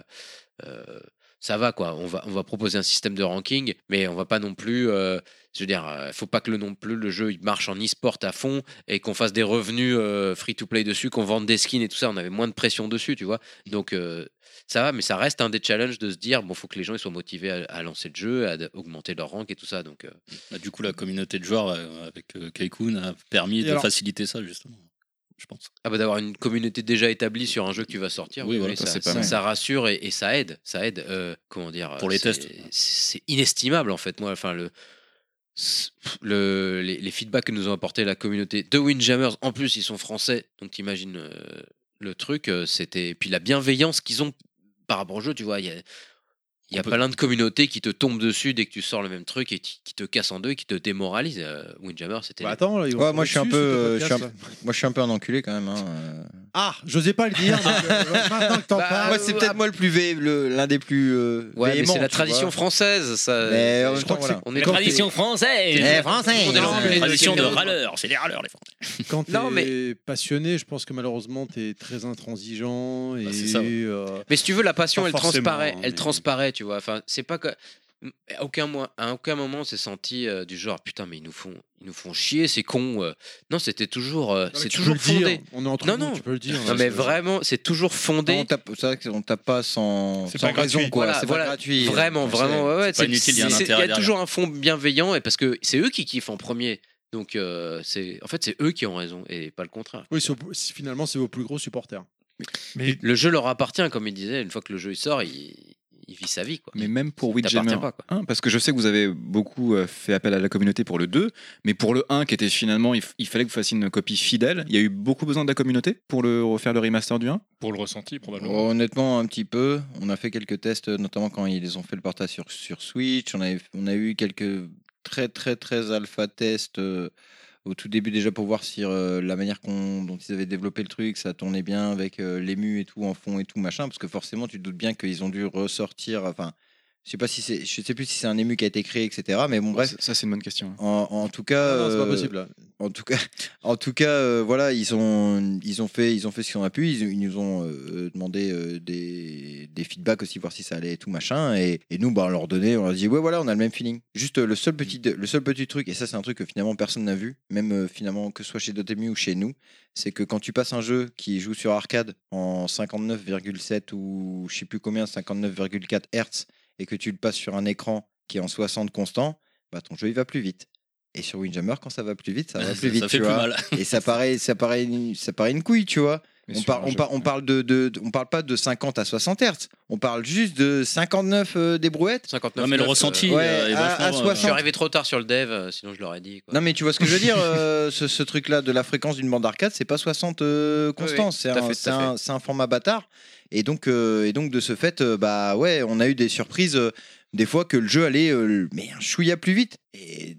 [SPEAKER 2] euh, ça va quoi, on va, on va proposer un système de ranking, mais on va pas non plus, euh, je veux dire, euh, faut pas que le non plus le jeu il marche en e-sport à fond et qu'on fasse des revenus euh, free to play dessus, qu'on vende des skins et tout ça, on avait moins de pression dessus, tu vois, donc euh, ça va, mais ça reste un des challenges de se dire bon, faut que les gens ils soient motivés à, à lancer le jeu, à d- augmenter leur rank et tout ça, donc euh,
[SPEAKER 4] Mmh. Bah, du coup, la communauté de joueurs euh, avec euh, Kaikun a permis
[SPEAKER 1] Et
[SPEAKER 4] de
[SPEAKER 1] alors-
[SPEAKER 4] faciliter ça justement. je pense.
[SPEAKER 2] Ah bah d'avoir une communauté déjà établie sur un jeu qui va sortir,
[SPEAKER 4] Oui, voilà,
[SPEAKER 2] ça,
[SPEAKER 4] ça, c'est pas
[SPEAKER 2] ça-
[SPEAKER 4] mal.
[SPEAKER 2] ça rassure et, et ça aide, ça aide. euh, comment dire
[SPEAKER 4] Pour les
[SPEAKER 2] c'est-
[SPEAKER 4] tests.
[SPEAKER 2] c'est inestimable en fait. Moi, enfin le, le les, les feedbacks que nous ont apporté la communauté de Windjammers, en plus ils sont français, donc t'imagines euh, le truc. euh, C'était et puis la bienveillance qu'ils ont par rapport au jeu, tu vois. Il y a, il y a
[SPEAKER 4] On peut-
[SPEAKER 2] plein de communautés qui te tombent dessus dès que tu sors le même truc et qui, qui te cassent en deux, et qui te démoralisent. Euh, Windjammer, c'était.
[SPEAKER 1] Bah attends, là, ils vont
[SPEAKER 8] Ouais, moi, je suis un
[SPEAKER 1] tomber
[SPEAKER 8] peu, euh,
[SPEAKER 1] dessus, ce
[SPEAKER 8] je suis un-
[SPEAKER 1] podcast.
[SPEAKER 8] moi, je suis un peu un enculé quand même. hein, euh.
[SPEAKER 1] Ah, j'osais pas le dire. donc, euh, maintenant que t'en
[SPEAKER 8] Bah,
[SPEAKER 1] parles. euh, ah.
[SPEAKER 8] moi, c'est peut-être moi le plus vé- le- l'un des plus. euh,
[SPEAKER 2] Ouais, mais
[SPEAKER 8] véhéments,
[SPEAKER 2] c'est la
[SPEAKER 8] tu vois.
[SPEAKER 2] tradition française, ça.
[SPEAKER 8] Mais en même
[SPEAKER 2] je crois
[SPEAKER 8] temps,
[SPEAKER 2] que
[SPEAKER 8] voilà.
[SPEAKER 2] c'est- on est
[SPEAKER 8] La
[SPEAKER 2] quand
[SPEAKER 8] tradition
[SPEAKER 2] t'es-
[SPEAKER 8] française. Eh, française.
[SPEAKER 2] Tout le monde est
[SPEAKER 8] Non,
[SPEAKER 2] là,
[SPEAKER 8] mais-
[SPEAKER 2] on est
[SPEAKER 4] Tradition de
[SPEAKER 2] quelqu'un d'autre.
[SPEAKER 4] râleurs, c'est les râleurs les Français.
[SPEAKER 1] Quand t'es
[SPEAKER 2] Non,
[SPEAKER 1] passionné, je pense que malheureusement, t'es très
[SPEAKER 2] Bah,
[SPEAKER 1] intransigeant. Et,
[SPEAKER 4] c'est ça, ouais.
[SPEAKER 1] euh,
[SPEAKER 2] Mais si tu veux, la passion,
[SPEAKER 1] Pas
[SPEAKER 2] elle
[SPEAKER 1] forcément,
[SPEAKER 2] transparaît.
[SPEAKER 1] hein,
[SPEAKER 2] Elle
[SPEAKER 1] mais-
[SPEAKER 2] transparaît, tu vois. Enfin, c'est pas que. À aucun, mois, à aucun moment on s'est senti euh, du genre putain mais ils nous font ils nous font chier c'est con euh. non c'était toujours euh,
[SPEAKER 1] mais
[SPEAKER 2] c'est
[SPEAKER 1] tu
[SPEAKER 2] toujours
[SPEAKER 1] peux le dire,
[SPEAKER 2] fondé
[SPEAKER 1] on est entre
[SPEAKER 2] non
[SPEAKER 1] nous,
[SPEAKER 2] non
[SPEAKER 1] tu peux le dire,
[SPEAKER 2] non
[SPEAKER 1] hein,
[SPEAKER 2] mais
[SPEAKER 1] c'est-
[SPEAKER 2] vraiment c'est toujours fondé
[SPEAKER 8] Non, on tape, c'est vrai que on tape pas sans,
[SPEAKER 2] C'est
[SPEAKER 8] sans
[SPEAKER 2] pas gratuit.
[SPEAKER 8] raison quoi.
[SPEAKER 2] Voilà,
[SPEAKER 8] c'est
[SPEAKER 2] voilà.
[SPEAKER 8] pas gratuit.
[SPEAKER 2] Vraiment,
[SPEAKER 8] C'est-
[SPEAKER 2] vraiment. ouais, ouais,
[SPEAKER 8] c'est pas
[SPEAKER 2] c'est-
[SPEAKER 8] inutile, il y a un
[SPEAKER 2] c'est-
[SPEAKER 8] intérêt
[SPEAKER 2] Il y a
[SPEAKER 8] derrière.
[SPEAKER 2] toujours un fond bienveillant et parce que c'est eux qui kiffent en premier. Donc, euh, c'est en fait, c'est eux qui ont raison et pas le contraire.
[SPEAKER 1] Oui, c'est au- c'est- finalement, c'est vos plus gros supporters.
[SPEAKER 7] Mais
[SPEAKER 2] Le jeu leur appartient, comme il disait. Une fois que le jeu il sort, il, il vit sa vie. Quoi.
[SPEAKER 3] Mais même pour
[SPEAKER 2] Il t'appartient
[SPEAKER 3] Windjammer
[SPEAKER 2] pas, quoi.
[SPEAKER 3] 1, parce que je sais que vous avez beaucoup euh, fait appel à la communauté pour le 2, mais pour le 1 qui était finalement, il, f- il fallait que vous fassiez une copie fidèle, il y a eu beaucoup besoin de la communauté pour le refaire le remaster du 1
[SPEAKER 5] Pour le ressenti,
[SPEAKER 4] Oh.
[SPEAKER 5] probablement.
[SPEAKER 8] Oh, Honnêtement, un petit peu. On a fait quelques tests, euh, notamment quand ils ont fait le portage sur, sur Switch. On, avait, on a eu quelques très, très, très alpha tests euh, au tout début, déjà pour voir si euh, la manière qu'on- dont ils avaient développé le truc, ça tournait bien avec euh, l'ému et tout, en fond et tout, machin. Parce que forcément, tu te doutes bien qu'ils ont dû ressortir. Enfin, je sais pas si c'est, je sais plus si c'est un ému qui a été créé, etc. Mais bon, bref.
[SPEAKER 3] Ça, c'est une bonne question.
[SPEAKER 8] En, en tout cas,
[SPEAKER 1] Non, non, c'est pas
[SPEAKER 8] euh,
[SPEAKER 1] possible, là.
[SPEAKER 8] En tout cas, en tout cas, euh, voilà, ils ont, ils ont fait, ils ont fait ce qu'on a pu. Ils, ils nous ont euh, demandé euh, des, des feedbacks aussi, voir si ça allait et tout machin. Et, et nous, bah, on leur donnait, on leur dit, ouais, voilà, on a le même feeling. Juste euh, le seul petit, le seul petit truc, et ça, c'est un truc que finalement personne n'a vu, même euh, finalement que ce soit chez Dotemu ou chez nous, c'est que quand tu passes un jeu qui joue sur arcade en 59,7 ou je sais plus combien, 59,4 Hz, et que tu le passes sur un écran qui est en 60 constant, bah ton jeu il va plus vite. Et sur Windjammer, quand ça va plus vite, ça va
[SPEAKER 4] Ça-
[SPEAKER 8] plus vite.
[SPEAKER 4] ça fait
[SPEAKER 8] tu
[SPEAKER 4] plus
[SPEAKER 8] vois.
[SPEAKER 4] mal.
[SPEAKER 8] Et ça paraît, ça paraît, une, ça paraît une couille, tu vois.
[SPEAKER 3] Mais
[SPEAKER 8] On,
[SPEAKER 3] sur
[SPEAKER 8] par-
[SPEAKER 3] un
[SPEAKER 8] on,
[SPEAKER 3] jeu,
[SPEAKER 8] par- on parle de, de- de- on parle pas de 50 à 60 Hz. On parle juste de 59 euh, des brouettes.
[SPEAKER 2] 59,
[SPEAKER 4] Ouais, mais le
[SPEAKER 2] euh,
[SPEAKER 4] ressenti,
[SPEAKER 8] ouais,
[SPEAKER 4] euh, est
[SPEAKER 8] à- à
[SPEAKER 4] vachement, euh,
[SPEAKER 8] 60.
[SPEAKER 2] Je suis arrivé trop tard sur le dev, euh, sinon je l'aurais dit. quoi.
[SPEAKER 8] Non mais tu vois ce que je veux dire, euh, ce, ce truc-là de la fréquence d'une bande arcade, c'est pas 60 euh,
[SPEAKER 2] Oui,
[SPEAKER 8] constant,
[SPEAKER 2] oui,
[SPEAKER 8] c'est
[SPEAKER 2] tout à
[SPEAKER 8] un,
[SPEAKER 2] fait, tout
[SPEAKER 8] c'est
[SPEAKER 2] à
[SPEAKER 8] un- c'est un format bâtard. Et donc, euh, et donc de ce fait, euh, bah ouais, on a eu des surprises euh, des fois que le jeu allait euh, mais un chouïa plus vite. Et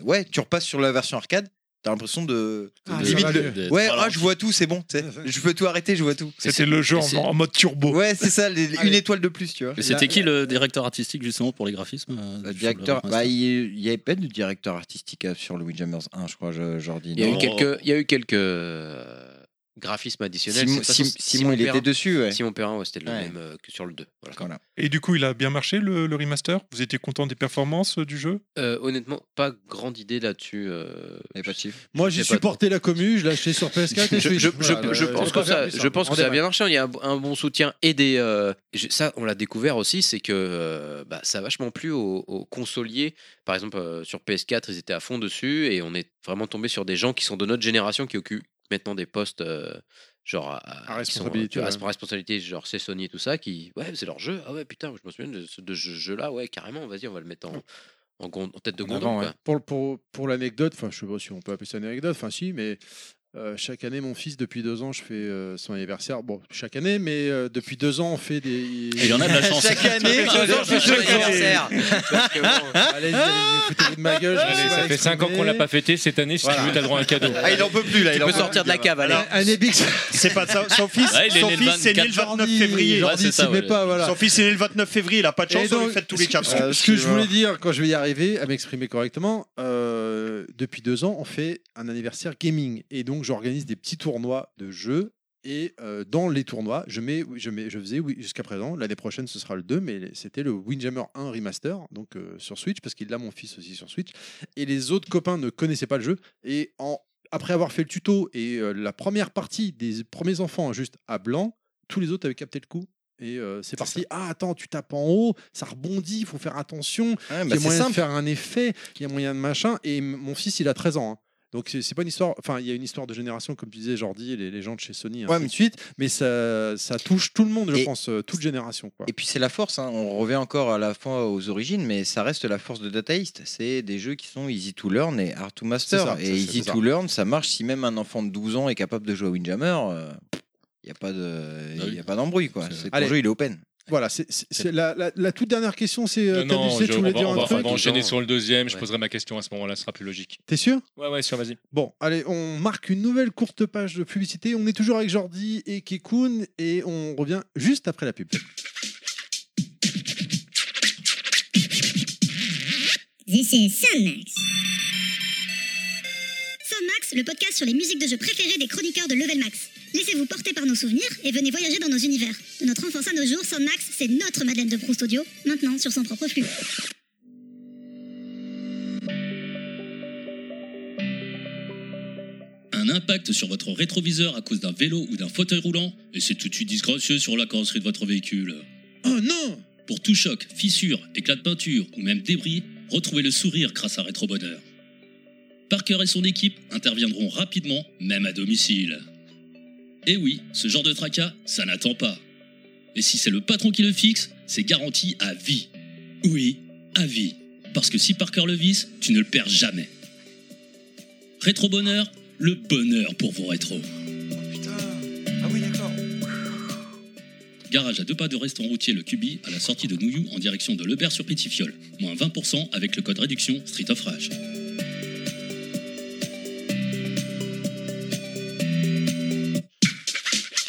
[SPEAKER 8] euh, ouais, tu repasses sur la version arcade, t'as l'impression de,
[SPEAKER 1] Ah,
[SPEAKER 8] de-
[SPEAKER 1] ça
[SPEAKER 8] limite
[SPEAKER 1] va
[SPEAKER 8] de-
[SPEAKER 1] mieux.
[SPEAKER 4] D'être
[SPEAKER 8] ouais, ah,
[SPEAKER 4] ralenti.
[SPEAKER 8] je vois tout, c'est bon, tu sais. je peux tout arrêter, je vois tout.
[SPEAKER 7] C'était le jeu
[SPEAKER 2] mais c'est- Ah,
[SPEAKER 7] en, en mode turbo.
[SPEAKER 8] Ouais, c'est ça, les- une étoile de plus, tu vois.
[SPEAKER 4] Mais c'était qui le directeur artistique justement pour les graphismes euh, sur
[SPEAKER 8] Le
[SPEAKER 4] le
[SPEAKER 8] directeur,
[SPEAKER 4] remaster
[SPEAKER 8] bah, il il y avait pas de directeur artistique euh, sur le Windjammers 1, je crois, je- Jordi.
[SPEAKER 2] Il y a
[SPEAKER 8] non
[SPEAKER 2] eu quelques, il y a eu quelques euh, graphismes additionnels.
[SPEAKER 8] Simon,
[SPEAKER 2] De toute façon,
[SPEAKER 8] Sim- Simon, il
[SPEAKER 2] Perrin-
[SPEAKER 8] était dessus, ouais.
[SPEAKER 2] Simon Perrin, ouais, c'était le
[SPEAKER 8] Ouais.
[SPEAKER 2] même euh, que sur le 2. voilà.
[SPEAKER 8] Voilà.
[SPEAKER 7] Et du coup, il a bien marché le, le remaster Vous étiez content des performances euh, du jeu
[SPEAKER 2] Euh, honnêtement, pas grande idée là-dessus. euh,
[SPEAKER 8] Il y avait pas de chiffre.
[SPEAKER 1] Moi,
[SPEAKER 2] Je
[SPEAKER 1] j'ai
[SPEAKER 2] sais pas,
[SPEAKER 1] supporté la commu, je l'ai acheté sur PS4 et
[SPEAKER 2] je,
[SPEAKER 1] Switch.
[SPEAKER 2] je-
[SPEAKER 1] Voilà,
[SPEAKER 2] je-
[SPEAKER 1] bah,
[SPEAKER 2] je pense
[SPEAKER 1] peux
[SPEAKER 2] que
[SPEAKER 1] pas faire
[SPEAKER 2] ça,
[SPEAKER 1] plus
[SPEAKER 2] je pense
[SPEAKER 1] En
[SPEAKER 2] que ça a
[SPEAKER 1] débat.
[SPEAKER 2] bien marché. Il y a un, un bon soutien et des. euh, je- ça, on l'a découvert aussi, c'est que euh, bah, ça a vachement plu aux, aux consoliers. Par exemple, euh, sur PS4, ils étaient à fond dessus et on est vraiment tombé sur des gens qui sont de notre génération qui occupent maintenant des postes. euh, Genre à,
[SPEAKER 1] À
[SPEAKER 2] qui sont, euh,
[SPEAKER 1] responsabilité,
[SPEAKER 2] tu vois, à
[SPEAKER 1] ouais.
[SPEAKER 2] responsabilité, genre c'est Sony et tout ça, qui ouais c'est leur jeu, ah ouais putain, je me souviens de ce de ce jeu-là, ouais carrément, vas-y on va le mettre en, en, gond- en tête de hein.
[SPEAKER 3] En
[SPEAKER 2] gondole.
[SPEAKER 3] avant, ouais.
[SPEAKER 2] quoi.
[SPEAKER 1] Pour, pour, pour l'anecdote, enfin, je sais pas si on peut appeler ça une anecdote, enfin, si, mais euh, chaque année, mon fils, depuis deux ans, je fais euh, son anniversaire. Bon, chaque année, mais euh, depuis deux ans, on fait des.
[SPEAKER 4] Il y en a de la chance.
[SPEAKER 8] Chaque année,
[SPEAKER 2] Ah,
[SPEAKER 8] deux ans, je
[SPEAKER 2] bon
[SPEAKER 8] suis
[SPEAKER 2] anniversaire. Parce que bon,
[SPEAKER 1] Allez, foutez de ma gueule. je me
[SPEAKER 5] Allez,
[SPEAKER 1] suis
[SPEAKER 5] ça
[SPEAKER 1] mal
[SPEAKER 5] fait 5 ans qu'on l'a
[SPEAKER 1] exprimé.
[SPEAKER 5] pas fêté. Cette année, si tu veux, t'as droit à un cadeau.
[SPEAKER 8] Ah, il en peut plus là, il
[SPEAKER 2] tu
[SPEAKER 8] en
[SPEAKER 2] peux
[SPEAKER 8] peut
[SPEAKER 2] sortir de la cave, allez.
[SPEAKER 1] Alors, Année Bix,
[SPEAKER 6] C'est pas ça. Son fils,
[SPEAKER 4] Ouais, il est
[SPEAKER 6] son
[SPEAKER 4] né le
[SPEAKER 6] fils, c'est né le
[SPEAKER 4] 24
[SPEAKER 6] 29 février.
[SPEAKER 4] Ouais,
[SPEAKER 1] Jordi,
[SPEAKER 4] c'est ça,
[SPEAKER 1] s'y met
[SPEAKER 4] ouais.
[SPEAKER 1] pas, voilà.
[SPEAKER 6] Son fils est né le 29 février, il a pas de
[SPEAKER 1] Et
[SPEAKER 6] chance, on
[SPEAKER 1] donc,
[SPEAKER 6] lui fait tous les quatre.
[SPEAKER 1] Euh, ce que je voulais dire quand je vais y arriver à m'exprimer correctement, euh, depuis deux ans, on fait un anniversaire gaming et donc j'organise des petits tournois de jeux. Et euh, dans les tournois, je, mets, je, mets, je faisais oui, jusqu'à présent, l'année prochaine ce sera le 2, mais c'était le Windjammer 1 Remaster, donc euh, sur Switch, parce qu'il a mon fils aussi sur Switch. Et les autres copains ne connaissaient pas le jeu. Et en, après avoir fait le tuto et euh, la première partie des premiers enfants hein, juste à blanc, tous les autres avaient capté le coup. Et euh, c'est parti. Ah, attends, tu tapes en haut, ça rebondit, il faut faire attention.
[SPEAKER 8] Ouais,
[SPEAKER 1] Il
[SPEAKER 8] bah,
[SPEAKER 1] y a
[SPEAKER 8] c'est
[SPEAKER 1] moyen de
[SPEAKER 8] simple.
[SPEAKER 1] faire un effet, il y a moyen de machin. Et m- mon fils, il a 13 ans. hein. Donc c'est c'est pas une histoire. Enfin, il y a une histoire de génération, comme tu disais, Jordi, les, les gens de chez Sony,
[SPEAKER 8] Ouais,
[SPEAKER 1] ainsi
[SPEAKER 8] mais-
[SPEAKER 1] de suite. Mais ça, ça touche tout le monde, je
[SPEAKER 8] Et-
[SPEAKER 1] pense, euh, toute génération. Quoi.
[SPEAKER 8] Et puis c'est la force, hein. on revient encore à la fois aux origines, mais ça reste la force de Data East. C'est des jeux qui sont easy to learn et hard to master.
[SPEAKER 1] C'est ça,
[SPEAKER 8] et
[SPEAKER 1] c'est-
[SPEAKER 8] easy
[SPEAKER 1] c'est ça.
[SPEAKER 8] to learn, ça marche si même un enfant de 12 ans est capable de jouer à Windjammer, il n'y a pas
[SPEAKER 2] Ah
[SPEAKER 8] de- y a pas d'embrouille. quoi. C'est ton
[SPEAKER 1] Allez.
[SPEAKER 8] jeu, il est open.
[SPEAKER 1] Voilà, c'est c'est- c'est la, la- la toute dernière question, c'est. euh,
[SPEAKER 5] Ah Non,
[SPEAKER 1] t'as
[SPEAKER 5] non,
[SPEAKER 1] vu, c'est,
[SPEAKER 5] je-
[SPEAKER 1] tu
[SPEAKER 5] on,
[SPEAKER 1] voulais
[SPEAKER 5] va,
[SPEAKER 1] dire
[SPEAKER 5] on
[SPEAKER 1] un
[SPEAKER 5] va- on
[SPEAKER 1] truc
[SPEAKER 5] va enchaîner sur le deuxième. Je
[SPEAKER 1] Ouais.
[SPEAKER 5] poserai ma question à ce moment-là, ce sera plus logique.
[SPEAKER 1] T'es sûr
[SPEAKER 5] Ouais, ouais, sûr, vas-y.
[SPEAKER 1] Bon, allez, on marque une nouvelle courte page de publicité. On est toujours avec Jordi et Kekun et on revient juste après la pub.
[SPEAKER 13] This is Sonmax. Sonmax, le podcast sur les musiques de jeux préférées des chroniqueurs de Level Max. Laissez-vous porter par nos souvenirs et venez voyager dans nos univers. De notre enfance à nos jours, Sonmax, c'est notre Madeleine de Proust audio, maintenant sur son propre flux.
[SPEAKER 12] Un impact sur votre rétroviseur à cause d'un vélo ou d'un fauteuil roulant, et c'est tout de suite disgracieux sur la carrosserie de votre véhicule.
[SPEAKER 10] Oh non
[SPEAKER 12] Pour tout choc, fissure, éclat de peinture ou même débris, retrouvez le sourire grâce à Rétrobonheur. Parker et son équipe interviendront rapidement, même à domicile. Et oui, ce genre de tracas, ça n'attend pas. Et si c'est le patron qui le fixe, c'est garanti à vie. Oui, à vie. Parce que si Parker le visse, tu ne le perds jamais. Rétro Bonheur, le bonheur pour vos rétros.
[SPEAKER 8] Ah oui, d'accord.
[SPEAKER 12] Garage à deux pas de restaurant routier Le Cubi à la sortie de Nouillou en direction de Lebert sur Pétifiol. Moins 20% avec le code réduction Street of Rage.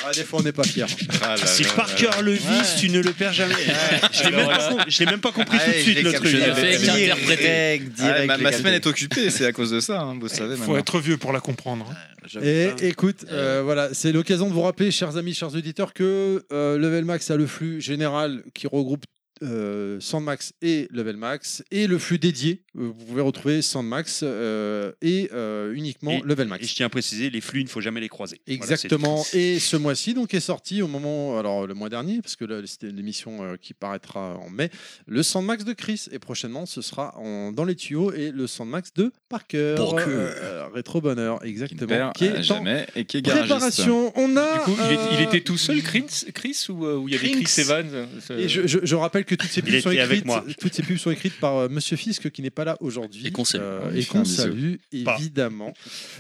[SPEAKER 1] Ah, des fois, on n'est pas fiers.
[SPEAKER 5] Ah
[SPEAKER 1] bah
[SPEAKER 6] Si Parker le vise, tu ne le perds jamais. Je l'ai même, pas com- je l'ai même pas compris
[SPEAKER 4] Ah
[SPEAKER 6] tout de suite le truc.
[SPEAKER 3] Ouais, Ah, ma, ma semaine est occupée, c'est à cause de ça, hein, vous savez.
[SPEAKER 7] Faut
[SPEAKER 3] maintenant.
[SPEAKER 7] être vieux pour la comprendre. hein.
[SPEAKER 1] Et écoute, euh, voilà, c'est l'occasion de vous rappeler, chers amis, chers auditeurs, que euh, Level Max a le flux général qui regroupe euh, Sandmax et Level Max et le flux dédié. euh, Vous pouvez retrouver Sandmax euh, et euh, uniquement
[SPEAKER 6] Et-
[SPEAKER 1] Level Max.
[SPEAKER 6] Et je tiens à préciser, les flux, il ne faut jamais les croiser. Voilà, c'est tout.
[SPEAKER 1] Exactement. et ce mois-ci, donc, est sorti au moment, alors le mois dernier, parce que là, c'était l'émission euh, qui paraîtra en mai, le Sandmax de Chris. Et prochainement, ce sera en- dans les tuyaux et le Sandmax de Parker.
[SPEAKER 3] Parker.
[SPEAKER 1] Euh, rétro bonheur, exactement.
[SPEAKER 3] perd à jamais et qui est garagiste.
[SPEAKER 1] préparation. On a.
[SPEAKER 5] Du coup, il, est-
[SPEAKER 1] euh,
[SPEAKER 5] il était tout seul, Chris, Chris ou euh, ou il y avait Chris,
[SPEAKER 1] Chris.
[SPEAKER 5] Evans euh,
[SPEAKER 1] Et je, je- je rappelle que toutes ces
[SPEAKER 5] Il
[SPEAKER 1] pubs, sont
[SPEAKER 5] était avec
[SPEAKER 1] écrites,
[SPEAKER 5] moi.
[SPEAKER 1] toutes ces pubs sont écrites par euh, Monsieur Fisk qui n'est pas là aujourd'hui. Et qu'on salue.
[SPEAKER 5] On lui
[SPEAKER 1] et
[SPEAKER 5] fait
[SPEAKER 1] qu'on
[SPEAKER 5] un bisou.
[SPEAKER 1] salue, évidemment.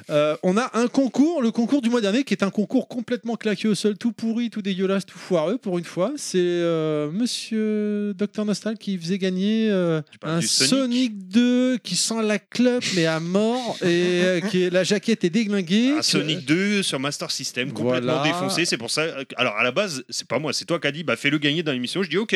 [SPEAKER 1] Euh, on a un concours, le concours du mois dernier, qui est un concours complètement claqué au sol, tout pourri, tout dégueulasse, tout foireux pour une fois. C'est euh, Monsieur Docteur Nostal qui faisait gagner euh, un
[SPEAKER 6] du
[SPEAKER 1] Sonic.
[SPEAKER 6] Sonic.
[SPEAKER 1] 2 qui sent la clope mais à mort et euh, qui est- la jaquette est déglinguée.
[SPEAKER 6] Un Sonic 2 sur Master System complètement
[SPEAKER 1] Voilà.
[SPEAKER 6] défoncé. C'est pour ça. que- Alors à la base, c'est pas moi, c'est toi qui as dit, bah fais-le gagner dans l'émission. Je dis ok.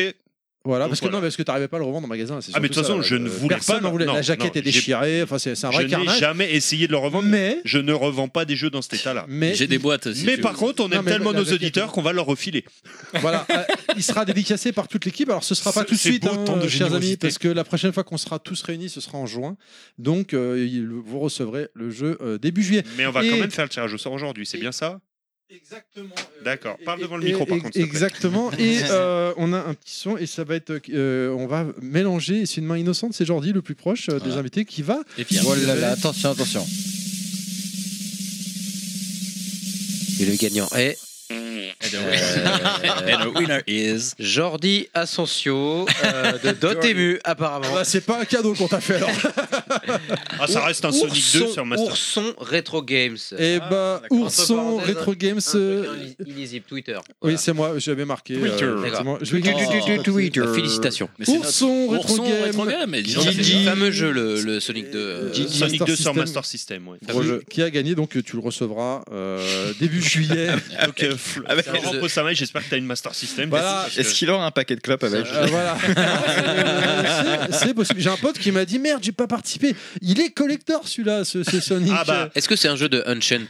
[SPEAKER 1] Voilà,
[SPEAKER 6] Donc
[SPEAKER 1] parce que non, parce que t'arrivais pas à le revendre en magasin. c'est
[SPEAKER 6] Ah, mais de
[SPEAKER 1] surtout
[SPEAKER 6] toute façon,
[SPEAKER 1] ça,
[SPEAKER 6] je ne
[SPEAKER 1] euh,
[SPEAKER 6] voulais
[SPEAKER 1] personne
[SPEAKER 6] pas,
[SPEAKER 1] n'en voulait.
[SPEAKER 6] non,
[SPEAKER 1] la jaquette
[SPEAKER 6] non,
[SPEAKER 1] est déchirée. Enfin, c'est c'est un
[SPEAKER 6] Je
[SPEAKER 1] vrai
[SPEAKER 6] n'ai
[SPEAKER 1] carnage.
[SPEAKER 6] jamais essayé de le revendre.
[SPEAKER 1] Mais
[SPEAKER 6] je ne revends pas des jeux dans cet état-là.
[SPEAKER 1] Mais- J'ai des boîtes, si
[SPEAKER 6] mais
[SPEAKER 1] tu
[SPEAKER 6] par
[SPEAKER 1] veux.
[SPEAKER 6] contre, on
[SPEAKER 1] Non,
[SPEAKER 6] aime
[SPEAKER 1] mais
[SPEAKER 6] tellement
[SPEAKER 1] la
[SPEAKER 6] nos
[SPEAKER 1] jaquette-
[SPEAKER 6] auditeurs qu'on va leur refiler.
[SPEAKER 1] Voilà, euh, il sera dédicacé par toute l'équipe. Alors, ce sera pas
[SPEAKER 6] C'est-
[SPEAKER 1] tout de
[SPEAKER 6] c'est
[SPEAKER 1] suite,
[SPEAKER 6] beau,
[SPEAKER 1] hein,
[SPEAKER 6] tant de
[SPEAKER 1] chers amis,
[SPEAKER 6] générosité.
[SPEAKER 1] parce que la prochaine fois qu'on sera tous réunis, ce sera en juin. Donc, euh, il- vous recevrez le jeu euh, début juillet.
[SPEAKER 6] Mais on va
[SPEAKER 1] Et-
[SPEAKER 6] quand même faire le tirage au sort aujourd'hui, c'est bien ça Exactement. D'accord, parle devant le micro par
[SPEAKER 1] euh, Et-
[SPEAKER 6] contre. s'il te plaît.
[SPEAKER 1] Exactement. Et euh, on a un petit son et ça va être, euh, on va mélanger. C'est une main innocente. C'est Jordi, le plus proche euh, des invités, qui va.
[SPEAKER 8] Et puis, voilà, là, attention, attention.
[SPEAKER 2] Et le gagnant est. euh,
[SPEAKER 4] winner- and the winner
[SPEAKER 2] is Jordi Asensio euh, de Dotemu apparemment.
[SPEAKER 1] Bah, c'est pas un cadeau qu'on t'a fait alors.
[SPEAKER 6] Ah, ça reste un Sonic 2 sur Master.
[SPEAKER 2] Ourson Retro Games.
[SPEAKER 1] Eh
[SPEAKER 2] Ah,
[SPEAKER 1] bah,
[SPEAKER 2] d'accord. Entre
[SPEAKER 1] Ourson,
[SPEAKER 2] parenthèses,
[SPEAKER 1] Retro Games.
[SPEAKER 2] un
[SPEAKER 1] euh,
[SPEAKER 2] truc Illisible Twitter.
[SPEAKER 1] Oui, c'est moi, j'avais marqué. euh,
[SPEAKER 2] Twitter.
[SPEAKER 1] effectivement.
[SPEAKER 2] D'accord.
[SPEAKER 1] Je vais
[SPEAKER 2] Twitter.
[SPEAKER 1] gagner.
[SPEAKER 2] Twitter. Félicitations. Mais c'est
[SPEAKER 1] Ourson,
[SPEAKER 2] notre-
[SPEAKER 1] Retro
[SPEAKER 2] Ourson,
[SPEAKER 1] Game.
[SPEAKER 2] Retro Game, et dis donc, Didi. c'est le fameux jeu, le- le Sonic 2, euh,
[SPEAKER 1] Didi.
[SPEAKER 2] Sonic 2 sur
[SPEAKER 6] Master System, ouais.
[SPEAKER 1] Gros jeu. Qui a gagné, donc tu le recevras euh, début juillet.
[SPEAKER 6] Donc, euh, Fl-
[SPEAKER 1] Ah,
[SPEAKER 6] Florent Possamay, j'espère que tu as une Master System.
[SPEAKER 1] Voilà.
[SPEAKER 6] parce que-
[SPEAKER 3] Est-ce qu'il aura un paquet de clopes avec
[SPEAKER 1] Euh, voilà. Euh, c'est- c'est possible. J'ai un pote qui m'a dit merde, j'ai pas participé. Il est collector celui-là, ce, ce Sonic.
[SPEAKER 2] Ah,
[SPEAKER 6] Ah bah.
[SPEAKER 2] Est-ce que c'est un jeu de Unchained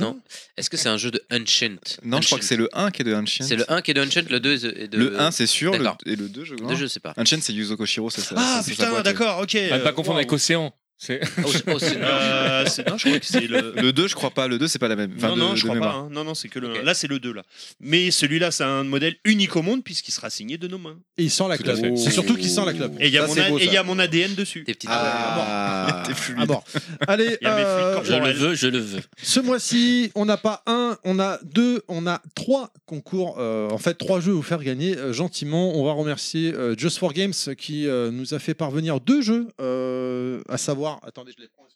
[SPEAKER 2] Non. Est-ce que c'est un jeu de Unchained
[SPEAKER 3] Non, je crois que c'est le 1 qui est de Unchained.
[SPEAKER 2] C'est le 1 qui est de Unchained, le 2 est de- est de.
[SPEAKER 3] Le 1, c'est sûr, le-
[SPEAKER 2] D'accord.
[SPEAKER 3] et le 2, je crois.
[SPEAKER 2] Le 2, je sais pas.
[SPEAKER 3] Unchained, c'est Yuzo Koshiro, c'est ça. euh.
[SPEAKER 6] Ah
[SPEAKER 3] c'est sa
[SPEAKER 6] putain,
[SPEAKER 3] boîte.
[SPEAKER 6] d'accord, ok.
[SPEAKER 5] À ne pas confondre avec Océan. C'est.
[SPEAKER 6] Euh, c'est- non, je crois que c'est le.
[SPEAKER 3] Le 2, je crois pas. Le 2, c'est pas la même. Enfin,
[SPEAKER 6] non,
[SPEAKER 3] de-
[SPEAKER 6] non, je
[SPEAKER 3] de
[SPEAKER 6] crois
[SPEAKER 3] mémoire.
[SPEAKER 6] pas. hein. Non, non, c'est que le. un. Là, c'est le 2, là. Mais celui-là, c'est un modèle unique au monde puisqu'il sera signé de nos mains.
[SPEAKER 1] Et il sent la clope.
[SPEAKER 6] fait.
[SPEAKER 1] C'est surtout qu'il sent la clope.
[SPEAKER 6] Et il y a,
[SPEAKER 1] Ça,
[SPEAKER 6] mon,
[SPEAKER 1] c'est
[SPEAKER 6] a-
[SPEAKER 1] beau,
[SPEAKER 6] et il y
[SPEAKER 1] ça.
[SPEAKER 6] a mon ADN dessus.
[SPEAKER 2] Des petites.
[SPEAKER 1] Ah,
[SPEAKER 6] Des
[SPEAKER 1] bon. Ah bon. Allez,
[SPEAKER 6] Il y a mes fluides
[SPEAKER 1] euh,
[SPEAKER 4] Je le veux, je le veux.
[SPEAKER 1] ce mois-ci, on n'a pas un, on a deux, on a trois concours. euh, en fait, trois jeux à vous faire gagner euh, gentiment. On va remercier euh, Just for Games qui euh, nous a fait parvenir deux jeux, euh, à savoir. Attendez, je les prends.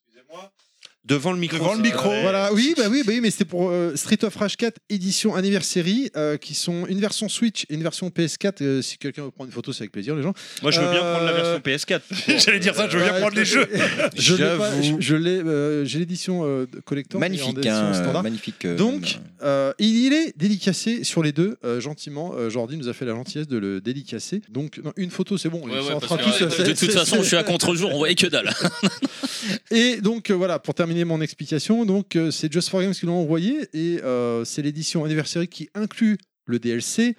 [SPEAKER 6] Devant le micro.
[SPEAKER 1] Devant le
[SPEAKER 6] ça.
[SPEAKER 1] micro.
[SPEAKER 6] Ouais.
[SPEAKER 1] Voilà, oui, bah oui, bah oui, mais c'était pour euh, Street of Rage 4 édition anniversary, euh, qui sont une version Switch et une version PS4. euh, si quelqu'un veut prendre une photo, c'est avec plaisir, les gens.
[SPEAKER 6] Moi, je veux bien
[SPEAKER 1] Euh,
[SPEAKER 6] prendre la version PS4. J'allais dire ça, je veux bien
[SPEAKER 1] ouais,
[SPEAKER 6] prendre les jeux.
[SPEAKER 1] Je l'ai pas,
[SPEAKER 8] J'avoue.
[SPEAKER 1] je- je l'ai, euh, j'ai l'édition euh, de collector. et en
[SPEAKER 8] Magnifique,
[SPEAKER 1] édition
[SPEAKER 8] hein,
[SPEAKER 1] standard.
[SPEAKER 8] magnifique. euh,
[SPEAKER 1] Donc, euh, il, il est dédicacé sur les deux, euh, gentiment. Euh, Jordi nous a fait la gentillesse de le dédicacer. Donc, non, une photo, c'est bon. on
[SPEAKER 4] Ouais, ouais,
[SPEAKER 1] s'en
[SPEAKER 4] parce
[SPEAKER 1] fera
[SPEAKER 4] que,
[SPEAKER 1] tous,
[SPEAKER 4] euh,
[SPEAKER 1] ça,
[SPEAKER 4] de
[SPEAKER 1] c'est-
[SPEAKER 4] toute
[SPEAKER 1] c'est-
[SPEAKER 4] façon, je suis à contre-jour, on voyait que dalle.
[SPEAKER 1] et donc euh, voilà, pour terminer mon explication, donc euh, c'est Just for Games qui l'ont envoyé et euh, c'est l'édition anniversaire qui inclut le DLC.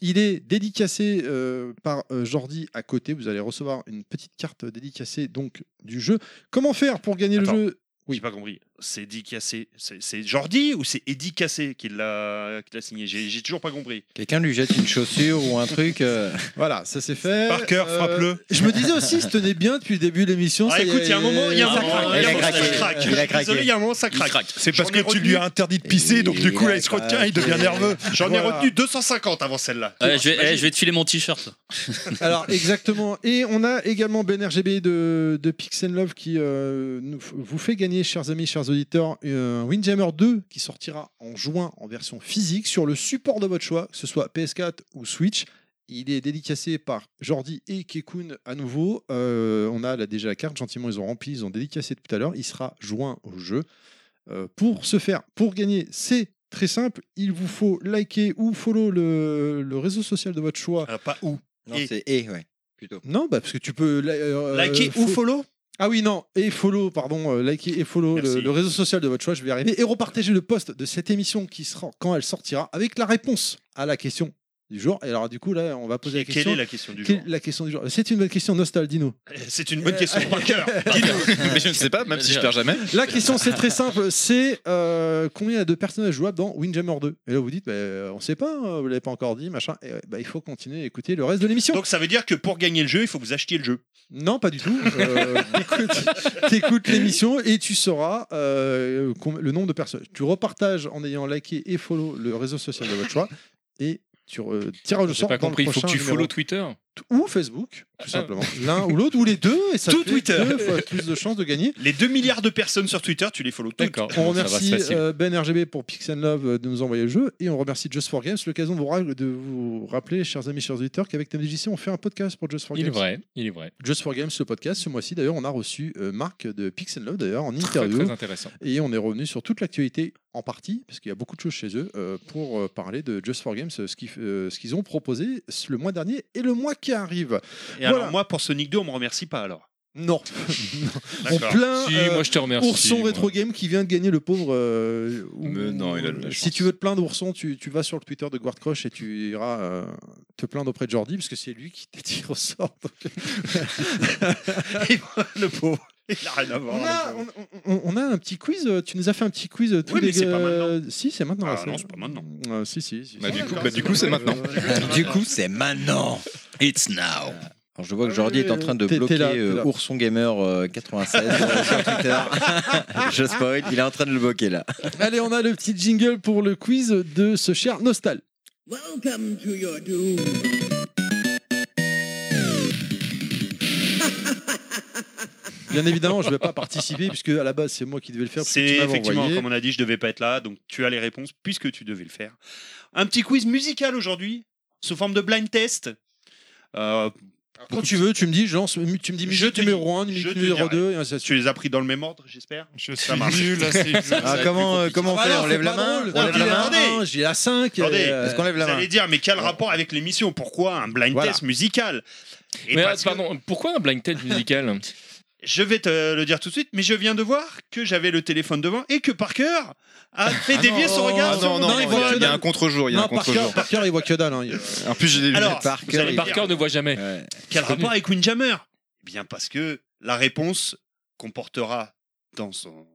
[SPEAKER 1] Il est dédicacé euh, par euh, Jordi à côté. Vous allez recevoir une petite carte dédicacée donc du jeu. Comment faire pour gagner
[SPEAKER 6] Attends.
[SPEAKER 1] le jeu
[SPEAKER 6] J'ai pas compris. C'est Eddie Cassé. C'est c'est Jordi ou c'est Eddie Cassé qui l'a qui l'a signé J'ai j'ai toujours pas compris.
[SPEAKER 8] Quelqu'un lui jette une chaussure ou un truc. euh,
[SPEAKER 1] Voilà, ça c'est fait. Euh,
[SPEAKER 6] Par cœur, frappe-le.
[SPEAKER 1] Je me disais aussi, se tenait bien depuis le début de l'émission.
[SPEAKER 6] Ah,
[SPEAKER 1] ça y
[SPEAKER 6] écoute, il y a un moment, il y a un
[SPEAKER 1] ça
[SPEAKER 6] moment,
[SPEAKER 1] craque.
[SPEAKER 6] il y a un moment, ça craque.
[SPEAKER 8] Il a craqué.
[SPEAKER 6] Désolé, il y a un moment, ça
[SPEAKER 4] Il
[SPEAKER 6] craque.
[SPEAKER 4] craque.
[SPEAKER 7] C'est parce
[SPEAKER 6] J'en
[SPEAKER 7] que
[SPEAKER 6] ai
[SPEAKER 7] tu
[SPEAKER 6] retenu-
[SPEAKER 7] lui as interdit de pisser, donc du coup, là, il se retient, il devient nerveux.
[SPEAKER 6] J'en ai
[SPEAKER 1] Voilà.
[SPEAKER 6] retenu 250 avant celle-là.
[SPEAKER 4] Ouais, je, vais, eh, je vais te filer mon t-shirt.
[SPEAKER 1] Alors exactement. Et on a également Ben BNRGB de, de Pix and Love qui euh, nous, f- vous fait gagner, chers amis, chers auditeurs, un Windjammer 2 qui sortira en juin en version physique sur le support de votre choix, que ce soit PS4 ou Switch. Il est dédicacé par Jordi et Kekun à nouveau. Euh, on a là déjà la carte, gentiment ils ont rempli, ils ont dédicacé tout à l'heure. Il sera joint au jeu. Euh, pour ce faire, pour gagner, c'est très simple. Il vous faut liker ou follow le- le réseau social de votre choix
[SPEAKER 6] Ah, pas où
[SPEAKER 8] Non,
[SPEAKER 6] Et-
[SPEAKER 8] c'est et, ouais, plutôt.
[SPEAKER 1] non, bah, parce que tu peux. li- euh,
[SPEAKER 6] Liker
[SPEAKER 1] fo-
[SPEAKER 6] ou follow
[SPEAKER 1] Ah oui, non, et follow, pardon, euh, liker et follow le,
[SPEAKER 6] Merci.
[SPEAKER 1] le réseau social de votre choix, je vais y arriver. Et repartager le post de cette émission qui sera quand elle sortira avec la réponse à la question du jour. Et alors, du coup, là, on va poser la
[SPEAKER 6] Quelle
[SPEAKER 1] question.
[SPEAKER 6] est la question du
[SPEAKER 1] Quelle
[SPEAKER 6] jour
[SPEAKER 1] est la question du jour C'est une bonne question, Nostal, dis-nous.
[SPEAKER 6] C'est une hein. bonne question par cœur. Dis-nous.
[SPEAKER 3] Mais je ne sais pas, même si je perds jamais.
[SPEAKER 1] La question, c'est très simple c'est euh, combien il y a de personnages jouables dans Windjammer 2 Et là, vous dites, bah, euh, on sait pas, hein, vous l'avez pas encore dit, machin. Et, euh, bah, il faut continuer à écouter le reste de l'émission.
[SPEAKER 6] Donc ça veut dire que pour gagner le jeu, il faut que vous achetiez le jeu.
[SPEAKER 1] Non, pas du tout. Euh, écoute- T'écoutes l'émission et tu sauras euh, com- le nombre de personnes. Tu repartages en ayant liké et follow le réseau social de votre choix et tu re- tirages au
[SPEAKER 5] J'ai
[SPEAKER 1] sort
[SPEAKER 5] pas
[SPEAKER 1] dans
[SPEAKER 5] compris.
[SPEAKER 1] le
[SPEAKER 5] Il faut que
[SPEAKER 1] prochain
[SPEAKER 5] tu follow
[SPEAKER 1] numéro.
[SPEAKER 5] Twitter.
[SPEAKER 1] ou Facebook, tout
[SPEAKER 5] Ah.
[SPEAKER 1] simplement. L'un ou l'autre ou les deux et ça
[SPEAKER 6] Tout
[SPEAKER 1] fait
[SPEAKER 6] Twitter.
[SPEAKER 1] deux fois plus de chances de gagner.
[SPEAKER 6] Les 2 milliards de personnes sur Twitter, tu les follow toutes.
[SPEAKER 5] D'accord.
[SPEAKER 1] On
[SPEAKER 5] Bon, ça va,
[SPEAKER 1] remercie
[SPEAKER 5] c'est facile.
[SPEAKER 1] euh, Ben RGB pour Pix and Love euh, de nous envoyer le jeu et on remercie Just for Games. L'occasion de vous, ra- de vous rappeler, chers amis, chers auditeurs, qu'avec TMDJC, on fait un podcast pour Just for
[SPEAKER 5] Il est
[SPEAKER 1] Games.
[SPEAKER 5] vrai. Il est vrai.
[SPEAKER 1] Just for Games, ce podcast, ce mois-ci d'ailleurs, on a reçu euh, Marc de Pix and Love d'ailleurs en
[SPEAKER 5] Très,
[SPEAKER 1] interview.
[SPEAKER 5] très intéressant.
[SPEAKER 1] Et on est revenu sur toute l'actualité en partie, parce qu'il y a beaucoup de choses chez eux, euh, pour euh, parler de Just for Games, euh, ce qu'ils euh, ce qu'ils ont proposé le mois dernier et le mois qui arrive.
[SPEAKER 6] Et
[SPEAKER 1] Voilà.
[SPEAKER 6] alors moi, pour Sonic 2, on me remercie pas alors.
[SPEAKER 1] Non, on
[SPEAKER 6] D'accord.
[SPEAKER 1] plaint
[SPEAKER 5] Si,
[SPEAKER 1] euh,
[SPEAKER 5] moi je te remercie.
[SPEAKER 1] Ourson
[SPEAKER 5] moi.
[SPEAKER 1] Retro Game qui vient de gagner le pauvre. euh, ou-
[SPEAKER 3] Mais non, il a de la
[SPEAKER 1] si
[SPEAKER 3] chance.
[SPEAKER 1] tu veux te plaindre, Ourson, tu, tu vas sur le Twitter de Guard Crush et tu iras euh, te plaindre auprès de Jordi, parce que c'est lui qui t'a tiré au sort. donc- euh,
[SPEAKER 6] le pauvre. Il a rien à voir.
[SPEAKER 1] on,
[SPEAKER 6] le
[SPEAKER 1] a,
[SPEAKER 6] pauvre.
[SPEAKER 1] on- on- on a un petit quiz, euh, tu nous as fait un petit quiz. euh, Tous
[SPEAKER 6] Oui, mais
[SPEAKER 1] les
[SPEAKER 6] c'est pas
[SPEAKER 1] euh, Si, c'est maintenant.
[SPEAKER 6] Ah
[SPEAKER 1] là, ça-
[SPEAKER 6] non, c'est pas maintenant.
[SPEAKER 1] Euh, si, si. si,
[SPEAKER 3] Bah,
[SPEAKER 1] si.
[SPEAKER 3] du coup-
[SPEAKER 1] D'accord,
[SPEAKER 3] bah, du coup, c'est maintenant.
[SPEAKER 8] du coup, c'est maintenant.
[SPEAKER 4] It's now.
[SPEAKER 8] Alors, je vois que Jordi est en train de
[SPEAKER 1] T'es- t'es
[SPEAKER 8] bloquer
[SPEAKER 1] là, t'es
[SPEAKER 8] euh,
[SPEAKER 1] là.
[SPEAKER 8] Ourson Gamer euh, 96 euh, sur Twitter. je spoil, il est en train de le bloquer là.
[SPEAKER 1] Allez, on a le petit jingle pour le quiz de ce cher Nostal.
[SPEAKER 10] Welcome to your doom.
[SPEAKER 1] Bien évidemment, je ne vais pas participer puisque à la base c'est moi qui devais le faire. parce que
[SPEAKER 6] C'est
[SPEAKER 1] tu m'avais
[SPEAKER 6] effectivement,
[SPEAKER 1] envoyé.
[SPEAKER 6] comme on a dit, je devais pas être là, donc tu as les réponses puisque tu devais le faire. Un petit quiz musical aujourd'hui, sous forme de blind test. Euh,
[SPEAKER 1] Quand tu veux, tu me dis, genre, tu me dis
[SPEAKER 6] Je
[SPEAKER 1] musique
[SPEAKER 6] te
[SPEAKER 1] numéro 1,
[SPEAKER 6] je
[SPEAKER 1] musique
[SPEAKER 6] te
[SPEAKER 1] numéro
[SPEAKER 6] dirai.
[SPEAKER 1] 2 et ainsi de suite.
[SPEAKER 6] tu les as pris dans le même ordre, j'espère
[SPEAKER 7] Je
[SPEAKER 6] Ça marche.
[SPEAKER 7] suis nul à ces jeux.
[SPEAKER 8] Ah, comment, euh, comment on
[SPEAKER 1] Ah
[SPEAKER 8] fait
[SPEAKER 1] bah non,
[SPEAKER 8] On
[SPEAKER 1] c'est
[SPEAKER 8] lève la
[SPEAKER 1] pas
[SPEAKER 8] main
[SPEAKER 1] drôle.
[SPEAKER 8] On lève la
[SPEAKER 1] J'ai
[SPEAKER 8] main
[SPEAKER 1] un, J'ai la euh, 5.
[SPEAKER 6] Attendez,
[SPEAKER 8] Est-ce qu'on lève
[SPEAKER 6] Vous
[SPEAKER 8] la main
[SPEAKER 6] allez dire, mais quel rapport avec l'émission Pourquoi un blind
[SPEAKER 1] Voilà.
[SPEAKER 6] test musical Et
[SPEAKER 5] Mais,
[SPEAKER 3] euh,
[SPEAKER 6] parce que-
[SPEAKER 5] pardon, pourquoi un blind test musical
[SPEAKER 6] Je vais te le dire tout de suite, mais je viens de voir que j'avais le téléphone devant et que Parker a fait dévier son regard
[SPEAKER 3] Ah
[SPEAKER 6] sur
[SPEAKER 3] non,
[SPEAKER 6] mon
[SPEAKER 3] non, il y
[SPEAKER 6] téléphone.
[SPEAKER 3] a- il y a un contre-jour. Il y a un
[SPEAKER 1] Non, par cœur,
[SPEAKER 3] contre-jour.
[SPEAKER 1] par cœur, il voit que dalle. hein. Il-
[SPEAKER 3] En plus, j'ai des lunettes.
[SPEAKER 6] Alors,
[SPEAKER 8] Par
[SPEAKER 6] vous
[SPEAKER 8] cœur,
[SPEAKER 6] allez
[SPEAKER 8] il-
[SPEAKER 6] me dire,
[SPEAKER 5] Parker ne voit jamais.
[SPEAKER 8] Ouais.
[SPEAKER 6] quel
[SPEAKER 5] C'est
[SPEAKER 6] rapport avec Windjammer Eh bien, parce que la réponse comportera dans son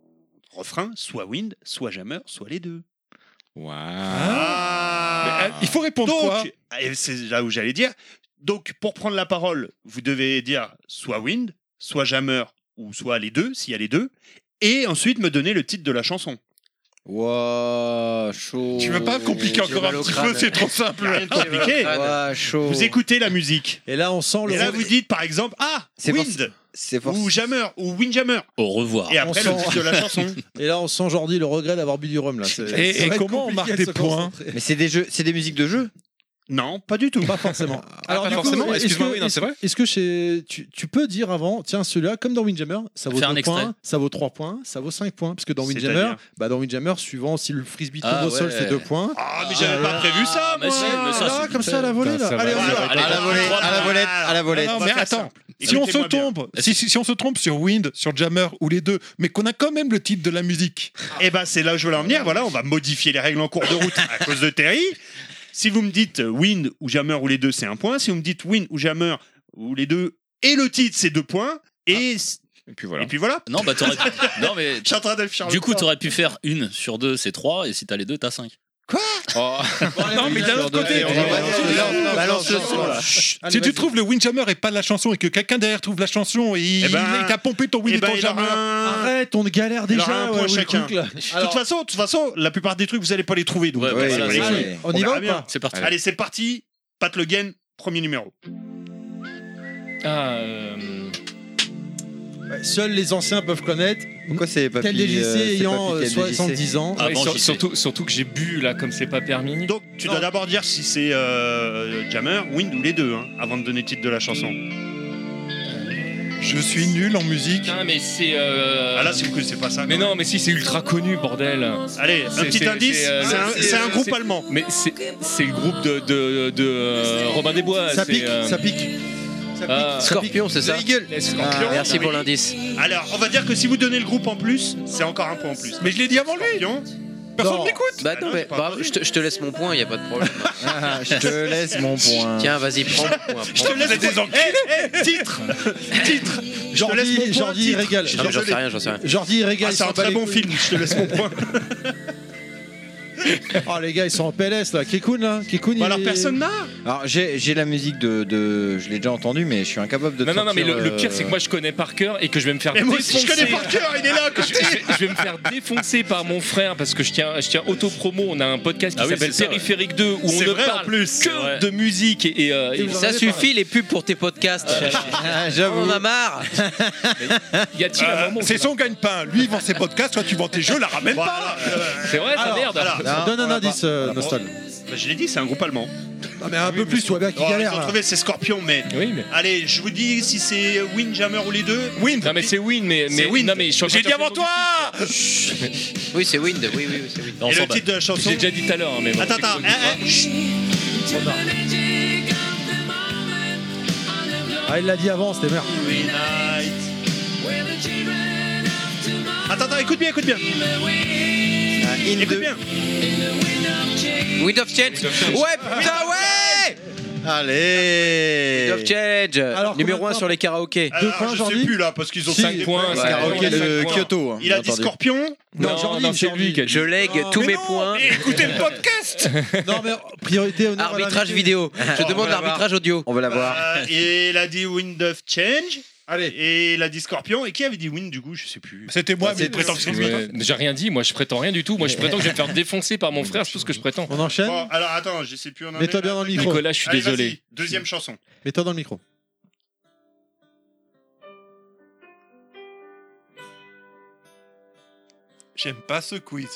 [SPEAKER 6] refrain soit Wind, soit Jammer, soit les deux. Ah.
[SPEAKER 7] Mais, euh, il faut répondre
[SPEAKER 6] Donc,
[SPEAKER 7] quoi
[SPEAKER 6] et C'est là où j'allais dire. Donc, pour prendre la parole, vous devez dire soit Wind, soit Jammer, ou soit les deux, s'il y a les deux, et ensuite me donner le titre de la chanson.
[SPEAKER 8] Ouah, chaud.
[SPEAKER 6] Tu veux pas compliquer
[SPEAKER 8] J'ai
[SPEAKER 6] encore
[SPEAKER 8] mal
[SPEAKER 6] un
[SPEAKER 8] au
[SPEAKER 6] petit
[SPEAKER 8] crâne.
[SPEAKER 6] peu, c'est trop simple.
[SPEAKER 8] Rien de compliqué. Ouah, chaud.
[SPEAKER 6] Vous écoutez la musique.
[SPEAKER 8] Et là, on sent
[SPEAKER 1] le-
[SPEAKER 6] Et là, vous dites par exemple Ah,
[SPEAKER 8] C'est forc-
[SPEAKER 6] Wind,
[SPEAKER 8] c'est forc-
[SPEAKER 6] ou Jammer, ou Windjammer.
[SPEAKER 4] Au revoir.
[SPEAKER 6] Et après,
[SPEAKER 1] On
[SPEAKER 6] le
[SPEAKER 1] sent-
[SPEAKER 6] titre de la chanson.
[SPEAKER 1] Et là, on sent Jordi le regret d'avoir bu du rhum. Là. C'est-
[SPEAKER 8] Et-
[SPEAKER 1] ça
[SPEAKER 8] et
[SPEAKER 1] va être
[SPEAKER 8] comment on
[SPEAKER 1] compliqué
[SPEAKER 8] marque
[SPEAKER 1] de
[SPEAKER 8] des
[SPEAKER 1] se
[SPEAKER 8] points
[SPEAKER 1] concentrer.
[SPEAKER 8] Mais c'est des jeux, c'est des musiques de jeu
[SPEAKER 6] Non, pas du tout.
[SPEAKER 1] Pas forcément.
[SPEAKER 8] pas
[SPEAKER 1] du coup,
[SPEAKER 8] forcément,
[SPEAKER 1] est-ce
[SPEAKER 8] excuse-moi,
[SPEAKER 1] que-
[SPEAKER 8] oui, non, c'est
[SPEAKER 1] est-ce-
[SPEAKER 8] vrai.
[SPEAKER 1] Est-ce que chez- tu, tu peux dire avant, tiens, celui-là, comme dans Windjammer, ça vaut
[SPEAKER 4] Faire un
[SPEAKER 1] 2
[SPEAKER 4] extrait.
[SPEAKER 1] points, ça vaut 3 points, ça vaut 5 points Parce que dans
[SPEAKER 4] C'est-à-dire
[SPEAKER 1] Windjammer, bah, dans Windjammer, suivant si le frisbee tombe
[SPEAKER 4] Ah
[SPEAKER 1] au sol,
[SPEAKER 4] ouais.
[SPEAKER 1] c'est 2 points. Euh,
[SPEAKER 6] Ah, mais j'avais pas prévu ça,
[SPEAKER 4] Ah, mais
[SPEAKER 6] moi. Ah,
[SPEAKER 4] si, mais ça,
[SPEAKER 1] Là,
[SPEAKER 4] c'est-
[SPEAKER 1] comme ça, à la volée, là.
[SPEAKER 4] Ça va,
[SPEAKER 1] Allez, on
[SPEAKER 4] ça
[SPEAKER 1] y
[SPEAKER 4] va,
[SPEAKER 1] va.
[SPEAKER 4] allez,
[SPEAKER 1] À la
[SPEAKER 4] on
[SPEAKER 1] volée,
[SPEAKER 4] va
[SPEAKER 1] à la
[SPEAKER 4] faire
[SPEAKER 1] volée,
[SPEAKER 4] simple.
[SPEAKER 1] à la volée.
[SPEAKER 4] Non,
[SPEAKER 7] Non,
[SPEAKER 4] on va
[SPEAKER 7] mais
[SPEAKER 4] faire
[SPEAKER 7] attends,
[SPEAKER 4] simple.
[SPEAKER 7] si on se
[SPEAKER 4] Écoutez-moi bien.
[SPEAKER 7] trompe, si, si- si on se trompe sur Wind, sur Jammer ou les deux, mais qu'on a quand même le titre de la musique.
[SPEAKER 6] Et ben c'est là où je voulais en venir. Voilà, on va modifier les règles en cours de route à cause de Terry. Si vous me dites euh, Wind ou Jammer ou les deux, c'est un point. Si vous me dites Wind ou Jammer ou les deux et le titre, c'est deux points. Et,
[SPEAKER 3] Ah. et puis voilà.
[SPEAKER 6] Et puis voilà.
[SPEAKER 4] Non, bah t'aurais. non, mais.
[SPEAKER 6] Je suis en train de le faire
[SPEAKER 4] Du
[SPEAKER 6] le
[SPEAKER 4] coup,
[SPEAKER 6] temps.
[SPEAKER 4] t'aurais pu faire une sur deux, c'est trois, et si t'as les deux, t'as cinq. Oh.
[SPEAKER 7] non, mais d'un autre côté,
[SPEAKER 4] balance le son, là.
[SPEAKER 7] si tu trouves le Windjammer et pas la chanson et que quelqu'un derrière trouve la chanson et il
[SPEAKER 6] Eh ben,
[SPEAKER 7] il t'a pompé ton Wind
[SPEAKER 6] eh
[SPEAKER 7] et
[SPEAKER 6] ben,
[SPEAKER 7] ton
[SPEAKER 6] il aura
[SPEAKER 7] Jammer.
[SPEAKER 6] un-
[SPEAKER 1] Arrête, on galère
[SPEAKER 6] il aura
[SPEAKER 1] déjà.
[SPEAKER 6] un
[SPEAKER 1] ouais,
[SPEAKER 6] point
[SPEAKER 1] oui, le
[SPEAKER 6] chacun.
[SPEAKER 1] truc, là.
[SPEAKER 6] De
[SPEAKER 1] Alors-
[SPEAKER 6] toute façon, de toute façon, la plupart des trucs, vous allez pas les trouver. Donc,
[SPEAKER 4] Ouais,
[SPEAKER 6] euh,
[SPEAKER 4] ouais,
[SPEAKER 6] vous allez
[SPEAKER 4] voilà,
[SPEAKER 6] les
[SPEAKER 4] c'est-
[SPEAKER 6] trouver.
[SPEAKER 1] on y
[SPEAKER 6] verra
[SPEAKER 1] va ou
[SPEAKER 6] bien.
[SPEAKER 1] pas
[SPEAKER 4] C'est parti.
[SPEAKER 6] Allez, c'est parti. Pat Le Guen, premier numéro.
[SPEAKER 5] Ah, euh,
[SPEAKER 1] Ouais, Seuls les anciens peuvent connaître.
[SPEAKER 8] Pourquoi c'est pas
[SPEAKER 1] Tel DGC ayant euh, 70 ans.
[SPEAKER 5] ah,
[SPEAKER 4] Avant,
[SPEAKER 5] sur-
[SPEAKER 4] j'y sais.
[SPEAKER 5] surtout, surtout que j'ai bu là, comme c'est pas permis.
[SPEAKER 6] Donc, tu dois d'abord dire si c'est euh, Jammer, Wind ou les deux, hein, avant de donner le titre de la chanson.
[SPEAKER 7] Je suis nul en musique.
[SPEAKER 5] Putain, mais c'est. euh,
[SPEAKER 6] Ah là, c'est c'est pas ça.
[SPEAKER 5] Mais
[SPEAKER 6] quoi.
[SPEAKER 5] non, mais si,
[SPEAKER 1] euh,
[SPEAKER 5] c'est ultra connu, bordel.
[SPEAKER 6] Allez, un
[SPEAKER 5] C'est-
[SPEAKER 6] petit
[SPEAKER 5] c'est-
[SPEAKER 6] indice.
[SPEAKER 5] c'est, euh,
[SPEAKER 6] C'est un-
[SPEAKER 5] c'est-
[SPEAKER 6] C'est un
[SPEAKER 5] c'est-
[SPEAKER 6] groupe
[SPEAKER 5] c'est-
[SPEAKER 6] allemand.
[SPEAKER 5] Mais c'est c'est le groupe de, de, de, euh, Robin des Bois.
[SPEAKER 1] Ça
[SPEAKER 5] c'est,
[SPEAKER 1] pique,
[SPEAKER 5] euh,
[SPEAKER 1] ça pique. Ça
[SPEAKER 5] ah,
[SPEAKER 1] pique.
[SPEAKER 2] Scorpion, c'est ça
[SPEAKER 5] les
[SPEAKER 2] Ah,
[SPEAKER 5] Scorpions.
[SPEAKER 2] Merci pour l'indice.
[SPEAKER 6] Alors, on va dire que si vous donnez le groupe en plus, c'est encore un point en plus.
[SPEAKER 7] Mais je l'ai dit avant lui.
[SPEAKER 6] Scorpion.
[SPEAKER 7] Personne
[SPEAKER 1] Non.
[SPEAKER 7] m'écoute.
[SPEAKER 2] Bah
[SPEAKER 6] Ah
[SPEAKER 2] non,
[SPEAKER 6] non,
[SPEAKER 2] mais
[SPEAKER 6] c'est pas
[SPEAKER 2] bah,
[SPEAKER 6] impossible.
[SPEAKER 2] je te- je te laisse mon point, il a pas de problème.
[SPEAKER 8] Ah, je te laisse mon point.
[SPEAKER 2] Tiens, vas-y, prends mon point. prends
[SPEAKER 6] Je te
[SPEAKER 2] mon
[SPEAKER 6] laisse des
[SPEAKER 1] Eh,
[SPEAKER 6] titre Titre Je te laisse
[SPEAKER 1] Jordi,
[SPEAKER 6] mon point,
[SPEAKER 1] Jordi
[SPEAKER 6] titre.
[SPEAKER 1] régale.
[SPEAKER 5] Ah,
[SPEAKER 2] point. Non, mais J'en sais rien, j'en sais rien.
[SPEAKER 1] Jordi
[SPEAKER 6] Ah,
[SPEAKER 1] régale. ils
[SPEAKER 6] c'est
[SPEAKER 1] s'en bat
[SPEAKER 6] un très
[SPEAKER 1] les
[SPEAKER 6] bon
[SPEAKER 1] couilles.
[SPEAKER 6] film, je te laisse mon point.
[SPEAKER 1] Oh les gars, ils sont en PLS là. Kekun là, Kekun.
[SPEAKER 6] Bah
[SPEAKER 1] il
[SPEAKER 6] alors
[SPEAKER 1] est-
[SPEAKER 6] personne n'a
[SPEAKER 8] Alors j'ai j'ai la musique de, de- je l'ai déjà entendue mais je suis incapable de.
[SPEAKER 5] Non, non, non, mais
[SPEAKER 8] sortir,
[SPEAKER 5] le, le pire,
[SPEAKER 8] euh,
[SPEAKER 5] c'est que moi, je connais par cœur et que je vais me faire
[SPEAKER 6] Et moi
[SPEAKER 5] défoncer.
[SPEAKER 6] aussi je connais par cœur, il est là à
[SPEAKER 5] Je,
[SPEAKER 6] côté.
[SPEAKER 5] je- je vais me faire défoncer par mon frère parce que je tiens, je tiens auto-promo. On a un podcast qui
[SPEAKER 4] Ah oui,
[SPEAKER 5] s'appelle
[SPEAKER 4] c'est ça, ouais.
[SPEAKER 5] Périphérique 2 où on
[SPEAKER 6] C'est
[SPEAKER 5] ne
[SPEAKER 6] vrai, en
[SPEAKER 5] parle
[SPEAKER 6] plus.
[SPEAKER 5] que
[SPEAKER 6] C'est vrai.
[SPEAKER 5] de musique et, et, euh, et
[SPEAKER 1] vous en
[SPEAKER 2] Ça
[SPEAKER 1] avez
[SPEAKER 2] suffit les pubs pour tes podcasts.
[SPEAKER 6] Euh,
[SPEAKER 8] Ah,
[SPEAKER 2] On
[SPEAKER 8] J'avoue.
[SPEAKER 2] en a marre.
[SPEAKER 5] y a-t-il un
[SPEAKER 7] Euh,
[SPEAKER 5] moment où
[SPEAKER 7] c'est son gagne-pain. Lui, il vend ses podcasts. Toi, tu vends tes jeux, la ramène
[SPEAKER 6] Voilà.
[SPEAKER 7] pas.
[SPEAKER 5] ça- C'est vrai, ça
[SPEAKER 1] Alors,
[SPEAKER 5] merde.
[SPEAKER 6] alors,
[SPEAKER 1] Ça
[SPEAKER 8] Non,
[SPEAKER 1] Donne
[SPEAKER 6] on
[SPEAKER 1] un
[SPEAKER 6] l'a pas.
[SPEAKER 1] indice, euh,
[SPEAKER 6] On l'a pas.
[SPEAKER 1] Nostal.
[SPEAKER 6] Bah, je l'ai dit, c'est un groupe allemand.
[SPEAKER 1] Non mais un peu plus, toi bien qui
[SPEAKER 6] Oh, ils
[SPEAKER 1] galère.
[SPEAKER 6] ont
[SPEAKER 1] là.
[SPEAKER 6] trouvé, c'est Scorpion, mais...
[SPEAKER 5] Oui, mais.
[SPEAKER 6] Allez, je vous dis si c'est Windjammer ou les deux.
[SPEAKER 7] Wind.
[SPEAKER 5] Non mais c'est Win mais,
[SPEAKER 6] C'est
[SPEAKER 5] mais
[SPEAKER 6] Wind.
[SPEAKER 5] non mais je suis en
[SPEAKER 7] J'ai dit
[SPEAKER 5] train de
[SPEAKER 7] avant
[SPEAKER 5] faire
[SPEAKER 7] toi.
[SPEAKER 2] Oui, c'est Wind. Oui, oui, oui, c'est Wind.
[SPEAKER 4] Non, on
[SPEAKER 6] Et
[SPEAKER 4] s'en
[SPEAKER 6] le
[SPEAKER 4] bat.
[SPEAKER 6] titre de la
[SPEAKER 5] mon-
[SPEAKER 6] chanson...
[SPEAKER 5] J'ai déjà dit tout à l'heure mais bon.
[SPEAKER 6] Attends, attends, hein, hein, chut.
[SPEAKER 1] Ah il l'a dit avant, c'était merde.
[SPEAKER 6] Attends, attends, écoute bien, écoute bien.
[SPEAKER 2] Ah,
[SPEAKER 6] écoute bien.
[SPEAKER 2] Wind of Change. Ouais,
[SPEAKER 6] Ah,
[SPEAKER 2] putain, ouais. Wind
[SPEAKER 8] Allez.
[SPEAKER 2] of Change.
[SPEAKER 1] Alors,
[SPEAKER 2] Numéro
[SPEAKER 1] combien
[SPEAKER 2] 1
[SPEAKER 1] de
[SPEAKER 2] sur les karaokés.
[SPEAKER 1] Deux
[SPEAKER 6] Alors,
[SPEAKER 1] points,
[SPEAKER 6] je
[SPEAKER 1] Jordi
[SPEAKER 6] sais plus là, parce qu'ils ont
[SPEAKER 1] Si,
[SPEAKER 6] 5 points.
[SPEAKER 5] ouais,
[SPEAKER 6] c'est
[SPEAKER 5] ouais,
[SPEAKER 8] Karaoké
[SPEAKER 5] ouais,
[SPEAKER 8] de
[SPEAKER 5] ouais.
[SPEAKER 8] Kyoto. hein,
[SPEAKER 6] Il a
[SPEAKER 8] bien
[SPEAKER 6] dit
[SPEAKER 8] entendu.
[SPEAKER 6] Scorpion.
[SPEAKER 1] Non,
[SPEAKER 5] Non,
[SPEAKER 1] Jordi,
[SPEAKER 5] non, c'est
[SPEAKER 1] Jordi.
[SPEAKER 5] lui qui a dit.
[SPEAKER 2] Je lègue
[SPEAKER 1] Non,
[SPEAKER 2] tous
[SPEAKER 1] mais
[SPEAKER 2] mes
[SPEAKER 1] non,
[SPEAKER 2] points.
[SPEAKER 6] Mais écoutez le podcast
[SPEAKER 1] Non mais priorité honneur à
[SPEAKER 2] Arbitrage
[SPEAKER 1] l'invité.
[SPEAKER 2] vidéo. Je
[SPEAKER 6] on
[SPEAKER 2] demande
[SPEAKER 6] va voir.
[SPEAKER 2] l'arbitrage audio.
[SPEAKER 8] On va la voir.
[SPEAKER 6] Euh, Et il a dit Wind of Change.
[SPEAKER 1] Allez.
[SPEAKER 6] Et il a dit Scorpion. Et qui avait dit Wind du coup Je sais plus.
[SPEAKER 7] C'était moi, mais il prétend que c'est lui.
[SPEAKER 5] Ouais, Bah, J'ai rien dit, moi je prétends rien du tout. Moi je prétends que je vais me faire défoncer par mon frère, c'est tout ce que je prétends.
[SPEAKER 1] On enchaîne.
[SPEAKER 6] Bon, alors attends, je sais plus. on en
[SPEAKER 1] Mets-toi
[SPEAKER 6] est,
[SPEAKER 1] bien
[SPEAKER 6] là.
[SPEAKER 1] dans le micro.
[SPEAKER 5] Nicolas, je suis
[SPEAKER 6] Allez,
[SPEAKER 5] désolé.
[SPEAKER 6] vas-y, Deuxième chanson.
[SPEAKER 1] Mets-toi dans le micro.
[SPEAKER 7] J'aime pas ce quiz.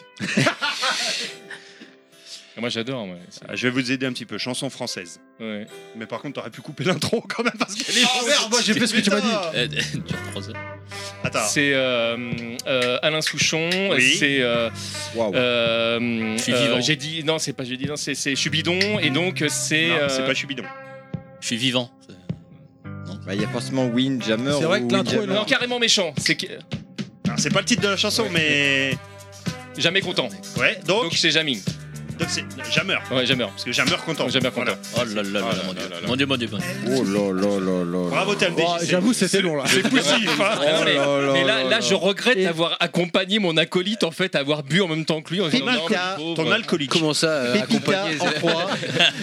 [SPEAKER 5] Moi j'adore. ouais,
[SPEAKER 6] Ah, Je vais vous aider un petit peu. Chanson française.
[SPEAKER 5] c'est- ouais.
[SPEAKER 6] Mais par contre, t'aurais pu couper l'intro quand même parce qu'elle est.
[SPEAKER 1] merde, Ah, moi j'ai fait ce que tu m'as dit.
[SPEAKER 5] Eh,
[SPEAKER 4] Euh, dure trois heures.
[SPEAKER 6] Attends.
[SPEAKER 5] C'est euh, euh, Alain Souchon,
[SPEAKER 6] Oui.
[SPEAKER 5] c'est. euh,
[SPEAKER 8] Waouh.
[SPEAKER 5] euh,
[SPEAKER 4] Je suis
[SPEAKER 5] euh,
[SPEAKER 4] vivant.
[SPEAKER 5] J'ai dit non, c'est pas j'ai dit non, c'est c'est- je suis bidon et donc c'est.
[SPEAKER 6] Mhm. Non, C'est
[SPEAKER 5] euh,
[SPEAKER 6] pas Chubidon.
[SPEAKER 4] Je suis vivant.
[SPEAKER 8] Bah, il y a forcément Wind, Jammer.
[SPEAKER 1] C'est vrai
[SPEAKER 8] ou
[SPEAKER 1] que l'intro est
[SPEAKER 8] Windjammer.
[SPEAKER 5] non, carrément méchant. C'est que-
[SPEAKER 6] Ah, Alors, C'est pas le titre de la chanson, mais.
[SPEAKER 5] jamais content.
[SPEAKER 6] Ouais,
[SPEAKER 5] Donc
[SPEAKER 6] donc.
[SPEAKER 5] c'est Jamie.
[SPEAKER 6] Donc c'est Jammer.
[SPEAKER 5] Ouais, Jammer.
[SPEAKER 6] Parce que Jammer content.
[SPEAKER 5] Jammer content.
[SPEAKER 4] Oh là là là, mon Dieu. Mon Dieu, mon Dieu.
[SPEAKER 8] Oh là là là là.
[SPEAKER 6] Bravo, TMDJ.
[SPEAKER 8] Oh, J'avoue, c'était long là.
[SPEAKER 6] C'est poussif. hein.
[SPEAKER 5] Ah, mais,
[SPEAKER 8] Oh là
[SPEAKER 5] mais
[SPEAKER 8] là là
[SPEAKER 5] là, là,
[SPEAKER 8] là.
[SPEAKER 5] je regrette d'avoir accompagné mon acolyte en fait, avoir bu en même temps que lui. En
[SPEAKER 8] Pépita,
[SPEAKER 5] disant, non, le pauvre.
[SPEAKER 6] Ton alcoolique.
[SPEAKER 2] Comment ça, euh, accompagner
[SPEAKER 8] en proie.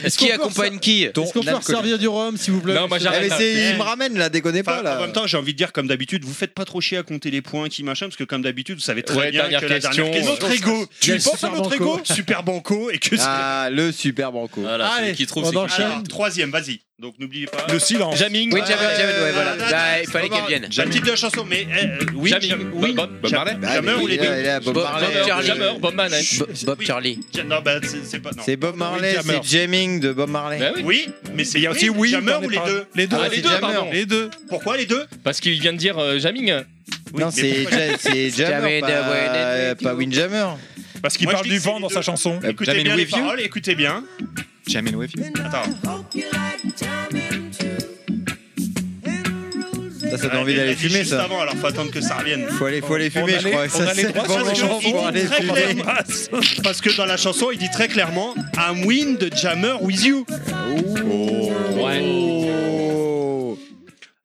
[SPEAKER 2] Est-ce qui accompagne qui
[SPEAKER 8] Ton
[SPEAKER 1] Est-ce qu'on peut leur
[SPEAKER 8] alcoolique.
[SPEAKER 1] servir du rhum, s'il vous plaît
[SPEAKER 5] Non, moi
[SPEAKER 1] monsieur
[SPEAKER 5] j'arrête.
[SPEAKER 8] Eh, mais c'est-
[SPEAKER 6] là.
[SPEAKER 8] il me ramène là, déconnez
[SPEAKER 6] Enfin,
[SPEAKER 8] pas là.
[SPEAKER 6] En même temps, j'ai envie de dire, comme d'habitude, vous faites pas trop chier à compter les points, qui machin, parce que comme d'habitude, vous savez très
[SPEAKER 5] Ouais,
[SPEAKER 6] bien
[SPEAKER 5] dernière
[SPEAKER 6] que
[SPEAKER 5] question. euh,
[SPEAKER 6] la dernière question.
[SPEAKER 5] Notre
[SPEAKER 6] ego. Tu
[SPEAKER 1] Yes,
[SPEAKER 6] penses à
[SPEAKER 1] Super
[SPEAKER 6] notre
[SPEAKER 1] Banco.
[SPEAKER 6] ego Super Banco et que. c'est-
[SPEAKER 8] Ah, le super banco.
[SPEAKER 4] Voilà,
[SPEAKER 1] Allez,
[SPEAKER 4] celui qui trouve
[SPEAKER 1] on
[SPEAKER 4] c'est qui
[SPEAKER 1] enchaîne.
[SPEAKER 6] Alors, troisième, vas-y. Donc n'oubliez pas. Ah,
[SPEAKER 7] Le silence.
[SPEAKER 5] Jamming.
[SPEAKER 2] Oui, Jamel, Jamel, ouais, voilà.
[SPEAKER 6] Attends,
[SPEAKER 2] Bah, il fallait qu'elle vienne.
[SPEAKER 6] Un type de chanson, mais euh, oui,
[SPEAKER 5] Jamming.
[SPEAKER 6] Jam-
[SPEAKER 5] Bob-
[SPEAKER 6] oui.
[SPEAKER 5] Bob-
[SPEAKER 6] Jam-
[SPEAKER 5] Bob Marley.
[SPEAKER 8] Bah,
[SPEAKER 6] Jammer
[SPEAKER 8] mais
[SPEAKER 6] ou les
[SPEAKER 8] il est là,
[SPEAKER 6] deux
[SPEAKER 8] il est là, Bob
[SPEAKER 2] Bob-
[SPEAKER 8] Marley.
[SPEAKER 2] Jammer,
[SPEAKER 8] Oui.
[SPEAKER 5] Jammer, Bob Marley.
[SPEAKER 2] Bo- Bob
[SPEAKER 6] Oui.
[SPEAKER 2] Charlie.
[SPEAKER 6] Jam- Non, bah c'est c'est pas. non.
[SPEAKER 8] C'est Bob Marley,
[SPEAKER 7] Jammer.
[SPEAKER 8] c'est jamming de Bob Marley.
[SPEAKER 5] Bah oui,
[SPEAKER 6] Oui, mais c'est il y a
[SPEAKER 7] aussi oui,
[SPEAKER 6] Jammer
[SPEAKER 7] t'en
[SPEAKER 6] ou
[SPEAKER 7] as
[SPEAKER 6] les
[SPEAKER 7] parlé.
[SPEAKER 6] deux.
[SPEAKER 7] Les deux.
[SPEAKER 5] Ah, les deux, pardon.
[SPEAKER 7] Les deux.
[SPEAKER 6] Pourquoi les deux
[SPEAKER 5] Parce qu'il vient de dire euh, Jamming.
[SPEAKER 6] Oui,
[SPEAKER 8] non,
[SPEAKER 6] mais
[SPEAKER 8] c'est
[SPEAKER 6] pourquoi-
[SPEAKER 8] ja- c'est
[SPEAKER 2] Jammer,
[SPEAKER 8] Jammer, pas,
[SPEAKER 2] Jammer.
[SPEAKER 8] pas Windjammer.
[SPEAKER 7] Parce qu'il
[SPEAKER 6] Moi, je
[SPEAKER 7] parle
[SPEAKER 6] dis
[SPEAKER 7] du
[SPEAKER 6] que c'est
[SPEAKER 7] vent
[SPEAKER 6] les
[SPEAKER 7] dans
[SPEAKER 6] deux.
[SPEAKER 7] sa chanson.
[SPEAKER 6] Écoutez
[SPEAKER 3] Jammin'
[SPEAKER 6] bien les
[SPEAKER 3] with you.
[SPEAKER 6] paroles, écoutez bien.
[SPEAKER 3] Jammin' with you.
[SPEAKER 6] Attends.
[SPEAKER 8] Ça, ça donne envie d'aller fumer
[SPEAKER 6] Juste
[SPEAKER 8] ça.
[SPEAKER 6] avant, alors faut attendre que ça revienne.
[SPEAKER 8] Faut aller, faut aller
[SPEAKER 7] On
[SPEAKER 8] fumer,
[SPEAKER 7] a
[SPEAKER 8] je
[SPEAKER 7] les-
[SPEAKER 8] crois.
[SPEAKER 7] on
[SPEAKER 8] Ça,
[SPEAKER 7] a les
[SPEAKER 8] c'est
[SPEAKER 7] droits
[SPEAKER 8] le
[SPEAKER 7] sur
[SPEAKER 8] bon
[SPEAKER 7] les
[SPEAKER 8] moment
[SPEAKER 7] gens,
[SPEAKER 8] pour
[SPEAKER 7] faut
[SPEAKER 8] aller
[SPEAKER 6] Très
[SPEAKER 8] fumer.
[SPEAKER 6] clairement, parce que dans la chanson, il dit très clairement I'm win de Jammer with you.
[SPEAKER 7] Oh.
[SPEAKER 5] Ouais.
[SPEAKER 8] Oh.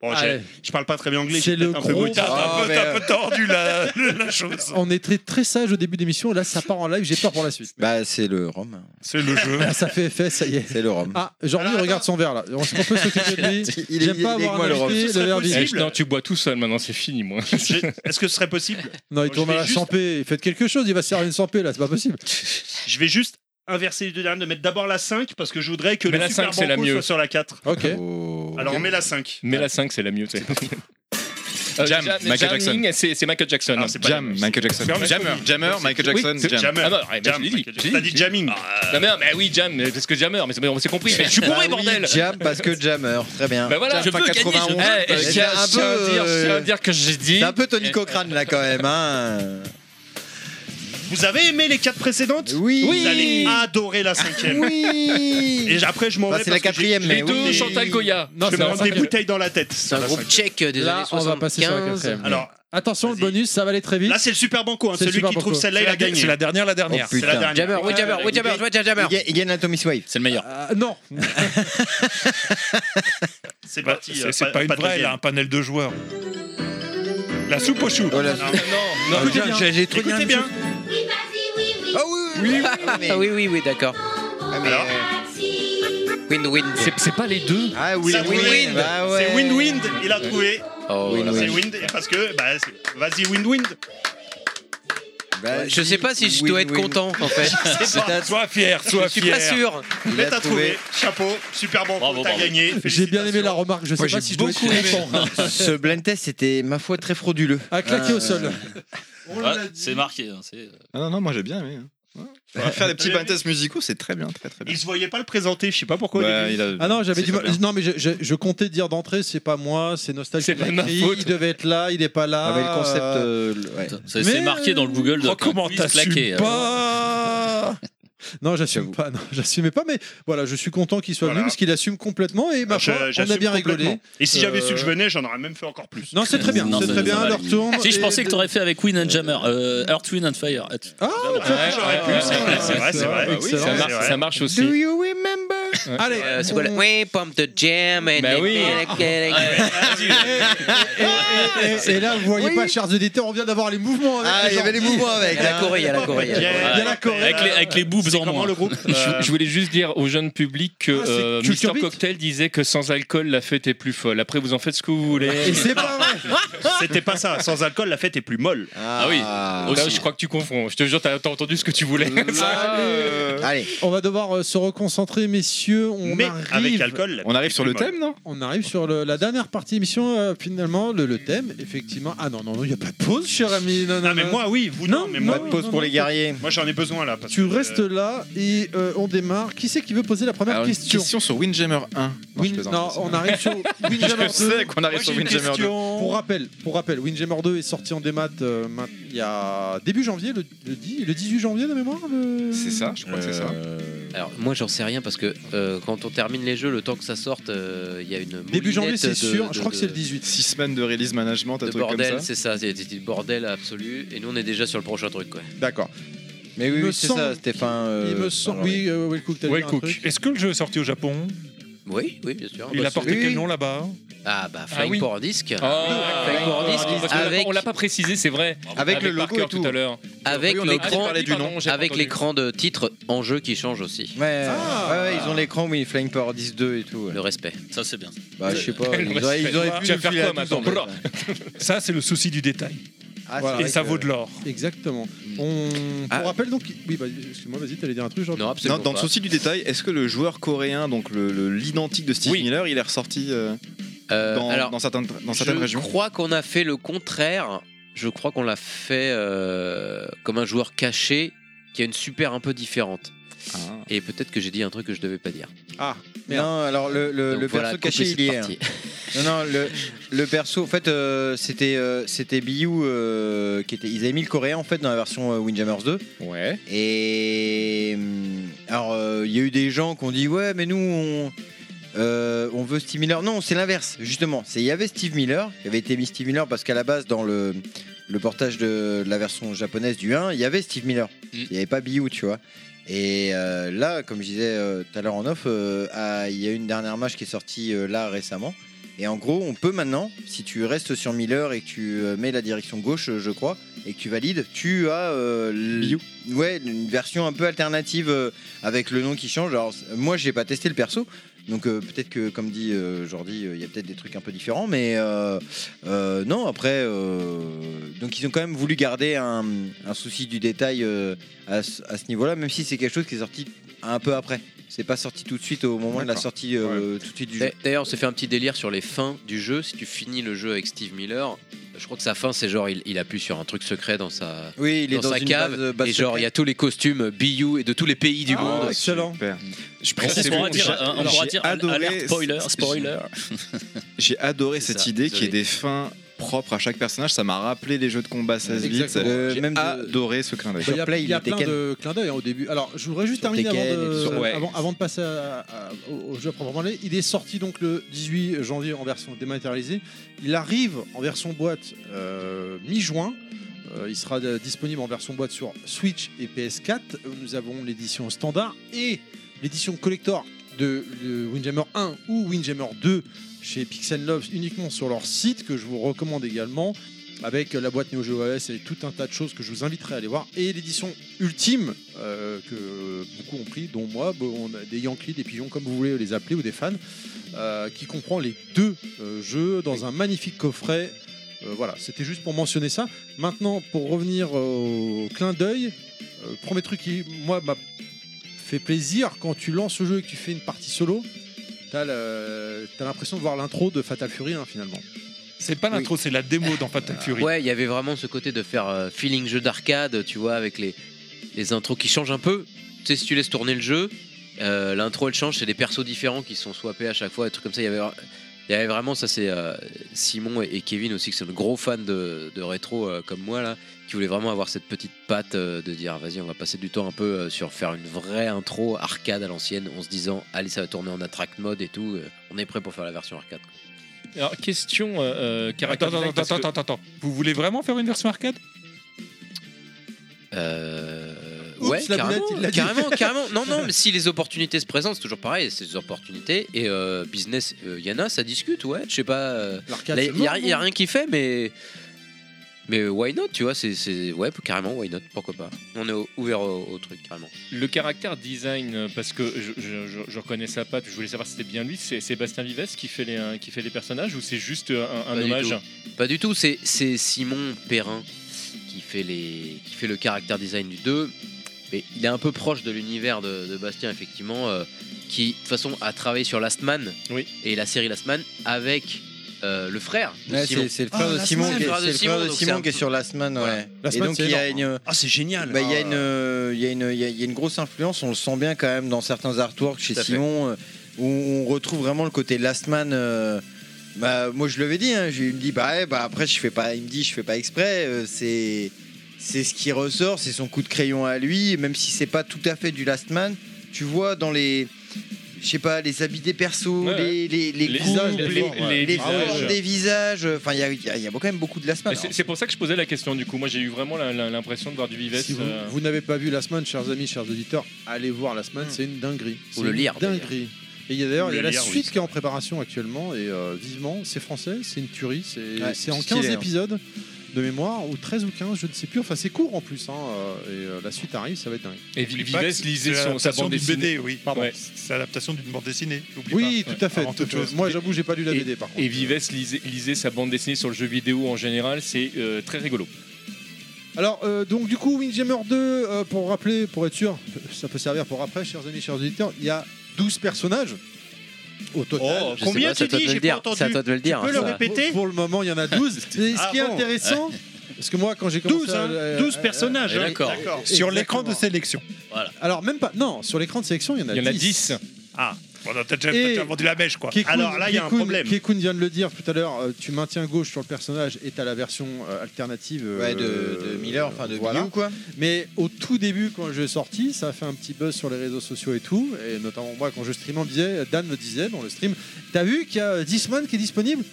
[SPEAKER 6] Bon, j'ai-
[SPEAKER 5] Allez.
[SPEAKER 6] je parle pas très bien anglais.
[SPEAKER 1] C'est
[SPEAKER 6] j'ai
[SPEAKER 1] le
[SPEAKER 6] peut-être un peu
[SPEAKER 1] gros-
[SPEAKER 6] brutal.
[SPEAKER 8] Ah,
[SPEAKER 6] T'as un peu- t'as un
[SPEAKER 8] merde.
[SPEAKER 6] peu tordu la, la chose.
[SPEAKER 1] On était très sage au début d'émission, et là ça part en live, j'ai peur pour la suite.
[SPEAKER 8] Bah, c'est le rhum.
[SPEAKER 7] C'est le jeu.
[SPEAKER 1] Ah, ça fait effet, ça y est.
[SPEAKER 8] C'est le rhum.
[SPEAKER 1] Ah, Jordi
[SPEAKER 6] Alors,
[SPEAKER 1] regarde son verre là. On peut s'occuper de lui.
[SPEAKER 8] Il est-
[SPEAKER 1] J'aime
[SPEAKER 8] il est
[SPEAKER 1] pas
[SPEAKER 8] avec
[SPEAKER 1] avoir
[SPEAKER 8] moi,
[SPEAKER 1] un
[SPEAKER 8] le Rob.
[SPEAKER 1] invité,
[SPEAKER 6] Ce
[SPEAKER 1] le
[SPEAKER 6] serait
[SPEAKER 1] verre vide.
[SPEAKER 6] possible. hein.
[SPEAKER 5] Eh, je- non, tu bois tout seul maintenant, c'est fini moi.
[SPEAKER 6] J'ai- Est-ce que ce serait possible
[SPEAKER 1] Non, il
[SPEAKER 6] Bon,
[SPEAKER 1] tourne
[SPEAKER 6] je
[SPEAKER 1] à
[SPEAKER 6] vais
[SPEAKER 1] la
[SPEAKER 6] juste-
[SPEAKER 1] 100 p Faites quelque chose, il va se servir une 100 p là, c'est pas possible.
[SPEAKER 6] Je vais juste inverser les deux dernières, de mettre d'abord la 5 parce que je voudrais que
[SPEAKER 5] Mais
[SPEAKER 6] le
[SPEAKER 5] la
[SPEAKER 6] Super
[SPEAKER 5] 5, c'est la
[SPEAKER 6] Banco
[SPEAKER 5] mieux.
[SPEAKER 6] soit sur la 4.
[SPEAKER 1] Ok.
[SPEAKER 8] Oh.
[SPEAKER 6] Alors on met la 5.
[SPEAKER 5] Mais la 5, c'est la mieux. tu sais. Euh,
[SPEAKER 3] Jam, Michael
[SPEAKER 5] Jamming, c'est c'est Michael Jackson.
[SPEAKER 6] Non, Ah, c'est pas
[SPEAKER 3] Jam, Michael Jackson.
[SPEAKER 5] Mais on est-
[SPEAKER 3] Jammer, Jammer, Michael Jackson,
[SPEAKER 5] c'est
[SPEAKER 3] Jam.
[SPEAKER 6] Jammer.
[SPEAKER 5] Ah bah, ouais, bah,
[SPEAKER 6] Jam,
[SPEAKER 5] je l'ai dit,
[SPEAKER 6] Michael
[SPEAKER 5] je l'ai
[SPEAKER 6] Jackson. T'as dit jamming.
[SPEAKER 5] Jammer, mais oui, Jam, mais parce que Jammer, mais c'est- mais on s'est compris, mais je suis
[SPEAKER 8] Ah
[SPEAKER 5] bourré,
[SPEAKER 8] oui,
[SPEAKER 5] bordel
[SPEAKER 8] Jam parce que Jammer, très bien.
[SPEAKER 5] Bah voilà, je
[SPEAKER 3] Jam
[SPEAKER 5] veux gagner, je-
[SPEAKER 3] 91,
[SPEAKER 5] Eh,
[SPEAKER 8] un
[SPEAKER 5] je tiens je tiens à
[SPEAKER 8] peu,
[SPEAKER 5] dire- je tiens à
[SPEAKER 8] euh,
[SPEAKER 5] dire que j'ai dit...
[SPEAKER 8] C'est un peu Tony Cochrane là quand même. Hein.
[SPEAKER 6] Vous avez aimé les 4 précédentes
[SPEAKER 8] Oui.
[SPEAKER 6] Vous allez adorer la 5ème.
[SPEAKER 8] Oui.
[SPEAKER 6] Et après, je m'en
[SPEAKER 8] Bah,
[SPEAKER 6] vais.
[SPEAKER 8] c'est la
[SPEAKER 6] parce que j'ai-
[SPEAKER 8] quatrième, mais
[SPEAKER 5] Les deux
[SPEAKER 8] oui.
[SPEAKER 5] Chantal Goya.
[SPEAKER 1] Non,
[SPEAKER 6] Je
[SPEAKER 1] c'est
[SPEAKER 6] vais
[SPEAKER 1] la
[SPEAKER 6] me rendre des
[SPEAKER 1] cinquième.
[SPEAKER 6] bouteilles dans la tête.
[SPEAKER 2] C'est un
[SPEAKER 6] Voilà,
[SPEAKER 2] groupe
[SPEAKER 6] Bah, ça.
[SPEAKER 2] tchèque des
[SPEAKER 1] Là,
[SPEAKER 2] années
[SPEAKER 1] on va passer sur la
[SPEAKER 2] 75.
[SPEAKER 1] quatrième.
[SPEAKER 6] Alors
[SPEAKER 1] Attention, le
[SPEAKER 6] Vas-y.
[SPEAKER 1] bonus, ça va aller très vite.
[SPEAKER 6] là, c'est le Super Banco. hein.
[SPEAKER 1] C'est le
[SPEAKER 6] Celui
[SPEAKER 1] Super
[SPEAKER 6] qui
[SPEAKER 1] Banco.
[SPEAKER 6] trouve celle-là, il a gagné.
[SPEAKER 7] C'est la dernière, la dernière.
[SPEAKER 8] Oh,
[SPEAKER 6] C'est la
[SPEAKER 8] putain.
[SPEAKER 6] dernière.
[SPEAKER 2] Jammer, oui, Jammer, oui, Jammer, je vois Jammer.
[SPEAKER 8] Il gagne- Il gagne la Tommy Wave.
[SPEAKER 4] C'est le meilleur.
[SPEAKER 1] Ah, non,
[SPEAKER 6] C'est
[SPEAKER 7] Bah,
[SPEAKER 6] parti.
[SPEAKER 7] C'est c'est pas une vraie, il a un panel de joueurs. La soupe aux choux.
[SPEAKER 8] Oh là,
[SPEAKER 6] Non,
[SPEAKER 8] Ah,
[SPEAKER 6] non, non.
[SPEAKER 8] j'ai- j'ai- j'ai trop
[SPEAKER 6] Écoutez
[SPEAKER 8] bien.
[SPEAKER 6] bien.
[SPEAKER 8] Ah oui, oui,
[SPEAKER 2] Ah oui, oui, oui, d'accord.
[SPEAKER 6] Alors,
[SPEAKER 2] Win-win.
[SPEAKER 5] C'est c'est pas les deux
[SPEAKER 8] Ah oui,
[SPEAKER 6] Ça
[SPEAKER 8] oui,
[SPEAKER 6] trouve
[SPEAKER 8] oui.
[SPEAKER 6] Wind.
[SPEAKER 8] Bah ouais.
[SPEAKER 6] C'est Wind Wind. Il a trouvé.
[SPEAKER 2] Oh,
[SPEAKER 8] Win-win.
[SPEAKER 2] ouais.
[SPEAKER 6] C'est Wind. et Parce que, bah, c'est- vas-y, Wind Wind.
[SPEAKER 8] Bah,
[SPEAKER 2] Je sais pas si je dois être
[SPEAKER 8] win-win.
[SPEAKER 2] content, en fait.
[SPEAKER 7] Sois fier, sois
[SPEAKER 2] Je suis
[SPEAKER 7] fier.
[SPEAKER 2] pas sûr.
[SPEAKER 8] Il
[SPEAKER 6] Mais
[SPEAKER 8] a
[SPEAKER 6] t'as trouvé. Chapeau. Super Banco.
[SPEAKER 4] Bravo,
[SPEAKER 6] T'as
[SPEAKER 4] bravo.
[SPEAKER 6] gagné.
[SPEAKER 1] j'ai bien aimé la
[SPEAKER 6] Félicitations.
[SPEAKER 1] remarque, je sais
[SPEAKER 8] Moi,
[SPEAKER 1] pas
[SPEAKER 8] j'ai
[SPEAKER 1] si je dois être content.
[SPEAKER 8] Ce blind test était ma foi très frauduleux.
[SPEAKER 1] À claquer
[SPEAKER 8] Euh,
[SPEAKER 1] au sol.
[SPEAKER 4] Ouais, c'est marqué. hein, c'est-
[SPEAKER 3] Ah non, non, moi j'ai bien aimé. hein. Ouais. Faudra Faire des petits parenthèses musicaux, c'est très bien, très très bien.
[SPEAKER 6] Il se voyait pas le présenter. Je sais pas pourquoi. au
[SPEAKER 3] Ouais,
[SPEAKER 6] début.
[SPEAKER 3] il a-
[SPEAKER 1] Ah non, j'avais
[SPEAKER 3] c'est
[SPEAKER 1] dit.
[SPEAKER 3] pas bien.
[SPEAKER 1] Non, mais je, je- je comptais dire d'entrée, c'est pas moi, c'est Nostalgie.
[SPEAKER 5] C'est
[SPEAKER 1] qui l'a
[SPEAKER 5] pas ma
[SPEAKER 1] écrit,
[SPEAKER 5] faute.
[SPEAKER 1] Il devait être là, il est pas là.
[SPEAKER 8] Ah, mais le concept.
[SPEAKER 1] euh,
[SPEAKER 8] euh, le- ouais.
[SPEAKER 4] C'est c'est
[SPEAKER 1] Mais-
[SPEAKER 4] marqué dans le Google
[SPEAKER 7] Oh,
[SPEAKER 4] Doc. hein.
[SPEAKER 7] comment
[SPEAKER 4] Quiz claqué,
[SPEAKER 7] t'assumes pas
[SPEAKER 1] Non, j'assume pas. Non, j'assumais pas, mais voilà, je suis content qu'il soit
[SPEAKER 6] Voilà.
[SPEAKER 1] venu parce qu'il assume complètement et ma
[SPEAKER 6] Je-
[SPEAKER 1] foi, on a
[SPEAKER 6] j'assume
[SPEAKER 1] bien rigolé.
[SPEAKER 6] complètement. Et si j'avais
[SPEAKER 1] Euh,
[SPEAKER 6] su que je venais, j'en aurais même fait encore plus.
[SPEAKER 1] Non, c'est très bien,
[SPEAKER 4] Non,
[SPEAKER 1] c'est
[SPEAKER 4] ça-
[SPEAKER 1] très
[SPEAKER 4] ça
[SPEAKER 1] bien.
[SPEAKER 4] va.
[SPEAKER 1] Leur tourne.
[SPEAKER 4] Si, je
[SPEAKER 1] et-
[SPEAKER 4] pensais que t'aurais fait avec Win and Jammer, euh, Earth, Wind and Fire.
[SPEAKER 1] Ah,
[SPEAKER 6] Ouais, j'aurais pu. C'est vrai, c'est vrai, c'est vrai.
[SPEAKER 1] Ah,
[SPEAKER 5] Ça
[SPEAKER 1] excellent.
[SPEAKER 6] c'est
[SPEAKER 5] marche-
[SPEAKER 6] vrai.
[SPEAKER 5] Ça marche aussi.
[SPEAKER 8] Do you remember?
[SPEAKER 1] Allez,
[SPEAKER 2] Euh, C'est quoi la...
[SPEAKER 1] on-
[SPEAKER 2] Oui, pump the jam. and-
[SPEAKER 5] Bah oui.
[SPEAKER 1] Euh, Et, et- et là, vous voyez pas, chers auditeurs, on vient d'avoir les mouvements. avec
[SPEAKER 8] Ah,
[SPEAKER 1] les
[SPEAKER 8] il y
[SPEAKER 1] gens.
[SPEAKER 8] avait les mouvements avec.
[SPEAKER 2] À la
[SPEAKER 8] hein.
[SPEAKER 2] Corée, à la Corée. à la Corée.
[SPEAKER 6] Pierre,
[SPEAKER 1] y a la Corée.
[SPEAKER 4] Avec les, avec les boobs
[SPEAKER 6] Euh, C'est
[SPEAKER 4] en
[SPEAKER 6] comment
[SPEAKER 4] moins.
[SPEAKER 6] le groupe euh,
[SPEAKER 5] Je, je voulais juste dire au jeune public que
[SPEAKER 1] Ah, c'est
[SPEAKER 5] euh,
[SPEAKER 1] Culture
[SPEAKER 5] Mister
[SPEAKER 1] Beat
[SPEAKER 5] Cocktail disait que sans alcool, la fête est plus folle. Après, vous en faites ce que vous voulez.
[SPEAKER 1] Et c'est
[SPEAKER 6] Ah,
[SPEAKER 1] pas vrai.
[SPEAKER 6] C'était pas ça. Sans alcool, la fête est plus molle.
[SPEAKER 4] Ah oui.
[SPEAKER 5] Là, je crois que tu confonds. Je te jure, t'as t'as entendu ce que tu voulais.
[SPEAKER 8] Allez,
[SPEAKER 1] On va devoir euh, se reconcentrer, messieurs. On
[SPEAKER 6] mais
[SPEAKER 1] arrive.
[SPEAKER 6] avec alcool. la
[SPEAKER 3] On arrive
[SPEAKER 6] fête
[SPEAKER 3] sur
[SPEAKER 6] est
[SPEAKER 3] le
[SPEAKER 6] plus molle.
[SPEAKER 3] thème, non
[SPEAKER 1] On arrive sur le- la dernière partie émission. euh, finalement, le, le thème, effectivement. Ah non, non, non, il n'y a pas de pause, cher ami. Non, non,
[SPEAKER 6] Non, mais
[SPEAKER 1] non.
[SPEAKER 6] moi, oui. Vous, non,
[SPEAKER 1] Non,
[SPEAKER 6] mais
[SPEAKER 1] non.
[SPEAKER 6] moi.
[SPEAKER 8] pas de pause pour les guerriers.
[SPEAKER 6] Moi, j'en ai besoin là. parce
[SPEAKER 1] Tu
[SPEAKER 6] que,
[SPEAKER 1] restes
[SPEAKER 6] euh,
[SPEAKER 1] là et euh, on démarre. Qui c'est qui veut poser la première
[SPEAKER 3] Alors, une
[SPEAKER 1] question
[SPEAKER 3] Ah question sur Windjammer 1. Non, je
[SPEAKER 1] Win-
[SPEAKER 3] plaisante,
[SPEAKER 1] Non,
[SPEAKER 3] c'est
[SPEAKER 1] on
[SPEAKER 3] pas-
[SPEAKER 1] arrive sur Windjammer
[SPEAKER 3] Je
[SPEAKER 1] 2.
[SPEAKER 3] sais qu'on arrive
[SPEAKER 7] Moi,
[SPEAKER 3] sur
[SPEAKER 7] j'ai une
[SPEAKER 3] Windjammer 2.
[SPEAKER 7] question.
[SPEAKER 1] Pour rappel, pour rappel, Windjammer 2 est sorti en démat euh, maint- il y a début janvier, le, le, 10 le 18 janvier de mémoire. le-
[SPEAKER 3] C'est ça, je crois que c'est ça.
[SPEAKER 2] Euh, Alors, moi, j'en sais rien parce que euh, quand on termine les jeux, le temps que ça sorte, euh, il y a une.
[SPEAKER 1] Début
[SPEAKER 2] moulinette
[SPEAKER 1] janvier, c'est
[SPEAKER 2] de-
[SPEAKER 1] sûr.
[SPEAKER 2] de-
[SPEAKER 1] je crois que
[SPEAKER 2] de-
[SPEAKER 1] c'est le 18.
[SPEAKER 3] 6 semaines de release management, un
[SPEAKER 2] de
[SPEAKER 3] truc comme ça.
[SPEAKER 2] bordel, c'est ça, c'est du bordel absolu. Et nous, on est déjà sur le prochain truc, quoi.
[SPEAKER 1] Euh, D'accord.
[SPEAKER 8] Mais oui,
[SPEAKER 1] me
[SPEAKER 8] oui, c'est
[SPEAKER 1] semble-
[SPEAKER 8] ça, Stéphane.
[SPEAKER 1] il me semble. Oui, euh, Wellcook, t'as dit un truc
[SPEAKER 7] Est-ce que le jeu est sorti au Japon
[SPEAKER 2] Oui, oui, bien sûr.
[SPEAKER 7] Il
[SPEAKER 2] Bah,
[SPEAKER 7] a porté
[SPEAKER 2] c'est-
[SPEAKER 7] quel nom là-bas
[SPEAKER 2] Ah bah Flying
[SPEAKER 7] Ah oui.
[SPEAKER 2] pour un disque.
[SPEAKER 5] Ah,
[SPEAKER 2] Flying pour un disque
[SPEAKER 5] parce qu'on l'a
[SPEAKER 2] avec
[SPEAKER 5] pas- on l'a pas précisé, c'est vrai. Parker tout à l'heure.
[SPEAKER 2] Avec
[SPEAKER 5] Oui, on a oublié de
[SPEAKER 2] l'écran
[SPEAKER 5] parler du nom, j'ai pas
[SPEAKER 2] avec
[SPEAKER 5] entendu.
[SPEAKER 2] l'écran de titre en jeu qui change aussi.
[SPEAKER 8] Ouais, ouais, ouais, ils ont l'écran, oui, Flying Power 10 2 et tout. ouais.
[SPEAKER 2] Le respect.
[SPEAKER 4] Ça, c'est bien.
[SPEAKER 8] Bah, je sais pas,
[SPEAKER 7] Quel
[SPEAKER 8] ils auraient, ils
[SPEAKER 7] respect.
[SPEAKER 8] auraient pu
[SPEAKER 7] Tu vas
[SPEAKER 8] nous
[SPEAKER 7] faire
[SPEAKER 8] filer
[SPEAKER 7] quoi
[SPEAKER 8] à tous, en fait.
[SPEAKER 7] maintenant Ça, c'est le souci du détail.
[SPEAKER 8] Ah,
[SPEAKER 1] Voilà,
[SPEAKER 7] et ça
[SPEAKER 1] que-
[SPEAKER 7] vaut de l'or.
[SPEAKER 1] Exactement. On... Pour rappel, donc. Oui, bah, excuse-moi, vas-y, t'allais dire un truc, genre.
[SPEAKER 2] Non,
[SPEAKER 3] Ah. Non, dans le souci du détail, est-ce que le joueur coréen, donc le- le- l'identique de Steve Miller, il est ressorti euh,
[SPEAKER 2] Euh,
[SPEAKER 3] dans,
[SPEAKER 2] alors,
[SPEAKER 3] dans certaines, dans certaines
[SPEAKER 2] je
[SPEAKER 3] régions
[SPEAKER 2] crois qu'on a fait le contraire. Je crois qu'on l'a fait euh, comme un joueur caché qui a une super un peu différente.
[SPEAKER 8] Ah.
[SPEAKER 2] Et peut-être que j'ai dit un truc que je devais pas dire.
[SPEAKER 1] Ah,
[SPEAKER 8] Non, alors le, le,
[SPEAKER 2] Donc
[SPEAKER 8] le
[SPEAKER 2] voilà,
[SPEAKER 8] perso caché,
[SPEAKER 2] complicite
[SPEAKER 8] il y est.
[SPEAKER 2] partie.
[SPEAKER 8] hein. Non, non, le, le perso, en fait, euh, c'était euh, c'était Biou euh, qui était. Ils avaient mis le coréen en fait dans la version euh, Windjammers 2.
[SPEAKER 3] Ouais.
[SPEAKER 8] Et hum, alors, euh, il y a eu des gens qui ont dit ouais, mais nous on. euh, on veut Steve Miller. Non, c'est l'inverse, justement. C'est- Il y avait Steve Miller, il avait été mis Steve Miller parce qu'à la base, dans le, le portage de, de la version japonaise du 1, il y avait Steve Miller. Il n'y avait pas Biou, tu vois. Et euh, là, comme je disais euh, tout à l'heure en off, euh, ah, il y a une dernière match qui est sortie euh, là récemment. Et en gros, on peut maintenant, si tu restes sur Miller et que tu euh, mets la direction gauche, euh, je crois, et que tu valides, tu as euh, l- ouais, une version un peu alternative euh, avec le nom qui change. Alors, c- moi, j'ai pas testé le perso. Donc euh, peut-être que, comme dit euh, Jordi, euh, il y a peut-être des trucs un peu différents, mais euh, euh, non, après, euh, donc ils ont quand même voulu garder un, un souci du détail euh, à, ce à ce niveau-là, même si c'est quelque chose qui est sorti un peu après. C'est pas sorti tout de suite au moment de la
[SPEAKER 2] D'accord.
[SPEAKER 8] sortie euh, tout de suite du jeu.
[SPEAKER 2] D'a- D'ailleurs, on s'est fait un petit délire sur les fins du jeu. Si tu finis le jeu avec Steve Miller, je crois que sa fin, c'est genre il, il appuie sur un truc secret dans sa,
[SPEAKER 8] Oui, il est dans
[SPEAKER 2] sa
[SPEAKER 8] une
[SPEAKER 2] cave.
[SPEAKER 8] base- base
[SPEAKER 2] et genre,
[SPEAKER 8] secrète.
[SPEAKER 2] il y a tous les costumes BU et de tous les pays du
[SPEAKER 1] Ah,
[SPEAKER 2] monde.
[SPEAKER 1] excellent.
[SPEAKER 3] Je
[SPEAKER 4] On pourra dire,
[SPEAKER 3] j'ai-
[SPEAKER 4] hein, on pourra
[SPEAKER 3] j'ai
[SPEAKER 4] dire,
[SPEAKER 3] adoré-
[SPEAKER 4] alerte, spoiler, spoiler.
[SPEAKER 3] J'ai adoré
[SPEAKER 4] C'est
[SPEAKER 3] cette
[SPEAKER 4] ça,
[SPEAKER 3] idée
[SPEAKER 4] désolé.
[SPEAKER 3] qu'il y ait des fins propres à chaque personnage. Ça m'a rappelé les jeux de combat 16 bits.
[SPEAKER 1] Exactement.
[SPEAKER 8] Euh,
[SPEAKER 3] J'ai
[SPEAKER 8] même de-
[SPEAKER 3] adoré ce clin d'œil.
[SPEAKER 1] Bah, Il y a, il y a plein de clins d'œil hein, au début. Alors, je voudrais juste
[SPEAKER 8] Sur
[SPEAKER 1] terminer avant
[SPEAKER 8] Tekken et
[SPEAKER 1] de,
[SPEAKER 8] tout ça. Ouais.
[SPEAKER 1] avant, avant de passer à- à- au, au jeu à proprement parler. Il est sorti donc le 18 janvier en version dématérialisée. Il arrive en version boîte euh, mi-juin. Euh, il sera euh, disponible en version boîte sur Switch et PS4. Euh, Nous avons l'édition standard et l'édition collector de, de Windjammer 1 ou Windjammer 2 chez Pixel Love uniquement sur leur site que je vous recommande également avec la boîte Neo Geo AS et tout un tas de choses que je vous inviterai à aller voir et l'édition ultime euh, que beaucoup ont pris dont moi bon, on a des Yankees des pigeons comme vous voulez les appeler ou des fans euh, qui comprend les deux euh, jeux dans un magnifique coffret Euh, voilà c'était juste pour mentionner ça maintenant pour revenir au clin d'œil euh, premier truc qui moi m'a fait plaisir quand tu lances le jeu et que tu fais une partie solo T'as le- t'as l'impression de voir l'intro de Fatal Fury hein, finalement.
[SPEAKER 7] C'est pas l'intro, c'est la démo dans Fatal Fury.
[SPEAKER 2] Ouais, il y avait vraiment ce côté de faire euh, feeling jeu d'arcade, tu vois, avec les, les intros qui changent un peu. Tu sais, si tu laisses tourner le jeu, euh, l'intro elle change, c'est des persos différents qui sont swappés à chaque fois, des trucs comme ça. Il y avait, il y avait vraiment, ça c'est euh, Simon et, et Kevin aussi, qui sont de gros fans de, de rétro euh, comme moi, là, qui voulaient vraiment avoir cette petite patte euh, de dire, vas-y, on va passer du temps un peu euh, sur faire une vraie intro arcade à l'ancienne, en se disant, allez, ça va tourner en attract mode et tout, euh, on est prêt pour faire la version arcade.
[SPEAKER 5] Alors, question euh, euh,
[SPEAKER 7] Attends,
[SPEAKER 5] caractère
[SPEAKER 7] attends,
[SPEAKER 5] design,
[SPEAKER 7] attends,
[SPEAKER 5] parce que-
[SPEAKER 7] attends, attends, attends. Vous voulez vraiment faire une version arcade
[SPEAKER 2] Euh,
[SPEAKER 1] Oups,
[SPEAKER 2] ouais,
[SPEAKER 1] la
[SPEAKER 2] carrément,
[SPEAKER 1] boulette, il l'a dit.
[SPEAKER 2] carrément, carrément. Non, non, mais si les opportunités se présentent, c'est toujours pareil, c'est des opportunités. Et euh, business, euh, y en a, ça discute, ouais. Je sais pas. euh,
[SPEAKER 1] L'arcade,
[SPEAKER 2] là,
[SPEAKER 1] c'est
[SPEAKER 2] Il n'y a,
[SPEAKER 1] mort,
[SPEAKER 2] y a
[SPEAKER 1] non
[SPEAKER 2] rien qui fait, mais. Mais why not, tu vois, c'est. c'est- Ouais, carrément, why not, pourquoi pas. On est au- ouvert au, au truc, carrément.
[SPEAKER 5] Le caractère design, euh, parce que je, je, je- je reconnais sa patte, je voulais savoir si c'était bien lui, c'est Sébastien Vives qui fait les, euh, qui fait les personnages ou c'est juste euh, un, un
[SPEAKER 2] Pas du
[SPEAKER 5] hommage
[SPEAKER 2] tout. Pas du tout, c'est c'est Simon Perrin qui fait, les, qui fait le caractère design du 2. Mais il est un peu proche de l'univers de, de Bastien, effectivement, euh, qui de toute façon a travaillé sur Last Man
[SPEAKER 5] Oui.
[SPEAKER 2] et la série Last Man avec euh, le frère. de
[SPEAKER 8] Ouais,
[SPEAKER 2] Simon.
[SPEAKER 8] c'est c'est le frère de Simon, qui est,
[SPEAKER 2] frère de
[SPEAKER 8] c'est le frère
[SPEAKER 2] Simon,
[SPEAKER 8] de
[SPEAKER 2] donc
[SPEAKER 8] Simon
[SPEAKER 2] c'est un
[SPEAKER 8] qui est
[SPEAKER 2] peu-
[SPEAKER 8] sur Last Man. ouais.
[SPEAKER 1] Last
[SPEAKER 8] Et
[SPEAKER 1] Man,
[SPEAKER 8] donc
[SPEAKER 1] c'est
[SPEAKER 8] il y a
[SPEAKER 1] énorme,
[SPEAKER 8] une,
[SPEAKER 6] Ah, c'est génial.
[SPEAKER 8] bah, il y a une, euh, il y a une, il y a- il y a une grosse influence. On le sent bien quand même dans certains artworks chez
[SPEAKER 2] Tout à fait.
[SPEAKER 8] Simon, euh, où on retrouve vraiment le côté Last Man. euh, bah, moi, je l'avais dit. hein, je- il me dit, bah, ouais, bah après, je fais pas. Il me dit, je fais pas exprès. euh, c'est, c'est ce qui ressort. C'est son coup de crayon à lui, même si c'est pas tout à fait du Last Man. Tu vois dans les je sais pas, les habits des persos,
[SPEAKER 5] Ouais,
[SPEAKER 8] les, les, les,
[SPEAKER 5] Les
[SPEAKER 8] coupes,
[SPEAKER 5] visages,
[SPEAKER 8] les,
[SPEAKER 5] les- les
[SPEAKER 8] les formes
[SPEAKER 5] visages.
[SPEAKER 8] des visages. euh, Enfin, il y a, il y a- il y a quand même beaucoup de la
[SPEAKER 5] Mais
[SPEAKER 8] semaine. hein.
[SPEAKER 5] C'est c'est pour ça que je posais la question du coup. Moi j'ai eu vraiment la- la- l'impression de voir du Vives.
[SPEAKER 1] Si vous,
[SPEAKER 5] euh,
[SPEAKER 1] vous n'avez pas vu La Semaine, chers amis, chers auditeurs, allez voir La Semaine, c'est une dinguerie. C'est
[SPEAKER 2] le
[SPEAKER 1] une
[SPEAKER 2] lire, d'ailleurs.
[SPEAKER 1] Dinguerie. Et il y a d'ailleurs
[SPEAKER 2] Le
[SPEAKER 1] il y a la
[SPEAKER 2] lire, oui,
[SPEAKER 1] suite qui est en préparation actuellement, et euh, vivement, c'est français, c'est une tuerie, c'est
[SPEAKER 8] Ouais,
[SPEAKER 1] c'est en
[SPEAKER 8] stylé,
[SPEAKER 1] 15
[SPEAKER 8] hein.
[SPEAKER 1] épisodes de mémoire, ou 13 ou 15, je ne sais plus, enfin c'est court en plus, hein, euh, et euh, la suite arrive, ça va être dingue.
[SPEAKER 5] Et Vi- Vives lisait son, sa
[SPEAKER 7] l'adaptation
[SPEAKER 5] bande
[SPEAKER 7] d'une
[SPEAKER 5] dessinée.
[SPEAKER 7] BD, oui.
[SPEAKER 1] Pardon.
[SPEAKER 5] Ouais.
[SPEAKER 7] C'est l'adaptation d'une bande dessinée. j'oublie
[SPEAKER 1] Oui,
[SPEAKER 7] pas.
[SPEAKER 1] tout à fait.
[SPEAKER 7] Avant
[SPEAKER 1] tout à
[SPEAKER 7] toute
[SPEAKER 1] fait.
[SPEAKER 7] chose.
[SPEAKER 1] Moi j'avoue, j'ai pas lu la
[SPEAKER 5] Et-
[SPEAKER 1] BD par contre.
[SPEAKER 5] Et Vives lisait, lisait sa bande dessinée sur le jeu vidéo en général, c'est euh, très rigolo.
[SPEAKER 1] Alors, euh, donc du coup, Windjammer 2, euh, pour rappeler, pour être sûr, ça peut servir pour après, chers amis, chers auditeurs, il y a 12 personnages au total.
[SPEAKER 2] Oh, Je combien sais pas, tu c'est à toi dis, de le j'ai pas dire, entendu. c'est à toi de le dire, Tu peux le ça. répéter
[SPEAKER 1] Pour, pour le moment, il y en a 12. Et ce
[SPEAKER 6] Ah
[SPEAKER 1] qui est
[SPEAKER 6] bon
[SPEAKER 1] intéressant,
[SPEAKER 6] Ouais.
[SPEAKER 1] parce que moi, quand j'ai commencé.
[SPEAKER 6] 12, hein,
[SPEAKER 1] à-
[SPEAKER 6] 12
[SPEAKER 2] Ah,
[SPEAKER 6] personnages, hein.
[SPEAKER 1] D'accord.
[SPEAKER 6] D'accord.
[SPEAKER 7] Sur l'écran de
[SPEAKER 1] sélection.
[SPEAKER 4] Voilà.
[SPEAKER 1] Alors, même pas. Non, sur l'écran de sélection, il y en a 10.
[SPEAKER 7] Il y en a 10. Ah, bon, t'as déjà, t'as
[SPEAKER 1] Et-
[SPEAKER 7] déjà vendu la mèche, quoi.
[SPEAKER 1] Kekun-
[SPEAKER 7] Alors là, il y a un
[SPEAKER 1] Kekun-
[SPEAKER 7] problème.
[SPEAKER 1] Kekun vient de le dire tout à l'heure, euh, tu maintiens gauche sur le personnage et t'as la version euh, alternative euh,
[SPEAKER 8] Ouais, de- de Miller, enfin, de
[SPEAKER 1] voilà.
[SPEAKER 8] Billy ou quoi.
[SPEAKER 1] Mais au tout début, quand je suis sorti, ça a fait un petit buzz sur les réseaux sociaux et tout. Et notamment moi, quand je stream, on me disait, Dan me disait dans le stream T'as vu qu'il y a euh, Disman qui est disponible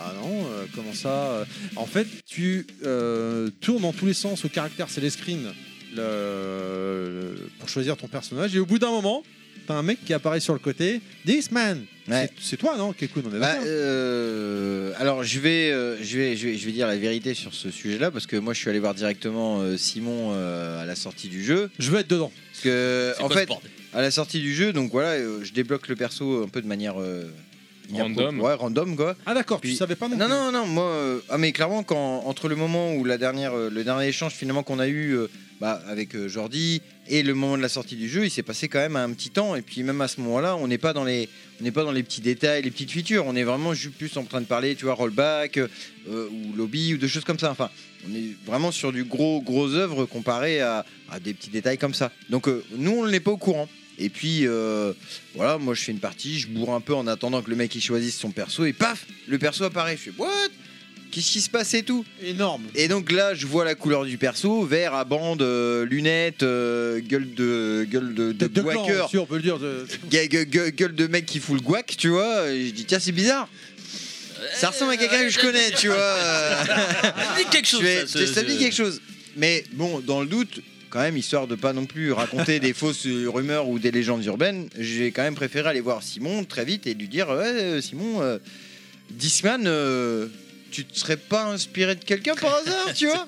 [SPEAKER 1] ah non, euh, comment ça euh En fait, tu euh, tournes en tous les sens au caractère, c'est les screens le- le- pour choisir ton personnage. Et au bout d'un moment, t'as un mec qui apparaît sur le côté. This man C'est- C'est toi, non Kekun, on est
[SPEAKER 8] Bah,
[SPEAKER 1] d'accord
[SPEAKER 8] euh, alors je vais, euh, je vais, je vais, je vais dire la vérité sur ce sujet-là parce que moi je suis allé voir directement euh, Simon euh, à la sortie du jeu.
[SPEAKER 1] Je veux être dedans.
[SPEAKER 8] Parce que
[SPEAKER 1] C'est
[SPEAKER 8] en
[SPEAKER 1] quoi ce
[SPEAKER 8] fait,
[SPEAKER 1] bordel
[SPEAKER 8] à la sortie du jeu, donc voilà, euh, je débloque le perso un peu de manière euh,
[SPEAKER 1] Random.
[SPEAKER 8] Ouais, random quoi.
[SPEAKER 1] Ah d'accord, tu savais pas non
[SPEAKER 8] Non, non, non, moi, euh, ah mais clairement, quand, entre le moment où la dernière, euh, le dernier échange finalement qu'on a eu euh, bah, avec euh, Jordi et le moment de la sortie du jeu, il s'est passé quand même un petit temps. Et puis même à ce moment-là, on n'est pas dans les, on n'est pas dans les petits détails, les petites features. On est vraiment ju- plus en train de parler, tu vois, rollback euh, ou lobby ou de choses comme ça. Enfin, on est vraiment sur du gros, gros œuvre comparé à, à des petits détails comme ça. Donc euh, nous, on n'est pas au courant. Et puis euh, voilà, moi je fais une partie, je bourre un peu en attendant que le mec il choisisse son perso et paf, le perso apparaît. Je fais what Qu'est-ce qui se passe et tout
[SPEAKER 1] Énorme.
[SPEAKER 8] Et donc là, je vois la couleur du perso, vert à bande, euh, lunettes, euh, gueule de gueule de, de,
[SPEAKER 1] De clan,
[SPEAKER 8] guaqueur,
[SPEAKER 1] si on peut le dire. de-
[SPEAKER 8] gue- gue- gue- gueule de mec qui fout le guac, tu vois. Et je dis tiens, c'est bizarre. Ça ressemble à quelqu'un que je connais, tu vois.
[SPEAKER 12] Euh, dit quelque chose,
[SPEAKER 8] Je fais,
[SPEAKER 12] ça, ce-
[SPEAKER 8] ça dit
[SPEAKER 12] ce-
[SPEAKER 8] quelque chose. Mais bon, dans le doute, quand même, histoire de pas non plus raconter des fausses euh, rumeurs ou des légendes urbaines, j'ai quand même préféré aller voir Simon très vite et lui dire Ouais, euh, Simon, euh, Disman, euh, tu te serais pas inspiré de quelqu'un par hasard, tu vois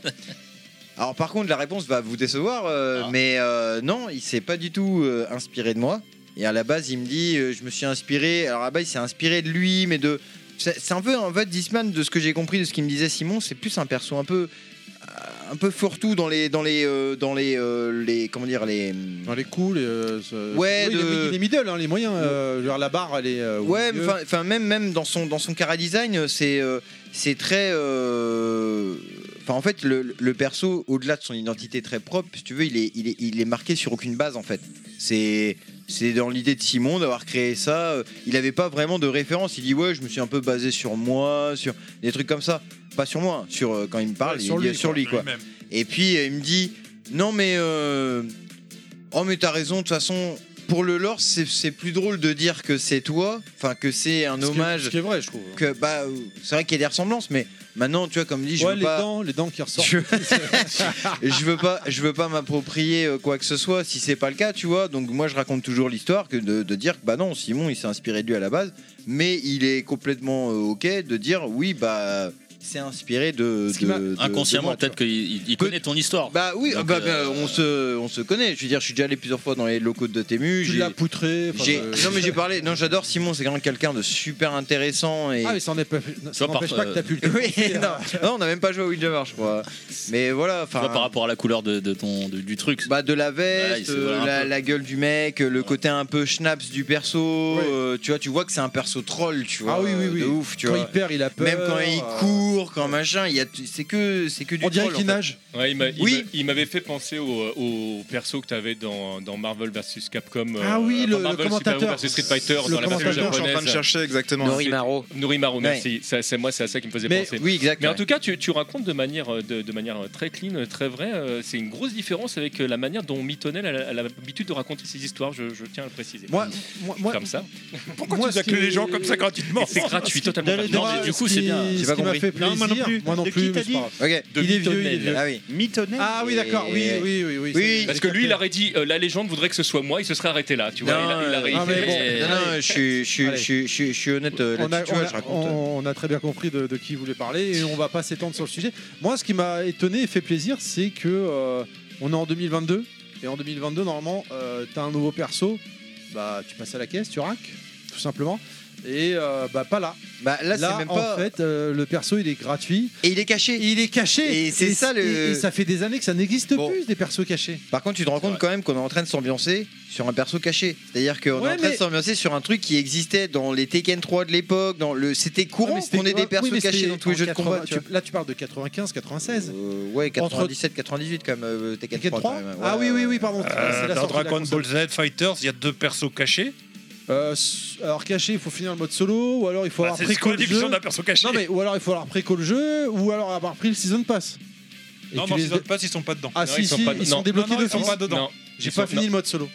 [SPEAKER 8] Alors, par contre, la réponse va vous décevoir,
[SPEAKER 1] Ah.
[SPEAKER 8] euh, mais euh, non, il s'est pas du tout euh, inspiré de moi. Et à la base, il me dit euh, Je me suis inspiré. Alors, à la base, il s'est inspiré de lui, mais de. C'est c'est un peu, en fait, Disman, de ce que j'ai compris de ce qu'il me disait Simon, c'est plus un perso un peu euh, un peu fourre-tout dans les dans les euh, dans les euh, les comment dire les
[SPEAKER 1] dans les coups les euh,
[SPEAKER 8] ouais
[SPEAKER 1] Oui, il, est,
[SPEAKER 8] de-
[SPEAKER 1] il est middle, hein, les moyens. euh, genre la barre, elle est. euh, au
[SPEAKER 8] ouais
[SPEAKER 1] milieu.
[SPEAKER 8] enfin enfin, même même dans son dans son cara design euh, c'est euh, c'est très euh, enfin en fait le, le perso au-delà de son identité très propre si tu veux il est il est, il est marqué sur aucune base en fait c'est c'est dans l'idée de Simon d'avoir créé ça euh, il n'avait pas vraiment de référence il dit ouais je me suis un peu basé sur moi sur des trucs comme ça pas sur moi hein, sur euh, quand il me parle
[SPEAKER 1] Ouais,
[SPEAKER 8] il
[SPEAKER 1] sur
[SPEAKER 8] dit
[SPEAKER 1] lui,
[SPEAKER 8] sur
[SPEAKER 1] quoi,
[SPEAKER 8] lui quoi
[SPEAKER 1] lui-même.
[SPEAKER 8] et puis euh, il me dit non mais euh, Oh mais t'as raison, de toute façon, pour le lore, c'est c'est plus drôle de dire que c'est toi, enfin que c'est un
[SPEAKER 1] Ce qui est-
[SPEAKER 8] hommage.
[SPEAKER 1] ce qui est vrai, je trouve. hein.
[SPEAKER 8] Que bah euh, c'est vrai qu'il y a des ressemblances, mais maintenant tu vois comme dit, je
[SPEAKER 1] Ouais,
[SPEAKER 8] veux
[SPEAKER 1] les
[SPEAKER 8] pas,
[SPEAKER 1] dents, les dents qui ressortent.
[SPEAKER 8] Je... je veux pas, je veux pas m'approprier euh, quoi que ce soit si c'est pas le cas, tu vois. Donc moi je raconte toujours l'histoire que de, de dire que bah non, Simon il s'est inspiré de lui à la base, mais il est complètement euh, ok de dire oui bah c'est inspiré de,
[SPEAKER 4] Euh,
[SPEAKER 8] de- de- de
[SPEAKER 4] Inconsciemment,
[SPEAKER 8] moi, tu
[SPEAKER 4] peut-être qu'il il- il connaît ton histoire.
[SPEAKER 8] Bah oui, ah
[SPEAKER 4] Donc,
[SPEAKER 8] bah,
[SPEAKER 4] euh,
[SPEAKER 8] bah, on, se, on se connaît. Je veux dire, je suis déjà allé plusieurs fois dans les locaux de Dotemu.
[SPEAKER 1] Tu
[SPEAKER 8] j'ai-
[SPEAKER 1] l'as poutré. enfin,
[SPEAKER 8] j'ai-
[SPEAKER 1] euh,
[SPEAKER 8] Non, mais j'ai parlé. Non, j'adore Simon, c'est quand même quelqu'un de super intéressant. Et...
[SPEAKER 1] Ah, mais ça n'empêche ça n'empêche pas que t'as pu le
[SPEAKER 8] euh, Oui,
[SPEAKER 1] hein.
[SPEAKER 8] non, non, on n'a même pas joué à Windjammer, je crois. Mais voilà,
[SPEAKER 4] tu
[SPEAKER 8] enfin.
[SPEAKER 4] vois, par rapport à la couleur de, de ton, de- du truc.
[SPEAKER 8] Bah, de la veste,
[SPEAKER 4] Ouais, il se
[SPEAKER 8] euh,
[SPEAKER 4] voit un
[SPEAKER 8] la,
[SPEAKER 4] peu.
[SPEAKER 8] la gueule du mec, euh, le côté un peu schnapps du perso. euh, tu vois, tu vois que c'est un perso troll, tu vois.
[SPEAKER 1] Ah oui, oui, oui.
[SPEAKER 8] De ouf, tu
[SPEAKER 1] Quand
[SPEAKER 8] vois.
[SPEAKER 1] il perd, il a peur.
[SPEAKER 8] Même quand il
[SPEAKER 1] euh,
[SPEAKER 8] court, l'humour, quand machin. il y a tu- C'est que, c'est que du troll, en fait.
[SPEAKER 5] Ouais, il m'a- il
[SPEAKER 8] Oui.
[SPEAKER 5] m'a- il m'avait fait penser au, euh, au perso que tu avais dans, dans Marvel vs Capcom. euh,
[SPEAKER 1] Ah oui,
[SPEAKER 5] enfin,
[SPEAKER 1] le- le
[SPEAKER 5] Marvel Super
[SPEAKER 1] commentateur.
[SPEAKER 5] Hero vs Street Fighter
[SPEAKER 1] Le
[SPEAKER 5] dans la version
[SPEAKER 1] commentateur, je suis en
[SPEAKER 5] japonaise.
[SPEAKER 1] train de chercher exactement. Norimaro.
[SPEAKER 5] Norimaro,
[SPEAKER 1] Ouais.
[SPEAKER 5] merci. Ça, C'est moi, c'est à ça qui me faisait
[SPEAKER 1] Mais-
[SPEAKER 5] penser.
[SPEAKER 1] oui, exact,
[SPEAKER 5] Mais en
[SPEAKER 1] ouais.
[SPEAKER 5] tout cas, tu, tu racontes de manière, euh, de, de manière euh, très clean, euh, très vraie. euh, C'est une grosse différence avec euh, la manière dont Mittonel a a l'habitude de raconter ses histoires. Je, je tiens à le préciser.
[SPEAKER 1] Moi- moi- moi-
[SPEAKER 5] comme ça.
[SPEAKER 1] Pourquoi Moi, tu ce accueilles qui- les gens comme ça gratuitement
[SPEAKER 5] C'est gratuit, totalement. gratuit.
[SPEAKER 1] Non, mais du coup, c'est bien. Ce qui m'a fait plaisir, moi non plus,
[SPEAKER 8] Et qui t'a
[SPEAKER 1] mais c'est pas
[SPEAKER 8] dit
[SPEAKER 1] grave.
[SPEAKER 8] Ok. De
[SPEAKER 1] Il est vieux, il est
[SPEAKER 8] Mittonel.
[SPEAKER 1] vieux.
[SPEAKER 8] Ah oui.
[SPEAKER 1] Ah oui, d'accord, oui,
[SPEAKER 8] Et-
[SPEAKER 1] oui, oui. oui, c'est-
[SPEAKER 5] Parce que lui, il aurait dit euh, la légende voudrait que ce soit moi, il se serait arrêté là, tu vois.
[SPEAKER 8] Non,
[SPEAKER 5] il a- il a
[SPEAKER 8] euh,
[SPEAKER 5] réussi.
[SPEAKER 8] non, mais bon, non, non, je suis- je suis- je suis- je suis- je suis honnête euh,
[SPEAKER 1] on a,
[SPEAKER 8] là-dessus, tu
[SPEAKER 1] on
[SPEAKER 8] vois,
[SPEAKER 1] a-
[SPEAKER 8] je raconte. euh,
[SPEAKER 1] on- on a très bien compris de, de qui il voulait parler et on va pas s'étendre sur le sujet. Moi, ce qui m'a étonné et fait plaisir, c'est que euh, on est en 2022 et en 2022, normalement, euh, t'as un nouveau perso, bah tu passes à la caisse, tu raques, tout simplement. Et euh, bah pas là.
[SPEAKER 8] Bah là, c'est même
[SPEAKER 1] en
[SPEAKER 8] pas-
[SPEAKER 1] fait, euh, le perso, il est gratuit.
[SPEAKER 8] Et il est caché.
[SPEAKER 1] Il est caché.
[SPEAKER 8] Et c'est ça le-
[SPEAKER 1] et- et ça fait des années que ça n'existe plus des persos cachés.
[SPEAKER 8] Par contre, tu te rends compte quand même qu'on est en train de s'ambiancer sur un perso caché. C'est-à-dire qu'on
[SPEAKER 1] Ouais,
[SPEAKER 8] est en train
[SPEAKER 1] mais-
[SPEAKER 8] de s'ambiancer sur un truc qui existait dans les Tekken 3 de l'époque. Dans le, c'était courant
[SPEAKER 1] mais c'était-
[SPEAKER 8] qu'on ait
[SPEAKER 1] oui,
[SPEAKER 8] des persos
[SPEAKER 1] mais
[SPEAKER 8] cachés
[SPEAKER 1] c'était
[SPEAKER 8] dans tous les
[SPEAKER 1] en
[SPEAKER 8] jeux de combat.
[SPEAKER 1] 80,
[SPEAKER 8] tu vois. Euh,
[SPEAKER 1] tu- là, tu parles de 95, 96.
[SPEAKER 8] ouais,
[SPEAKER 1] Entre-
[SPEAKER 8] 97, 98 comme euh, Tekken 3.
[SPEAKER 1] Tekken 3
[SPEAKER 8] quand même.
[SPEAKER 1] Ah
[SPEAKER 8] Ouais,
[SPEAKER 1] oui,
[SPEAKER 8] ouais,
[SPEAKER 1] oui, oui,
[SPEAKER 8] ouais.
[SPEAKER 1] pardon.
[SPEAKER 7] Euh,
[SPEAKER 1] C'est
[SPEAKER 7] dans
[SPEAKER 1] la sortie de la
[SPEAKER 7] Dragon
[SPEAKER 1] console.
[SPEAKER 7] Ball Z Fighters, il y a deux persos cachés.
[SPEAKER 1] Euh, s- alors caché, il faut finir le mode solo, ou alors il faut
[SPEAKER 7] Bah,
[SPEAKER 1] avoir
[SPEAKER 7] c'est
[SPEAKER 1] pris
[SPEAKER 7] ce qu'on
[SPEAKER 1] le
[SPEAKER 7] dit, puisqu'on
[SPEAKER 1] jeu.
[SPEAKER 7] a un perso caché.
[SPEAKER 1] Non mais ou alors il faut avoir préco le jeu, ou alors avoir pris le season pass. Et
[SPEAKER 7] non,
[SPEAKER 1] tu
[SPEAKER 7] mais
[SPEAKER 1] les-
[SPEAKER 7] ils autres passes, ils sont pas dedans.
[SPEAKER 1] Ah si, si, ils sont, débloqués
[SPEAKER 7] Non, non,
[SPEAKER 1] de
[SPEAKER 7] ils sont pas dedans.
[SPEAKER 1] J'ai
[SPEAKER 5] Ils sont-
[SPEAKER 1] pas fini
[SPEAKER 5] non.
[SPEAKER 1] le mode solo.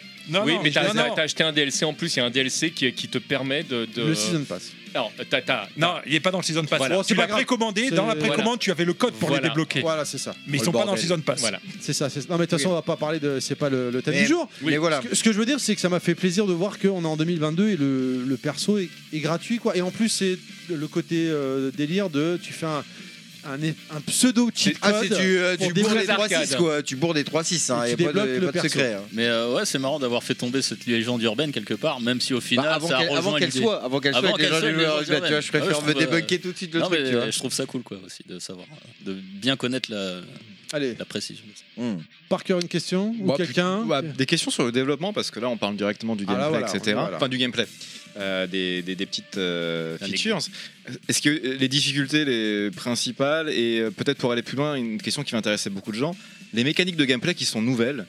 [SPEAKER 5] oui, mais t'as
[SPEAKER 7] non, non.
[SPEAKER 5] t'as acheté un DLC en plus, il y a un DLC qui, qui te permet de, de-
[SPEAKER 7] Le season pass.
[SPEAKER 5] Alors, t'as- t'as-
[SPEAKER 7] Non, il est pas dans le season pass.
[SPEAKER 5] Voilà.
[SPEAKER 7] tu
[SPEAKER 5] C'est pas
[SPEAKER 7] l'as
[SPEAKER 5] grave.
[SPEAKER 7] précommandé.
[SPEAKER 5] C'est-
[SPEAKER 7] Dans la précommande,
[SPEAKER 5] Voilà.
[SPEAKER 7] tu avais le code pour
[SPEAKER 5] Voilà.
[SPEAKER 7] les débloquer.
[SPEAKER 1] Voilà, c'est ça.
[SPEAKER 7] Mais ils
[SPEAKER 1] Oh,
[SPEAKER 7] sont
[SPEAKER 1] le
[SPEAKER 7] pas dans le
[SPEAKER 1] bordel.
[SPEAKER 7] season pass.
[SPEAKER 1] C'est ça, c'est ça. Non mais de toute façon, on va pas parler de c'est pas le, le thème
[SPEAKER 8] Mais-
[SPEAKER 1] du jour.
[SPEAKER 8] mais
[SPEAKER 1] Ce
[SPEAKER 8] voilà.
[SPEAKER 1] que- Ce que, je veux dire, c'est que ça m'a fait plaisir de voir qu'on est en 2022 et le, le perso est, est gratuit quoi. Et en plus, c'est le côté euh, délire de tu fais un un, un pseudo cheat
[SPEAKER 8] Ah,
[SPEAKER 1] code
[SPEAKER 8] c'est tu, euh,
[SPEAKER 1] pour
[SPEAKER 8] tu bourres les
[SPEAKER 1] débloquer-
[SPEAKER 8] 3-6 quoi. Tu bourres des 3-6. hein,
[SPEAKER 1] Et
[SPEAKER 8] y a
[SPEAKER 1] tu
[SPEAKER 8] pas de-
[SPEAKER 1] débloques le
[SPEAKER 8] pas de
[SPEAKER 1] perso.
[SPEAKER 8] secret. hein.
[SPEAKER 4] Mais euh, ouais, c'est marrant d'avoir fait tomber cette légende urbaine quelque part, même si au final,
[SPEAKER 8] Bah, avant
[SPEAKER 4] ça
[SPEAKER 8] qu'elle-
[SPEAKER 4] rejoint
[SPEAKER 8] avant qu'elle
[SPEAKER 4] l'idée. Ah,
[SPEAKER 8] soit- avant qu'elle soit une légende
[SPEAKER 4] une
[SPEAKER 8] urbaine, tu vois,
[SPEAKER 4] urbaine.
[SPEAKER 8] je préfère
[SPEAKER 4] Ah ouais,
[SPEAKER 8] me
[SPEAKER 4] trouve, euh,
[SPEAKER 8] débunker tout de suite le
[SPEAKER 4] non,
[SPEAKER 8] truc,
[SPEAKER 4] mais,
[SPEAKER 8] tu vois.
[SPEAKER 4] Je trouve ça cool, quoi, aussi, de savoir, euh, de bien connaître la,
[SPEAKER 1] Allez.
[SPEAKER 4] la précision.
[SPEAKER 8] Hmm.
[SPEAKER 1] Parker une question ou
[SPEAKER 3] Bah,
[SPEAKER 1] quelqu'un
[SPEAKER 3] plutôt- bah, Des questions sur le développement, parce que là, on parle directement du
[SPEAKER 1] Ah, là,
[SPEAKER 3] gameplay,
[SPEAKER 1] voilà,
[SPEAKER 3] etc.
[SPEAKER 1] on est- voilà.
[SPEAKER 3] Enfin, du gameplay. Euh, des, des- des petites euh,
[SPEAKER 4] Anecdote.
[SPEAKER 3] features. Est-ce que euh, les difficultés les principales, et euh, peut-être pour aller plus loin, une question qui va intéresser beaucoup de gens, les mécaniques de gameplay qui sont nouvelles,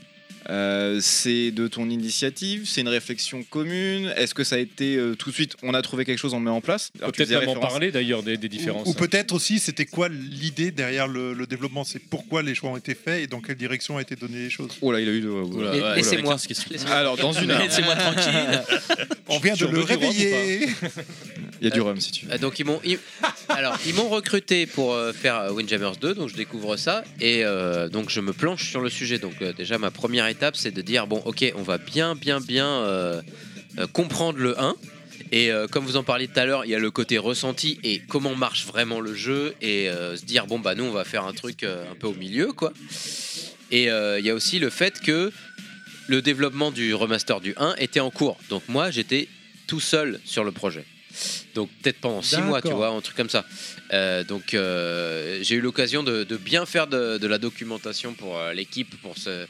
[SPEAKER 3] euh, c'est de ton initiative, c'est une réflexion commune. Est-ce que ça a été euh, tout de suite, on a trouvé quelque chose, on le met en place Alors, tu
[SPEAKER 5] peut-être
[SPEAKER 3] faisais
[SPEAKER 5] même en
[SPEAKER 3] référence-
[SPEAKER 5] parler d'ailleurs des, des
[SPEAKER 7] Ou,
[SPEAKER 5] différences.
[SPEAKER 7] ou peut-être aussi, c'était quoi l'idée derrière le, le développement C'est pourquoi les choix ont été faits et dans quelle direction a été données les choses
[SPEAKER 3] Oh là, il a eu de.
[SPEAKER 4] Oula,
[SPEAKER 3] Et-
[SPEAKER 4] ouais,
[SPEAKER 3] laissez-moi.
[SPEAKER 4] oula, qu'est-ce qu'il se passe
[SPEAKER 3] Alors, dans une heure.
[SPEAKER 4] Laissez-moi tranquille.
[SPEAKER 7] On vient de
[SPEAKER 2] Sur
[SPEAKER 7] le
[SPEAKER 2] deux du rhum ou
[SPEAKER 7] réveiller.
[SPEAKER 3] Il y a du rhum si tu veux.
[SPEAKER 2] Euh, Donc ils m'ont ils- alors ils m'ont recruté pour euh, faire euh, Windjammers 2 donc je découvre ça et euh, donc je me planche sur le sujet donc euh, déjà ma première étape c'est de dire bon ok on va bien bien bien euh, euh, comprendre le 1 et euh, comme vous en parliez tout à l'heure il y a le côté ressenti et comment marche vraiment le jeu et euh, se dire bon bah nous on va faire un truc euh, un peu au milieu quoi et euh, il y a aussi le fait que le développement du remaster du 1 était en cours. Donc moi, j'étais tout seul sur le projet. Donc peut-être pendant 6 mois, tu
[SPEAKER 1] D'accord.
[SPEAKER 2] vois, un truc comme ça. Euh, donc euh, j'ai eu l'occasion de, de bien faire de, de la documentation pour euh, l'équipe, pour ce,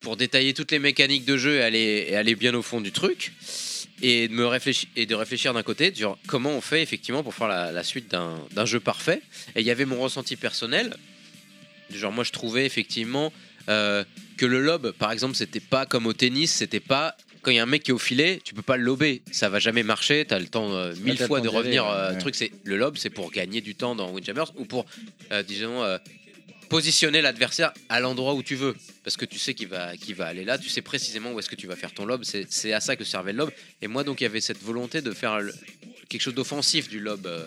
[SPEAKER 2] pour détailler toutes les mécaniques de jeu et aller, et aller bien au fond du truc. Et de, me réfléchir, et de réfléchir d'un côté, sur comment on fait effectivement pour faire la, la suite d'un d'un jeu parfait. Et il y avait mon ressenti personnel. Du Genre, moi, je trouvais effectivement euh, que le lob, par exemple, c'était pas comme au tennis, c'était pas. Quand il y a un mec qui est au filet, tu peux pas le lober. Ça va jamais marcher. T'as le temps euh, mille
[SPEAKER 8] t'as le
[SPEAKER 2] fois
[SPEAKER 8] temps
[SPEAKER 2] de
[SPEAKER 8] d'y aller,
[SPEAKER 2] revenir.
[SPEAKER 8] ouais,
[SPEAKER 2] euh,
[SPEAKER 8] ouais.
[SPEAKER 2] Truc, c'est le lob, c'est pour gagner du temps dans Windjammers ou pour, euh, disons, euh, positionner l'adversaire à l'endroit où tu veux. Parce que tu sais qu'il va, qu'il va aller là, tu sais précisément où est-ce que tu vas faire ton lob. C'est c'est à ça que servait le lob. Et moi, donc, il y avait cette volonté de faire le- quelque chose d'offensif du lob. euh,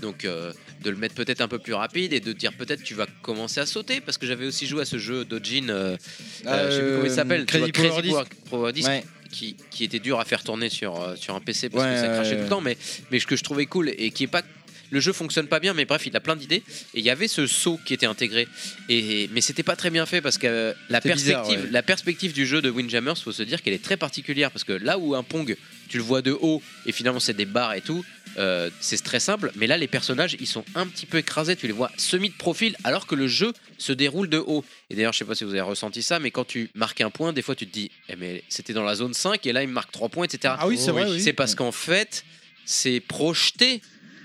[SPEAKER 2] donc, euh, de le mettre peut-être un peu plus rapide et de dire peut-être tu vas commencer à sauter. Parce que j'avais aussi joué à ce jeu d'Ojin, euh, euh, je sais plus comment il
[SPEAKER 8] Euh,
[SPEAKER 2] s'appelle, tu vois,
[SPEAKER 8] Crazy Power
[SPEAKER 2] Crazy
[SPEAKER 8] Disc.
[SPEAKER 2] Power- Power Disc,
[SPEAKER 8] Ouais.
[SPEAKER 2] Qui, qui était dur à faire tourner sur, euh, sur un PC parce que
[SPEAKER 8] Ouais,
[SPEAKER 2] ça crachait
[SPEAKER 8] ouais,
[SPEAKER 2] tout le
[SPEAKER 8] ouais.
[SPEAKER 2] temps, mais, mais ce que je trouvais cool et qui est pas. Le jeu fonctionne pas bien, mais bref, il a plein d'idées. Et il y avait ce saut qui était intégré. Et, mais c'était pas très bien fait parce que euh, la,
[SPEAKER 8] C'était
[SPEAKER 2] perspective,
[SPEAKER 8] bizarre, ouais.
[SPEAKER 2] la perspective du jeu de Windjammers, faut se dire qu'elle est très particulière parce que là où un Pong, tu le vois de haut et finalement c'est des barres et tout, euh, c'est très simple. Mais là, les personnages, ils sont un petit peu écrasés. Tu les vois semi de profil alors que le jeu se déroule de haut. Et d'ailleurs, je sais pas si vous avez ressenti ça, mais quand tu marques un point, des fois tu te dis, eh, mais c'était dans la zone 5 et là il me marque 3 points, etc.
[SPEAKER 1] Ah oui, c'est vrai, oui.
[SPEAKER 2] C'est parce qu'en fait, c'est projeté.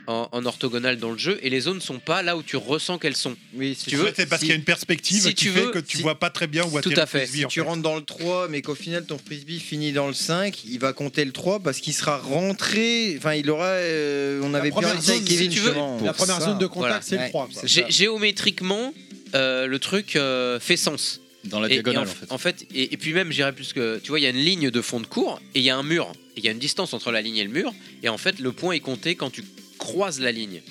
[SPEAKER 2] en, en orthogonale dans le jeu et les zones sont pas là où tu ressens qu'elles sont.
[SPEAKER 8] Oui,
[SPEAKER 2] si tu veux,
[SPEAKER 7] c'est parce
[SPEAKER 2] si-
[SPEAKER 7] qu'il y a une perspective
[SPEAKER 2] si
[SPEAKER 7] qui
[SPEAKER 2] tu
[SPEAKER 7] fait
[SPEAKER 2] veux-
[SPEAKER 7] que tu
[SPEAKER 2] si-
[SPEAKER 7] vois pas très bien où
[SPEAKER 2] Tout
[SPEAKER 7] atterrir
[SPEAKER 2] à fait.
[SPEAKER 7] le frisbee,
[SPEAKER 8] Si
[SPEAKER 7] en
[SPEAKER 8] tu
[SPEAKER 7] fait.
[SPEAKER 8] rentres dans le 3, mais qu'au final ton frisbee finit dans le 5, il va compter le 3 parce qu'il sera rentré. Enfin, il aura. euh, on avait
[SPEAKER 1] première
[SPEAKER 8] perdu ça avec
[SPEAKER 1] zone,
[SPEAKER 8] Kevin
[SPEAKER 1] si tu veux,
[SPEAKER 8] justement.
[SPEAKER 1] la première
[SPEAKER 8] Pour
[SPEAKER 1] zone de
[SPEAKER 8] ça.
[SPEAKER 1] contact, c'est le 3, quoi.
[SPEAKER 2] Gé- géométriquement, euh, le truc euh, fait sens.
[SPEAKER 4] Dans la
[SPEAKER 2] Et- et
[SPEAKER 4] diagonale,
[SPEAKER 2] en, fait. et, et puis même, j'irais plus que. Tu vois, il y a une ligne de fond de cours et il y a un mur. Et Il y a une distance entre la ligne et le mur. Et en fait, le point est compté quand tu croises la ligne.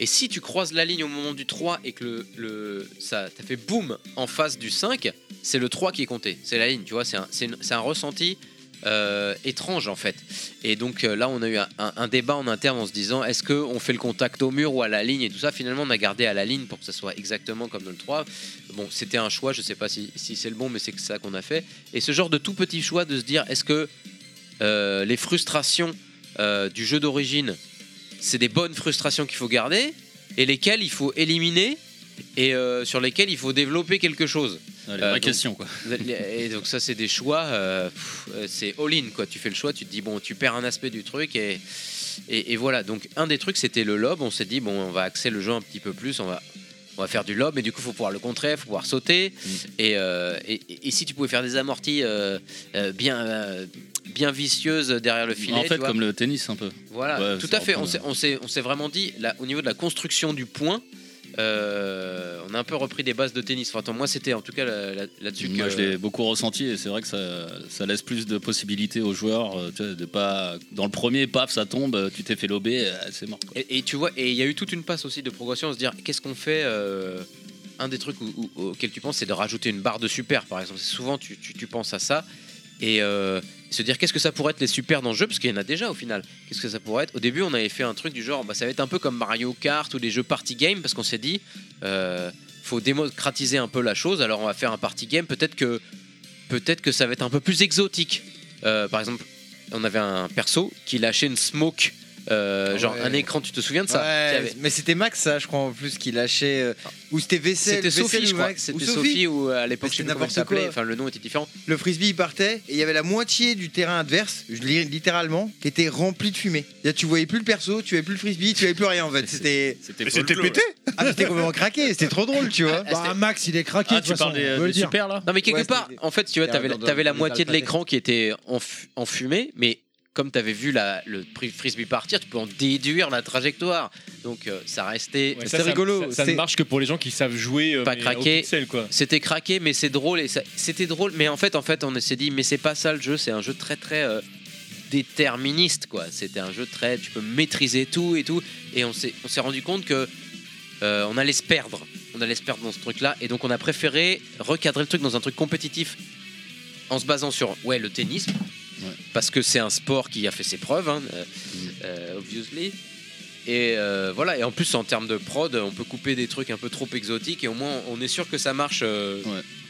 [SPEAKER 2] Et si tu croises la ligne au moment du 3 et que le, le- ça t'as fait boum en face du 5, c'est le 3 qui est compté. C'est la ligne, tu vois. C'est un, c'est une- c'est un ressenti euh, étrange en fait. Et donc euh, là, on a eu un, un- un débat en interne en se disant est-ce qu'on fait le contact au mur ou à la ligne et tout ça. Finalement, on a gardé à la ligne pour que ça soit exactement comme dans le 3. Bon, c'était un choix, je sais pas si, si c'est le bon, mais c'est que ça qu'on a fait. Et ce genre de tout petit choix de se dire est-ce que euh, les frustrations euh, du jeu d'origine, c'est des bonnes frustrations qu'il faut garder et lesquelles il faut éliminer et euh, sur lesquelles il faut développer quelque chose. Euh,
[SPEAKER 4] Ah, les
[SPEAKER 8] Euh,
[SPEAKER 4] vraies
[SPEAKER 2] donc-
[SPEAKER 4] questions, quoi.
[SPEAKER 2] Et donc ça c'est des choix, euh, pff, euh, c'est all-in quoi. Tu fais le choix, tu te dis bon, tu perds un aspect du truc et, et, et voilà. Donc un des trucs c'était le lob. On s'est dit bon, on va axer le jeu un petit peu plus, on va on va faire du lob, mais du coup, faut pouvoir le contrer, faut pouvoir sauter.
[SPEAKER 4] Mm.
[SPEAKER 2] Et, euh, et- et- et si tu pouvais faire des amortis euh, euh, bien, euh, bien vicieuses derrière le filet,
[SPEAKER 4] En
[SPEAKER 2] tu
[SPEAKER 4] fait,
[SPEAKER 2] vois.
[SPEAKER 4] comme le tennis, un peu.
[SPEAKER 2] Voilà,
[SPEAKER 4] Ouais,
[SPEAKER 2] tout
[SPEAKER 4] ça
[SPEAKER 2] à fait. On
[SPEAKER 4] reprend,
[SPEAKER 2] s'est- on s'est on s'est vraiment dit, là, au niveau de la construction du point, euh, on a un peu repris des bases de tennis. Enfin, attends, moi, c'était en tout cas là- là- là-dessus
[SPEAKER 4] Moi,
[SPEAKER 2] que.
[SPEAKER 4] je
[SPEAKER 8] euh,
[SPEAKER 4] l'ai beaucoup ressenti et c'est vrai que ça, ça laisse plus de possibilités aux joueurs euh, tu sais, de pas. Dans le premier, paf, ça tombe, euh, tu t'es fait lober, euh, c'est mort.
[SPEAKER 2] Et, et tu vois, et il y a eu toute une passe aussi de progression, à se dire qu'est-ce qu'on fait. euh, un des trucs où- où- auquel tu penses, c'est de rajouter une barre de super, par exemple. C'est Souvent, tu, tu- tu penses à ça et euh, se dire qu'est-ce que ça pourrait être les super dans le jeu, parce qu'il y en a déjà au final. Qu'est-ce que ça pourrait être Au début, on avait fait un truc du genre, bah, ça va être un peu comme Mario Kart ou des jeux party game, parce qu'on s'est dit, euh, faut démocratiser un peu la chose. Alors, on va faire un party game. Peut-être que peut-être que ça va être un peu plus exotique. Euh, par exemple, on avait un perso qui lâchait une smoke, euh, genre
[SPEAKER 8] Ouais.
[SPEAKER 2] un écran, tu te souviens de ça
[SPEAKER 8] Ouais,
[SPEAKER 2] Qui avait-
[SPEAKER 8] mais c'était Max, ça, je crois, en plus, qui lâchait. euh, ou c'était Vaisselle.
[SPEAKER 2] C'était
[SPEAKER 8] Vaisselle
[SPEAKER 2] Sophie,
[SPEAKER 8] ou
[SPEAKER 2] je crois.
[SPEAKER 8] Max,
[SPEAKER 2] C'était
[SPEAKER 8] ou
[SPEAKER 2] Sophie, ou à l'époque, je sais plus comment elle
[SPEAKER 8] C'était n'importe
[SPEAKER 2] s'appelait.
[SPEAKER 8] quoi.
[SPEAKER 2] Enfin, le nom était différent.
[SPEAKER 5] Ah,
[SPEAKER 8] Le frisbee, il partait et il y avait la moitié du terrain adverse, je lis littéralement, qui était rempli de fumée. Là, tu voyais plus le perso, tu voyais plus le frisbee, tu voyais plus rien en fait. C'était.
[SPEAKER 4] C'était Mais c'était folklore,
[SPEAKER 1] pété.
[SPEAKER 8] Ah, mais c'était complètement craqué, c'était trop drôle, tu vois. Ah,
[SPEAKER 1] Bah, Max, il est craqué. de toute façon,
[SPEAKER 5] euh,
[SPEAKER 1] on peut le dire.
[SPEAKER 2] Non, mais quelque
[SPEAKER 8] Ouais,
[SPEAKER 2] part, en fait, tu vois,
[SPEAKER 8] c'était
[SPEAKER 2] t'avais
[SPEAKER 8] dans- dans-
[SPEAKER 2] t'avais la
[SPEAKER 8] dans les
[SPEAKER 2] moitié de
[SPEAKER 8] alphabets.
[SPEAKER 2] l'écran qui était enf- enfumé, mais comme t'avais vu la, le pri- frisbee partir, tu peux en déduire la trajectoire. Donc, euh, ça restait.
[SPEAKER 5] Ouais, ça, ça- ça- Ça, ne marche que pour les gens qui savent jouer. euh,
[SPEAKER 2] pas
[SPEAKER 5] mais au
[SPEAKER 2] craqué.
[SPEAKER 5] pixel, quoi.
[SPEAKER 2] C'était craqué, mais c'est drôle. Et ça- c'était drôle, mais en fait, en fait, on s'est dit, mais c'est pas ça le jeu. C'est un jeu très, très euh, déterministe, quoi. C'était un jeu très, tu peux maîtriser tout et tout. Et on s'est, on s'est rendu compte que euh, on allait se perdre. On allait se perdre dans ce truc-là. Et donc, on a préféré recadrer le truc dans un truc compétitif en se basant sur, ouais, le tennis, parce que c'est un sport qui a fait ses preuves, hein, euh, euh, obviously. Et euh, voilà, et en plus en termes de prod, on peut couper des trucs un peu trop exotiques et au moins on est sûr que ça marche euh,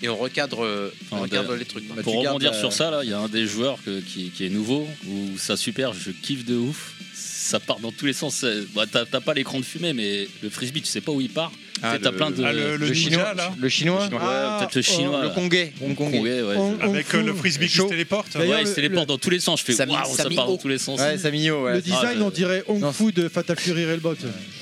[SPEAKER 2] et on recadre, euh, on
[SPEAKER 4] Enfin,
[SPEAKER 2] recadre
[SPEAKER 4] d'ailleurs,
[SPEAKER 2] les trucs. quoi.
[SPEAKER 4] Pour rebondir sur ça, là, il y a un des joueurs que- qui, qui est nouveau, où ça super, je kiffe de ouf. Ça part dans tous les sens. C'est- Bah, t'as t'as pas l'écran de fumée, mais le frisbee, tu sais pas où il part.
[SPEAKER 8] Ah,
[SPEAKER 4] Tu sais, t'as
[SPEAKER 8] le-
[SPEAKER 4] plein de.
[SPEAKER 8] ah, le- le Le ninja, chinois, là le chinois
[SPEAKER 4] Ouais,
[SPEAKER 8] Ah,
[SPEAKER 4] peut-être le chinois.
[SPEAKER 8] le
[SPEAKER 4] là.
[SPEAKER 8] congais, hongkongais.
[SPEAKER 4] Hongkongais, ouais.
[SPEAKER 8] Hong-
[SPEAKER 7] Avec, euh, le frisbee qui se téléporte.
[SPEAKER 4] Ouais, il se téléporte dans tous les sens. Je fais
[SPEAKER 8] Sami-
[SPEAKER 4] waouh, ça
[SPEAKER 8] Sami
[SPEAKER 4] part dans
[SPEAKER 8] Oh.
[SPEAKER 4] tous les sens.
[SPEAKER 8] Ouais, Samigno, ouais.
[SPEAKER 4] Ah,
[SPEAKER 1] Le design,
[SPEAKER 4] ouais.
[SPEAKER 1] on dirait Hong Fu de Fatal Fury Railbot.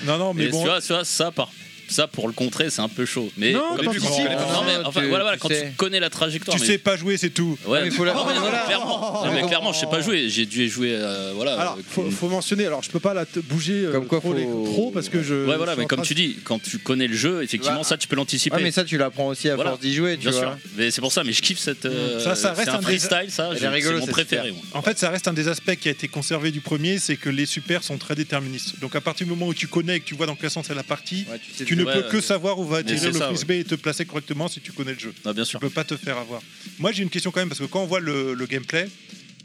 [SPEAKER 7] Non, non,
[SPEAKER 4] Et tu, vois, tu vois, ça, par- ça pour le contrer, c'est un peu chaud. Mais
[SPEAKER 1] Non,
[SPEAKER 4] comme
[SPEAKER 1] parce
[SPEAKER 4] tu
[SPEAKER 1] que
[SPEAKER 4] dis-
[SPEAKER 1] si,
[SPEAKER 8] Ah,
[SPEAKER 4] non,
[SPEAKER 1] non,
[SPEAKER 4] mais enfin,
[SPEAKER 1] tu-
[SPEAKER 4] voilà, voilà,
[SPEAKER 1] tu
[SPEAKER 4] quand
[SPEAKER 1] sais.
[SPEAKER 4] tu connais la trajectoire.
[SPEAKER 7] Tu
[SPEAKER 4] mais-
[SPEAKER 7] sais pas jouer, c'est tout.
[SPEAKER 4] Ouais, mais, non, mais non, clairement, non, mais clairement, je sais pas jouer. J'ai dû jouer, euh, voilà.
[SPEAKER 1] Alors,
[SPEAKER 8] Ah,
[SPEAKER 4] avec
[SPEAKER 1] faut,
[SPEAKER 4] une-
[SPEAKER 1] faut mentionner, alors je peux pas la t- bouger euh, trop, les- trop parce que je.
[SPEAKER 4] Ouais,
[SPEAKER 1] je
[SPEAKER 4] voilà,
[SPEAKER 1] suis
[SPEAKER 4] mais
[SPEAKER 1] en
[SPEAKER 4] comme
[SPEAKER 1] train
[SPEAKER 4] tu
[SPEAKER 1] de-
[SPEAKER 4] dis, quand tu connais le jeu, effectivement,
[SPEAKER 1] Ouais.
[SPEAKER 4] ça, tu peux l'anticiper.
[SPEAKER 1] Ouais, mais ça,
[SPEAKER 8] tu l'apprends aussi à force d'y jouer, tu
[SPEAKER 4] Bien
[SPEAKER 8] vois.
[SPEAKER 4] sûr. Mais c'est pour ça, mais je kiffe cette. euh,
[SPEAKER 7] Ça, ça reste
[SPEAKER 4] c'est un
[SPEAKER 7] des-
[SPEAKER 4] freestyle, ça. je- C'est mon préféré. moi.
[SPEAKER 7] En fait, ça reste un des aspects qui a été conservé du premier, c'est que les supers sont très déterministes. Donc à partir du moment où tu connais et que tu vois dans quel sens est la partie,
[SPEAKER 4] tu
[SPEAKER 7] tu,
[SPEAKER 4] sais-
[SPEAKER 7] ne
[SPEAKER 4] ouais,
[SPEAKER 7] peux
[SPEAKER 4] ouais,
[SPEAKER 7] que
[SPEAKER 4] ouais.
[SPEAKER 7] savoir où va
[SPEAKER 4] Mais
[SPEAKER 7] atterrir
[SPEAKER 4] c'est
[SPEAKER 7] le
[SPEAKER 4] ça, ouais.
[SPEAKER 7] frisbee et te placer correctement si tu connais le jeu.
[SPEAKER 4] Ah, bien sûr.
[SPEAKER 7] Tu peux pas te faire avoir. Moi, j'ai une question quand même parce que quand on voit le, le gameplay,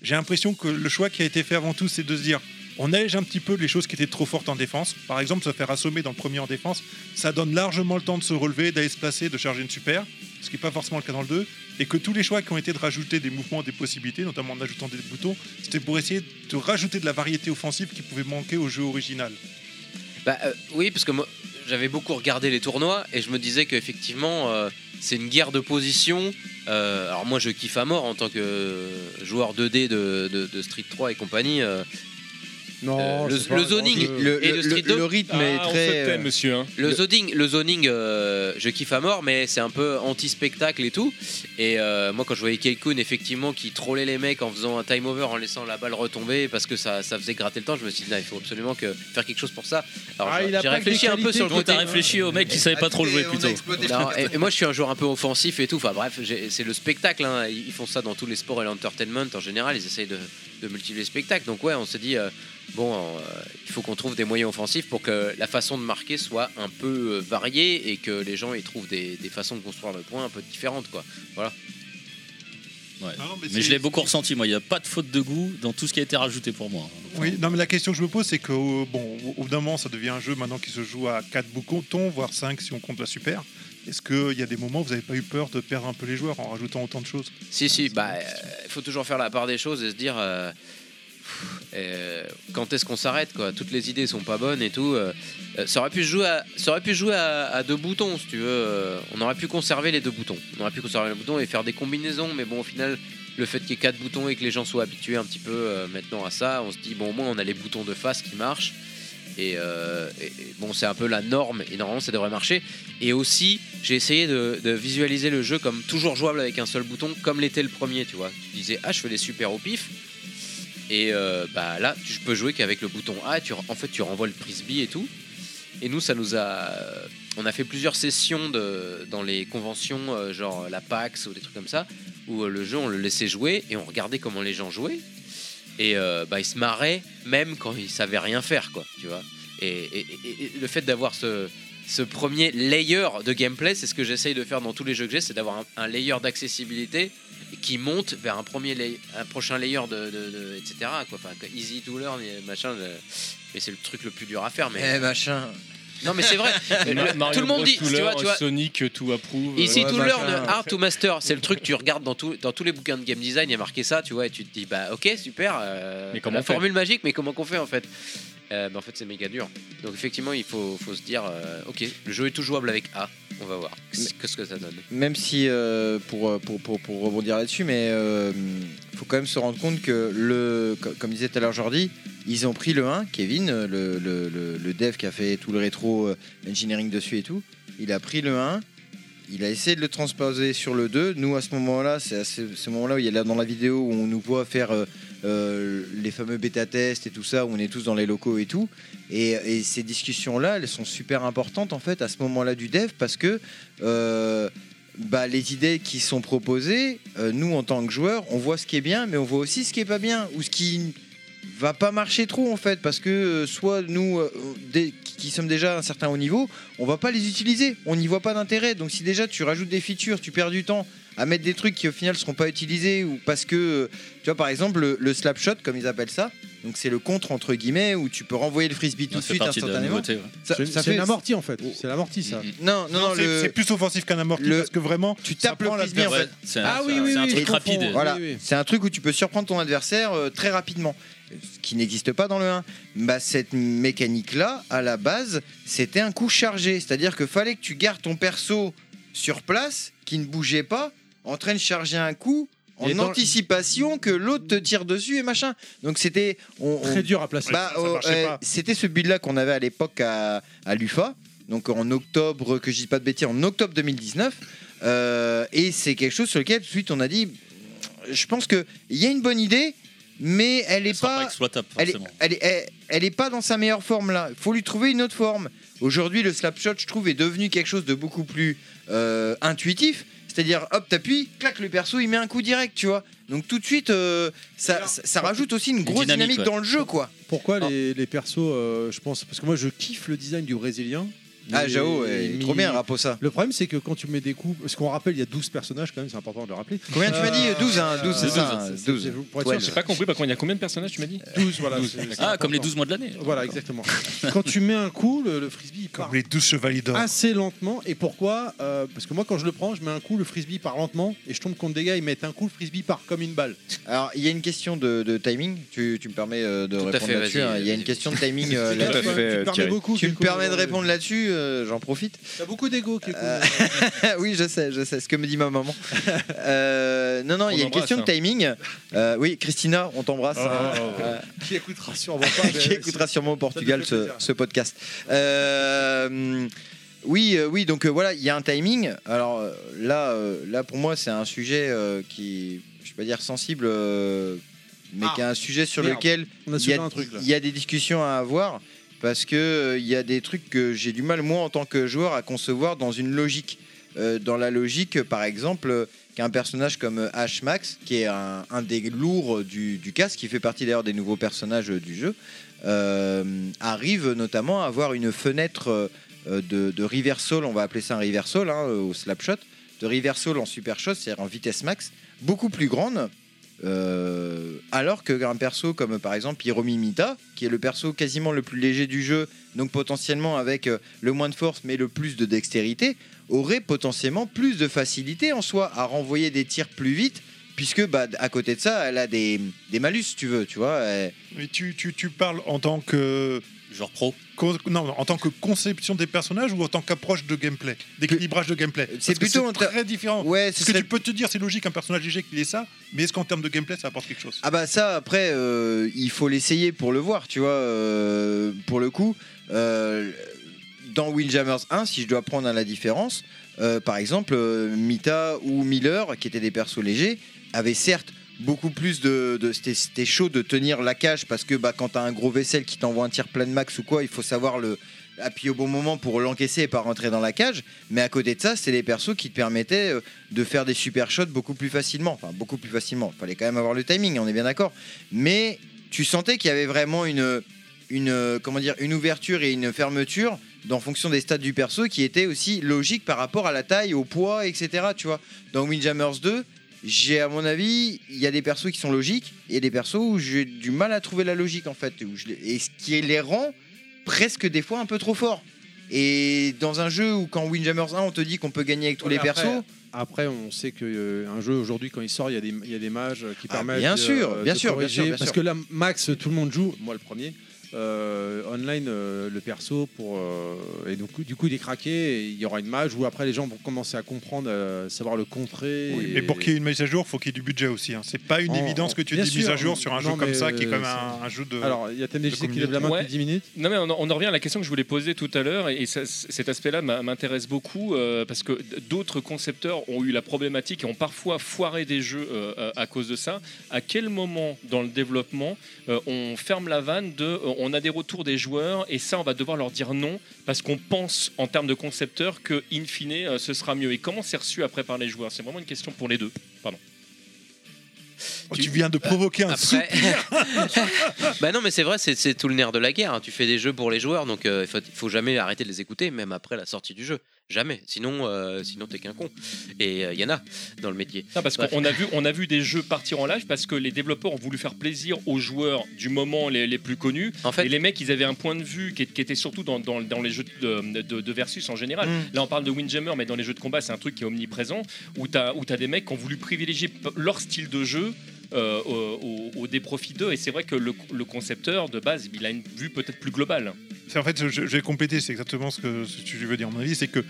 [SPEAKER 7] j'ai l'impression que le choix qui a été fait avant tout, c'est de se dire. On allège un petit peu les choses qui étaient trop fortes en défense. Par exemple, se faire assommer dans le premier en défense, ça donne largement le temps de se relever, d'aller se placer, de charger une super, ce qui n'est pas forcément le cas dans le 2. Et que tous les choix qui ont été de rajouter des mouvements, des possibilités, notamment en ajoutant des boutons, c'était pour essayer de rajouter de la variété offensive qui pouvait manquer au jeu original.
[SPEAKER 2] Bah, euh, oui, parce que moi, j'avais beaucoup regardé les tournois et je me disais qu'effectivement, euh, c'est une guerre de position. Euh, alors moi, je kiffe à mort en tant que joueur 2D de, de- de Street 3 et compagnie. euh,
[SPEAKER 1] Non,
[SPEAKER 2] le,
[SPEAKER 1] c'est pas
[SPEAKER 2] le
[SPEAKER 1] un
[SPEAKER 2] zoning
[SPEAKER 1] grand jeu.
[SPEAKER 2] et le street dog-
[SPEAKER 5] Ah, On se tait, monsieur. hein.
[SPEAKER 2] euh, Le zoning, le zoning euh, je kiffe à mort, mais c'est un peu anti-spectacle et tout. Et euh, moi, quand je voyais Keikun, effectivement, qui trollait les mecs en faisant un time over, en laissant la balle retomber parce que ça, ça faisait gratter le temps, je me suis dit, non, il faut absolument que faire quelque chose pour ça. Alors,
[SPEAKER 12] Ah,
[SPEAKER 2] j'ai-
[SPEAKER 12] il a
[SPEAKER 2] j'ai
[SPEAKER 12] pas que
[SPEAKER 2] réfléchi
[SPEAKER 12] des
[SPEAKER 2] un peu sur le
[SPEAKER 12] qualités.
[SPEAKER 2] côté.
[SPEAKER 12] Donc, t'as réfléchi au mec qui savait pas trop jouer,
[SPEAKER 2] On a
[SPEAKER 12] plutôt.
[SPEAKER 2] exploité le
[SPEAKER 12] Non,
[SPEAKER 2] truc. et, et moi, je suis un joueur un peu offensif et tout. Enfin, bref, j'ai- c'est le spectacle. hein. Ils ils font ça dans tous les sports et l'entertainment en général. Ils essayent de, de multiplier les spectacles. Donc, ouais, on s'est dit. euh, Bon, euh, il faut qu'on trouve des moyens offensifs pour que la façon de marquer soit un peu euh, variée et que les gens y trouvent des, des façons de construire le point un peu différentes, quoi. Voilà.
[SPEAKER 4] Ouais.
[SPEAKER 7] mais
[SPEAKER 4] mais,
[SPEAKER 7] c'est-
[SPEAKER 4] je l'ai beaucoup ressenti, moi. Il n'y a pas de faute de goût dans tout ce qui a été rajouté pour moi.
[SPEAKER 7] Oui, non, mais la question que je me pose, c'est que euh, bon, au- au bout d'un moment, ça devient un jeu maintenant qui se joue à 4 boutons, voire 5 si on compte la super. Est-ce qu'il y a des moments où vous n'avez pas eu peur de perdre un peu les joueurs en rajoutant autant de choses
[SPEAKER 2] Si, si, bah, il faut toujours faire la part des choses et se dire euh, pff, euh, quand est-ce qu'on s'arrête, quoi. Toutes les idées sont pas bonnes et tout. euh, euh, ça aurait pu se jouer, à, ça aurait pu se jouer à, à deux boutons, si tu veux. euh, on aurait pu conserver les deux boutons. On aurait pu conserver les boutons et faire des combinaisons, mais bon, au final. Le fait qu'il y ait quatre boutons et que les gens soient habitués un petit peu euh, maintenant à ça, on se dit bon au moins on a les boutons de face qui marchent. Et, euh, et- et bon, c'est un peu la norme, et normalement ça devrait marcher. Et aussi, j'ai essayé de, de visualiser le jeu comme toujours jouable avec un seul bouton, comme l'était le premier, tu vois. Tu disais, ah, je fais des super au pif, et euh, bah là, tu peux jouer qu'avec le bouton A, tu, en fait, tu renvoies le frisbee et tout. Et nous, ça nous a. euh, On a fait plusieurs sessions de, dans les conventions, euh, genre la PAX ou des trucs comme ça, où euh, le jeu, on le laissait jouer et on regardait comment les gens jouaient. Et euh, bah, ils se marraient même quand ils savaient rien faire, quoi, tu vois. Et, et- et- et le fait d'avoir ce, ce premier layer de gameplay, c'est ce que j'essaye de faire dans tous les jeux que j'ai, c'est d'avoir un, un layer d'accessibilité qui monte vers un, premier lay- un prochain layer, de, de- de- etc. Quoi. Enfin, que easy to learn, et machin. le- mais c'est le truc le plus dur à faire. Mais...
[SPEAKER 8] Eh, machin.
[SPEAKER 2] Non, mais c'est vrai. Le-
[SPEAKER 5] Ma-
[SPEAKER 2] le-
[SPEAKER 5] Mario
[SPEAKER 2] tout le monde
[SPEAKER 5] Bros
[SPEAKER 2] dit,
[SPEAKER 5] to
[SPEAKER 2] tu vois,
[SPEAKER 5] learn,
[SPEAKER 2] tu vois,
[SPEAKER 5] Sonic, euh, tout approuve.
[SPEAKER 2] Ici,
[SPEAKER 5] euh,
[SPEAKER 2] tout
[SPEAKER 5] ouais,
[SPEAKER 2] learn,
[SPEAKER 5] machin.
[SPEAKER 2] art to master, c'est le truc que tu regardes dans, tout- dans tous les bouquins de game design, il y a marqué ça, tu vois, et tu te dis, bah ok, super, euh,
[SPEAKER 5] Mais comment
[SPEAKER 2] la
[SPEAKER 5] on fait
[SPEAKER 2] formule magique, mais comment qu'on fait en fait Euh, bah, En fait, c'est méga dur. Donc effectivement, il faut, faut se dire, euh, ok, le jeu est tout jouable avec A, on va voir qu'est-ce que ce que ça donne.
[SPEAKER 8] même si euh, pour, euh, pour, pour, pour rebondir là-dessus, mais il faut quand même se rendre compte que le, co- comme disait tout à l'heure Jordi, ils ont pris le 1, Kevin, euh, le, le, le- le dev qui a fait tout le rétro euh, engineering dessus et tout, il a pris le 1. Il a essayé de le transposer sur le 2. Nous, à ce moment-là, c'est à ce, ce moment-là où il y a là dans la vidéo où on nous voit faire euh, euh, les fameux bêta-tests et tout ça, où on est tous dans les locaux et tout. Et, et ces discussions-là, elles sont super importantes en fait à ce moment-là du dev parce que euh, bah, les idées qui sont proposées, euh, nous en tant que joueurs, on voit ce qui est bien, mais on voit aussi ce qui est pas bien ou ce qui va pas marcher trop en fait parce que euh, soit nous euh, des- qui sommes déjà à un certain haut niveau on va pas les utiliser on n'y voit pas d'intérêt donc si déjà tu rajoutes des features tu perds du temps à mettre des trucs qui au final seront pas utilisés ou parce que euh, tu vois par exemple le, le slap shot comme ils appellent ça donc c'est le contre entre guillemets où tu peux renvoyer le frisbee tout
[SPEAKER 4] Ça
[SPEAKER 8] de
[SPEAKER 4] fait
[SPEAKER 8] suite
[SPEAKER 4] partie Ah, de la
[SPEAKER 8] instantanément
[SPEAKER 4] nouveauté, ouais.
[SPEAKER 8] Ça-
[SPEAKER 1] C'est
[SPEAKER 8] ça
[SPEAKER 1] c'est
[SPEAKER 8] fait-
[SPEAKER 1] une amortie en fait. C'est l'amortie ça.
[SPEAKER 8] non, non, non,
[SPEAKER 7] c'est,
[SPEAKER 8] le-
[SPEAKER 7] c'est plus offensif qu'un amorti
[SPEAKER 8] le-
[SPEAKER 7] parce que vraiment,
[SPEAKER 8] tu
[SPEAKER 7] ça
[SPEAKER 8] tapes le
[SPEAKER 7] prend la
[SPEAKER 8] frisbee en
[SPEAKER 7] tête.
[SPEAKER 8] fait.
[SPEAKER 7] Ah oui, oui, oui,
[SPEAKER 8] Et
[SPEAKER 7] je comprends.
[SPEAKER 8] Voilà,
[SPEAKER 7] Oui, oui.
[SPEAKER 8] c'est un truc où tu peux surprendre ton adversaire euh, très rapidement, euh, ce qui n'existe pas dans le 1. Bah, cette mécanique-là, à la base, c'était un coup chargé, c'est-à-dire que fallait que tu gardes ton perso sur place, qui ne bougeait pas, en train de charger un coup. En
[SPEAKER 1] Et dans-
[SPEAKER 8] anticipation que l'autre te tire dessus et machin. Donc c'était on- on-
[SPEAKER 1] Très dur à placer.
[SPEAKER 8] Bah,
[SPEAKER 1] Ça
[SPEAKER 8] oh,
[SPEAKER 1] marchait
[SPEAKER 8] euh,
[SPEAKER 1] pas.
[SPEAKER 8] c'était ce build-là qu'on avait à l'époque à, à l'UFA, donc en octobre, que je dis pas de bêtises, en octobre 2019. Euh, et c'est quelque chose sur lequel tout de suite on a dit, je pense que il y a une bonne idée, mais elle n'est pas,
[SPEAKER 4] exploitable,
[SPEAKER 8] elle est-
[SPEAKER 4] forcément.
[SPEAKER 8] elle est, elle- elle est pas dans sa meilleure forme là. Faut lui trouver une autre forme. Aujourd'hui, le slapshot, je trouve, est devenu quelque chose de beaucoup plus euh, intuitif. C'est-à-dire, hop, t'appuies, clac, le perso, il met un coup direct, tu vois. Donc tout de suite, euh, ça, ça, ça rajoute aussi une grosse dynamique,
[SPEAKER 1] dynamique, ouais.
[SPEAKER 8] dans le jeu, quoi. Ah.
[SPEAKER 1] Pourquoi les, les persos, euh, je pense, parce que moi je kiffe le design du brésilien.
[SPEAKER 8] Ah,
[SPEAKER 1] mais-
[SPEAKER 8] Jao, ouais, il est trop bien, Raposa.
[SPEAKER 1] Le problème, c'est que quand tu mets des coups, parce qu'on rappelle, il y a 12 personnages quand même, c'est important de le rappeler. Euh,
[SPEAKER 8] Combien tu m'as dit 12, hein, 12, c'est ça, hein, 12.
[SPEAKER 1] Pour être sûr,
[SPEAKER 5] J'ai pas compris, bah, quand il y a combien de personnages, tu m'as dit
[SPEAKER 1] 12, voilà.
[SPEAKER 4] Ah, comme les 12 mois de l'année.
[SPEAKER 1] Voilà, exactement. Quand tu mets un coup, le, le frisbee il part
[SPEAKER 7] Les 12 chevaliers d'or.
[SPEAKER 1] assez lentement. Et pourquoi Euh, Parce que moi, quand je le prends, je mets un coup, le frisbee part lentement, et je tombe contre des gars, ils mettent un coup, le frisbee part comme une balle.
[SPEAKER 8] Alors, il y a une question de, de timing. Tu, tu me permets euh, de
[SPEAKER 1] à
[SPEAKER 8] répondre
[SPEAKER 1] fait,
[SPEAKER 8] là-dessus.
[SPEAKER 1] vas-y,
[SPEAKER 8] hein. Il y a une question de timing euh,
[SPEAKER 1] Tout à
[SPEAKER 8] là-dessus.
[SPEAKER 1] fait, Tu me permets Thierry. beaucoup,
[SPEAKER 8] Tu
[SPEAKER 1] du
[SPEAKER 8] me
[SPEAKER 1] coup,
[SPEAKER 8] permets de
[SPEAKER 1] euh,
[SPEAKER 8] répondre là-dessus. euh, j'en profite.
[SPEAKER 1] T'as beaucoup d'ego, Kekou.
[SPEAKER 8] oui, je sais, je sais, ce que me dit ma maman. Euh, non, non, il y a une
[SPEAKER 1] embrasse,
[SPEAKER 8] question de
[SPEAKER 1] hein.
[SPEAKER 8] timing. Euh, oui, Christina, on
[SPEAKER 1] Oh,
[SPEAKER 8] t'embrasse. Euh,
[SPEAKER 1] Qui écoutera sûrement pas.
[SPEAKER 8] qui écoutera sûrement au Portugal ce, ce podcast. Euh, oui, euh, oui, donc euh, voilà, il y a un timing. Alors euh, là, euh, là pour moi, c'est un sujet euh, qui, je vais pas dire sensible, euh, mais qui est un sujet sur
[SPEAKER 1] merde.
[SPEAKER 8] lequel
[SPEAKER 1] On a
[SPEAKER 8] il y, a-
[SPEAKER 1] soulevé un truc, là.
[SPEAKER 8] il y a des discussions à avoir parce que euh, il y a des trucs que j'ai du mal moi en tant que joueur à concevoir dans une logique. Euh, dans la logique, par exemple, euh, qu'un personnage comme euh, H-Max, qui est un, un des lourds du, du cast, qui fait partie d'ailleurs des nouveaux personnages euh, du jeu, euh, arrive notamment à avoir une fenêtre euh, euh, de, de reversal, on va appeler ça un reversal hein, au slapshot, de reversal en super shot, c'est-à-dire en vitesse max, beaucoup plus grande. Euh, alors que un perso comme par exemple Hiromimita, qui est le perso quasiment le plus léger du jeu, donc potentiellement avec euh, le moins de force mais le plus de dextérité, aurait potentiellement plus de facilité en soi à renvoyer des tirs plus vite, puisque bah, à côté de ça, elle a des, des malus, si tu veux, tu vois. elle-
[SPEAKER 7] Mais tu, tu, tu parles en tant que.
[SPEAKER 4] Genre pro
[SPEAKER 7] Non, en tant que conception des personnages ou en tant qu'approche de gameplay D'équilibrage de gameplay Parce
[SPEAKER 8] C'est
[SPEAKER 7] que
[SPEAKER 8] plutôt en ter-
[SPEAKER 7] très différent.
[SPEAKER 8] Ouais, ce
[SPEAKER 7] Parce que
[SPEAKER 8] serait-
[SPEAKER 7] tu peux te dire, c'est logique, un personnage léger qu'il est ça, mais est-ce qu'en termes de gameplay, ça apporte quelque chose
[SPEAKER 8] Ah bah ça après euh, il faut l'essayer pour le voir tu vois euh, pour le coup euh, dans Windjammers 1 si je dois prendre à la différence euh, par exemple euh, Mita ou Miller qui étaient des persos légers avaient certes beaucoup plus de, de- c'était, c'était chaud de tenir la cage parce que bah, quand t'as un gros vaisselle qui t'envoie un tir plein de max ou quoi il faut savoir le appuyer Ah, au bon moment pour l'encaisser et pas rentrer dans la cage mais à côté de ça c'est les persos qui te permettaient euh, de faire des super shots beaucoup plus facilement enfin beaucoup plus facilement fallait quand même avoir le timing on est bien d'accord mais tu sentais qu'il y avait vraiment une une euh, comment dire une ouverture et une fermeture en fonction des stats du perso qui était aussi logique par rapport à la taille au poids etc tu vois dans Windjammers 2 j'ai à mon avis il y a des persos qui sont logiques et des persos où j'ai du mal à trouver la logique en fait où je les- et ce qui les rend presque des fois un peu trop forts et dans un jeu où quand Windjammers 1 on te dit qu'on peut gagner avec tous les
[SPEAKER 1] Après-
[SPEAKER 8] persos
[SPEAKER 1] Après, on sait que euh, un jeu aujourd'hui, quand il sort, il y a des, il y a des mages euh, qui
[SPEAKER 8] Ah,
[SPEAKER 1] permettent.
[SPEAKER 8] bien
[SPEAKER 1] de,
[SPEAKER 8] sûr,
[SPEAKER 1] euh,
[SPEAKER 8] bien
[SPEAKER 1] de
[SPEAKER 8] sûr, bien
[SPEAKER 1] corriger,
[SPEAKER 8] sûr, bien
[SPEAKER 1] Parce
[SPEAKER 8] sûr.
[SPEAKER 1] que là, max, tout le monde joue, moi le premier. euh, online euh, le perso pour euh, et donc du coup il est craqué et il y aura une mage où après les gens vont commencer à comprendre euh, savoir le contrer
[SPEAKER 7] Oui,
[SPEAKER 1] et-
[SPEAKER 7] mais pour qu'il y ait une mise à jour, faut qu'il y ait du budget aussi. hein. C'est pas une
[SPEAKER 1] En-
[SPEAKER 7] évidence que tu aies
[SPEAKER 1] bien
[SPEAKER 7] des mises à
[SPEAKER 1] sûr,
[SPEAKER 7] jour sur un
[SPEAKER 1] non,
[SPEAKER 7] jeu comme
[SPEAKER 1] mais,
[SPEAKER 7] ça, qui est quand même
[SPEAKER 1] euh,
[SPEAKER 7] un, un jeu de.
[SPEAKER 1] Alors, il y a TMDJC
[SPEAKER 7] de
[SPEAKER 1] qui
[SPEAKER 7] communauté.
[SPEAKER 1] lève la main
[SPEAKER 5] Ouais.
[SPEAKER 1] depuis 10 minutes.
[SPEAKER 5] Non, mais on, en- on en revient à la question que je voulais poser tout à l'heure, et, et ça- c- cet aspect-là m'a- m'intéresse beaucoup euh, parce que d- d'autres concepteurs ont eu la problématique et ont parfois foiré des jeux euh, euh, à cause de ça. À quel moment dans le développement euh, on ferme la vanne de euh, on a des retours des joueurs et ça on va devoir leur dire non parce qu'on pense en termes de concepteurs que in fine euh, ce sera mieux et comment c'est reçu après par les joueurs C'est vraiment une question pour les deux. Pardon.
[SPEAKER 7] Oh, tu viens de provoquer un
[SPEAKER 2] après- bah non, mais c'est vrai, c'est- c'est tout le nerf de la guerre. hein. Tu fais des jeux pour les joueurs, donc euh, il faut, faut jamais arrêter de les écouter, même après la sortie du jeu. Jamais. Sinon, euh, sinon t'es qu'un con. Et il y en a dans le métier.
[SPEAKER 5] Non, parce
[SPEAKER 2] Bref.
[SPEAKER 5] qu'on a vu, on a vu des jeux partir en live parce que les développeurs ont voulu faire plaisir aux joueurs du moment les, les plus connus. et les mecs, ils avaient un point de vue qui, qui était surtout dans, dans- dans les jeux de, de- de versus en général.
[SPEAKER 2] Mm.
[SPEAKER 5] Là, on parle de Windjammer, mais dans les jeux de combat, c'est un truc qui est omniprésent où t'as où t'as des mecs qui ont voulu privilégier p- leur style de jeu. euh, au, au- au des profits d'eux et c'est vrai que le, le concepteur de base il a une vue peut-être plus globale
[SPEAKER 7] C'est- En fait, je, je vais compléter, c'est exactement ce que ce que tu veux dire, à mon avis, c'est que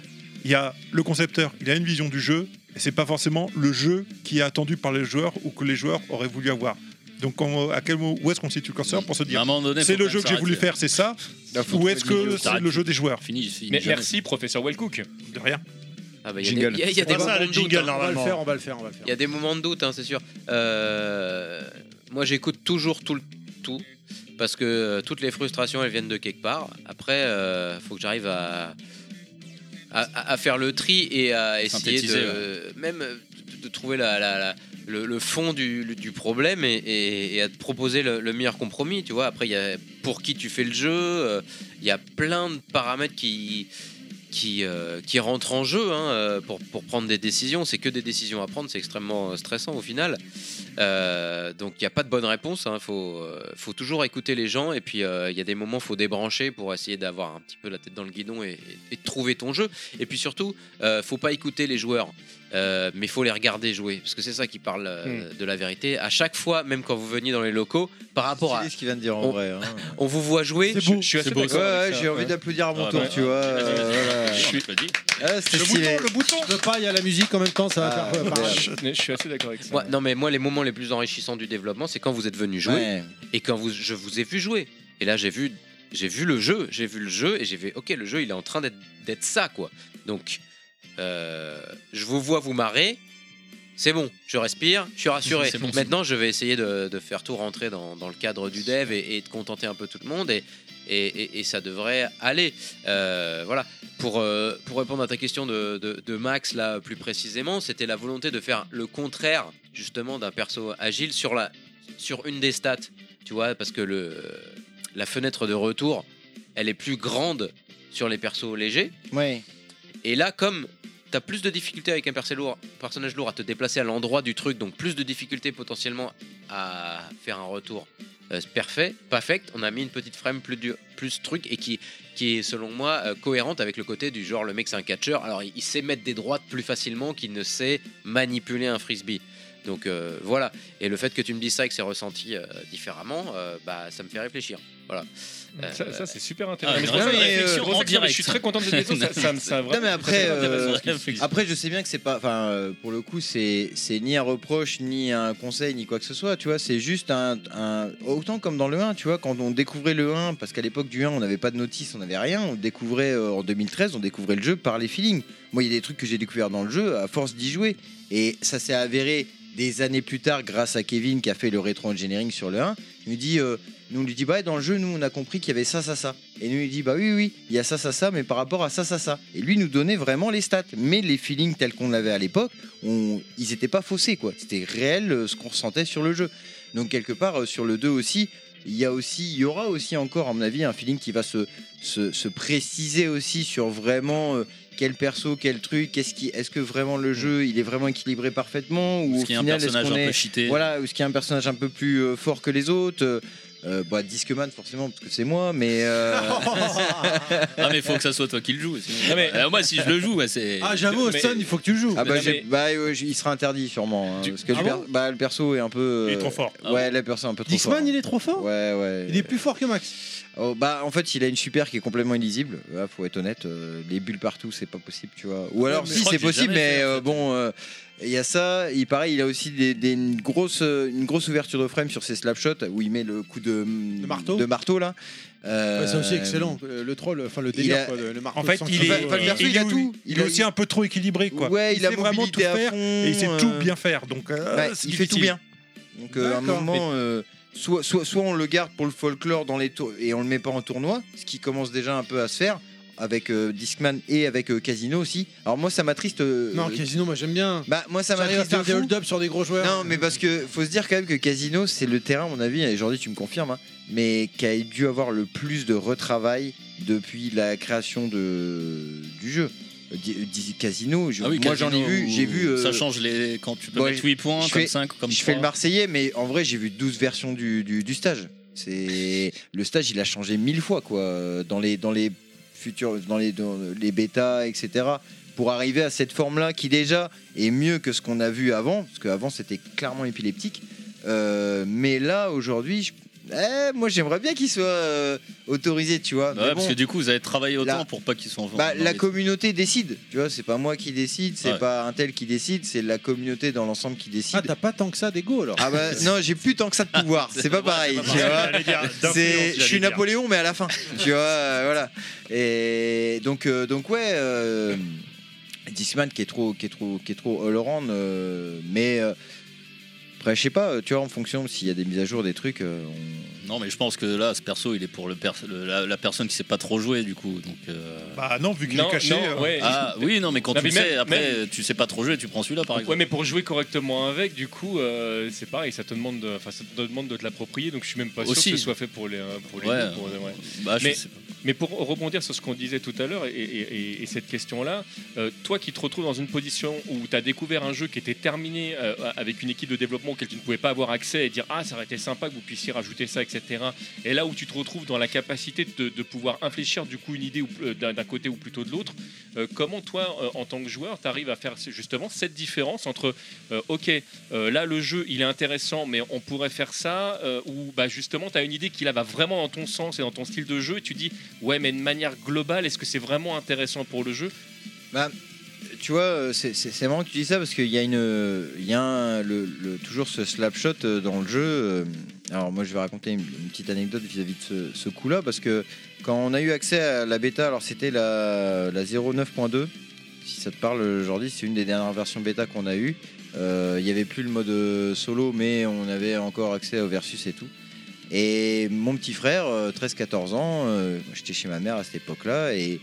[SPEAKER 7] il y a le concepteur, il a une vision du jeu, et c'est pas forcément le jeu qui est attendu par les joueurs ou que les joueurs auraient voulu avoir. Donc, quand- à quel mot, où est-ce qu'on situe le curseur pour se dire
[SPEAKER 4] À un moment donné,
[SPEAKER 7] c'est
[SPEAKER 4] faut
[SPEAKER 7] le
[SPEAKER 4] quand
[SPEAKER 7] jeu
[SPEAKER 4] même
[SPEAKER 7] que j'ai voulu
[SPEAKER 4] s'arrêter.
[SPEAKER 7] faire, c'est ça
[SPEAKER 4] Là, faut
[SPEAKER 7] Ou est-ce
[SPEAKER 4] trouver le
[SPEAKER 7] que
[SPEAKER 4] milieu,
[SPEAKER 7] c'est
[SPEAKER 4] t'arrêtes.
[SPEAKER 7] le jeu des joueurs
[SPEAKER 4] Fini, fini,
[SPEAKER 5] mais
[SPEAKER 4] jamais.
[SPEAKER 5] merci professeur Wellcook
[SPEAKER 7] de rien
[SPEAKER 2] Ah bah, y a des- y a- y a des
[SPEAKER 1] On va-
[SPEAKER 2] moments de doute, hein.
[SPEAKER 1] on va le faire on va le faire on va le faire
[SPEAKER 2] Il y a des moments de doute, hein, c'est sûr. Euh, moi, j'écoute toujours tout le tout parce que euh, toutes les frustrations, elles viennent de quelque part. Après, il faut que j'arrive à, à- à- à faire le tri et à essayer de
[SPEAKER 4] Synthétiser,
[SPEAKER 2] même euh, de- de trouver la, la- la- le, le fond du, le- du problème et, et- et à te proposer le, le meilleur compromis. Tu vois. Après, il y a pour qui tu fais le jeu. euh, Il y a plein de paramètres qui qui, euh, qui rentrent en jeu hein, euh, pour, pour prendre des décisions. C'est que des décisions à prendre, c'est extrêmement euh, stressant au final. Euh, donc il n'y a pas de bonne réponse. Il faut, euh, faut toujours écouter les gens et puis euh, il y a des moments faut débrancher pour essayer d'avoir un petit peu la tête dans le guidon et, et- et de trouver ton jeu. Et puis surtout, euh, faut pas écouter les joueurs. euh, mais il faut les regarder jouer, parce que c'est ça qui parle euh,
[SPEAKER 8] Hmm.
[SPEAKER 2] de la vérité. À chaque fois, même quand vous veniez dans les locaux, par rapport à...
[SPEAKER 8] C'est ce qu'il vient de dire en
[SPEAKER 2] on,
[SPEAKER 8] vrai. hein.
[SPEAKER 2] on vous voit jouer.
[SPEAKER 8] C'est beau. C'est beau. Ouais, ouais, j'ai envie d'applaudir à mon tour, tu vois. euh, voilà. Ah, c'est
[SPEAKER 1] Le
[SPEAKER 8] stylé.
[SPEAKER 1] bouton, le bouton Je peux pas, il y a la musique en même temps, ça va
[SPEAKER 8] Ah,
[SPEAKER 1] faire
[SPEAKER 8] merde.
[SPEAKER 1] pareil.
[SPEAKER 5] Je suis assez d'accord avec ça.
[SPEAKER 2] Moi, non mais moi les moments les plus enrichissants du développement c'est quand vous êtes venu jouer
[SPEAKER 8] Ouais.
[SPEAKER 2] et quand vous, je vous ai vu jouer et là j'ai vu j'ai vu le jeu j'ai vu le jeu et j'ai vu ok le jeu il est en train d'être d'être ça quoi donc euh, je vous vois vous marrer c'est bon je respire je suis rassuré
[SPEAKER 12] C'est bon, c'est
[SPEAKER 2] maintenant je vais essayer de, de faire tout rentrer dans, dans le cadre du dev et, et de contenter un peu tout le monde et et, et- et ça devrait aller Euh, voilà pour, euh, pour répondre à ta question de, de- de Max, là, plus précisément, c'était la volonté de faire le contraire, justement, d'un perso agile sur, la, sur une des stats. Tu vois, parce que le, la fenêtre de retour, elle est plus grande sur les persos légers.
[SPEAKER 8] Ouais.
[SPEAKER 2] Et là, comme t'as plus de difficultés avec un perso lourd- personnage lourd à te déplacer à l'endroit du truc, donc plus de difficultés potentiellement à faire un retour euh, parfait, perfect, on a mis une petite frame plus, du- plus truc et qui, qui est selon moi euh, cohérente avec le côté du genre le mec c'est un catcheur, alors il, il sait mettre des droites plus facilement qu'il ne sait manipuler un frisbee. Donc euh, voilà, et le fait que tu me dises ça et que c'est ressenti euh, différemment, euh, bah, ça me fait réfléchir. Voilà.
[SPEAKER 5] Ça, ça, c'est super
[SPEAKER 2] Ah,
[SPEAKER 5] intéressant.
[SPEAKER 2] mais
[SPEAKER 5] Mais c'est pour ça que
[SPEAKER 2] ouais, mais,
[SPEAKER 5] la réflexion,
[SPEAKER 2] euh,
[SPEAKER 5] pour ça
[SPEAKER 2] en
[SPEAKER 5] que je
[SPEAKER 2] direct.
[SPEAKER 5] suis très content de cette question. ça- ça me- ça a
[SPEAKER 8] Non, mais
[SPEAKER 5] vraiment-
[SPEAKER 8] après,
[SPEAKER 5] ça a vraiment
[SPEAKER 8] euh,
[SPEAKER 5] intéressant, ce qu'il dit.
[SPEAKER 8] après, je sais bien que c'est pas, enfin, euh, pour le coup, c'est, c'est ni un reproche, ni un conseil, ni quoi que ce soit. Tu vois, c'est juste un, un- autant comme dans le 1, tu vois, quand on découvrait le 1, parce qu'à l'époque du 1, on n'avait pas de notice, on n'avait rien. On découvrait euh, en 2013, on découvrait le jeu par les feelings. Moi, il y a des trucs que j'ai découvert dans le jeu à force d'y jouer, et ça s'est avéré des années plus tard, grâce à Kevin qui a fait le rétro engineering sur le 1. Il nous dit, euh, nous on lui dit, bah dans le jeu, nous on a compris qu'il y avait ça, ça, ça. Et nous il dit, bah oui, oui, il y a ça, ça, ça, mais par rapport à ça, ça, ça. Et lui nous donnait vraiment les stats, mais les feelings tels qu'on l'avait à l'époque, on- ils n'étaient pas faussés quoi. C'était réel euh, ce qu'on ressentait sur le jeu. Donc quelque part euh, sur le 2 aussi, il y a aussi, il y aura aussi encore à mon avis un feeling qui va se se, se préciser aussi sur vraiment. euh, quel perso, quel truc, qu'est-ce qui, est-ce que vraiment le jeu il est vraiment équilibré parfaitement ou
[SPEAKER 4] Est-ce
[SPEAKER 8] au
[SPEAKER 4] qu'il y a un
[SPEAKER 8] final, est-ce
[SPEAKER 4] personnage
[SPEAKER 8] qu'on
[SPEAKER 4] un peu
[SPEAKER 8] est-
[SPEAKER 4] cheaté
[SPEAKER 8] voilà, ou est-ce qu'il y a un personnage un peu plus euh, fort que les autres euh, euh, bah, Discman forcément parce que c'est moi mais euh,
[SPEAKER 4] Ah, mais faut que ça soit toi qui le joue. sinon-
[SPEAKER 8] Non, mais-
[SPEAKER 4] Euh, moi, si je le joue, ouais, c'est.
[SPEAKER 1] Ah,
[SPEAKER 8] Austin,
[SPEAKER 4] Mais-
[SPEAKER 8] il faut que tu le joues. Ah bah,
[SPEAKER 4] Mais-
[SPEAKER 8] j'ai- bah, euh, j- il sera interdit sûrement. hein, parce que
[SPEAKER 1] Ah
[SPEAKER 8] le, per-
[SPEAKER 1] bon
[SPEAKER 8] bah, le perso est un peu.
[SPEAKER 1] Il est
[SPEAKER 8] euh,
[SPEAKER 1] trop fort.
[SPEAKER 4] Ah
[SPEAKER 8] Ouais, le perso est un peu trop
[SPEAKER 1] Dixman,
[SPEAKER 8] fort. hein.
[SPEAKER 1] il est trop fort
[SPEAKER 8] Ouais, ouais.
[SPEAKER 1] Il est plus fort que Max.
[SPEAKER 8] Oh, bah, en fait, il a une super qui est complètement illisible. Là, faut être honnête, euh, les bulles partout, c'est pas possible, tu vois. Ou
[SPEAKER 1] Ouais,
[SPEAKER 8] alors,
[SPEAKER 1] mais- Je
[SPEAKER 8] si,
[SPEAKER 1] crois
[SPEAKER 8] c'est
[SPEAKER 1] que j'ai
[SPEAKER 8] possible,
[SPEAKER 4] hein.
[SPEAKER 1] jamais
[SPEAKER 8] mais
[SPEAKER 1] fait, en
[SPEAKER 8] euh, bon, euh, il y a ça. Il pareil, il a aussi des, des- une, grosse, euh, une grosse ouverture de frame sur ses slapshots où il met le coup de, marteau. De marteau là. Euh,
[SPEAKER 1] Ouais, c'est aussi excellent. Euh, Le troll, enfin le
[SPEAKER 8] il
[SPEAKER 1] délire,
[SPEAKER 8] a-
[SPEAKER 1] quoi, le, le marteau
[SPEAKER 7] En fait,
[SPEAKER 1] sans
[SPEAKER 7] il
[SPEAKER 1] cheveux,
[SPEAKER 7] est,
[SPEAKER 1] euh,
[SPEAKER 7] il,
[SPEAKER 8] il a
[SPEAKER 7] est-
[SPEAKER 8] tout.
[SPEAKER 7] il
[SPEAKER 8] Il
[SPEAKER 7] est
[SPEAKER 8] a-
[SPEAKER 7] aussi un peu trop équilibré, quoi.
[SPEAKER 8] Ouais, il a
[SPEAKER 7] sait vraiment tout
[SPEAKER 8] mobilité à
[SPEAKER 7] faire
[SPEAKER 8] fond,
[SPEAKER 7] et il sait
[SPEAKER 8] euh,
[SPEAKER 7] tout bien faire. Donc, euh,
[SPEAKER 8] Ouais,
[SPEAKER 7] c'est
[SPEAKER 8] il fait tout
[SPEAKER 7] difficile.
[SPEAKER 8] bien. Donc euh, à un
[SPEAKER 7] D'accord.
[SPEAKER 8] moment, euh, soit, soit, soit on le garde pour le folklore dans les tours et on le met pas en tournoi, ce qui commence déjà un peu à se faire avec euh, Discman et avec euh, Casino aussi. Alors moi ça m'attriste. euh,
[SPEAKER 1] Non,
[SPEAKER 8] euh,
[SPEAKER 1] Casino, moi j'aime bien.
[SPEAKER 8] Bah moi ça
[SPEAKER 1] m'arrive
[SPEAKER 8] m'arrive
[SPEAKER 1] à faire des
[SPEAKER 8] hold
[SPEAKER 1] hold-up sur des gros joueurs.
[SPEAKER 8] Non mais parce que faut se dire quand même que Casino c'est le terrain à mon avis et aujourd'hui tu me confirmes hein, mais qui a dû avoir le plus de retravail depuis la création de du jeu. Euh, di- euh, di- Casino, je-
[SPEAKER 4] Ah oui,
[SPEAKER 8] moi j'en ai
[SPEAKER 4] Casino,
[SPEAKER 8] vu, j'ai vu. euh,
[SPEAKER 4] Ça change les. Quand tu peux
[SPEAKER 8] Bon,
[SPEAKER 4] mettre
[SPEAKER 8] je-
[SPEAKER 4] 8 points,
[SPEAKER 8] je
[SPEAKER 4] comme
[SPEAKER 8] fais-
[SPEAKER 4] 5, comme
[SPEAKER 8] Je fais le
[SPEAKER 4] 3.
[SPEAKER 8] Marseillais, mais en vrai, j'ai vu 12 versions du, du- du stage. C'est le stage, il a changé mille fois quoi euh, dans les dans les futurs dans les dans les bêtas etc. Pour arriver à cette forme là qui déjà est mieux que ce qu'on a vu avant parce qu'avant c'était clairement épileptique. Euh, mais là aujourd'hui, je- eh, moi j'aimerais bien qu'il soit euh, autorisé, tu vois.
[SPEAKER 4] Bah
[SPEAKER 8] Mais
[SPEAKER 4] ouais, parce
[SPEAKER 8] bon.
[SPEAKER 4] que du coup, vous avez travaillé autant
[SPEAKER 8] la-
[SPEAKER 4] pour pas qu'ils soient en
[SPEAKER 8] Bah,
[SPEAKER 4] dans
[SPEAKER 8] la
[SPEAKER 4] les-
[SPEAKER 8] communauté décide, tu vois, c'est pas moi qui décide, c'est
[SPEAKER 4] Ouais.
[SPEAKER 8] pas un tel qui décide, c'est la communauté dans l'ensemble qui décide.
[SPEAKER 1] Ah, t'as pas tant que ça d'ego alors.
[SPEAKER 8] Ah bah non, j'ai plus tant que ça de pouvoir. C'est pas pareil. tu vois.
[SPEAKER 1] J'allais dire, d'influence,
[SPEAKER 8] C'est- Je
[SPEAKER 1] j'allais
[SPEAKER 8] suis
[SPEAKER 1] dire.
[SPEAKER 8] Napoléon, mais à la fin. Tu vois, euh, voilà. Et donc, euh, donc ouais. euh, Discman qui est trop, qui est trop, qui est trop all around, euh, mais euh, après je sais pas, euh, tu vois en fonction s'il y a des mises à jour des trucs, euh,
[SPEAKER 4] Non, mais je pense que là, ce perso, il est pour le perso- le- la, la personne qui sait pas trop jouer, du coup. Donc, euh,
[SPEAKER 7] Bah non, vu qu'il
[SPEAKER 4] Non,
[SPEAKER 7] est caché.
[SPEAKER 4] non,
[SPEAKER 7] euh,
[SPEAKER 4] ouais. Ah, oui, non, mais quand
[SPEAKER 5] Non,
[SPEAKER 4] tu
[SPEAKER 5] mais
[SPEAKER 4] le
[SPEAKER 5] même-
[SPEAKER 4] sais, après,
[SPEAKER 5] même-
[SPEAKER 4] tu sais pas trop jouer, tu prends celui-là, par exemple.
[SPEAKER 5] Ouais, mais pour jouer correctement avec, du coup, euh, c'est pareil, ça te demande, de, enfin, ça te demande de te l'approprier, donc je suis même pas sûr
[SPEAKER 4] Aussi.
[SPEAKER 5] que ce soit fait pour les, euh, pour les
[SPEAKER 4] Ouais.
[SPEAKER 5] deux, pour- ouais.
[SPEAKER 4] Bah, je
[SPEAKER 5] mais
[SPEAKER 4] sais pas.
[SPEAKER 5] Mais pour rebondir sur ce qu'on disait tout à l'heure et, et- et- et cette question-là, euh, toi qui te retrouves dans une position où tu as découvert un jeu qui était terminé euh, avec une équipe de développement auquel tu ne pouvais pas avoir accès et dire Ah, ça aurait été sympa que vous puissiez rajouter ça, etc. Et là où tu te retrouves dans la capacité de, de pouvoir infléchir du coup une idée ou, euh, d'un d'un côté ou plutôt de l'autre, euh, comment toi, euh, en tant que joueur, tu arrives à faire c- justement cette différence entre euh, Ok, euh, là le jeu il est intéressant, mais on pourrait faire ça, euh, ou bah, justement tu as une idée qui là va vraiment dans ton sens et dans ton style de jeu et tu dis Ouais, mais de manière globale, est-ce que c'est vraiment intéressant pour le jeu
[SPEAKER 8] Bah, tu vois, euh, c'est- c'est c'est marrant que tu dis ça parce qu'il y a une, il y a un- le, le- toujours ce slapshot euh, dans le jeu. euh, Alors moi, je vais raconter une, une petite anecdote vis-à-vis de ce, ce coup-là parce que quand on a eu accès à la bêta, alors c'était la, la 09.2. Si ça te parle, euh, Jordi, c'est une des dernières versions bêta qu'on a eu. Euh, Il n'y avait plus le mode euh, solo, mais on avait encore accès au versus et tout. Et mon petit frère, 13-14 ans, euh, j'étais chez ma mère à cette époque-là et,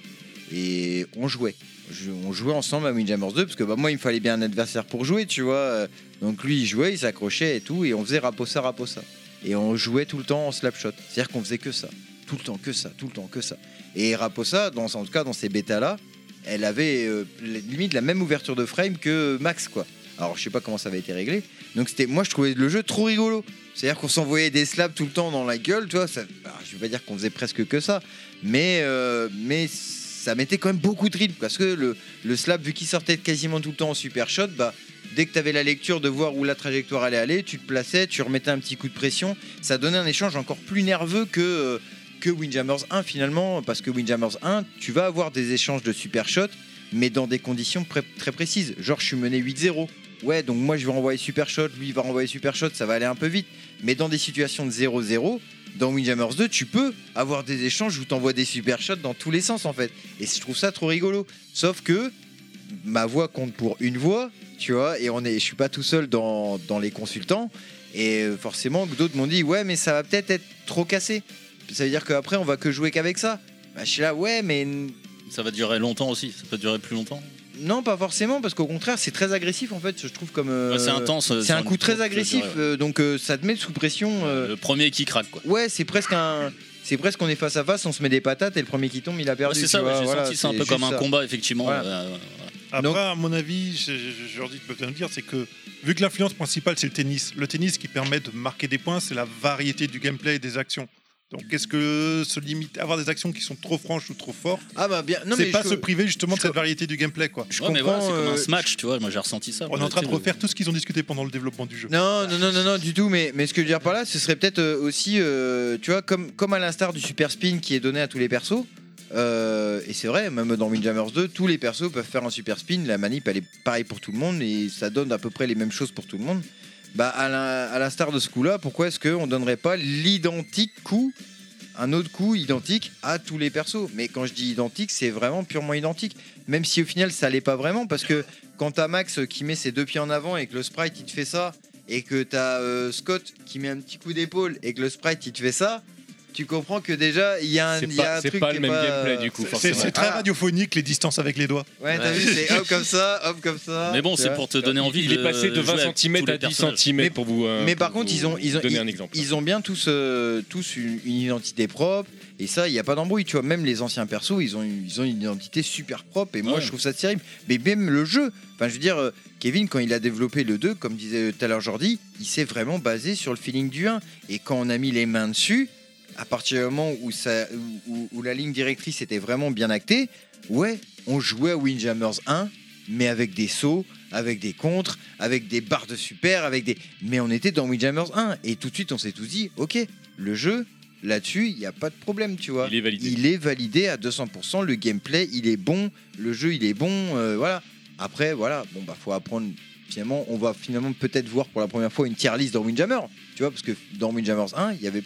[SPEAKER 8] et on jouait. Je- on jouait ensemble à Windjammers 2 parce que bah, moi il me fallait bien un adversaire pour jouer, tu vois. euh, Donc lui il jouait, il s'accrochait et tout, et on faisait raposa raposa. Et on jouait tout le temps en slapshot. C'est-à-dire qu'on faisait que ça. Tout le temps que ça, tout le temps que ça. Et raposa, dans, en tout cas dans ces bêtas-là, elle avait euh, limite la même ouverture de frame que Max, quoi. Alors je sais pas comment ça avait été réglé. Donc c'était, moi je trouvais le jeu trop rigolo. C'est-à-dire qu'on s'envoyait des slaps tout le temps dans la gueule, tu vois. Ça, bah, je vais pas dire qu'on faisait presque que ça, mais euh, mais ça mettait quand même beaucoup de rythme parce que le, le slap vu qu'il sortait quasiment tout le temps en super shot, bah dès que tu avais la lecture de voir où la trajectoire allait aller, tu te plaçais, tu remettais un petit coup de pression, ça donnait un échange encore plus nerveux que euh, que Windjammers 1 finalement, parce que Windjammers 1, tu vas avoir des échanges de super shots, mais dans des conditions pré- très précises. Genre, je suis mené 8-0. Ouais, donc moi je vais renvoyer super shot, lui il va renvoyer super shot, ça va aller un peu vite. Mais dans des situations de 0-0, dans Windjammers 2, tu peux avoir des échanges où t'envoies des super shots dans tous les sens en fait. Et je trouve ça trop rigolo. Sauf que ma voix compte pour une voix, tu vois, et on est, je suis pas tout seul dans, dans les consultants. Et euh, forcément, d'autres m'ont dit, ouais, mais ça va peut-être être trop cassé. Ça veut dire qu'après, on va que jouer qu'avec ça. Bah, je suis là, ouais, mais n-
[SPEAKER 4] Ça va durer longtemps aussi, ça peut durer plus longtemps.
[SPEAKER 8] non, pas forcément, parce qu'au contraire, c'est très agressif en fait, je trouve comme. euh,
[SPEAKER 4] Ouais, c'est intense, euh,
[SPEAKER 8] C'est
[SPEAKER 4] sur
[SPEAKER 8] un
[SPEAKER 4] une
[SPEAKER 8] coup très
[SPEAKER 4] courte
[SPEAKER 8] agressif,
[SPEAKER 4] durée, ouais.
[SPEAKER 8] euh, donc euh, ça te met sous pression. euh,
[SPEAKER 4] Le premier qui craque, quoi.
[SPEAKER 8] Ouais, c'est presque un. C'est presque qu'on est face à face, on se met des patates et le premier qui tombe, il a
[SPEAKER 4] Ouais,
[SPEAKER 8] perdu.
[SPEAKER 4] c'est ça,
[SPEAKER 8] tu
[SPEAKER 4] ouais,
[SPEAKER 8] vois,
[SPEAKER 4] j'ai
[SPEAKER 8] voilà,
[SPEAKER 4] senti ça un
[SPEAKER 8] c'est
[SPEAKER 4] peu comme
[SPEAKER 8] juste
[SPEAKER 4] un
[SPEAKER 8] ça.
[SPEAKER 4] combat, effectivement.
[SPEAKER 8] Voilà.
[SPEAKER 4] euh, ouais, ouais.
[SPEAKER 7] Après, à mon avis, je- je- je- Jordi peut bien le dire, c'est que vu que l'influence principale c'est le tennis, le tennis qui permet de marquer des points, c'est la variété du gameplay et des actions. Donc, est-ce que se limiter, avoir des actions qui sont trop franches ou trop fortes,
[SPEAKER 8] Ah bah bien, non
[SPEAKER 7] c'est
[SPEAKER 8] mais
[SPEAKER 7] pas
[SPEAKER 8] je- euh,
[SPEAKER 7] se priver justement de cette variété du gameplay quoi.
[SPEAKER 4] Ouais, mais voilà, c'est comme un smash, tu vois, moi j'ai ressenti ça.
[SPEAKER 7] On est en train de refaire tout ce qu'ils ont discuté pendant le développement du jeu. Ah,
[SPEAKER 8] Non, non, non, non, non, du tout. Mais, mais ce que je veux dire par là, ce serait peut-être euh, aussi, euh, tu vois, comme, comme à l'instar du super spin qui est donné à tous les persos. euh, et c'est vrai, même dans Windjammers 2, tous les persos peuvent faire un super spin. La manip, elle est pareille pour tout le monde et ça donne à peu près les mêmes choses pour tout le monde. Bah, à la- à l'instar de ce coup-là, pourquoi est-ce qu'on donnerait pas l'identique coup un autre coup identique à tous les persos. Mais quand je dis identique, c'est vraiment purement identique. Même si au final, ça l'est pas vraiment, parce que quand t'as Max qui met ses deux pieds en avant et que le sprite il te fait ça, et que t'as euh, Scott qui met un petit coup d'épaule et que le sprite il te fait ça, tu comprends que déjà il y a un,
[SPEAKER 5] C'est
[SPEAKER 8] il y a
[SPEAKER 5] pas-
[SPEAKER 8] un
[SPEAKER 5] c'est
[SPEAKER 8] truc
[SPEAKER 5] pas
[SPEAKER 8] qui
[SPEAKER 5] le
[SPEAKER 8] est
[SPEAKER 5] même gameplay, du coup,
[SPEAKER 8] c'est-
[SPEAKER 7] C'est
[SPEAKER 5] forcément.
[SPEAKER 7] c'est très
[SPEAKER 8] Voilà.
[SPEAKER 7] radiophonique les distances avec les doigts.
[SPEAKER 8] Ah. Ouais, t'as
[SPEAKER 4] Ouais.
[SPEAKER 8] vu, c'est hop comme ça, hop comme ça.
[SPEAKER 4] Mais bon,
[SPEAKER 8] tu
[SPEAKER 4] c'est
[SPEAKER 8] vois.
[SPEAKER 4] pour te donner envie
[SPEAKER 5] Il
[SPEAKER 4] de.
[SPEAKER 5] est passé de 20
[SPEAKER 4] jouer avec
[SPEAKER 5] cm
[SPEAKER 4] tous les
[SPEAKER 5] à 10
[SPEAKER 4] personnages.
[SPEAKER 5] cm pour vous. euh,
[SPEAKER 8] mais par
[SPEAKER 5] pour
[SPEAKER 8] contre,
[SPEAKER 5] vous
[SPEAKER 8] ils ont, ils ont,
[SPEAKER 5] donner
[SPEAKER 8] ils,
[SPEAKER 5] un exemple.
[SPEAKER 8] ils ont bien tous, euh, tous une, une identité propre. Et ça, il n'y a pas d'embrouille. Tu vois, même les anciens persos, ils ont, une- ils ont une identité super propre. Et moi,
[SPEAKER 4] Ouais.
[SPEAKER 8] je trouve ça terrible. Mais même le jeu, enfin, je veux dire, euh, Kevin, quand il a développé le 2, comme disait tout à l'heure Jordi, il s'est vraiment basé sur le feeling du 1. Et quand on a mis les mains dessus, à partir du moment où, ça, où, où la ligne directrice était vraiment bien actée, ouais, on jouait à Windjammers 1, mais avec des sauts, avec des contres, avec des barres de super, avec des. Mais on était dans Windjammers 1, et tout de suite, on s'est tous dit, ok, le jeu, là-dessus, il n'y a pas de problème, tu vois.
[SPEAKER 5] Il est validé.
[SPEAKER 8] Il est validé à 200%, le gameplay, il est bon, le jeu, il est bon, euh, voilà. Après, voilà, bon, bah, faut apprendre. Finalement, on va finalement peut-être voir pour la première fois une tier list dans Windjammer, tu vois, parce que dans Windjammers 1, il n'y avait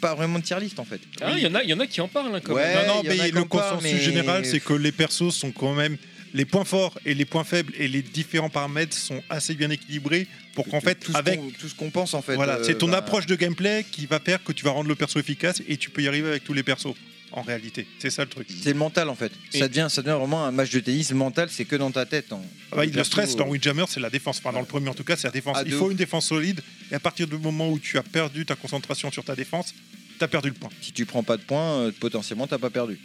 [SPEAKER 8] pas vraiment de tier list en fait.
[SPEAKER 5] Ah, il y, en a- il y en a qui en parlent hein, quand
[SPEAKER 8] Ouais.
[SPEAKER 5] même.
[SPEAKER 7] non, non,
[SPEAKER 8] il y en a
[SPEAKER 7] mais
[SPEAKER 8] qui en
[SPEAKER 7] le
[SPEAKER 8] parlent,
[SPEAKER 7] consensus
[SPEAKER 8] mais-
[SPEAKER 7] général, c'est que les persos sont quand même. Les points forts et les points faibles et les différents paramètres sont assez bien équilibrés pour qu'en fait,
[SPEAKER 8] tout ce
[SPEAKER 7] avec.
[SPEAKER 8] qu'on- tout ce qu'on pense en fait.
[SPEAKER 7] Voilà,
[SPEAKER 8] euh,
[SPEAKER 7] c'est ton
[SPEAKER 8] bah,
[SPEAKER 7] approche de gameplay qui va faire que tu vas rendre le perso efficace et tu peux y arriver avec tous les persos, en réalité. C'est ça le truc.
[SPEAKER 8] C'est le mental en fait. Ça devient, ça devient vraiment un match de tennis mental, c'est que dans ta tête. en-
[SPEAKER 7] Ah bah, il- le
[SPEAKER 8] perso,
[SPEAKER 7] stress
[SPEAKER 8] euh,
[SPEAKER 7] dans Windjammer, c'est la défense. Enfin, dans le premier en tout cas, c'est la défense.
[SPEAKER 8] Ah,
[SPEAKER 7] Il
[SPEAKER 8] de
[SPEAKER 7] faut
[SPEAKER 8] ouf.
[SPEAKER 7] une défense solide. Et à partir du moment où tu as perdu ta concentration sur ta défense, T'as perdu le point.
[SPEAKER 8] Si tu prends pas de points, euh, potentiellement t'as pas perdu.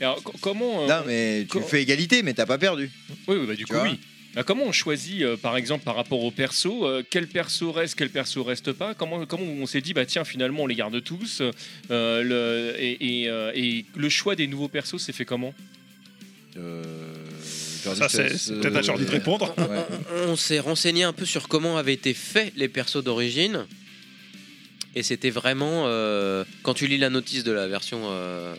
[SPEAKER 5] Alors, co- comment. euh,
[SPEAKER 8] non mais tu
[SPEAKER 5] co-
[SPEAKER 8] fais égalité, mais t'as pas perdu.
[SPEAKER 5] Oui, oui, bah,
[SPEAKER 8] Tu
[SPEAKER 5] du coup,
[SPEAKER 8] vois
[SPEAKER 5] oui. Bah, comment on choisit, euh, par exemple, par rapport au perso, euh, quel perso reste, quel perso reste pas Comment, comment on s'est dit, bah tiens, finalement, on les garde tous euh, le, et, et, euh, et le choix des nouveaux persos s'est fait comment
[SPEAKER 8] Jordi,
[SPEAKER 7] Ça, c'est- c'est peut-être à Jordi de répondre.
[SPEAKER 8] Ouais.
[SPEAKER 2] On, on s'est renseigné un peu sur comment avaient été faits les persos d'origine. Et c'était vraiment. euh, quand tu lis la notice de la version euh,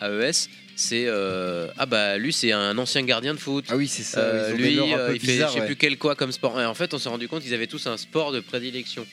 [SPEAKER 2] AES, c'est. euh, ah bah lui, c'est un ancien gardien de foot.
[SPEAKER 8] Ah oui, c'est ça, ils ont des
[SPEAKER 2] lui,
[SPEAKER 8] leurs un
[SPEAKER 2] euh,
[SPEAKER 8] peu
[SPEAKER 2] il fait
[SPEAKER 8] bizarres,
[SPEAKER 2] je sais
[SPEAKER 8] ouais.
[SPEAKER 2] plus quel quoi comme sport. Et en fait, on s'est rendu compte qu'ils avaient tous un sport de prédilection.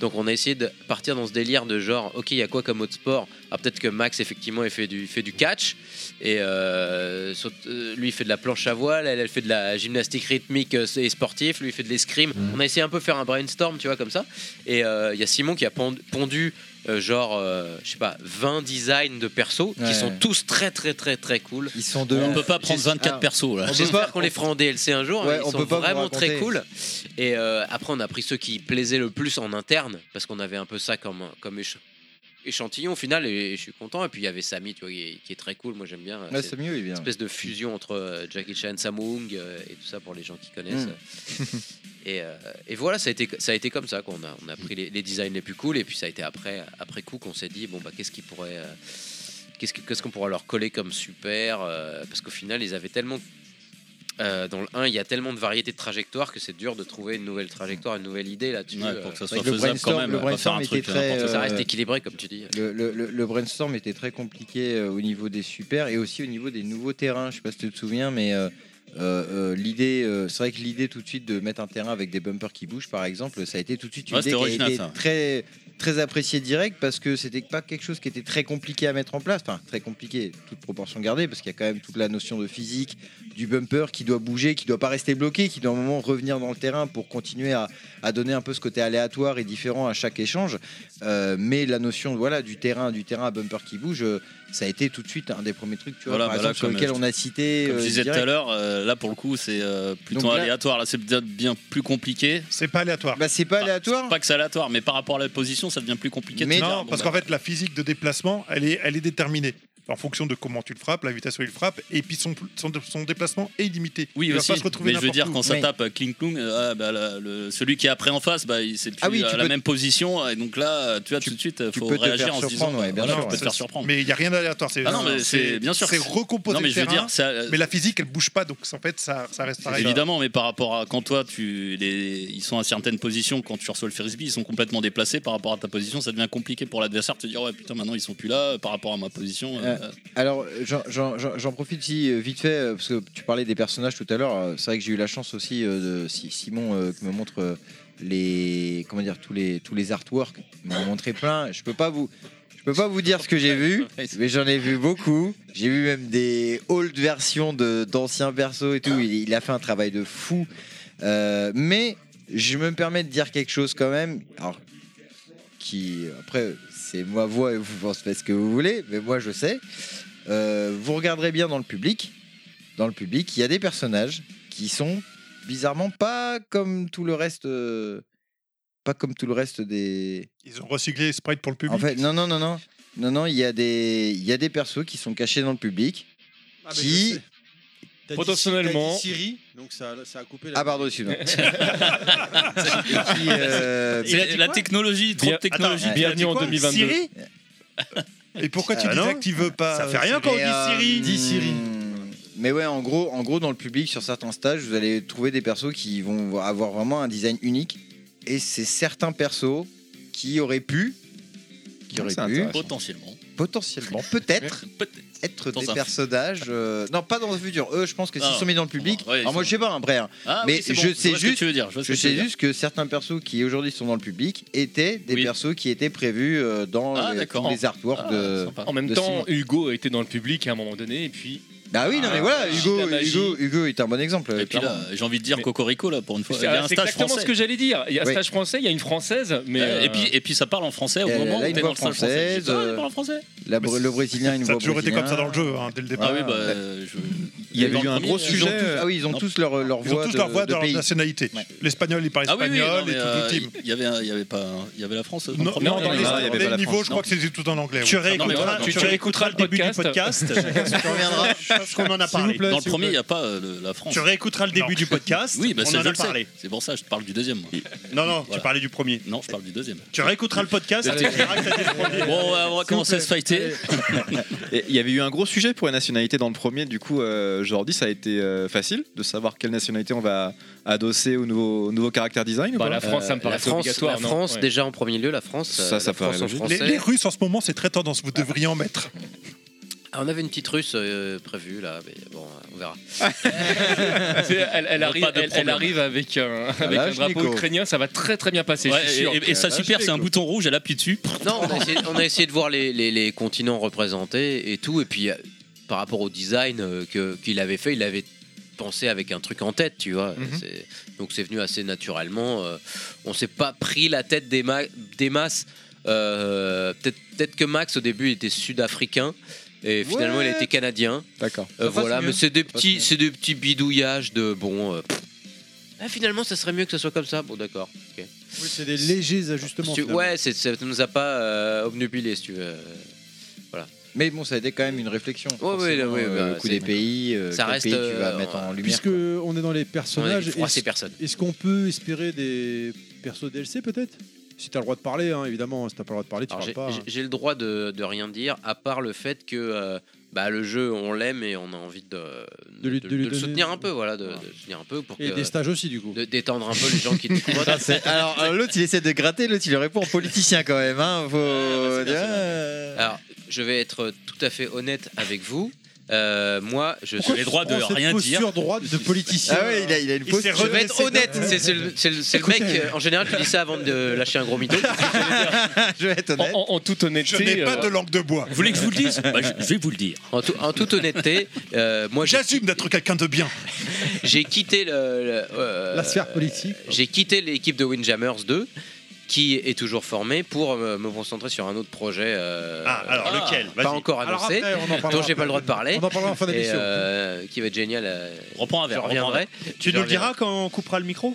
[SPEAKER 2] Donc on a essayé de partir dans ce délire de genre, ok, il y a quoi comme autre sport Ah peut-être que Max, effectivement, il fait du, fait du catch, et euh, saute- euh, lui, il fait de la planche à voile, elle, elle fait de la gymnastique rythmique euh, et sportive, lui, il fait de l'escrime.
[SPEAKER 8] Mhm.
[SPEAKER 2] On a essayé un peu de faire un brainstorm, tu vois, comme ça. Et euh, il y a Simon qui a pond- pondu, euh, genre, euh, je sais pas, 20 designs de persos,
[SPEAKER 8] Ouais.
[SPEAKER 2] qui sont tous très, très, très, très cool.
[SPEAKER 8] Ils sont de
[SPEAKER 2] On
[SPEAKER 8] ouf. ah,
[SPEAKER 2] peut pas prendre 24
[SPEAKER 4] persos, là.
[SPEAKER 2] J'espère qu'on les fera en DLC un jour.
[SPEAKER 8] Ouais,
[SPEAKER 2] hein,
[SPEAKER 8] on
[SPEAKER 2] Ils sont
[SPEAKER 8] peut pas vous
[SPEAKER 2] vraiment très
[SPEAKER 8] raconter.
[SPEAKER 2] cool. Et euh, après, on a pris ceux qui plaisaient le plus en interne, parce qu'on avait un peu ça comme, comme éche- échantillon au final, et, et je suis content. Et puis il y avait Samy, tu vois, qui, est- qui est très cool. Moi, j'aime bien. euh,
[SPEAKER 8] Ouais,
[SPEAKER 2] cette
[SPEAKER 8] Samy, oui, bien.
[SPEAKER 2] Espèce de fusion entre euh, Jackie Chan, Sammo Hung euh, et tout ça pour les gens qui connaissent.
[SPEAKER 8] Hmm.
[SPEAKER 2] Et, euh, et voilà, ça a été, ça a été comme ça qu'on a, on a pris les, les designs les plus cool. Et puis ça a été après, après coup qu'on s'est dit bon bah qu'est-ce qui pourrait, euh, qu'est-ce que- qu'est-ce qu'on pourra leur coller comme super euh, Parce qu'au final, ils avaient tellement euh, dans le 1, il y a tellement de variétés de trajectoires que c'est dur de trouver une nouvelle trajectoire, une nouvelle idée là-dessus.
[SPEAKER 4] Ouais, pour que ça
[SPEAKER 2] Euh,
[SPEAKER 4] soit
[SPEAKER 8] Avec le
[SPEAKER 4] faisable quand
[SPEAKER 8] brainstorm-
[SPEAKER 4] même.
[SPEAKER 8] le
[SPEAKER 4] on va faire un
[SPEAKER 8] brainstorm
[SPEAKER 4] truc,
[SPEAKER 8] était très,
[SPEAKER 4] n'importe quoi.
[SPEAKER 2] ça
[SPEAKER 8] euh,
[SPEAKER 2] reste équilibré comme tu dis.
[SPEAKER 8] Le, le- le- le brainstorm était très compliqué euh, au niveau des super et aussi au niveau des nouveaux terrains. Je sais pas si tu te souviens, mais euh, euh, euh, l'idée, euh, c'est vrai que l'idée tout de suite de mettre un terrain avec des bumpers qui bougent, par exemple, ça a été tout de suite une
[SPEAKER 4] Ouais,
[SPEAKER 8] idée
[SPEAKER 4] c'était
[SPEAKER 8] qui a
[SPEAKER 4] original,
[SPEAKER 8] été
[SPEAKER 4] ça.
[SPEAKER 8] très très appréciée direct parce que c'était pas quelque chose qui était très compliqué à mettre en place. Enfin, très compliqué, toute proportion gardée, parce qu'il y a quand même toute la notion de physique du bumper qui doit bouger, qui doit pas rester bloqué, qui doit à un moment revenir dans le terrain pour continuer à, à donner un peu ce côté aléatoire et différent à chaque échange. Euh, mais la notion voilà du terrain, du terrain à bumper qui bouge, euh, ça a été tout de suite un des premiers trucs tu vois,
[SPEAKER 4] Voilà,
[SPEAKER 8] par
[SPEAKER 4] voilà,
[SPEAKER 8] exemple, sur
[SPEAKER 4] comme,
[SPEAKER 8] lequel
[SPEAKER 4] euh,
[SPEAKER 8] on a cité.
[SPEAKER 4] Comme
[SPEAKER 8] euh,
[SPEAKER 4] je disais tout
[SPEAKER 8] direct.
[SPEAKER 4] à l'heure, euh, là pour le coup c'est euh, plutôt
[SPEAKER 8] Donc là-
[SPEAKER 4] aléatoire, là c'est peut-être bien plus compliqué.
[SPEAKER 7] C'est pas aléatoire.
[SPEAKER 8] Bah, c'est pas aléatoire.
[SPEAKER 4] Pas que c'est aléatoire, mais par rapport à la position ça devient plus compliqué. de se dire,
[SPEAKER 7] non,
[SPEAKER 4] bon,
[SPEAKER 7] parce
[SPEAKER 4] bah,
[SPEAKER 7] qu'en fait, la physique de déplacement, elle est, elle est déterminée. En fonction de comment tu le frappes, la vitesse où il le frappe, et puis son, son, son déplacement est limité.
[SPEAKER 4] Oui
[SPEAKER 7] il
[SPEAKER 4] aussi,
[SPEAKER 7] va pas se retrouver
[SPEAKER 4] mais je veux
[SPEAKER 7] n'importe
[SPEAKER 4] dire
[SPEAKER 7] où.
[SPEAKER 4] quand ça tape euh, Kling Klung, euh, ah, bah, la- le- celui qui est après en face, bah, il- c'est plus
[SPEAKER 7] Ah oui,
[SPEAKER 4] à
[SPEAKER 7] tu
[SPEAKER 4] la
[SPEAKER 7] peux-
[SPEAKER 4] même position et donc là euh, tu vois tout de suite il faut
[SPEAKER 8] peux te
[SPEAKER 4] réagir
[SPEAKER 8] faire
[SPEAKER 4] en se disant bah,
[SPEAKER 8] surprendre, ouais, bien
[SPEAKER 4] voilà,
[SPEAKER 8] sûr,
[SPEAKER 4] tu peux
[SPEAKER 8] ouais.
[SPEAKER 4] te faire surprendre.
[SPEAKER 7] Mais il n'y a rien d'aléatoire. c'est-
[SPEAKER 4] Ah non, mais c'est- bien sûr,
[SPEAKER 7] C'est
[SPEAKER 4] c'est-
[SPEAKER 7] recomposé.
[SPEAKER 4] non, mais
[SPEAKER 7] le
[SPEAKER 4] je veux
[SPEAKER 7] terrain,
[SPEAKER 4] dire, ça- euh,
[SPEAKER 7] mais la physique, elle bouge pas, donc en fait, ça, ça reste pareil.
[SPEAKER 4] Évidemment, mais par rapport à quand toi, tu, les, ils sont à certaines positions, quand tu reçois le frisbee, ils sont complètement déplacés par rapport à ta position, ça devient compliqué pour l'adversaire de te dire ouais putain maintenant ils sont plus là euh, par rapport à ma position. euh,
[SPEAKER 8] Euh, alors, j'en- j'en j'en- j'en profite si euh, vite fait, euh, parce que tu parlais des personnages tout à l'heure. euh, C'est vrai que j'ai eu la chance aussi euh, de si- Simon euh, qui me montre euh, les comment dire tous les tous les artworks. Il m'en a montré plein. Je peux pas vous je peux pas vous dire ce que j'ai vu, mais j'en ai vu beaucoup. J'ai vu même des old versions de d'anciens persos et tout. Il, il a fait un travail de fou. Euh, mais je me permets de dire quelque chose quand même. Alors, qui après c'est ma voix et vous pensez faites ce que vous voulez, mais moi je sais. Euh, vous regarderez bien dans le public. Dans le public, il y a des personnages qui sont bizarrement pas comme tout le reste, euh, pas comme tout le reste des.
[SPEAKER 7] Ils ont recyclé Sprite pour le public.
[SPEAKER 8] En fait, non, non, non, non, non, non, il y a des, il y a des persos qui sont cachés dans le public, qui.
[SPEAKER 1] T'as dit-
[SPEAKER 5] Potentiellement.
[SPEAKER 1] t'as dit Siri, donc ça, ça a coupé la.
[SPEAKER 8] Ah pardon, excuse-moi.
[SPEAKER 1] Qui,
[SPEAKER 8] euh,
[SPEAKER 4] C'est la- la technologie, trop de technologie.
[SPEAKER 8] Attends,
[SPEAKER 5] Bienvenue en 2022.
[SPEAKER 7] Siri Et pourquoi tu
[SPEAKER 8] Ah, non.
[SPEAKER 7] désactives pas Ça fait rien quand on
[SPEAKER 8] Mais, euh,
[SPEAKER 7] dit Siri.
[SPEAKER 8] hmm, Mais ouais, en gros, en gros, dans le public, sur certains stages, vous allez trouver des persos qui vont avoir vraiment un design unique. Et c'est certains persos qui auraient pu, qui auraient
[SPEAKER 3] C'est
[SPEAKER 8] pu,
[SPEAKER 3] intéressant.
[SPEAKER 4] Potentiellement.
[SPEAKER 8] potentiellement, peut-être, être
[SPEAKER 4] Dans
[SPEAKER 8] des
[SPEAKER 4] un-
[SPEAKER 8] personnages. euh, non, pas dans le futur. Eux, je pense que s'ils
[SPEAKER 4] Ah,
[SPEAKER 8] sont mis dans le public.
[SPEAKER 4] ouais, ils
[SPEAKER 8] alors moi,
[SPEAKER 4] sont-
[SPEAKER 8] je sais pas, après. hein.
[SPEAKER 4] Ah
[SPEAKER 8] mais
[SPEAKER 4] oui, c'est bon,
[SPEAKER 8] je
[SPEAKER 4] je
[SPEAKER 8] sais
[SPEAKER 4] vois ce que
[SPEAKER 8] juste,
[SPEAKER 4] tu veux dire, je vois ce que tu
[SPEAKER 8] sais
[SPEAKER 4] veux dire.
[SPEAKER 8] juste que certains persos qui aujourd'hui sont dans le public étaient des persos qui étaient prévus euh, dans
[SPEAKER 4] Ah,
[SPEAKER 8] les,
[SPEAKER 4] d'accord.
[SPEAKER 8] tous les artworks
[SPEAKER 4] Ah,
[SPEAKER 8] de.
[SPEAKER 4] sympa.
[SPEAKER 5] En même
[SPEAKER 8] de Simon.
[SPEAKER 5] temps, Hugo était dans le public à un moment donné, et puis.
[SPEAKER 8] Bah oui, non, mais
[SPEAKER 5] Ah,
[SPEAKER 8] voilà,
[SPEAKER 5] la
[SPEAKER 8] Hugo,
[SPEAKER 5] magie.
[SPEAKER 8] Hugo, Hugo est un bon exemple.
[SPEAKER 4] Et puis là,
[SPEAKER 8] clairement.
[SPEAKER 4] j'ai envie de dire
[SPEAKER 5] Mais-
[SPEAKER 4] Cocorico là pour une fois.
[SPEAKER 5] C'est
[SPEAKER 4] Il y a un
[SPEAKER 5] c'est
[SPEAKER 4] stage
[SPEAKER 5] exactement
[SPEAKER 4] français.
[SPEAKER 5] ce que j'allais dire. Il y a un
[SPEAKER 8] Oui.
[SPEAKER 5] stage français, il y a une française, mais.
[SPEAKER 4] Ouais,
[SPEAKER 5] euh,
[SPEAKER 4] Et puis et puis ça parle en français au
[SPEAKER 8] Elle
[SPEAKER 4] moment
[SPEAKER 8] a
[SPEAKER 4] où
[SPEAKER 8] une
[SPEAKER 4] t'es dans
[SPEAKER 8] voix
[SPEAKER 4] le stage français.
[SPEAKER 8] française,
[SPEAKER 4] J'ai dit, Ah, elle
[SPEAKER 8] euh,
[SPEAKER 4] parle en français.
[SPEAKER 8] La Br- le Brésilien, une
[SPEAKER 7] Ça a
[SPEAKER 8] voix
[SPEAKER 7] toujours été
[SPEAKER 8] brésilien.
[SPEAKER 7] comme ça dans le jeu, hein, dès le départ.
[SPEAKER 8] Ah oui, bah,
[SPEAKER 4] euh, je-
[SPEAKER 8] Il y avait eu un gros sujet, euh, ah oui, ils ont tous leur- leur
[SPEAKER 7] Ils ont
[SPEAKER 8] voix
[SPEAKER 7] tous
[SPEAKER 8] de-
[SPEAKER 7] leur voix
[SPEAKER 8] de
[SPEAKER 7] de leur
[SPEAKER 8] pays.
[SPEAKER 7] nationalité.
[SPEAKER 4] Ouais.
[SPEAKER 7] L'espagnol, il parle
[SPEAKER 4] Ah oui, oui,
[SPEAKER 7] espagnol,
[SPEAKER 4] non, mais,
[SPEAKER 7] et tout
[SPEAKER 4] euh,
[SPEAKER 7] le team.
[SPEAKER 4] il y avait, un- il y avait pas, un- il y avait la France. euh,
[SPEAKER 7] Non,
[SPEAKER 4] en
[SPEAKER 7] non,
[SPEAKER 4] première,
[SPEAKER 7] dans
[SPEAKER 4] il
[SPEAKER 7] les,
[SPEAKER 4] y avait- il y
[SPEAKER 7] dans
[SPEAKER 4] avait
[SPEAKER 7] les
[SPEAKER 4] pas la
[SPEAKER 7] niveaux,
[SPEAKER 4] France,
[SPEAKER 7] je crois
[SPEAKER 4] Ah non.
[SPEAKER 7] que c'était tout en anglais.
[SPEAKER 4] Tu
[SPEAKER 7] ouais.
[SPEAKER 4] réécouteras-
[SPEAKER 7] Non, mais voilà,
[SPEAKER 4] tu réécouteras
[SPEAKER 7] le début du podcast. Parce qu'on en a parlé.
[SPEAKER 4] dans le premier, il n'y a pas euh, le- la France.
[SPEAKER 6] Tu réécouteras le début du podcast,
[SPEAKER 4] Oui, bah,
[SPEAKER 6] on
[SPEAKER 4] ça,
[SPEAKER 6] en
[SPEAKER 4] je
[SPEAKER 6] a
[SPEAKER 4] le sais.
[SPEAKER 6] parlé.
[SPEAKER 4] C'est pour ça, je te parle du deuxième. moi.
[SPEAKER 6] Non, non, tu
[SPEAKER 4] Voilà.
[SPEAKER 6] parlais du premier.
[SPEAKER 4] Non, je parle du deuxième.
[SPEAKER 6] Tu réécouteras le podcast,
[SPEAKER 4] C'était-
[SPEAKER 6] tu verras que t'as dit le premier.
[SPEAKER 4] Bon, ouais, on va commencer à se fighter.
[SPEAKER 3] Et Il y avait eu un gros sujet pour la nationalité dans le premier. Du coup, euh, Jordi, ça a été euh, facile de savoir quelle nationalité on va adosser au nouveau, au nouveau caractère design. ou
[SPEAKER 2] Bah,
[SPEAKER 3] pas
[SPEAKER 2] la France, ça me Euh, paraissait la France- obligatoire, la non France, Ouais. déjà en premier lieu, la France.
[SPEAKER 3] Ça,
[SPEAKER 2] euh,
[SPEAKER 3] ça
[SPEAKER 2] la France
[SPEAKER 3] paraît
[SPEAKER 2] en
[SPEAKER 3] logique.
[SPEAKER 2] français.
[SPEAKER 7] Les, les Russes en ce moment, c'est très tendance. Vous devriez en mettre.
[SPEAKER 2] Ah, on avait une petite russe euh, prévue là, mais bon, on verra.
[SPEAKER 5] C'est- elle, elle
[SPEAKER 2] Pas
[SPEAKER 5] arrive,
[SPEAKER 2] de
[SPEAKER 5] elle- elle
[SPEAKER 2] problème.
[SPEAKER 5] arrive avec un,
[SPEAKER 4] Ah,
[SPEAKER 2] Ah,
[SPEAKER 5] avec un drapeau
[SPEAKER 2] Kalachnikov.
[SPEAKER 5] ukrainien, ça va très très bien passer.
[SPEAKER 4] Ouais,
[SPEAKER 5] je suis sûr.
[SPEAKER 4] et, et- et ça super, c'est un bouton rouge, elle appuie dessus.
[SPEAKER 2] Non, on a essayé, on a essayé de voir les, les- les continents représentés et tout. Et puis, euh, par rapport au design euh, que- qu'il avait fait, il avait pensé avec un truc en tête, tu vois.
[SPEAKER 14] Mhm.
[SPEAKER 2] C'est- Donc, c'est venu assez naturellement. euh, on s'est pas pris la tête des, ma- des masses. Euh, Peut-être peut-être que Max, au début, il était sud-africain. Et finalement,
[SPEAKER 8] Ouais.
[SPEAKER 2] il était canadien.
[SPEAKER 8] D'accord.
[SPEAKER 2] Euh,
[SPEAKER 8] Ça passe
[SPEAKER 2] voilà,
[SPEAKER 8] mieux.
[SPEAKER 2] mais c'est des,
[SPEAKER 8] Ça passe
[SPEAKER 2] petits-
[SPEAKER 8] mieux.
[SPEAKER 2] c'est des petits bidouillages de bon. euh, pff. Ah, finalement, ça serait mieux que ce soit comme ça. Bon, d'accord. ok.
[SPEAKER 1] Oui, c'est des légers ajustements.
[SPEAKER 2] Si tu-
[SPEAKER 1] finalement.
[SPEAKER 2] ouais, c'est- ça ne nous a pas euh, obnubilés, si tu veux. Voilà.
[SPEAKER 8] Mais bon, ça a été quand même une réflexion.
[SPEAKER 2] Ouais, ouais,
[SPEAKER 8] forcément,
[SPEAKER 2] ouais,
[SPEAKER 8] euh,
[SPEAKER 2] bah,
[SPEAKER 8] le coût
[SPEAKER 2] c'est-
[SPEAKER 8] des pays, euh,
[SPEAKER 2] Ça
[SPEAKER 8] quel
[SPEAKER 2] reste,
[SPEAKER 8] pays tu vas
[SPEAKER 2] euh,
[SPEAKER 8] mettre en lumière.
[SPEAKER 1] Puisque on est dans les personnages,
[SPEAKER 2] On est trois, c'est
[SPEAKER 1] est-ce-
[SPEAKER 2] personne.
[SPEAKER 1] Est-ce qu'on peut espérer des persos DLC peut-être Si t'as le droit de parler, hein, évidemment. Si t'as pas le droit de parler, tu
[SPEAKER 2] Alors,
[SPEAKER 1] parles
[SPEAKER 2] j'ai-
[SPEAKER 1] pas.
[SPEAKER 2] j'ai- J'ai le droit de, de rien dire, à part le fait que euh, bah, le jeu, on l'aime et on a envie de,
[SPEAKER 1] De lui- de
[SPEAKER 2] le
[SPEAKER 1] lui donner-
[SPEAKER 2] soutenir un peu. Voilà, de, de le soutenir un peu pour
[SPEAKER 1] Et
[SPEAKER 2] que-
[SPEAKER 1] des stages aussi, du coup.
[SPEAKER 2] de- D'étendre un peu les gens qui découvrent.
[SPEAKER 8] Ça, c'est- alors euh, l'autre il essaie de gratter, l'autre il répond en politicien quand même. Hein, faut...
[SPEAKER 2] Alors, je vais être tout à fait honnête avec vous. Euh, moi, je
[SPEAKER 1] Pourquoi
[SPEAKER 2] suis
[SPEAKER 1] tu prends cette posture droite de politicien.
[SPEAKER 8] Ah ouais, il a- il a une Il s'est posture-
[SPEAKER 2] Je vais être
[SPEAKER 8] redressé.
[SPEAKER 2] honnête. C'est c'est le, c'est le- c'est le mec.
[SPEAKER 8] Écoutez.
[SPEAKER 2] euh, En général, je dis ça avant de lâcher un gros mytho.
[SPEAKER 8] je vais être
[SPEAKER 5] honnête. En, en- en toute honnêteté. euh,
[SPEAKER 7] de bois.
[SPEAKER 2] Vous voulez que je vous le dise
[SPEAKER 5] Bah, je- je
[SPEAKER 2] vais vous le dire. En, tout- en toute honnêteté, euh, moi
[SPEAKER 7] j'assume d'être quelqu'un de bien.
[SPEAKER 2] J'ai quitté le, le- euh,
[SPEAKER 1] La sphère politique.
[SPEAKER 2] J'ai quitté l'équipe de Windjammers 2 qui est toujours formée pour euh, me concentrer sur un autre projet. euh,
[SPEAKER 6] Ah, alors
[SPEAKER 2] euh,
[SPEAKER 6] lequel
[SPEAKER 2] Pas
[SPEAKER 6] Vas-y.
[SPEAKER 2] encore
[SPEAKER 6] Alors
[SPEAKER 2] annoncé,
[SPEAKER 6] après, on en parlera
[SPEAKER 2] dont j'ai pas
[SPEAKER 6] après.
[SPEAKER 2] le droit de parler.
[SPEAKER 6] On en parlera en fin
[SPEAKER 2] et,
[SPEAKER 6] d'émission.
[SPEAKER 2] euh, qui va être génial.
[SPEAKER 4] Reprends un
[SPEAKER 2] verre.
[SPEAKER 6] Tu nous le diras quand on coupera le micro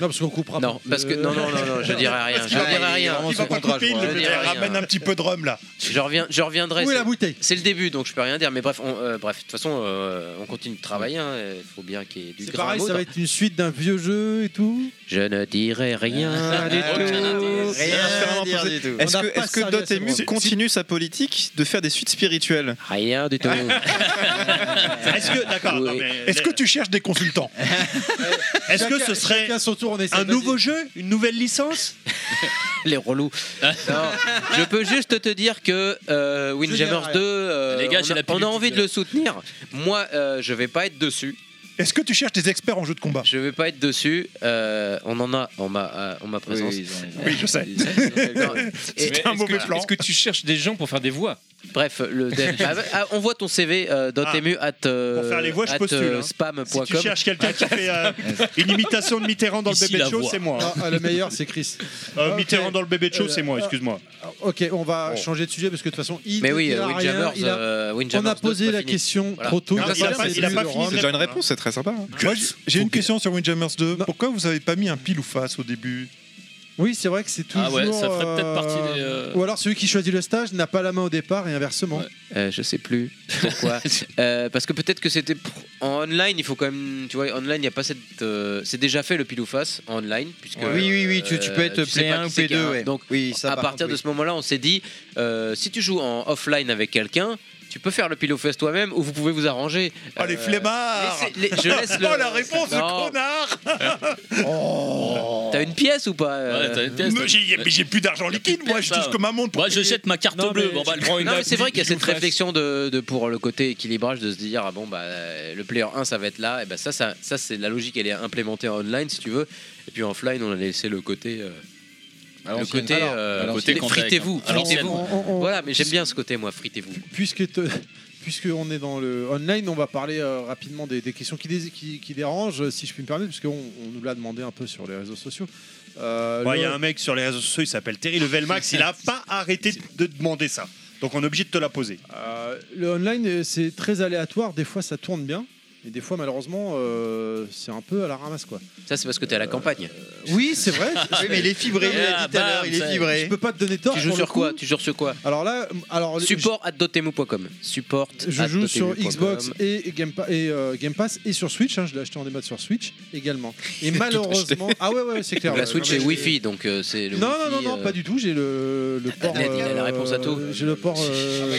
[SPEAKER 1] Non, parce qu'on coupera
[SPEAKER 2] Non, parce que non, non, non, non, je dirai rien. Je dirai rien.
[SPEAKER 7] Il va pas couper, il
[SPEAKER 2] Je
[SPEAKER 7] le
[SPEAKER 2] dirai
[SPEAKER 7] dirait,
[SPEAKER 2] rien.
[SPEAKER 7] ramène un petit peu de rhum là.
[SPEAKER 2] Je, reviens, je reviendrai.
[SPEAKER 7] Où est
[SPEAKER 2] c'est-
[SPEAKER 7] la bouteille
[SPEAKER 2] C'est le début, donc je peux rien dire. Mais bref, on, euh, bref, de toute façon, euh, on continue de travailler. Il faut bien qu'il y ait du
[SPEAKER 1] C'est
[SPEAKER 2] grain à
[SPEAKER 1] pareil, ça
[SPEAKER 2] moudre.
[SPEAKER 1] va être une suite d'un vieux jeu et tout.
[SPEAKER 2] Je ne dirai rien du tout.
[SPEAKER 3] à dire
[SPEAKER 2] du tout.
[SPEAKER 3] Est-ce
[SPEAKER 2] On
[SPEAKER 3] que,
[SPEAKER 2] n'a pas
[SPEAKER 3] est-ce que
[SPEAKER 2] servi à ce
[SPEAKER 3] Dotemu
[SPEAKER 2] moment.
[SPEAKER 3] continue sa politique de faire des suites spirituelles
[SPEAKER 2] Rien du tout.
[SPEAKER 6] Est-ce que, d'accord, non, mais-
[SPEAKER 7] Est-ce que tu cherches des consultants
[SPEAKER 6] Est-ce que ce serait un nouveau jeu Une nouvelle licence
[SPEAKER 2] Les relous.
[SPEAKER 4] Ah.
[SPEAKER 2] Non, je peux juste te dire que euh, Windjammers 2, euh,
[SPEAKER 4] Les gars, j'ai
[SPEAKER 2] on, a,
[SPEAKER 4] la pilule
[SPEAKER 2] on a envie de
[SPEAKER 4] qui-
[SPEAKER 2] le soutenir. Moi, euh, je vais pas être dessus.
[SPEAKER 7] Est-ce que tu cherches des experts en jeu de combat
[SPEAKER 2] Je vais pas être dessus. Euh, on en a en ma, euh, en ma présence.
[SPEAKER 8] Oui,
[SPEAKER 7] Oui, je sais.
[SPEAKER 2] C'était
[SPEAKER 5] est-ce que- Est-ce que tu cherches des gens pour faire des voix
[SPEAKER 2] Bref, le dev- Ah, bah, ah, on voit ton CV euh, dotemu at, euh,
[SPEAKER 6] Ah. Pour faire les voix, je
[SPEAKER 2] at,
[SPEAKER 6] postule,
[SPEAKER 2] euh,
[SPEAKER 6] hein.
[SPEAKER 2] spam.com.
[SPEAKER 6] Si tu cherches quelqu'un qui fait euh, une imitation de Mitterrand dans
[SPEAKER 1] Ici,
[SPEAKER 6] le bébé
[SPEAKER 1] la
[SPEAKER 6] de show,
[SPEAKER 1] voix.
[SPEAKER 6] c'est moi. hein.
[SPEAKER 1] Ah, ah, le meilleur, c'est Chris.
[SPEAKER 6] Euh,
[SPEAKER 1] Ok.
[SPEAKER 6] Mitterrand dans le bébé de show, c'est moi,
[SPEAKER 1] Euh,
[SPEAKER 6] excuse-moi.
[SPEAKER 1] Ok, on va changer de sujet parce que de toute façon, il.
[SPEAKER 2] Mais oui,
[SPEAKER 1] il a
[SPEAKER 2] euh,
[SPEAKER 1] rien,
[SPEAKER 2] Windjammers,
[SPEAKER 1] il a-
[SPEAKER 2] euh,
[SPEAKER 1] On
[SPEAKER 2] Windjammers
[SPEAKER 1] a
[SPEAKER 2] 2,
[SPEAKER 1] posé
[SPEAKER 2] c'est
[SPEAKER 1] la
[SPEAKER 2] pas fini.
[SPEAKER 1] question
[SPEAKER 2] Voilà.
[SPEAKER 1] trop tôt.
[SPEAKER 7] Non, il a pas- il a pas fini de
[SPEAKER 3] C'est déjà une réponse, c'est très sympa.
[SPEAKER 7] hein.
[SPEAKER 3] hein.
[SPEAKER 7] Moi, j- j'ai une question sur Windjammers 2. Pourquoi vous avez pas mis un pile ou face au début
[SPEAKER 1] Oui, c'est vrai que c'est toujours.
[SPEAKER 7] Ah ouais, ça ferait peut-être
[SPEAKER 1] euh,
[SPEAKER 7] partie des, euh,
[SPEAKER 1] Ou alors celui qui choisit le stage n'a pas la main au départ et inversement.
[SPEAKER 2] Euh, je sais plus pourquoi. Euh, parce que peut-être que c'était pr- en online, il faut quand même, tu vois, online, il y a pas cette, euh, c'est déjà fait le pile ou face en online, puisque euh,
[SPEAKER 8] Ouais. Oui, oui, oui, tu- tu peux être
[SPEAKER 2] sais
[SPEAKER 8] Play
[SPEAKER 2] pas
[SPEAKER 8] 1
[SPEAKER 2] qui
[SPEAKER 8] ou
[SPEAKER 2] c'est
[SPEAKER 8] Play 2,
[SPEAKER 2] qui a un.
[SPEAKER 8] ouais.
[SPEAKER 2] Donc,
[SPEAKER 8] Oui, ça,
[SPEAKER 2] à
[SPEAKER 8] par
[SPEAKER 2] partir
[SPEAKER 8] contre,
[SPEAKER 2] de
[SPEAKER 8] oui.
[SPEAKER 2] ce moment-là, on s'est dit, euh, si tu joues en offline avec quelqu'un. Tu peux faire le pile ou face toi-même ou vous pouvez vous arranger.
[SPEAKER 8] Ah,
[SPEAKER 7] Oh, les
[SPEAKER 2] Euh,
[SPEAKER 7] flemmards
[SPEAKER 2] laissez- les- je laisse le-
[SPEAKER 7] Oh, la réponse, le
[SPEAKER 2] Non. Oh.
[SPEAKER 7] connard
[SPEAKER 2] T'as une pièce ou pas euh
[SPEAKER 4] Ouais, t'as une pièce,
[SPEAKER 7] Mais
[SPEAKER 4] t'as-
[SPEAKER 7] j'ai mais j'ai plus d'argent liquide, moi, je
[SPEAKER 4] ça,
[SPEAKER 7] touche
[SPEAKER 4] ouais.
[SPEAKER 7] comme un monde. pour
[SPEAKER 4] Moi, je
[SPEAKER 7] payer.
[SPEAKER 4] jette ma carte bleue, bon, bah, je prends une
[SPEAKER 2] Non, mais
[SPEAKER 4] app,
[SPEAKER 2] c'est vrai qu'il y a
[SPEAKER 4] pile ou
[SPEAKER 2] cette
[SPEAKER 4] face.
[SPEAKER 2] réflexion de, de- pour le côté équilibrage de se dire ah bon bah euh, le player 1 ça va être là et ben ça ça, ça c'est la logique elle est implémentée en online si tu veux et puis offline on a laissé le côté euh, le
[SPEAKER 8] l'ancienne.
[SPEAKER 2] côté,
[SPEAKER 8] Alors,
[SPEAKER 2] euh,
[SPEAKER 8] à
[SPEAKER 2] côté
[SPEAKER 8] l'ancienne.
[SPEAKER 2] fritez-vous,
[SPEAKER 4] hein.
[SPEAKER 8] À l'ancienne.
[SPEAKER 2] fritez-vous.
[SPEAKER 1] On- on- on-
[SPEAKER 2] Voilà, mais j'aime bien ce côté, moi, fritez-vous.
[SPEAKER 1] Puisque te- Puisqu'on est dans le online, on va parler euh, rapidement des, des questions qui, dé- qui- qui dérangent, euh, si je puis me permettre, puisqu'on on nous l'a demandé un peu sur les réseaux sociaux. Euh,
[SPEAKER 6] Ouais, Il y
[SPEAKER 1] le-
[SPEAKER 6] a un mec sur les réseaux sociaux, il s'appelle Terry Levelmax, il a pas arrêté de demander ça. Donc on est obligé de te la poser.
[SPEAKER 1] Le online, euh, c'est très aléatoire. Des fois, ça tourne bien. Et des fois, malheureusement, euh, c'est un peu à la ramasse, quoi.
[SPEAKER 2] Ça, c'est parce que t'es
[SPEAKER 4] Euh,
[SPEAKER 2] à la campagne.
[SPEAKER 1] Oui, c'est vrai.
[SPEAKER 2] Oui, mais il est fibré, Ah, il
[SPEAKER 4] ah,
[SPEAKER 2] l'a dit tout à l'heure, il est fibré.
[SPEAKER 1] Je peux pas te donner tort.
[SPEAKER 2] Tu joues
[SPEAKER 1] pour
[SPEAKER 2] sur
[SPEAKER 1] le coup.
[SPEAKER 2] quoi Tu joues sur quoi
[SPEAKER 1] Alors là, alors
[SPEAKER 2] support at dotemu.com. Support.
[SPEAKER 1] Je
[SPEAKER 2] at
[SPEAKER 1] joue sur
[SPEAKER 2] dotemu.com.
[SPEAKER 1] Xbox et Game, Pa- et, euh, Game Pass et sur Switch. hein. je l'ai acheté en démat sur Switch également. Et
[SPEAKER 2] Tout
[SPEAKER 1] malheureusement,
[SPEAKER 2] acheté.
[SPEAKER 1] ah ouais ouais, ouais, c'est clair.
[SPEAKER 2] La
[SPEAKER 1] Ouais,
[SPEAKER 2] Switch
[SPEAKER 1] non,
[SPEAKER 2] est
[SPEAKER 1] mais-
[SPEAKER 2] Wi-Fi, donc euh, c'est le.
[SPEAKER 1] Non,
[SPEAKER 2] Wi-Fi,
[SPEAKER 1] non, non, non,
[SPEAKER 2] euh,
[SPEAKER 1] pas du tout. J'ai le, le port.
[SPEAKER 2] la- la- la réponse à tout. Ah bah,
[SPEAKER 1] J'ai le port. euh,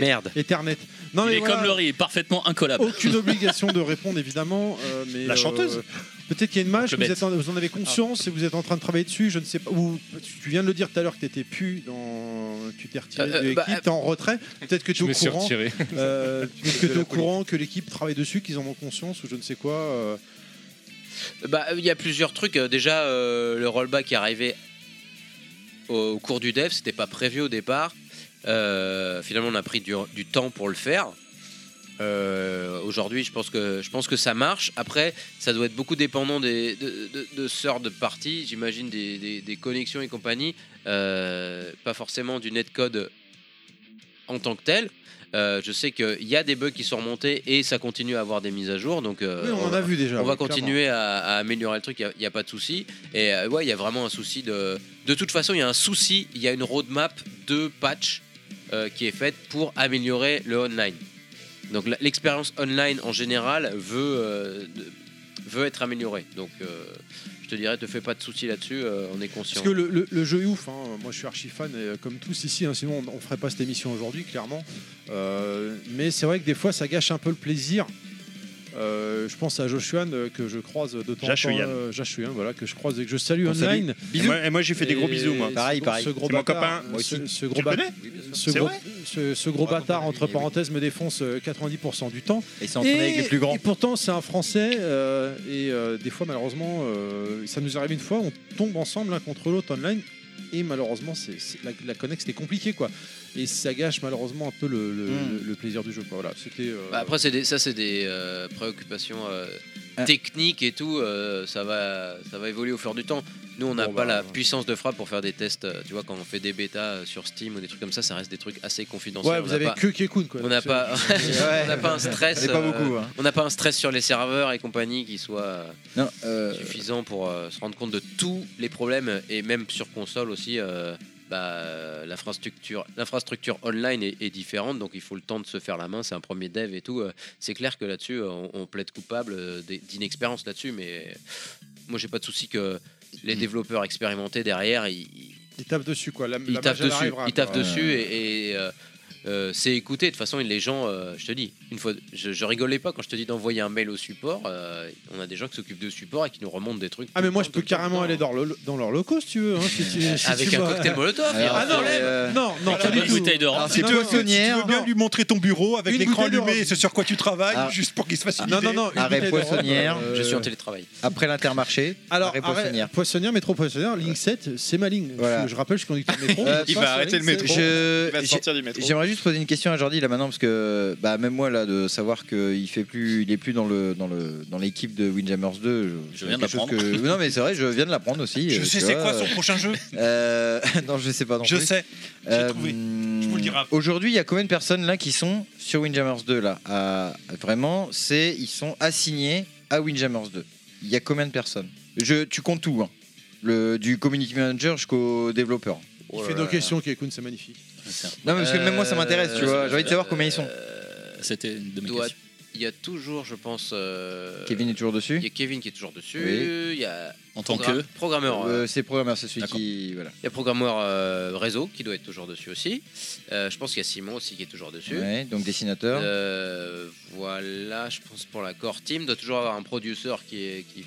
[SPEAKER 2] Merde.
[SPEAKER 1] Ethernet. Non,
[SPEAKER 4] il
[SPEAKER 1] mais
[SPEAKER 4] est
[SPEAKER 1] voilà.
[SPEAKER 4] comme le riz, parfaitement incollable.
[SPEAKER 1] Aucune obligation de répondre, évidemment. euh, mais,
[SPEAKER 4] La
[SPEAKER 1] euh,
[SPEAKER 4] chanteuse
[SPEAKER 1] Peut-être qu'il y a une match,
[SPEAKER 4] Le
[SPEAKER 1] vous,
[SPEAKER 4] bête.
[SPEAKER 1] êtes en, vous en avez conscience et vous êtes en train de travailler dessus, je ne sais pas. Ou tu viens de le dire tout à l'heure que tu étais plus dans. Tu t'es retiré
[SPEAKER 2] Euh,
[SPEAKER 1] de
[SPEAKER 2] euh, bah,
[SPEAKER 1] l'équipe, t'es en retrait. Peut-être que tu
[SPEAKER 5] je
[SPEAKER 1] es
[SPEAKER 5] me
[SPEAKER 1] au
[SPEAKER 5] suis
[SPEAKER 1] courant.
[SPEAKER 5] retiré.
[SPEAKER 1] euh, Peut-être que
[SPEAKER 5] De
[SPEAKER 1] tu es
[SPEAKER 5] la
[SPEAKER 1] au courant que l'équipe travaille dessus, qu'ils en ont conscience ou je ne sais quoi. euh.
[SPEAKER 2] Bah, il y a plusieurs trucs. Euh, Déjà, euh, le rollback est arrivé au, au cours du dev, c'était pas prévu au départ. Euh, finalement, on a pris du, du temps pour le faire. Euh, Aujourd'hui, je pense que je pense que ça marche. Après, ça doit être beaucoup dépendant des de, de, de sœurs de parties, j'imagine des, des- des connexions et compagnie, Euh, pas forcément du netcode en tant que tel. Euh, je sais qu'il y a des bugs qui sont remontés et ça continue à avoir des mises à jour. Donc, euh,
[SPEAKER 1] Oui, on en a vu déjà,
[SPEAKER 2] On va
[SPEAKER 1] oui, clairement.
[SPEAKER 2] continuer à, à améliorer le truc. Il n'y a, pas de souci. Et euh, ouais, il y a vraiment un souci de. De toute façon, il y a un souci. Il y a une roadmap de patch euh, qui est faite pour améliorer le online. Donc la- l'expérience online en général veut euh, de- veut être améliorée. Donc euh, je te dirais, te fais pas de soucis là-dessus. euh, on est conscient.
[SPEAKER 1] Parce que le, le- le jeu est ouf, hein. moi je suis archi fan, et, euh, comme tous ici, hein, sinon on, on ferait pas cette émission aujourd'hui, clairement. Euh, mais c'est vrai que des fois ça gâche un peu le plaisir. Euh, je pense à Joshuan euh, que je croise de temps en temps.
[SPEAKER 6] Jashuyan.
[SPEAKER 1] euh, Jashuyan, voilà, que je croise et que je salue
[SPEAKER 6] On salue.
[SPEAKER 1] online.
[SPEAKER 6] Bisous. Et moi- et moi, j'ai fait des gros bisous, moi.
[SPEAKER 1] ce
[SPEAKER 6] Pareil,
[SPEAKER 1] gros-
[SPEAKER 6] pareil.
[SPEAKER 1] Ce gros
[SPEAKER 6] C'est mon
[SPEAKER 1] bâtard,
[SPEAKER 6] copain, moi
[SPEAKER 1] ce-
[SPEAKER 6] aussi.
[SPEAKER 1] ce
[SPEAKER 6] Tu
[SPEAKER 1] gros
[SPEAKER 6] le
[SPEAKER 1] bâ-
[SPEAKER 6] connais
[SPEAKER 1] Oui, bien sûr.
[SPEAKER 6] C'est
[SPEAKER 1] ce gros-
[SPEAKER 6] vrai
[SPEAKER 1] ce- ce gros bâtard, entre parenthèses, me défonce euh, 90% du temps.
[SPEAKER 8] Et s'entraîner avec les plus grands.
[SPEAKER 1] Et pourtant, c'est un Français. euh, et euh, des fois, malheureusement, euh, ça nous arrive une fois, on tombe ensemble l'un contre l'autre online. Et malheureusement, c'est c'est- la, la connex est compliquée, quoi. Et ça gâche malheureusement un peu le, le- le- le plaisir du jeu, quoi. Voilà, c'était. euh,
[SPEAKER 2] Hmm. Bah, après, c'est des- ça, c'est des euh, préoccupations euh,
[SPEAKER 1] Ah.
[SPEAKER 2] techniques et tout. euh, ça, va, ça va évoluer au fur du temps. Nous, on n'a
[SPEAKER 1] Bon,
[SPEAKER 2] pas
[SPEAKER 1] bah,
[SPEAKER 2] la puissance de frappe pour faire des tests. euh, tu vois, quand on fait des bêtas euh, sur Steam ou des trucs comme ça, ça reste des trucs assez confidentiels.
[SPEAKER 1] Ouais,
[SPEAKER 2] On
[SPEAKER 1] vous
[SPEAKER 2] n'a
[SPEAKER 1] avez
[SPEAKER 2] pas-
[SPEAKER 1] que Kekun, quoi.
[SPEAKER 2] On n'a
[SPEAKER 1] C'est-
[SPEAKER 2] pas,
[SPEAKER 1] Ouais.
[SPEAKER 2] on n'a pas un stress. euh,
[SPEAKER 1] On n'est pas beaucoup, hein.
[SPEAKER 2] On n'a pas un stress sur les serveurs et compagnie qui soit euh,
[SPEAKER 8] Non,
[SPEAKER 2] suffisant pour euh, se rendre compte de tous les problèmes et même sur console aussi. euh, bah, euh, l'infrastructure, l'infrastructure online est, est différente, donc il faut le temps de se faire la main. C'est un premier dev et tout. euh, C'est clair que là-dessus, euh, on, on plaide coupable euh, d'e- d'inexpérience là-dessus, mais moi j'ai pas de souci que les
[SPEAKER 1] Mm.
[SPEAKER 2] développeurs expérimentés derrière, ils,
[SPEAKER 1] Ils tapent dessus, quoi. La,
[SPEAKER 2] ils
[SPEAKER 1] la
[SPEAKER 2] tapent
[SPEAKER 1] magie, elle
[SPEAKER 2] dessus,
[SPEAKER 1] arrivera,
[SPEAKER 2] ils
[SPEAKER 1] Bah, quoi.
[SPEAKER 2] tapent dessus et, et, euh, euh, c'est écouté. De toute façon, les gens, euh, je te dis, une fois, je, je rigolais pas quand je te dis d'envoyer un mail au support. euh, on a des gens qui s'occupent de support et qui nous remontent des trucs.
[SPEAKER 1] Ah mais moi je peux carrément aller dans, le, dans leur locaux si tu veux. hein, si tu- si
[SPEAKER 2] Euh, Avec
[SPEAKER 1] tu
[SPEAKER 2] un
[SPEAKER 1] veux.
[SPEAKER 2] cocktail Molotov, il y a
[SPEAKER 1] Ah
[SPEAKER 2] un
[SPEAKER 1] non,
[SPEAKER 2] problème.
[SPEAKER 1] euh, non, non,
[SPEAKER 7] Voilà,
[SPEAKER 1] pas du
[SPEAKER 7] une
[SPEAKER 1] tout. Ah,
[SPEAKER 7] bouteille de rhum.
[SPEAKER 1] Alors,
[SPEAKER 7] Si tu veux- si tu veux bien lui montrer ton bureau avec
[SPEAKER 1] Une
[SPEAKER 7] l'écran
[SPEAKER 1] bouteille de
[SPEAKER 7] allumé
[SPEAKER 1] rhum.
[SPEAKER 7] et ce sur quoi tu travailles,
[SPEAKER 1] Ah.
[SPEAKER 7] juste pour qu'il se fasse une
[SPEAKER 1] Non,
[SPEAKER 7] idée.
[SPEAKER 1] non, non, une
[SPEAKER 8] Arrêt
[SPEAKER 1] bouteille de rhum,
[SPEAKER 8] poissonnière.
[SPEAKER 1] euh,
[SPEAKER 2] télétravail.
[SPEAKER 8] Après l'intermarché,
[SPEAKER 1] Alors,
[SPEAKER 8] arrêt
[SPEAKER 1] arrêt-
[SPEAKER 8] poissonnière.
[SPEAKER 1] poissonnière, métro poissonnière, ligne 7, c'est ma ligne.
[SPEAKER 8] Voilà.
[SPEAKER 1] Je, je rappelle, je suis conducteur de métro.
[SPEAKER 8] Euh,
[SPEAKER 1] je passe la ligne 7.
[SPEAKER 8] Je- J'aimerais juste poser une question à Jordi là maintenant parce que bah, même moi là de savoir qu'il fait plus, il est plus dans le dans le dans l'équipe de Windjammers 2.
[SPEAKER 4] Je viens de
[SPEAKER 8] quelque chose
[SPEAKER 4] l'apprendre.
[SPEAKER 8] que- Non mais c'est vrai, je viens de l'apprendre aussi.
[SPEAKER 7] Je
[SPEAKER 8] euh,
[SPEAKER 7] sais
[SPEAKER 8] tu
[SPEAKER 7] c'est
[SPEAKER 8] vois,
[SPEAKER 7] quoi
[SPEAKER 8] euh,
[SPEAKER 7] son prochain jeu
[SPEAKER 8] euh, Non, je sais pas non
[SPEAKER 7] Je
[SPEAKER 8] plus.
[SPEAKER 7] sais, j'ai
[SPEAKER 8] Euh,
[SPEAKER 7] trouvé. Je vous le dirai.
[SPEAKER 8] Aujourd'hui, il y a combien de personnes là qui sont sur Windjammers 2 là à- Vraiment, c'est ils sont assignés à Windjammers 2. Il y a combien de personnes Je, tu comptes tout, hein. le du community manager jusqu'au développeur.
[SPEAKER 1] Il fait nos questions, Kekun, c'est magnifique. Euh,
[SPEAKER 8] Non, mais parce que même moi, ça m'intéresse, tu vois. J'ai envie de savoir combien ils sont.
[SPEAKER 4] C'était une de mes
[SPEAKER 2] Euh, Doit-
[SPEAKER 4] questions.
[SPEAKER 2] Il y a toujours, je pense. euh,
[SPEAKER 8] Kevin est toujours dessus
[SPEAKER 2] Il y a Kevin qui est toujours dessus.
[SPEAKER 8] Oui.
[SPEAKER 2] Il y a
[SPEAKER 8] En tant
[SPEAKER 2] programme-
[SPEAKER 8] que
[SPEAKER 2] programmeur. euh,
[SPEAKER 8] Euh, c'est programmeur, c'est celui qui voilà.
[SPEAKER 2] Il y a programmeur euh, réseau qui doit être toujours dessus aussi. Euh, je pense qu'il y a Simon aussi qui est toujours dessus.
[SPEAKER 8] Ouais, donc dessinateur.
[SPEAKER 2] Euh, voilà, je pense pour la core team, doit toujours avoir un producteur qui est qui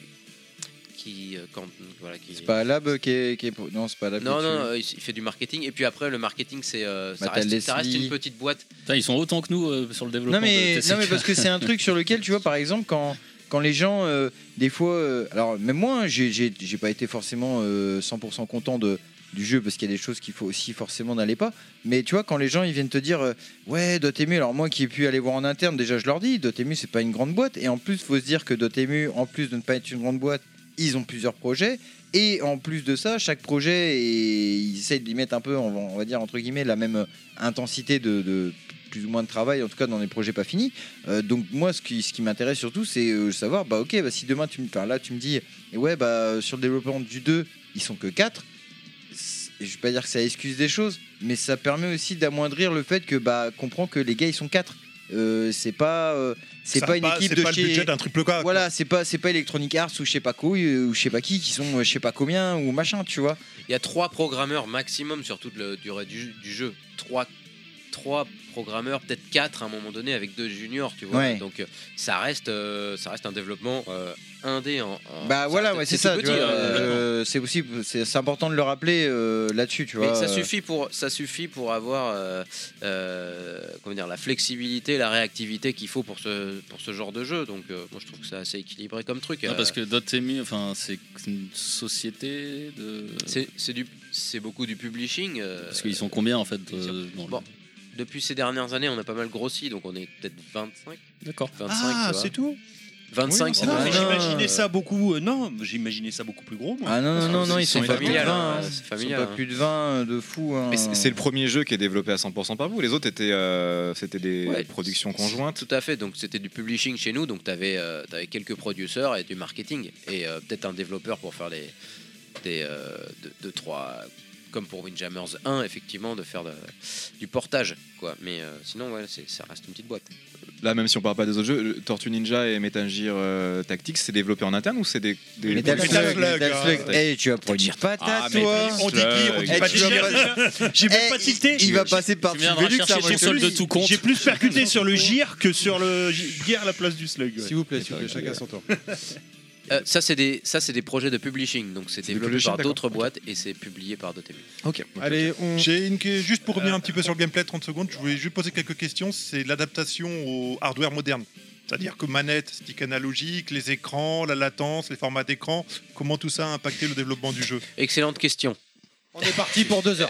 [SPEAKER 2] qui euh, quand- voilà qui.
[SPEAKER 8] C'est pas Lab qui est, qui est pro- non, c'est pas Lab. qui
[SPEAKER 2] Non,
[SPEAKER 8] est
[SPEAKER 2] non,
[SPEAKER 8] dessus.
[SPEAKER 2] euh, il fait du marketing. Et puis après, le marketing, c'est euh, ça,
[SPEAKER 8] Bah, t'as
[SPEAKER 2] reste, ça reste
[SPEAKER 8] Leslie.
[SPEAKER 2] une petite boîte.
[SPEAKER 4] Putain, ils sont autant que nous euh, sur le développement.
[SPEAKER 8] Non mais,
[SPEAKER 4] de TSK.
[SPEAKER 8] non mais parce que c'est un truc sur lequel tu vois par exemple quand quand les gens euh, des fois euh, alors même moi hein, j'ai- j'ai j'ai pas été forcément euh, 100% content de du jeu parce qu'il y a des choses qu'il faut aussi forcément n'aller pas mais tu vois quand les gens ils viennent te dire euh, ouais Dotemu alors moi qui ai pu aller voir en interne déjà je leur dis Dotemu c'est pas une grande boîte et en plus faut se dire que Dotemu en plus de ne pas être une grande boîte ils ont plusieurs projets Et en plus de ça, chaque projet, et ils essayent d'y mettre un peu, on va, on va dire, entre guillemets, la même intensité de, de plus ou moins de travail, en tout cas dans les projets pas finis. Euh, donc moi, ce qui, ce qui m'intéresse surtout, c'est euh, savoir, bah ok, bah, si demain, tu me, enfin, là, tu me dis, eh ouais, bah, euh, sur le développement du 2, ils sont que 4. Je vais pas dire que ça excuse des choses, mais ça permet aussi d'amoindrir le fait que, bah, comprend que les gars, ils sont 4. c'est pas euh, c'est
[SPEAKER 7] Ça
[SPEAKER 8] pas une
[SPEAKER 7] pas-
[SPEAKER 8] équipe
[SPEAKER 7] c'est
[SPEAKER 8] de
[SPEAKER 7] pas le
[SPEAKER 8] chez
[SPEAKER 7] budget d'un triple K,
[SPEAKER 8] voilà c'est pas c'est pas Electronic Arts ou je sais pas quoi ou je sais pas qui qui sont euh, je sais pas combien ou machin tu vois
[SPEAKER 2] Il y a trois programmeurs maximum sur toute la durée du, du jeu. Trois, trois programmeurs, peut-être quatre à un moment donné avec deux juniors, tu vois.
[SPEAKER 8] Ouais.
[SPEAKER 2] Donc euh, ça reste, euh, ça reste un développement euh, indé. En, en-
[SPEAKER 8] Bah
[SPEAKER 2] Ah, ça
[SPEAKER 8] voilà,
[SPEAKER 2] reste-
[SPEAKER 8] ouais, c'est
[SPEAKER 2] tout
[SPEAKER 8] ça. tu
[SPEAKER 2] petit,
[SPEAKER 8] vois,
[SPEAKER 2] hein, complètement.
[SPEAKER 8] euh, c'est aussi, c'est c'est important de le rappeler euh, là-dessus, tu
[SPEAKER 2] Mais
[SPEAKER 8] vois.
[SPEAKER 2] ça
[SPEAKER 8] euh.
[SPEAKER 2] suffit pour ça suffit pour avoir euh, euh, comment dire la flexibilité, la réactivité qu'il faut pour ce pour ce genre de jeu. Donc euh, moi je trouve que c'est assez équilibré comme truc.
[SPEAKER 4] Non,
[SPEAKER 2] Euh,
[SPEAKER 4] parce que Dotemu, enfin, c'est une société de.
[SPEAKER 2] c'est c'est du c'est beaucoup du publishing. euh,
[SPEAKER 4] Parce qu'ils sont combien en fait euh, dans le-
[SPEAKER 2] Bon, depuis ces dernières années, on a pas mal grossi, donc on est peut-être 25.
[SPEAKER 4] D'accord.
[SPEAKER 2] 25,
[SPEAKER 6] Ah,
[SPEAKER 2] tu vois.
[SPEAKER 6] c'est tout
[SPEAKER 2] 25,
[SPEAKER 6] Oui, non,
[SPEAKER 2] c'est
[SPEAKER 6] mais
[SPEAKER 2] pas mal.
[SPEAKER 6] J'imaginais ça beaucoup. euh, non, j'imaginais ça beaucoup plus gros. moi.
[SPEAKER 8] Ah non, non, non, non, ils sont pas plus de
[SPEAKER 2] familiales,
[SPEAKER 8] 20.
[SPEAKER 2] hein,
[SPEAKER 8] hein.
[SPEAKER 2] c'est
[SPEAKER 8] Ils sont
[SPEAKER 2] familial,
[SPEAKER 8] pas
[SPEAKER 2] hein.
[SPEAKER 8] plus de 20 de fou. hein.
[SPEAKER 3] Mais c'est c'est le premier jeu qui est développé à 100% par vous. Les autres étaient, euh, c'était des productions conjointes.
[SPEAKER 2] Tout à fait, donc c'était du publishing chez nous, donc tu avais, quelques producteurs et du marketing, et euh, peut-être un développeur pour faire les, des, euh, deux, deux, trois, comme pour Windjammers 1, effectivement, de faire de- du portage, quoi. Mais euh, sinon, ouais, c'est- ça reste une petite boîte.
[SPEAKER 3] Là, même si on parle pas des autres jeux, le Tortue Ninja et Metal Gear euh, Tactics, c'est développé en interne ou c'est des, des
[SPEAKER 8] Metal
[SPEAKER 3] des-
[SPEAKER 8] Slug, Metal Slug. Eh, tu vas prendre une
[SPEAKER 3] Ah,
[SPEAKER 8] patate,
[SPEAKER 3] mais
[SPEAKER 8] toi
[SPEAKER 3] Metal On dit qui, on dit
[SPEAKER 8] Eh,
[SPEAKER 3] pas
[SPEAKER 8] tu
[SPEAKER 3] qui,
[SPEAKER 8] vas
[SPEAKER 6] déjà. J'ai même pas tilté.
[SPEAKER 8] Il va passer par
[SPEAKER 6] Tu viendras
[SPEAKER 8] Velux,
[SPEAKER 6] chercher
[SPEAKER 8] ça va
[SPEAKER 6] ton
[SPEAKER 8] être
[SPEAKER 6] solde de
[SPEAKER 8] lui.
[SPEAKER 6] tout compte. J'ai plus percuté sur le gir que sur le gir à la place du slug. S'il
[SPEAKER 1] vous plaît, s'il vous plaît, chacun son tour.
[SPEAKER 2] Euh, ça, c'est des, ça, c'est des projets de publishing, donc c'est développé
[SPEAKER 7] publishing,
[SPEAKER 2] par
[SPEAKER 7] d'accord.
[SPEAKER 2] d'autres boîtes et c'est publié par Dotemu.
[SPEAKER 7] Ok.
[SPEAKER 1] Allez, Euh.
[SPEAKER 7] J'ai une que- juste pour revenir un petit peu sur le gameplay 30 secondes, je voulais juste poser quelques questions, c'est l'adaptation au hardware moderne. C'est-à-dire que manette, stick analogique, les écrans, la latence, les formats d'écran, comment tout ça a impacté le développement du jeu
[SPEAKER 2] Excellente question.
[SPEAKER 1] On est parti pour deux heures.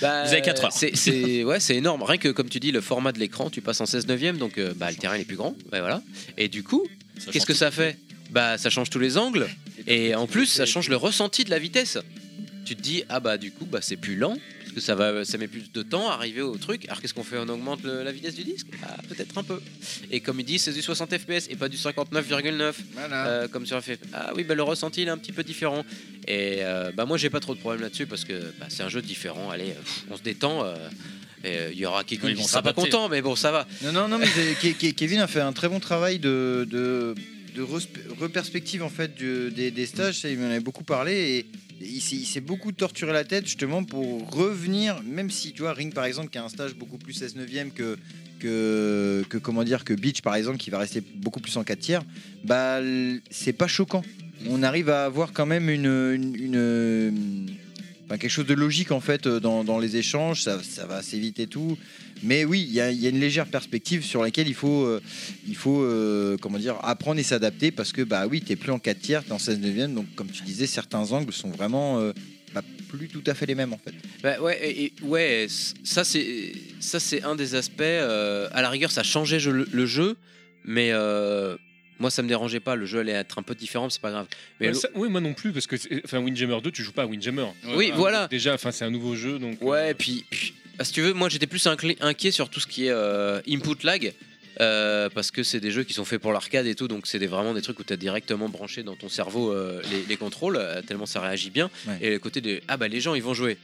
[SPEAKER 2] Bah,
[SPEAKER 1] Vous avez quatre heures.
[SPEAKER 2] C'est, c'est- ouais, c'est énorme. Rien que, comme tu dis, le format de l'écran, tu passes en 16 neuvième, donc euh, bah, le terrain il est plus grand. Bah, voilà. Et du coup, qu'est-ce que ça fait bah, Ça change tous les angles. Et en plus, ça change le ressenti de la vitesse. Tu te dis, ah bah du coup, bah, c'est plus lent, parce que ça, va, ça met plus de temps à arriver au truc. Alors qu'est-ce qu'on fait On augmente le- la vitesse du disque Ah, Peut-être un peu. Et comme il dit, c'est du 60 FPS et pas du 59,9. Euh, comme sur la FF. Ah oui, bah, le ressenti il est un petit peu différent. Et euh, bah, moi, j'ai pas trop de problème là-dessus parce que bah, c'est un jeu différent. Allez, euh, pff, on se détend. euh, et, euh, Il y aura quelqu'un
[SPEAKER 8] Oui, ils
[SPEAKER 2] qui
[SPEAKER 8] vont
[SPEAKER 2] sera pas
[SPEAKER 8] s'adapter.
[SPEAKER 2] content, mais bon, ça va.
[SPEAKER 8] Non, non, non, mais c'est- Ke- Ke- Kevin a fait un très bon travail de, de, de respe- reperspective en fait du- des, des stages. Ça, il m'en avait beaucoup parlé et il s'est il s'est beaucoup torturé la tête justement pour revenir, même si tu vois, Ring par exemple, qui a un stage beaucoup plus 16 neuvième que. Que, que comment dire que Beach par exemple qui va rester beaucoup plus en 4 tiers bah l- c'est pas choquant on arrive à avoir quand même une, une- une- Enfin, quelque chose de logique en fait euh, dans, dans les échanges, ça, ça va assez vite et tout. Mais oui, il y, a- il y a une légère perspective sur laquelle il faut, euh, il faut euh, comment dire, apprendre et s'adapter parce que bah oui, t'es plus en 4 tiers, t'es en 16 neuvième, donc comme tu disais, certains angles sont vraiment euh, pas plus tout à fait les mêmes en fait.
[SPEAKER 2] Bah, ouais, et- et- ouais, c- ça c'est ça c'est un des aspects. euh, à la rigueur, ça changeait je- le, le jeu, mais euh, moi ça me dérangeait pas. Le jeu allait être un peu différent, mais c'est pas grave. Mais
[SPEAKER 5] Ouais,
[SPEAKER 2] l'au-
[SPEAKER 5] ça- oui, moi non plus, parce que c'est- enfin, Windjammer 2, tu joues pas à Windjammer.
[SPEAKER 2] Oui,
[SPEAKER 5] Ah,
[SPEAKER 2] voilà.
[SPEAKER 5] Déjà, enfin, c'est un nouveau jeu, donc. euh,
[SPEAKER 2] Ouais, et puis, puis, ah, si tu veux, moi j'étais plus inclé- inquiet sur tout ce qui est euh, input lag. euh, parce que c'est des jeux qui sont faits pour l'arcade et tout, donc c'est des- vraiment des trucs où tu as directement branché dans ton cerveau euh, les, les contrôles, euh, tellement ça réagit bien.
[SPEAKER 8] Ouais.
[SPEAKER 2] Et le côté de ah bah les gens ils vont jouer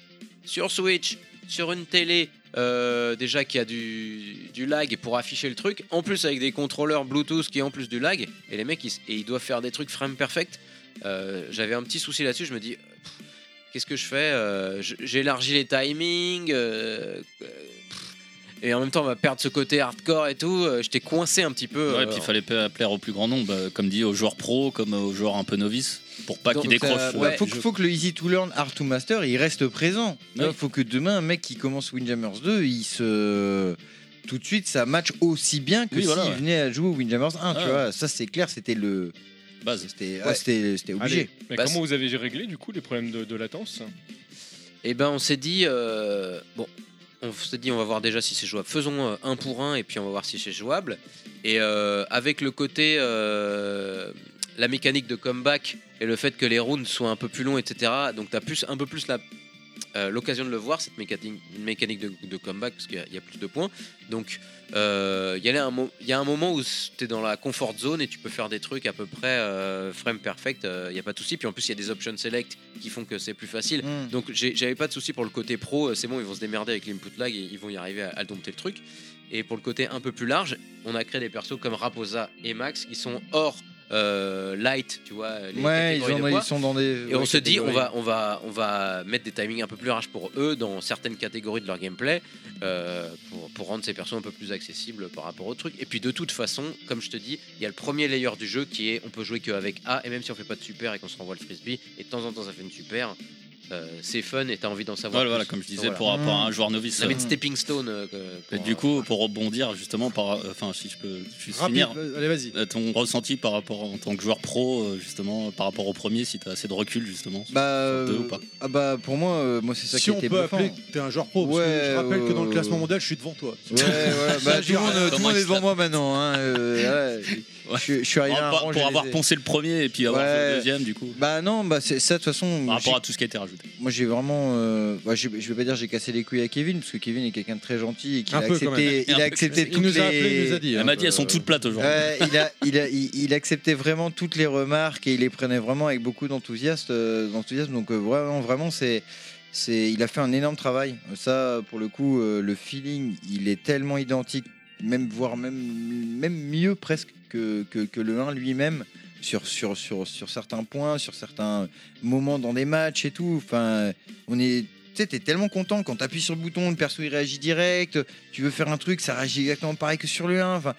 [SPEAKER 2] sur Switch, sur une télé, euh, déjà qui a du, du lag pour afficher le truc, en plus avec des contrôleurs Bluetooth qui ont en plus du lag, et les mecs ils, s- et ils doivent faire des trucs frame perfect. Euh, J'avais un petit souci là-dessus, je me dis qu'est-ce que je fais Euh, je- J'élargis les timings. euh, euh, pff, et en même temps, on va perdre ce côté hardcore et tout. Euh, J'étais coincé un petit peu.
[SPEAKER 4] Ouais,
[SPEAKER 2] euh,
[SPEAKER 4] puis il fallait pa- plaire au plus grand nombre, euh, comme dit aux joueurs pro, comme aux joueurs un peu novices, pour pas qu'ils
[SPEAKER 8] Donc, ça-
[SPEAKER 4] décrochent. euh,
[SPEAKER 8] ouais, faut, que- faut que le easy to learn, hard to master, il reste présent. Il
[SPEAKER 4] Ouais.
[SPEAKER 8] faut que demain, un mec qui commence Windjammers 2, il se. Tout de suite, ça match aussi bien que
[SPEAKER 4] Oui,
[SPEAKER 8] s'il
[SPEAKER 4] voilà, ouais.
[SPEAKER 8] venait à jouer au Windjammers 1.
[SPEAKER 4] Ouais.
[SPEAKER 8] Tu vois, ça c'est clair, c'était le. C'était ah,
[SPEAKER 2] Ouais.
[SPEAKER 8] c'était- c'était obligé.
[SPEAKER 5] bah, Mais
[SPEAKER 2] Bah,
[SPEAKER 5] comment vous avez réglé du coup les problèmes de, de latence
[SPEAKER 2] Et ben, on s'est dit euh, bon, on s'est dit on va voir déjà si c'est jouable. Faisons euh, un pour un et puis on va voir si c'est jouable. Et euh, avec le côté euh, la mécanique de comeback et le fait que les rounds soient un peu plus longs, etc. Donc t'as plus, un peu plus la- euh, l'occasion de le voir, cette mécanique, une mécanique de, de comeback, parce qu'il y a- il y, a plus de points. Donc euh, il y, a un mo- il y a un moment où t'es dans la comfort zone et tu peux faire des trucs à peu près euh, frame perfect, euh, il n'y a pas de souci. Puis en plus, il y a des options select qui font que c'est plus facile.
[SPEAKER 8] Mm.
[SPEAKER 2] Donc j'ai- j'avais pas de souci pour le côté pro, euh, c'est bon, ils vont se démerder avec l'input lag et ils vont y arriver à, à dompter le truc. Et pour le côté un peu plus large, on a créé des persos comme Raposa et Max qui sont hors euh, light, tu vois. les
[SPEAKER 8] Ouais, ils,
[SPEAKER 2] catégories
[SPEAKER 8] ont-
[SPEAKER 2] de
[SPEAKER 8] ils
[SPEAKER 2] poids.
[SPEAKER 8] sont dans des.
[SPEAKER 1] Euh,
[SPEAKER 2] Et on
[SPEAKER 8] ouais,
[SPEAKER 2] se dit, on
[SPEAKER 8] catégories.
[SPEAKER 2] va, on, va, on va mettre des timings un peu plus larges pour eux dans certaines catégories de leur gameplay euh, pour, pour rendre ces persos un peu plus accessibles par rapport au truc. Et puis de toute façon, comme je te dis, il y a le premier layer du jeu qui est on peut jouer qu'avec A, et même si on fait pas de super et qu'on se renvoie le frisbee, et de temps en temps ça fait une super. euh, c'est fun et t'as envie d'en savoir
[SPEAKER 4] Voilà, voilà,
[SPEAKER 2] plus.
[SPEAKER 4] comme je disais,
[SPEAKER 2] Donc
[SPEAKER 4] pour rapport à un joueur novice.
[SPEAKER 2] On avait une
[SPEAKER 4] Mm.
[SPEAKER 2] stepping stone. euh, que-
[SPEAKER 4] Et
[SPEAKER 2] pour,
[SPEAKER 4] du coup, pour rebondir justement, par, euh, enfin, si je peux juste
[SPEAKER 1] Rapide,
[SPEAKER 4] finir,
[SPEAKER 1] vas- allez, vas-y.
[SPEAKER 4] euh, ton ressenti par rapport en tant que joueur pro, euh, justement, par rapport au premier, si t'as assez de recul justement, sur-
[SPEAKER 8] Bah,
[SPEAKER 4] sur deux
[SPEAKER 8] euh,
[SPEAKER 4] ou pas.
[SPEAKER 8] ah bah pour moi, euh, moi c'est ça
[SPEAKER 1] Si
[SPEAKER 8] qui
[SPEAKER 1] on
[SPEAKER 8] était
[SPEAKER 1] peut
[SPEAKER 8] bluffant.
[SPEAKER 1] appeler que t'es un joueur pro, parce que
[SPEAKER 8] Ouais,
[SPEAKER 1] je rappelle que dans le
[SPEAKER 8] euh,
[SPEAKER 1] classement mondial, je suis devant toi. euh,
[SPEAKER 8] Ouais, voilà, bah, tout le monde, tout le monde est devant moi maintenant. hein, euh, ouais.
[SPEAKER 4] Ouais.
[SPEAKER 8] Je, je suis arrivé
[SPEAKER 4] Pour
[SPEAKER 8] à un
[SPEAKER 4] avoir-
[SPEAKER 8] rang,
[SPEAKER 4] pour
[SPEAKER 8] j'ai
[SPEAKER 4] avoir
[SPEAKER 8] les-
[SPEAKER 4] poncé le premier et puis avoir fait
[SPEAKER 8] Ouais.
[SPEAKER 4] le deuxième, du coup.
[SPEAKER 8] Bah non, bah c'est ça de toute façon.
[SPEAKER 4] Par rapport
[SPEAKER 8] j'ai-
[SPEAKER 4] à tout ce qui a été rajouté.
[SPEAKER 8] Moi j'ai vraiment, euh, bah, je, je vais pas dire j'ai cassé les couilles à Kevin parce que Kevin est quelqu'un de très gentil et qu'il a
[SPEAKER 4] Un peu, quand même.
[SPEAKER 8] accepté, il
[SPEAKER 4] Un peu.
[SPEAKER 8] a accepté
[SPEAKER 4] Il
[SPEAKER 8] toutes
[SPEAKER 4] nous a
[SPEAKER 8] les-
[SPEAKER 4] appelé, il nous a dit, Elle hein, m'a dit, euh, elles sont toutes plates aujourd'hui.
[SPEAKER 8] Ouais, il a, il a, il, il acceptait vraiment toutes les remarques et il les prenait vraiment avec beaucoup d'enthousiasme, euh, d'enthousiasme. Donc euh, vraiment, vraiment c'est. c'est- Il a fait un énorme travail. Ça, pour le coup, euh, le feeling, il est tellement identique, même voire même, même mieux presque que, que, que le 1 lui-même sur, sur, sur, sur certains points, sur certains moments dans des matchs et tout. Enfin, on est. Tu sais, t'es tellement content quand t'appuies sur le bouton, le perso il réagit direct, tu veux faire un truc, ça réagit exactement pareil que sur le 1. Enfin,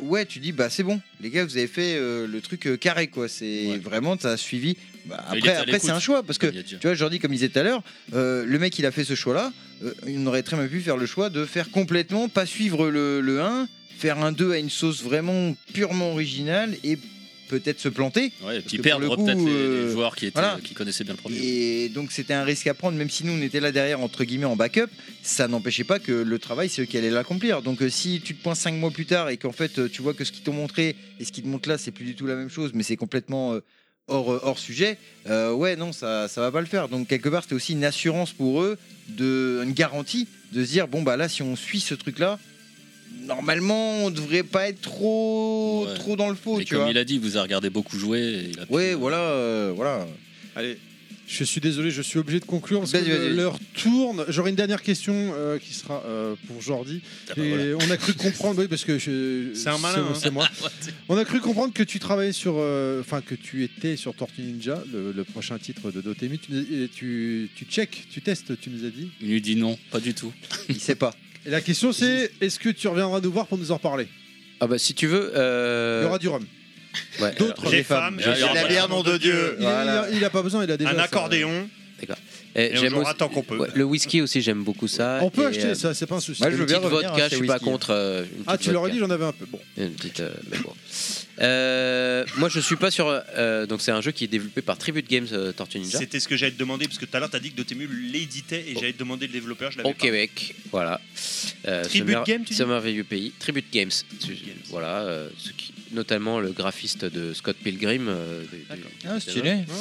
[SPEAKER 8] ouais, tu dis, bah c'est bon, les gars, vous avez fait euh, le truc euh, carré quoi. C'est vraiment, t'as suivi. Bah,
[SPEAKER 4] Il
[SPEAKER 8] après,
[SPEAKER 4] était à
[SPEAKER 8] après
[SPEAKER 4] l'écoute,
[SPEAKER 8] c'est un choix parce que
[SPEAKER 4] comme il a dit.
[SPEAKER 8] tu vois, Jordi, comme il disait tout à l'heure, euh, le mec il a fait ce choix là, il aurait très bien pu faire le choix de faire complètement, pas suivre le, le 1, faire un 2 à une sauce vraiment purement originale et peut-être se planter.
[SPEAKER 4] Ouais, et
[SPEAKER 8] Parce que
[SPEAKER 4] puis
[SPEAKER 8] pour
[SPEAKER 4] perdre
[SPEAKER 8] le coup,
[SPEAKER 4] peut-être les- les,
[SPEAKER 8] euh,
[SPEAKER 4] joueurs qui, étaient,
[SPEAKER 8] voilà.
[SPEAKER 4] qui connaissaient bien le premier.
[SPEAKER 8] Et donc c'était un risque à prendre, même si nous on était là derrière entre guillemets en backup, ça n'empêchait pas que le travail c'est eux qui allaient l'accomplir. Donc euh, si tu te points 5 mois plus tard et qu'en fait euh, tu vois que ce qu'ils t'ont montré et ce qu'ils te montrent là c'est plus du tout la même chose, mais c'est complètement euh, hors, euh, hors sujet, euh, ouais non ça, ça va pas le faire. Donc quelque part c'était aussi une assurance pour eux, de, une garantie de se dire bon bah là si on suit ce truc là, normalement on devrait pas être trop,
[SPEAKER 4] Ouais.
[SPEAKER 8] trop dans le faux.
[SPEAKER 4] Et
[SPEAKER 8] tu
[SPEAKER 4] comme
[SPEAKER 8] vois.
[SPEAKER 4] il a dit, il vous a regardé beaucoup jouer. et il a pu-
[SPEAKER 8] Ouais voilà, euh, voilà.
[SPEAKER 1] Allez. Je suis désolé, je suis obligé de conclure parce que
[SPEAKER 8] Vas-y, vas-y.
[SPEAKER 1] le- l'heure tourne. J'aurais une dernière question euh, qui sera euh, pour Jordi. Et on a cru comprendre, oui, parce que je-
[SPEAKER 7] C'est un malin, hein.
[SPEAKER 1] c'est moi. on a cru comprendre que tu travaillais sur, euh, enfin que tu étais sur Tortue Ninja, le, le prochain titre de Dotemu. Tu, nous- et tu, tu check, tu testes, tu nous as dit.
[SPEAKER 4] Il lui dit non, pas du tout.
[SPEAKER 8] Il sait pas.
[SPEAKER 1] Et la question c'est, est-ce que tu reviendras nous voir pour nous en parler
[SPEAKER 2] Ah bah si tu veux.
[SPEAKER 1] Il y aura du rhum.
[SPEAKER 2] Ouais,
[SPEAKER 1] D'autres
[SPEAKER 2] alors-
[SPEAKER 1] Des femmes,
[SPEAKER 4] Ah,
[SPEAKER 1] j'ai la bière, nom de Dieu. Il a- il a- il a pas besoin, il a déjà Un ça. accordéon.
[SPEAKER 2] D'accord.
[SPEAKER 1] Et on
[SPEAKER 2] j'aime
[SPEAKER 1] jouera
[SPEAKER 2] aussi-
[SPEAKER 1] tant qu'on peut.
[SPEAKER 2] ouais, le whisky aussi, j'aime beaucoup ça.
[SPEAKER 1] On peut
[SPEAKER 2] Et,
[SPEAKER 1] acheter
[SPEAKER 2] euh,
[SPEAKER 1] ça, c'est pas un souci.
[SPEAKER 2] Une petite vodka, je suis pas contre. euh, une
[SPEAKER 1] Ah,
[SPEAKER 2] petite
[SPEAKER 1] tu l'aurais
[SPEAKER 2] vodka.
[SPEAKER 1] dit, j'en avais un peu. Bon.
[SPEAKER 2] Une petite, euh, mais bon. Euh, moi, je suis pas sur. euh, donc, c'est un jeu qui est développé par Tribute Games euh, Tortue Ninja.
[SPEAKER 6] C'était ce que j'allais te demander, parce que tout à l'heure, t'as dit que Dotemu l'éditait et j'allais te demander le développeur, je l'avais
[SPEAKER 2] Au Québec, voilà. Euh,
[SPEAKER 6] Tribute
[SPEAKER 2] ce mer-
[SPEAKER 6] Games, tu
[SPEAKER 2] ce
[SPEAKER 6] dis
[SPEAKER 2] merveilleux pays. Tribute Games. Ce- Voilà, euh, ce qui- notamment le graphiste de Scott Pilgrim. euh, du- du- du-
[SPEAKER 8] Ah,
[SPEAKER 2] du-
[SPEAKER 8] stylé.
[SPEAKER 6] Oh.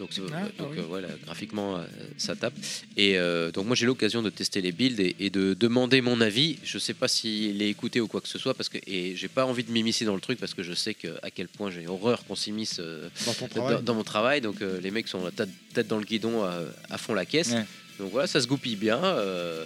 [SPEAKER 2] Donc, c'est-
[SPEAKER 8] Ah,
[SPEAKER 2] donc,
[SPEAKER 8] oui.
[SPEAKER 2] euh, voilà, graphiquement, euh, ça tape. Et euh, donc, moi, j'ai l'occasion de tester les builds et, et de demander mon avis. Je sais pas s'il est écouté ou quoi que ce soit, parce que et j'ai pas envie de m'immiscer dans le truc parce que je sais que, à quel point j'ai horreur qu'on s'immisce euh,
[SPEAKER 1] Dans ton travail.
[SPEAKER 2] dans mon travail. Donc, euh, les mecs sont la tête tête dans le guidon à, à fond la caisse.
[SPEAKER 8] Ouais.
[SPEAKER 2] Donc voilà, ça se goupille bien. euh,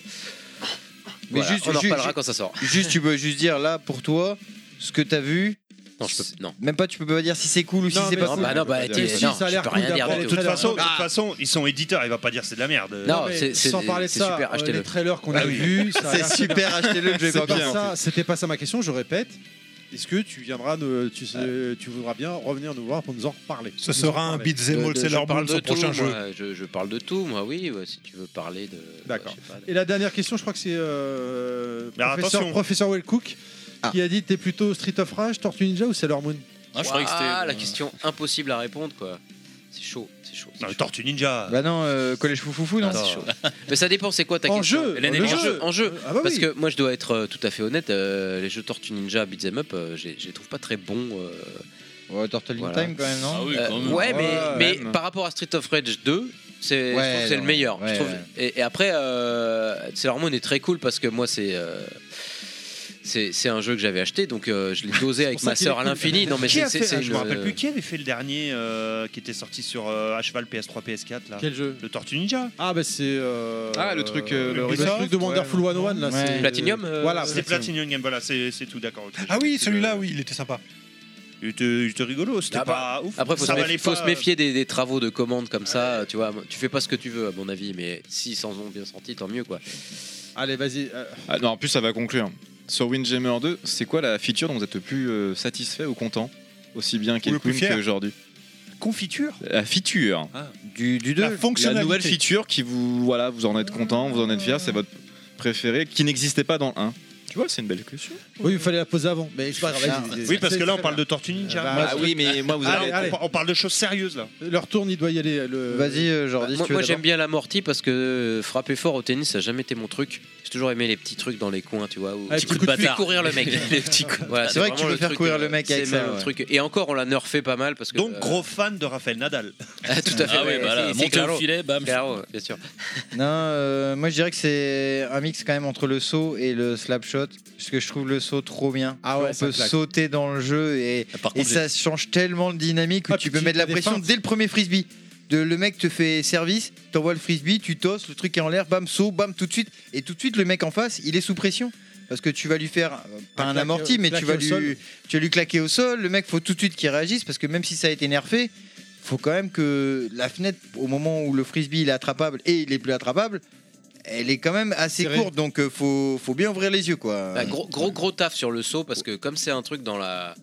[SPEAKER 8] Mais
[SPEAKER 2] voilà,
[SPEAKER 8] juste,
[SPEAKER 2] on en
[SPEAKER 8] ju-
[SPEAKER 2] reparlera
[SPEAKER 8] ju-
[SPEAKER 2] quand ça sort.
[SPEAKER 8] Juste, tu peux juste dire là pour toi ce que t'as vu.
[SPEAKER 2] Non, je peux-
[SPEAKER 8] c'est-
[SPEAKER 2] non.
[SPEAKER 8] Même pas, tu peux pas dire si c'est cool ou si
[SPEAKER 2] Non,
[SPEAKER 8] c'est
[SPEAKER 2] mais
[SPEAKER 8] pas
[SPEAKER 2] non,
[SPEAKER 8] cool.
[SPEAKER 2] bah non, bah, t'es- Si, non, ça a je l'air peux cool rien dire d'après du les
[SPEAKER 6] De
[SPEAKER 2] tout.
[SPEAKER 6] toute, façon, de
[SPEAKER 2] Ah.
[SPEAKER 6] toute façon, ils sont éditeurs, ils vont pas dire c'est de la merde.
[SPEAKER 2] Non, mais c'est- c'est-
[SPEAKER 1] Sans parler de
[SPEAKER 2] c'est
[SPEAKER 1] ça,
[SPEAKER 2] super,
[SPEAKER 1] euh,
[SPEAKER 2] achetez-le.
[SPEAKER 1] les trailers qu'on
[SPEAKER 6] Ah
[SPEAKER 1] a
[SPEAKER 6] oui.
[SPEAKER 1] vus, ça a
[SPEAKER 6] C'est
[SPEAKER 1] l'air
[SPEAKER 6] super, achetez-le, je vais
[SPEAKER 1] C'est
[SPEAKER 6] pas
[SPEAKER 1] pas
[SPEAKER 6] bien,
[SPEAKER 1] ça,
[SPEAKER 6] en fait.
[SPEAKER 1] C'était pas ça ma question, je répète. Est-ce que tu viendras, nous- tu, sais- tu voudras bien revenir nous voir pour nous en reparler
[SPEAKER 7] Ce sera un Beat'em All Sailor Moon, son prochain jeu.
[SPEAKER 2] moi, je, je parle de tout, moi, oui, ouais, si tu veux parler de.
[SPEAKER 1] D'accord. Et la dernière question, je crois que c'est euh,
[SPEAKER 2] Mais alors,
[SPEAKER 1] professeur,
[SPEAKER 2] attention.
[SPEAKER 1] professeur Wellcook qui a dit T'es plutôt Street of Rage, Tortue Ninja ou Sailor Moon
[SPEAKER 2] Ah,
[SPEAKER 1] je croyais que c'était-
[SPEAKER 2] la question impossible à répondre, quoi. C'est chaud, c'est chaud.
[SPEAKER 6] Non, Tortue Ninja.
[SPEAKER 8] Bah non, euh, collège foufoufou, non.
[SPEAKER 2] Ah, c'est chaud. Mais ça dépend, c'est quoi ta
[SPEAKER 8] En
[SPEAKER 2] question
[SPEAKER 8] jeu,
[SPEAKER 2] Hélène,
[SPEAKER 8] en
[SPEAKER 2] elle est
[SPEAKER 8] jeu.
[SPEAKER 2] en jeu, en jeu.
[SPEAKER 8] Ah bah
[SPEAKER 2] Parce
[SPEAKER 8] oui.
[SPEAKER 2] que moi, je dois être euh, tout à fait honnête, euh, les jeux Tortue Ninja, Beat'em Up, euh, je les- je les trouve pas très bons. euh,
[SPEAKER 8] Ouais, Turtle in
[SPEAKER 2] Voilà.
[SPEAKER 8] Time quand même, non
[SPEAKER 2] Euh, Ouais, mais, mais par rapport à Street of Rage 2, c'est je
[SPEAKER 8] Ouais,
[SPEAKER 2] trouve que c'est le
[SPEAKER 8] non,
[SPEAKER 2] meilleur. Je
[SPEAKER 8] ouais,
[SPEAKER 2] trouve-
[SPEAKER 8] ouais.
[SPEAKER 2] Et, et après, euh, Sailor Moon est très cool parce que moi, c'est. euh, c'est c'est un jeu que j'avais acheté, donc euh, je l'ai dosé avec
[SPEAKER 6] pour ça
[SPEAKER 2] ma
[SPEAKER 6] qu'il
[SPEAKER 2] sœur
[SPEAKER 6] est
[SPEAKER 2] à
[SPEAKER 6] cool.
[SPEAKER 2] l'infini. Non, mais
[SPEAKER 6] Qui
[SPEAKER 2] c'est
[SPEAKER 6] a
[SPEAKER 2] c'est-
[SPEAKER 6] fait-
[SPEAKER 2] c'est
[SPEAKER 6] Je
[SPEAKER 2] une-
[SPEAKER 6] me rappelle plus qui avait fait le dernier euh, qui était sorti sur euh, à cheval PS3, PS4 là.
[SPEAKER 1] Quel jeu
[SPEAKER 6] Le Tortue Ninja.
[SPEAKER 1] Ah, bah c'est. euh,
[SPEAKER 6] Ah, le truc,
[SPEAKER 1] euh,
[SPEAKER 6] euh, le
[SPEAKER 1] le
[SPEAKER 6] Ubisoft,
[SPEAKER 1] truc de Wonderful 101 là. c'est-
[SPEAKER 6] euh,
[SPEAKER 1] Voilà,
[SPEAKER 6] C'était Platinum Game, voilà, c'est c'est tout d'accord. ok.
[SPEAKER 7] Ah oui, celui-là, oui, il était sympa.
[SPEAKER 6] Il était, il était rigolo, c'était
[SPEAKER 2] Ah bah,
[SPEAKER 6] pas ouf.
[SPEAKER 2] Après, faut, se,
[SPEAKER 6] Ça
[SPEAKER 2] méfier,
[SPEAKER 6] valait
[SPEAKER 2] faut
[SPEAKER 6] pas,
[SPEAKER 2] se méfier des, des travaux de commande comme ça. Tu vois, tu fais pas ce que tu veux, à mon avis, mais s'ils s'en ont bien sorti, tant mieux, quoi.
[SPEAKER 1] Allez, vas-y.
[SPEAKER 3] Ah, non, en plus, ça va conclure. Sur Windjammer 2, c'est quoi la feature dont vous êtes le plus euh, satisfait ou content Aussi bien
[SPEAKER 7] le plus
[SPEAKER 3] qu'Elkun
[SPEAKER 7] fier.
[SPEAKER 3] qu'aujourd'hui
[SPEAKER 6] Confiture
[SPEAKER 3] La feature.
[SPEAKER 8] Ah. Du, du
[SPEAKER 3] La,
[SPEAKER 7] fonctionnalité.
[SPEAKER 3] nouvelle feature qui vous. Voilà, vous en êtes content, vous en êtes fier, c'est votre préféré, qui n'existait pas dans le 1. Tu vois, c'est une belle question.
[SPEAKER 1] Oui, il fallait la poser avant. Mais je sais pas, vas-y, vas-y,
[SPEAKER 6] Oui, parce
[SPEAKER 1] c'est-
[SPEAKER 6] que là, on
[SPEAKER 1] c'est
[SPEAKER 6] parle
[SPEAKER 1] bien.
[SPEAKER 6] de Tortue Ninja.
[SPEAKER 1] Ah, bah, Ah oui, mais moi, vous
[SPEAKER 6] Allez,
[SPEAKER 1] avez-
[SPEAKER 6] allez, On parle de choses sérieuses là.
[SPEAKER 1] Leur tourne, il doit y aller. le-
[SPEAKER 2] Bah, moi, moi, j'aime bien l'amorti parce que euh, frapper fort au tennis, ça n'a jamais été mon truc. J'ai toujours aimé les petits trucs dans les coins, tu vois. Où
[SPEAKER 8] Ah, les
[SPEAKER 2] tu
[SPEAKER 8] petits
[SPEAKER 2] peux
[SPEAKER 8] coups de
[SPEAKER 2] faire
[SPEAKER 8] feu.
[SPEAKER 2] courir le mec.
[SPEAKER 8] Les petits coups de
[SPEAKER 2] Voilà,
[SPEAKER 8] feu. Ah, C'est vrai que tu
[SPEAKER 2] vraiment
[SPEAKER 8] peux faire
[SPEAKER 2] truc,
[SPEAKER 8] courir
[SPEAKER 2] euh,
[SPEAKER 8] le mec avec
[SPEAKER 2] c'est
[SPEAKER 8] ça,
[SPEAKER 2] même le
[SPEAKER 8] ouais.
[SPEAKER 2] truc. Et encore, on l'a nerfé pas mal parce que.
[SPEAKER 6] Donc,
[SPEAKER 2] euh,
[SPEAKER 6] gros fan de Rafael Nadal.
[SPEAKER 2] ah, tout à fait.
[SPEAKER 6] Ah ouais, bah là,
[SPEAKER 2] C'est- c'est
[SPEAKER 6] monter au
[SPEAKER 2] claro.
[SPEAKER 6] filet, bam.
[SPEAKER 2] Claro, bien sûr.
[SPEAKER 8] Non, euh, moi je dirais que c'est un mix quand même entre le saut et le slap shot, parce que je trouve le saut trop bien.
[SPEAKER 1] Ah ouais, ça
[SPEAKER 8] on peut
[SPEAKER 1] claque. Ah,
[SPEAKER 8] sauter dans le jeu et,
[SPEAKER 1] par
[SPEAKER 8] et
[SPEAKER 1] contre,
[SPEAKER 8] ça
[SPEAKER 1] j'ai-
[SPEAKER 8] change tellement de dynamique où
[SPEAKER 1] Ah,
[SPEAKER 8] tu
[SPEAKER 1] puis
[SPEAKER 8] peux
[SPEAKER 1] tu
[SPEAKER 8] mettre la
[SPEAKER 1] fais des
[SPEAKER 8] pression
[SPEAKER 1] feintes.
[SPEAKER 8] dès le premier frisbee. De, le mec te fait service, t'envoies le frisbee, tu tosses, le truc est en l'air, bam, saut, bam, tout de suite. Et tout de suite, le mec en face, il est sous pression. Parce que tu vas lui faire, euh, pas
[SPEAKER 1] Un
[SPEAKER 8] un,
[SPEAKER 1] claque-
[SPEAKER 8] amorti, mais tu
[SPEAKER 1] claquer
[SPEAKER 8] vas,
[SPEAKER 1] au sol.
[SPEAKER 8] lui, tu vas lui claquer au sol. Le mec, faut tout de suite qu'il réagisse, parce que même si ça a été nerfé, faut quand même que la fenêtre, au moment où le frisbee il est attrapable et il est plus attrapable, elle est quand même assez
[SPEAKER 2] Serré.
[SPEAKER 8] courte, donc euh, faut, faut bien ouvrir les yeux quoi.
[SPEAKER 3] Euh,
[SPEAKER 2] Bah, gros, gros, gros taf sur le saut parce que comme c'est un truc dans la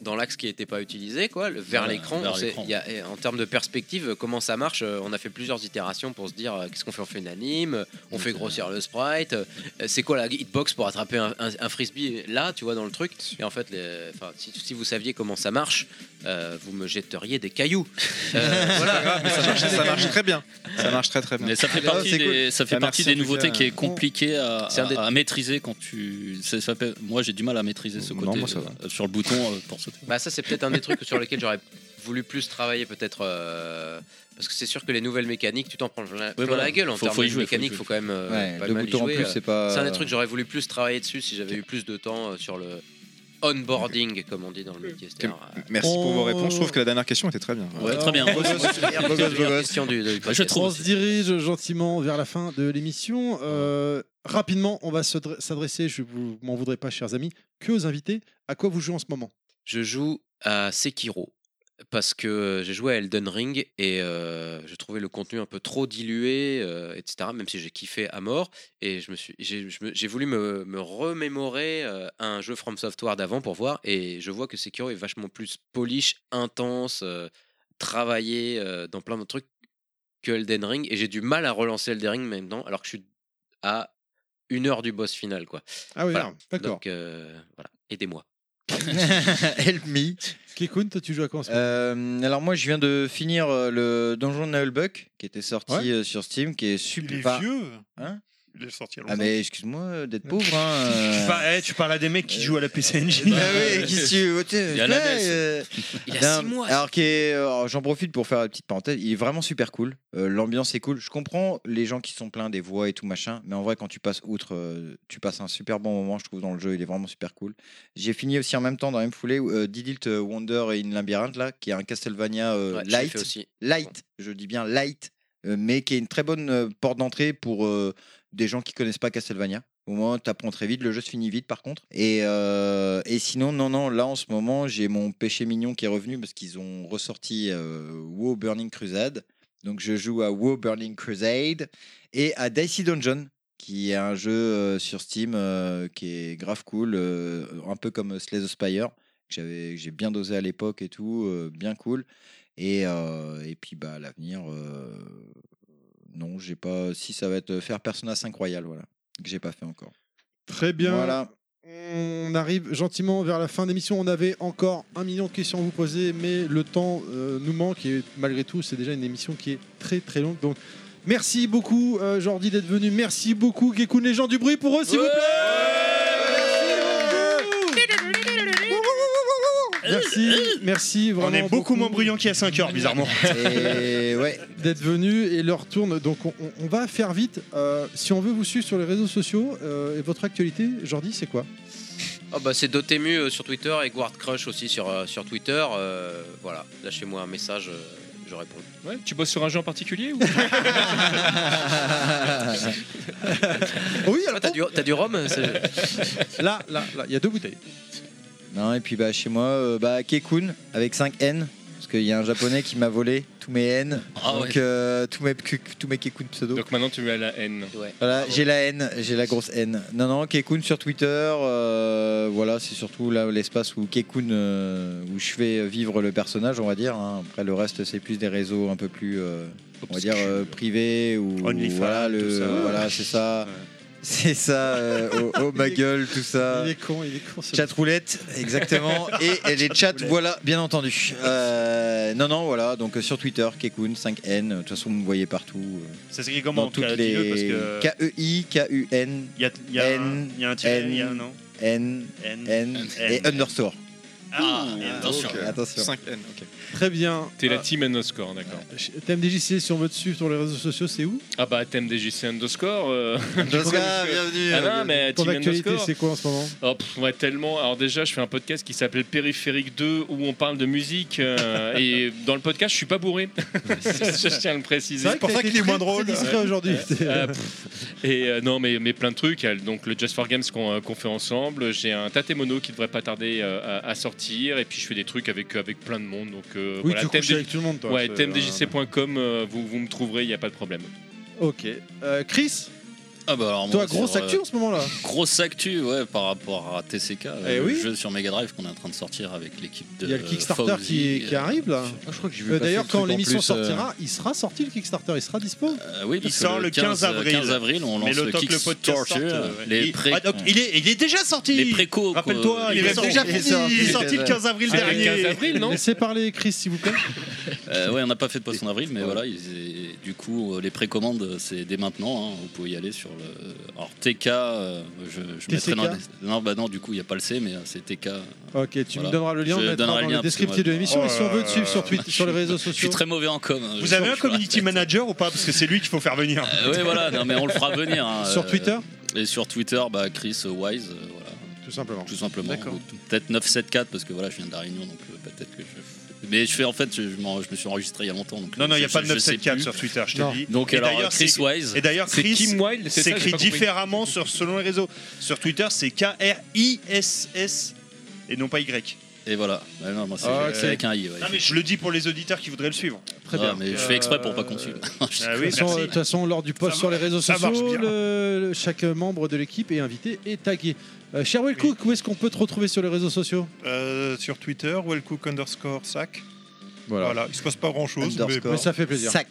[SPEAKER 2] dans l'axe qui n'était pas utilisé, quoi, le- vers
[SPEAKER 4] Voilà,
[SPEAKER 2] l'écran,
[SPEAKER 4] vers
[SPEAKER 2] on sait-
[SPEAKER 4] l'écran.
[SPEAKER 2] il y a- et en termes de perspective, euh, comment ça marche, euh, on a fait plusieurs itérations pour se dire euh, qu'est-ce qu'on fait, on fait une anime, euh, on fait grossir le sprite, euh, euh, c'est quoi la hitbox pour attraper un, un- un frisbee là, tu vois, dans le truc. Et en fait, les- enfin, si, si vous saviez comment ça marche, euh, vous me jetteriez des cailloux. Euh, voilà. bah,
[SPEAKER 3] mais ça marche, ça marche très bien. Ça marche très très bien.
[SPEAKER 4] Mais ça fait partie, des, ça fait
[SPEAKER 3] Ah,
[SPEAKER 4] partie
[SPEAKER 3] merci,
[SPEAKER 4] des
[SPEAKER 3] en tout
[SPEAKER 4] nouveautés
[SPEAKER 3] cas.
[SPEAKER 4] qui est compliqué à,
[SPEAKER 3] C'est un des-
[SPEAKER 4] à- à maîtriser quand tu. ça- ça fait- moi j'ai du mal à maîtriser ce côté
[SPEAKER 3] moi, ça va.
[SPEAKER 4] euh, sur le bouton euh, pour sauter.
[SPEAKER 2] Bah ça c'est peut-être un des trucs sur lesquels j'aurais voulu plus travailler peut-être euh, parce que c'est sûr que les nouvelles mécaniques tu t'en prends plein la- plein
[SPEAKER 8] voilà.
[SPEAKER 2] la gueule en
[SPEAKER 8] Faut-
[SPEAKER 2] termes
[SPEAKER 8] faut y
[SPEAKER 2] de
[SPEAKER 8] jouer, faut y
[SPEAKER 2] mécanique
[SPEAKER 8] jouer.
[SPEAKER 2] faut quand même euh,
[SPEAKER 8] Ouais,
[SPEAKER 2] pas
[SPEAKER 8] deux
[SPEAKER 2] mal y
[SPEAKER 8] boutons en
[SPEAKER 2] jouer,
[SPEAKER 8] plus,
[SPEAKER 2] euh.
[SPEAKER 8] c'est pas-
[SPEAKER 2] un des trucs j'aurais voulu plus travailler dessus si j'avais eu plus de temps euh, sur le onboarding comme on dit dans le métier c'est-à-dire, euh,
[SPEAKER 3] Merci pour vos réponses. Je trouve que la dernière question était très bien.
[SPEAKER 2] Ouais, très bien. Beau gosse, beau gosse, beau gosse. Question du- du podcast. Je trouve
[SPEAKER 1] On
[SPEAKER 2] aussi.
[SPEAKER 1] se dirige gentiment vers la fin de l'émission. Euh, rapidement, on va se dre- s'adresser, je vous m'en voudrais pas, chers amis, que aux invités. À quoi vous jouez en ce moment
[SPEAKER 2] Je joue à Sekiro parce que j'ai joué à Elden Ring et euh, je trouvais le contenu un peu trop dilué, euh, etc. Même si j'ai kiffé à mort et je me suis, j'ai, je me- j'ai voulu me, me remémorer euh, un jeu From Software d'avant pour voir et je vois que Sekiro est vachement plus polish, intense, euh, travaillé euh, dans plein de trucs que Elden Ring et j'ai du mal à relancer Elden Ring maintenant alors que je suis à une heure du boss final quoi.
[SPEAKER 1] Ah oui, non, d'accord.
[SPEAKER 2] Donc euh, voilà, aidez-moi.
[SPEAKER 8] Help me.
[SPEAKER 1] Kikun, toi tu joues à quoi en ce moment
[SPEAKER 8] Euh, alors moi je viens de finir euh, le donjon de Nullbuck qui était sorti euh, sur Steam qui est super
[SPEAKER 7] Il est
[SPEAKER 8] enfin,
[SPEAKER 7] vieux.
[SPEAKER 8] Hein
[SPEAKER 7] il est sorti à
[SPEAKER 8] Ah mais excuse-moi euh, d'être pauvre hein.
[SPEAKER 6] Tu,
[SPEAKER 8] euh.
[SPEAKER 6] par- eh, tu parles à des mecs qui jouent à la PC
[SPEAKER 1] Ah,
[SPEAKER 6] Engine.
[SPEAKER 8] Bah oui, qu'est-ce que tu veux, tu sais,
[SPEAKER 6] euh, Il y a la
[SPEAKER 8] ouais,
[SPEAKER 6] baisse.
[SPEAKER 8] euh,
[SPEAKER 6] Il a
[SPEAKER 8] d'un-
[SPEAKER 6] six mois,
[SPEAKER 8] Alors, qui est- euh, alors, j'en profite pour faire la petite parenthèse. Il est vraiment super cool. Euh, L'ambiance est cool. Je comprends les gens qui sont pleins des voix et tout machin, mais en vrai, quand tu passes outre, euh, tu passes un super bon moment. Je trouve dans le jeu, il est vraiment super cool. J'ai fini aussi en même temps dans la même foulée euh, Didilt Wonder et In Labyrinth là, qui est un Castlevania euh,
[SPEAKER 2] Ouais, je l'ai
[SPEAKER 8] light,
[SPEAKER 2] fait aussi.
[SPEAKER 8] light. Je dis bien light, euh, mais qui est une très bonne euh, porte d'entrée pour euh, des gens qui connaissent pas Castlevania. Au moins, tu apprends très vite. Le jeu se finit vite, par contre. Et, euh, et sinon, non, non, là en ce moment, j'ai mon péché mignon qui est revenu parce qu'ils ont ressorti euh, WoW Burning Crusade. Donc, je joue à WoW Burning Crusade et à Dicey Dungeon, qui est un jeu euh, sur Steam euh, qui est grave cool, euh, un peu comme Slay the Spire, que j'avais- que j'ai bien dosé à l'époque et tout, euh, bien cool. Et, euh, et puis, bah, à l'avenir, euh, non, j'ai pas. Si ça va être faire Persona 5 Royal, voilà, que j'ai pas fait encore.
[SPEAKER 1] Très bien.
[SPEAKER 8] Voilà.
[SPEAKER 1] On arrive gentiment vers la fin d'émission. On avait encore un million de questions à vous poser, mais le temps euh, nous manque et malgré tout, c'est déjà une émission qui est très très longue. Donc, merci beaucoup euh, Jordi d'être venu. Merci beaucoup Gekun. Les gens du bruit pour eux, s'il vous plaît. Merci beaucoup. Merci, merci vraiment.
[SPEAKER 6] On est beaucoup, moins bruyant qu'il y a 5 heures, bizarrement.
[SPEAKER 1] Et ouais, d'être venu et leur tourne. Donc on, on- on va faire vite. Euh, si on veut vous suivre sur les réseaux sociaux euh, et votre actualité, Jordi, c'est quoi
[SPEAKER 2] Ah bah, c'est Dotemu euh, sur Twitter et Guard Crush aussi sur, euh, sur Twitter. euh, voilà, lâchez-moi un message, euh, je réponds.
[SPEAKER 5] Ouais, tu bosses sur un jeu en particulier ou
[SPEAKER 1] oui, alors
[SPEAKER 2] t'as du, t'as du rhum c'est-
[SPEAKER 1] Là, là, là, il y a deux bouteilles.
[SPEAKER 8] Non, et puis bah, chez moi, euh, bah, Kekun avec 5 N. Parce qu'il y a un japonais qui m'a volé tous mes N.
[SPEAKER 5] Ah
[SPEAKER 8] donc
[SPEAKER 5] ouais.
[SPEAKER 8] euh, tous mes, Kek- tous mes Kekun pseudo.
[SPEAKER 5] Donc maintenant tu as la haine.
[SPEAKER 8] Voilà, j'ai la haine, j'ai la grosse haine. Non, non, Kekun sur Twitter, euh, voilà, c'est surtout là l'espace où Kekun, euh, où je fais vivre le personnage, on va dire. hein. Après, le reste, c'est plus des réseaux un peu plus, euh, on va dire, euh, privés ou
[SPEAKER 6] OnlyFans,
[SPEAKER 8] voilà, le-
[SPEAKER 6] tout ça.
[SPEAKER 8] voilà, c'est ça. C'est ça, euh, oh, oh, ma gueule, tout ça.
[SPEAKER 1] Il est con, il est con. ce
[SPEAKER 8] Chat roulette, exactement. Et, et les chats, voilà, bien entendu. Euh, non, non, voilà, donc euh, sur Twitter, Kekun, 5N, de toute façon, vous me voyez partout. euh,
[SPEAKER 6] Ça s'écrit comment,
[SPEAKER 8] Dans toutes
[SPEAKER 6] K- dis-le, parce
[SPEAKER 8] les... E
[SPEAKER 6] que-
[SPEAKER 1] E
[SPEAKER 8] K-E-I, K-U-N,
[SPEAKER 6] Il y a, il y a un- il y a un tiret, il y a un non
[SPEAKER 8] N,
[SPEAKER 6] N,
[SPEAKER 8] N, et underscore.
[SPEAKER 6] Ah,
[SPEAKER 5] Hmm,
[SPEAKER 6] et
[SPEAKER 8] attention. ok, attention.
[SPEAKER 3] 5N, ok.
[SPEAKER 1] Très bien.
[SPEAKER 5] T'es la
[SPEAKER 1] Ah.
[SPEAKER 5] team underscore, d'accord.
[SPEAKER 4] Euh,
[SPEAKER 1] TMDJC, si on veut te suivre sur les réseaux sociaux, c'est où
[SPEAKER 5] Ah bah thème des JC underscore. euh,
[SPEAKER 1] Underscore,
[SPEAKER 5] Ah,
[SPEAKER 1] bienvenue,
[SPEAKER 5] Ah non,
[SPEAKER 1] bienvenue.
[SPEAKER 5] mais
[SPEAKER 1] Ton
[SPEAKER 5] team
[SPEAKER 1] actualité,
[SPEAKER 5] underscore.
[SPEAKER 1] c'est quoi en ce moment
[SPEAKER 5] oh, pff, ouais, tellement. Alors déjà, je fais un podcast qui s'appelle Périphérique 2 où on parle de musique euh, et dans le podcast, je suis pas bourré. je tiens à le préciser.
[SPEAKER 1] C'est vrai que C'est pour t'as ça été qu'il est très- moins drôle. très discret aujourd'hui.
[SPEAKER 5] Ah, pff. et euh, non, mais, mais plein de trucs. Il y a Donc le Just for Games qu'on euh, qu'on fait ensemble. J'ai un Tate Mono qui devrait pas tarder euh, à, à sortir. Et puis je fais des trucs avec avec plein de monde. Donc euh,
[SPEAKER 1] Oui,
[SPEAKER 5] voilà.
[SPEAKER 1] tu couches
[SPEAKER 5] TMDJ
[SPEAKER 1] avec tout le monde, toi.
[SPEAKER 5] Ouais,
[SPEAKER 1] C'est-
[SPEAKER 5] tmdjc.com. euh, vous vous me trouverez. Il y a pas de problème.
[SPEAKER 1] Ok. Euh, Chris,
[SPEAKER 4] Ah bah alors
[SPEAKER 1] toi,
[SPEAKER 4] moi,
[SPEAKER 1] grosse
[SPEAKER 4] sur, euh,
[SPEAKER 1] actu en ce moment-là
[SPEAKER 4] Grosse actu, ouais, par rapport à TCK,
[SPEAKER 1] Eh
[SPEAKER 4] euh, le
[SPEAKER 1] oui.
[SPEAKER 4] jeu sur Mega Drive qu'on est en train de sortir avec l'équipe de.
[SPEAKER 1] Il y a le
[SPEAKER 4] euh,
[SPEAKER 1] Kickstarter
[SPEAKER 4] Fauzi,
[SPEAKER 1] qui,
[SPEAKER 4] euh,
[SPEAKER 1] qui arrive là.
[SPEAKER 4] je crois que j'ai vu
[SPEAKER 1] Euh,
[SPEAKER 4] passer
[SPEAKER 1] D'ailleurs,
[SPEAKER 4] le
[SPEAKER 1] quand
[SPEAKER 4] truc en
[SPEAKER 1] l'émission
[SPEAKER 4] plus, euh,
[SPEAKER 1] sortira, il sera sorti le Kickstarter, il sera dispo.
[SPEAKER 4] Euh, oui,
[SPEAKER 6] Il
[SPEAKER 4] parce que
[SPEAKER 6] sort le 15 avril.
[SPEAKER 4] 15 avril, on lance
[SPEAKER 6] Mais le, temps que le podcast
[SPEAKER 4] Kickstarter.
[SPEAKER 6] sorte, euh, ouais.
[SPEAKER 4] les
[SPEAKER 6] il,
[SPEAKER 4] pré-
[SPEAKER 6] ah, donc, il, est, il est déjà sorti.
[SPEAKER 4] Les préco, quoi.
[SPEAKER 6] Rappelle-toi, il,
[SPEAKER 4] Il
[SPEAKER 6] est
[SPEAKER 4] est
[SPEAKER 6] déjà
[SPEAKER 4] sorti.
[SPEAKER 6] fini. Il est sorti le 15 avril
[SPEAKER 4] C'était le
[SPEAKER 6] dernier.
[SPEAKER 4] 15 avril, non
[SPEAKER 1] Laissez parler Chris, s'il vous plaît.
[SPEAKER 4] Euh, ouais, on n'a pas fait de poisson d'avril, mais voilà, ils- et du coup, euh, les précommandes, euh, c'est dès maintenant. hein, vous pouvez y aller sur le. Alors, TK, euh, je, je mettrai dans
[SPEAKER 1] TCK?
[SPEAKER 4] les- Non, bah non, du coup, il n'y a pas le C, mais euh, c'est TK.
[SPEAKER 1] Ok, tu
[SPEAKER 4] Voilà.
[SPEAKER 1] me donneras le lien, on
[SPEAKER 4] Je
[SPEAKER 1] le mettra
[SPEAKER 4] donnerai
[SPEAKER 1] dans
[SPEAKER 4] lien,
[SPEAKER 1] le
[SPEAKER 4] parce que
[SPEAKER 1] descriptif
[SPEAKER 4] moi,
[SPEAKER 1] de l'émission.
[SPEAKER 4] oh
[SPEAKER 1] et si on
[SPEAKER 4] là
[SPEAKER 1] veut
[SPEAKER 4] là
[SPEAKER 1] te suivre sur, Twitter, sur les réseaux
[SPEAKER 4] Je suis
[SPEAKER 1] sociaux.
[SPEAKER 4] très mauvais en com. hein,
[SPEAKER 6] Vous
[SPEAKER 4] je-
[SPEAKER 6] avez
[SPEAKER 4] je-
[SPEAKER 6] un community manager ou pas Parce que c'est lui qu'il faut faire venir.
[SPEAKER 4] Euh, ouais, voilà, non, mais on le fera venir. hein,
[SPEAKER 1] Sur
[SPEAKER 4] euh,
[SPEAKER 1] Twitter
[SPEAKER 4] Et sur Twitter, bah, Chris euh, Wise, euh, voilà.
[SPEAKER 1] Tout simplement.
[SPEAKER 4] Tout simplement.
[SPEAKER 1] D'accord.
[SPEAKER 4] Ou Peut-être 974 parce que voilà, je viens de la Réunion, donc euh, peut-être que je. Mais je fais en fait, je, je m'en- je me suis enregistré il y a longtemps. Donc euh,
[SPEAKER 6] Non, non, il
[SPEAKER 4] n'y
[SPEAKER 6] n'y a pas de 974 sur Twitter, je te dis.
[SPEAKER 4] Donc
[SPEAKER 6] Et
[SPEAKER 4] alors,
[SPEAKER 6] d'ailleurs,
[SPEAKER 4] Chris
[SPEAKER 6] c'est-
[SPEAKER 4] Wise.
[SPEAKER 6] Et d'ailleurs, Chris
[SPEAKER 4] c'est ça, j'ai
[SPEAKER 6] s'écrit
[SPEAKER 4] pas compris.
[SPEAKER 6] différemment sur, selon les réseaux. Sur Twitter, c'est K-R-I-S-S et non pas Y.
[SPEAKER 4] Et voilà. Ouais, non, moi, c'est
[SPEAKER 6] Ah,
[SPEAKER 4] c'est
[SPEAKER 6] ok.
[SPEAKER 4] avec un I. ouais.
[SPEAKER 6] Non, mais je le dis pour les auditeurs qui voudraient le suivre.
[SPEAKER 1] Très
[SPEAKER 4] Ah, mais je fais exprès pour pas qu'on suive. Ah
[SPEAKER 1] de toute façon, euh, de toute façon, lors du post
[SPEAKER 6] Ça
[SPEAKER 1] sur les
[SPEAKER 6] marche-
[SPEAKER 1] réseaux
[SPEAKER 6] ça marche
[SPEAKER 1] sociaux,
[SPEAKER 6] bien.
[SPEAKER 1] le- le- chaque membre de l'équipe est invité et tagué. Euh, Cher Will Cook, où est-ce qu'on peut te retrouver sur les réseaux sociaux
[SPEAKER 7] Euh, sur Twitter, wellcook underscore sac.
[SPEAKER 1] Voilà.
[SPEAKER 7] Voilà. il se passe pas grand chose. Mais,
[SPEAKER 1] Underscore. Mais ça fait plaisir.
[SPEAKER 8] Sac.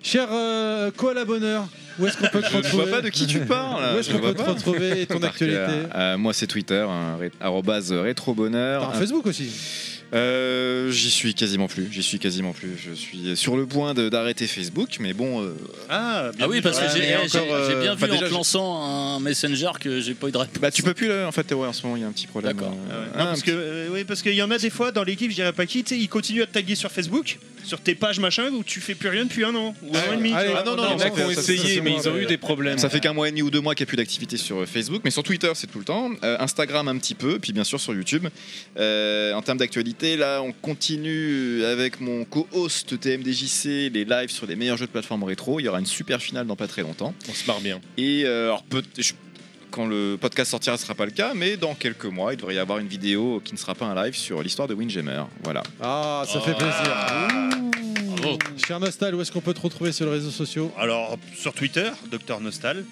[SPEAKER 1] Cher euh, Koala Bonheur, où est-ce qu'on peut te
[SPEAKER 3] Je ne
[SPEAKER 1] retrouver
[SPEAKER 3] vois pas de qui tu parles.
[SPEAKER 1] Où est-ce
[SPEAKER 3] je
[SPEAKER 1] qu'on
[SPEAKER 3] vois
[SPEAKER 1] peut te
[SPEAKER 3] pas.
[SPEAKER 1] retrouver et ton
[SPEAKER 3] Par cœur.
[SPEAKER 1] actualité
[SPEAKER 3] Euh, Moi, c'est Twitter, hein, ré- arrobase rétrobonheur.
[SPEAKER 1] T'as un Facebook aussi
[SPEAKER 3] Euh, J'y suis quasiment plus. J'y suis quasiment plus. Je suis sur le point de- d'arrêter Facebook, mais bon. euh,
[SPEAKER 6] Ah,
[SPEAKER 4] Ah oui, parce que
[SPEAKER 3] Ouais,
[SPEAKER 4] j'ai
[SPEAKER 3] mais
[SPEAKER 4] eh,
[SPEAKER 3] encore,
[SPEAKER 4] j'ai-
[SPEAKER 3] euh,
[SPEAKER 4] j'ai bien
[SPEAKER 3] enfin,
[SPEAKER 4] vu en
[SPEAKER 3] déjà,
[SPEAKER 4] te
[SPEAKER 3] j'ai-
[SPEAKER 4] lançant un Messenger que j'ai pas eu de réponse.
[SPEAKER 3] Bah, tu peux plus, là, en fait, t'es- ouais, en ce moment, il y a un petit problème.
[SPEAKER 4] D'accord.
[SPEAKER 3] euh,
[SPEAKER 6] Non,
[SPEAKER 3] ah,
[SPEAKER 6] parce que euh, oui, parce qu'il y en a des fois dans l'équipe, je dirais pas qui, tu sais, ils continuent à te taguer sur Facebook, sur tes pages machin, où tu fais plus rien depuis un an ou un an et demi. tu vois.
[SPEAKER 3] Ah non, non,
[SPEAKER 5] il y en a
[SPEAKER 3] ça
[SPEAKER 5] qui ont
[SPEAKER 3] fait- ça-
[SPEAKER 5] essayé,
[SPEAKER 3] ça-
[SPEAKER 5] mais
[SPEAKER 3] ça-
[SPEAKER 5] ils ont eu des problèmes.
[SPEAKER 3] Ça fait qu'un mois et demi ou deux mois qu'il n'y a plus d'activité sur euh, Facebook, mais sur Twitter, c'est tout le temps. Euh, Instagram, un petit peu, puis bien sûr sur YouTube. Euh, en termes d'actualité, là, on continue avec mon co-host TMDJC les lives sur les meilleurs jeux de plateforme rétro. Il y aura une super finale dans pas très longtemps.
[SPEAKER 5] On se marre bien.
[SPEAKER 3] Et euh, alors, peut- je- quand le podcast sortira, ce sera pas le cas, mais dans quelques mois, il devrait y avoir une vidéo qui ne sera pas un live sur l'histoire de Windjammer. Voilà.
[SPEAKER 1] Ah, ça
[SPEAKER 3] Oh.
[SPEAKER 1] fait plaisir. Cher Nostal, où est-ce qu'on peut te retrouver sur les réseaux sociaux
[SPEAKER 6] Alors sur Twitter, Docteur Nostal.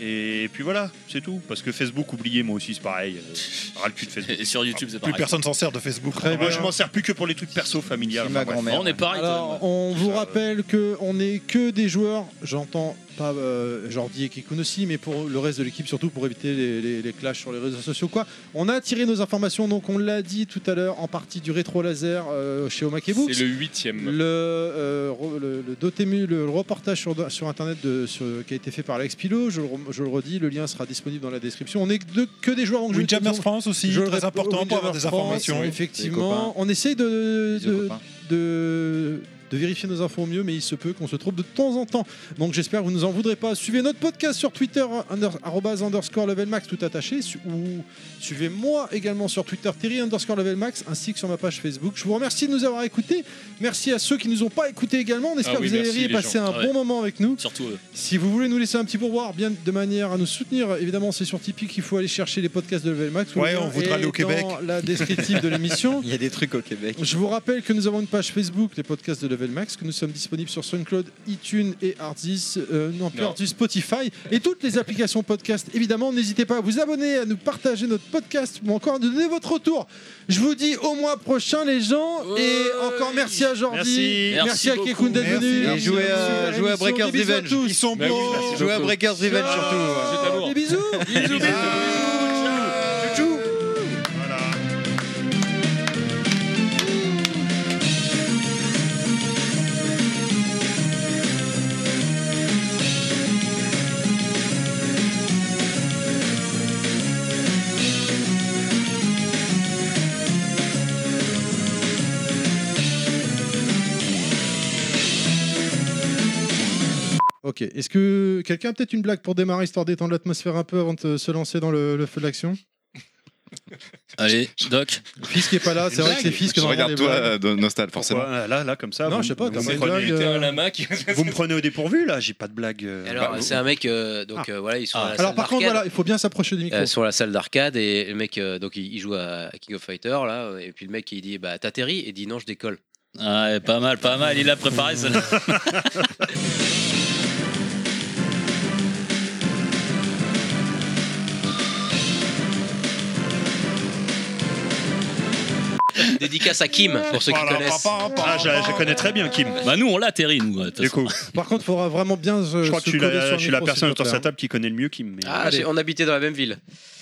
[SPEAKER 6] Et puis voilà, c'est tout. Parce que Facebook, oubliez, moi aussi c'est pareil. Euh, ras le cul de Facebook. Ah,
[SPEAKER 4] Et sur YouTube, c'est
[SPEAKER 7] Plus personne s'en sert de Facebook.
[SPEAKER 6] Moi je m'en sers plus que pour les trucs perso familial.
[SPEAKER 8] ma grand-mère.
[SPEAKER 4] On est pareil.
[SPEAKER 1] Alors, on vous rappelle que on n'est que des joueurs. J'entends pas euh, Jordi et Kikun aussi, mais pour le reste de l'équipe, surtout pour éviter les, les- les clashs sur les réseaux sociaux, quoi. On a tiré nos informations, donc on l'a dit tout à l'heure en partie du rétro laser euh, chez Omake Books.
[SPEAKER 5] C'est le huitième.
[SPEAKER 1] Le, euh, re- le, le Dotemu, le reportage sur, sur internet de, sur- qui a été fait par Alex Pilot, je le, rem- je le redis, le lien sera disponible dans la description. On n'est que, de- que des joueurs anglais.
[SPEAKER 7] Windjammers France aussi,
[SPEAKER 1] Je le
[SPEAKER 7] très
[SPEAKER 1] rép-
[SPEAKER 7] important pour avoir des
[SPEAKER 1] Windjammers
[SPEAKER 7] informations.
[SPEAKER 1] France,
[SPEAKER 7] Oui. Les copains.
[SPEAKER 1] Effectivement, on essaye de,
[SPEAKER 7] Bisous,
[SPEAKER 1] de,
[SPEAKER 7] copains.
[SPEAKER 1] de, de vérifier nos infos au mieux, mais il se peut qu'on se trompe de temps en temps. Donc j'espère que vous ne nous en voudrez pas. Suivez notre podcast sur Twitter, under, arrobase underscore levelmax tout attaché, su- ou suivez-moi également sur Twitter, Thierry underscore levelmax, ainsi que sur ma page Facebook. Je vous remercie de nous avoir écoutés. Merci à ceux qui nous ont pas écoutés également. On espère
[SPEAKER 4] Ah oui,
[SPEAKER 1] que vous avez
[SPEAKER 4] merci,
[SPEAKER 1] ri et
[SPEAKER 4] les
[SPEAKER 1] passé
[SPEAKER 4] gens.
[SPEAKER 1] un
[SPEAKER 4] Ouais.
[SPEAKER 1] bon moment avec nous.
[SPEAKER 4] Surtout eux.
[SPEAKER 1] Si vous voulez nous laisser un petit pourboire, bien de manière à nous soutenir, évidemment, c'est sur Tipeee qu'il faut aller chercher les podcasts de Level Max. Le
[SPEAKER 7] Ouais,
[SPEAKER 1] lien
[SPEAKER 7] on voudra
[SPEAKER 1] est
[SPEAKER 7] aller au Québec.
[SPEAKER 1] Dans la descriptive de l'émission.
[SPEAKER 8] Il y a des trucs au Québec.
[SPEAKER 1] Je vous rappelle que nous avons une page Facebook, les podcasts de Level Max, que nous sommes disponibles sur SoundCloud, iTunes et Artis, euh, non, plus
[SPEAKER 5] Non.
[SPEAKER 1] Artis, Spotify et toutes les applications podcast. Évidemment, n'hésitez pas à vous abonner, à nous partager notre podcast ou encore à nous donner votre retour. Je vous dis au mois prochain, les gens, et encore merci à Jordi,
[SPEAKER 8] Merci.
[SPEAKER 1] merci,
[SPEAKER 8] Merci
[SPEAKER 1] à
[SPEAKER 8] beaucoup.
[SPEAKER 1] Kekun d'être
[SPEAKER 8] Merci.
[SPEAKER 1] venu,
[SPEAKER 8] Et
[SPEAKER 1] Merci
[SPEAKER 8] jouez à-
[SPEAKER 1] d'avoir suivi la
[SPEAKER 8] jouez à
[SPEAKER 1] émission.
[SPEAKER 8] Breakers
[SPEAKER 1] Bisous à
[SPEAKER 8] Revenge.
[SPEAKER 1] tous.
[SPEAKER 8] Ils sont Bah oui, beaux. merci Jouez à beaucoup. Breakers Revenge
[SPEAKER 1] Ciao.
[SPEAKER 8] surtout. C'est d'amour.
[SPEAKER 1] Des bisous.
[SPEAKER 8] Bisous, bisous.
[SPEAKER 1] Ok, est-ce que quelqu'un a peut-être une blague pour démarrer, histoire d'étendre l'atmosphère un peu avant de se lancer dans le, le feu de l'action
[SPEAKER 4] Allez, Doc.
[SPEAKER 1] Fils qui est pas là, c'est vrai que c'est Fils qui
[SPEAKER 3] Je
[SPEAKER 1] est
[SPEAKER 3] regarde toi,
[SPEAKER 4] euh,
[SPEAKER 3] de Nostal, forcément.
[SPEAKER 6] Pourquoi là, là, comme ça
[SPEAKER 1] Non,
[SPEAKER 6] vous-
[SPEAKER 1] je sais pas,
[SPEAKER 6] vous
[SPEAKER 1] t'as
[SPEAKER 6] me
[SPEAKER 1] pas une
[SPEAKER 6] prenez-
[SPEAKER 1] blague, euh,
[SPEAKER 6] Vous me prenez au dépourvu, là, j'ai pas de blague. euh,
[SPEAKER 2] Alors,
[SPEAKER 6] bah,
[SPEAKER 2] c'est un mec, euh, donc euh, voilà, ils
[SPEAKER 6] Ah.
[SPEAKER 2] sont à la
[SPEAKER 1] Ah. Alors
[SPEAKER 2] salle
[SPEAKER 1] par contre,
[SPEAKER 2] d'arcade.
[SPEAKER 1] voilà, il faut bien s'approcher du micro.
[SPEAKER 2] Euh, sur la salle d'arcade et le mec euh, donc il, il joue à, à King of Fighter là et puis le mec il dit bah t'atterris et dit non je décolle
[SPEAKER 4] Ah, ouais, pas mal, pas mal, il a préparé celle-là.
[SPEAKER 2] dédicace à Kim pour ceux qui connaissent
[SPEAKER 6] Ah, je, je connais très bien Kim.
[SPEAKER 4] Bah, nous, on l'atterrit, nous.
[SPEAKER 6] Du coup,
[SPEAKER 1] Par contre, il faudra vraiment bien. se-
[SPEAKER 6] je crois
[SPEAKER 1] Euh, se
[SPEAKER 6] que je suis
[SPEAKER 1] coller sur
[SPEAKER 6] la,
[SPEAKER 1] le
[SPEAKER 6] je suis la
[SPEAKER 1] micro,
[SPEAKER 6] personne
[SPEAKER 1] s'il te
[SPEAKER 6] autour de
[SPEAKER 1] plaît, hein.
[SPEAKER 6] sa table qui connaît le mieux Kim. mais-
[SPEAKER 2] ah j'ai- on habitait dans la même ville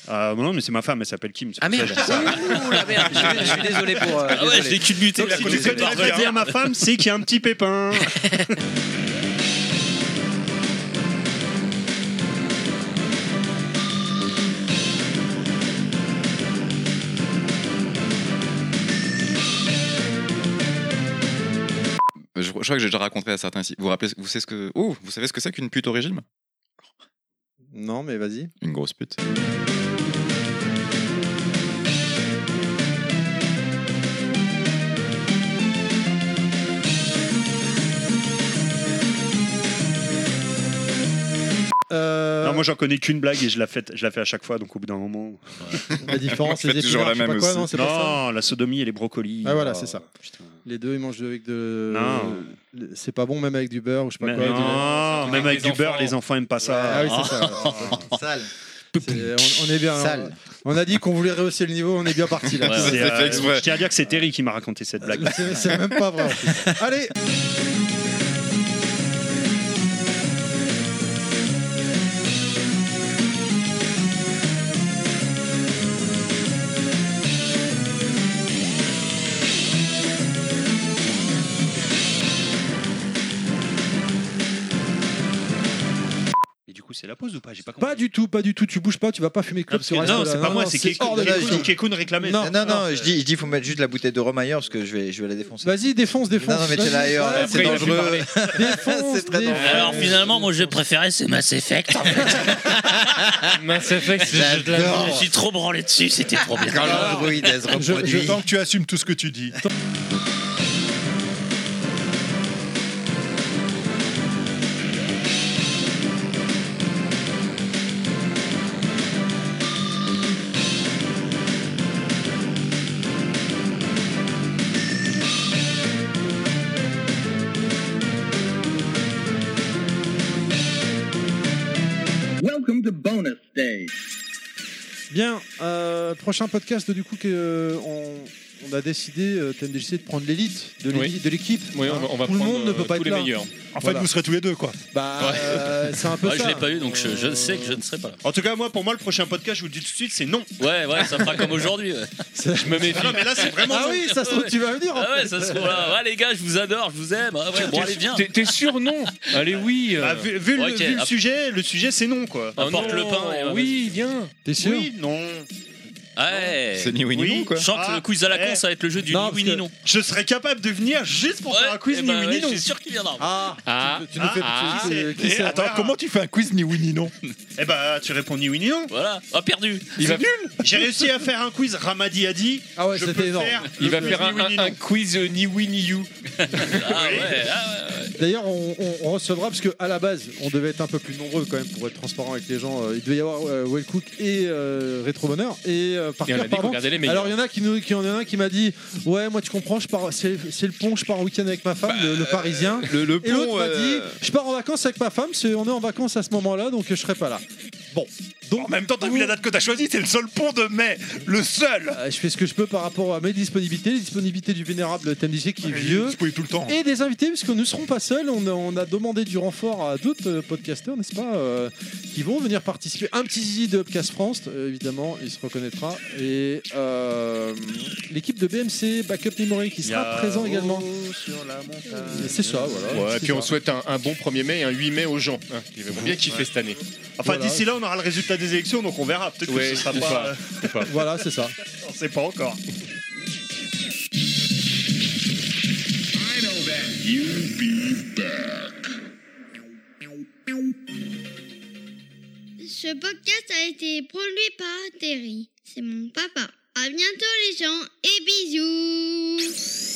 [SPEAKER 6] Ah, non, mais c'est ma femme, elle s'appelle Kim. c'est
[SPEAKER 2] ah
[SPEAKER 6] pour
[SPEAKER 2] merde
[SPEAKER 6] ça, j'ai-
[SPEAKER 2] ouh la merde je suis- je suis désolé pour euh,
[SPEAKER 4] Ah ouais, je l'ai
[SPEAKER 2] désolé.
[SPEAKER 4] culbuté.
[SPEAKER 6] Donc,
[SPEAKER 4] la
[SPEAKER 6] si
[SPEAKER 4] côte
[SPEAKER 6] tu
[SPEAKER 4] de
[SPEAKER 6] sais pas
[SPEAKER 4] barbe.
[SPEAKER 6] quoi dire à ma femme, c'est qu'il y a un petit pépin.
[SPEAKER 3] Je, je crois que j'ai déjà raconté à certains ici. Vous, vous rappelez, vous savez ce que, oh, vous savez ce que c'est qu'une pute au régime
[SPEAKER 1] hein.
[SPEAKER 8] Non, mais vas-y.
[SPEAKER 3] Une grosse pute.
[SPEAKER 1] Euh, Euh,
[SPEAKER 6] Euh, Non, moi j'en connais qu'une blague et je la fais, je la fais à chaque fois, donc au bout d'un moment.
[SPEAKER 1] La différence,
[SPEAKER 3] Faites
[SPEAKER 1] les
[SPEAKER 3] toujours
[SPEAKER 1] épinards,
[SPEAKER 3] la même
[SPEAKER 1] je sais pas quoi,
[SPEAKER 3] aussi.
[SPEAKER 1] non, c'est pas ça.
[SPEAKER 6] Non, la sodomie et les brocolis.
[SPEAKER 1] Ah voilà,
[SPEAKER 6] Ah,
[SPEAKER 1] c'est ça. Les deux, ils mangent avec de.
[SPEAKER 6] Non.
[SPEAKER 1] le- C'est pas bon, même avec du beurre ou je sais pas
[SPEAKER 6] Mais
[SPEAKER 1] quoi. du-
[SPEAKER 6] non, même avec
[SPEAKER 5] les
[SPEAKER 6] du beurre,
[SPEAKER 5] enfants.
[SPEAKER 6] les enfants aiment pas ça.
[SPEAKER 1] Ah oui, c'est ça.
[SPEAKER 8] Sale.
[SPEAKER 1] C'est- On, on est bien. hein.
[SPEAKER 8] Sale.
[SPEAKER 1] On, on a dit qu'on voulait rehausser le niveau, on est bien parti là.
[SPEAKER 6] C'est,
[SPEAKER 3] c'est
[SPEAKER 6] euh,
[SPEAKER 3] fait exprès.
[SPEAKER 6] je tiens à dire que c'est Terry qui m'a raconté cette blague.
[SPEAKER 1] C'est- C'est même pas vrai. en plus. Allez,
[SPEAKER 6] Et du coup, c'est la pause ou pas J'ai pas compris.
[SPEAKER 1] pas du tout, pas du tout. Tu bouges pas, tu vas pas fumer club
[SPEAKER 6] Ah Non, parce
[SPEAKER 1] sur
[SPEAKER 6] que- non,
[SPEAKER 1] Insta,
[SPEAKER 6] c'est
[SPEAKER 1] là.
[SPEAKER 6] pas moi, c'est
[SPEAKER 1] hors de la
[SPEAKER 6] Kekun
[SPEAKER 1] logique.
[SPEAKER 6] Kekun réclamait.
[SPEAKER 1] Non,
[SPEAKER 8] Non, non, non,
[SPEAKER 6] euh,
[SPEAKER 8] je dis, je dis, faut mettre juste la bouteille de rhum ailleurs parce que je vais, je vais la défoncer.
[SPEAKER 1] Vas-y, défonce, défonce.
[SPEAKER 8] non, non, mais t'es
[SPEAKER 1] Vas-y,
[SPEAKER 8] là ailleurs,
[SPEAKER 1] vas-y,
[SPEAKER 8] là, c'est
[SPEAKER 5] il a plus
[SPEAKER 8] dangereux.
[SPEAKER 1] Défonce,
[SPEAKER 8] C'est très
[SPEAKER 1] défonce.
[SPEAKER 8] dangereux.
[SPEAKER 4] Alors finalement, moi j'ai préféré, c'est Mass Effect. en fait.
[SPEAKER 5] Mass Effect, c'est juste de la
[SPEAKER 4] Je me suis trop branlé dessus, c'était trop bien.
[SPEAKER 8] Quand l'android, elle se
[SPEAKER 1] Je-
[SPEAKER 8] reproduit.
[SPEAKER 7] Tant que tu assumes tout ce que tu dis.
[SPEAKER 10] Welcome to bonus stage.
[SPEAKER 1] Bien, euh, prochain podcast du coup que euh, on, on a décidé, euh, TMDJC, de prendre l'élite de
[SPEAKER 5] Oui.
[SPEAKER 1] l'équipe- de l'équipe.
[SPEAKER 5] Oui, on va- on va
[SPEAKER 1] Tout le
[SPEAKER 5] prendre,
[SPEAKER 1] monde ne peut
[SPEAKER 5] euh,
[SPEAKER 1] pas
[SPEAKER 5] tous
[SPEAKER 1] être
[SPEAKER 5] les
[SPEAKER 1] là.
[SPEAKER 5] meilleurs. En
[SPEAKER 7] En fait,
[SPEAKER 1] Voilà.
[SPEAKER 7] vous serez tous les deux, quoi.
[SPEAKER 1] Bah, euh, c'est un peu
[SPEAKER 4] Ouais,
[SPEAKER 1] ça.
[SPEAKER 4] Je l'ai pas eu, donc je, je sais que je ne serai pas là.
[SPEAKER 6] En tout cas, moi, pour moi, le prochain podcast, je vous le dis tout de suite, c'est non.
[SPEAKER 4] Ouais, ouais, ça fera comme aujourd'hui. ouais.
[SPEAKER 5] Je me méfie.
[SPEAKER 6] Ah non, mais là, c'est vraiment.
[SPEAKER 1] Ah oui, ça se trouve, tu vas venir. en
[SPEAKER 4] Ah ouais,
[SPEAKER 1] fait.
[SPEAKER 4] ça se trouve là. Ouais, les gars, je vous adore, je vous aime. Ah ouais, bon, allez, viens.
[SPEAKER 5] T'es- T'es sûr, non Allez, oui. euh.
[SPEAKER 6] Bah, vu vu
[SPEAKER 4] Ok,
[SPEAKER 6] le, vu le
[SPEAKER 4] hop.
[SPEAKER 6] sujet, le sujet, c'est non, quoi.
[SPEAKER 5] Oh
[SPEAKER 4] apporte
[SPEAKER 5] non,
[SPEAKER 4] le pain et, euh,
[SPEAKER 5] Oui, viens.
[SPEAKER 1] T'es sûr
[SPEAKER 6] Oui, non.
[SPEAKER 4] Ouais.
[SPEAKER 3] C'est ni oui ni
[SPEAKER 6] Oui.
[SPEAKER 3] non, quoi.
[SPEAKER 4] Je sens que
[SPEAKER 6] Ah,
[SPEAKER 4] le quiz à la
[SPEAKER 6] eh.
[SPEAKER 4] con, ça va être le jeu du
[SPEAKER 1] Non,
[SPEAKER 4] ni oui
[SPEAKER 1] parce
[SPEAKER 4] ni
[SPEAKER 1] que-
[SPEAKER 4] non.
[SPEAKER 6] Je serais capable de venir juste pour faire un quiz
[SPEAKER 4] eh
[SPEAKER 6] ni
[SPEAKER 4] ben
[SPEAKER 6] oui
[SPEAKER 4] ouais,
[SPEAKER 6] ni non.
[SPEAKER 4] Je suis sûr qu'il viendra.
[SPEAKER 1] Ah,
[SPEAKER 5] Ah,
[SPEAKER 1] tu, tu nous fais.
[SPEAKER 5] ah,
[SPEAKER 1] tu- tu-
[SPEAKER 6] ah,
[SPEAKER 1] qui
[SPEAKER 6] c'est-
[SPEAKER 1] c'est
[SPEAKER 6] attends,
[SPEAKER 7] Alors, Eh, comment tu fais un quiz ni oui ni non
[SPEAKER 6] Eh bah, tu réponds ni oui ni non.
[SPEAKER 4] Voilà, ah perdu.
[SPEAKER 5] il va,
[SPEAKER 6] J'ai réussi à faire un quiz Ramadi a dit.
[SPEAKER 1] Ah ouais,
[SPEAKER 6] je
[SPEAKER 1] c'était
[SPEAKER 6] peux
[SPEAKER 1] énorme.
[SPEAKER 6] faire
[SPEAKER 5] il
[SPEAKER 6] le
[SPEAKER 5] va
[SPEAKER 6] quiz
[SPEAKER 5] faire
[SPEAKER 6] ni
[SPEAKER 5] un,
[SPEAKER 6] oui ni
[SPEAKER 5] un- un
[SPEAKER 6] non.
[SPEAKER 5] quiz euh, ni oui ni you.
[SPEAKER 4] Ah ouais, ah ouais. ouais.
[SPEAKER 1] D'ailleurs, on, on- on recevra parce que à la base, on devait être un peu plus nombreux quand même pour être transparent avec les gens. Euh, Il devait y avoir euh, Well Cook et euh, Retro Bonheur et euh,
[SPEAKER 5] Et on a
[SPEAKER 1] Parker,
[SPEAKER 5] dit qu'on
[SPEAKER 1] pardon.
[SPEAKER 5] regardait les meilleurs.
[SPEAKER 1] Alors il y en a qui nous, qui- il y en a un qui m'a dit, ouais, moi tu comprends, je pars, c'est c'est le pont, je pars en week-end avec ma femme, le, le Parisien.
[SPEAKER 3] Le, le
[SPEAKER 1] Et l'autre
[SPEAKER 3] pont,
[SPEAKER 1] m'a dit,
[SPEAKER 3] euh,
[SPEAKER 1] je pars en vacances avec ma femme, c'est- on est en vacances à ce moment-là, donc je serai pas là. Bon, donc
[SPEAKER 7] En même temps, t'as vu la date que t'as choisie, c'est le seul pont de mai. Le seul
[SPEAKER 1] euh, je fais ce que je peux par rapport à mes disponibilités, les disponibilités du vénérable TMDG qui est vieux.
[SPEAKER 7] Je tout le temps.
[SPEAKER 1] Et des invités, puisque nous ne serons pas seuls. On a, on a demandé du renfort à d'autres euh, podcasteurs, n'est-ce pas euh, Qui vont venir participer. Un petit zizi de Upcast France, euh, évidemment, il se reconnaîtra. Et euh, l'équipe de BMC, Backup Memory, qui sera présent également. C'est ça, voilà.
[SPEAKER 5] Ouais, et
[SPEAKER 1] C'est
[SPEAKER 5] puis on
[SPEAKER 1] ça.
[SPEAKER 5] souhaite un, un bon 1er mai et un 8 mai aux gens. hein, qui vont bien kiffer cette année.
[SPEAKER 6] Enfin,
[SPEAKER 1] Voilà.
[SPEAKER 6] d'ici là, on aura le résultat des élections, donc on verra. Peut-être
[SPEAKER 5] Ouais,
[SPEAKER 6] que ce sera
[SPEAKER 5] ou
[SPEAKER 6] pas. euh,
[SPEAKER 5] pas.
[SPEAKER 1] Voilà, c'est ça.
[SPEAKER 6] on sait pas encore.
[SPEAKER 13] Ce podcast a été produit par Terry. C'est mon papa. À bientôt les gens et bisous.